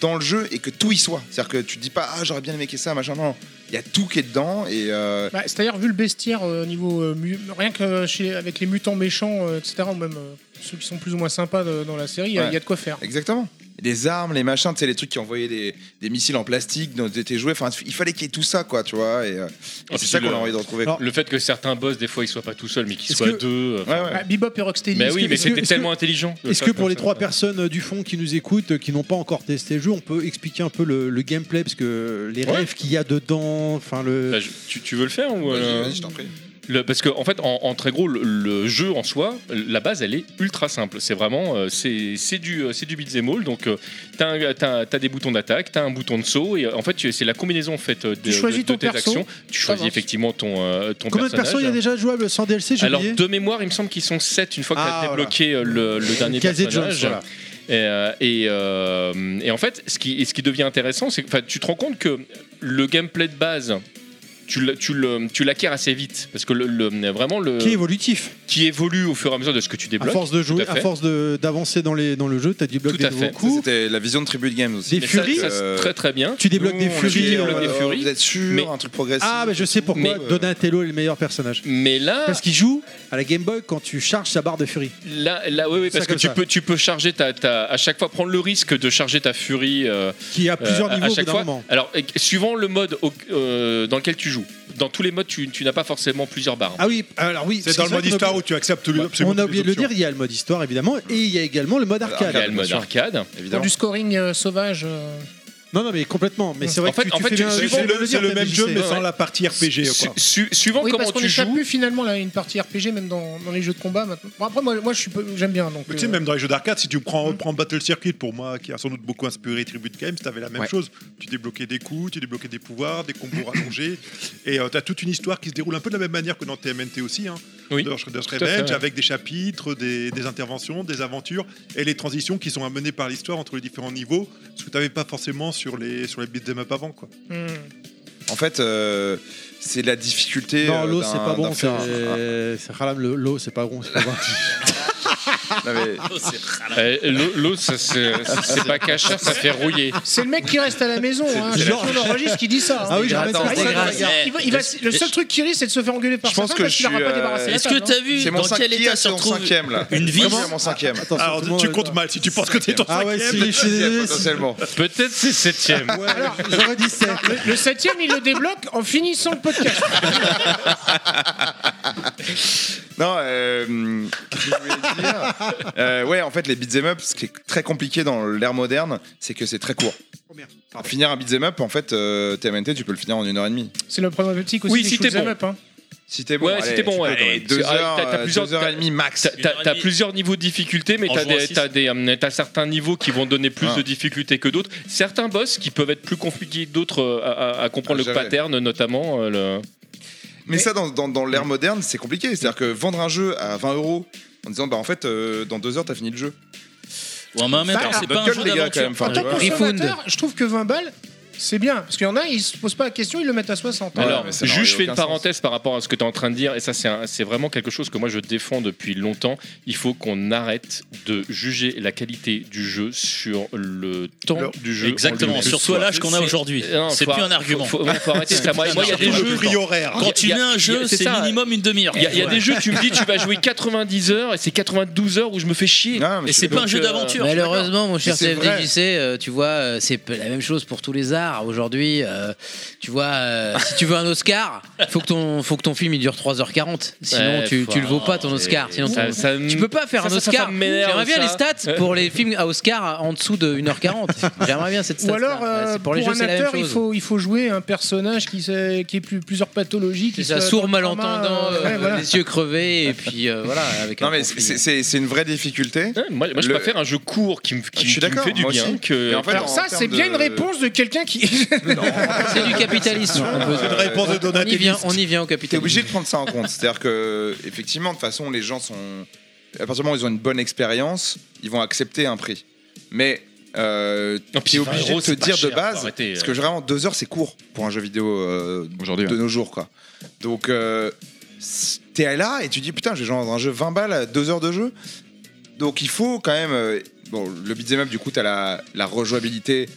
[SPEAKER 10] dans le jeu et que tout y soit. C'est-à-dire que tu te dis pas, ah j'aurais bien aimé qu'il y ait ça, machin, non, il y a tout qui est dedans et euh,
[SPEAKER 3] Bah, C'est-à-dire, vu le bestiaire euh, au niveau. euh, mu- rien que chez, avec les mutants méchants, euh, etc., ou même euh, ceux qui sont plus ou moins sympas de- dans la série, il y a- il
[SPEAKER 10] Ouais.
[SPEAKER 3] y a de quoi faire.
[SPEAKER 10] Exactement. Les armes, les machins, tu sais, les trucs qui envoyaient des, des missiles en plastique dont étaient joués. Enfin, il fallait qu'il y ait tout ça, quoi, tu vois. Et, euh, et c'est ça qu'on a envie de retrouver.
[SPEAKER 5] Le fait que certains boss, des fois, ils soient pas tout seuls, mais qu'ils
[SPEAKER 10] Est-ce
[SPEAKER 5] soient
[SPEAKER 10] que-
[SPEAKER 5] deux. enfin-
[SPEAKER 10] Ouais.
[SPEAKER 3] Bah, Bebop et Rocksteady.
[SPEAKER 5] Mais
[SPEAKER 3] est-ce
[SPEAKER 5] oui,
[SPEAKER 3] que-
[SPEAKER 5] mais
[SPEAKER 3] est-ce que-
[SPEAKER 5] c'était
[SPEAKER 3] est-ce que-
[SPEAKER 5] tellement intelligent.
[SPEAKER 13] Est-ce que pour les trois personnes euh, du fond qui nous écoutent, euh, qui n'ont pas encore testé le jeu, on peut expliquer un peu le, le gameplay Parce que les rêves qu'il y a dedans, enfin le.
[SPEAKER 5] Bah, je- tu, tu veux le faire ou
[SPEAKER 13] Vas-y,
[SPEAKER 5] euh,
[SPEAKER 13] vas-y, je t'en prie.
[SPEAKER 5] Le- parce que en fait, en, en très gros, le, le jeu en soi, la base, elle est ultra simple. C'est vraiment, euh, c'est c'est du, euh, c'est du beat'em all. Donc, euh, t'as un- t'as t'as des boutons d'attaque, t'as un bouton de saut, et euh, en fait, tu- c'est la combinaison en fait euh, de,
[SPEAKER 13] Tu choisis
[SPEAKER 5] de- de
[SPEAKER 13] ton
[SPEAKER 5] tes
[SPEAKER 13] perso,
[SPEAKER 5] actions. Tu choisis
[SPEAKER 13] t'avances.
[SPEAKER 5] effectivement ton, euh, ton
[SPEAKER 13] Combien de
[SPEAKER 5] personnage.
[SPEAKER 13] personnes il y a déjà jouables sans DLC j'ai
[SPEAKER 5] Alors,
[SPEAKER 13] oublié
[SPEAKER 5] de mémoire, il me semble qu'ils sont 7 une fois que
[SPEAKER 13] Ah,
[SPEAKER 5] tu as
[SPEAKER 13] voilà.
[SPEAKER 5] débloqué euh, le, le dernier
[SPEAKER 13] Casey Jones,
[SPEAKER 5] personnage.
[SPEAKER 13] voilà.
[SPEAKER 5] Et, euh, et, euh, et en fait, ce qui, et ce qui devient intéressant, c'est que enfin, tu te rends compte que le gameplay de base, tu le- tu le- tu l'acquiers assez vite. Parce que le, le- vraiment. Le,
[SPEAKER 13] Qui est évolutif.
[SPEAKER 5] Qui évolue au fur et à mesure de ce que tu
[SPEAKER 13] À
[SPEAKER 5] débloques.
[SPEAKER 13] force de
[SPEAKER 5] tout
[SPEAKER 13] jouer,
[SPEAKER 5] à
[SPEAKER 13] à
[SPEAKER 5] fait.
[SPEAKER 13] force de- d'avancer dans, les- dans le jeu, t'as débloqué
[SPEAKER 5] Tout à
[SPEAKER 13] des nouveaux
[SPEAKER 5] fait.
[SPEAKER 13] coups.
[SPEAKER 10] C'était la vision de Tribute Games aussi.
[SPEAKER 13] Des
[SPEAKER 10] Mais
[SPEAKER 13] furies.
[SPEAKER 10] ça, euh,
[SPEAKER 5] Très très bien.
[SPEAKER 13] Tu débloques
[SPEAKER 10] nous,
[SPEAKER 13] des
[SPEAKER 10] on a dit,
[SPEAKER 13] furies.
[SPEAKER 10] euh,
[SPEAKER 13] euh,
[SPEAKER 10] Vous êtes sûr, un truc progressif.
[SPEAKER 13] Ah, mais je sais pourquoi
[SPEAKER 10] Mais-
[SPEAKER 13] Donatello est le meilleur personnage.
[SPEAKER 5] euh, Mais là.
[SPEAKER 13] Parce qu'il joue à la Game Boy quand tu charges sa barre de furie.
[SPEAKER 5] Là, là oui, oui,
[SPEAKER 13] Ça
[SPEAKER 5] parce que
[SPEAKER 13] comme
[SPEAKER 5] tu
[SPEAKER 13] ça.
[SPEAKER 5] peux, tu peux charger ta, ta- à chaque fois prendre le risque de charger ta furie. euh,
[SPEAKER 13] Qui a plusieurs
[SPEAKER 5] à- à
[SPEAKER 13] niveaux au
[SPEAKER 5] chaque
[SPEAKER 13] bout d'un
[SPEAKER 5] fois.
[SPEAKER 13] moment.
[SPEAKER 5] Alors, euh, suivant le mode au- euh, dans lequel tu joues. Dans tous les modes, tu, tu n'as pas forcément plusieurs barres.
[SPEAKER 13] Ah oui, alors oui.
[SPEAKER 8] C'est dans le mode histoire où tu acceptes le- absolument.
[SPEAKER 13] On a
[SPEAKER 8] toutes les
[SPEAKER 13] oublié de le
[SPEAKER 8] options.
[SPEAKER 13] dire, il y a le mode histoire évidemment, et il y a également le mode arcade.
[SPEAKER 5] Il y a le mode arcade.
[SPEAKER 3] Pour du scoring euh, sauvage. euh,
[SPEAKER 13] Non, non, mais complètement. Mais c'est vrai
[SPEAKER 5] En
[SPEAKER 13] que
[SPEAKER 5] fait-
[SPEAKER 13] tu,
[SPEAKER 5] en
[SPEAKER 13] tu
[SPEAKER 5] fait,
[SPEAKER 13] fais bien
[SPEAKER 5] suivant-
[SPEAKER 13] tu fais bien
[SPEAKER 5] c'est
[SPEAKER 13] de dire,
[SPEAKER 5] le
[SPEAKER 13] t'as
[SPEAKER 5] même
[SPEAKER 13] dit,
[SPEAKER 5] jeu,
[SPEAKER 13] c'est-
[SPEAKER 5] mais
[SPEAKER 13] ouais.
[SPEAKER 5] sans la
[SPEAKER 8] partie RPG.
[SPEAKER 5] Su- su- suivant
[SPEAKER 3] oui,
[SPEAKER 5] comment
[SPEAKER 3] parce qu'on
[SPEAKER 5] tu
[SPEAKER 3] échappe
[SPEAKER 5] joues.
[SPEAKER 3] plus finalement là, à une partie RPG, même dans, dans les jeux de combat maintenant. Bon, après, moi, moi je suis peu- j'aime bien. Donc,
[SPEAKER 8] Mais tu sais,
[SPEAKER 3] euh,
[SPEAKER 8] même dans les jeux d'arcade, si tu prends,
[SPEAKER 10] Mhm.
[SPEAKER 8] prends Battle Circuit, pour moi, qui a sans doute beaucoup inspiré Tribute Games, t'avais la même
[SPEAKER 10] Ouais.
[SPEAKER 8] chose. Tu débloquais des coups, tu débloquais des pouvoirs, des
[SPEAKER 10] [laughs]
[SPEAKER 8] combos rallongés. Et euh, t'as toute une histoire qui se déroule un peu de la même manière que dans TMNT aussi. Hein.
[SPEAKER 5] Oui.
[SPEAKER 8] Dans Shredder's
[SPEAKER 5] Tout à fait,
[SPEAKER 8] Revenge,
[SPEAKER 5] ouais.
[SPEAKER 8] avec des chapitres, des, des interventions, des aventures et les transitions qui sont amenées par l'histoire entre les différents niveaux, ce que t'avais pas forcément sur les, sur les beat'em up avant. Quoi.
[SPEAKER 10] En fait, euh, c'est la difficulté.
[SPEAKER 13] Non,
[SPEAKER 10] euh,
[SPEAKER 13] l'eau, c'est
[SPEAKER 10] d'un-
[SPEAKER 13] pas
[SPEAKER 10] d'un
[SPEAKER 13] bon. C'est
[SPEAKER 10] film.
[SPEAKER 13] c'est Haram, le- l'eau, c'est pas bon. c'est pas
[SPEAKER 10] [laughs]
[SPEAKER 13] bon.
[SPEAKER 10] Non,
[SPEAKER 8] [laughs]
[SPEAKER 10] mais-
[SPEAKER 8] Oh,
[SPEAKER 5] Euh, l'eau- L'eau, ça, c'est c'est pas cachère, ça fait rouiller.
[SPEAKER 3] [laughs] C'est le mec qui reste à la maison, hein.
[SPEAKER 5] c'est-
[SPEAKER 3] Genre, on enregistre qui dit ça. hein.
[SPEAKER 5] Ah oui, je
[SPEAKER 3] Attends,
[SPEAKER 5] ramène ça,
[SPEAKER 3] il va-
[SPEAKER 5] regarde.
[SPEAKER 3] il va- il va- Le seul truc qui risque, c'est de se faire engueuler par
[SPEAKER 10] Je
[SPEAKER 3] sa
[SPEAKER 10] pense
[SPEAKER 3] femme
[SPEAKER 10] que
[SPEAKER 3] parce
[SPEAKER 10] je
[SPEAKER 3] qu'il n'aura
[SPEAKER 10] suis,
[SPEAKER 3] pas
[SPEAKER 10] euh,
[SPEAKER 3] débarrassé. la
[SPEAKER 10] Est-ce
[SPEAKER 3] table,
[SPEAKER 10] que t'as
[SPEAKER 3] hein.
[SPEAKER 10] vu C'est mon dans quel cinquième, état se c'est mon retrouve cinquième, là. une vis Vraiment, c'est mon cinquième. Attends,
[SPEAKER 8] Alors,
[SPEAKER 10] tout le
[SPEAKER 8] tu
[SPEAKER 10] monde-
[SPEAKER 8] comptes mal si tu penses que t'es ton
[SPEAKER 10] Ah ouais,
[SPEAKER 8] cinquième.
[SPEAKER 10] si, je suis désolé, c'est- Potentiellement.
[SPEAKER 5] Peut-être c'est septième.
[SPEAKER 3] Alors,
[SPEAKER 13] J'aurais dit 7.
[SPEAKER 3] Le, le septième, il le débloque en finissant le podcast.
[SPEAKER 10] [laughs] non, euh, qu'est-ce que je voulais dire Euh, ouais, en fait, les beat'em up, ce qui est très compliqué dans l'ère moderne, c'est que c'est très court.
[SPEAKER 13] Oh,
[SPEAKER 10] Finir un beat'em up, en fait, euh, TMNT, tu peux le finir en une heure et demie.
[SPEAKER 3] C'est le problématique aussi.
[SPEAKER 5] Oui,
[SPEAKER 3] des
[SPEAKER 5] si t'es
[SPEAKER 3] shoot'em
[SPEAKER 5] bon.
[SPEAKER 3] Up, hein.
[SPEAKER 10] Si t'es bon,
[SPEAKER 5] ouais,
[SPEAKER 10] allez,
[SPEAKER 5] si t'es
[SPEAKER 10] tu
[SPEAKER 5] bon,
[SPEAKER 10] peux
[SPEAKER 5] ouais.
[SPEAKER 10] quand même.
[SPEAKER 5] Tu-
[SPEAKER 10] Deux
[SPEAKER 5] ah,
[SPEAKER 10] heures,
[SPEAKER 5] t'as- t'as
[SPEAKER 10] euh,
[SPEAKER 5] plusieurs-
[SPEAKER 10] deux heures et demie max.
[SPEAKER 5] T'as- T'as t'as plusieurs niveaux de difficulté, mais
[SPEAKER 10] En
[SPEAKER 5] t'as
[SPEAKER 10] jouant à
[SPEAKER 5] des,
[SPEAKER 10] six.
[SPEAKER 5] t'as des, hum, t'as certains niveaux qui vont donner plus
[SPEAKER 10] Ah.
[SPEAKER 5] de difficulté que d'autres. Certains boss qui peuvent être plus compliqués que d'autres euh, à, à- à comprendre
[SPEAKER 10] Ah,
[SPEAKER 5] le
[SPEAKER 10] j'avais.
[SPEAKER 5] pattern, notamment. euh, le...
[SPEAKER 10] Mais ça, dans, dans, dans l'ère moderne, c'est compliqué. C'est-à-dire que vendre un jeu à 20 euros en disant, bah en fait, euh, dans deux heures, t'as fini le jeu.
[SPEAKER 6] Ouais, mais en même
[SPEAKER 10] Ça,
[SPEAKER 6] temps, c'est
[SPEAKER 10] de
[SPEAKER 6] pas un
[SPEAKER 10] gueule,
[SPEAKER 6] jeu
[SPEAKER 10] les gars, quand
[SPEAKER 6] d'aventure.
[SPEAKER 10] même, enfin,
[SPEAKER 6] Enfin,
[SPEAKER 10] tu vois.
[SPEAKER 3] Consommateur, je trouve que 20 balles, c'est bien. Parce qu'il y en a, ils se posent pas la question, ils le mettent à 60.
[SPEAKER 5] Alors, juste, je fais une parenthèse par rapport à ce que tu es en train de dire, et ça, c'est un- c'est vraiment quelque chose que moi je défends depuis longtemps. Il faut qu'on arrête de juger la qualité du jeu sur le temps
[SPEAKER 6] Le-
[SPEAKER 5] du jeu. en
[SPEAKER 6] Exactement,
[SPEAKER 5] lui-même.
[SPEAKER 6] sur soit l'âge qu'on a
[SPEAKER 5] C'est-
[SPEAKER 6] aujourd'hui.
[SPEAKER 5] non,
[SPEAKER 6] C'est
[SPEAKER 5] faut-
[SPEAKER 6] plus un argument.
[SPEAKER 5] Faut, faut- faut
[SPEAKER 6] [laughs]
[SPEAKER 5] arrêter
[SPEAKER 6] C'est
[SPEAKER 5] ça.
[SPEAKER 6] plus
[SPEAKER 5] Moi,
[SPEAKER 6] un
[SPEAKER 5] moi, il y a des
[SPEAKER 6] argument.
[SPEAKER 5] jeux.
[SPEAKER 6] Le prix horaire. Quand tu
[SPEAKER 5] Il y a-
[SPEAKER 6] mets un
[SPEAKER 5] il y a-
[SPEAKER 6] jeu, c'est
[SPEAKER 5] ça.
[SPEAKER 6] minimum une demi-heure.
[SPEAKER 5] Il y a- il y a des
[SPEAKER 6] Ouais.
[SPEAKER 5] jeux, tu me dis, tu vas jouer 90 heures, et c'est 92 heures où je me fais chier.
[SPEAKER 6] mais Et c'est c'est pas un jeu d'aventure,
[SPEAKER 9] euh, Malheureusement, mon
[SPEAKER 5] Mais
[SPEAKER 9] cher
[SPEAKER 5] c'est vrai.
[SPEAKER 9] CFDJC, euh, tu vois, euh, c'est p- la même chose pour tous les arts. Aujourd'hui, euh, tu vois, euh, si tu veux un Oscar, faut que ton, faut que ton film il dure 3h40. Sinon,
[SPEAKER 5] Ouais,
[SPEAKER 9] tu,
[SPEAKER 5] faut
[SPEAKER 9] tu le vaux pas ton
[SPEAKER 5] arrêter.
[SPEAKER 9] Oscar. Sinon,
[SPEAKER 5] Ça-
[SPEAKER 9] ton-
[SPEAKER 5] ça m-
[SPEAKER 9] tu peux pas faire
[SPEAKER 5] ça-
[SPEAKER 9] un
[SPEAKER 5] ça- ça- ça
[SPEAKER 9] Oscar.
[SPEAKER 5] m'énerve,
[SPEAKER 9] J'aimerais bien
[SPEAKER 5] ça.
[SPEAKER 9] les stats pour les films à Oscar en dessous de 1h40. J'aimerais bien cette stat.
[SPEAKER 3] Ou alors, euh, pour,
[SPEAKER 9] pour les jeux,
[SPEAKER 3] un
[SPEAKER 9] c'est la même
[SPEAKER 3] acteur, il
[SPEAKER 9] chose.
[SPEAKER 3] faut, il faut jouer un personnage qui, s'est- qui est plus, plusieurs pathologies. qui
[SPEAKER 9] C'est ça,
[SPEAKER 3] se-
[SPEAKER 9] sourd,
[SPEAKER 3] euh, dans le trauma,
[SPEAKER 9] malentendant,
[SPEAKER 3] euh, ouais,
[SPEAKER 9] euh,
[SPEAKER 3] voilà.
[SPEAKER 9] les yeux crevés, et puis euh, voilà. Avec
[SPEAKER 10] non
[SPEAKER 9] un
[SPEAKER 10] mais
[SPEAKER 9] conflit.
[SPEAKER 10] c'est- c'est c'est une vraie difficulté.
[SPEAKER 5] moi, je préfère un jeu court qui me qui- qui me fait du bien que-
[SPEAKER 3] Alors ça, c'est bien une réponse de quelqu'un qui. [laughs]
[SPEAKER 9] C'est du capitalisme.
[SPEAKER 10] C'est une réponse de
[SPEAKER 9] On y
[SPEAKER 10] Donateliste.
[SPEAKER 9] vient, on y vient au
[SPEAKER 10] Euh, T'es
[SPEAKER 9] capitalisme.
[SPEAKER 10] obligé de prendre ça en compte. C'est-à-dire que effectivement, de toute façon, les gens sont à partir du moment où ils ont une bonne expérience, ils vont accepter un prix. Mais euh, tu es
[SPEAKER 6] enfin,
[SPEAKER 10] obligé
[SPEAKER 6] euros,
[SPEAKER 10] de te
[SPEAKER 6] c'est pas
[SPEAKER 10] dire
[SPEAKER 6] cher,
[SPEAKER 10] de
[SPEAKER 6] faut
[SPEAKER 10] base,
[SPEAKER 6] arrêter,
[SPEAKER 10] parce
[SPEAKER 6] euh.
[SPEAKER 10] que vraiment, deux heures, c'est court pour un jeu vidéo euh,
[SPEAKER 4] hein.
[SPEAKER 10] de nos jours. quoi. Donc, euh, s- t'es là et tu dis, putain, j'ai genre un jeu 20 balles à deux heures de jeu. Donc, il faut quand même. euh, bon, le beat'em up, du coup, t'as la, la rejouabilité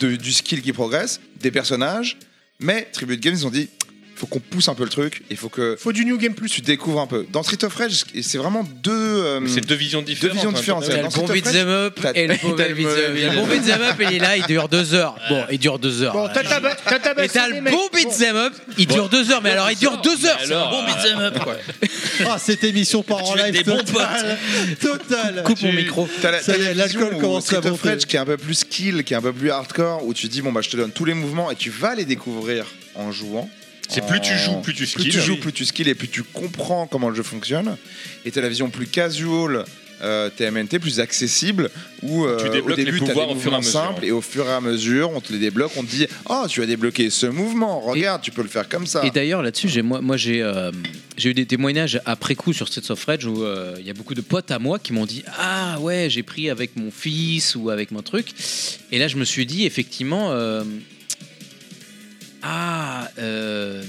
[SPEAKER 10] de- du skill qui progresse, des personnages. Mais Tribute Games, ils ont dit, faut qu'on pousse un peu le truc. Il faut que.
[SPEAKER 3] Faut du New Game Plus.
[SPEAKER 10] Tu découvres un peu. Dans Street of Rage, c'est vraiment deux. euh,
[SPEAKER 5] C'est deux visions différentes,
[SPEAKER 10] Deux
[SPEAKER 5] hein,
[SPEAKER 10] visions
[SPEAKER 5] en fait.
[SPEAKER 10] différentes.
[SPEAKER 5] T'as le
[SPEAKER 10] Dans
[SPEAKER 5] bon
[SPEAKER 10] Street of Rage,
[SPEAKER 9] beat'em up
[SPEAKER 10] t'as-
[SPEAKER 9] et le
[SPEAKER 10] [laughs] t'as
[SPEAKER 9] mauvais beat'em up.
[SPEAKER 10] mauvais
[SPEAKER 9] Le bon beat'em up, il est là, il dure deux heures. Bon, il dure deux heures.
[SPEAKER 3] Bon, t'as taba- t'as
[SPEAKER 9] Ah, Et
[SPEAKER 3] tabassé
[SPEAKER 9] t'as
[SPEAKER 3] les
[SPEAKER 9] le
[SPEAKER 3] mecs.
[SPEAKER 9] bon beat'em up, il dure deux heures, mais alors il dure deux heures. C'est un
[SPEAKER 24] alors,
[SPEAKER 9] bon
[SPEAKER 24] euh,
[SPEAKER 9] beat'em up, quoi.
[SPEAKER 24] Ah, cette émission part en
[SPEAKER 9] Tu
[SPEAKER 24] live
[SPEAKER 9] es des bons
[SPEAKER 24] totale.
[SPEAKER 1] [laughs]
[SPEAKER 24] Totale.
[SPEAKER 10] Coupe mon
[SPEAKER 24] Tu-
[SPEAKER 10] micro. T'as la,
[SPEAKER 24] Ça
[SPEAKER 10] t'as
[SPEAKER 24] y
[SPEAKER 10] la
[SPEAKER 24] est, l'alcool
[SPEAKER 10] vision où
[SPEAKER 24] commence à
[SPEAKER 10] Street of
[SPEAKER 24] monter.
[SPEAKER 10] Rage qui est un peu plus skill, qui est un peu plus hardcore, où tu dis bon bah je te donne tous les mouvements et tu vas les découvrir en jouant.
[SPEAKER 25] C'est plus tu
[SPEAKER 10] En-
[SPEAKER 25] joues, plus tu
[SPEAKER 10] Plus tu
[SPEAKER 25] skills.
[SPEAKER 10] joues, plus tu skills et plus tu comprends comment le jeu fonctionne. Et t'as la vision plus casual. euh, TMNT plus accessible où euh,
[SPEAKER 25] Tu débloques
[SPEAKER 10] au début
[SPEAKER 25] les
[SPEAKER 10] t'as des
[SPEAKER 25] pouvoirs au fur et à
[SPEAKER 10] mouvements
[SPEAKER 25] mesure.
[SPEAKER 10] simples et au fur et à mesure on te les débloque on te dit oh tu as débloqué ce mouvement regarde tu peux le faire comme ça
[SPEAKER 9] Et d'ailleurs, là-dessus, j'ai- moi, moi j'ai euh, j'ai eu des témoignages après coup sur Streets of Rage où euh, il y a beaucoup de potes à moi qui m'ont dit Ah ouais, j'ai pris avec mon fils ou avec mon truc. Et là, je me suis dit, effectivement, euh, Ah, euh,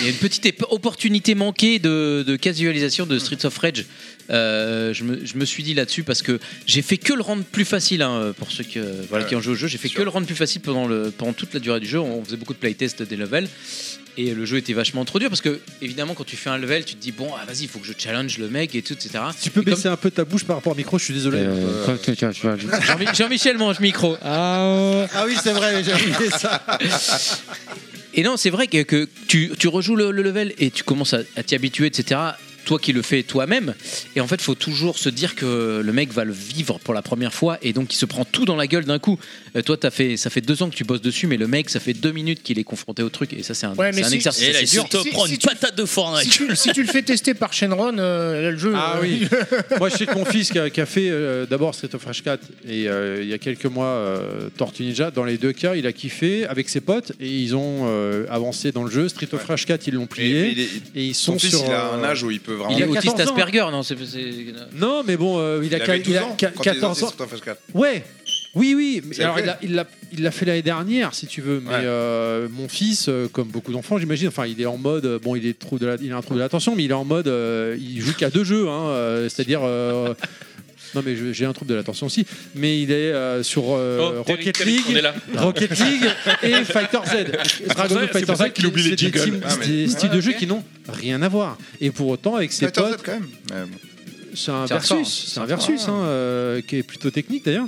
[SPEAKER 9] il y a une petite épo- opportunité manquée de, de casualisation de Streets of Rage. Euh, je, me, je me suis dit là-dessus parce que j'ai fait que le rendre plus facile hein, pour ceux que, voilà,
[SPEAKER 10] Ouais.
[SPEAKER 9] qui ont joué au jeu. J'ai fait que le rendre plus facile pendant, le, pendant toute la durée du jeu. On faisait beaucoup de playtest des levels et le jeu était vachement trop dur parce que évidemment quand tu fais un level tu te dis bon ah, vas-y il faut que je challenge le mec et tout etc.
[SPEAKER 1] Tu peux baisser un peu ta bouche par rapport au micro, je suis désolé. Euh,
[SPEAKER 9] Jean-Mi- Jean-Michel mange micro. Ah,
[SPEAKER 1] oui, c'est vrai, j'ai oublié ça.
[SPEAKER 9] Et non, c'est vrai que, que tu, tu rejoues le, le level et tu commences à, à t'y habituer, etc. Toi qui le fais toi-même. Et en fait, faut toujours se dire que le mec va le vivre pour la première fois et donc il se prend tout dans la gueule d'un coup. Euh, toi, as fait, ça fait deux ans que tu bosses dessus, mais le mec, ça fait deux minutes qu'il est confronté au truc et ça, c'est un,
[SPEAKER 3] Ouais,
[SPEAKER 9] c'est
[SPEAKER 3] mais
[SPEAKER 9] un
[SPEAKER 3] si-
[SPEAKER 9] exercice
[SPEAKER 3] Et là,
[SPEAKER 9] assez
[SPEAKER 3] il
[SPEAKER 9] dur.
[SPEAKER 3] te Si- prend si une tu-
[SPEAKER 9] patate de
[SPEAKER 3] Si tu, si tu le fais tester par Shenron, euh, le jeu.
[SPEAKER 1] Ah
[SPEAKER 3] euh, [laughs]
[SPEAKER 1] oui. Moi, je sais que mon fils qui a, qui a fait euh, d'abord Street of Rage 4 et euh, il y a quelques mois euh, Tortue Ninja, dans les deux cas, il a kiffé avec ses potes et ils ont euh, avancé dans le jeu. Street of Rage 4, ils l'ont plié.
[SPEAKER 10] Et- et il est-
[SPEAKER 1] et ils
[SPEAKER 10] son
[SPEAKER 1] sont
[SPEAKER 10] fils,
[SPEAKER 1] sur.
[SPEAKER 10] il a un
[SPEAKER 1] euh,
[SPEAKER 10] âge où il peut vraiment
[SPEAKER 9] Il est autiste
[SPEAKER 1] 14 ans.
[SPEAKER 9] Asperger, non c'est- c'est-
[SPEAKER 1] Non, mais bon, euh, il a,
[SPEAKER 10] Il
[SPEAKER 1] qu'à-
[SPEAKER 10] avait 12
[SPEAKER 1] il a
[SPEAKER 10] ans
[SPEAKER 1] qu'à-
[SPEAKER 10] quand il est
[SPEAKER 1] 14
[SPEAKER 10] sorti Street
[SPEAKER 1] ans.
[SPEAKER 10] of Rage 4.
[SPEAKER 1] Ouais, oui, oui. mais
[SPEAKER 10] C'est
[SPEAKER 1] alors,
[SPEAKER 10] vrai.
[SPEAKER 1] il l'a- il l'a il l'a fait l'année dernière, si tu veux. Mais euh, mon fils, euh, comme beaucoup d'enfants, j'imagine, enfin, il est en mode. euh, Bon, il, est trou de la- il a un trouble de l'attention, mais il est en mode. euh, il joue qu'à deux jeux, hein, euh, c'est-à-dire. euh, [laughs] Non mais je- j'ai un trouble de l'attention aussi, mais il est euh, sur euh,
[SPEAKER 5] Oh, Terry,
[SPEAKER 1] Rocket
[SPEAKER 5] Terry,
[SPEAKER 1] League,
[SPEAKER 5] on est là.
[SPEAKER 1] Rocket League
[SPEAKER 5] [laughs]
[SPEAKER 1] et Fighter Z, Dragon
[SPEAKER 5] ça-
[SPEAKER 1] Ball
[SPEAKER 5] c'est
[SPEAKER 1] Fighter
[SPEAKER 5] pour ça
[SPEAKER 1] Z,
[SPEAKER 5] qu'il oublie les
[SPEAKER 1] c'est des,
[SPEAKER 5] jingles.
[SPEAKER 1] teams-
[SPEAKER 5] Ah, mais-
[SPEAKER 1] c'est des styles
[SPEAKER 5] Ouais,
[SPEAKER 1] de jeu
[SPEAKER 5] ok.
[SPEAKER 1] qui n'ont rien à voir. Et pour autant avec ses
[SPEAKER 10] Fighter Z,
[SPEAKER 1] potes,
[SPEAKER 10] quand même Mais bon.
[SPEAKER 1] c'est un
[SPEAKER 10] C'est hardcore,
[SPEAKER 1] versus,
[SPEAKER 10] hein.
[SPEAKER 1] c'est un versus hein, euh, qui est plutôt technique d'ailleurs.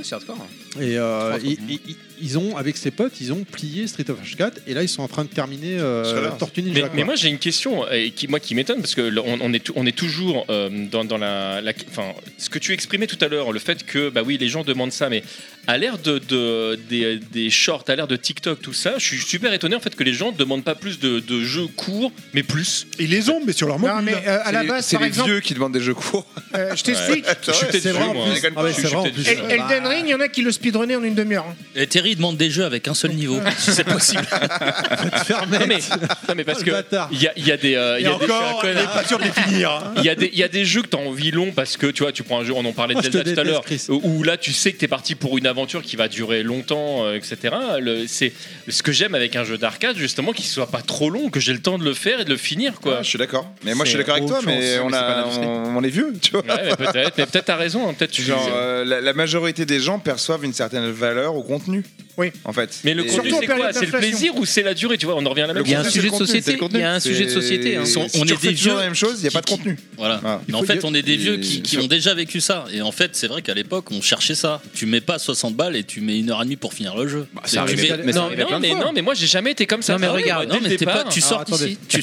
[SPEAKER 1] Et euh, ils, ils- ils ont, avec ses potes, ils ont plié Street of Rage 4 et là ils sont en train de terminer euh, Tortue Ninja.
[SPEAKER 5] Mais,
[SPEAKER 1] quoi.
[SPEAKER 5] mais moi j'ai une question euh, et qui moi qui m'étonne parce que le- on, on est tou- on est toujours euh, dans, dans la, la- enfin ce que tu exprimais tout à l'heure le fait que bah oui les gens demandent ça mais à l'ère de, de- des, des shorts à l'ère de TikTok tout ça je suis super étonné en fait que les gens demandent pas plus de, de jeux courts mais plus
[SPEAKER 8] ils les ont mais sur leur
[SPEAKER 3] mobile. mais, euh, à la base,
[SPEAKER 10] c'est
[SPEAKER 3] par
[SPEAKER 10] les
[SPEAKER 3] exemple-
[SPEAKER 10] vieux qui demandent des jeux courts
[SPEAKER 3] Euh, je t'explique.
[SPEAKER 10] C'est vrai,
[SPEAKER 3] C'est vrai,
[SPEAKER 10] vieux,
[SPEAKER 3] en
[SPEAKER 10] moi.
[SPEAKER 3] plus.
[SPEAKER 10] Je déconne
[SPEAKER 3] Ah
[SPEAKER 10] pas,
[SPEAKER 8] bah,
[SPEAKER 10] je
[SPEAKER 3] ouais, c'est
[SPEAKER 10] suis
[SPEAKER 3] vrai, en
[SPEAKER 10] peut-être
[SPEAKER 3] plus.
[SPEAKER 10] vieux.
[SPEAKER 3] El- Elden Ring, il y en a qui le speedrunnaient en une demi-heure. hein.
[SPEAKER 6] Et Terry demande des jeux avec un seul niveau, [laughs] si c'est possible.
[SPEAKER 5] non mais, non,
[SPEAKER 1] [laughs] Oh,
[SPEAKER 5] mais parce que il y a, il y a des euh, il y a des-
[SPEAKER 8] encore, il est pas sûr de les finir. hein.
[SPEAKER 5] Il y, a des, il y a des jeux que t'as envie long parce que tu vois, tu prends un jeu, on en parlait
[SPEAKER 1] Oh, je te
[SPEAKER 5] Zelda tout à
[SPEAKER 1] déteste,
[SPEAKER 5] l'heure, où où là tu sais que t'es parti pour une aventure qui va durer longtemps, euh, etc. Le- C'est ce que j'aime avec un jeu d'arcade, justement, qu'il soit pas trop long, que j'ai le temps de le faire et de le finir, quoi.
[SPEAKER 10] je suis d'accord. Mais moi, je suis
[SPEAKER 5] C'est
[SPEAKER 10] d'accord avec toi,
[SPEAKER 5] autre
[SPEAKER 10] mais
[SPEAKER 5] chose,
[SPEAKER 10] on,
[SPEAKER 5] c'est pas
[SPEAKER 10] a,
[SPEAKER 5] la
[SPEAKER 10] on,
[SPEAKER 5] difficulté.
[SPEAKER 10] on est vieux, tu vois.
[SPEAKER 5] Ouais, mais peut-être, mais peut-être t'as raison, hein, peut-être tu
[SPEAKER 10] Genre, euh, la, la majorité des gens perçoivent une certaine valeur au contenu.
[SPEAKER 3] Oui.
[SPEAKER 10] En fait.
[SPEAKER 5] Mais le
[SPEAKER 10] Et-
[SPEAKER 5] contenu, c'est quoi C'est le plaisir ou c'est la durée Tu vois, on en revient à la même
[SPEAKER 10] Le contenu, c'est le contenu, c'est le contenu. C'est-
[SPEAKER 5] hein.
[SPEAKER 6] Si hein. on-
[SPEAKER 10] si
[SPEAKER 6] on
[SPEAKER 10] tu
[SPEAKER 6] est
[SPEAKER 10] refais toujours
[SPEAKER 6] des vieux
[SPEAKER 10] la même chose, il n'y a pas de contenu.
[SPEAKER 6] Voilà. Mais en
[SPEAKER 10] faut
[SPEAKER 6] fait,
[SPEAKER 10] dire-
[SPEAKER 6] on est des
[SPEAKER 10] et-
[SPEAKER 6] vieux qui, qui ont déjà vécu ça. Et en fait, c'est vrai qu'à l'époque, on cherchait ça. Tu mets pas 60 balles et tu mets une heure et demie pour finir le jeu.
[SPEAKER 5] ça
[SPEAKER 6] Tu
[SPEAKER 5] arrivait-
[SPEAKER 6] mets-
[SPEAKER 5] mais ça arrivait plein de fois.
[SPEAKER 6] Non,
[SPEAKER 5] Ah
[SPEAKER 6] mais
[SPEAKER 8] Ah
[SPEAKER 6] regarde, non, mais t'es pas, tu sors
[SPEAKER 9] Alors, ah, attendez.
[SPEAKER 6] d'ici.
[SPEAKER 9] [laughs]
[SPEAKER 6] Tu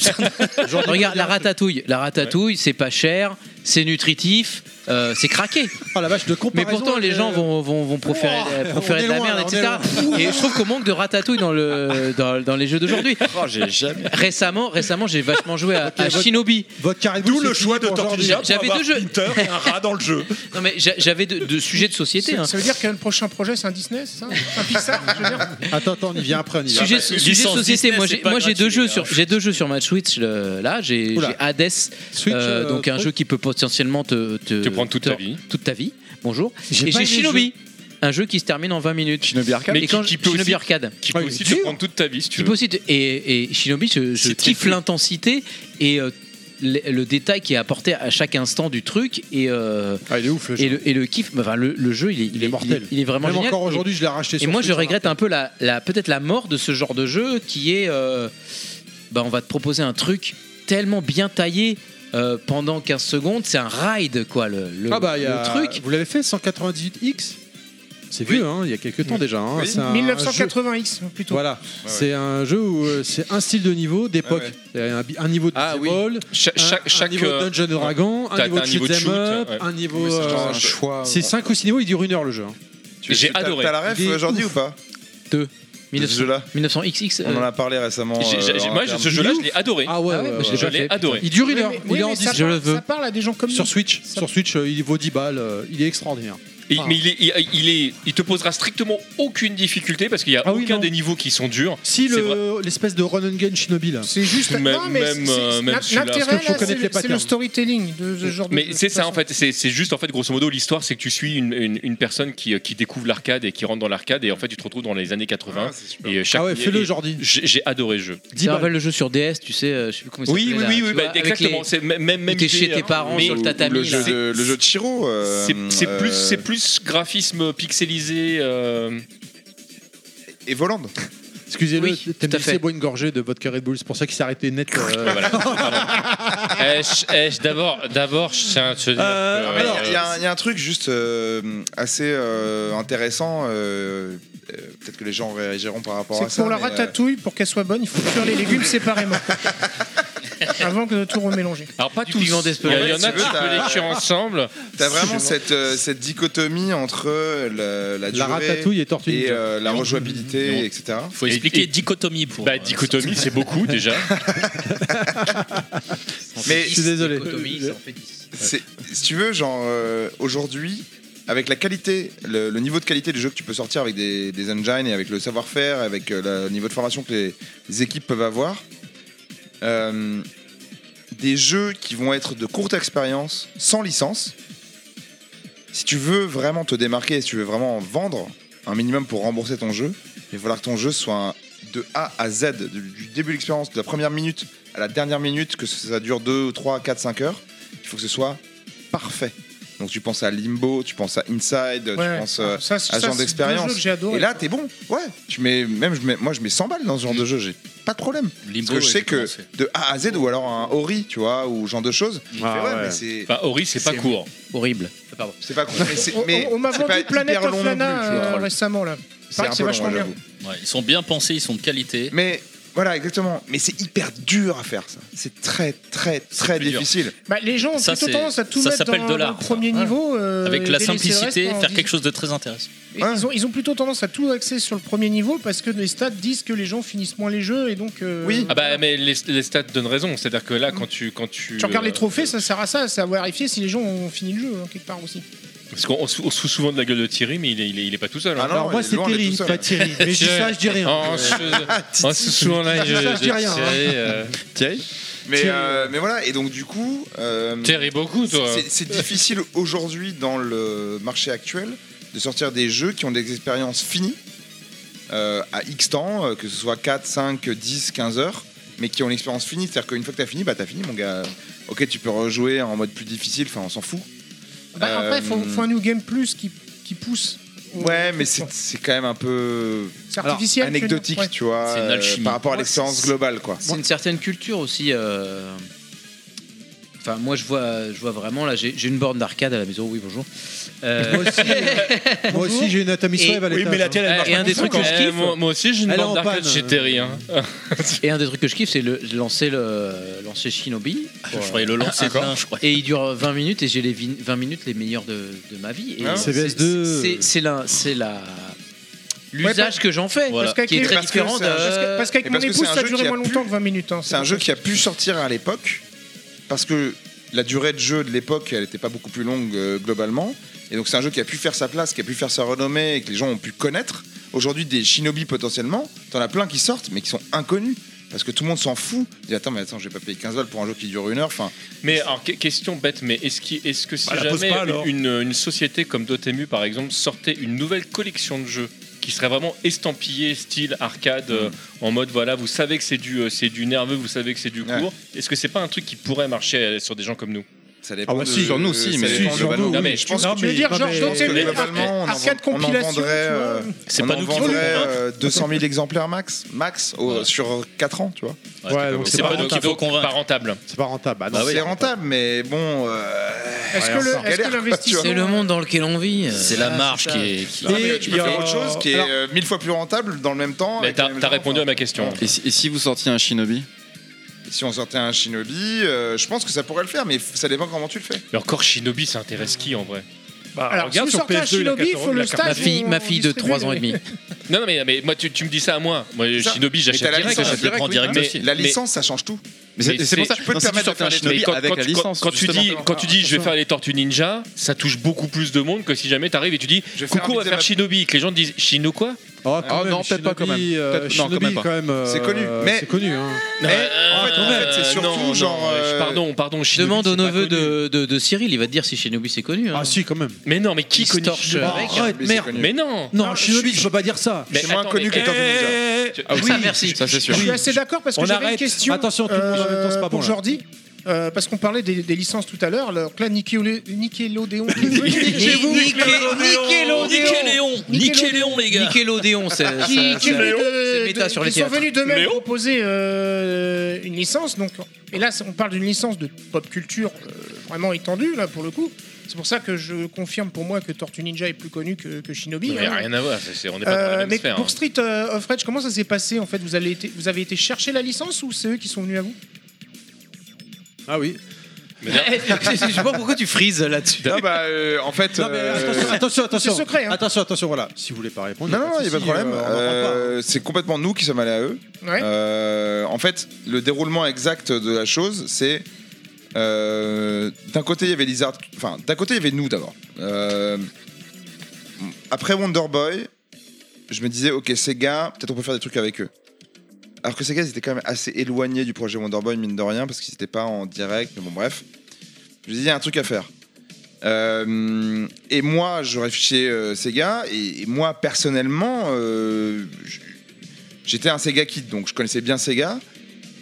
[SPEAKER 6] sors-
[SPEAKER 9] regarde la ratatouille, la ratatouille, c'est pas cher, c'est nutritif, euh, c'est craqué.
[SPEAKER 1] Oh la vache de
[SPEAKER 9] Mais pourtant les gens vont, vont, vont proférer,
[SPEAKER 1] Ouah,
[SPEAKER 9] proférer
[SPEAKER 1] on est
[SPEAKER 9] de la
[SPEAKER 1] loin,
[SPEAKER 9] merde,
[SPEAKER 1] là, on est
[SPEAKER 9] etc. Et je trouve qu'on manque de ratatouille dans, le, dans, dans les jeux
[SPEAKER 8] [laughs]
[SPEAKER 9] d'aujourd'hui.
[SPEAKER 8] Oh,
[SPEAKER 4] j'ai jamais.
[SPEAKER 9] Récemment, récemment j'ai vachement joué à, à Shinobi.
[SPEAKER 8] D'où le choix de Tortilla pour
[SPEAKER 9] J'avais
[SPEAKER 8] avoir
[SPEAKER 9] deux jeux.
[SPEAKER 8] Peter et un rat dans le jeu.
[SPEAKER 9] Non, mais j'a- j'avais deux, deux sujets de société.
[SPEAKER 3] Ça,
[SPEAKER 9] hein.
[SPEAKER 3] ça veut dire que le prochain projet, c'est un Disney, c'est ça Un Pixar je veux dire
[SPEAKER 1] Attends, attends, on y vient après. on y Bah, vient
[SPEAKER 9] Sujet,
[SPEAKER 1] après.
[SPEAKER 9] sujet société. moi, j'ai, moi, j'ai deux jeux sur, j'ai deux jeux sur ma Switch. le- là, j'ai,
[SPEAKER 1] hein. Oula.
[SPEAKER 9] j'ai Hades, euh,
[SPEAKER 1] euh,
[SPEAKER 9] donc un
[SPEAKER 1] truc.
[SPEAKER 9] jeu qui peut potentiellement te, te, prendre toute ta vie. Toute ta vie. Bonjour.
[SPEAKER 1] J'ai
[SPEAKER 9] et
[SPEAKER 1] pas
[SPEAKER 9] j'ai
[SPEAKER 1] aimé le
[SPEAKER 9] Shinobi, un jeu qui se termine en 20 minutes. Shinobi
[SPEAKER 5] Arcade.
[SPEAKER 9] Mais
[SPEAKER 5] Mais
[SPEAKER 9] quand
[SPEAKER 5] qui-
[SPEAKER 9] je-
[SPEAKER 5] qui peut
[SPEAKER 9] Shinobi
[SPEAKER 5] aussi-
[SPEAKER 9] Arcade.
[SPEAKER 5] qui peut
[SPEAKER 1] Ah,
[SPEAKER 9] Ouais,
[SPEAKER 5] aussi
[SPEAKER 9] dur.
[SPEAKER 5] te prendre toute ta vie si tu
[SPEAKER 9] Qui
[SPEAKER 5] veux.
[SPEAKER 9] peut aussi te- et, et Shinobi, je, je kiffe l'intensité et euh, le, le détail qui est apporté à chaque instant du truc et euh,
[SPEAKER 1] Ah,
[SPEAKER 9] et, le, et le kiff enfin, le, le jeu il est, il est
[SPEAKER 1] mortel.
[SPEAKER 9] il est, vraiment
[SPEAKER 1] Même
[SPEAKER 9] génial.
[SPEAKER 1] encore aujourd'hui,
[SPEAKER 9] Et-
[SPEAKER 1] je l'ai racheté
[SPEAKER 9] et
[SPEAKER 1] sur
[SPEAKER 9] moi je
[SPEAKER 1] Switch hein. en
[SPEAKER 9] regrette un peu la, la- peut-être la mort de ce genre de jeu qui est euh, bah, on va te proposer un truc tellement bien taillé euh, pendant 15 secondes c'est un ride quoi le, le-
[SPEAKER 1] Ah bah, il y a-
[SPEAKER 9] le truc
[SPEAKER 1] Vous l'avez fait 198X C'est vieux, hein, il y a quelques temps déjà. hein. C'est un jeu-
[SPEAKER 3] 1980X plutôt.
[SPEAKER 1] Voilà, c'est un jeu où euh, c'est un style de niveau d'époque. Il y a Un, bi- un niveau de ah,
[SPEAKER 5] Cha-
[SPEAKER 1] un,
[SPEAKER 5] chaque-
[SPEAKER 1] un
[SPEAKER 5] chaque,
[SPEAKER 1] niveau de
[SPEAKER 5] euh,
[SPEAKER 1] Dungeon Dragon,
[SPEAKER 5] t'as-
[SPEAKER 1] un niveau de
[SPEAKER 5] t'as un niveau
[SPEAKER 1] shoot
[SPEAKER 5] de
[SPEAKER 1] them
[SPEAKER 5] shoot,
[SPEAKER 1] up,
[SPEAKER 5] ouais.
[SPEAKER 1] un niveau.
[SPEAKER 5] Oui, c'est genre
[SPEAKER 1] euh,
[SPEAKER 5] un choix.
[SPEAKER 1] C'est 5 ou 6 niveaux, il dure une heure le jeu. hein.
[SPEAKER 5] J'ai
[SPEAKER 1] T'as-
[SPEAKER 5] adoré.
[SPEAKER 1] t'as la ref
[SPEAKER 5] Il est
[SPEAKER 1] aujourd'hui
[SPEAKER 5] ouf.
[SPEAKER 1] ou pas
[SPEAKER 9] Deux.
[SPEAKER 10] De ce jeu-là.
[SPEAKER 9] 1900XX.
[SPEAKER 10] On en a parlé récemment.
[SPEAKER 5] J'ai- j'ai-
[SPEAKER 10] euh,
[SPEAKER 5] j'ai-
[SPEAKER 10] en
[SPEAKER 5] moi,
[SPEAKER 10] interne.
[SPEAKER 5] ce jeu-là, je l'ai adoré.
[SPEAKER 1] Ah ouais, ouais, ouais,
[SPEAKER 5] je l'ai adoré.
[SPEAKER 1] Il dure une heure,
[SPEAKER 3] Oui, mais-
[SPEAKER 1] il
[SPEAKER 3] oui,
[SPEAKER 1] est en
[SPEAKER 3] mais ça
[SPEAKER 1] 10, je le
[SPEAKER 3] parle-
[SPEAKER 1] veux.
[SPEAKER 3] Ça parle à des gens comme
[SPEAKER 1] Sur
[SPEAKER 3] nous.
[SPEAKER 1] Switch, sur Switch euh, il vaut 10 balles, euh, il est extraordinaire.
[SPEAKER 5] Et- mais il, est, il, il est, il te posera strictement aucune difficulté parce qu'il n'y a
[SPEAKER 1] Ah oui,
[SPEAKER 5] aucun
[SPEAKER 1] non.
[SPEAKER 5] des niveaux qui sont durs.
[SPEAKER 1] Si
[SPEAKER 5] C'est vrai.
[SPEAKER 1] le- euh, l'espèce de run and gun Shinobi là.
[SPEAKER 3] C'est juste.
[SPEAKER 5] Même-
[SPEAKER 3] non, mais
[SPEAKER 5] même,
[SPEAKER 3] c'est-
[SPEAKER 5] euh, même
[SPEAKER 3] l'in-
[SPEAKER 5] celui-là.
[SPEAKER 3] l'intérêt,
[SPEAKER 5] Parce que faut
[SPEAKER 3] là, c'est
[SPEAKER 5] connaître les
[SPEAKER 3] le- c'est
[SPEAKER 5] patterns.
[SPEAKER 3] le storytelling de ce genre de.
[SPEAKER 5] Mais c'est ça en fait, c'est c'est juste en fait grosso modo l'histoire c'est que tu suis une, une- une personne qui, euh, qui découvre l'arcade et qui rentre dans l'arcade et en fait tu te retrouves dans les années 80 et euh, chaque
[SPEAKER 1] Ah ouais, fais-le,
[SPEAKER 5] et- et
[SPEAKER 1] Jordi.
[SPEAKER 5] J'ai j'ai adoré le jeu.
[SPEAKER 9] Ça rappelle le jeu sur DS, tu sais, euh, je sais plus comment il
[SPEAKER 5] Oui,
[SPEAKER 9] s'appelait,
[SPEAKER 5] oui,
[SPEAKER 9] là,
[SPEAKER 5] oui,
[SPEAKER 9] tu
[SPEAKER 5] oui,
[SPEAKER 9] vois,
[SPEAKER 5] bah,
[SPEAKER 9] avec
[SPEAKER 5] exactement.
[SPEAKER 9] les-
[SPEAKER 5] C'est même, même
[SPEAKER 9] où T'es
[SPEAKER 5] idée,
[SPEAKER 9] chez tes
[SPEAKER 5] hein.
[SPEAKER 9] parents
[SPEAKER 5] Mais-
[SPEAKER 9] sur le tatami.
[SPEAKER 10] Le jeu,
[SPEAKER 9] là.
[SPEAKER 10] de, le jeu de Chiro. euh,
[SPEAKER 5] C'est c'est
[SPEAKER 10] euh,
[SPEAKER 5] plus, c'est plus graphisme pixelisé. euh,
[SPEAKER 10] Et Volande.
[SPEAKER 1] Excusez-le,
[SPEAKER 5] Oui,
[SPEAKER 1] t'aimes
[SPEAKER 5] tout à fait.
[SPEAKER 1] boit une gorgée de vodka Red Bull, c'est pour ça qu'il s'est arrêté net. euh, [laughs]
[SPEAKER 5] voilà.
[SPEAKER 26] Eh, je- eh, je- d'abord, d'abord, je tiens à te dire
[SPEAKER 1] Euh,
[SPEAKER 26] que-
[SPEAKER 10] ah, Il y, a un- il y a un truc juste euh, assez euh, intéressant. euh, euh, Peut-être que les gens réagiront par rapport
[SPEAKER 3] C'est
[SPEAKER 10] à
[SPEAKER 3] que
[SPEAKER 10] ça.
[SPEAKER 3] pour la
[SPEAKER 10] mais, euh,
[SPEAKER 3] ratatouille, pour qu'elle soit bonne, il faut cuire les légumes
[SPEAKER 5] [laughs]
[SPEAKER 3] séparément. Avant que de tout remélanger.
[SPEAKER 5] Alors pas tous.
[SPEAKER 9] piment
[SPEAKER 5] Il
[SPEAKER 9] d'Espelette.
[SPEAKER 5] y, en
[SPEAKER 10] Si
[SPEAKER 5] a
[SPEAKER 10] tu veux,
[SPEAKER 5] qui
[SPEAKER 10] t'as-
[SPEAKER 5] peuvent les cuire ensemble.
[SPEAKER 10] T'as vraiment cette, euh, cette dichotomie entre euh, la, la, durée
[SPEAKER 1] ratatouille et Tortue Ninja.
[SPEAKER 10] euh, la rejouabilité, etc.
[SPEAKER 6] Faut expliquer dichotomie pour.
[SPEAKER 5] Bah dichotomie c'est beaucoup déjà.
[SPEAKER 10] [laughs] Mais
[SPEAKER 1] je suis désolé.
[SPEAKER 10] c'est- si tu veux, genre euh, aujourd'hui, avec la qualité, le, le niveau de qualité du jeu que tu peux sortir avec des, des engines et avec le savoir-faire, avec euh, le niveau de formation que les, les équipes peuvent avoir, euh, des jeux qui vont être de courte expérience, sans licence. Si tu veux vraiment te démarquer, si tu veux vraiment vendre un minimum pour rembourser ton jeu, il va falloir que ton jeu soit un- de A à Z, du, du début de l'expérience, de la première minute à la dernière minute, que ça dure 2, 3, 4, 5 heures. Il faut que ce soit parfait. Donc tu penses à Limbo, tu penses à Inside, tu
[SPEAKER 3] Ouais,
[SPEAKER 10] penses euh,
[SPEAKER 3] ça, c'est-
[SPEAKER 10] à ce genre
[SPEAKER 3] ça, c'est deux jeux
[SPEAKER 10] d'expérience.
[SPEAKER 3] que j'ai adoré.
[SPEAKER 10] Et là, t'es bon. Ouais. Je mets, même, je mets- moi, je mets 100 balles dans ce genre
[SPEAKER 3] Mm.
[SPEAKER 10] de jeu. J'ai pas de problème. Parce que je
[SPEAKER 6] Limbo, ouais,
[SPEAKER 10] sais
[SPEAKER 6] j'ai
[SPEAKER 10] que
[SPEAKER 6] commencé. Mm.
[SPEAKER 10] de A à Z, ou alors un Ori, tu vois, ou genre de choses. je fais,
[SPEAKER 6] Ah
[SPEAKER 10] ouais, mais c'est-
[SPEAKER 5] Enfin, Ori c'est pas court.
[SPEAKER 9] Horrible.
[SPEAKER 10] C'est pas con. Mais c'est-
[SPEAKER 3] On-
[SPEAKER 10] mais
[SPEAKER 3] on on m'a
[SPEAKER 10] c'est pas
[SPEAKER 3] vendu
[SPEAKER 10] hyper
[SPEAKER 3] Planet
[SPEAKER 10] long
[SPEAKER 3] of
[SPEAKER 10] non
[SPEAKER 3] Lana
[SPEAKER 10] plus, tu vois.
[SPEAKER 3] euh, récemment là. Il paraît que C'est vachement bien.
[SPEAKER 6] Ouais, ils sont bien pensés, ils sont de qualité.
[SPEAKER 10] Mais voilà, exactement. Mais c'est hyper dur à faire ça. C'est très, très, très
[SPEAKER 6] plus dur.
[SPEAKER 10] difficile.
[SPEAKER 3] Bah, les gens ont
[SPEAKER 6] Ça,
[SPEAKER 3] plutôt
[SPEAKER 6] c'est-
[SPEAKER 3] tendance à tout
[SPEAKER 6] ça
[SPEAKER 3] mettre
[SPEAKER 6] s'appelle
[SPEAKER 3] dans,
[SPEAKER 6] dollar,
[SPEAKER 3] dans le premier niveau. euh,
[SPEAKER 6] Avec
[SPEAKER 3] et
[SPEAKER 6] la
[SPEAKER 3] délaisser le
[SPEAKER 6] simplicité,
[SPEAKER 3] reste en
[SPEAKER 6] faire
[SPEAKER 3] dis-
[SPEAKER 6] quelque chose de très intéressant.
[SPEAKER 3] Et Ils, ont, ils ont plutôt tendance à tout axer sur le premier niveau parce que les stats disent que les gens finissent moins les jeux et donc. euh,
[SPEAKER 5] Ah bah mais les, les stats donnent raison. C'est-à-dire que là quand tu quand tu,
[SPEAKER 3] Tu regardes les
[SPEAKER 5] euh,
[SPEAKER 3] trophées, ça sert à ça, c'est à vérifier si les gens ont fini le jeu hein, quelque part aussi.
[SPEAKER 5] Parce qu'on on se on se fout souvent de la gueule de Thierry, mais il est, il est, il est pas tout seul. hein.
[SPEAKER 10] Ah non, Alors moi, il est c'est loin, Terry, il est tout seul. pas Thierry.
[SPEAKER 1] Mais je dis ça, je dis rien.
[SPEAKER 5] On se
[SPEAKER 10] [laughs]
[SPEAKER 5] on se fout souvent de la
[SPEAKER 1] Je dis
[SPEAKER 5] gueule
[SPEAKER 1] ça,
[SPEAKER 5] de
[SPEAKER 1] je dis rien, hein.
[SPEAKER 5] Thierry. euh.
[SPEAKER 10] Mais, euh, mais voilà, et donc du coup. euh,
[SPEAKER 5] Thierry, beaucoup, toi.
[SPEAKER 10] c'est- C'est difficile aujourd'hui dans le marché actuel de sortir des jeux qui ont des expériences finies euh, à X temps, euh, que ce soit 4, 5, 10, 15 heures, mais qui ont une expérience finie. C'est-à-dire qu'une fois que t'as fini, bah t'as fini, mon gars. Ok, tu peux rejouer en mode plus difficile, enfin on s'en fout.
[SPEAKER 3] Bah,
[SPEAKER 10] Euh,
[SPEAKER 3] après, il faut, faut un New Game Plus qui, qui pousse.
[SPEAKER 10] Ouais, mais c'est c'est quand même un peu
[SPEAKER 3] C'est artificiel,
[SPEAKER 10] Alors,
[SPEAKER 3] tu veux dire,
[SPEAKER 10] anecdotique,
[SPEAKER 3] ouais.
[SPEAKER 10] tu vois,
[SPEAKER 9] C'est une
[SPEAKER 10] euh,
[SPEAKER 9] alchimie.
[SPEAKER 10] par rapport à
[SPEAKER 9] Ouais,
[SPEAKER 10] l'expérience
[SPEAKER 9] c'est-
[SPEAKER 10] globale, quoi.
[SPEAKER 9] C'est une certaine culture aussi. euh, Enfin, moi, je vois, je vois vraiment là. J'ai j'ai une borne d'arcade à la maison. Oui, bonjour. Euh,
[SPEAKER 1] Moi aussi,
[SPEAKER 9] [laughs]
[SPEAKER 1] moi aussi, j'ai une Atami
[SPEAKER 9] Et-
[SPEAKER 1] Slave à l'étage. hein.
[SPEAKER 9] Euh, Eh, Et un des trucs que je kiffe.
[SPEAKER 5] moi, moi aussi, j'ai une
[SPEAKER 9] Elle est
[SPEAKER 5] bande
[SPEAKER 9] en
[SPEAKER 5] d'arcade
[SPEAKER 9] panne.
[SPEAKER 5] chez Terry. hein.
[SPEAKER 9] Et un des trucs que je kiffe, c'est le lancer le lancer Shinobi. Ah,
[SPEAKER 6] Je croyais le lancer de nain, je crois.
[SPEAKER 9] Et il dure 20 minutes et j'ai les vi- 20 minutes les meilleures de, de ma vie. Et
[SPEAKER 1] Ah,
[SPEAKER 9] c'est-
[SPEAKER 1] CBS2.
[SPEAKER 9] c'est- C'est la c'est la l'usage que j'en fais,
[SPEAKER 3] Parce qu'avec
[SPEAKER 9] qui est
[SPEAKER 3] les-
[SPEAKER 9] très
[SPEAKER 3] parce que
[SPEAKER 9] différent
[SPEAKER 3] c'est un- parce que-
[SPEAKER 9] de.
[SPEAKER 3] parce qu'avec
[SPEAKER 10] Et
[SPEAKER 3] mon
[SPEAKER 10] parce que
[SPEAKER 3] épouse,
[SPEAKER 10] c'est un
[SPEAKER 3] ça
[SPEAKER 10] jeu
[SPEAKER 3] durait
[SPEAKER 10] qui a
[SPEAKER 3] moins
[SPEAKER 10] pu-
[SPEAKER 3] longtemps que 20 minutes. hein,
[SPEAKER 10] C'est un jeu qui a pu sortir à l'époque parce que la durée de jeu de l'époque, elle n'était pas beaucoup plus longue euh, globalement. Et donc c'est un jeu qui a pu faire sa place, qui a pu faire sa renommée et que les gens ont pu connaître. Aujourd'hui, des shinobi potentiellement, t'en as plein qui sortent mais qui sont inconnus. Parce que tout le monde s'en fout. Il dit attends, mais attends, j'ai pas payé 15 balles pour un jeu qui dure une heure. Enfin,
[SPEAKER 5] Mais alors, que- question bête, mais est-ce qui- est-ce que si
[SPEAKER 10] Bah, la pose
[SPEAKER 5] jamais
[SPEAKER 10] pas, alors.
[SPEAKER 5] une, une société comme Dotemu, par exemple, sortait une nouvelle collection de jeux qui serait vraiment estampillée style arcade,
[SPEAKER 8] Mm.
[SPEAKER 5] euh, en mode voilà, vous savez que c'est du, euh, c'est du nerveux, vous savez que c'est du court, est-ce que c'est pas un truc qui pourrait marcher euh, sur des gens comme nous
[SPEAKER 10] ça
[SPEAKER 8] dépend Ah bah de- si. sur nous, si, mais si, sur nous,
[SPEAKER 5] Non, mais
[SPEAKER 8] oui.
[SPEAKER 5] je pense
[SPEAKER 8] Non,
[SPEAKER 5] que
[SPEAKER 8] mais-
[SPEAKER 5] tu veux dire,
[SPEAKER 8] non,
[SPEAKER 5] genre,
[SPEAKER 8] mais-
[SPEAKER 5] genre, c'est-
[SPEAKER 8] Mais-
[SPEAKER 10] globalement, on en
[SPEAKER 8] Arcade
[SPEAKER 10] vend- on en
[SPEAKER 8] compilation,
[SPEAKER 10] vendrait,
[SPEAKER 8] tu vois.
[SPEAKER 10] euh,
[SPEAKER 8] C'est
[SPEAKER 10] on
[SPEAKER 8] pas
[SPEAKER 10] en
[SPEAKER 8] nous qui
[SPEAKER 10] vendrait,
[SPEAKER 8] voulons, hein.
[SPEAKER 10] euh, 200 000 exemplaires max, max au- sur 4 ans, tu vois.
[SPEAKER 13] Ouais, Ouais, donc donc c'est c'est pas pas nous qui rentable. devons
[SPEAKER 5] convaincre. Pas rentable.
[SPEAKER 13] C'est pas rentable.
[SPEAKER 1] Ah,
[SPEAKER 13] Bah non,
[SPEAKER 10] Ah c'est
[SPEAKER 13] c'est
[SPEAKER 10] rentable, mais bon. euh,
[SPEAKER 13] Est-ce
[SPEAKER 10] ouais,
[SPEAKER 13] que le-
[SPEAKER 10] on s'en
[SPEAKER 13] est-ce que
[SPEAKER 10] galère, quoi,
[SPEAKER 13] l'investissement-
[SPEAKER 10] tu
[SPEAKER 9] C'est
[SPEAKER 10] vois.
[SPEAKER 9] le monde dans lequel on vit.
[SPEAKER 10] C'est
[SPEAKER 9] Ah,
[SPEAKER 10] la marche
[SPEAKER 9] ça.
[SPEAKER 10] qui est. qui- Non, mais tu peux faire autre chose qui est euh, mille fois plus rentable dans le même temps.
[SPEAKER 5] Mais t'as t'as répondu à ma question.
[SPEAKER 4] Et si, et si vous sortiez un shinobi
[SPEAKER 10] Si on sortait un shinobi, euh, je pense que ça pourrait le faire, mais f- ça dépend comment tu le fais.
[SPEAKER 5] Mais encore Shinobi, ça intéresse qui en vrai
[SPEAKER 3] Alors, Bah, regarde si vous sur sortez un PS2, il a Shinobi, 14 faut le la carte. stage Ma fille- où ma fille on de distribue trois ans et
[SPEAKER 5] Ah,
[SPEAKER 3] demi. les-
[SPEAKER 5] euh, Non, non, mais, mais moi, tu, tu me dis ça à moi. Moi,
[SPEAKER 10] C'est ça.
[SPEAKER 5] Shinobi,
[SPEAKER 10] Mais
[SPEAKER 5] j'achète
[SPEAKER 10] t'as la
[SPEAKER 5] direct. hein.
[SPEAKER 10] licence, direct, oui. Mais La licence, ça change tout. Mais c'est- c'est pour ça-
[SPEAKER 5] tu peux
[SPEAKER 10] non,
[SPEAKER 5] te
[SPEAKER 10] si tu
[SPEAKER 5] permettre
[SPEAKER 10] sors
[SPEAKER 5] de faire
[SPEAKER 10] un
[SPEAKER 5] des
[SPEAKER 10] Shinobi
[SPEAKER 5] mais quand-
[SPEAKER 10] avec
[SPEAKER 5] quand-
[SPEAKER 10] la
[SPEAKER 5] quand-
[SPEAKER 10] licence,
[SPEAKER 5] Quand tu dis,
[SPEAKER 10] justement.
[SPEAKER 5] quand tu dis, je vais faire les Tortues Ninja, ça touche beaucoup plus de monde que si jamais t'arrives et tu dis, coucou, on va faire Shinobi, que les gens disent, Shino quoi
[SPEAKER 1] Oh,
[SPEAKER 13] Ah, quand même, Shinobi, euh, Shinobi, quand même, euh,
[SPEAKER 5] C'est connu, mais-
[SPEAKER 13] C'est connu, hein.
[SPEAKER 5] Mais, euh, en fait, en fait, c'est surtout genre, euh, Shinobi,
[SPEAKER 9] Demande
[SPEAKER 5] c'est
[SPEAKER 9] au
[SPEAKER 5] pas
[SPEAKER 9] neveu de, de, de Cyril, il va te dire si Shinobi c'est connu. Ah
[SPEAKER 13] si, quand même.
[SPEAKER 5] Mais non, mais qui
[SPEAKER 9] connaît
[SPEAKER 13] Ah, arrête, merde.
[SPEAKER 5] Mais non.
[SPEAKER 13] Non, Shinobi, je peux pas dire ça.
[SPEAKER 5] Mais C'est moins attends, connu mais- que les Tortues Ninja. Eh,
[SPEAKER 13] Ah
[SPEAKER 5] oui,
[SPEAKER 13] oui,
[SPEAKER 5] merci. Ça, c'est sûr.
[SPEAKER 3] Je suis
[SPEAKER 13] Oui.
[SPEAKER 3] assez d'accord parce que
[SPEAKER 13] On
[SPEAKER 3] j'avais une
[SPEAKER 13] arrête.
[SPEAKER 3] question.
[SPEAKER 13] Attention, tout le monde en même temps, c'est pas
[SPEAKER 3] euh,
[SPEAKER 13] bon,
[SPEAKER 3] Pour
[SPEAKER 13] là.
[SPEAKER 3] Jordi. euh, parce qu'on parlait des, des licences tout à l'heure, alors que là Nickeolé-
[SPEAKER 13] [laughs]
[SPEAKER 3] Nickelodeon. Niquez-vous,
[SPEAKER 9] Nickelodeon.
[SPEAKER 3] Nickelodeon.
[SPEAKER 9] Nickelodeon, les gars. Nickelodeon, c'est- ça-
[SPEAKER 3] Qui-
[SPEAKER 9] ça-
[SPEAKER 3] qui est venu de-
[SPEAKER 9] c'est méta
[SPEAKER 3] de-
[SPEAKER 9] sur les
[SPEAKER 3] Ils sont
[SPEAKER 9] théâtres.
[SPEAKER 3] venus d'eux-mêmes
[SPEAKER 9] Léo
[SPEAKER 3] proposer euh, une licence. Donc, et là, on parle d'une licence de pop culture euh, vraiment étendue, là, pour le coup. C'est pour ça que je confirme pour moi que Tortue Ninja est plus connu que, que Shinobi.
[SPEAKER 5] Il n'y a
[SPEAKER 3] hein.
[SPEAKER 5] rien à voir, c'est- c'est- on n'est pas dans la
[SPEAKER 3] Euh,
[SPEAKER 5] même
[SPEAKER 3] mais
[SPEAKER 5] sphère,
[SPEAKER 3] pour
[SPEAKER 5] hein.
[SPEAKER 3] Street euh, of Rage, comment ça s'est passé en fait vous avez, été, vous avez été chercher la licence ou c'est eux qui sont venus à vous
[SPEAKER 13] Ah oui.
[SPEAKER 9] [laughs] Je sais pas pourquoi tu frises là-dessus.
[SPEAKER 10] Non, bah, euh, en fait.
[SPEAKER 13] Non, mais attention, attention, attention.
[SPEAKER 10] C'est secret, hein.
[SPEAKER 13] Attention, attention, voilà. Si vous voulez pas répondre,
[SPEAKER 10] Non, non, il n'y a
[SPEAKER 13] souci,
[SPEAKER 10] pas de problème.
[SPEAKER 13] euh, on en parle pas.
[SPEAKER 10] Euh, c'est complètement nous qui sommes allés à eux.
[SPEAKER 3] Ouais.
[SPEAKER 10] Euh, en fait, le déroulement exact de la chose, c'est. euh, d'un côté, il y avait Lizard. Enfin, d'un côté, il y avait nous d'abord. Euh, après Wonder Boy, je me disais, ok, Sega, peut-être on peut faire des trucs avec eux. Alors que Sega, ils étaient quand même assez éloignés du projet Wonder Boy, mine de rien, parce qu'ils n'étaient pas en direct, mais bon, bref. Je me disais, il y a un truc à faire. Euh, et moi, je réfléchissais euh, Sega, et, et moi, personnellement, euh, j- j'étais un Sega Kid, donc je connaissais bien Sega.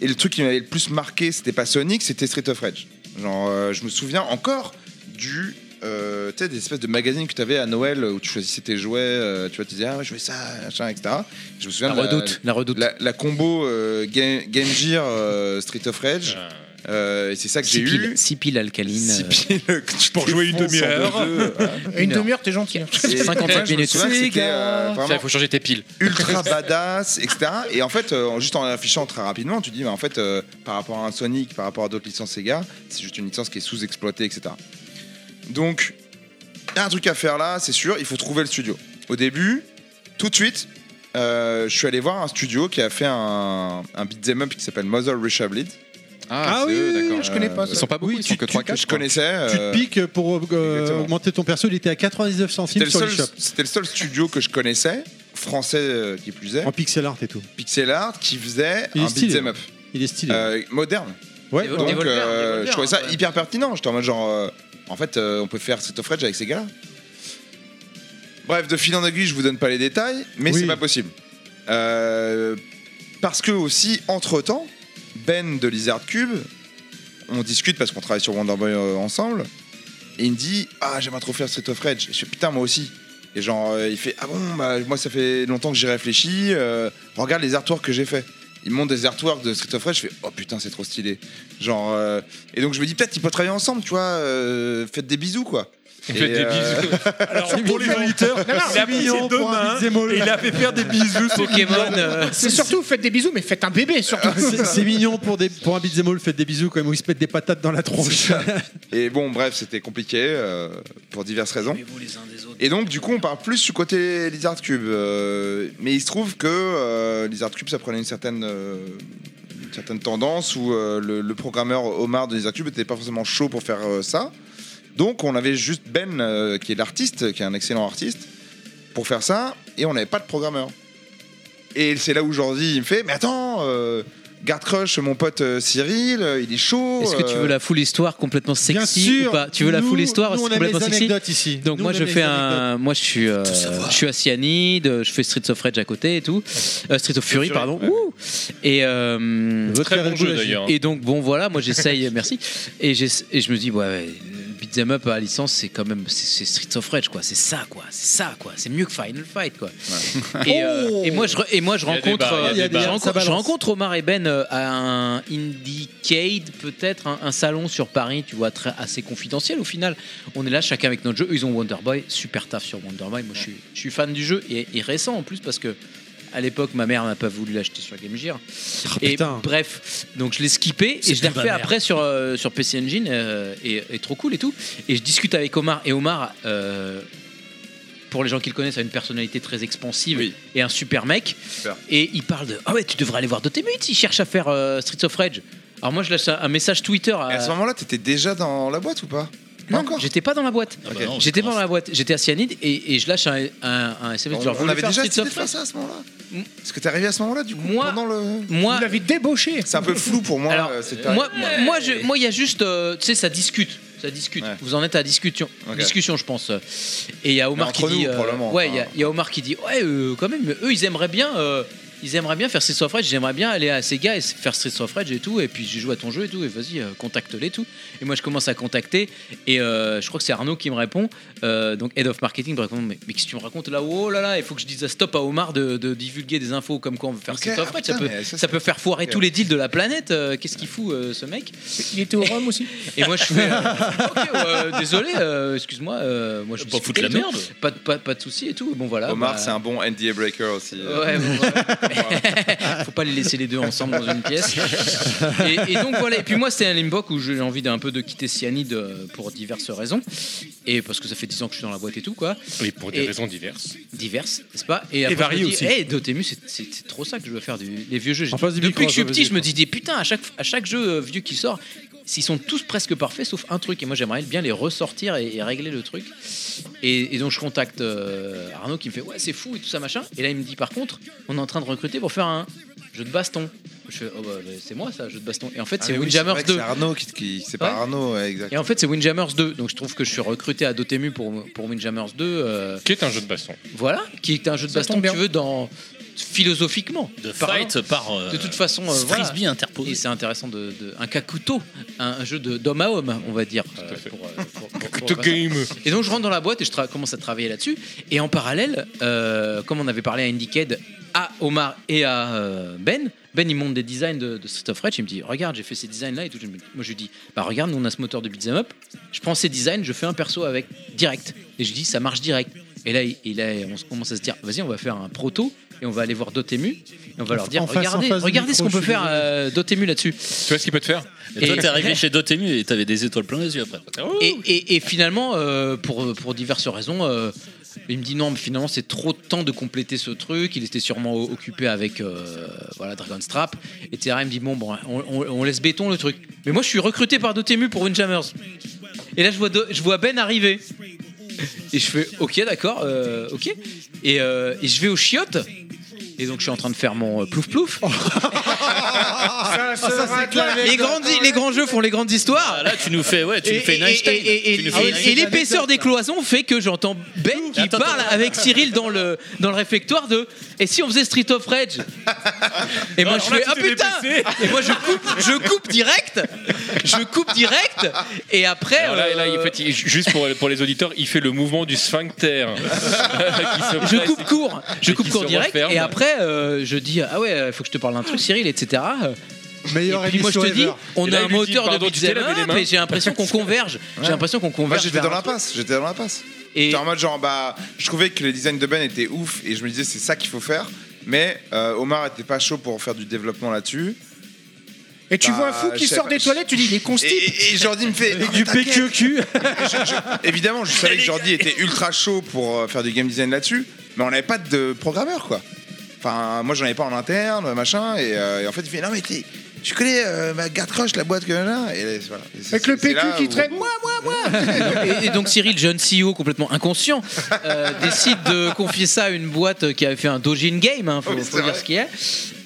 [SPEAKER 10] Et le truc qui m'avait le plus marqué, c'était pas Sonic, c'était Street of Rage. Genre, euh, je me souviens encore du. euh, tu sais, des espèces de magazines que tu avais à Noël où tu choisissais tes jouets, euh, tu vois, tu disais, ah ouais, je veux ça, machin, etc. Je me souviens
[SPEAKER 9] La
[SPEAKER 10] de
[SPEAKER 9] redoute,
[SPEAKER 10] la, redoute. La, la combo euh, Ga- Game, Gear euh, Street of Rage. Euh, et c'est ça que
[SPEAKER 9] Six
[SPEAKER 10] j'ai
[SPEAKER 9] piles-
[SPEAKER 10] eu.
[SPEAKER 9] 6 piles alcalines.
[SPEAKER 10] Six piles pour jouer une
[SPEAKER 3] demi-heure.
[SPEAKER 10] hein.
[SPEAKER 3] Et Une
[SPEAKER 10] heure.
[SPEAKER 3] demi-heure, t'es gentil. hein.
[SPEAKER 10] Et- Ouais, je me souviens que c'était, euh, vraiment
[SPEAKER 5] Ça, il faut changer tes piles.
[SPEAKER 10] ultra badass, etc. Et en fait, euh, juste en affichant très rapidement, tu dis, bah, en fait, euh, par rapport à un Sonic, par rapport à d'autres licences Sega, c'est juste une licence qui est sous-exploitée, etc. Donc, il y a un truc à faire là, c'est sûr, il faut trouver le studio. Au début, tout de suite, euh, je suis allé voir un studio qui a fait un, un beat'em up qui s'appelle Mother Russia Bleed.
[SPEAKER 4] Ah, oui, d'accord.
[SPEAKER 13] je connais pas ça.
[SPEAKER 4] Ils sont pas beaucoup, ils sont que 3-4.
[SPEAKER 10] Je connaissais.
[SPEAKER 13] Tu
[SPEAKER 10] euh,
[SPEAKER 13] te piques pour euh,
[SPEAKER 10] exactement.
[SPEAKER 13] augmenter ton perso, il était à 99
[SPEAKER 10] C'était
[SPEAKER 13] centimes
[SPEAKER 10] le,
[SPEAKER 13] sur
[SPEAKER 10] seul,
[SPEAKER 13] l'eShop.
[SPEAKER 10] c'était le seul studio que je connaissais, français euh, qui plus est,
[SPEAKER 13] En pixel art et tout.
[SPEAKER 10] pixel art, qui faisait
[SPEAKER 13] Il est
[SPEAKER 10] un
[SPEAKER 13] stylé.
[SPEAKER 10] beat'em up.
[SPEAKER 13] Il est stylé.
[SPEAKER 10] Euh, moderne.
[SPEAKER 13] Ouais.
[SPEAKER 10] Donc
[SPEAKER 13] Devolver,
[SPEAKER 10] euh,
[SPEAKER 13] Devolver,
[SPEAKER 10] je trouvais ça hyper pertinent. J'étais en mode genre, euh, en fait, euh, on peut faire Street of Rage avec ces gars-là. Bref, de fil en aiguille, je vous donne pas les détails, mais c'est pas possible. Euh, parce que aussi, entre temps, Ben de Lizard Cube, on discute parce qu'on travaille sur Wonder Boy euh, ensemble, et il me dit ah j'aimerais trop faire Street of Rage. Et je fais putain moi aussi. Et genre euh, il fait ah bon bah, moi ça fait longtemps que j'y réfléchis. euh, regarde les artworks que j'ai fait. Il me montre des artworks de Street of Rage. Je fais oh putain c'est
[SPEAKER 8] [laughs]
[SPEAKER 10] trop stylé. Genre euh, et donc je me dis peut-être ils peuvent travailler ensemble tu vois. euh, faites des bisous quoi. Et,
[SPEAKER 14] Faites des
[SPEAKER 10] euh, [laughs]
[SPEAKER 14] bisous.
[SPEAKER 8] Alors, pour les auditeurs, il a mis ses deux mains et il a fait faire des bisous. c'est mignon.
[SPEAKER 3] C'est surtout, faites des bisous, mais faites un
[SPEAKER 10] [laughs]
[SPEAKER 3] bébé surtout.
[SPEAKER 13] C'est c'est mignon pour, des, pour un beat'em all, faites des bisous quand même, où il se pète des patates dans la tronche.
[SPEAKER 10] Et bon, bref, c'était compliqué euh, pour diverses raisons. Et donc, du coup, on part plus du côté Lizard Cube. euh, mais il se trouve que euh, Lizard Cube, ça prenait une certaine, euh, une certaine tendance où euh, le, le programmeur Omar de Lizard Cube n'était pas forcément chaud pour faire euh, ça. Donc, on avait juste Ben, euh, qui est l'artiste, qui est un excellent artiste, pour faire ça. Et on n'avait pas de programmeur. Et c'est là où Jordi il me fait Mais attends, euh, Guard Crush, mon pote euh, Cyril, euh, il est chaud.
[SPEAKER 9] Est-ce que tu veux la full histoire complètement sexy
[SPEAKER 10] sûr.
[SPEAKER 9] ou pas Tu veux la
[SPEAKER 10] Nous-
[SPEAKER 9] full histoire
[SPEAKER 10] nous, on
[SPEAKER 9] c'est
[SPEAKER 10] aime
[SPEAKER 9] complètement
[SPEAKER 10] les
[SPEAKER 9] sexy
[SPEAKER 10] anecdotes ici.
[SPEAKER 9] Donc
[SPEAKER 10] Nous,
[SPEAKER 9] moi
[SPEAKER 10] on
[SPEAKER 9] je
[SPEAKER 10] aime
[SPEAKER 9] fais
[SPEAKER 10] les
[SPEAKER 9] un moi je suis euh, je suis à Cyanide, je fais Street of Rage à côté et tout. Euh, Street of Fury pardon. Ouh. Et euh,
[SPEAKER 5] Très bon jeu, d'ailleurs.
[SPEAKER 9] Et donc bon voilà, moi j'essaye [laughs] merci et, j'essa- et je me dis ouais, ouais Beat'em up à licence, c'est quand même c'est c'est Street of Rage quoi, c'est ça quoi, c'est ça quoi, c'est mieux que Final Fight quoi.
[SPEAKER 13] [laughs]
[SPEAKER 9] Et, euh,
[SPEAKER 13] Oh.
[SPEAKER 9] et moi je re- et moi je
[SPEAKER 13] Il y a des
[SPEAKER 9] rencontre
[SPEAKER 13] barres, il y a
[SPEAKER 9] euh,
[SPEAKER 13] des
[SPEAKER 9] je
[SPEAKER 13] barres.
[SPEAKER 9] rencontre-
[SPEAKER 13] Ça
[SPEAKER 9] je
[SPEAKER 13] balance.
[SPEAKER 9] rencontre Omar et Ben euh, à un Indiecade peut-être un, un salon sur Paris, tu vois très, assez confidentiel au final. On est là chacun avec notre jeu, ils ont Wonder Boy, super taf sur Wonder Boy. Moi je suis je suis fan du jeu et, et récent en plus parce que à l'époque, ma mère n'a pas voulu l'acheter sur Game Gear.
[SPEAKER 13] Oh,
[SPEAKER 9] et bref, donc je l'ai skippé et
[SPEAKER 26] C'est
[SPEAKER 9] je l'ai
[SPEAKER 26] plus ma
[SPEAKER 9] refait
[SPEAKER 26] mère.
[SPEAKER 9] après sur, euh, sur PC Engine euh, et, et trop cool et tout. Et je discute avec Omar et Omar, euh, pour les gens qui le connaissent, a une personnalité très expansive et un super mec. Et il parle de Ah ouais, tu devrais aller voir Dotemut, il cherche à faire euh, Streets of Rage. Alors moi, je lâche un un message Twitter à.
[SPEAKER 10] Et à ce moment-là, t'étais déjà dans la boîte ou pas
[SPEAKER 9] non, j'étais pas dans la boîte.
[SPEAKER 10] bah non,
[SPEAKER 9] j'étais pas dans la boîte. J'étais à Cyanide et, et je lâche un, un, un SMS
[SPEAKER 10] On-
[SPEAKER 9] genre,
[SPEAKER 10] on
[SPEAKER 9] Vous
[SPEAKER 10] avait
[SPEAKER 9] voulez
[SPEAKER 10] déjà
[SPEAKER 9] faire Streets
[SPEAKER 10] décidé de
[SPEAKER 9] of
[SPEAKER 10] faire
[SPEAKER 9] Rage
[SPEAKER 10] ça à ce moment-là Parce que t'es arrivé à ce moment-là, du coup, pendant le.
[SPEAKER 9] Moi,
[SPEAKER 10] Vous
[SPEAKER 9] l'avez débauché.
[SPEAKER 10] C'est un peu flou pour moi, euh, cette période.
[SPEAKER 9] moi, moi, moi, je- moi, il y a juste, euh, tu sais, ça discute, ça discute. Vous en êtes à la discussion,
[SPEAKER 10] Ok.
[SPEAKER 9] discussion, je pense. euh, Et il y a Omar
[SPEAKER 10] Mais
[SPEAKER 9] qui
[SPEAKER 10] entre
[SPEAKER 9] dit, euh,
[SPEAKER 10] nous, probablement,
[SPEAKER 9] ouais,
[SPEAKER 10] enfin.
[SPEAKER 9] il y a- il y, a Omar qui dit, ouais, euh, quand même, eux, ils aimeraient bien. euh, ils aimeraient bien faire Street of Rage, j'aimerais bien aller à Sega et se- faire Street of Rage et tout, et puis je joue à ton jeu et tout, et vas-y, euh, contacte-les et tout. Et moi je commence à contacter, et euh, je crois que c'est Arnaud qui me répond, euh, donc Head of Marketing, me répond, mais, mais qu'est-ce que tu me racontes là Oh là là, il faut que je dise à stop à Omar de, de divulguer des infos comme quoi on veut faire
[SPEAKER 10] Ok,
[SPEAKER 9] Street of
[SPEAKER 10] ah,
[SPEAKER 9] Rage,
[SPEAKER 10] putain,
[SPEAKER 9] ça, peut,
[SPEAKER 10] mais ça,
[SPEAKER 9] ça peut faire foirer tous les deals de la planète, euh, qu'est-ce qu'il fout euh, ce mec
[SPEAKER 3] Il était au Rhum aussi.
[SPEAKER 9] et moi je fais euh,
[SPEAKER 6] [laughs]
[SPEAKER 9] Ok, euh, désolé, euh, excuse-moi, euh, moi je suis
[SPEAKER 6] Pas foutre la
[SPEAKER 9] et tout.
[SPEAKER 6] merde.
[SPEAKER 9] Pas, de- pas, pas de soucis et tout. Bon voilà.
[SPEAKER 10] Omar,
[SPEAKER 9] bah,
[SPEAKER 10] c'est un bon NDA breaker aussi.
[SPEAKER 9] Ouais, bon, voilà. Faut pas les laisser les deux ensemble dans une
[SPEAKER 10] [laughs]
[SPEAKER 9] pièce. [laughs] Et, et donc voilà. Et puis moi, c'était à l'époque où j'ai envie d'un peu de quitter Cyanide euh, pour diverses raisons. Et parce que ça fait 10 ans que je suis dans la boîte et tout, quoi.
[SPEAKER 14] Oui, pour des
[SPEAKER 9] Et-
[SPEAKER 14] raisons diverses.
[SPEAKER 9] Diverses, n'est-ce pas Et, après,
[SPEAKER 14] variées
[SPEAKER 9] je me dis,
[SPEAKER 14] aussi.
[SPEAKER 9] Hey, Dotemu, c'est- c'est c'est trop ça que je veux faire, du- les vieux jeux. J'ai-
[SPEAKER 13] En face du
[SPEAKER 9] Depuis
[SPEAKER 13] micro,
[SPEAKER 9] que je suis
[SPEAKER 13] je veux
[SPEAKER 9] petit,
[SPEAKER 13] dire,
[SPEAKER 9] je me dis, des putain, à chaque, à chaque jeu euh, vieux qui sort, ils sont tous presque parfaits sauf un truc. Et moi, j'aimerais bien les ressortir et, et régler le truc. Et, et donc, je contacte euh, Arnaud qui me fait, ouais, c'est fou et tout ça, machin. Et là, il me dit, par contre, on est en train de recruter pour faire un jeu de baston. Je fais, oh, bah, c'est moi ça, jeu de baston. Et en fait,
[SPEAKER 10] Ah,
[SPEAKER 9] c'est
[SPEAKER 10] mais oui,
[SPEAKER 9] Windjammers
[SPEAKER 10] c'est vrai que
[SPEAKER 9] 2.
[SPEAKER 10] C'est Arnaud qui. qui- c'est pas
[SPEAKER 9] Ouais.
[SPEAKER 10] Arnaud, ouais, exact.
[SPEAKER 9] Et en fait, c'est Windjammers 2. Donc, je trouve que je suis recruté à Dotemu pour, pour Windjammers 2. euh,
[SPEAKER 14] Qui est un jeu de baston.
[SPEAKER 9] voilà, qui est un jeu de
[SPEAKER 14] Ça
[SPEAKER 9] baston,
[SPEAKER 14] tombe
[SPEAKER 9] tu
[SPEAKER 14] bien.
[SPEAKER 9] veux, dans philosophiquement.
[SPEAKER 6] De
[SPEAKER 9] Parlant.
[SPEAKER 6] fight par, euh,
[SPEAKER 9] de toute façon, euh, voilà.
[SPEAKER 6] frisbee
[SPEAKER 9] Et c'est intéressant de, de- un kakuto, un, un jeu de d'homme à homme, on va dire. euh, pour, euh, pour- pour-
[SPEAKER 14] Kakuto
[SPEAKER 9] pour-
[SPEAKER 14] game.
[SPEAKER 9] Et donc je rentre dans la boîte et je tra- commence à travailler là-dessus. Et en parallèle, euh, comme on avait parlé à Indiecade, à Omar et à euh, Ben. Ben, il monte des designs de, de Street of Rage. Il me dit Regarde, j'ai fait ces designs-là et tout. Je me- Moi, je lui dis Bah, regarde, nous, on a ce moteur de beat'em up. Je prends ces designs, je fais un perso avec direct. Et je dis Ça marche direct. Et là, il- et là on se- commence à se dire Vas-y, on va faire un proto et on va aller voir Dotemu. Et on va
[SPEAKER 6] En
[SPEAKER 9] leur
[SPEAKER 6] fa-
[SPEAKER 9] dire
[SPEAKER 6] en face- en
[SPEAKER 9] Regardez,
[SPEAKER 6] face du
[SPEAKER 9] regardez ce
[SPEAKER 6] micro,
[SPEAKER 9] qu'on peut
[SPEAKER 6] je suis
[SPEAKER 9] faire,
[SPEAKER 6] désolé.
[SPEAKER 9] euh, Dotemu là-dessus. Tu
[SPEAKER 14] vois ce qu'il peut te faire
[SPEAKER 6] Et toi,
[SPEAKER 3] [laughs]
[SPEAKER 6] t'es arrivé chez Dotemu et t'avais des étoiles plein les yeux après.
[SPEAKER 9] et, et- et finalement, euh, pour, pour diverses raisons, euh, il me dit non, mais finalement, c'est trop de temps de compléter ce truc. Il était sûrement o- occupé avec euh, voilà, Dragonstrap, etc. Il me dit bon, bon on, on- on laisse béton le truc. Mais moi, je suis recruté par Dotemu pour Windjammers. Et là, je vois, Do- je vois Ben arriver. Et je fais ok, d'accord, euh, ok. Et, euh, et je vais aux chiottes. Et donc, je suis en train de faire mon euh, plouf plouf.
[SPEAKER 3] Ça
[SPEAKER 13] Ah, ça,
[SPEAKER 3] sera
[SPEAKER 13] c'est
[SPEAKER 3] de
[SPEAKER 13] clair.
[SPEAKER 3] l'anecdote.
[SPEAKER 9] les, grandes, les grands jeux font les grandes histoires.
[SPEAKER 6] Ah, là, tu nous fais, ouais, tu
[SPEAKER 9] Et-
[SPEAKER 6] nous fais une
[SPEAKER 9] et-
[SPEAKER 6] Einstein.
[SPEAKER 9] et- et-
[SPEAKER 6] Tu
[SPEAKER 9] et-
[SPEAKER 6] nous fais
[SPEAKER 9] et-
[SPEAKER 6] une
[SPEAKER 9] et
[SPEAKER 6] Einstein.
[SPEAKER 9] l'épaisseur des cloisons fait que j'entends Ben qui parle avec Cyril dans le, dans le réfectoire de Et si on faisait Street of Rage Et moi
[SPEAKER 26] Alors
[SPEAKER 9] je
[SPEAKER 26] là,
[SPEAKER 9] fais
[SPEAKER 26] tu
[SPEAKER 9] Ah
[SPEAKER 26] t'es
[SPEAKER 9] putain
[SPEAKER 26] dépassé.
[SPEAKER 9] Et moi je coupe, je coupe direct Je coupe direct Et après.
[SPEAKER 5] Alors là,
[SPEAKER 9] euh,
[SPEAKER 5] là, il- en fait, il- juste pour, pour les auditeurs, il fait le mouvement du sphincter. [laughs]
[SPEAKER 9] je coupe court, je
[SPEAKER 5] et
[SPEAKER 9] coupe
[SPEAKER 5] qui
[SPEAKER 9] court
[SPEAKER 5] se
[SPEAKER 9] direct
[SPEAKER 5] referme.
[SPEAKER 9] euh, et après euh, je dis ah ouais, il faut que je te parle d'un truc Cyril, etc.
[SPEAKER 1] Meilleur
[SPEAKER 9] et puis moi je te
[SPEAKER 1] émission
[SPEAKER 9] dis,
[SPEAKER 1] ever.
[SPEAKER 9] on
[SPEAKER 1] Et
[SPEAKER 9] a
[SPEAKER 1] là,
[SPEAKER 9] un
[SPEAKER 1] il lui dit,
[SPEAKER 9] moteur
[SPEAKER 1] pardon,
[SPEAKER 9] de
[SPEAKER 1] tu t'es
[SPEAKER 9] beat'em
[SPEAKER 1] lavé les
[SPEAKER 9] up,
[SPEAKER 1] mains
[SPEAKER 9] et j'ai l'impression
[SPEAKER 1] [laughs]
[SPEAKER 9] qu'on converge. J'ai l'impression qu'on
[SPEAKER 10] Moi
[SPEAKER 9] converge.
[SPEAKER 10] j'étais
[SPEAKER 9] vers
[SPEAKER 10] dans
[SPEAKER 9] un truc.
[SPEAKER 10] l'impasse, j'étais dans l'impasse. J'étais en mode genre bah je trouvais que les designs de Ben étaient ouf et je me disais c'est ça qu'il faut faire, mais euh, Omar était pas chaud pour faire du développement là-dessus.
[SPEAKER 3] Et tu
[SPEAKER 10] Bah,
[SPEAKER 3] vois un fou qui
[SPEAKER 10] je sais
[SPEAKER 3] sort
[SPEAKER 10] pas.
[SPEAKER 3] des toilettes, tu dis, il est constipé.
[SPEAKER 10] Et, et Jordi me fait
[SPEAKER 3] Avec du
[SPEAKER 10] Ah, t'inquiète.
[SPEAKER 3] PQQ.
[SPEAKER 10] Je- je- évidemment, je
[SPEAKER 3] [laughs]
[SPEAKER 10] savais que Jordi était ultra chaud pour euh, faire du game design là-dessus, mais on n'avait pas de programmeur quoi. Enfin, moi j'en avais pas en interne, machin, et, euh, et en fait il fait non mais t'es- tu connais euh, ma garde Crush, la boîte que là, et voilà. Et c'est-
[SPEAKER 3] Avec le
[SPEAKER 10] c'est
[SPEAKER 3] PQ
[SPEAKER 10] là
[SPEAKER 3] qui
[SPEAKER 10] où-
[SPEAKER 3] traîne, moi, moi, moi
[SPEAKER 9] [laughs] Et, et donc Cyril, jeune CEO complètement inconscient, euh, décide de confier ça à une boîte qui avait fait un Dojin Game, hein, faut,
[SPEAKER 10] Oui,
[SPEAKER 9] faut
[SPEAKER 10] c'est
[SPEAKER 9] dire
[SPEAKER 10] vrai.
[SPEAKER 9] ce qu'il y a.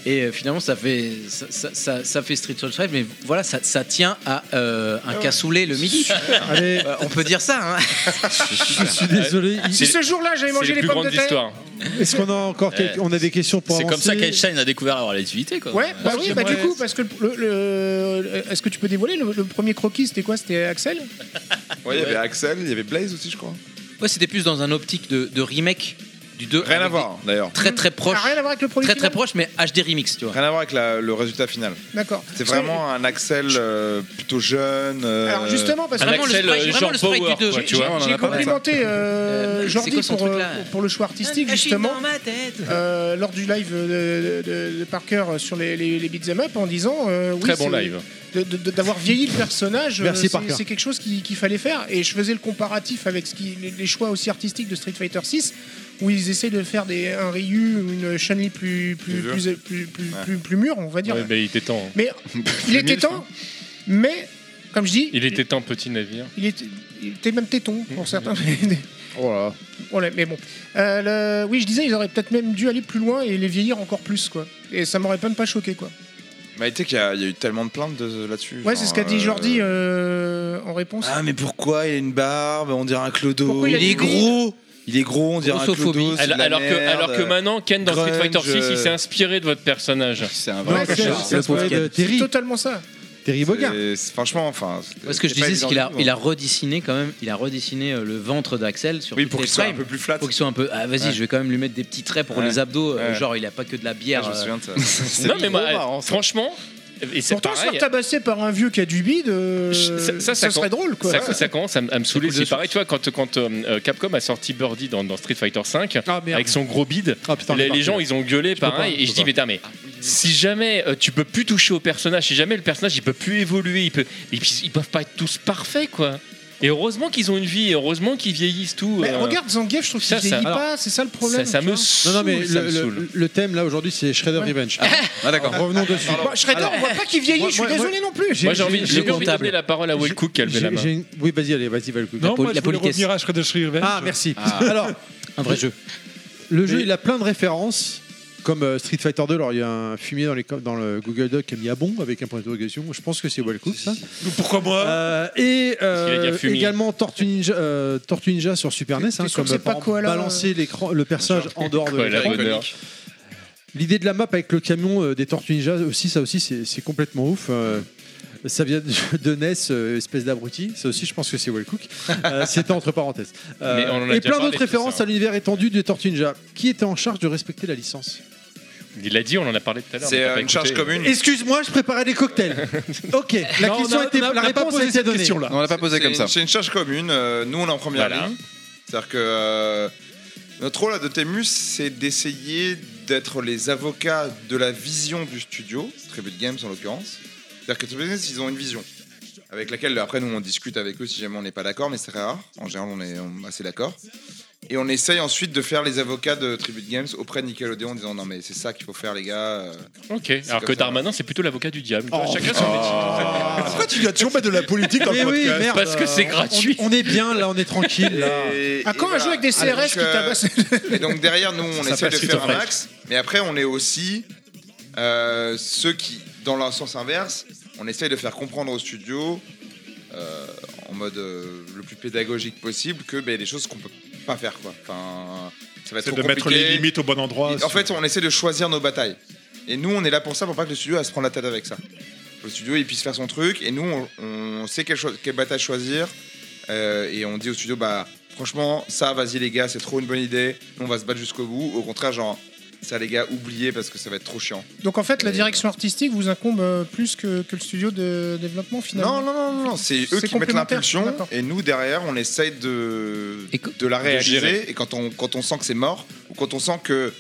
[SPEAKER 9] Et euh, finalement, ça fait, ça, ça- ça- ça fait Street Soul Drive, mais voilà, ça, ça tient à euh, un
[SPEAKER 1] Ouais.
[SPEAKER 9] cassoulet le midi.
[SPEAKER 1] Super. Allez.
[SPEAKER 9] Euh, on peut dire ça. Hein.
[SPEAKER 1] Je suis désolé.
[SPEAKER 3] Si ce jour-là j'avais mangé les, pommes de terre.
[SPEAKER 1] Est-ce qu'on a encore
[SPEAKER 13] Eh.
[SPEAKER 1] quelques-
[SPEAKER 6] Ouais.
[SPEAKER 1] on a des questions pour
[SPEAKER 6] C'est comme
[SPEAKER 1] avancer
[SPEAKER 6] ça qu'Einstein a découvert la relativité. Quoi.
[SPEAKER 3] Ouais, bah
[SPEAKER 6] Parce
[SPEAKER 3] oui,
[SPEAKER 6] que
[SPEAKER 3] bah
[SPEAKER 6] moi,
[SPEAKER 3] du coup, parce que le, le- le- est-ce que tu peux dévoiler le, le premier croquis C'était quoi C'était Axel
[SPEAKER 10] Ouais, il y avait Axel, il y avait Blaze aussi, je crois.
[SPEAKER 9] Ouais, c'était plus dans un optique de, de remake du 2.
[SPEAKER 10] Rien à voir d'ailleurs.
[SPEAKER 9] Très très proche.
[SPEAKER 3] Rien à voir avec le produit
[SPEAKER 9] Très très proche, mais HD remix, tu vois.
[SPEAKER 10] Rien à voir avec la- le résultat final.
[SPEAKER 3] D'accord.
[SPEAKER 10] C'est vraiment un Axel euh, plutôt jeune. euh,
[SPEAKER 3] Alors justement, parce que
[SPEAKER 10] vraiment le
[SPEAKER 9] euh,
[SPEAKER 14] euh,
[SPEAKER 10] sprite- vraiment le sprite du deux.
[SPEAKER 3] J'ai- j'ai j'ai complimenté euh,
[SPEAKER 9] c'est
[SPEAKER 3] Jordi
[SPEAKER 9] quoi son
[SPEAKER 3] pour,
[SPEAKER 9] truc,
[SPEAKER 3] euh,
[SPEAKER 9] là
[SPEAKER 3] pour- pour le choix artistique justement. Euh, lors du live euh, de, de- de Parker sur les, les, les beat'em up en disant euh, oui,
[SPEAKER 14] Très bon
[SPEAKER 3] c'est-
[SPEAKER 14] live.
[SPEAKER 3] de- de- de- d'avoir vieilli le personnage euh,
[SPEAKER 14] Merci,
[SPEAKER 3] c'est-
[SPEAKER 14] Parker.
[SPEAKER 3] c'est quelque chose qui- qu'il fallait faire et je faisais le comparatif avec ce qui, les- les choix aussi artistiques de Street Fighter 6 où ils essaient de faire des, un Ryu ou une Chun-Li plus plus
[SPEAKER 14] Plus
[SPEAKER 3] plus
[SPEAKER 14] dur.
[SPEAKER 3] plus, plus,
[SPEAKER 14] Ouais.
[SPEAKER 3] plus- plus mûr on va dire
[SPEAKER 14] Ouais, mais il était
[SPEAKER 5] hein.
[SPEAKER 14] temps.
[SPEAKER 5] [laughs]
[SPEAKER 3] mais il était temps mais comme je dis
[SPEAKER 14] Il était temps, petit navire.
[SPEAKER 3] il était, il était même téton pour certains [laughs]
[SPEAKER 10] Oh là.
[SPEAKER 3] Ouais, mais bon. Euh, le- Oui, je disais, ils auraient peut-être même dû aller plus loin et les vieillir encore plus, quoi. Et ça m'aurait même pas choqué, quoi.
[SPEAKER 10] Mais tu sais qu'il y, a il y a eu tellement de plaintes de- là-dessus.
[SPEAKER 3] Ouais,
[SPEAKER 10] genre,
[SPEAKER 3] c'est ce qu'a dit
[SPEAKER 10] euh,
[SPEAKER 3] Jordi euh, en réponse.
[SPEAKER 10] Ah, mais pourquoi il a une barbe On dirait un clodo.
[SPEAKER 3] Pourquoi il a Il est une bille gros.
[SPEAKER 10] Il est gros, on dirait un clodo. c'est de
[SPEAKER 5] Alors,
[SPEAKER 10] la
[SPEAKER 5] alors que,
[SPEAKER 10] merde.
[SPEAKER 5] alors que maintenant, Ken dans Street Fighter
[SPEAKER 10] Grunge,
[SPEAKER 5] 6, il s'est
[SPEAKER 10] euh,
[SPEAKER 5] inspiré de votre personnage.
[SPEAKER 10] C'est un
[SPEAKER 3] Ouais, c'est- c'est- c'est totalement ça.
[SPEAKER 1] Terry
[SPEAKER 10] Bogard. Franchement, enfin.
[SPEAKER 9] Parce que je
[SPEAKER 10] c'est pas
[SPEAKER 9] disais, c'est qu'il a,
[SPEAKER 10] évident du tout,
[SPEAKER 9] il a
[SPEAKER 10] hein.
[SPEAKER 9] redessiné quand même, il a redessiné euh, le ventre d'Axel sur
[SPEAKER 10] Oui,
[SPEAKER 9] toutes
[SPEAKER 10] pour
[SPEAKER 9] les
[SPEAKER 10] qu'il soit
[SPEAKER 9] frames.
[SPEAKER 10] un peu plus flat.
[SPEAKER 9] Pour qu'il soit un peu. Ah, vas-y,
[SPEAKER 10] Ouais.
[SPEAKER 9] je vais quand même lui mettre des petits traits pour
[SPEAKER 10] Ouais.
[SPEAKER 9] les abdos. euh,
[SPEAKER 10] Ouais.
[SPEAKER 9] Genre, il a pas que de la bière.
[SPEAKER 10] Ouais, je me
[SPEAKER 9] euh.
[SPEAKER 10] souviens de
[SPEAKER 9] [laughs]
[SPEAKER 10] ça. C'est
[SPEAKER 5] Non, mais moi, franchement, et c'est
[SPEAKER 3] Pourtant, se
[SPEAKER 5] pareil.
[SPEAKER 3] faire tabasser par un vieux qui a du bide, euh, ça, serait
[SPEAKER 5] com-
[SPEAKER 3] drôle, quoi.
[SPEAKER 5] Ça, ça commence à, m- à me saouler. C'est pareil, tu vois, quand, quand euh, euh, Capcom a sorti Birdie dans, dans Street Fighter 5
[SPEAKER 3] Ah,
[SPEAKER 5] avec son gros bide,
[SPEAKER 1] putain,
[SPEAKER 5] les,
[SPEAKER 1] il est
[SPEAKER 5] les gens
[SPEAKER 1] parti,
[SPEAKER 5] ils
[SPEAKER 1] là.
[SPEAKER 5] ont gueulé
[SPEAKER 1] Je peux
[SPEAKER 5] pareil.
[SPEAKER 1] pas,
[SPEAKER 5] et
[SPEAKER 1] je
[SPEAKER 5] je
[SPEAKER 1] peux
[SPEAKER 5] dis, mais
[SPEAKER 1] pas.
[SPEAKER 5] tain, mais si jamais euh, tu peux plus toucher au personnage, si jamais le personnage il peut plus évoluer, il peut, ils, ils peuvent pas être tous parfaits, quoi. Et heureusement qu'ils ont une vie, et heureusement qu'ils vieillissent tout.
[SPEAKER 3] Mais
[SPEAKER 5] euh,
[SPEAKER 3] regarde Zangief, je trouve qu'il
[SPEAKER 5] ça, ça-
[SPEAKER 3] vieillit
[SPEAKER 5] alors,
[SPEAKER 3] pas, c'est ça le problème.
[SPEAKER 5] ça- ça
[SPEAKER 3] tu
[SPEAKER 5] me
[SPEAKER 3] vois.
[SPEAKER 5] saoule,
[SPEAKER 1] Non, non, mais
[SPEAKER 5] ça me
[SPEAKER 1] le,
[SPEAKER 5] saoule.
[SPEAKER 1] le- le thème là aujourd'hui c'est Shredder Revenge.
[SPEAKER 10] Ah, d'accord.
[SPEAKER 1] Revenons dessus.
[SPEAKER 3] Bah, Shredder, on voit pas qu'il vieillit, je suis désolé non plus.
[SPEAKER 5] Moi, j'ai envie- j'ai envie de donner la parole à Will Cook qui a levé
[SPEAKER 1] J'ai-
[SPEAKER 5] la main.
[SPEAKER 1] j'ai une- Oui, vas-y, allez, vas-y, Val Cook.
[SPEAKER 13] Non, moi, je voulais revenir à Shredder's Revenge.
[SPEAKER 1] Ah, merci.
[SPEAKER 13] Ah.
[SPEAKER 1] Alors,
[SPEAKER 9] un vrai jeu.
[SPEAKER 1] Le jeu, il a plein de références. Comme euh, Street Fighter 2, alors il y a un fumier dans, les com- dans le Google Doc qui a mis à bon avec un point d'interrogation. Je pense que c'est Wellcook, ça.
[SPEAKER 8] Pourquoi moi
[SPEAKER 1] Et
[SPEAKER 8] qu'il a
[SPEAKER 1] euh,
[SPEAKER 8] dit fumier.
[SPEAKER 1] également Tortue Ninja, euh, Tortue Ninja sur Super NES, hein,
[SPEAKER 8] sûr
[SPEAKER 1] comme
[SPEAKER 8] que c'est
[SPEAKER 1] euh, par
[SPEAKER 8] pas
[SPEAKER 1] exemple,
[SPEAKER 8] Koala,
[SPEAKER 1] balancer l'écran- le personnage en dehors de
[SPEAKER 5] Koala
[SPEAKER 1] l'écran.
[SPEAKER 5] Bonheur.
[SPEAKER 1] L'idée de la map avec le camion euh, des Tortues Ninja aussi, ça aussi, c'est c'est complètement ouf. euh, ça vient de, de Ness, euh, espèce d'abruti. Ça aussi, je pense que c'est Wellcook. Euh, C'était entre parenthèses. Euh,
[SPEAKER 5] [laughs] Mais on en a
[SPEAKER 1] et
[SPEAKER 5] déjà
[SPEAKER 1] plein
[SPEAKER 5] parlé
[SPEAKER 1] d'autres
[SPEAKER 5] de tout
[SPEAKER 1] références
[SPEAKER 5] ça.
[SPEAKER 1] à l'univers étendu des Tortues Ninja. Qui était en charge de respecter la licence
[SPEAKER 5] Il l'a dit, on en a parlé tout à l'heure.
[SPEAKER 10] C'est,
[SPEAKER 5] mais t'as
[SPEAKER 10] euh,
[SPEAKER 5] pas
[SPEAKER 10] une charge
[SPEAKER 5] écouté.
[SPEAKER 10] commune.
[SPEAKER 1] Excuse-moi, je préparais
[SPEAKER 10] [laughs]
[SPEAKER 1] des cocktails. ok, la
[SPEAKER 10] Non,
[SPEAKER 1] question
[SPEAKER 10] on a-
[SPEAKER 1] était,
[SPEAKER 10] on a- on a
[SPEAKER 1] la
[SPEAKER 10] pas
[SPEAKER 1] réponse
[SPEAKER 10] posé
[SPEAKER 1] a été
[SPEAKER 10] cette
[SPEAKER 1] donnée.
[SPEAKER 10] question-là. On l'a pas posé comme ça. C'est une charge commune. euh, nous, on est en première
[SPEAKER 5] Voilà.
[SPEAKER 10] ligne. C'est-à-dire que euh, notre rôle à Dotemu, c'est d'essayer d'être les avocats de la vision du studio, Tribute Games en l'occurrence. C'est-à-dire que Tribute Games, ils ont une vision avec laquelle, après, nous, on discute avec eux si jamais on n'est pas d'accord, mais c'est très rare. En général, on est on- assez d'accord. Et on essaye ensuite de faire les avocats de Tribute Games auprès de Nickelodeon en disant non, mais c'est ça qu'il faut faire, les gars. euh.
[SPEAKER 5] Ok, alors
[SPEAKER 10] comme
[SPEAKER 5] que
[SPEAKER 10] ça. Oh.
[SPEAKER 5] Darmanin, c'est plutôt l'avocat du diable. Chacun son
[SPEAKER 8] Oh. Pourquoi tu dois toujours mettre de la politique dans
[SPEAKER 1] Mais
[SPEAKER 8] le
[SPEAKER 1] oui,
[SPEAKER 8] podcast
[SPEAKER 1] merde,
[SPEAKER 5] Parce que c'est
[SPEAKER 1] on-
[SPEAKER 5] gratuit.
[SPEAKER 1] On, est bien là, on est tranquille. là.
[SPEAKER 10] Et-
[SPEAKER 3] À
[SPEAKER 10] et
[SPEAKER 3] quand un
[SPEAKER 10] voilà.
[SPEAKER 3] jeu avec des
[SPEAKER 10] Ah, donc,
[SPEAKER 3] CRS qui
[SPEAKER 10] euh,
[SPEAKER 3] tabassent
[SPEAKER 10] Et donc derrière, nous, on essaie
[SPEAKER 1] Ça s'appelle
[SPEAKER 10] de
[SPEAKER 1] Street
[SPEAKER 10] faire
[SPEAKER 1] of
[SPEAKER 10] un
[SPEAKER 1] Rage.
[SPEAKER 10] max. Mais après, on est aussi euh, ceux qui, dans le sens inverse, on essaie de faire comprendre au studio, euh, en mode euh, le plus pédagogique possible, que ben, des choses qu'on peut pas faire. Quoi. Enfin, ça va être
[SPEAKER 8] C'est
[SPEAKER 10] trop
[SPEAKER 8] de mettre
[SPEAKER 10] compliqué.
[SPEAKER 8] les limites au bon endroit.
[SPEAKER 10] Et En fait, on essaie de choisir nos batailles. Et nous, on est là pour ça, pour pas que le studio elle, se prenne la tête avec ça. Le studio, il puisse faire son truc, et nous, on, on sait quelle, cho- quelle bataille choisir. euh, et on dit au studio, bah, franchement, ça, vas-y les gars, c'est trop une bonne idée. Nous, on va se battre jusqu'au bout. Au contraire, genre, Ça, les gars, oubliez parce que ça va être trop chiant.
[SPEAKER 3] Donc en fait, la direction artistique vous incombe euh, plus que, que le studio de développement finalement.
[SPEAKER 10] Non, non, non, non, non, c'est eux qui mettent
[SPEAKER 3] complémentaire.
[SPEAKER 10] l'impulsion
[SPEAKER 3] D'accord.
[SPEAKER 10] et nous derrière on essaye de, de la
[SPEAKER 8] gérer.
[SPEAKER 10] réaliser et quand on, quand on sent que c'est mort ou quand on sent que.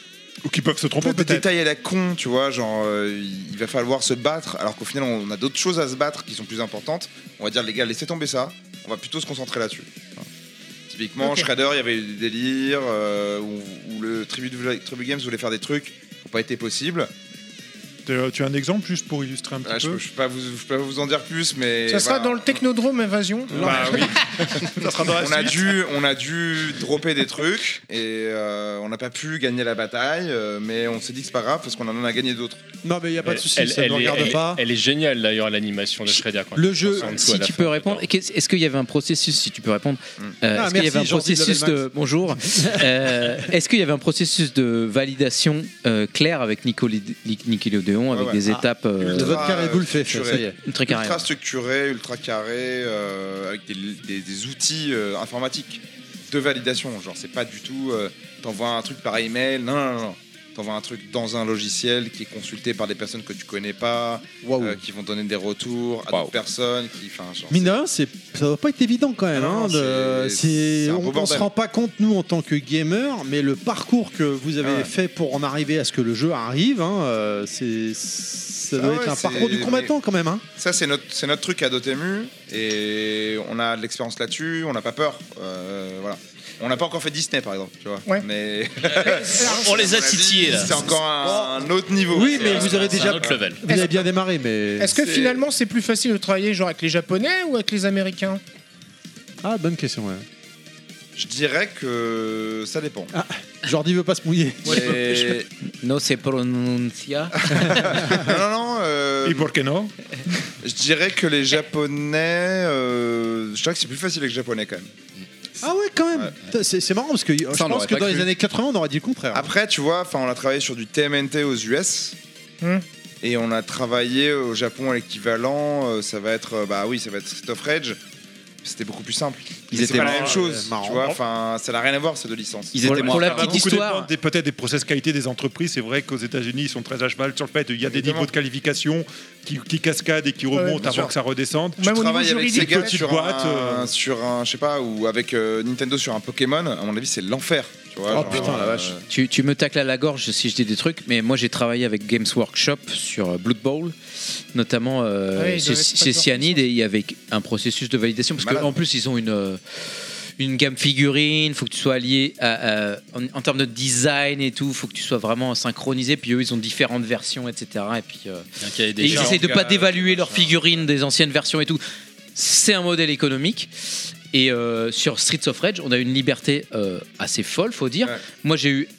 [SPEAKER 8] Ou qu'ils peuvent se tromper
[SPEAKER 10] Peu de
[SPEAKER 8] peut-être.
[SPEAKER 10] détails à la con, tu vois, genre euh, il va falloir se battre alors qu'au final on a d'autres choses à se battre qui sont plus importantes. On va dire les gars, laissez tomber ça, on va plutôt se concentrer là-dessus. Voilà. Typiquement,
[SPEAKER 8] Ok.
[SPEAKER 10] Shredder, il y avait eu des délires euh, où, où le Tribute, Tribute Games voulait faire des trucs qui n'ont pas été possibles.
[SPEAKER 8] Tu tu as un exemple juste pour illustrer un petit
[SPEAKER 10] Ah, je
[SPEAKER 8] peu
[SPEAKER 10] peux, je peux pas vous, je peux pas vous en dire plus, mais.
[SPEAKER 3] Ça sera
[SPEAKER 10] voilà.
[SPEAKER 3] dans le Technodrome Invasion.
[SPEAKER 10] Bah
[SPEAKER 13] [laughs]
[SPEAKER 10] oui.
[SPEAKER 8] Ça sera dans la
[SPEAKER 10] on, a
[SPEAKER 8] suite.
[SPEAKER 10] dû, on a dû dropper des trucs et euh, on n'a pas pu gagner la bataille, euh, mais on s'est dit que c'est pas grave parce qu'on en a gagné d'autres.
[SPEAKER 13] Non, mais il n'y a pas de souci, ça ne
[SPEAKER 5] est-
[SPEAKER 13] regarde
[SPEAKER 5] elle-
[SPEAKER 13] pas.
[SPEAKER 5] Elle est géniale d'ailleurs l'animation de Shredder. quand il ressemble tout à
[SPEAKER 9] Si
[SPEAKER 5] la
[SPEAKER 9] tu
[SPEAKER 5] fin. Mm.
[SPEAKER 9] peux répondre, qu'est-ce- est-ce qu'il y avait un processus Si tu peux répondre, euh,
[SPEAKER 13] Ah,
[SPEAKER 9] est-ce qu'il y
[SPEAKER 13] merci,
[SPEAKER 9] avait un
[SPEAKER 13] Jordi de
[SPEAKER 9] processus de
[SPEAKER 13] Levelmax.
[SPEAKER 10] [laughs]
[SPEAKER 9] bonjour Euh, Est-ce qu'il y avait un processus de validation euh, clair avec Nicoli- Ni- Nickelodeon avec
[SPEAKER 10] Ouais, ouais.
[SPEAKER 9] des
[SPEAKER 10] Ah,
[SPEAKER 9] étapes
[SPEAKER 10] ultra, euh, structuré.
[SPEAKER 9] Très carré.
[SPEAKER 10] Ultra structuré, ultra carré, euh, avec des, des- des outils euh, informatiques de validation. Genre, c'est pas du tout. euh, T'envoies un truc par email, non, non, non. non. T'envoies un truc dans un logiciel qui est consulté par des personnes que tu connais pas, euh, qui vont donner des retours à d'autres personnes. Qui, enfin, genre,
[SPEAKER 13] Mine de rien, c'est- ça doit pas être évident quand même. hein, de- c'est-
[SPEAKER 10] Ah c'est un beau
[SPEAKER 13] on, on se
[SPEAKER 10] bordel.
[SPEAKER 13] rend pas compte nous en tant que gamers, mais le parcours que vous avez
[SPEAKER 10] Ah ouais.
[SPEAKER 13] fait pour en arriver à ce que le jeu arrive, hein, euh, c'est ça doit
[SPEAKER 10] Ah ouais,
[SPEAKER 13] être un
[SPEAKER 10] c'est-
[SPEAKER 13] parcours du combattant
[SPEAKER 10] mais-
[SPEAKER 13] quand même. hein.
[SPEAKER 10] Ça, c'est notre, c'est notre truc à Dotemu. Et on a de l'expérience là-dessus, on n'a pas peur. Euh, voilà. On n'a pas encore fait Disney, par exemple, tu vois.
[SPEAKER 13] [laughs]
[SPEAKER 10] Mais...
[SPEAKER 6] On les
[SPEAKER 10] À mon
[SPEAKER 6] a
[SPEAKER 10] avis,
[SPEAKER 6] titillés, là.
[SPEAKER 10] C'est encore un, un autre niveau.
[SPEAKER 13] Oui,
[SPEAKER 10] C'est
[SPEAKER 13] mais
[SPEAKER 10] un-
[SPEAKER 13] vous avez
[SPEAKER 10] c'est un
[SPEAKER 13] déjà
[SPEAKER 10] autre level.
[SPEAKER 13] Vous avez bien démarré, mais
[SPEAKER 3] [laughs] Est-ce que finalement c'est plus facile de travailler genre avec les Japonais ou avec les Américains
[SPEAKER 13] Ah, bonne question. Ouais.
[SPEAKER 10] Je dirais que ça dépend.
[SPEAKER 13] Ah. Jordi veut pas se mouiller.
[SPEAKER 10] C'est-
[SPEAKER 9] Non, c'est prononcia.
[SPEAKER 10] [laughs] non, non, non. euh, Je dirais que les Japonais. euh, je dirais que c'est plus facile que les Japonais, quand même.
[SPEAKER 13] Ah ouais, quand même. Putain, C'est c'est marrant parce que euh, je
[SPEAKER 10] on
[SPEAKER 13] pense
[SPEAKER 10] l'aurait
[SPEAKER 13] que
[SPEAKER 10] pas
[SPEAKER 13] dans les
[SPEAKER 10] cru.
[SPEAKER 13] années 80, on aurait dit le contraire.
[SPEAKER 10] Après, tu vois, enfin, on a travaillé sur du TMNT aux US.
[SPEAKER 3] Hmm.
[SPEAKER 10] Et on a travaillé au Japon à l'équivalent. euh, Ça va être, euh, bah oui, ça va être Street of Rage. C'était beaucoup plus simple.
[SPEAKER 8] Ils
[SPEAKER 10] Mais
[SPEAKER 8] étaient
[SPEAKER 10] c'est pas la
[SPEAKER 8] marrants,
[SPEAKER 10] même
[SPEAKER 8] euh,
[SPEAKER 10] chose.
[SPEAKER 8] marrants.
[SPEAKER 10] tu vois, enfin, ça n'a rien à voir ces deux licences.
[SPEAKER 8] Ça va beaucoup dépendre des- Peut-être des process qualité des entreprises. C'est vrai qu'aux États-Unis, ils sont très à cheval sur le fait. Il y a des
[SPEAKER 10] Évidemment.
[SPEAKER 8] niveaux de qualification qui, qui cascadent et qui remontent
[SPEAKER 10] bien
[SPEAKER 8] avant
[SPEAKER 10] sûr.
[SPEAKER 8] que ça redescende.
[SPEAKER 10] Tu travailles avec Sega
[SPEAKER 8] petite
[SPEAKER 10] sur
[SPEAKER 8] boîte.
[SPEAKER 10] un,
[SPEAKER 8] euh,
[SPEAKER 10] sur un, je sais pas, ou avec euh, Nintendo sur un Pokémon. À mon avis, c'est l'enfer. Tu vois, genre, euh,
[SPEAKER 9] Tu, tu me tacles à la gorge si je dis des trucs, mais moi j'ai travaillé avec Games Workshop sur euh, Blood Bowl, notamment euh,
[SPEAKER 13] Ah oui, ils
[SPEAKER 9] chez,
[SPEAKER 13] doivent être pas
[SPEAKER 9] chez Cyanide, et il y avait un processus de validation, parce qu'en plus ils ont une, euh, une gamme figurine, il faut que tu sois allié à, à- en, en termes de design et tout, il faut que tu sois vraiment synchronisé, puis eux ils ont différentes versions, etc. Et puis euh,
[SPEAKER 6] Un cahier des
[SPEAKER 9] et ils
[SPEAKER 6] charges.
[SPEAKER 9] essaient de pas dévaluer leurs figurines des anciennes versions et tout. C'est un modèle économique. Et euh, sur Streets of Rage, on a une liberté euh, assez folle, faut dire. Moi, j'ai eu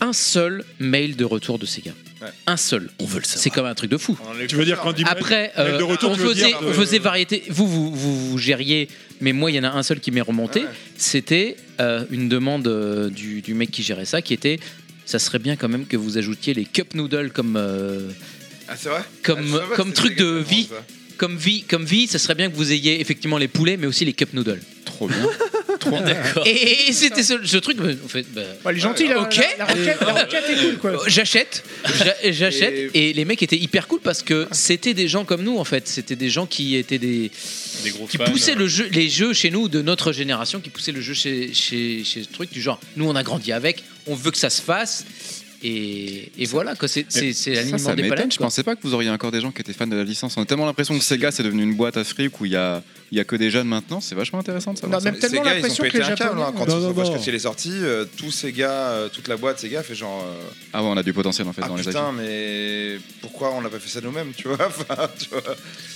[SPEAKER 9] un seul mail de retour de Sega.
[SPEAKER 10] Ouais.
[SPEAKER 9] Un seul. On veut le C'est comme un truc de fou.
[SPEAKER 8] Tu veux dire quand dit
[SPEAKER 9] Après, euh, on, faisait, on faisait
[SPEAKER 8] euh,
[SPEAKER 9] variété. Vous, vous, vous, vous gériez, mais moi, il y en a un seul qui m'est remonté. C'était euh, une demande euh, du, du mec qui gérait ça, qui était ça serait bien quand même que vous ajoutiez les cup noodles comme. euh,
[SPEAKER 10] Ah, c'est vrai Ah, je
[SPEAKER 9] comme,
[SPEAKER 10] savais que
[SPEAKER 9] comme
[SPEAKER 10] c'était
[SPEAKER 9] truc de
[SPEAKER 10] exactement
[SPEAKER 9] vie.
[SPEAKER 10] ça.
[SPEAKER 9] Comme vie, comme vie, ça serait bien que vous ayez effectivement les poulets, mais aussi les cup noodles. Trop [laughs] bien. Trop
[SPEAKER 3] D'accord.
[SPEAKER 9] Et, et- et c'était ce, ce truc. mais en fait, bah,
[SPEAKER 3] Bah, les
[SPEAKER 10] Euh,
[SPEAKER 3] gentils, là,
[SPEAKER 9] ok.
[SPEAKER 3] la, la requête, la requête est cool quoi.
[SPEAKER 9] Euh, J'achète, j'a- j'achète, et... les mecs étaient hyper cool parce que c'était des gens comme nous en fait, c'était des gens qui étaient des,
[SPEAKER 5] Des gros
[SPEAKER 9] qui
[SPEAKER 5] fans.
[SPEAKER 9] poussaient le jeu, les jeux chez nous de notre génération, qui poussaient le jeu chez chez chez ce truc du genre. Nous on a grandi avec, on veut que ça se fasse, et, et voilà quoi, c'est c'est c'est
[SPEAKER 4] Ça,
[SPEAKER 9] l'aliment
[SPEAKER 4] ça
[SPEAKER 9] des
[SPEAKER 4] m'étonne,
[SPEAKER 9] palettes.
[SPEAKER 4] Je
[SPEAKER 9] quoi.
[SPEAKER 4] pensais pas que vous auriez encore des gens qui étaient fans de la licence. On a tellement l'impression que Sega c'est devenu une boîte à fric où il y a, il y a que des jeunes maintenant. C'est vachement intéressant de savoir.
[SPEAKER 10] Non,
[SPEAKER 4] ça.
[SPEAKER 10] mais Sega, ils ont pété un câble, hein,
[SPEAKER 9] euh,
[SPEAKER 10] quand ils ont pas acheté les sorties, euh, tous ces gars, euh, toute la boîte, ces gars fait genre. euh,
[SPEAKER 4] Ah ouais, on a du potentiel en fait
[SPEAKER 10] ah
[SPEAKER 4] dans les
[SPEAKER 10] putain,
[SPEAKER 4] actions.
[SPEAKER 10] mais pourquoi on n'a pas fait ça nous-mêmes, tu vois, [laughs] Enfin, tu vois,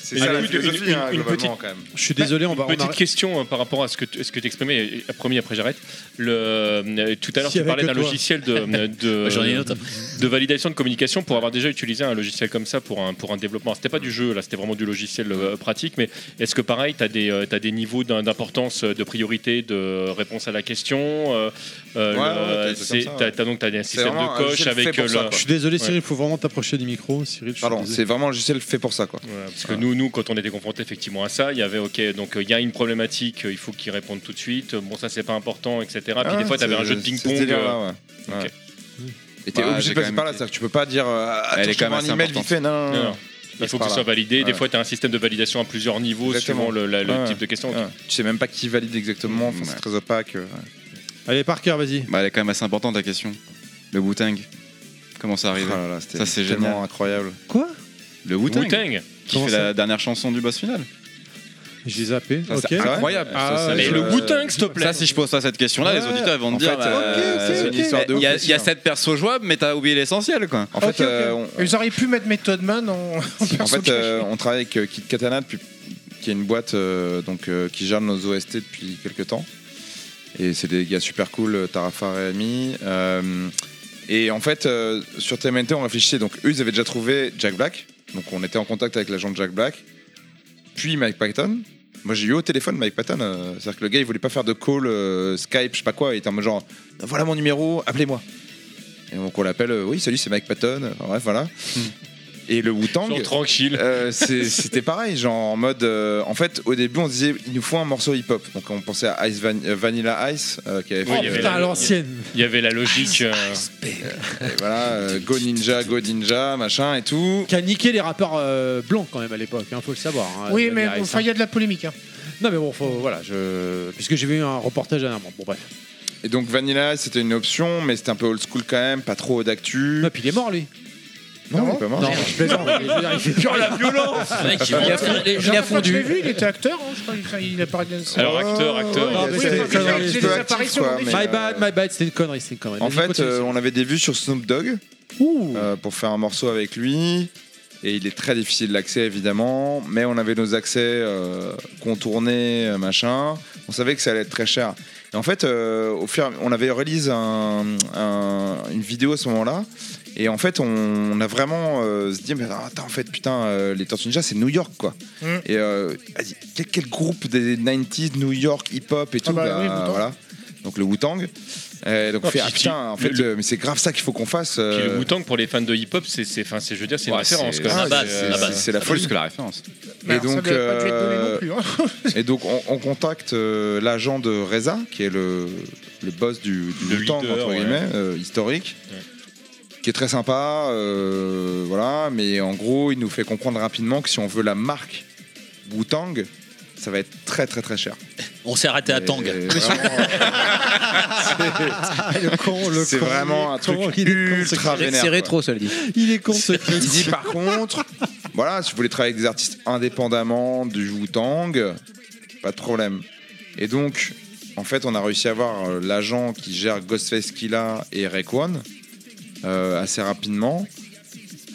[SPEAKER 10] C'est
[SPEAKER 5] Mais
[SPEAKER 10] ça
[SPEAKER 5] du
[SPEAKER 10] la
[SPEAKER 5] coup, une-
[SPEAKER 10] philosophie,
[SPEAKER 5] une-
[SPEAKER 10] hein,
[SPEAKER 5] une
[SPEAKER 10] globalement,
[SPEAKER 5] petite-
[SPEAKER 10] quand même.
[SPEAKER 13] Je suis désolé, on va-
[SPEAKER 5] Une
[SPEAKER 13] on
[SPEAKER 5] petite
[SPEAKER 13] arrête.
[SPEAKER 5] question euh, par rapport à ce que tu, ce que t'exprimais, et après mi, après j'arrête. Le, euh, tout à l'heure,
[SPEAKER 13] S'il y avait
[SPEAKER 5] tu parlais
[SPEAKER 13] que
[SPEAKER 5] d'un
[SPEAKER 13] toi. [laughs]
[SPEAKER 5] logiciel de, euh, de,
[SPEAKER 6] [laughs] J'en ai une autre
[SPEAKER 5] de validation de communication pour avoir déjà utilisé un logiciel comme ça pour un, pour un développement. Alors, C'était pas du jeu, là, c'était vraiment du logiciel euh, pratique, mais est-ce que pareil, tu as, as des niveaux d'im- d'importance, euh, de priorité, de réponse à la question euh, euh,
[SPEAKER 10] Ouais,
[SPEAKER 5] le-
[SPEAKER 10] ouais, ouais, t'as- t'as
[SPEAKER 5] c'est-
[SPEAKER 10] comme ça,
[SPEAKER 5] t'as-
[SPEAKER 10] ouais.
[SPEAKER 5] t'as donc t'as un
[SPEAKER 10] C'est
[SPEAKER 5] système
[SPEAKER 10] vraiment un
[SPEAKER 5] de coche
[SPEAKER 10] logiciel fait
[SPEAKER 5] avec
[SPEAKER 10] pour
[SPEAKER 5] euh,
[SPEAKER 10] ça,
[SPEAKER 5] le-
[SPEAKER 10] quoi.
[SPEAKER 13] Je suis désolé, Cyril,
[SPEAKER 5] Ouais.
[SPEAKER 13] il faut vraiment t'approcher du micro. Cyril, je suis
[SPEAKER 10] Pardon,
[SPEAKER 13] désolé.
[SPEAKER 10] c'est vraiment un logiciel fait pour ça, quoi.
[SPEAKER 5] Parce que nous, nous, quand on était confrontés effectivement à ça, il y avait ok, donc euh, il y a une problématique, euh, il faut qu'ils répondent tout de euh, suite. euh, Bon, ça c'est pas important, etc. Puis
[SPEAKER 10] Ah,
[SPEAKER 5] des fois, t'avais
[SPEAKER 10] c'est-
[SPEAKER 5] un jeu de ping
[SPEAKER 10] c'est ce
[SPEAKER 5] pong.
[SPEAKER 10] délire-là, ouais. Ouais. Et t'es
[SPEAKER 4] Bah,
[SPEAKER 10] obligé
[SPEAKER 4] j'ai
[SPEAKER 10] de
[SPEAKER 4] quand
[SPEAKER 10] passer
[SPEAKER 4] même
[SPEAKER 10] par là, c'est-à-dire que tu peux pas dire. euh, Attends,
[SPEAKER 4] Elle est
[SPEAKER 10] je
[SPEAKER 4] quand même
[SPEAKER 10] t'envoie
[SPEAKER 4] assez
[SPEAKER 10] un email vite
[SPEAKER 4] importante.
[SPEAKER 10] fait. Non, non, non.
[SPEAKER 4] Non, non.
[SPEAKER 5] Il
[SPEAKER 10] Passe
[SPEAKER 5] faut que
[SPEAKER 10] par
[SPEAKER 5] ce soit
[SPEAKER 10] là.
[SPEAKER 5] validé. Des
[SPEAKER 10] Ouais.
[SPEAKER 5] fois, tu as un système de validation à plusieurs niveaux
[SPEAKER 10] Exactement.
[SPEAKER 5] suivant le, la- le
[SPEAKER 10] Ouais.
[SPEAKER 5] type de question.
[SPEAKER 10] Ouais. Tu sais même pas qui valide exactement, enfin, c'est très opaque. euh, ouais.
[SPEAKER 13] Allez, par cœur, vas-y.
[SPEAKER 4] Bah, elle est quand même assez importante la question. Le Wu-Tang, comment ça arrive
[SPEAKER 10] Oh là là, c'était
[SPEAKER 4] Ça c'est
[SPEAKER 10] tellement
[SPEAKER 4] génial.
[SPEAKER 10] incroyable.
[SPEAKER 13] Quoi
[SPEAKER 4] Le Wu-Tang.
[SPEAKER 5] Wu-Tang
[SPEAKER 4] Qui
[SPEAKER 13] Comment
[SPEAKER 4] fait
[SPEAKER 13] ça
[SPEAKER 4] la dernière chanson du boss final.
[SPEAKER 13] J'ai zappé.
[SPEAKER 4] Ça,
[SPEAKER 13] ok.
[SPEAKER 4] C'est incroyable.
[SPEAKER 13] Ah,
[SPEAKER 4] Ça, c'est-
[SPEAKER 13] ouais.
[SPEAKER 4] euh, Ça, si je pose ça cette question-là, les
[SPEAKER 13] Ouais.
[SPEAKER 4] auditeurs ils vont te
[SPEAKER 10] En
[SPEAKER 4] dire.
[SPEAKER 10] fait,
[SPEAKER 4] euh,
[SPEAKER 10] ok, ok,
[SPEAKER 4] c'est une
[SPEAKER 10] ok.
[SPEAKER 4] histoire de
[SPEAKER 10] Il y a-
[SPEAKER 4] ouf,
[SPEAKER 10] il y a
[SPEAKER 4] hein. sept persos jouables, mais t'as oublié l'essentiel, quoi.
[SPEAKER 10] En fait,
[SPEAKER 3] Ok, ok.
[SPEAKER 10] euh, on-
[SPEAKER 3] Ils auraient pu mettre Method Man en, en [laughs]
[SPEAKER 10] En
[SPEAKER 3] perso
[SPEAKER 10] fait, euh, on travaille avec euh, Kit Katana, depuis- qui est une boîte euh, donc, euh, qui gère nos OST depuis quelques temps. Et c'est des gars super cool, euh, Tarafa Rémi. Euh, et en fait, euh, sur TMNT, on réfléchissait. Donc, eux, ils avaient déjà trouvé Jack Black. Donc, on était en contact avec l'agent de Jack Black. Puis Mike Patton. Moi, j'ai eu au téléphone Mike Patton. euh, C'est-à-dire que le gars, il voulait pas faire de call euh, Skype, je sais pas quoi. Il était en mode genre, Ben, voilà mon numéro, appelez-moi. Et donc, on l'appelle, euh, oui, salut, c'est Mike Patton. Enfin, bref, voilà. Et le Wu-Tang.
[SPEAKER 5] Hmm.
[SPEAKER 10] euh,
[SPEAKER 5] Genre tranquille.
[SPEAKER 10] C'était pareil, genre en mode. euh, en fait, au début, on se disait, il nous faut un morceau hip-hop. Donc on pensait à Ice Van- euh, Vanilla Ice, euh, qui avait
[SPEAKER 5] Oui, il y avait la- Il y avait la logique. euh,
[SPEAKER 10] Et voilà, euh, Go Ninja, Go Ninja, machin et tout.
[SPEAKER 13] Qui a niqué les rappeurs euh, blancs quand même à l'époque, hein, faut le savoir. hein,
[SPEAKER 3] Oui,
[SPEAKER 13] de
[SPEAKER 3] mais
[SPEAKER 13] manière
[SPEAKER 3] enfin, il y a de la polémique. hein.
[SPEAKER 13] Non mais bon, faut, voilà, je... puisque j'ai vu un reportage dernièrement. Bon bref.
[SPEAKER 10] Et donc Vanilla Ice, c'était une option, mais c'était un peu old school quand même, pas trop d'actu.
[SPEAKER 13] Non, puis il est mort lui.
[SPEAKER 10] Non, il est pas mort.
[SPEAKER 13] Non, je plaisante. mais je veux dire, il fait plus rien.
[SPEAKER 10] il a
[SPEAKER 3] La
[SPEAKER 10] fondu.
[SPEAKER 3] dernière fois que Je l'ai vu, il était acteur. hein, je crois, enfin, il apparaît dans la
[SPEAKER 5] Alors, acteur, acteur.
[SPEAKER 10] Ah, mais c'est- c'est un petit peu actif, quoi, mais,
[SPEAKER 1] euh,
[SPEAKER 13] My bad, my bad, c'était une connerie, c'était une connerie.
[SPEAKER 10] En
[SPEAKER 13] Vas-y,
[SPEAKER 10] fait,
[SPEAKER 13] continue.
[SPEAKER 10] euh, on avait des vues sur Snoop Dogg euh, pour faire un morceau avec lui. Et il est très difficile l'accès, évidemment. Mais on avait nos accès euh, contournés, euh, machin. On savait que ça allait être très cher. Et en fait, euh, au fur, et à- on avait release un- un- une vidéo à ce moment-là. Et en fait, on, on a vraiment euh, se dit, mais attends, en fait, putain, euh, les Tortues Ninja, c'est New York, quoi.
[SPEAKER 14] Mm.
[SPEAKER 10] Et euh, vas-y, quel, quel groupe des 90s, New York, hip-hop et tout,
[SPEAKER 3] bah
[SPEAKER 10] bah,
[SPEAKER 3] oui, Wu-Tang.
[SPEAKER 10] voilà. Donc le Wu-Tang. Euh, donc on
[SPEAKER 5] Oh,
[SPEAKER 10] fait,
[SPEAKER 5] puis-
[SPEAKER 10] ah putain, en fait,
[SPEAKER 5] le-
[SPEAKER 10] euh, mais c'est grave ça qu'il faut qu'on fasse.
[SPEAKER 5] Puis
[SPEAKER 10] euh,
[SPEAKER 5] le Wu-Tang pour les fans de hip-hop, c'est, c'est, enfin, c'est, je veux dire, c'est une
[SPEAKER 10] Ouais,
[SPEAKER 5] référence.
[SPEAKER 10] c'est- ah,
[SPEAKER 5] quoi.
[SPEAKER 10] c'est-
[SPEAKER 5] C'est,
[SPEAKER 10] c'est-
[SPEAKER 5] euh,
[SPEAKER 10] c'est- c'est la folie.
[SPEAKER 4] Plus que la référence.
[SPEAKER 10] Et
[SPEAKER 3] Alors, ça
[SPEAKER 10] donc,
[SPEAKER 3] devait pas dû être donné
[SPEAKER 10] euh,
[SPEAKER 3] non plus, hein.
[SPEAKER 10] [laughs] et donc on, on contacte euh, l'agent de Reza, qui est le, le boss du, du
[SPEAKER 5] Le
[SPEAKER 10] Wu-Tang,
[SPEAKER 5] leader,
[SPEAKER 10] entre
[SPEAKER 5] ouais.
[SPEAKER 10] guillemets, euh, historique,
[SPEAKER 5] Ouais.
[SPEAKER 10] qui est très sympa, euh, voilà, mais en gros, il nous fait comprendre rapidement que si on veut la marque Wu-Tang, ça va être très très très cher.
[SPEAKER 6] On s'est arrêté à Tang.
[SPEAKER 10] [laughs] C'est vraiment un truc ultra vénère.
[SPEAKER 9] C'est
[SPEAKER 10] quoi.
[SPEAKER 9] rétro, ça le dit.
[SPEAKER 13] Il est con ce
[SPEAKER 10] Il dit par
[SPEAKER 14] [laughs]
[SPEAKER 10] contre, voilà, si vous voulez travailler avec des artistes indépendamment du Wu-Tang, pas de problème. Et donc, en fait, on a réussi à avoir euh, l'agent qui gère Ghostface Killah et Rayquan euh, assez rapidement.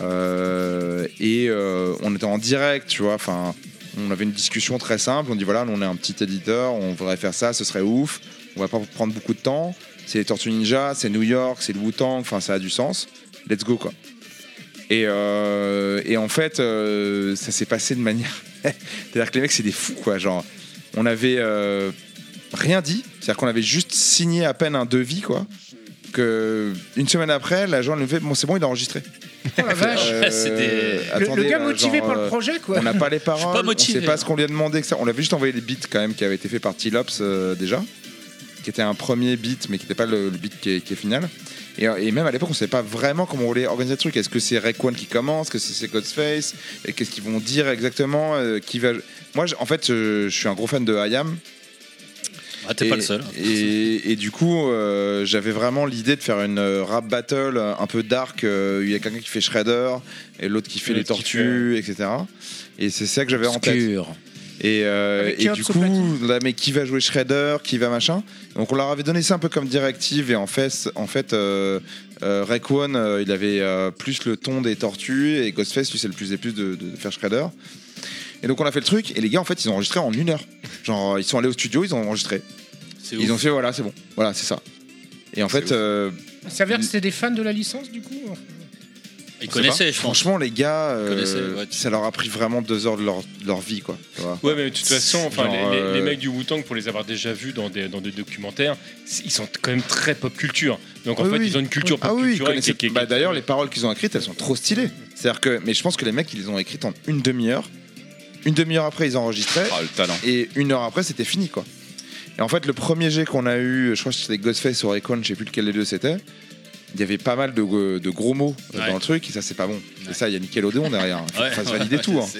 [SPEAKER 10] Euh, et euh, on était en direct, tu vois. Enfin, on avait une discussion très simple. On dit voilà, nous, on est un petit éditeur, on voudrait faire ça, ce serait ouf. On va pas prendre beaucoup de temps. C'est les Tortues Ninja, c'est New York, c'est le Wu-Tang. Enfin, ça a du sens. Let's go quoi. Et, euh, et en fait, euh, ça s'est passé de manière. [laughs] C'est-à-dire que les mecs, c'est des fous, quoi. Genre, on avait euh, rien dit. C'est-à-dire qu'on avait juste signé à peine un devis, quoi. Que une semaine après, l'agent nous fait Bon, c'est bon, il a enregistré.
[SPEAKER 3] Oh la vache. [laughs]
[SPEAKER 6] C'est
[SPEAKER 3] des- Le- le gars
[SPEAKER 10] là,
[SPEAKER 3] motivé par le
[SPEAKER 10] euh,
[SPEAKER 3] projet, quoi.
[SPEAKER 10] On n'a pas les
[SPEAKER 3] Je suis pas
[SPEAKER 10] paroles, on
[SPEAKER 3] motivé,
[SPEAKER 10] sait pas
[SPEAKER 3] hein.
[SPEAKER 10] ce qu'on lui a demandé. etc. On avait juste envoyé les beats, quand même, qui avaient été faits par T-Lops euh, déjà qui était un premier beat, mais qui n'était pas le, le beat qui est, qui est final. Et, euh, et même à l'époque, on ne savait pas vraiment comment on voulait organiser le truc. Est-ce que c'est Rayquan qui commence Est-ce que c'est c'est Ghostface Et qu'est-ce qu'ils vont dire exactement euh, qui va... Moi, je- en fait, je, je suis un gros fan de IAM.
[SPEAKER 6] Ah, t'es
[SPEAKER 10] et,
[SPEAKER 6] pas le seul.
[SPEAKER 10] Et, et du coup, euh, j'avais vraiment l'idée de faire une euh, rap battle euh, un peu dark. euh, Il y a quelqu'un qui fait Shredder et l'autre qui fait les
[SPEAKER 6] l'autre qui euh,
[SPEAKER 10] tortues, etc. Et c'est ça que j'avais en tête.
[SPEAKER 9] Obscur.
[SPEAKER 10] Et, euh,
[SPEAKER 9] Avec
[SPEAKER 10] et
[SPEAKER 9] Kurt
[SPEAKER 10] du
[SPEAKER 9] sous
[SPEAKER 10] coup, là, mais qui va jouer Shredder, qui va machin Donc on leur avait donné ça un peu comme directive et en fait, en fait euh, euh, Raekwon, euh, il avait euh, plus le ton des tortues et Ghostface lui c'est le plus et plus de, de faire Shredder. Et donc on a fait le truc et les gars en fait ils ont enregistré en une heure. Genre ils sont allés au studio, ils ont enregistré. Ils ont fait voilà c'est bon, voilà c'est ça. Et en fait, euh,
[SPEAKER 3] Il s'avère que c'était des fans de la licence, du coup.
[SPEAKER 10] on sait
[SPEAKER 6] connaissaient,
[SPEAKER 10] pas.
[SPEAKER 6] je pense.
[SPEAKER 10] Franchement les gars, euh,
[SPEAKER 6] connaissaient, ouais,
[SPEAKER 10] ça leur a pris vraiment deux heures de leur, de leur vie quoi. tu vois.
[SPEAKER 5] Ouais, mais de toute façon, enfin,
[SPEAKER 10] Genre,
[SPEAKER 5] les, les- les
[SPEAKER 10] euh,
[SPEAKER 5] mecs du Wu-Tang, pour les avoir déjà vus dans des, dans des documentaires, c'est- ils sont quand même très pop culture. Donc en
[SPEAKER 10] Oui,
[SPEAKER 5] fait,
[SPEAKER 10] oui.
[SPEAKER 5] ils ont une culture pop
[SPEAKER 10] Ah oui, ils
[SPEAKER 5] culturelle qui,
[SPEAKER 10] connaissaient-
[SPEAKER 5] qui- qui-
[SPEAKER 10] bah, D'ailleurs, les paroles qu'ils ont écrites, elles sont trop stylées. C'est-à-dire que, mais je pense que les mecs, ils les ont écrites en une demi-heure. Une demi-heure après, ils enregistraient.
[SPEAKER 4] Ah, le talent.
[SPEAKER 10] Et une heure après, c'était fini, quoi. Et en fait, le premier jet qu'on a eu, je crois que c'était Ghostface ou Raycon, je sais plus lequel des deux c'était. il y avait pas mal de, euh, de gros mots dans le truc et ça c'est pas bon. Et ça il y a Nickelodeon
[SPEAKER 5] [laughs]
[SPEAKER 10] derrière, faut
[SPEAKER 4] Ouais.
[SPEAKER 10] qu'on fasse valider
[SPEAKER 4] Ouais,
[SPEAKER 10] tout. hein.
[SPEAKER 4] c'est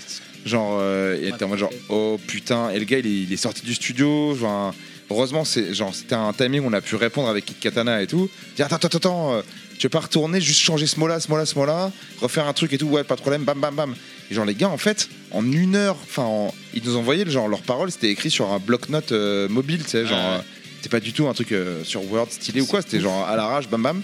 [SPEAKER 10] Genre euh, et t'es en mode genre oh putain et le gars il est, il est sorti du studio, genre, un- heureusement c'est genre c'était un timing où on a pu répondre avec Kit Katana et tout. Dire attends attends attends, euh, tu veux pas retourner juste changer ce mot là, ce mot là, ce mot là, refaire un truc et tout, ouais pas de problème, bam bam bam. Et genre les gars en fait en une heure, enfin en- ils nous envoyaient genre leurs paroles c'était écrit sur un bloc-notes euh, mobile, tu sais genre euh, c'était pas du tout un truc euh, sur Word stylé ou quoi, c'était genre à l'arrache bam bam.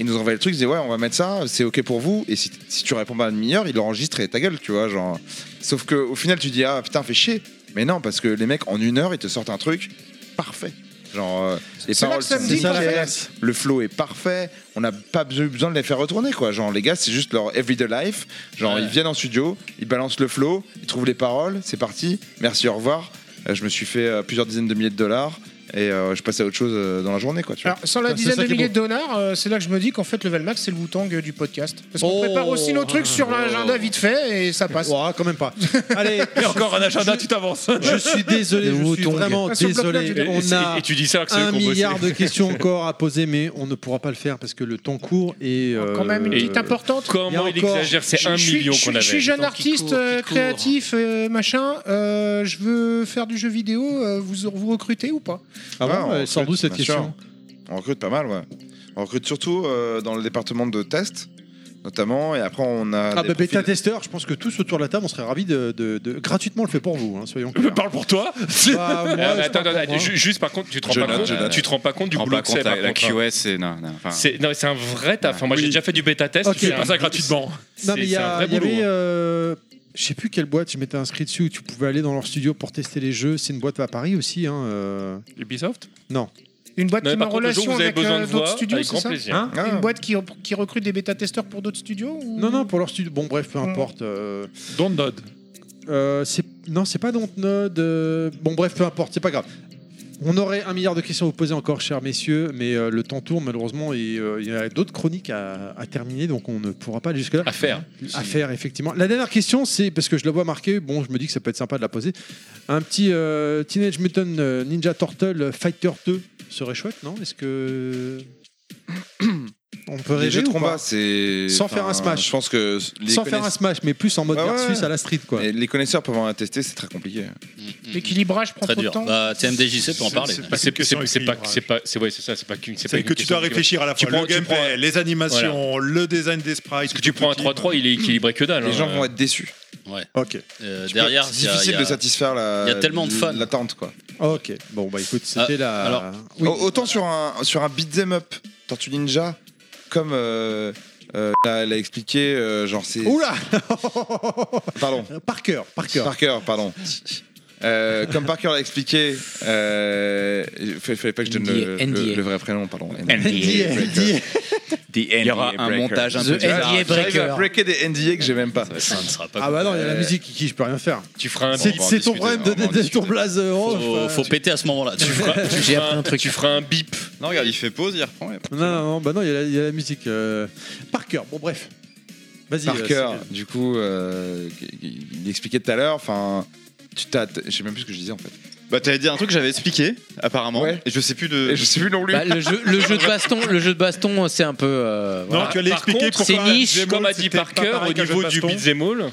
[SPEAKER 10] Ils nous envoyaient le truc, ils disaient ouais, on va mettre ça, c'est ok pour vous. Et si, si tu réponds pas à une demi-heure, ils l'enregistrent et ta gueule, tu vois. Genre. Sauf que au final, tu dis ah putain, fais chier. Mais non, parce que les mecs, en une heure, ils te sortent un truc parfait. Genre, euh, les
[SPEAKER 8] C'est là
[SPEAKER 10] paroles
[SPEAKER 8] que ça
[SPEAKER 10] sont
[SPEAKER 8] me dit
[SPEAKER 10] nickel,
[SPEAKER 8] quand même.
[SPEAKER 10] le flow est parfait, on n'a pas be- besoin de les faire retourner, quoi. Genre, les gars, c'est juste leur everyday life. Genre, ils viennent en studio, ils balancent le flow, ils trouvent les paroles, c'est parti, merci, au revoir. Euh, je me suis fait euh, plusieurs dizaines de milliers de dollars et euh, je passe à autre chose euh, dans la journée, quoi. Tu vois.
[SPEAKER 3] Alors, sans la
[SPEAKER 10] C'est
[SPEAKER 3] dizaine
[SPEAKER 10] Ah, ça
[SPEAKER 3] de
[SPEAKER 10] qui est
[SPEAKER 3] milliers
[SPEAKER 10] beau.
[SPEAKER 3] de dollars, euh, c'est là que je me dis qu'en fait, Level Max, c'est le Wu-Tang euh, du podcast. Parce qu'on
[SPEAKER 1] Oh.
[SPEAKER 3] prépare aussi nos trucs sur l'agenda vite fait et
[SPEAKER 1] [laughs]
[SPEAKER 3] ça passe.
[SPEAKER 1] quand même pas.
[SPEAKER 8] [laughs]
[SPEAKER 1] Allez,
[SPEAKER 14] Et encore un agenda, tu t'avances.
[SPEAKER 1] Je suis désolé, je suis
[SPEAKER 14] Ah,
[SPEAKER 1] vraiment désolé. On a
[SPEAKER 14] et, et tu dis ça, que c'est eux
[SPEAKER 1] un
[SPEAKER 14] qui ont bossé.
[SPEAKER 1] milliard
[SPEAKER 14] [laughs]
[SPEAKER 1] de questions encore à poser, mais on ne pourra pas le faire parce que le temps court et euh,
[SPEAKER 3] Quand même, une petite importante.
[SPEAKER 1] Comment
[SPEAKER 14] euh, il exagère, c'est un million qu'on
[SPEAKER 3] Je suis
[SPEAKER 14] avait.
[SPEAKER 3] jeune
[SPEAKER 14] Le temps qui court,
[SPEAKER 3] artiste,
[SPEAKER 14] qui
[SPEAKER 3] euh,
[SPEAKER 14] court.
[SPEAKER 3] créatif, euh, machin. euh, je veux faire du jeu vidéo. euh, vous, vous recrutez ou pas
[SPEAKER 10] Ah
[SPEAKER 3] Ouais,
[SPEAKER 10] bon,
[SPEAKER 3] on
[SPEAKER 1] euh,
[SPEAKER 10] on
[SPEAKER 3] sort
[SPEAKER 10] recrute,
[SPEAKER 3] d'où cette
[SPEAKER 10] bien sûr.
[SPEAKER 3] question
[SPEAKER 10] On recrute pas mal, ouais. On recrute surtout euh, dans le département de test, notamment, et après on a.
[SPEAKER 1] Ah
[SPEAKER 10] des
[SPEAKER 1] bah
[SPEAKER 10] profils-
[SPEAKER 1] bêta testeur, je pense que tous autour de la table, on serait ravis de, de- de- gratuitement on le fait pour vous. hein, soyons. clairs.
[SPEAKER 14] Parle pour toi.
[SPEAKER 1] Bah, moi,
[SPEAKER 14] [laughs] Ah,
[SPEAKER 1] je
[SPEAKER 14] attends,
[SPEAKER 1] parle
[SPEAKER 14] attends,
[SPEAKER 1] pour moi.
[SPEAKER 14] ju- juste par contre, tu te rends
[SPEAKER 4] Je
[SPEAKER 14] pas
[SPEAKER 4] note,
[SPEAKER 14] compte,
[SPEAKER 4] je note.
[SPEAKER 14] tu te rends pas compte du
[SPEAKER 4] Prends
[SPEAKER 14] boulot
[SPEAKER 4] pas
[SPEAKER 14] que c'est.
[SPEAKER 4] compte, la-
[SPEAKER 14] par
[SPEAKER 4] la
[SPEAKER 14] contre, hein.
[SPEAKER 4] QS, c'est. Non, non, enfin-
[SPEAKER 14] C'est- non, c'est un vrai taf. Enfin, moi, j'ai déjà fait du bêta test.
[SPEAKER 1] Ok.
[SPEAKER 14] tu fais un-
[SPEAKER 1] Non, mais
[SPEAKER 14] C'est
[SPEAKER 1] il y,
[SPEAKER 14] c'est un
[SPEAKER 1] a-
[SPEAKER 14] vrai
[SPEAKER 1] il y
[SPEAKER 14] boulot. hein.
[SPEAKER 1] avait. euh, je sais plus quelle boîte je m'étais inscrit dessus où tu pouvais aller dans leur studio pour tester les jeux. C'est une boîte à Paris aussi. Hein, euh.
[SPEAKER 14] Ubisoft
[SPEAKER 1] Non.
[SPEAKER 3] Une boîte
[SPEAKER 1] Non,
[SPEAKER 3] qui
[SPEAKER 1] mais
[SPEAKER 3] met en
[SPEAKER 1] par contre, le jour
[SPEAKER 3] relation
[SPEAKER 1] où vous avez
[SPEAKER 3] avec
[SPEAKER 1] besoin
[SPEAKER 3] euh,
[SPEAKER 1] de
[SPEAKER 3] d'autres
[SPEAKER 1] voix,
[SPEAKER 3] studios,
[SPEAKER 1] avec
[SPEAKER 3] c'est
[SPEAKER 1] grand
[SPEAKER 3] ça Ah,
[SPEAKER 1] plaisir. Hein
[SPEAKER 3] Une boîte qui, qui recrute des bêta-testeurs pour d'autres studios ou-
[SPEAKER 1] Non, non, pour leur studio. Bon, bref, peu
[SPEAKER 3] Hmm.
[SPEAKER 1] importe. euh.
[SPEAKER 14] Dontnod.
[SPEAKER 1] Euh, c'est- non, c'est pas Dontnod. euh, Bon, bref, peu importe, c'est pas grave. On aurait un milliard de questions à vous poser encore, chers messieurs, mais euh, le temps tourne malheureusement et euh, il y a d'autres chroniques à, à terminer, donc on ne pourra pas aller jusque-là.
[SPEAKER 14] À faire.
[SPEAKER 1] À faire, effectivement. La dernière question, c'est parce que je la vois marquée, bon, je me dis que ça peut être sympa de la poser. Un petit euh, Teenage Mutant euh, Ninja Turtle Fighter 2 serait chouette, non
[SPEAKER 10] [coughs]
[SPEAKER 1] Est-ce que. on peut
[SPEAKER 10] Les
[SPEAKER 1] rêver
[SPEAKER 10] jeux de
[SPEAKER 1] ou pas
[SPEAKER 10] combat, c'est.
[SPEAKER 1] Sans faire un
[SPEAKER 10] enfin,
[SPEAKER 1] smash.
[SPEAKER 10] Je pense que.
[SPEAKER 1] Sans faire un smash, mais plus en mode versus à la street, quoi.
[SPEAKER 10] les connaisseurs peuvent en attester, c'est très compliqué.
[SPEAKER 3] L'équilibrage prend
[SPEAKER 6] Mmh, Très
[SPEAKER 3] trop de
[SPEAKER 6] dur.
[SPEAKER 3] temps.
[SPEAKER 6] Bah, TMDJC
[SPEAKER 1] euh,
[SPEAKER 6] peut en parler.
[SPEAKER 14] C'est- C'est c'est- c'est pas, c'est pas, c'est ouais, c'est ça, c'est pas qu'une.
[SPEAKER 6] C'est
[SPEAKER 14] pas
[SPEAKER 6] que
[SPEAKER 14] qu'une
[SPEAKER 6] tu
[SPEAKER 14] question
[SPEAKER 6] dois
[SPEAKER 14] d'équilibre.
[SPEAKER 6] réfléchir à la
[SPEAKER 14] Tu
[SPEAKER 8] fois le
[SPEAKER 14] prends- tu
[SPEAKER 8] gameplay,
[SPEAKER 14] prends-
[SPEAKER 8] les animations,
[SPEAKER 14] Voilà.
[SPEAKER 8] le design des sprites.
[SPEAKER 14] Parce que tu prends un 3-3, il est équilibré que dalle.
[SPEAKER 10] Les
[SPEAKER 14] hein.
[SPEAKER 10] gens vont être déçus.
[SPEAKER 6] Ouais.
[SPEAKER 1] Ok.
[SPEAKER 6] Euh,
[SPEAKER 10] Tu peux-
[SPEAKER 6] derrière,
[SPEAKER 10] c'est
[SPEAKER 6] il y a-
[SPEAKER 10] difficile
[SPEAKER 6] il y a-
[SPEAKER 10] de satisfaire la.
[SPEAKER 6] Il y a tellement de Ah, fans.
[SPEAKER 10] L'attente, quoi.
[SPEAKER 1] Ok, bon, bah écoute, c'était la.
[SPEAKER 10] Alors,
[SPEAKER 1] Oui.
[SPEAKER 10] autant sur un, sur un beat them up, Tortue Ninja, comme euh, euh, l'a l'a expliqué, euh, genre c'est. [laughs]
[SPEAKER 1] Oula
[SPEAKER 10] Pardon.
[SPEAKER 1] Parker, Parker.
[SPEAKER 10] Parker,
[SPEAKER 1] [laughs]
[SPEAKER 10] pardon. Euh, comme Parker l'a expliqué, euh, il fallait fallait pas que je donne le,
[SPEAKER 9] NDA.
[SPEAKER 10] le- le vrai prénom, pardon.
[SPEAKER 9] NDA.
[SPEAKER 10] breaker.
[SPEAKER 4] Il y aura un montage un peu
[SPEAKER 10] The NDA breaker. J'arrive à breaker des NDA que j'ai même pas.
[SPEAKER 1] Ah bah non, il y a la musique qui, qui je peux rien faire.
[SPEAKER 14] Tu feras un.
[SPEAKER 1] C'est
[SPEAKER 6] on va en
[SPEAKER 1] c'est ton
[SPEAKER 6] discuter,
[SPEAKER 1] problème
[SPEAKER 6] on va
[SPEAKER 1] de,
[SPEAKER 6] en
[SPEAKER 1] de- de ton blaze euh, orange,
[SPEAKER 6] Faut,
[SPEAKER 1] enfin,
[SPEAKER 6] faut
[SPEAKER 1] tu-
[SPEAKER 6] péter à ce moment-là. Tu feras, tu
[SPEAKER 4] J'ai
[SPEAKER 6] feras
[SPEAKER 4] appris un truc.
[SPEAKER 14] Tu feras un bip.
[SPEAKER 4] Non, regarde, il fait pause, il reprend. et-
[SPEAKER 1] Non, non, non, bah non, il y, a la- il y a la musique. euh, Parker, bon bref. Vas-y. euh,
[SPEAKER 10] Parker,
[SPEAKER 1] c'est-
[SPEAKER 10] du coup, euh, il expliquait tout à l'heure, enfin, tu t'as, t'as- je sais même plus ce que je disais en fait.
[SPEAKER 4] Bah, t'avais dit un truc que j'avais expliqué, apparemment. Et je sais plus de.
[SPEAKER 10] je sais plus non plus.
[SPEAKER 9] Bah, le, jeu,
[SPEAKER 1] [laughs]
[SPEAKER 9] le jeu de baston, le jeu de baston, c'est un peu. euh, voilà.
[SPEAKER 14] Par- par contre,
[SPEAKER 9] C'est niche.
[SPEAKER 14] Comme a dit Parker, au niveau du beat'em all,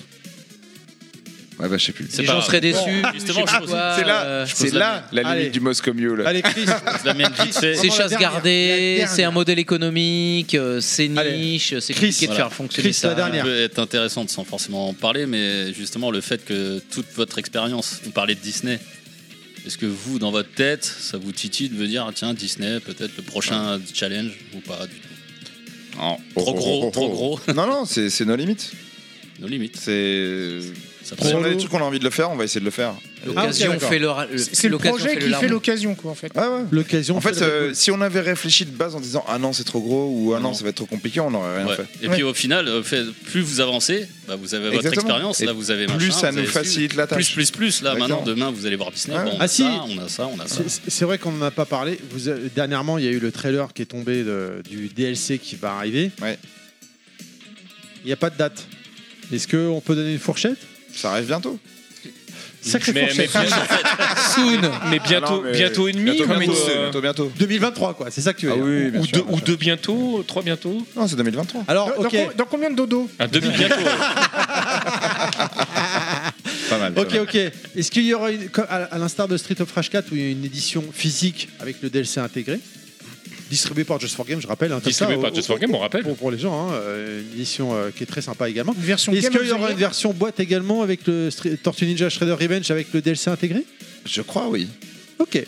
[SPEAKER 10] Ouais, bah, je sais plus.
[SPEAKER 6] C'est Les pas gens grave. seraient déçus.
[SPEAKER 10] Bon,
[SPEAKER 6] Justement, je
[SPEAKER 10] ah,
[SPEAKER 6] pose-
[SPEAKER 10] c'est
[SPEAKER 6] euh,
[SPEAKER 10] là,
[SPEAKER 6] je pose
[SPEAKER 10] c'est
[SPEAKER 6] la
[SPEAKER 10] là
[SPEAKER 6] mienne.
[SPEAKER 10] la limite
[SPEAKER 6] Allez.
[SPEAKER 10] du Moscomio. Là.
[SPEAKER 1] Allez, Chris.
[SPEAKER 6] la mienne vite fait.
[SPEAKER 9] C'est
[SPEAKER 1] la
[SPEAKER 9] chasse
[SPEAKER 1] dernière, la
[SPEAKER 9] gardée,
[SPEAKER 1] dernière.
[SPEAKER 9] c'est un modèle économique, euh, c'est niche, c'est compliqué de
[SPEAKER 6] Voilà.
[SPEAKER 9] faire fonctionner ça.
[SPEAKER 6] Ça peut être intéressante sans forcément en parler, mais justement le fait que toute votre expérience, vous parlez de Disney. Est-ce que vous, dans votre tête, ça vous titille de vous dire, ah, tiens, Disney, peut-être le prochain challenge ou pas du tout Trop
[SPEAKER 10] Oh,
[SPEAKER 6] gros, trop gros.
[SPEAKER 10] [laughs] Non, non, c'est c'est nos limites.
[SPEAKER 6] Nos limites.
[SPEAKER 10] C'est.
[SPEAKER 6] prend-
[SPEAKER 10] Si on a des trucs qu'on a envie de le faire, on va essayer de le faire.
[SPEAKER 9] L'occasion
[SPEAKER 10] Ah, ok,
[SPEAKER 9] fait le
[SPEAKER 10] d'accord.
[SPEAKER 9] ra- le-
[SPEAKER 3] C'est le projet qui fait l'occasion, quoi, en fait.
[SPEAKER 1] L'occasion.
[SPEAKER 10] En fait,
[SPEAKER 1] le
[SPEAKER 10] euh,
[SPEAKER 1] ragoût.
[SPEAKER 10] si on avait réfléchi de base en disant ah non c'est trop gros ou ah non, ça va être trop compliqué, on n'aurait rien
[SPEAKER 6] Ouais.
[SPEAKER 10] fait.
[SPEAKER 6] Et puis au final, euh, fait- plus vous avancez, bah, vous avez votre
[SPEAKER 10] Exactement.
[SPEAKER 6] expérience,
[SPEAKER 10] Et
[SPEAKER 6] là vous avez
[SPEAKER 10] plus
[SPEAKER 6] machin,
[SPEAKER 10] ça
[SPEAKER 6] vous
[SPEAKER 10] nous
[SPEAKER 6] avez
[SPEAKER 10] facilite
[SPEAKER 6] su-
[SPEAKER 10] la tâche.
[SPEAKER 6] Plus, plus, plus, là
[SPEAKER 10] Exactement.
[SPEAKER 6] maintenant, demain vous allez voir Disney,
[SPEAKER 10] Ouais.
[SPEAKER 6] bon, on,
[SPEAKER 1] Ah,
[SPEAKER 6] a
[SPEAKER 1] si.
[SPEAKER 6] ça, on a ça, on a ça.
[SPEAKER 1] C'est- C'est vrai qu'on n'en a pas parlé. Vous, avez- dernièrement, il y a eu le trailer qui est tombé de- du DLC qui va arriver. Il n'y a pas de date. Est-ce qu'on peut donner une fourchette
[SPEAKER 10] Ça arrive bientôt.
[SPEAKER 3] Sacré
[SPEAKER 5] mais, mais
[SPEAKER 3] fourchette.
[SPEAKER 5] bientôt,
[SPEAKER 10] [laughs]
[SPEAKER 1] [laughs]
[SPEAKER 5] mais bientôt,
[SPEAKER 10] Ah non, Ah mais-
[SPEAKER 5] bientôt et demi,
[SPEAKER 10] bientôt,
[SPEAKER 5] ou,
[SPEAKER 10] bientôt,
[SPEAKER 5] euh,
[SPEAKER 10] bientôt, bientôt.
[SPEAKER 1] 2023, quoi, c'est ça que tu veux
[SPEAKER 10] Ah
[SPEAKER 1] dire.
[SPEAKER 10] oui, bien
[SPEAKER 5] ou,
[SPEAKER 10] sûr,
[SPEAKER 5] deux, ou deux bientôt, trois bientôt.
[SPEAKER 10] Non, c'est 2023.
[SPEAKER 1] Alors,
[SPEAKER 3] Dans- dans com- Dans combien de dodo
[SPEAKER 5] Un demi bientôt.
[SPEAKER 10] [laughs] Pas mal.
[SPEAKER 1] Ok, ok. Est-ce qu'il y aura, une, comme à à l'instar de Street of Rage 4, où il y a une édition physique avec le DLC intégré Distribué par Just for Game, je rappelle. hein, comme
[SPEAKER 5] Distribué
[SPEAKER 1] ça,
[SPEAKER 5] par
[SPEAKER 1] au-
[SPEAKER 5] Just
[SPEAKER 1] au-
[SPEAKER 5] for Game, on rappelle.
[SPEAKER 1] Pour, pour les gens, hein, euh, une édition euh, qui est très sympa également.
[SPEAKER 3] version
[SPEAKER 1] Est-ce
[SPEAKER 3] Game
[SPEAKER 1] qu'il
[SPEAKER 3] of
[SPEAKER 1] y
[SPEAKER 3] the
[SPEAKER 1] aura
[SPEAKER 3] Year
[SPEAKER 1] une version boîte également avec le Stre- Tortue Ninja Shredder Revenge avec le DLC intégré
[SPEAKER 10] Je crois, oui.
[SPEAKER 1] Ok.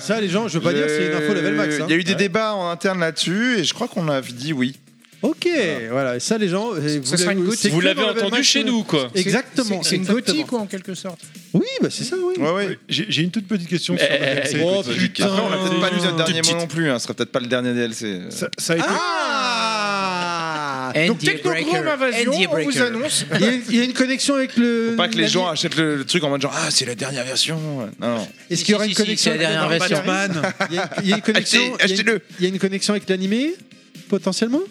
[SPEAKER 1] ça, les gens, je veux pas dire, c'est une info level max. hein.
[SPEAKER 10] Il y a eu des
[SPEAKER 1] Ouais.
[SPEAKER 10] débats en interne là-dessus et je crois qu'on a dit oui.
[SPEAKER 1] Ok, voilà. Et ça, les gens, euh, vous
[SPEAKER 3] sera
[SPEAKER 1] l'avez-
[SPEAKER 3] une goutte.
[SPEAKER 1] c'est
[SPEAKER 5] Vous
[SPEAKER 1] que
[SPEAKER 5] l'avez
[SPEAKER 1] dans le
[SPEAKER 5] entendu
[SPEAKER 1] level max,
[SPEAKER 5] chez
[SPEAKER 1] euh,
[SPEAKER 5] nous, quoi.
[SPEAKER 3] C'est-
[SPEAKER 1] Exactement.
[SPEAKER 3] c'est- C'est une
[SPEAKER 1] exactement.
[SPEAKER 3] gothique, quoi, en quelque sorte.
[SPEAKER 1] Oui, bah c'est ça, oui.
[SPEAKER 10] Ouais, ouais.
[SPEAKER 8] J'ai j'ai une toute petite question.
[SPEAKER 5] Eh,
[SPEAKER 8] sur le
[SPEAKER 5] eh,
[SPEAKER 8] DLC.
[SPEAKER 10] Oh,
[SPEAKER 8] Écoute,
[SPEAKER 10] putain. Après, on n'a peut-être pas lu le dernier mot non plus. hein. Ce sera peut-être pas le dernier DLC.
[SPEAKER 8] Ça, ça a été.
[SPEAKER 1] Ah
[SPEAKER 3] Donc, Technochrome Invasion, on vous annonce.
[SPEAKER 1] Il y a une- il y, a une connexion avec le.
[SPEAKER 10] Faut pas que les gens achètent le, le truc en mode genre ah c'est la dernière version. Non non.
[SPEAKER 1] Est-ce qu'il y aura une
[SPEAKER 9] Si, si, si,
[SPEAKER 1] connexion
[SPEAKER 9] c'est la dernière
[SPEAKER 1] avec
[SPEAKER 9] version.
[SPEAKER 1] Batman Il y a- il y a une
[SPEAKER 10] [laughs]
[SPEAKER 1] connexion.
[SPEAKER 10] Achetez-
[SPEAKER 1] il y a une-
[SPEAKER 10] achetez-le.
[SPEAKER 1] Il y a une connexion avec l'animé, potentiellement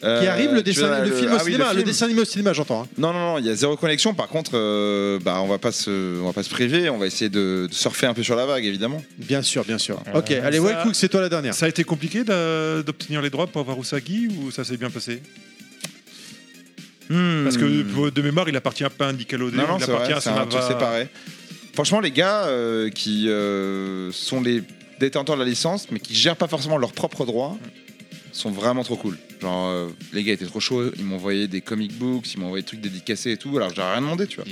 [SPEAKER 1] Qui
[SPEAKER 10] Euh,
[SPEAKER 1] arrive le
[SPEAKER 10] tu
[SPEAKER 1] dessin
[SPEAKER 10] vois,
[SPEAKER 1] le film au
[SPEAKER 10] ah oui,
[SPEAKER 1] cinéma. le,
[SPEAKER 10] film.
[SPEAKER 1] dessin animé au cinéma, j'entends. hein.
[SPEAKER 10] Non non non, il y a zéro connexion. Par contre, euh, bah on va pas se, on va pas se priver. On va essayer de, de surfer un peu sur la vague évidemment.
[SPEAKER 1] Bien sûr, bien sûr. ok, allez,
[SPEAKER 8] ça-
[SPEAKER 1] Wellcook, c'est toi la dernière.
[SPEAKER 8] Ça a été compliqué d'a- d'obtenir les droits pour avoir Usagi ou ça s'est bien passé Parce que pour- de mémoire, il appartient pas à Nickelodeon,
[SPEAKER 10] Non, non,
[SPEAKER 8] il
[SPEAKER 10] c'est vrai,
[SPEAKER 8] appartient à
[SPEAKER 10] c'est un truc
[SPEAKER 8] Sonava.
[SPEAKER 10] séparé. Franchement, les gars euh, qui euh, sont les détenteurs de la licence, mais qui gèrent pas forcément leurs propres droits, sont vraiment trop cool. Genre, euh, les gars étaient trop chauds, ils m'ont envoyé des comic books, ils m'ont envoyé des trucs dédicacés et tout, alors je leur ai rien demandé, tu vois.
[SPEAKER 5] Mm.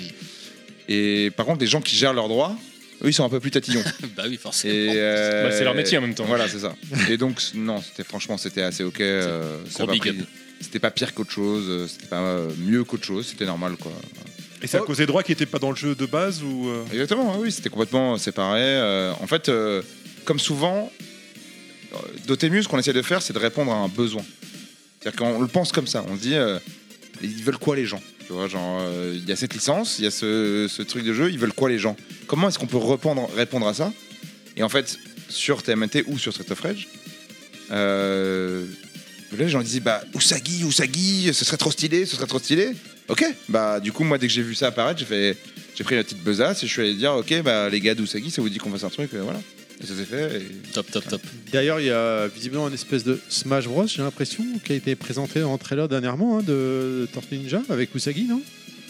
[SPEAKER 10] Et par contre, les gens qui gèrent leurs droits, eux, ils sont un peu plus
[SPEAKER 5] [laughs]
[SPEAKER 10] tatillons.
[SPEAKER 6] bah oui, forcément.
[SPEAKER 10] Et, euh,
[SPEAKER 5] Bah, c'est leur métier en même temps.
[SPEAKER 10] Voilà, c'est ça. Et donc, c- non, c'était franchement, c'était assez ok. euh, ça
[SPEAKER 6] gros
[SPEAKER 10] m'a
[SPEAKER 6] big
[SPEAKER 10] pris-
[SPEAKER 6] up.
[SPEAKER 10] C'était pas pire qu'autre chose, euh, c'était pas euh, mieux qu'autre chose, c'était normal, quoi.
[SPEAKER 8] Et c'est à cause des droits qui n'étaient pas dans le jeu de base ou euh,
[SPEAKER 10] Exactement, oui, c'était complètement séparé. Euh, en fait, euh, comme souvent, euh, Dotemu, ce qu'on essaie de faire, c'est de répondre à un besoin. C'est-à-dire qu'on le pense comme ça, on se dit, euh, ils veulent quoi les gens Tu vois, genre, euh, il y a cette licence, il y a ce, ce truc de jeu, ils veulent quoi les gens Comment est-ce qu'on peut répondre, répondre à ça Et en fait, sur TMNT ou sur Street of Rage, euh, là, les gens disaient, bah, Usagi, Usagi, ce serait trop stylé, ce serait trop stylé. Ok, bah, du coup, moi, dès que j'ai vu ça apparaître, j'ai fait. J'ai pris la petite besace et je suis allé dire ok bah les gars d'Ousagi ça vous dit qu'on fasse un truc euh, voilà et ça s'est fait et...
[SPEAKER 6] Top, top, top.
[SPEAKER 1] D'ailleurs, il y a Euh, visiblement une espèce de Smash Bros, j'ai l'impression, qui a été présenté en trailer dernièrement hein, de Tortue Ninja avec Usagi, non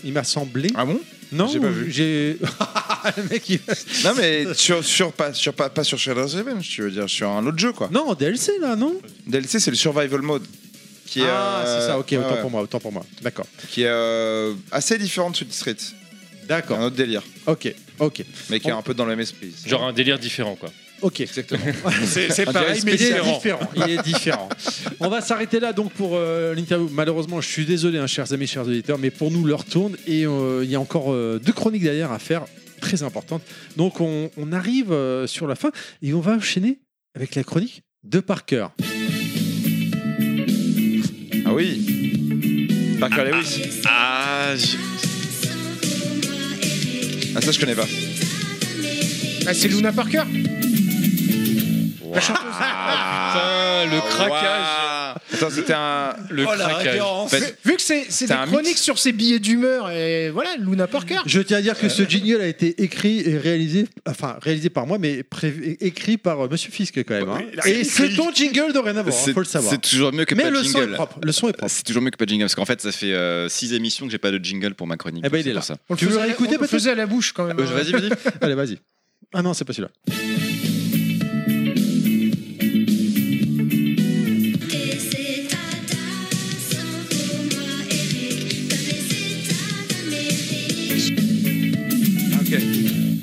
[SPEAKER 1] Il m'a semblé.
[SPEAKER 10] ah bon
[SPEAKER 1] non,
[SPEAKER 10] j'ai pas vu.
[SPEAKER 1] J'ai. [laughs] le mec, il-
[SPEAKER 10] non mais sur, sur pas sur pas, pas sur Shadow's Revenge tu veux dire sur un autre jeu quoi
[SPEAKER 1] Non, en DLC là, non
[SPEAKER 10] DLC c'est le survival mode qui est
[SPEAKER 1] Ah,
[SPEAKER 10] euh,
[SPEAKER 1] c'est ça, ok,
[SPEAKER 10] ouais,
[SPEAKER 1] autant
[SPEAKER 10] ouais,
[SPEAKER 1] pour moi, autant pour moi. D'accord.
[SPEAKER 10] qui est euh, assez différent de Sweet Street
[SPEAKER 1] D'accord.
[SPEAKER 10] un autre délire
[SPEAKER 1] Ok, ok,
[SPEAKER 10] mais qui est un peu dans le même esprit
[SPEAKER 5] Genre un délire différent, quoi.
[SPEAKER 1] ok.
[SPEAKER 10] exactement
[SPEAKER 8] C'est c'est
[SPEAKER 1] On
[SPEAKER 8] pareil,
[SPEAKER 1] dirait
[SPEAKER 8] mais
[SPEAKER 1] spécial.
[SPEAKER 8] différent.
[SPEAKER 1] Il est différent. [laughs] On va s'arrêter là donc pour euh, l'interview. Malheureusement, je suis désolé, hein, chers amis, chers auditeurs, mais pour nous, l'heure tourne et euh, il y a encore euh, deux chroniques derrière à faire, très importantes. Donc, on, on arrive euh, sur la fin et on va enchaîner avec la chronique de Parker.
[SPEAKER 10] ah oui Parker Lewis
[SPEAKER 26] Ah, je-
[SPEAKER 10] ah ça je connais pas
[SPEAKER 3] Bah, c'est Luna Parker.
[SPEAKER 1] Ah.
[SPEAKER 5] Putain, le craquage. Oh,
[SPEAKER 10] attends c'était un
[SPEAKER 5] Le craquage.
[SPEAKER 1] Bah,
[SPEAKER 10] Parce-
[SPEAKER 3] Vu que c'est c'est des
[SPEAKER 10] T'as un mix.
[SPEAKER 3] chroniques sur ses billets d'humeur, et voilà, Luna Parker. Euh,
[SPEAKER 1] Je tiens à dire que ce
[SPEAKER 4] Euh.
[SPEAKER 1] jingle a été écrit et réalisé, enfin réalisé par moi, mais prévu- écrit par euh, Monsieur Fisk quand même. hein.
[SPEAKER 10] Oui, il a
[SPEAKER 1] Et
[SPEAKER 10] écrit.
[SPEAKER 1] c'est ton jingle dorénavant, il
[SPEAKER 4] C'est-
[SPEAKER 1] faut le savoir.
[SPEAKER 4] C'est toujours mieux que
[SPEAKER 1] Mais
[SPEAKER 4] pas de
[SPEAKER 1] le son est
[SPEAKER 4] jingle.
[SPEAKER 1] propre. Le son est propre.
[SPEAKER 4] C'est toujours mieux que pas de jingle parce qu'en fait ça fait 6 émissions que j'ai pas de jingle pour ma chronique.
[SPEAKER 1] Eh ben,
[SPEAKER 4] donc
[SPEAKER 1] il
[SPEAKER 4] c'est
[SPEAKER 1] est
[SPEAKER 4] pour
[SPEAKER 1] là.
[SPEAKER 4] ça.
[SPEAKER 3] On le
[SPEAKER 1] Tu veux
[SPEAKER 3] faisait-
[SPEAKER 1] réécouter,
[SPEAKER 3] On le faisait à la bouche quand même.
[SPEAKER 4] Euh, je- vas-y, vas-y.
[SPEAKER 1] Allez, vas-y. Ah non, c'est pas celui-là.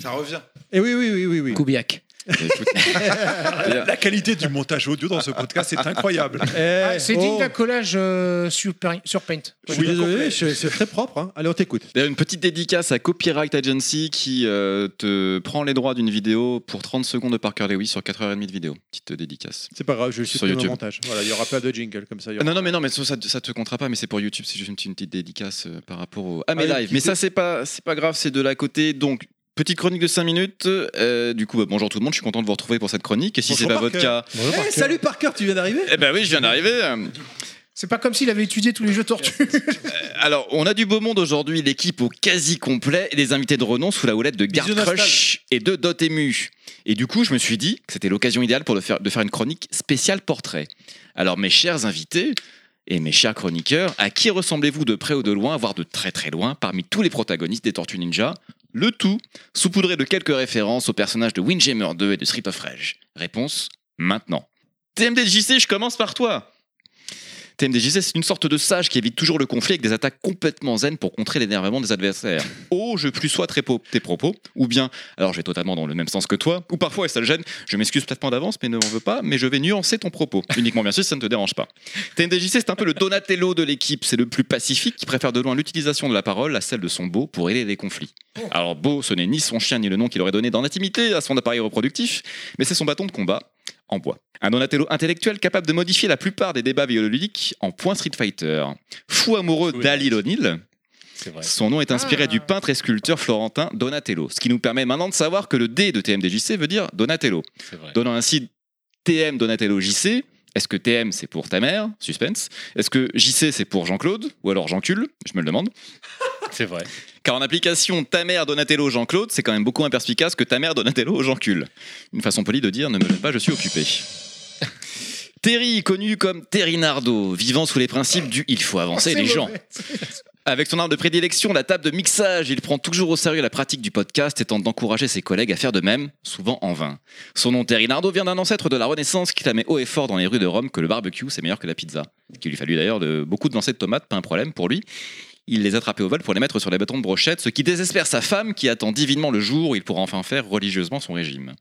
[SPEAKER 10] ça revient
[SPEAKER 1] Et oui, oui, oui, oui, oui.
[SPEAKER 9] Koubiak.
[SPEAKER 8] [laughs]
[SPEAKER 4] Écoute,
[SPEAKER 8] La qualité du montage audio dans ce podcast est incroyable.
[SPEAKER 1] Eh,
[SPEAKER 3] Ah, c'est digne
[SPEAKER 1] oh.
[SPEAKER 3] d'un collage euh, sur, Paint- sur Paint.
[SPEAKER 1] Je suis désolé, je- c'est très propre. hein. Allez, on t'écoute.
[SPEAKER 4] D'ailleurs, une petite dédicace à Copyright Agency qui euh, te prend les droits d'une vidéo pour 30 secondes de Parker Lewis sur 4h30 de vidéo. Petite dédicace.
[SPEAKER 1] C'est pas grave, je vais le
[SPEAKER 4] Sur
[SPEAKER 1] supprimer au
[SPEAKER 4] YouTube.
[SPEAKER 1] montage. Voilà, il y aura pas de jingle comme ça. il y
[SPEAKER 4] Ah,
[SPEAKER 1] aura-
[SPEAKER 4] Non, non, mais non, mais ça, ça, ça te comptera pas, mais c'est pour YouTube, c'est juste une petite, une petite dédicace euh, par rapport au. Ah, mais
[SPEAKER 1] Allez,
[SPEAKER 4] live.
[SPEAKER 1] petite-
[SPEAKER 4] Mais ça, c'est pas, c'est pas grave, c'est de la côté. Donc, petite chronique de 5 minutes. Euh, du coup, bah, bonjour tout le monde, je suis content de vous retrouver pour cette chronique. Et si
[SPEAKER 8] Bonjour,
[SPEAKER 4] c'est pas votre Eh
[SPEAKER 8] Parker.
[SPEAKER 4] cas.
[SPEAKER 1] Eh, salut Parker, tu viens d'arriver
[SPEAKER 4] Eh ben oui, je viens d'arriver.
[SPEAKER 3] C'est pas comme s'il avait étudié tous les jeux tortues.
[SPEAKER 4] Alors, on a du beau monde aujourd'hui, l'équipe au quasi complet, et des invités de renom sous la houlette de Gard
[SPEAKER 13] Bisous, Nostal.
[SPEAKER 4] Crush et de Dot Emu. Et du coup, je me suis dit que c'était l'occasion idéale pour de faire, de faire une chronique spéciale portrait. Alors, mes chers invités et mes chers chroniqueurs, à qui ressemblez-vous de près ou de loin, voire de très très loin, parmi tous les protagonistes des Tortues Ninja Le tout saupoudré de quelques références aux personnages de Windjammer 2 et de Street of Rage. Réponse maintenant. TMDJC, je commence par toi TMDJC, c'est une sorte de sage qui évite toujours le conflit avec des attaques complètement zen pour contrer l'énervement des adversaires. Oh, je plus sois très po- tes propos, ou bien, alors je vais totalement dans le même sens que toi, ou parfois, et ça le gêne, je m'excuse platement d'avance, mais ne m'en veux pas, mais je vais nuancer ton propos. Uniquement, bien sûr, si ça ne te dérange pas. TMDJC, c'est un peu le Donatello de l'équipe, c'est le plus pacifique qui préfère de loin l'utilisation de la parole à celle de son beau pour aider les conflits. Alors, beau, ce n'est ni son chien ni le nom qu'il aurait donné dans l'intimité à son appareil reproductif, mais c'est son bâton de combat en bois. Un Donatello intellectuel capable de modifier la plupart des débats viololiques en point Street Fighter. Fou amoureux d'Ali O'Neill, son nom est inspiré du peintre et sculpteur florentin Donatello, ce qui nous permet maintenant de savoir que le D de TMDJC veut dire Donatello, donnant ainsi TM Donatello JC. Est-ce que TM c'est pour ta mère Suspense. Est-ce que JC c'est pour Jean-Claude Ou alors Jean-Cul Je me le demande.
[SPEAKER 5] C'est vrai.
[SPEAKER 4] Car en application ta mère Donatello Jean-Claude, c'est quand même beaucoup imperspicace que ta mère Donatello Jean-Cul. Une façon polie de dire ne me gêne pas, je suis
[SPEAKER 5] [laughs]
[SPEAKER 4] occupé. Terry, connu comme Terry Nardo, vivant sous les principes du il faut avancer
[SPEAKER 5] Ah,
[SPEAKER 4] les gens. Avec son art de prédilection, la table de mixage, il prend toujours au sérieux la pratique du podcast et tente d'encourager ses collègues à faire de même, souvent en vain. Son nom Terrinardo vient d'un ancêtre de la Renaissance qui clamait haut et fort dans les rues de Rome que le barbecue c'est meilleur que la pizza. Ce qui lui fallut d'ailleurs de beaucoup de lancers de tomates, pas un problème pour lui. Il les attrapait au vol pour les mettre sur les bâtons de brochette, ce qui désespère sa femme qui attend divinement le jour où il pourra enfin faire religieusement son régime.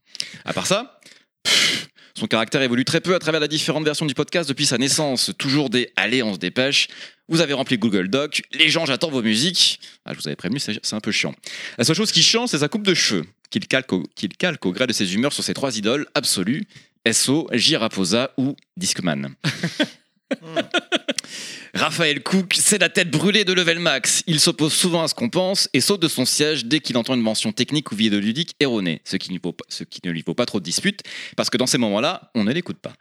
[SPEAKER 4] À part ça, pff, son caractère évolue très peu à travers la différentes versions du podcast depuis sa naissance. Toujours des allez, on se dépêche. Vous avez rempli Google Doc. Les gens, j'attends vos musiques. Ah, je vous avais prévenu, c'est c'est un peu chiant. La seule chose qui change, c'est sa coupe de cheveux, qu'il calque, au- qu'il calque au gré de ses humeurs sur ses trois idoles absolues SO, J. Raposa ou Discman. Raphaël Cook, c'est la tête brûlée de Level Max. Il s'oppose souvent à ce qu'on pense et saute de son siège dès qu'il entend une mention technique ou vidéoludique erronée, ce qui, ne lui vaut pas- ce qui ne lui vaut pas trop de disputes, parce que dans ces moments-là, on ne l'écoute pas.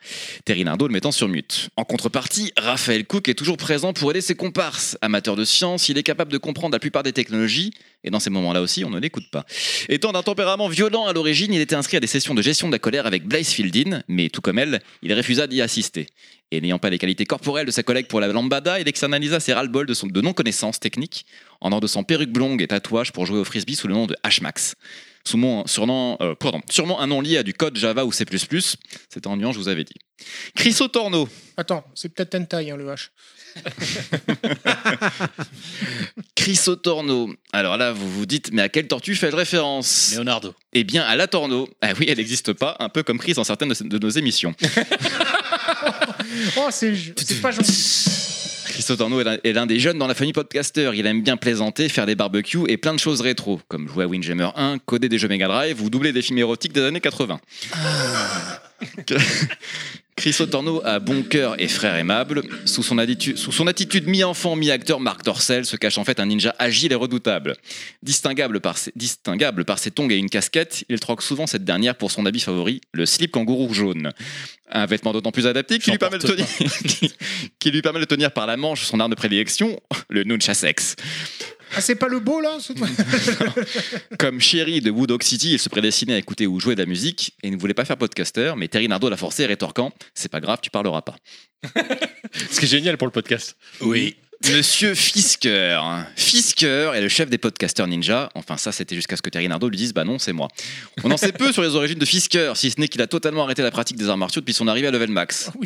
[SPEAKER 4] Terry Nardo le mettant sur mute. En contrepartie, Raphaël Cook est toujours présent pour aider ses comparses. Amateur de science, il est capable de comprendre la plupart des technologies, et dans ces moments-là aussi, on ne l'écoute pas. Étant d'un tempérament violent à l'origine, il était inscrit à des sessions de gestion de la colère avec Blaise Fieldin, mais tout comme elle, il refusa d'y assister. Et n'ayant pas les qualités corporelles de sa collègue pour la lambada, il externalisa ses ras-le-bol de, son- de non-connaissance technique en endossant perruque blonde et tatouage pour jouer au frisbee sous le nom de H-Max. Sous mon surnom, euh, pardon, sûrement un nom lié à du code Java ou C++, c'était en nuance, je vous avais dit. Chris Torno,
[SPEAKER 3] Attends, c'est peut-être Hentai, hein, le H.
[SPEAKER 4] Chrysotorno. Alors là, vous vous dites, mais à quelle tortue fait référence
[SPEAKER 6] Leonardo.
[SPEAKER 4] Eh bien, à la Torno. Ah oui, elle n'existe pas, un peu comme Chris dans certaines de de nos émissions.
[SPEAKER 3] Oh, c'est c'est pas gentil.
[SPEAKER 4] Christophe Torno est l'un- est l'un des jeunes dans la famille podcaster. Il aime bien plaisanter, faire des barbecues et plein de choses rétro, comme jouer à Windjammer 1, coder des jeux Mega Drive ou doubler des films érotiques des années 80. [laughs] Chris Otorno a bon cœur et frère aimable. Sous son, attitu- sous son attitude mi-enfant, mi-acteur, Marc Dorcel se cache en fait un ninja agile et redoutable. Distinguable par ses, distinguable par ses tongs et une casquette, il troque souvent cette dernière pour son habit favori, le slip kangourou jaune. Un vêtement d'autant plus adapté qui lui, permet de tenir, [laughs] qui- qui lui permet de tenir par la manche son arme de prédilection, le nunchasex.
[SPEAKER 3] Ah, c'est pas le beau, là ce-
[SPEAKER 4] Comme Chéri de Woodog City, il se prédestinait à écouter ou jouer de la musique et ne voulait pas faire podcasteur, mais Terry Nardo l'a forcé rétorquant C'est pas grave, tu parleras pas.
[SPEAKER 5] Ce qui est génial pour le podcast.
[SPEAKER 4] Oui. Monsieur Fisker. Fisker est le chef des podcasteurs ninja. Enfin, ça, c'était jusqu'à ce que Terry Nardo lui dise Bah non, c'est moi. On en sait peu sur les origines de Fisker, si ce n'est qu'il a totalement arrêté la pratique des arts martiaux depuis son arrivée à Level Max.
[SPEAKER 5] Ah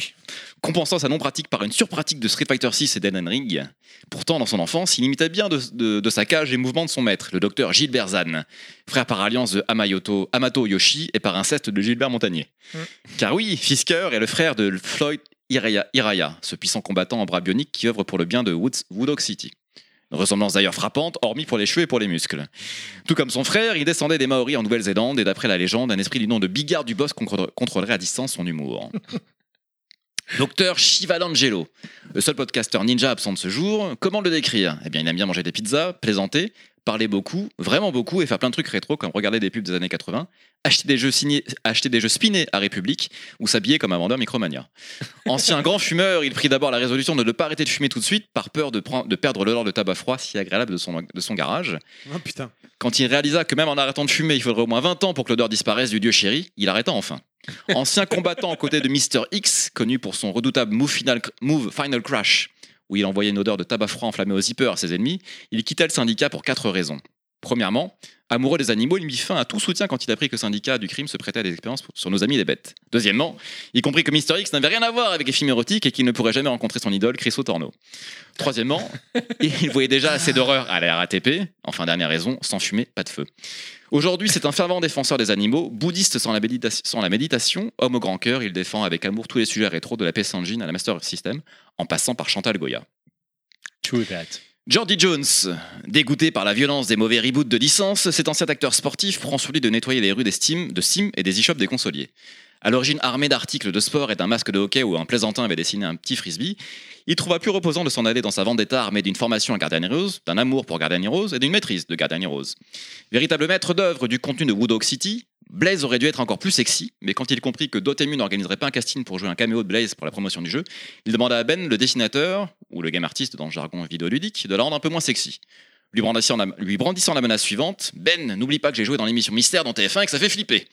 [SPEAKER 4] Compensant sa non-pratique par une surpratique de Street Fighter 6 et d'Elden Ring. Pourtant, dans son enfance, il imitait bien de, de- de sa cage les mouvements de son maître, le docteur Gilbert Zan, frère par alliance de Amayoto- Amato Yoshi et par inceste de Gilbert Montagnier.
[SPEAKER 10] Mm.
[SPEAKER 4] Car oui, Fisker est le frère de Floyd Iraya, Iraya, ce puissant combattant en bras bionique qui œuvre pour le bien de Woods- Woodog City. Une ressemblance d'ailleurs frappante, hormis pour les cheveux et pour les muscles. Tout comme son frère, il descendait des Maoris en Nouvelle-Zélande et d'après la légende, un esprit du nom de Bigard du Boss contrôle- contrôlerait à distance son humour. Docteur Shivalangelo, le seul podcasteur ninja absent de ce jour, comment le décrire Eh bien, il aime bien manger des pizzas, plaisanter, parler beaucoup, vraiment beaucoup, et faire plein de trucs rétro, comme regarder des pubs des années 80, acheter des jeux signés, acheter des jeux spinés à République, ou s'habiller comme un vendeur Micromania. Ancien grand fumeur, il prit d'abord la résolution de ne pas arrêter de fumer tout de suite, par peur de, prendre- de perdre l'odeur de tabac froid si agréable de son, de son garage.
[SPEAKER 13] Ah putain.
[SPEAKER 4] Quand il réalisa que même en arrêtant de fumer, il faudrait au moins 20 ans pour que l'odeur disparaisse du dieu chéri, il arrêta enfin. Ancien combattant aux côtés de Mr. X, connu pour son redoutable move final, move Final Crash, où il envoyait une odeur de tabac froid enflammé au zipper à ses ennemis, il quitta le syndicat pour quatre raisons. Premièrement, amoureux des animaux, il mit fin à tout soutien quand il apprit que le syndicat du crime se prêtait à des expériences pour- sur nos amis les bêtes. Deuxièmement, il comprit que Mr. X n'avait rien à voir avec les films érotiques et qu'il ne pourrait jamais rencontrer son idole, Chris Torno. Troisièmement, il voyait déjà assez d'horreur à la RATP. Enfin, dernière raison, sans fumer, pas de feu. Aujourd'hui, c'est un fervent défenseur des animaux, bouddhiste sans la, médita- sans la méditation, homme au grand cœur, il défend avec amour tous les sujets rétro de la PS Engine à la Master System, en passant par Chantal Goya.
[SPEAKER 5] True that.
[SPEAKER 4] Jordi Jones, dégoûté par la violence des mauvais reboots de licence, cet ancien acteur sportif prend sur lui de nettoyer les rues des Steam, de Sim et des e-shops des consoliers. À l'origine armé d'articles de sport et d'un masque de hockey où un plaisantin avait dessiné un petit frisbee, il trouva plus reposant de s'en aller dans sa vendetta armée d'une formation à Guardian Heroes, d'un amour pour Guardian Heroes et d'une maîtrise de Guardian Heroes. Véritable maître d'œuvre du contenu de Woodhawk City, Blaze aurait dû être encore plus sexy, mais quand il comprit que Dotemu n'organiserait pas un casting pour jouer un caméo de Blaze pour la promotion du jeu, il demanda à Ben, le dessinateur, ou le game artiste dans le jargon vidéoludique, de la rendre un peu moins sexy. Lui brandissant la, lui brandissant la menace suivante, Ben, n'oublie pas que j'ai joué dans l'émission Mystère dans TF1 et que ça fait [laughs] flipper.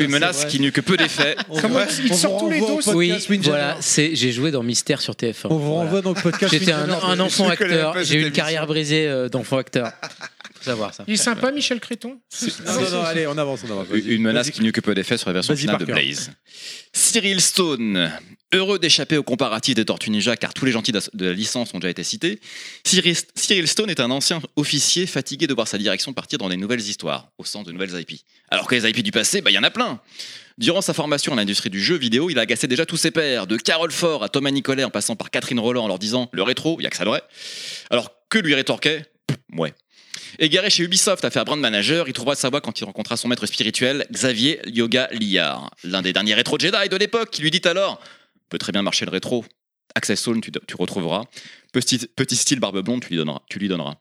[SPEAKER 4] Une menace
[SPEAKER 9] vrai.
[SPEAKER 4] qui n'eut que peu d'effet.
[SPEAKER 9] Ouais.
[SPEAKER 4] [laughs] On vous renvoie au
[SPEAKER 9] Oui,
[SPEAKER 4] podcast Windjammer.
[SPEAKER 9] voilà, c'est- j'ai joué dans Mystère sur TF1.
[SPEAKER 4] On vous
[SPEAKER 9] Voilà.
[SPEAKER 4] renvoie
[SPEAKER 13] dans le podcast
[SPEAKER 9] J'étais un,
[SPEAKER 13] Windjammer de-
[SPEAKER 9] un enfant
[SPEAKER 13] Je connais
[SPEAKER 9] acteur,
[SPEAKER 13] pas cette
[SPEAKER 9] j'ai eu une
[SPEAKER 13] émission.
[SPEAKER 9] carrière brisée euh, d'enfant acteur. Faut savoir ça.
[SPEAKER 3] Il est sympa, Michel Créton
[SPEAKER 13] Non, non, non, allez, on avance, on avance.
[SPEAKER 4] Une- Une menace qui n'eut que peu d'effet sur la version
[SPEAKER 13] Vas-y,
[SPEAKER 4] finale de
[SPEAKER 13] Parker.
[SPEAKER 4] Blaze. Cyril Stone, heureux d'échapper au comparatif des Tortues Ninja car tous les gentils d'as- de la licence ont déjà été cités, Cyril Cyril Stone est un ancien officier fatigué de voir sa direction partir dans les nouvelles histoires, au sens de nouvelles IP. Alors que les IP du passé, bah, il y en a plein Durant sa formation à l'industrie du jeu vidéo, il a agacé déjà tous ses pairs, de Carole Fort à Thomas Nicolet en passant par Catherine Roland en leur disant « le rétro, il y a que ça de vrai ». Alors que lui rétorquait Pff, Ouais. Égaré chez Ubisoft à faire brand manager, il trouvera sa voie quand il rencontra son maître spirituel, Xavier Yoga Liard, l'un des derniers rétro Jedi de l'époque, qui lui dit alors Peut très bien marcher le rétro. Access Soul, tu, tu retrouveras. Petit, petit style barbe blonde, tu lui donneras. Tu lui donneras.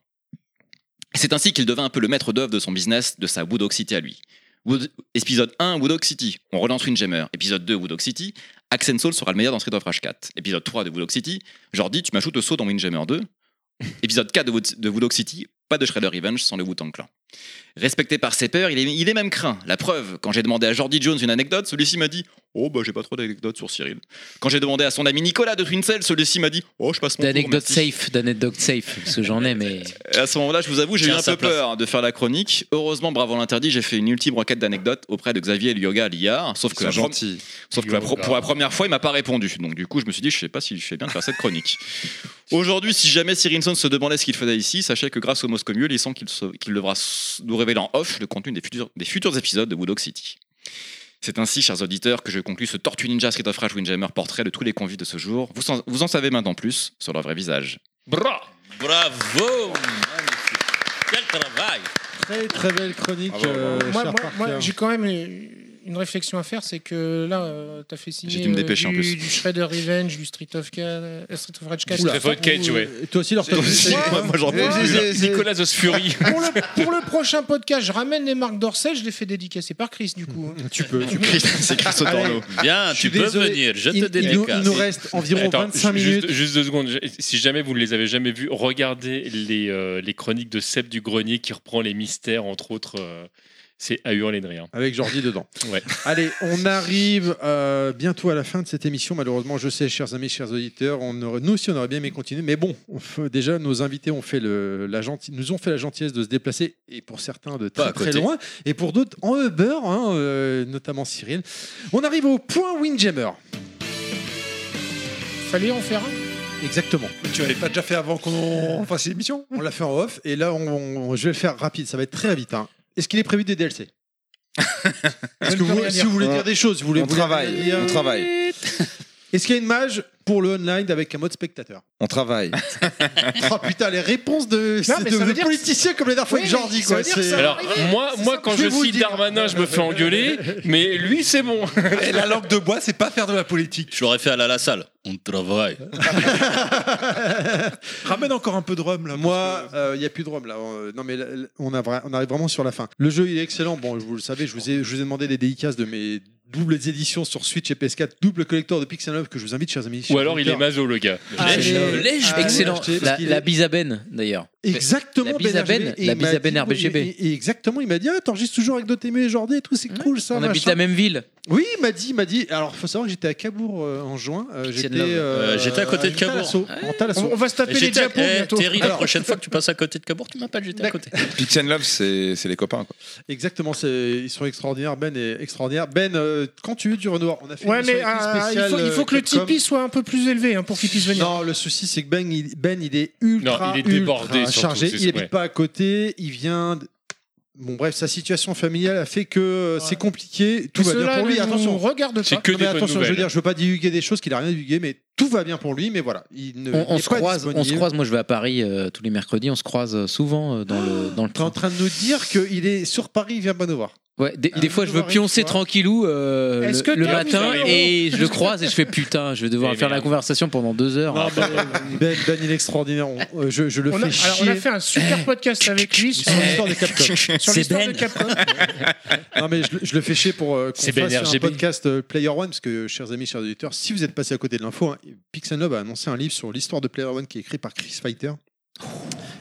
[SPEAKER 4] C'est ainsi qu'il devint un peu le maître d'œuvre de son business, de sa Woodhawk City à lui. Wood- épisode 1, Woodhawk City, on relance Windjammer. Épisode 2, Woodhawk City, Access Soul sera le meilleur dans Street of Rage 4. Épisode 3 de Woodhawk City, Jordi, tu m'ajoutes le saut dans Windjammer 2. Épisode 4 de, Wood- de Woodhawk City, pas de Shredder Revenge sans le Wu-Tang Clan. Respecté par ses pairs, il est, il est même craint. La preuve, quand j'ai demandé à Jordi Jones une anecdote, celui-ci m'a dit Oh, bah j'ai pas trop d'anecdotes sur Cyril. Quand j'ai demandé à son ami Nicolas de Twincell, celui-ci m'a dit Oh, je passe mon tour,
[SPEAKER 9] D'anecdotes
[SPEAKER 4] merci.
[SPEAKER 9] safe, d'anecdotes safe, parce que j'en ai, mais.
[SPEAKER 4] Et à ce moment-là, je vous avoue, j'ai eu
[SPEAKER 9] Tiens,
[SPEAKER 4] un
[SPEAKER 9] sa
[SPEAKER 4] peu
[SPEAKER 9] place.
[SPEAKER 4] peur de faire la chronique. Heureusement, bravo l'interdit, j'ai fait une ultime requête d'anecdotes auprès de Xavier Lioga Liard. Sauf que,
[SPEAKER 10] sont
[SPEAKER 4] la pro-
[SPEAKER 10] gentils.
[SPEAKER 4] sauf que la pro-
[SPEAKER 10] Lioga.
[SPEAKER 4] pour la première fois, il m'a pas répondu. Donc du coup, je me suis dit, je sais pas si je fais bien de faire cette chronique. Aujourd'hui, si jamais Cyrilson se demandait ce qu'il faisait ici, sachez que grâce au Moscomieux, il sent qu'il se- qu'il devra s- nous révéler en off le contenu des futurs, des futurs épisodes de Woodhawk City. C'est ainsi, chers auditeurs, que je conclus ce Tortue Ninja Street of Rage Windjammer portrait de tous les convives de ce jour. Vous en, vous en savez maintenant plus sur leur vrai visage.
[SPEAKER 26] Bra Bravo Quel travail
[SPEAKER 13] Très très belle chronique. euh,
[SPEAKER 3] Moi,
[SPEAKER 13] cher
[SPEAKER 3] moi- moi,
[SPEAKER 13] Parker.
[SPEAKER 3] j'ai quand même une réflexion à faire, c'est que là, euh, t'as fait signer
[SPEAKER 13] J'ai dû me
[SPEAKER 3] euh,
[SPEAKER 13] dépêcher en
[SPEAKER 3] du,
[SPEAKER 13] plus.
[SPEAKER 3] du Shredder Revenge, du Street of, Ca- euh, Street of Rage 4.
[SPEAKER 13] Oula. Toi aussi, leur
[SPEAKER 5] Nicolas Osfuri.
[SPEAKER 3] pour, le, pour le prochain podcast, je ramène les marques d'Orsay, je les fais dédicacer par Chris du coup.
[SPEAKER 13] Tu peux, tu
[SPEAKER 4] peux. C'est Chris
[SPEAKER 13] Allez.
[SPEAKER 6] Bien,
[SPEAKER 5] Je
[SPEAKER 6] tu
[SPEAKER 5] suis
[SPEAKER 6] peux
[SPEAKER 5] désolé.
[SPEAKER 6] venir, je te
[SPEAKER 5] Il- il
[SPEAKER 6] dédicace.
[SPEAKER 5] nous- il nous
[SPEAKER 13] reste
[SPEAKER 5] Attends, ju- juste, Juste deux secondes. Je- Si jamais vous ne les avez jamais vus, regardez les, euh, les chroniques de Seb du Grenier qui reprend les mystères, entre autres. euh, c'est à hurler de rire.
[SPEAKER 13] Avec Jordi dedans.
[SPEAKER 5] Ouais.
[SPEAKER 13] Allez, on arrive euh, bientôt à la fin de cette émission. Malheureusement, je sais, chers amis, chers auditeurs, on aurait- nous aussi on aurait bien aimé continuer, mais bon, on fait- déjà nos invités ont fait le, la genti- nous ont fait la gentillesse de se déplacer, et pour certains de
[SPEAKER 6] Pas
[SPEAKER 13] très
[SPEAKER 6] à
[SPEAKER 13] très
[SPEAKER 6] côté.
[SPEAKER 13] loin, et pour d'autres en Uber, hein, euh, notamment Cyril. On arrive au point Windjammer.
[SPEAKER 3] Fallait en faire un.
[SPEAKER 13] Exactement.
[SPEAKER 8] Tu l'avais pas déjà fait avant qu'on fasse l'émission
[SPEAKER 13] On l'a fait en off, et là, on, on- je vais le faire rapide. Ça va être très vite. hein. Est-ce qu'il est prévu des DLC
[SPEAKER 8] [laughs]
[SPEAKER 13] Parce que vous- si vous voulez dire des choses, vous voulez
[SPEAKER 10] On
[SPEAKER 13] vous voulez
[SPEAKER 10] travaille,
[SPEAKER 13] rien dire.
[SPEAKER 10] on travaille.
[SPEAKER 1] Est-ce qu'il y a une mage pour le online avec un mode spectateur
[SPEAKER 10] On travaille.
[SPEAKER 1] Oh putain, les réponses de,
[SPEAKER 13] Non,
[SPEAKER 1] c'est
[SPEAKER 13] mais
[SPEAKER 1] de,
[SPEAKER 13] ça veut
[SPEAKER 1] de
[SPEAKER 13] dire-
[SPEAKER 1] politiciens comme les dernière fois
[SPEAKER 13] Oui,
[SPEAKER 1] avec
[SPEAKER 13] mais
[SPEAKER 1] Jordi.
[SPEAKER 13] ça
[SPEAKER 1] Quoi.
[SPEAKER 13] veut dire que
[SPEAKER 1] c'est-
[SPEAKER 13] ça va
[SPEAKER 5] Alors,
[SPEAKER 13] arriver,
[SPEAKER 5] moi,
[SPEAKER 13] c'est
[SPEAKER 5] moi
[SPEAKER 13] ça.
[SPEAKER 5] quand
[SPEAKER 13] Je
[SPEAKER 5] je,
[SPEAKER 13] vais vous le
[SPEAKER 5] cite
[SPEAKER 13] dire.
[SPEAKER 5] Darmanin, je me
[SPEAKER 1] [laughs]
[SPEAKER 5] fais engueuler, mais lui, c'est bon.
[SPEAKER 8] Et la langue de bois, c'est pas faire de la politique.
[SPEAKER 6] Je l'aurais fait à la, la salle. On travaille.
[SPEAKER 8] Ramène encore un peu de rhum là.
[SPEAKER 1] Moi, il n'y a plus de rhum là. Euh, non mais là, là, on, a vra- on arrive vraiment sur la fin. Le jeu il est excellent. Bon, je vous le savez, je vous ai, je vous ai demandé les dédicaces de mes doubles éditions sur Switch et PS4, double collector de Pixel Love que je vous invite, chers amis.
[SPEAKER 5] Ou alors il est
[SPEAKER 1] majeur.
[SPEAKER 5] maso, le gars.
[SPEAKER 9] Ah,
[SPEAKER 1] Ah,
[SPEAKER 9] Excellent. La, la
[SPEAKER 1] bise
[SPEAKER 9] bisaben, d'ailleurs.
[SPEAKER 1] Ah, Exactement,
[SPEAKER 9] Ben, La bisaben,
[SPEAKER 1] Ben Hergé, et
[SPEAKER 9] la
[SPEAKER 1] il m'a
[SPEAKER 9] bisaben
[SPEAKER 1] dit-
[SPEAKER 9] RBGB.
[SPEAKER 1] et- et exactement, il m'a dit Ah, t'enregistres toujours avec Dotemé et Jordi et tout, c'est cool ça.
[SPEAKER 9] On
[SPEAKER 1] machin.
[SPEAKER 9] habite la même ville.
[SPEAKER 1] Oui, il m'a dit, il m'a dit. Alors, faut savoir que j'étais à Cabourg euh, en juin. Euh,
[SPEAKER 6] Pixel
[SPEAKER 1] j'étais,
[SPEAKER 6] Love. Euh, j'étais à côté de
[SPEAKER 1] Cabourg. En Thalasso.
[SPEAKER 3] On- on va se taper les
[SPEAKER 6] J'étais à-
[SPEAKER 3] diapos
[SPEAKER 6] eh,
[SPEAKER 3] bientôt.
[SPEAKER 6] Terry, la
[SPEAKER 1] Alors-
[SPEAKER 6] prochaine fois que tu passes à côté de Cabourg, tu m'appelles, j'étais à côté.
[SPEAKER 10] Pix and Love, c'est c'est les copains. Quoi.
[SPEAKER 1] Exactement, c'est- ils sont extraordinaires. Ben est extraordinaire. Ben, euh, quand tu veux du Renoir, on a fait
[SPEAKER 3] Ouais,
[SPEAKER 1] une
[SPEAKER 3] mais
[SPEAKER 1] émission
[SPEAKER 3] euh, il
[SPEAKER 1] spéciale,
[SPEAKER 3] faut, il faut que le
[SPEAKER 1] Capcom.
[SPEAKER 3] Tipeee soit un peu plus élevé hein, pour qu'il puisse venir.
[SPEAKER 1] Non, le souci c'est que Ben, il, ben, il est ultra,
[SPEAKER 5] Non, il est
[SPEAKER 1] ultra
[SPEAKER 5] débordé, surtout,
[SPEAKER 1] chargé.
[SPEAKER 5] c'est-
[SPEAKER 1] il n'habite
[SPEAKER 5] ouais.
[SPEAKER 1] pas à côté. Il vient. de- Bon, bref, sa situation familiale a fait que euh, c'est compliqué. Tout
[SPEAKER 3] Mais
[SPEAKER 1] va bien
[SPEAKER 3] cela
[SPEAKER 1] pour lui.
[SPEAKER 3] ne nous
[SPEAKER 1] Attention,
[SPEAKER 3] regarde pas. C'est que
[SPEAKER 1] Non,
[SPEAKER 3] des
[SPEAKER 1] mais
[SPEAKER 3] bonnes
[SPEAKER 1] attention, je veux
[SPEAKER 3] nouvelles.
[SPEAKER 1] dire, je veux pas divulguer des choses qu'il a rien divulgué, mais tout va bien pour lui. Mais voilà, il ne.
[SPEAKER 9] On, on
[SPEAKER 1] il est
[SPEAKER 9] se
[SPEAKER 1] pas
[SPEAKER 9] croise, on se
[SPEAKER 1] disponible.
[SPEAKER 9] croise. Moi, je vais à Paris euh, tous les mercredis. On se croise euh, souvent euh, dans le dans le
[SPEAKER 1] T'es en
[SPEAKER 9] train.
[SPEAKER 1] train de nous dire qu'il est sur Paris, il vient pas nous voir.
[SPEAKER 9] Ouais, des,
[SPEAKER 1] Ah,
[SPEAKER 9] des fois, je veux
[SPEAKER 1] Paris,
[SPEAKER 9] pioncer
[SPEAKER 1] toi.
[SPEAKER 9] tranquillou euh, le,
[SPEAKER 1] Est-ce que
[SPEAKER 9] le
[SPEAKER 1] t'as
[SPEAKER 9] matin
[SPEAKER 1] mis un
[SPEAKER 9] et
[SPEAKER 1] euro
[SPEAKER 9] je le croise et je fais putain, je vais devoir
[SPEAKER 1] Eh
[SPEAKER 9] faire la
[SPEAKER 1] merde.
[SPEAKER 9] conversation pendant deux heures.
[SPEAKER 1] Non,
[SPEAKER 9] [laughs]
[SPEAKER 1] ben, ben, Ben, il est extraordinaire. On- euh, je, je le
[SPEAKER 3] On
[SPEAKER 1] fais
[SPEAKER 3] a, alors, on
[SPEAKER 1] chier.
[SPEAKER 3] a fait un super
[SPEAKER 1] [laughs]
[SPEAKER 3] podcast avec lui sur
[SPEAKER 1] Sur l'histoire de Capcom. Ben.
[SPEAKER 3] sur l'histoire de Capcom.
[SPEAKER 1] Non mais je, le- je le fais chier pour euh, qu'on
[SPEAKER 5] C'est
[SPEAKER 1] fasse
[SPEAKER 5] Ben
[SPEAKER 1] un
[SPEAKER 5] RGB.
[SPEAKER 1] podcast euh, Player One parce que chers amis, chers auditeurs, si vous êtes passé à côté de l'info, hein, Pix and Love a annoncé un livre sur l'histoire de Player One qui est écrit par Chris Fighter.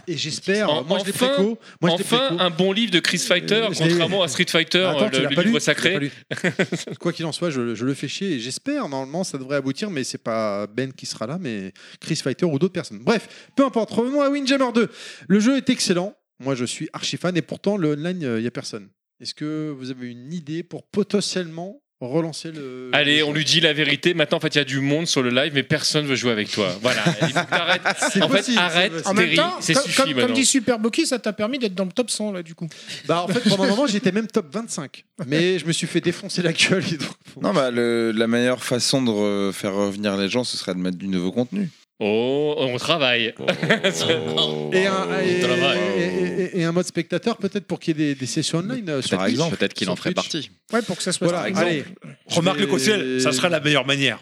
[SPEAKER 1] Et j'espère,
[SPEAKER 5] En-
[SPEAKER 1] moi je l'ai
[SPEAKER 5] enfin,
[SPEAKER 1] préco, moi je l'ai
[SPEAKER 5] enfin
[SPEAKER 1] préco.
[SPEAKER 5] un bon livre de Chris Fighter,
[SPEAKER 1] Euh, je l'ai-
[SPEAKER 5] contrairement à Street Fighter, euh,
[SPEAKER 1] Attends, tu
[SPEAKER 5] le,
[SPEAKER 1] l'as
[SPEAKER 5] le
[SPEAKER 1] pas
[SPEAKER 5] livre
[SPEAKER 1] lu Tu l'as pas
[SPEAKER 5] sacré.
[SPEAKER 1] lu. [laughs] Quoi qu'il en soit, je, je le fais chier et j'espère, normalement, ça devrait aboutir, mais c'est pas Ben qui sera là, mais Chris Fighter ou d'autres personnes. Bref, peu importe, revenons à Windjammer 2. Le jeu est excellent, moi je suis archi fan et pourtant le online, il n'y a personne. Est-ce que vous avez une idée pour potentiellement relancer le.
[SPEAKER 5] Allez, on lui dit la vérité. Maintenant, en fait, il y a du monde sur le live, mais personne veut jouer avec toi. Voilà.
[SPEAKER 1] [laughs]
[SPEAKER 5] Il faut que t'arrêtes.
[SPEAKER 1] [laughs] C'est
[SPEAKER 5] En fait,
[SPEAKER 1] possible,
[SPEAKER 5] arrête,
[SPEAKER 1] c'est possible.
[SPEAKER 3] En même
[SPEAKER 5] Terry.
[SPEAKER 3] temps,
[SPEAKER 5] C'est
[SPEAKER 3] comme,
[SPEAKER 5] suffit
[SPEAKER 3] comme- comme
[SPEAKER 5] maintenant.
[SPEAKER 3] dit Super Boki, ça t'a permis d'être dans le top 100 là du coup.
[SPEAKER 1] Bah en fait, pendant un moment, j'étais même top 25, mais je me suis fait défoncer la gueule. et donc-
[SPEAKER 10] Non, bah, le- la meilleure façon de re- faire revenir les gens, ce serait de mettre du nouveau contenu.
[SPEAKER 5] Oh, on travaille.
[SPEAKER 10] oh.
[SPEAKER 5] [laughs]
[SPEAKER 1] Et un, et- et- et- et un mode spectateur, peut-être pour qu'il y ait des, des sessions online. euh, sur
[SPEAKER 10] Par
[SPEAKER 1] Twitch,
[SPEAKER 10] exemple, peut-être qu'il
[SPEAKER 1] sur
[SPEAKER 10] en ferait
[SPEAKER 1] Twitch.
[SPEAKER 10] partie.
[SPEAKER 3] Ouais, pour que ça soit.
[SPEAKER 1] Voilà,
[SPEAKER 3] stable.
[SPEAKER 1] allez.
[SPEAKER 8] Remarque
[SPEAKER 1] Je
[SPEAKER 8] le
[SPEAKER 1] vais-
[SPEAKER 8] conseil, ça sera la meilleure manière.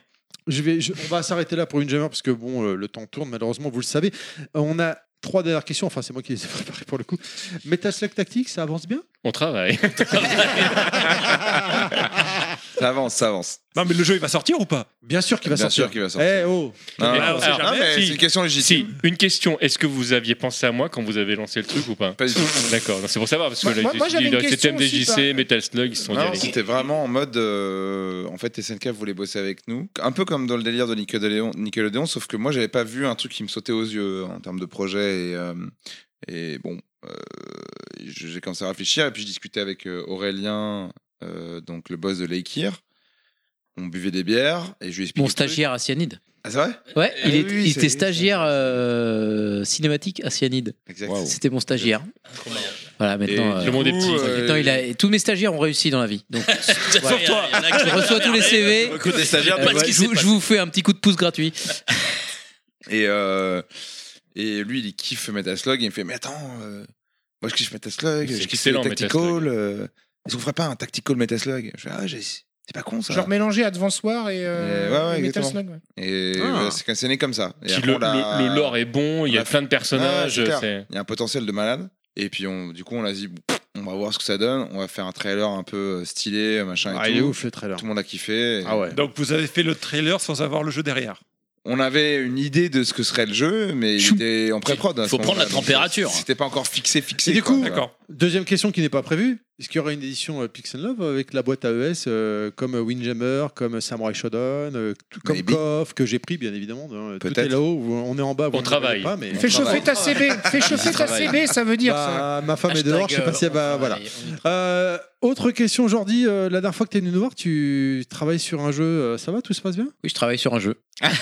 [SPEAKER 1] Je vais, je- on va s'arrêter là pour une jammer parce que bon, euh, le temps tourne malheureusement, vous le savez. Euh, On a trois dernières questions. Enfin, c'est moi qui les ai [laughs] préparées pour le coup. Metal Slug Tactique, ça avance bien
[SPEAKER 8] [laughs]
[SPEAKER 5] On travaille.
[SPEAKER 10] Ça avance, ça avance.
[SPEAKER 8] Non, mais le jeu, il va sortir ou pas
[SPEAKER 1] Bien sûr qu'il va
[SPEAKER 10] Bien
[SPEAKER 1] sortir.
[SPEAKER 10] sûr qu'il va sortir. Ah.
[SPEAKER 1] Eh oh
[SPEAKER 10] Non,
[SPEAKER 5] Mais
[SPEAKER 10] non,
[SPEAKER 5] alors,
[SPEAKER 10] non, mais
[SPEAKER 5] si,
[SPEAKER 10] c'est une question légitime.
[SPEAKER 5] si, une question. Est-ce que vous aviez pensé à moi quand vous avez lancé le truc ou pas
[SPEAKER 10] Pas du tout.
[SPEAKER 5] D'accord. Non, C'est pour savoir parce que
[SPEAKER 10] Moi-
[SPEAKER 5] là,
[SPEAKER 10] moi-
[SPEAKER 5] ils
[SPEAKER 10] moi,
[SPEAKER 5] étaient-
[SPEAKER 10] j'avais une
[SPEAKER 5] ils étaient
[SPEAKER 10] question aussi,
[SPEAKER 5] MDJC,
[SPEAKER 10] pas-
[SPEAKER 5] Metal Slug, ils se sont dit.
[SPEAKER 10] Non,
[SPEAKER 5] allez.
[SPEAKER 10] c'était vraiment en mode. euh, en fait, SNK voulait bosser avec nous. Un peu comme dans le délire de Nickelodeon, Nickelodeon sauf que moi, j'avais pas vu un truc qui me sautait aux yeux hein, en termes de projet. Et, euh, et bon, euh, je- j'ai commencé à réfléchir. Et puis, je discutais avec euh, Aurélien, euh, donc le boss de Lakeir. On buvait des bières et je lui expliquais.
[SPEAKER 9] Mon stagiaire à Cyanide.
[SPEAKER 10] Ah, c'est vrai
[SPEAKER 9] Ouais, il,
[SPEAKER 10] Oui,
[SPEAKER 1] Eh
[SPEAKER 9] est-
[SPEAKER 10] oui,
[SPEAKER 9] il
[SPEAKER 10] c'est-
[SPEAKER 9] était stagiaire euh, cinématique à Cyanide.
[SPEAKER 10] Exact.
[SPEAKER 9] C'était mon stagiaire. Voilà, maintenant,
[SPEAKER 10] Et
[SPEAKER 9] euh,
[SPEAKER 10] du coup, euh,
[SPEAKER 9] Maintenant, il a- et tous mes stagiaires ont réussi dans la vie. Donc,
[SPEAKER 1] [laughs]
[SPEAKER 9] [laughs]
[SPEAKER 10] Sauf toi.
[SPEAKER 9] Je reçois tous les CV.
[SPEAKER 10] Recrute des stagiaires
[SPEAKER 9] Euh,
[SPEAKER 10] parce
[SPEAKER 9] ouais,
[SPEAKER 10] qu'il
[SPEAKER 9] je,
[SPEAKER 10] sait
[SPEAKER 9] vous-
[SPEAKER 10] pas.
[SPEAKER 9] je vous fais un petit coup de pouce gratuit.
[SPEAKER 10] Et, euh, et lui, il kiffe Metal Slug. Et il me fait Mais attends, euh, moi je kiffe Metal Slug,
[SPEAKER 5] C'est
[SPEAKER 10] je kiffe
[SPEAKER 5] excellent,
[SPEAKER 10] les Tactical. euh, Est-ce qu'on ferait pas un Tactical Metal Slug Je fais Ah, j'ai- c'est pas con ça.
[SPEAKER 3] Genre mélanger Advance War et, euh,
[SPEAKER 10] Et ouais, ouais,
[SPEAKER 3] et Metal
[SPEAKER 10] exactement.
[SPEAKER 3] Slug. ouais.
[SPEAKER 10] Et
[SPEAKER 5] Ah.
[SPEAKER 10] voilà, c'est c'est né comme ça. Et
[SPEAKER 5] Puis
[SPEAKER 10] après,
[SPEAKER 5] le,
[SPEAKER 10] on l'a-
[SPEAKER 5] le- le lore est bon, il y
[SPEAKER 10] on
[SPEAKER 5] a
[SPEAKER 10] l'a-
[SPEAKER 5] plein de
[SPEAKER 10] Ah,
[SPEAKER 5] personnages.
[SPEAKER 10] c'est clair.
[SPEAKER 5] c'est-
[SPEAKER 10] Il y a un potentiel de malade. Et puis on, du coup, on a dit Pff, On va voir ce que ça donne. On va faire un trailer un peu euh, stylé, machin. et
[SPEAKER 1] Ah,
[SPEAKER 10] tout.
[SPEAKER 1] il est ouf le trailer.
[SPEAKER 10] Tout le monde a kiffé.
[SPEAKER 1] Ah ouais.
[SPEAKER 8] Donc, vous avez fait le trailer sans avoir le jeu derrière.
[SPEAKER 10] on avait une idée de ce que serait le jeu, mais il était en pré-prod. à
[SPEAKER 6] Faut
[SPEAKER 10] ce
[SPEAKER 6] prendre
[SPEAKER 10] moment-là,
[SPEAKER 6] la
[SPEAKER 10] donc
[SPEAKER 6] température.
[SPEAKER 10] C'était pas encore fixé, fixé.
[SPEAKER 1] Et du
[SPEAKER 10] quoi,
[SPEAKER 1] coup,
[SPEAKER 10] tu vois.
[SPEAKER 1] deuxième question qui n'est pas prévue est-ce qu'il y aura une édition euh, Pix and Love avec la boîte AES euh, comme euh, Windjammer, comme Samurai Shodown, euh, tout- comme
[SPEAKER 10] Maybe.
[SPEAKER 1] KOF que j'ai pris bien évidemment hein. Tout
[SPEAKER 10] Peut-être.
[SPEAKER 1] est là-haut, vous- on est en bas, vous
[SPEAKER 5] On
[SPEAKER 1] ne le verrez
[SPEAKER 5] travaille.
[SPEAKER 1] Pas, mais
[SPEAKER 3] Fais chauffer ta CB, fais chauffer ta
[SPEAKER 1] travaille.
[SPEAKER 3] CB, ça veut dire ça.
[SPEAKER 1] Bah, Ma femme est
[SPEAKER 3] Hashtag,
[SPEAKER 1] dehors, je sais pas si elle va. Ah, Voilà. Euh, autre question, Jordi. euh, la dernière fois que tu es venu nous voir, tu travailles sur un jeu. euh, ça va Tout se passe bien
[SPEAKER 9] Oui, je travaille sur un jeu.
[SPEAKER 1] [laughs]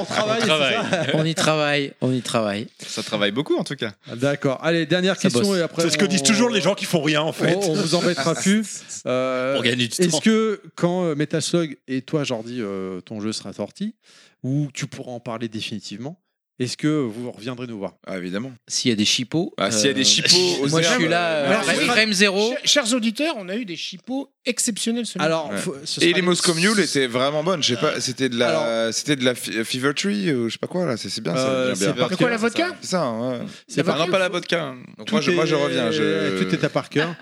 [SPEAKER 1] On travaille.
[SPEAKER 9] On y travaille, on y travaille.
[SPEAKER 10] Ça travaille beaucoup en tout cas.
[SPEAKER 1] D'accord. Allez, dernière
[SPEAKER 9] Ça
[SPEAKER 1] question
[SPEAKER 9] bosse.
[SPEAKER 1] et après.
[SPEAKER 8] C'est ce que
[SPEAKER 1] on-
[SPEAKER 8] disent toujours les gens qui font rien en fait.
[SPEAKER 1] on, on vous embêtera plus. Euh,
[SPEAKER 4] Pour gagner du temps.
[SPEAKER 1] Est-ce que quand euh, Metaslog et toi, Jordi, euh, ton jeu sera sorti, ou tu pourras en parler définitivement, est-ce que vous reviendrez nous voir
[SPEAKER 10] Ah, Évidemment.
[SPEAKER 9] S'il y a des chipots. euh,
[SPEAKER 10] Ah, s'il y a des chipots
[SPEAKER 9] [laughs]
[SPEAKER 10] aux
[SPEAKER 9] Moi, je
[SPEAKER 10] herbes,
[SPEAKER 9] suis là.
[SPEAKER 10] euh,
[SPEAKER 9] euh,
[SPEAKER 10] Alors,
[SPEAKER 5] Bah,
[SPEAKER 9] Rem-
[SPEAKER 10] ce sera-
[SPEAKER 9] Rem Zero.
[SPEAKER 3] Ch- Chers auditeurs, on a eu des chipots exceptionnels ce
[SPEAKER 1] Alors,
[SPEAKER 10] Ouais.
[SPEAKER 1] faut-
[SPEAKER 10] et
[SPEAKER 1] ce sera
[SPEAKER 10] les
[SPEAKER 1] les- Euh,
[SPEAKER 10] Moscomule étaient vraiment bonnes. Je sais pas, c'était de la, c'était de la fi- euh, Fever Tree ou je sais pas quoi là. C'est c'est bien. ça,
[SPEAKER 1] Euh,
[SPEAKER 10] bien,
[SPEAKER 1] c'est
[SPEAKER 10] bien.
[SPEAKER 1] par- De quoi, la
[SPEAKER 3] vodka
[SPEAKER 10] C'est ça. hein, ouais.
[SPEAKER 1] C'est
[SPEAKER 10] Non,
[SPEAKER 1] par-
[SPEAKER 10] pas la vodka. hein. Donc moi
[SPEAKER 1] Tout
[SPEAKER 10] je, moi
[SPEAKER 1] est-
[SPEAKER 10] je reviens. Je...
[SPEAKER 1] Tout est à par cœur.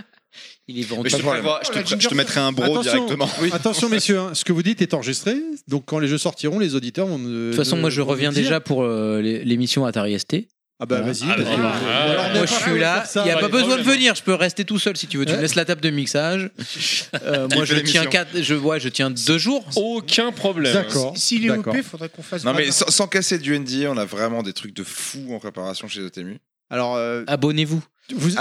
[SPEAKER 9] Il est
[SPEAKER 10] Mais je te, prévois-
[SPEAKER 9] Oh,
[SPEAKER 10] je te pré- je te mettrai un bro
[SPEAKER 1] Attention,
[SPEAKER 10] directement.
[SPEAKER 1] [laughs] Attention, messieurs, hein, ce que vous dites est enregistré. Donc, quand les jeux sortiront, les auditeurs vont.
[SPEAKER 9] De toute façon, moi, je reviens déjà pour euh, l'é- l'émission Atari ST.
[SPEAKER 1] Ah bah vas-y.
[SPEAKER 9] Voilà.
[SPEAKER 1] vas-y. Ou
[SPEAKER 9] moi
[SPEAKER 1] alors, on
[SPEAKER 9] je
[SPEAKER 1] va
[SPEAKER 9] suis là,
[SPEAKER 1] faire ça.
[SPEAKER 9] il n'y a
[SPEAKER 1] Pas
[SPEAKER 9] pas
[SPEAKER 1] de
[SPEAKER 9] besoin de
[SPEAKER 1] problème. hein.
[SPEAKER 9] venir, je peux rester tout seul si tu veux. Tu me
[SPEAKER 1] Ouais.
[SPEAKER 9] laisses la table de mixage. Euh,
[SPEAKER 1] Il
[SPEAKER 9] moi
[SPEAKER 1] fait
[SPEAKER 9] je
[SPEAKER 1] l'émission.
[SPEAKER 9] tiens, quatre, je, ouais, je tiens deux jours.
[SPEAKER 5] Aucun problème.
[SPEAKER 3] S'il est OP, faudrait qu'on fasse.
[SPEAKER 10] Non mais
[SPEAKER 3] vraiment-
[SPEAKER 10] sans, sans casser du NDA, on a vraiment des trucs de fou en préparation chez Otemu.
[SPEAKER 1] Alors euh,
[SPEAKER 9] abonnez-vous.
[SPEAKER 1] Vous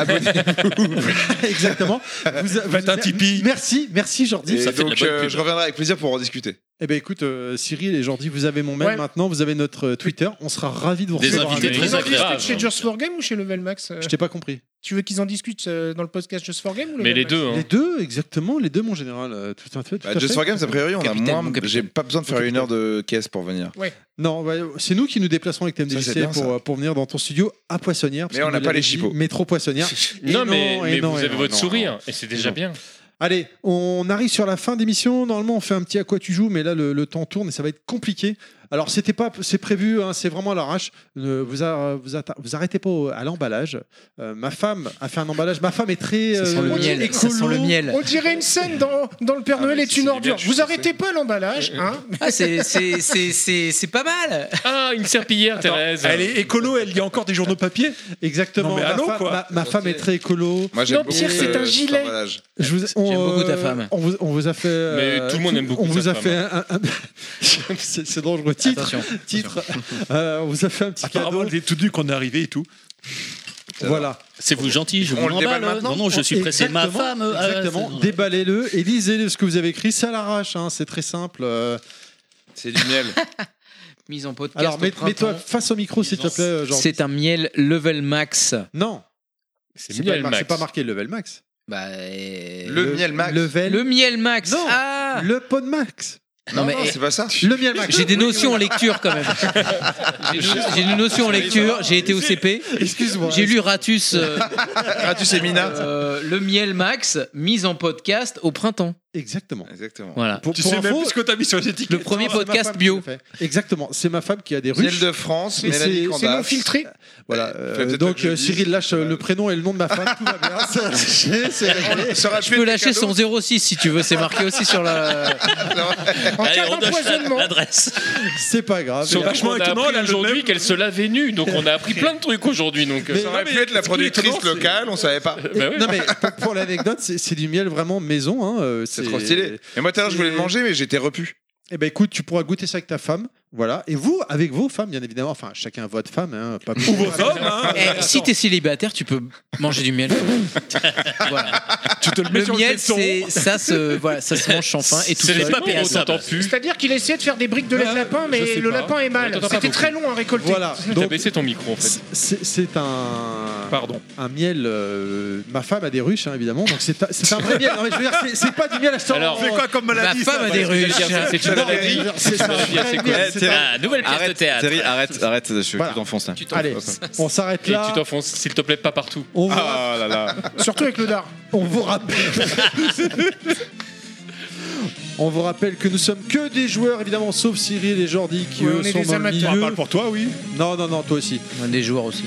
[SPEAKER 1] [laughs] Exactement. Vous,
[SPEAKER 10] Faites un Tipeee.
[SPEAKER 1] Merci, merci Jordi.
[SPEAKER 10] Et donc euh, je reviendrai avec plaisir pour en discuter.
[SPEAKER 1] Eh ben écoute, euh, Cyril et Jordi, vous avez mon mail
[SPEAKER 3] Ouais.
[SPEAKER 1] maintenant, vous avez notre euh, Twitter. On sera ravis de vous
[SPEAKER 4] Des
[SPEAKER 1] recevoir.
[SPEAKER 4] invités
[SPEAKER 1] un
[SPEAKER 4] très
[SPEAKER 1] jour.
[SPEAKER 3] Ils en discutent
[SPEAKER 4] agréables.
[SPEAKER 3] chez Just for Game ou chez Level Max euh,
[SPEAKER 1] Je t'ai pas compris.
[SPEAKER 3] Tu veux qu'ils en discutent euh, dans le podcast Just for Game ou Level Max
[SPEAKER 5] hein.
[SPEAKER 1] Les deux, hein. exactement, les deux, mon général. euh, Tout à fait. tout
[SPEAKER 10] Bah,
[SPEAKER 1] à
[SPEAKER 10] Just
[SPEAKER 1] fait.
[SPEAKER 10] for Games, a priori, on a moins. J'ai pas besoin de faire une heure de caisse pour venir.
[SPEAKER 3] Ouais.
[SPEAKER 1] Non, ouais, c'est nous qui nous déplaçons avec
[SPEAKER 10] Ça,
[SPEAKER 1] TMDJC
[SPEAKER 10] c'est bien,
[SPEAKER 1] pour,
[SPEAKER 10] ça.
[SPEAKER 1] euh, pour venir dans ton studio à Poissonnière. parce
[SPEAKER 10] Mais on
[SPEAKER 1] qu'on
[SPEAKER 10] n'a
[SPEAKER 1] nous
[SPEAKER 10] pas
[SPEAKER 1] l'avait
[SPEAKER 10] les
[SPEAKER 1] dit,
[SPEAKER 10] chipots.
[SPEAKER 1] Métro Poissonnière. Et
[SPEAKER 5] Non, mais,
[SPEAKER 1] et
[SPEAKER 5] mais
[SPEAKER 1] non,
[SPEAKER 5] vous
[SPEAKER 1] et
[SPEAKER 5] avez
[SPEAKER 1] non,
[SPEAKER 5] votre
[SPEAKER 1] non,
[SPEAKER 5] sourire
[SPEAKER 1] non.
[SPEAKER 5] et c'est déjà
[SPEAKER 1] non. Ah,
[SPEAKER 5] bien.
[SPEAKER 1] Allez, on arrive sur la fin d'émission. Normalement, on fait un petit à quoi tu joues, mais là, le, le temps tourne et ça va être compliqué. Alors, c'était pas, c'est prévu, hein, c'est vraiment à l'arrache. Ne vous, a- vous, atta- vous arrêtez pas au- à l'emballage. Euh, ma femme a fait un emballage. Ma femme est très euh,
[SPEAKER 9] Ça sent le miel, ça sent le miel.
[SPEAKER 3] On dirait une scène dans, dans Le Père Noël est une ordure. Vous arrêtez pas l'emballage, hein
[SPEAKER 9] Ah, c'est- c'est-
[SPEAKER 8] [laughs]
[SPEAKER 9] c'est c'est- c'est pas mal.
[SPEAKER 5] Ah, une serpillière, Thérèse.
[SPEAKER 8] Elle est écolo, elle y a encore des journaux papier.
[SPEAKER 1] Exactement.
[SPEAKER 8] Non, mais
[SPEAKER 1] ma,
[SPEAKER 8] allô,
[SPEAKER 1] femme,
[SPEAKER 8] quoi.
[SPEAKER 1] ma- ma femme est très écolo.
[SPEAKER 10] Moi, j'aime Non, beaucoup euh, Pierre, ce- c'est un cet gilet. emballage.
[SPEAKER 1] Je vous, on,
[SPEAKER 10] J'aime beaucoup ta
[SPEAKER 1] euh,
[SPEAKER 10] femme.
[SPEAKER 1] On vous, on vous a fait. euh,
[SPEAKER 5] tout le monde aime beaucoup
[SPEAKER 1] On vous
[SPEAKER 5] sa
[SPEAKER 1] a
[SPEAKER 5] femme. hein.
[SPEAKER 1] fait un. un- un- [laughs] c'est c'est dangereux. Titre. titre. Euh, on vous a fait un petit cadeau.
[SPEAKER 8] Apparemment, elle est tout nu qu'on est arrivé et tout.
[SPEAKER 1] Voilà.
[SPEAKER 4] C'est vous gentil, je
[SPEAKER 8] On
[SPEAKER 4] vous
[SPEAKER 8] le déballe
[SPEAKER 4] l'emballe.
[SPEAKER 8] maintenant
[SPEAKER 4] Non, non, je suis pressé. Ma
[SPEAKER 1] Exactement,
[SPEAKER 4] femme. euh,
[SPEAKER 1] Exactement.
[SPEAKER 4] euh,
[SPEAKER 1] Déballez-le et lisez ce que vous avez écrit. Ça l'arrache. hein, c'est très simple. euh.
[SPEAKER 10] C'est du
[SPEAKER 1] [laughs]
[SPEAKER 10] miel.
[SPEAKER 9] Mise en podcast.
[SPEAKER 1] Alors, mets- mets-toi face au micro, s'il te plaît, euh, Jordi.
[SPEAKER 9] C'est un miel level max.
[SPEAKER 1] Non.
[SPEAKER 9] C'est
[SPEAKER 1] C'est pas, mar- c'est pas marqué level max.
[SPEAKER 9] Bah,
[SPEAKER 1] Le miel max. Level-
[SPEAKER 9] Le miel max. ah
[SPEAKER 1] Le pot de max.
[SPEAKER 9] Non, mais eh,
[SPEAKER 10] c'est pas ça.
[SPEAKER 1] [laughs] Le miel max.
[SPEAKER 9] j'ai des notions en lecture quand même. J'ai j'ai une notion en lecture, j'ai été au CP.
[SPEAKER 1] Excuse-moi.
[SPEAKER 9] J'ai lu Ratus. euh,
[SPEAKER 10] Ratus et Mina.
[SPEAKER 9] euh, le miel max, mise en podcast au printemps.
[SPEAKER 1] Exactement.
[SPEAKER 10] Exactement.
[SPEAKER 9] Voilà.
[SPEAKER 1] Pour-
[SPEAKER 8] tu
[SPEAKER 1] pour
[SPEAKER 8] sais même
[SPEAKER 1] info,
[SPEAKER 8] plus ce que t'as mis sur
[SPEAKER 1] [laughs]
[SPEAKER 8] les étiquettes.
[SPEAKER 9] Le premier
[SPEAKER 8] Non, c'est ma
[SPEAKER 9] podcast
[SPEAKER 8] femme.
[SPEAKER 9] bio.
[SPEAKER 1] Exactement. C'est ma femme qui a des
[SPEAKER 10] Miel
[SPEAKER 1] ruches.
[SPEAKER 10] de France,
[SPEAKER 1] Et
[SPEAKER 10] Mélanie
[SPEAKER 1] c'est-
[SPEAKER 10] Candas.
[SPEAKER 1] c'est
[SPEAKER 10] [laughs]
[SPEAKER 1] non filtré. Voilà. euh,
[SPEAKER 10] peut-être pas que
[SPEAKER 1] donc
[SPEAKER 10] je
[SPEAKER 1] euh,
[SPEAKER 10] le dise.
[SPEAKER 1] Cyril lâche euh, le prénom et le nom de ma femme. Tout va bien. ça,
[SPEAKER 9] [laughs]
[SPEAKER 1] c'est- c'est réglé.
[SPEAKER 9] Je peux lâcher son 06 si tu veux, c'est marqué aussi sur la.
[SPEAKER 1] En
[SPEAKER 9] Allez,
[SPEAKER 1] cas
[SPEAKER 9] on donne
[SPEAKER 1] d'empoisonnement.
[SPEAKER 4] L'adresse.
[SPEAKER 1] C'est pas grave.
[SPEAKER 5] Surtout
[SPEAKER 1] Vachement
[SPEAKER 5] qu'on a
[SPEAKER 1] étonnant,
[SPEAKER 5] appris
[SPEAKER 1] là, le
[SPEAKER 5] aujourd'hui qu'elle se lavait nue, donc on a appris plein de trucs aujourd'hui. Donc euh,
[SPEAKER 10] Ça aurait pu être la productrice locale, on savait pas.
[SPEAKER 5] Bah
[SPEAKER 1] Et- Non mais pour, pour l'anecdote, c'est c'est du miel vraiment maison. hein,
[SPEAKER 10] [laughs]
[SPEAKER 1] euh,
[SPEAKER 10] C'est trop stylé. Et moi tout à l'heure je voulais le manger mais j'étais repu.
[SPEAKER 1] Eh ben écoute, tu pourras goûter ça avec ta femme, voilà. Et vous, avec vos femmes, bien évidemment. Enfin, chacun votre femme, hein, pas plus.
[SPEAKER 5] hein.
[SPEAKER 1] [laughs]
[SPEAKER 9] Eh, si t'es célibataire, tu peux manger du miel.
[SPEAKER 8] Tu te le mets
[SPEAKER 9] Le
[SPEAKER 8] sur le
[SPEAKER 9] miel,
[SPEAKER 8] téton.
[SPEAKER 9] c'est ça se voilà, ça se mange sans fin et tout
[SPEAKER 4] C'est les
[SPEAKER 9] seul.
[SPEAKER 4] papiers
[SPEAKER 9] Et à
[SPEAKER 4] rotables.
[SPEAKER 9] table.
[SPEAKER 3] C'est-à-dire qu'il essayait de faire des briques de lait de lapin, mais
[SPEAKER 1] sais
[SPEAKER 3] le
[SPEAKER 1] pas.
[SPEAKER 3] lapin est mal.
[SPEAKER 1] On t'entend pas
[SPEAKER 3] C'était
[SPEAKER 1] beaucoup.
[SPEAKER 3] très long à récolter.
[SPEAKER 1] [laughs] Voilà.
[SPEAKER 5] T'as
[SPEAKER 1] Donc-
[SPEAKER 5] baissé ton micro en fait.
[SPEAKER 1] C'est c'est un
[SPEAKER 5] Pardon.
[SPEAKER 1] un miel. euh, ma femme a des ruches, hein, évidemment. Donc c'est un- c'est un vrai miel. Non, mais je veux dire, c'est- c'est pas du miel à sortir.
[SPEAKER 5] Alors,
[SPEAKER 1] C'est
[SPEAKER 8] quoi comme maladie,
[SPEAKER 9] Ma femme a des ruches.
[SPEAKER 5] C'est une maladie.
[SPEAKER 1] C'est ça.
[SPEAKER 5] C'est quoi
[SPEAKER 1] Eh, Thierry,
[SPEAKER 4] Ah, nouvelle pièce de théâtre.
[SPEAKER 10] Thierry, arrête, arrête, je suis
[SPEAKER 1] Voilà.
[SPEAKER 10] tout enfoncé. là.
[SPEAKER 1] Allez, on s'arrête
[SPEAKER 5] Et
[SPEAKER 1] là.
[SPEAKER 5] tu t'enfonces, s'il te plaît, pas partout.
[SPEAKER 1] On vous,
[SPEAKER 10] Ah là là.
[SPEAKER 3] [laughs] Surtout avec le dard.
[SPEAKER 1] on vous rappelle. On vous rappelle que nous sommes que des joueurs, évidemment, sauf Cyril et Jordi qui
[SPEAKER 3] Ouais,
[SPEAKER 1] eux
[SPEAKER 3] on est
[SPEAKER 1] sont
[SPEAKER 3] des
[SPEAKER 1] dans le
[SPEAKER 3] amateurs. Ah,
[SPEAKER 1] milieu.
[SPEAKER 3] On parle
[SPEAKER 1] pour toi, oui. Non, non, non, toi aussi.
[SPEAKER 9] On a des joueurs aussi.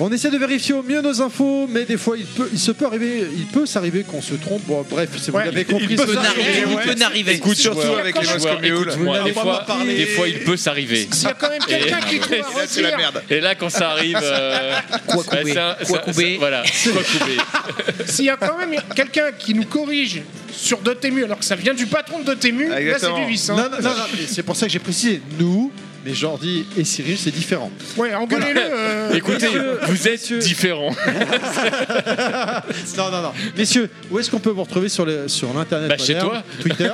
[SPEAKER 1] On essaie de vérifier au mieux nos infos, mais des fois il peut, il se peut arriver, il peut s'arriver qu'on se trompe. Bon, bref, si vous
[SPEAKER 3] Ouais,
[SPEAKER 1] l'avez
[SPEAKER 3] il
[SPEAKER 1] compris.
[SPEAKER 3] peut
[SPEAKER 1] ce
[SPEAKER 3] n'arriver,
[SPEAKER 1] soir.
[SPEAKER 9] il peut n'arriver.
[SPEAKER 10] Écoute surtout
[SPEAKER 5] Joueur,
[SPEAKER 10] avec les
[SPEAKER 5] joueur, écoute-moi,
[SPEAKER 1] Vous
[SPEAKER 5] des
[SPEAKER 1] n'avez pas
[SPEAKER 5] fois,
[SPEAKER 1] parlé.
[SPEAKER 5] des fois, il peut s'arriver.
[SPEAKER 3] S'il y a quand même quelqu'un
[SPEAKER 5] Et-
[SPEAKER 3] qui trouve à
[SPEAKER 10] Là, c'est la
[SPEAKER 3] redire.
[SPEAKER 10] merde.
[SPEAKER 5] Et là, quand ça arrive, euh,
[SPEAKER 9] Quoi
[SPEAKER 5] bah, c'est un- ça- ça- voilà, quoi couper.
[SPEAKER 3] [laughs] S'il y a quand même quelqu'un qui nous corrige sur Dotemu alors que ça vient du patron de Dotemu,
[SPEAKER 10] Ah,
[SPEAKER 3] là c'est
[SPEAKER 10] exactement.
[SPEAKER 3] du vice.
[SPEAKER 1] Non,
[SPEAKER 3] Hein.
[SPEAKER 1] non, non, non, mais c'est pour ça que j'ai précisé nous, mais Jordi et Cyril, c'est différent.
[SPEAKER 3] Ouais, engueulez-le. euh,
[SPEAKER 5] Écoutez,
[SPEAKER 1] messieurs,
[SPEAKER 5] vous êtes
[SPEAKER 1] [laughs]
[SPEAKER 5] différents.
[SPEAKER 1] non, non, non. Messieurs, où est-ce qu'on peut vous retrouver sur le- sur l'internet
[SPEAKER 5] Bah, chez [laughs]
[SPEAKER 1] moderne
[SPEAKER 5] toi.
[SPEAKER 1] Twitter.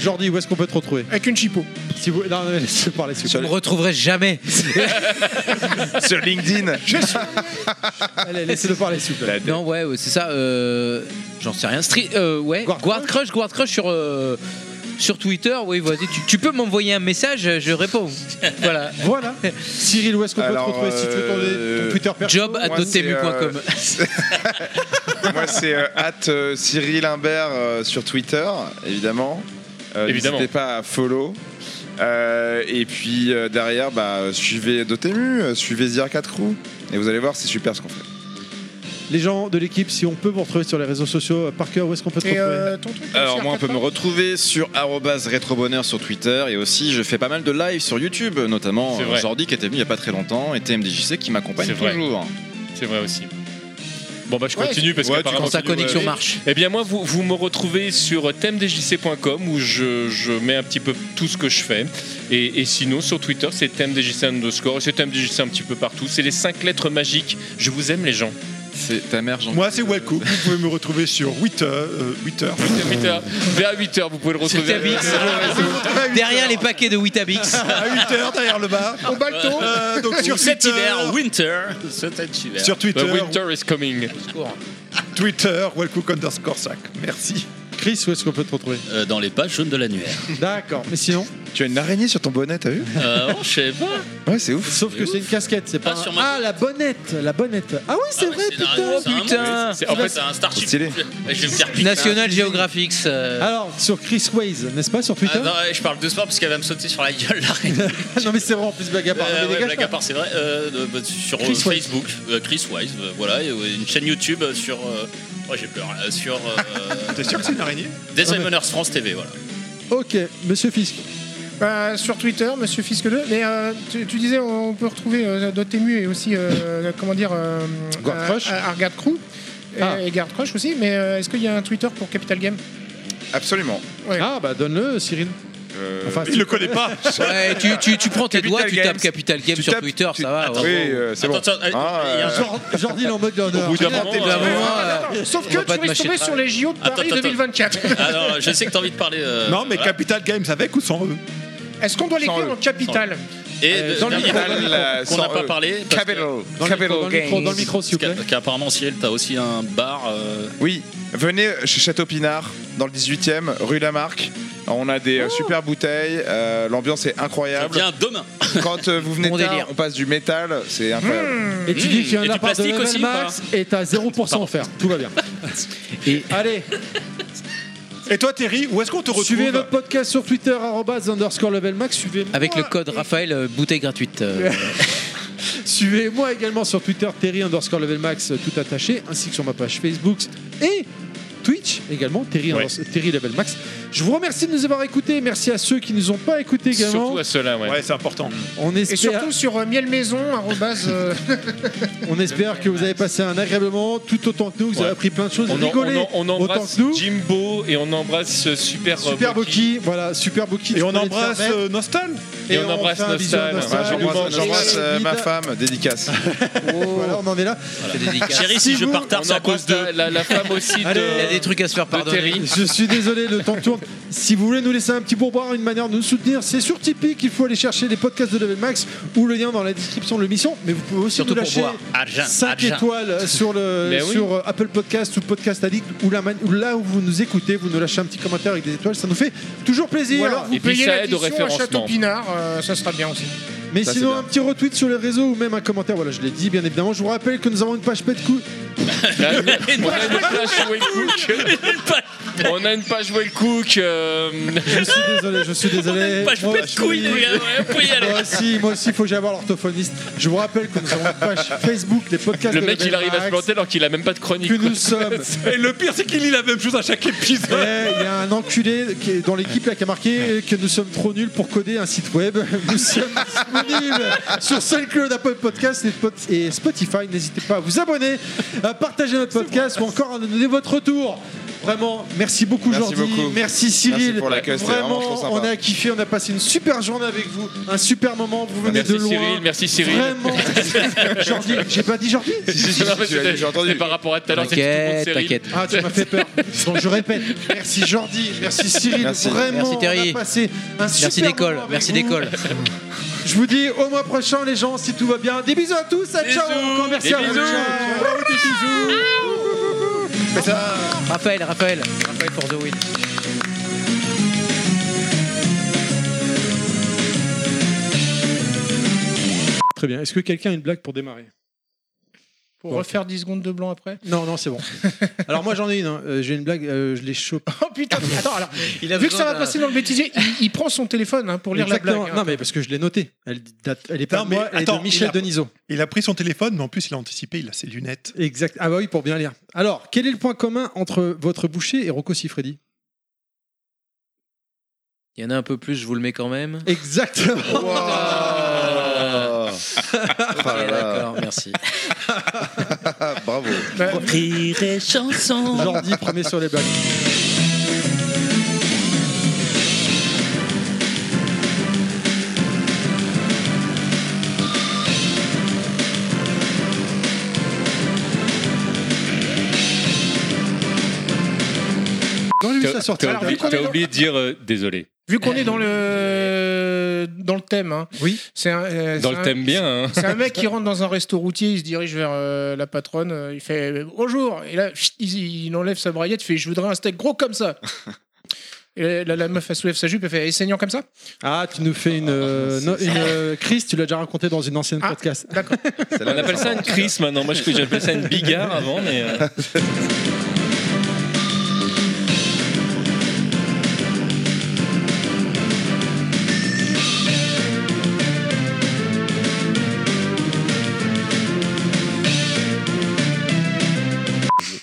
[SPEAKER 1] Jordi, où est-ce qu'on peut te retrouver
[SPEAKER 3] Avec une chipot.
[SPEAKER 1] Si vous... Non, non, mais laisse parler. s'il vous
[SPEAKER 9] Vous me retrouverez jamais.
[SPEAKER 10] Sur LinkedIn.
[SPEAKER 1] Allez, laissez-le parler, s'il vous plaît.
[SPEAKER 9] Non, ouais, ouais, c'est ça. euh, J'en sais rien. Street, euh, ouais. Guard, Crush, Guard Crush sur. euh, Sur Twitter, oui, vas-y, tu, tu peux m'envoyer un message, je
[SPEAKER 1] [laughs]
[SPEAKER 9] réponds. Voilà.
[SPEAKER 1] Voilà. Cyril, où est-ce qu'on peut te
[SPEAKER 10] Alors,
[SPEAKER 1] retrouver si tu veux ton, ton
[SPEAKER 10] euh,
[SPEAKER 1] Twitter perso
[SPEAKER 9] Job at
[SPEAKER 10] Moi, c'est,
[SPEAKER 9] dotemu.com.
[SPEAKER 10] Moi, c'est euh, at, euh, Cyril Imbert euh, sur Twitter, évidemment. Euh,
[SPEAKER 5] Évidemment.
[SPEAKER 10] N'hésitez pas à follow. Euh, et puis euh, derrière, bah, suivez Dotemu, euh, suivez Zira 4 Crew. Et vous allez voir, c'est super ce qu'on fait.
[SPEAKER 1] [laughs] Les gens de l'équipe, si on peut vous retrouver sur les réseaux sociaux, par cœur, où est-ce qu'on peut te
[SPEAKER 3] Et
[SPEAKER 1] retrouver
[SPEAKER 3] euh, ton truc
[SPEAKER 4] Alors moi on peut me retrouver sur arobase @retrobonheur sur Twitter et aussi je fais pas mal de live sur YouTube notamment
[SPEAKER 5] C'est
[SPEAKER 4] euh,
[SPEAKER 5] vrai.
[SPEAKER 4] Jordi qui était venu il y a pas très longtemps et TMDJC qui m'accompagne
[SPEAKER 5] C'est vrai.
[SPEAKER 4] toujours.
[SPEAKER 5] C'est vrai aussi. Bon bah je
[SPEAKER 3] Ouais,
[SPEAKER 5] continue parce
[SPEAKER 4] ouais, tu
[SPEAKER 5] que
[SPEAKER 9] Quand sa connexion marche.
[SPEAKER 5] Eh bien moi vous, vous me retrouvez sur thèmedjc.com où je, je mets un petit peu tout ce que je fais et, et sinon sur Twitter c'est thèmedjc underscore c'est thèmedjc un petit peu partout c'est les cinq lettres magiques je vous aime les gens
[SPEAKER 4] C'est ta mère Jean.
[SPEAKER 8] Moi, c'est Walcook. Vous pouvez me retrouver sur Twitter. euh, Twitter.
[SPEAKER 5] Twitter, vers 8h vous pouvez le retrouver
[SPEAKER 9] Witabix. Derrière les paquets de Witabix.
[SPEAKER 8] à 8h derrière le bar.
[SPEAKER 3] Au balto.
[SPEAKER 8] Euh, donc sur
[SPEAKER 6] Cet
[SPEAKER 8] Twitter,
[SPEAKER 6] hiver, winter, cet hiver.
[SPEAKER 8] sur
[SPEAKER 5] The
[SPEAKER 8] Twitter,
[SPEAKER 5] winter is coming
[SPEAKER 8] Twitter, Walcook underscore sac. Merci.
[SPEAKER 1] Chris, où est-ce qu'on peut te retrouver
[SPEAKER 6] Euh, dans les pages jaunes de l'annuaire.
[SPEAKER 1] D'accord. Mais sinon,
[SPEAKER 10] Tu as une araignée sur ton bonnet, t'as vu
[SPEAKER 6] Euh, oh, je sais pas.
[SPEAKER 10] Ouais, c'est ouf.
[SPEAKER 1] sauf que c'est une casquette, c'est pas.
[SPEAKER 6] Ah,
[SPEAKER 1] un-
[SPEAKER 6] sur ma-
[SPEAKER 1] Ah, la bonnette, la bonnette. Ah oui, c'est
[SPEAKER 6] Ah ouais,
[SPEAKER 1] vrai,
[SPEAKER 6] c'est un-
[SPEAKER 1] putain. Eh ben,
[SPEAKER 6] c'est un
[SPEAKER 9] putain.
[SPEAKER 6] mot, c'est-
[SPEAKER 5] En
[SPEAKER 6] En
[SPEAKER 5] fait,
[SPEAKER 6] fait, c'est un Starship.
[SPEAKER 10] stylé.
[SPEAKER 6] Ouais, Je vais me faire piquer.
[SPEAKER 9] National Geographic. euh,
[SPEAKER 1] Alors, sur Chris Waze, n'est-ce pas, sur Twitter
[SPEAKER 6] Ah, non, ouais, je parle doucement parce qu'elle va me sauter sur la gueule, la
[SPEAKER 1] [laughs]
[SPEAKER 6] reine.
[SPEAKER 1] non, mais c'est vrai, en plus, blague à part.
[SPEAKER 6] Euh,
[SPEAKER 1] Mais
[SPEAKER 6] ouais,
[SPEAKER 1] dégage
[SPEAKER 6] blague
[SPEAKER 1] pas.
[SPEAKER 6] à part, c'est vrai. Euh, euh, bah, sur euh,
[SPEAKER 1] Chris Wise.
[SPEAKER 6] Facebook, euh, Chris Wise, euh, voilà, et, ouais, une chaîne YouTube euh, sur. euh, oh, j'ai peur. euh, sur. Euh,
[SPEAKER 1] [laughs]
[SPEAKER 8] T'es sûr que c'est une araignée
[SPEAKER 1] Ah,
[SPEAKER 6] Design Honors France TV, voilà.
[SPEAKER 1] Ok, monsieur Fisk.
[SPEAKER 3] Bah, sur Twitter, Monsieur Fisque 2. Mais euh, tu, tu disais, on peut retrouver euh, Dotemu et aussi, euh, comment dire, euh,
[SPEAKER 1] Guard
[SPEAKER 3] euh,
[SPEAKER 1] Crush.
[SPEAKER 3] Ar- Argad Crew. Et,
[SPEAKER 1] Ah.
[SPEAKER 3] et Guard Crush aussi. Mais euh, est-ce qu'il y a un Twitter pour Capital Game
[SPEAKER 10] Absolument.
[SPEAKER 3] Ouais.
[SPEAKER 1] Ah, bah donne-le, Cyril.
[SPEAKER 10] Euh,
[SPEAKER 1] Enfin,
[SPEAKER 8] Il le connaît
[SPEAKER 1] [laughs]
[SPEAKER 8] pas.
[SPEAKER 9] [laughs] Ouais, tu, tu, tu prends tes
[SPEAKER 10] Capital
[SPEAKER 9] doigts, tu
[SPEAKER 10] Games.
[SPEAKER 9] tapes Capital Game
[SPEAKER 10] Tu
[SPEAKER 9] sur
[SPEAKER 10] tapes-
[SPEAKER 9] Twitter,
[SPEAKER 10] tu-
[SPEAKER 9] ça va.
[SPEAKER 10] Oui, euh, c'est bon.
[SPEAKER 6] Attends, attends,
[SPEAKER 10] Ah,
[SPEAKER 6] il y a un-
[SPEAKER 10] euh,
[SPEAKER 1] Jor- Jordi, il est en mode d'honneur.
[SPEAKER 4] Au bout d'un
[SPEAKER 1] Rien
[SPEAKER 4] moment,
[SPEAKER 1] t'es là.
[SPEAKER 6] euh,
[SPEAKER 3] Ah,
[SPEAKER 9] D'un moment, euh,
[SPEAKER 3] Sauf
[SPEAKER 9] on
[SPEAKER 3] que
[SPEAKER 9] va pas
[SPEAKER 3] tu
[SPEAKER 9] te
[SPEAKER 3] risques de
[SPEAKER 9] mâcher
[SPEAKER 3] tomber
[SPEAKER 6] le
[SPEAKER 3] sur les JO de
[SPEAKER 6] Attends,
[SPEAKER 3] Paris
[SPEAKER 6] attends, Ah, attends. [laughs]
[SPEAKER 3] 2024.
[SPEAKER 6] Alors, je sais que t'as envie de parler. euh,
[SPEAKER 8] Non, mais
[SPEAKER 6] voilà.
[SPEAKER 8] Capital Games avec ou sans eux
[SPEAKER 3] Est-ce qu'on doit l'écrire en Capital
[SPEAKER 6] Et
[SPEAKER 1] Euh,
[SPEAKER 6] de-
[SPEAKER 1] dans le
[SPEAKER 6] d'un
[SPEAKER 1] micro,
[SPEAKER 6] truc
[SPEAKER 1] dans le
[SPEAKER 10] micro.
[SPEAKER 6] qu'on n'a
[SPEAKER 10] Sans
[SPEAKER 6] pas
[SPEAKER 10] eux.
[SPEAKER 6] parlé. parce que-
[SPEAKER 10] Capital.
[SPEAKER 1] Dans le micro, dans le micro, dans le micro, s'il vous plaît.
[SPEAKER 6] parce qu'a- Qu'apparemment, Ciel, t'as aussi un bar. euh,
[SPEAKER 10] Oui, venez chez Château Pinard, dans le 18 e rue Lamarck. On a des euh, super bouteilles, euh, l'ambiance est
[SPEAKER 6] Ça
[SPEAKER 10] incroyable.
[SPEAKER 6] vient demain.
[SPEAKER 10] [laughs] Quand euh, vous venez
[SPEAKER 9] Bon
[SPEAKER 10] tard,
[SPEAKER 9] délire.
[SPEAKER 10] on passe du métal, c'est incroyable.
[SPEAKER 1] Mmh. Et tu dis qu'il y a
[SPEAKER 6] Mmh. Et
[SPEAKER 1] un
[SPEAKER 6] du
[SPEAKER 1] appart de
[SPEAKER 6] plastique
[SPEAKER 1] level
[SPEAKER 6] aussi, ou
[SPEAKER 1] max et t'as 0% offert. Tout va bien.
[SPEAKER 9] Et-
[SPEAKER 1] Allez,
[SPEAKER 8] Et toi, Terry, où est-ce qu'on te retrouve
[SPEAKER 1] suivez notre podcast sur Twitter, arrobase underscore level max. [laughs] Suivez-moi
[SPEAKER 9] Avec le code Raphaël, euh, bouteille gratuite. euh,
[SPEAKER 1] suivez également sur Twitter, Terry underscore level max, euh, tout attaché, ainsi que sur ma page Facebook et Twitch également, Terry,
[SPEAKER 5] Ouais.
[SPEAKER 1] unders- Terry level max. Je vous remercie de nous avoir écoutés. Merci à ceux qui nous ont pas écoutés également.
[SPEAKER 5] surtout à ceux-là ouais.
[SPEAKER 8] Ouais, c'est important.
[SPEAKER 1] On
[SPEAKER 3] Et
[SPEAKER 1] espère,
[SPEAKER 3] surtout sur euh, mielmaison, arrobase, euh,
[SPEAKER 1] on espère que vous avez passé un agréable moment, tout autant que nous, que vous
[SPEAKER 5] Ouais.
[SPEAKER 1] avez appris plein de choses,
[SPEAKER 5] on, en-
[SPEAKER 1] rigolé
[SPEAKER 5] on en- on
[SPEAKER 1] autant
[SPEAKER 5] embrasse
[SPEAKER 1] que nous.
[SPEAKER 5] Jimbo et on embrasse euh, Super euh,
[SPEAKER 1] Super
[SPEAKER 5] Boki.
[SPEAKER 1] Boki, voilà, Super Boki. tu
[SPEAKER 8] Et on
[SPEAKER 1] peux les
[SPEAKER 8] embrasse
[SPEAKER 1] faire mettre.
[SPEAKER 8] euh, Nostal.
[SPEAKER 5] Et on embrasse
[SPEAKER 1] fait un bisou à
[SPEAKER 5] Nostal.
[SPEAKER 10] Bah,
[SPEAKER 5] Ouais,
[SPEAKER 10] J'embrasse j'embrasse,
[SPEAKER 1] Et
[SPEAKER 10] euh,
[SPEAKER 1] Lida.
[SPEAKER 10] ma femme, dédicace.
[SPEAKER 1] Voilà, on en est là.
[SPEAKER 9] c'est dédicace.
[SPEAKER 6] Chérie, si je
[SPEAKER 1] vous-
[SPEAKER 6] pars tard,
[SPEAKER 5] On
[SPEAKER 6] c'est à cause
[SPEAKER 5] embrasse
[SPEAKER 6] de.
[SPEAKER 5] la, la- la femme aussi de,
[SPEAKER 9] Il y a des trucs à se faire
[SPEAKER 5] de
[SPEAKER 9] pardonner.
[SPEAKER 5] Terry
[SPEAKER 1] Je suis désolé, le temps tourne. Si vous voulez nous laisser un petit pourboire, une manière de nous soutenir, c'est sur Tipeee qu'il faut aller chercher les podcasts de Level Max ou le lien dans la description de l'émission. Mais vous pouvez aussi
[SPEAKER 9] Surtout
[SPEAKER 1] nous
[SPEAKER 9] pour
[SPEAKER 1] lâcher
[SPEAKER 9] boire. Argent,
[SPEAKER 1] 5
[SPEAKER 6] argent.
[SPEAKER 1] étoiles sur, le,
[SPEAKER 5] Mais oui.
[SPEAKER 1] sur euh, Apple Podcast ou Podcast Addict ou la man- ou là où vous nous écoutez. Vous nous lâchez un petit commentaire avec des étoiles, ça nous fait toujours plaisir.
[SPEAKER 3] ou alors vous
[SPEAKER 5] Et puis
[SPEAKER 3] payez
[SPEAKER 5] ça aide au
[SPEAKER 3] l'addition à Château
[SPEAKER 5] référencement.
[SPEAKER 3] Pinard, euh, ça sera bien aussi.
[SPEAKER 1] Mais
[SPEAKER 10] Ça,
[SPEAKER 1] sinon,
[SPEAKER 10] c'est
[SPEAKER 1] un
[SPEAKER 10] bien.
[SPEAKER 1] petit retweet sur les réseaux ou même un commentaire. Voilà, je l'ai dit, bien évidemment. Je vous rappelle que nous avons une page pet cou-
[SPEAKER 5] Là,
[SPEAKER 1] [laughs]
[SPEAKER 5] on a une page Wellcook. On a une page Wellcook. euh,
[SPEAKER 1] Je
[SPEAKER 5] [laughs]
[SPEAKER 1] suis désolé, je suis désolé.
[SPEAKER 6] Pas je
[SPEAKER 1] Moi,
[SPEAKER 6] pète
[SPEAKER 1] je
[SPEAKER 6] couille,
[SPEAKER 1] suis-
[SPEAKER 6] les gars, ouais, on peut y aller.
[SPEAKER 1] Moi aussi, moi aussi, faut que j'aille voir l'orthophoniste. Je vous rappelle que nous avons une page Facebook, les podcasts.
[SPEAKER 5] Le
[SPEAKER 1] de
[SPEAKER 5] mec,
[SPEAKER 1] Level
[SPEAKER 5] il arrive à se
[SPEAKER 1] Max,
[SPEAKER 5] planter alors qu'il a même pas de chronique.
[SPEAKER 1] Que
[SPEAKER 5] quoi.
[SPEAKER 1] nous sommes.
[SPEAKER 5] [laughs]
[SPEAKER 27] Et le pire, c'est qu'il lit la même chose à chaque
[SPEAKER 1] Eh,
[SPEAKER 27] épisode.
[SPEAKER 1] Il y a un enculé qui est dans l'équipe là qui a marqué que nous sommes trop nuls pour coder un site web. Nous sommes disponibles sur SoundCloud, Apple Podcast et Pot- et Spotify. N'hésitez pas à vous abonner, à partager notre podcast ou encore à nous donner votre retour. Vraiment, merci beaucoup
[SPEAKER 10] Merci
[SPEAKER 1] Jordi.
[SPEAKER 10] beaucoup.
[SPEAKER 1] Merci Cyril.
[SPEAKER 10] Merci pour l'accueil, c'était
[SPEAKER 1] vraiment,
[SPEAKER 10] vraiment trop sympa.
[SPEAKER 1] on a kiffé, on a passé une super journée avec vous, un super moment. Vous venez
[SPEAKER 5] Merci
[SPEAKER 1] de loin.
[SPEAKER 5] Cyril, merci Cyril.
[SPEAKER 1] Vraiment. Eh, Jordi, j'ai pas dit Jordi
[SPEAKER 5] Non, mais c'était- c'était par rapport à tout à l'heure, c'est tout le monde
[SPEAKER 1] T'inquiète,
[SPEAKER 5] stérile.
[SPEAKER 1] t'inquiète. Ah, tu m'as fait peur. Bon,
[SPEAKER 5] [laughs]
[SPEAKER 1] je répète. Merci Jordi, merci Cyril.
[SPEAKER 9] Merci.
[SPEAKER 1] Vraiment,
[SPEAKER 9] Merci, Terry.
[SPEAKER 1] on a passé un
[SPEAKER 9] Merci
[SPEAKER 1] super
[SPEAKER 9] d'école,
[SPEAKER 1] moment avec
[SPEAKER 9] merci
[SPEAKER 1] vous.
[SPEAKER 9] d'école.
[SPEAKER 1] [laughs] Je vous dis au mois prochain, les gens, si tout va bien. Des bisous à tous. à ciao. Encore merci
[SPEAKER 9] des
[SPEAKER 1] à vous.
[SPEAKER 9] bisous.
[SPEAKER 1] Ciao.
[SPEAKER 9] Raphaël, Raphaël, Raphaël pour The Win.
[SPEAKER 13] Très bien. Est-ce que quelqu'un a une blague pour démarrer
[SPEAKER 3] Pour refaire 10 secondes de blanc après
[SPEAKER 13] Non, non, c'est bon. [laughs] Alors moi j'en ai une. hein. Euh, J'ai une blague. euh, je l'ai chopée.
[SPEAKER 3] Oh
[SPEAKER 13] [laughs]
[SPEAKER 3] putain, mais attends, alors, vu que ça va passer dans le bêtisier, il, il prend son téléphone hein, pour lire
[SPEAKER 13] Exactement.
[SPEAKER 3] la blague. hein.
[SPEAKER 13] Non mais parce que je l'ai notée. Elle, date- elle est pas
[SPEAKER 8] Non,
[SPEAKER 13] de
[SPEAKER 8] mais
[SPEAKER 13] moi, elle est de
[SPEAKER 8] attends,
[SPEAKER 13] Michel
[SPEAKER 8] il a-
[SPEAKER 13] Denisot.
[SPEAKER 8] Il a pris son téléphone, mais en plus, il a anticipé, il a ses lunettes.
[SPEAKER 13] Exact. Ah bah oui, pour bien lire. Alors, quel est le point commun entre votre boucher et Rocco Siffredi
[SPEAKER 9] Il y en a un peu plus, je vous le mets quand même.
[SPEAKER 13] Exactement.
[SPEAKER 9] [laughs] Ok, d'accord,
[SPEAKER 13] [laughs]
[SPEAKER 9] merci.
[SPEAKER 10] Bravo.
[SPEAKER 9] Rire et chanson.
[SPEAKER 13] Jordi, premier sur les blagues.
[SPEAKER 3] j'ai vu
[SPEAKER 5] T'as-
[SPEAKER 3] ça sortir.
[SPEAKER 5] T'as
[SPEAKER 3] Alors,
[SPEAKER 5] oublié-
[SPEAKER 3] vu qu'on est
[SPEAKER 5] t'as
[SPEAKER 3] dans-
[SPEAKER 5] oublié de dire euh, désolé.
[SPEAKER 3] Vu qu'on est dans le dans le thème, hein,
[SPEAKER 13] oui.
[SPEAKER 3] C'est un, euh,
[SPEAKER 5] Dans
[SPEAKER 3] c'est
[SPEAKER 5] le
[SPEAKER 3] un-
[SPEAKER 5] thème bien, hein.
[SPEAKER 3] C'est un mec qui rentre dans un resto routier, il se dirige vers euh, la patronne, euh, il fait euh, bonjour, et là chut, il, il enlève sa braillette, il fait je voudrais un steak gros comme
[SPEAKER 5] [laughs]
[SPEAKER 3] ça. Et là, la meuf elle soulève sa jupe, elle fait et saignant comme ça.
[SPEAKER 13] Ah, tu nous fais une, euh, no- une euh, crise, tu l'as déjà raconté dans une ancienne
[SPEAKER 10] Ah,
[SPEAKER 13] podcast.
[SPEAKER 1] [laughs]
[SPEAKER 3] D'accord.
[SPEAKER 5] On appelle ça une crise maintenant. Moi, je crois que j'appelais ça une bigarre avant, mais. euh,
[SPEAKER 1] [laughs]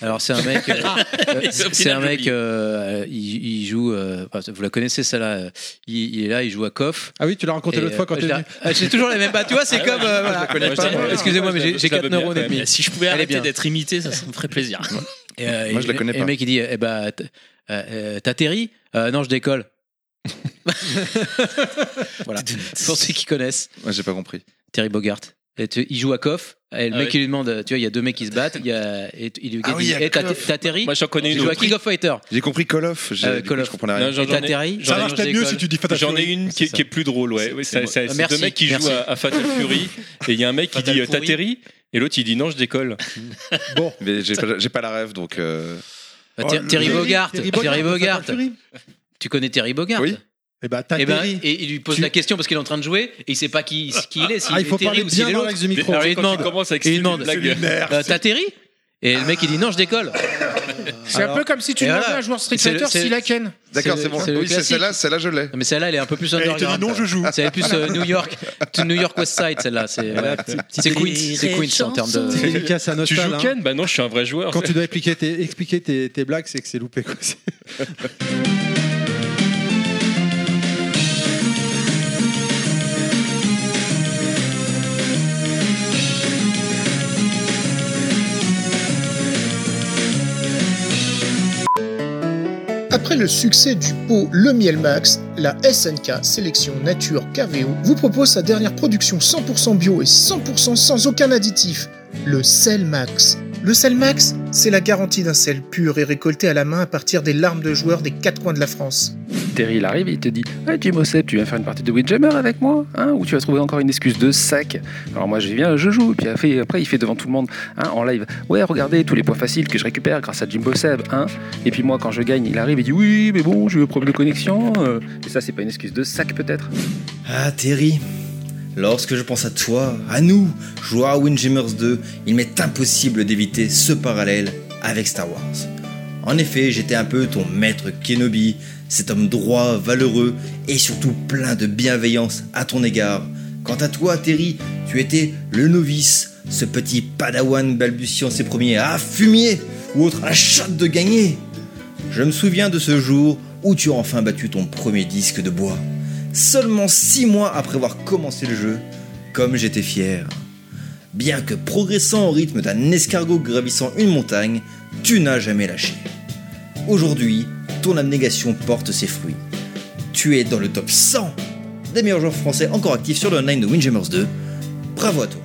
[SPEAKER 9] Alors c'est un mec, euh,
[SPEAKER 13] Ah,
[SPEAKER 9] euh,
[SPEAKER 5] Les
[SPEAKER 9] c'est
[SPEAKER 5] opinales
[SPEAKER 9] un mec, euh, euh, il, il joue. euh, enfin, vous la connaissez ça là euh, il, il est là, il joue à Coff.
[SPEAKER 13] Ah oui, tu l'as rencontré l'autre fois quand t'es
[SPEAKER 9] tu
[SPEAKER 13] venu.
[SPEAKER 9] J'ai toujours les mêmes. Bah tu vois, c'est
[SPEAKER 13] Ah,
[SPEAKER 9] comme.
[SPEAKER 13] ouais,
[SPEAKER 9] euh,
[SPEAKER 13] je
[SPEAKER 9] voilà.
[SPEAKER 13] la connais
[SPEAKER 9] Moi,
[SPEAKER 13] pas,
[SPEAKER 9] je-
[SPEAKER 13] moi.
[SPEAKER 9] Excusez-moi, mais
[SPEAKER 13] Je
[SPEAKER 9] j'ai
[SPEAKER 13] la-
[SPEAKER 9] j'ai
[SPEAKER 13] je la
[SPEAKER 9] 4
[SPEAKER 13] veux bien,
[SPEAKER 9] neurones et
[SPEAKER 13] quand
[SPEAKER 9] demi.
[SPEAKER 13] même.
[SPEAKER 6] Si je pouvais
[SPEAKER 9] Elle est
[SPEAKER 6] arrêter
[SPEAKER 9] bien.
[SPEAKER 6] d'être imité, ça, ça me ferait plaisir.
[SPEAKER 9] Et, euh,
[SPEAKER 6] Moi,
[SPEAKER 9] et
[SPEAKER 6] je la
[SPEAKER 9] le-
[SPEAKER 6] connais
[SPEAKER 9] Et
[SPEAKER 6] pas.
[SPEAKER 9] le mec il dit, eh bah, t- euh, euh, t'atterris Euh, Non, je décolle. [laughs] voilà. Pour ceux qui connaissent.
[SPEAKER 10] Moi, j'ai pas compris.
[SPEAKER 9] Terry Bogart. Et tu- il joue à Coff. Et le
[SPEAKER 6] Ah
[SPEAKER 9] mec
[SPEAKER 6] oui.
[SPEAKER 9] il lui demande, tu vois, il y a deux mecs qui se battent. Il y a, et tu- il lui
[SPEAKER 6] Ah oui,
[SPEAKER 9] dit,
[SPEAKER 6] il y a
[SPEAKER 9] eh, t'atte-
[SPEAKER 6] Koff.
[SPEAKER 9] t'atterris
[SPEAKER 6] Moi, j'en connais une
[SPEAKER 9] Il joue à
[SPEAKER 6] autre.
[SPEAKER 9] King of Fighter.
[SPEAKER 10] J'ai compris Call of.
[SPEAKER 5] Ah,
[SPEAKER 10] j'ai-
[SPEAKER 9] Euh,
[SPEAKER 10] du
[SPEAKER 9] Call
[SPEAKER 10] coup,
[SPEAKER 9] of.
[SPEAKER 10] Je comprenais rien.
[SPEAKER 5] Non, j'en-
[SPEAKER 9] Et
[SPEAKER 5] j'en ai-
[SPEAKER 9] t'atterris
[SPEAKER 5] j'en ai- j'en ai- J'en ai une qui est, qui est plus drôle, ouais.
[SPEAKER 6] C'est-
[SPEAKER 5] Ouais,
[SPEAKER 6] c'est
[SPEAKER 5] ça-
[SPEAKER 6] moi.
[SPEAKER 5] ça- C'est
[SPEAKER 6] Merci,
[SPEAKER 5] deux mecs qui
[SPEAKER 6] merci.
[SPEAKER 5] jouent à, à Fatal Fury et il y a un mec qui
[SPEAKER 6] Fatal
[SPEAKER 5] dit euh,
[SPEAKER 6] Fury.
[SPEAKER 5] t'atterris et l'autre il dit non, je décolle.
[SPEAKER 13] Bon.
[SPEAKER 10] Mais j'ai pas, j'ai pas la rêve, donc. euh,
[SPEAKER 5] Ah,
[SPEAKER 9] Bah,
[SPEAKER 10] Oh,
[SPEAKER 9] Ter-
[SPEAKER 10] le-
[SPEAKER 9] Terry Bogart,
[SPEAKER 10] Terry
[SPEAKER 9] Terry Bogart.
[SPEAKER 10] Fatal Fury.
[SPEAKER 9] Tu connais Terry Bogart
[SPEAKER 10] Oui.
[SPEAKER 13] Et bah,
[SPEAKER 9] Eh ben, et il lui pose la question parce qu'il est en train de jouer et il sait pas qui, qui il est. s'il
[SPEAKER 13] Ah, il faut
[SPEAKER 9] est Terry
[SPEAKER 13] parler
[SPEAKER 9] ou
[SPEAKER 13] bien
[SPEAKER 9] s'il est
[SPEAKER 13] dans
[SPEAKER 9] l'autre.
[SPEAKER 13] l'axe du micro.
[SPEAKER 9] Alors, il
[SPEAKER 13] Quand
[SPEAKER 9] demande,
[SPEAKER 13] tu commences avec
[SPEAKER 9] et il
[SPEAKER 13] Steve
[SPEAKER 9] demande
[SPEAKER 13] Blagueur.
[SPEAKER 9] euh, T'as atterri Et le mec il dit non, je décolle.
[SPEAKER 3] C'est un peu comme si tu
[SPEAKER 9] Et
[SPEAKER 3] demandais
[SPEAKER 9] voilà.
[SPEAKER 3] à un joueur Street
[SPEAKER 9] C'est le-
[SPEAKER 3] Fighter
[SPEAKER 9] c'est-
[SPEAKER 3] s'il a Ken.
[SPEAKER 10] D'accord, c'est bon.
[SPEAKER 9] le
[SPEAKER 10] Oui, c'est
[SPEAKER 9] classique.
[SPEAKER 10] celle-là, celle-là, je l'ai.
[SPEAKER 9] Mais celle-là, elle est un peu plus
[SPEAKER 10] Et il te dit
[SPEAKER 9] underground.
[SPEAKER 10] non, je joue.
[SPEAKER 9] C'est plus euh, New York, to New York West Side, celle-là. C'est ouais. C'est Queens, c'est Queens en termes de.
[SPEAKER 13] Dédicace à
[SPEAKER 5] Tu
[SPEAKER 13] Nostal,
[SPEAKER 5] joues
[SPEAKER 13] hein.
[SPEAKER 5] Ken Bah non, je suis un vrai joueur.
[SPEAKER 13] Quand tu dois expliquer tes, expliquer tes, tes blagues, c'est que c'est loupé. Quoi. C'est-
[SPEAKER 16] Après le succès du pot Le Miel Max, la SNK Sélection Nature KVO vous propose sa dernière production 100% bio et 100% sans aucun additif, le Sel Max. Le Sel Max, c'est la garantie d'un sel pur et récolté à la main à partir des larmes de joueurs des quatre coins de la France.
[SPEAKER 17] Terry, il arrive et il te dit Ouais, Jim Ossep, tu vas faire une partie de Windjammer avec moi hein, Ou tu vas trouver encore une excuse de sac Alors moi, je viens, je joue. Et puis après, après, il fait devant tout le monde hein, en live Ouais, regardez tous les points faciles que je récupère grâce à Jimbo Seb. Hein. Et puis moi, quand je gagne, il arrive et dit Oui, mais bon, j'ai eu un problème de connexion. euh. Et ça, c'est pas une excuse de sac peut-être
[SPEAKER 18] Ah Terry, lorsque je pense à toi, à nous, joueurs à Windjammers 2, il m'est impossible d'éviter ce parallèle avec Star Wars. En effet, j'étais un peu ton maître Kenobi, cet homme droit, valeureux et surtout plein de bienveillance à ton égard. Quant à toi, Terry, tu étais le novice, ce petit padawan balbutiant ses premiers à fumier ou autre à la chatte de gagner. Je me souviens de ce jour où tu as enfin battu ton premier disque de bois. Seulement 6 mois après avoir commencé le jeu, comme j'étais fier. Bien que progressant au rythme d'un escargot gravissant une montagne, tu n'as jamais lâché. Aujourd'hui, ton abnégation porte ses fruits. Tu es dans le top 100 des meilleurs joueurs français encore actifs sur le online de Windjammers 2. Bravo à toi.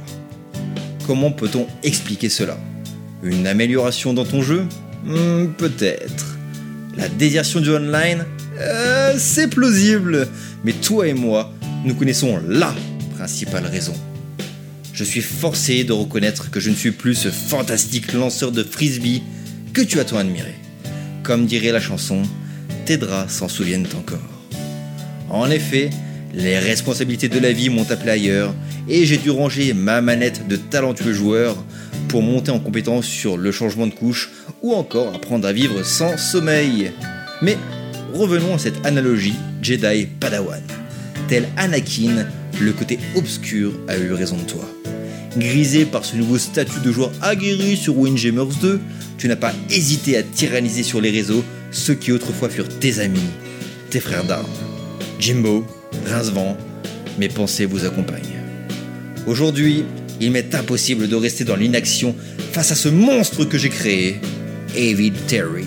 [SPEAKER 18] Comment peut-on expliquer cela Une amélioration dans ton jeu Hmm, Peut-être. La désertion du online Euh, C'est plausible. Mais toi et moi, nous connaissons LA principale raison. Je suis forcé de reconnaître que je ne suis plus ce fantastique lanceur de frisbee que tu as tant admiré. Comme dirait la chanson, tes draps s'en souviennent encore. En effet, les responsabilités de la vie m'ont appelé ailleurs et j'ai dû ranger ma manette de talentueux joueur pour monter en compétence sur le changement de couche ou encore apprendre à vivre sans sommeil. Mais revenons à cette analogie Jedi Padawan. Tel Anakin, le côté obscur a eu raison de toi. Grisé par ce nouveau statut de joueur aguerri sur Windjammers 2, tu n'as pas hésité à tyranniser sur les réseaux ceux qui autrefois furent tes amis, tes frères d'armes. Jimbo, Rincevent, mes pensées vous accompagnent. Aujourd'hui, il m'est impossible de rester dans l'inaction face à ce monstre que j'ai créé, Avid Terry.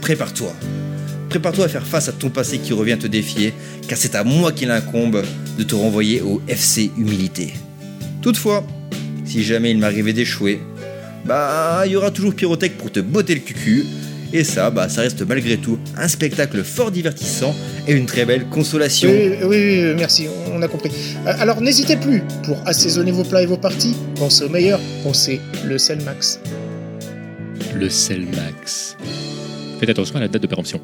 [SPEAKER 18] Prépare-toi. Prépare-toi à faire face à ton passé qui revient te défier, car c'est à moi qu'il incombe de te renvoyer au FC Humilité. Toutefois, si jamais il m'arrivait d'échouer, bah, il y aura toujours Pyrotech pour te botter le cucu, et ça, bah, ça reste malgré tout un spectacle fort divertissant et une très belle consolation.
[SPEAKER 28] Oui, oui, oui, oui, merci, on a compris. Euh, Alors n'hésitez plus, pour assaisonner vos plats et vos parties, pensez au meilleur, pensez le sel max.
[SPEAKER 29] Le Selmax. Faites attention à la date de péremption.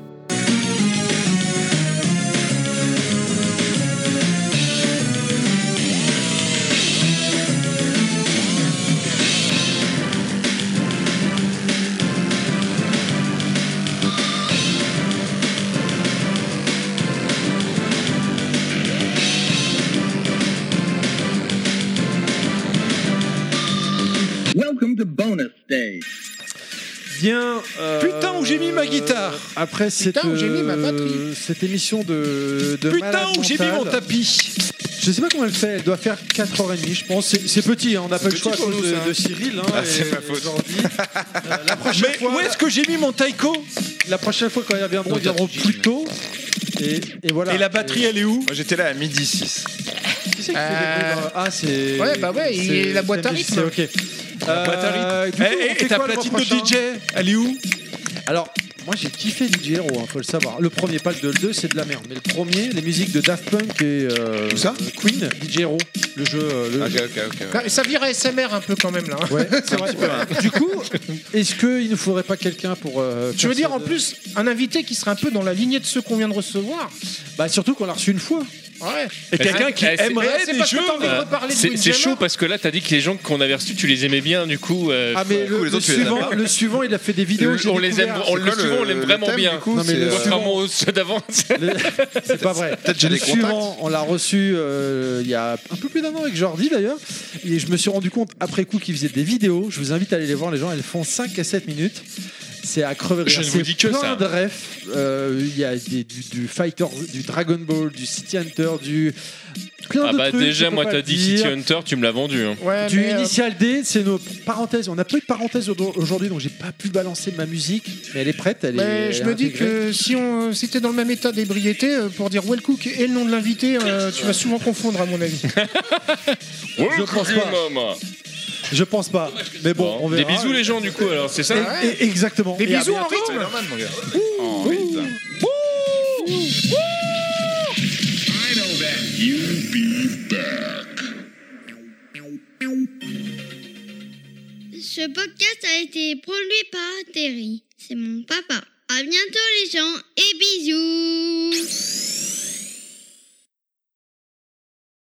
[SPEAKER 30] Welcome to bonus day.
[SPEAKER 1] Bien. euh,
[SPEAKER 10] Putain, où j'ai mis ma guitare
[SPEAKER 1] Après cette,
[SPEAKER 10] euh, Putain, où j'ai mis ma
[SPEAKER 1] euh,
[SPEAKER 10] batterie.
[SPEAKER 1] cette émission de, de
[SPEAKER 10] Putain,
[SPEAKER 1] malade
[SPEAKER 10] où j'ai mis
[SPEAKER 1] mentale.
[SPEAKER 10] mon tapis
[SPEAKER 1] Je sais pas combien elle fait, elle doit faire 4h30 je pense. C'est- C'est petit, hein, on n'a pas eu le
[SPEAKER 10] Petit
[SPEAKER 1] choix à
[SPEAKER 10] pour
[SPEAKER 1] cause
[SPEAKER 10] nous,
[SPEAKER 1] de,
[SPEAKER 10] ça, hein.
[SPEAKER 1] de Cyril. hein,
[SPEAKER 10] Ah, c'est
[SPEAKER 1] et
[SPEAKER 10] ma faute.
[SPEAKER 1] d'aujourd'hui. Euh, la prochaine
[SPEAKER 10] Mais
[SPEAKER 1] fois,
[SPEAKER 10] où est-ce que j'ai mis mon taiko
[SPEAKER 1] La prochaine fois quand ils reviendront,
[SPEAKER 10] Dans
[SPEAKER 1] ils viendront plus tôt. Et, et voilà.
[SPEAKER 10] Et la batterie, elle est où
[SPEAKER 17] Moi, j'étais là à midi 6.
[SPEAKER 1] Qui c'est qui fait des
[SPEAKER 10] Euh,
[SPEAKER 1] bruits dans- Ah, c'est.
[SPEAKER 10] ouais, bah ouais,
[SPEAKER 1] c'est-
[SPEAKER 10] il est la boîte à
[SPEAKER 1] MJC,
[SPEAKER 10] rythme.
[SPEAKER 1] ok. Euh,
[SPEAKER 10] La boîte à rythme.
[SPEAKER 1] du
[SPEAKER 10] Eh,
[SPEAKER 1] coup, on
[SPEAKER 10] eh,
[SPEAKER 1] fait
[SPEAKER 10] et ta
[SPEAKER 1] quoi le mois
[SPEAKER 10] platine de
[SPEAKER 1] prochain
[SPEAKER 10] DJ, elle est où
[SPEAKER 1] Alors, moi j'ai kiffé DJ Hero, hein, faut le savoir. Le premier, pas le 2, c'est de la merde. Mais le premier, les musiques de Daft Punk et euh, Queen, DJ Hero, le jeu. euh, le jeu.
[SPEAKER 3] Ça vire à SMR un peu quand même là. hein.
[SPEAKER 10] [laughs]
[SPEAKER 1] Ouais, c'est vrai. Du coup, est-ce qu'il nous faudrait pas quelqu'un pour. euh,
[SPEAKER 3] Je veux dire
[SPEAKER 1] faire ce-
[SPEAKER 3] en plus un invité qui serait un peu dans la lignée de ceux qu'on vient de recevoir.
[SPEAKER 1] Bah surtout qu'on l'a reçu une fois.
[SPEAKER 3] Ouais.
[SPEAKER 5] Et quelqu'un
[SPEAKER 31] qui aimerait
[SPEAKER 3] des jeux.
[SPEAKER 5] C'est c'est chaud parce que là, t'as dit que les gens qu'on avait reçus, tu les aimais bien, du coup. euh,
[SPEAKER 1] Ah mais le,
[SPEAKER 5] coup, les
[SPEAKER 1] le
[SPEAKER 5] autres, tu les aimes
[SPEAKER 1] suivant,
[SPEAKER 5] pas.
[SPEAKER 1] le suivant, il a fait des vidéos. j'ai
[SPEAKER 5] Euh, on les aime,
[SPEAKER 1] découvert.
[SPEAKER 5] on le suivant, on l'aime vraiment bien.
[SPEAKER 1] Non, mais le suivant,
[SPEAKER 5] Contrairement aux ceux d'avant.
[SPEAKER 1] [laughs] C'est pas vrai.
[SPEAKER 17] Peut-être j'ai
[SPEAKER 1] le
[SPEAKER 17] des contacts.
[SPEAKER 1] suivant, on l'a reçu euh, il y a un peu plus d'un an avec Jordi d'ailleurs. Et je me suis rendu compte après coup qu'il faisait des vidéos. Je vous invite à aller les voir, les gens, elles font 5 à 7 minutes. C'est à crever de
[SPEAKER 5] Je
[SPEAKER 1] rire.
[SPEAKER 5] ne vous
[SPEAKER 1] C'est
[SPEAKER 5] dis que
[SPEAKER 1] plein
[SPEAKER 5] ça.
[SPEAKER 1] de refs. Euh, Il y a des- du, du Fighter, du Dragon Ball, du City Hunter, du. Plein
[SPEAKER 5] Ah
[SPEAKER 1] de
[SPEAKER 5] bah
[SPEAKER 1] trucs
[SPEAKER 5] déjà,
[SPEAKER 1] qu'on peut
[SPEAKER 5] moi,
[SPEAKER 1] pas
[SPEAKER 5] t'as dit
[SPEAKER 1] dire.
[SPEAKER 5] City Hunter, tu me l'as vendu. hein.
[SPEAKER 1] du
[SPEAKER 3] euh,
[SPEAKER 1] Initial D, c'est nos parenthèses. On n'a pas eu de parenthèse au- aujourd'hui, donc j'ai pas pu balancer ma musique, mais elle est prête. Elle
[SPEAKER 3] Mais
[SPEAKER 1] est,
[SPEAKER 3] ben, je
[SPEAKER 1] elle
[SPEAKER 3] me
[SPEAKER 1] est
[SPEAKER 3] dis
[SPEAKER 1] intégrée.
[SPEAKER 3] que si on si t'es dans le même état d'ébriété euh, pour dire Well Cook et le nom de l'invité, euh, tu vas souvent confondre à mon [laughs] avis.
[SPEAKER 1] Je pense pas. Je pense pas. Mais bon, on
[SPEAKER 5] Des
[SPEAKER 1] verra.
[SPEAKER 5] bisous, les gens, du coup, alors, c'est ça
[SPEAKER 1] Et- et- exactement.
[SPEAKER 3] Des
[SPEAKER 1] Et à
[SPEAKER 3] bisous en
[SPEAKER 1] bientôt.
[SPEAKER 3] rythme.
[SPEAKER 17] Oh, putain.
[SPEAKER 7] Ce podcast a été produit par Terry. C'est mon papa. À bientôt les gens et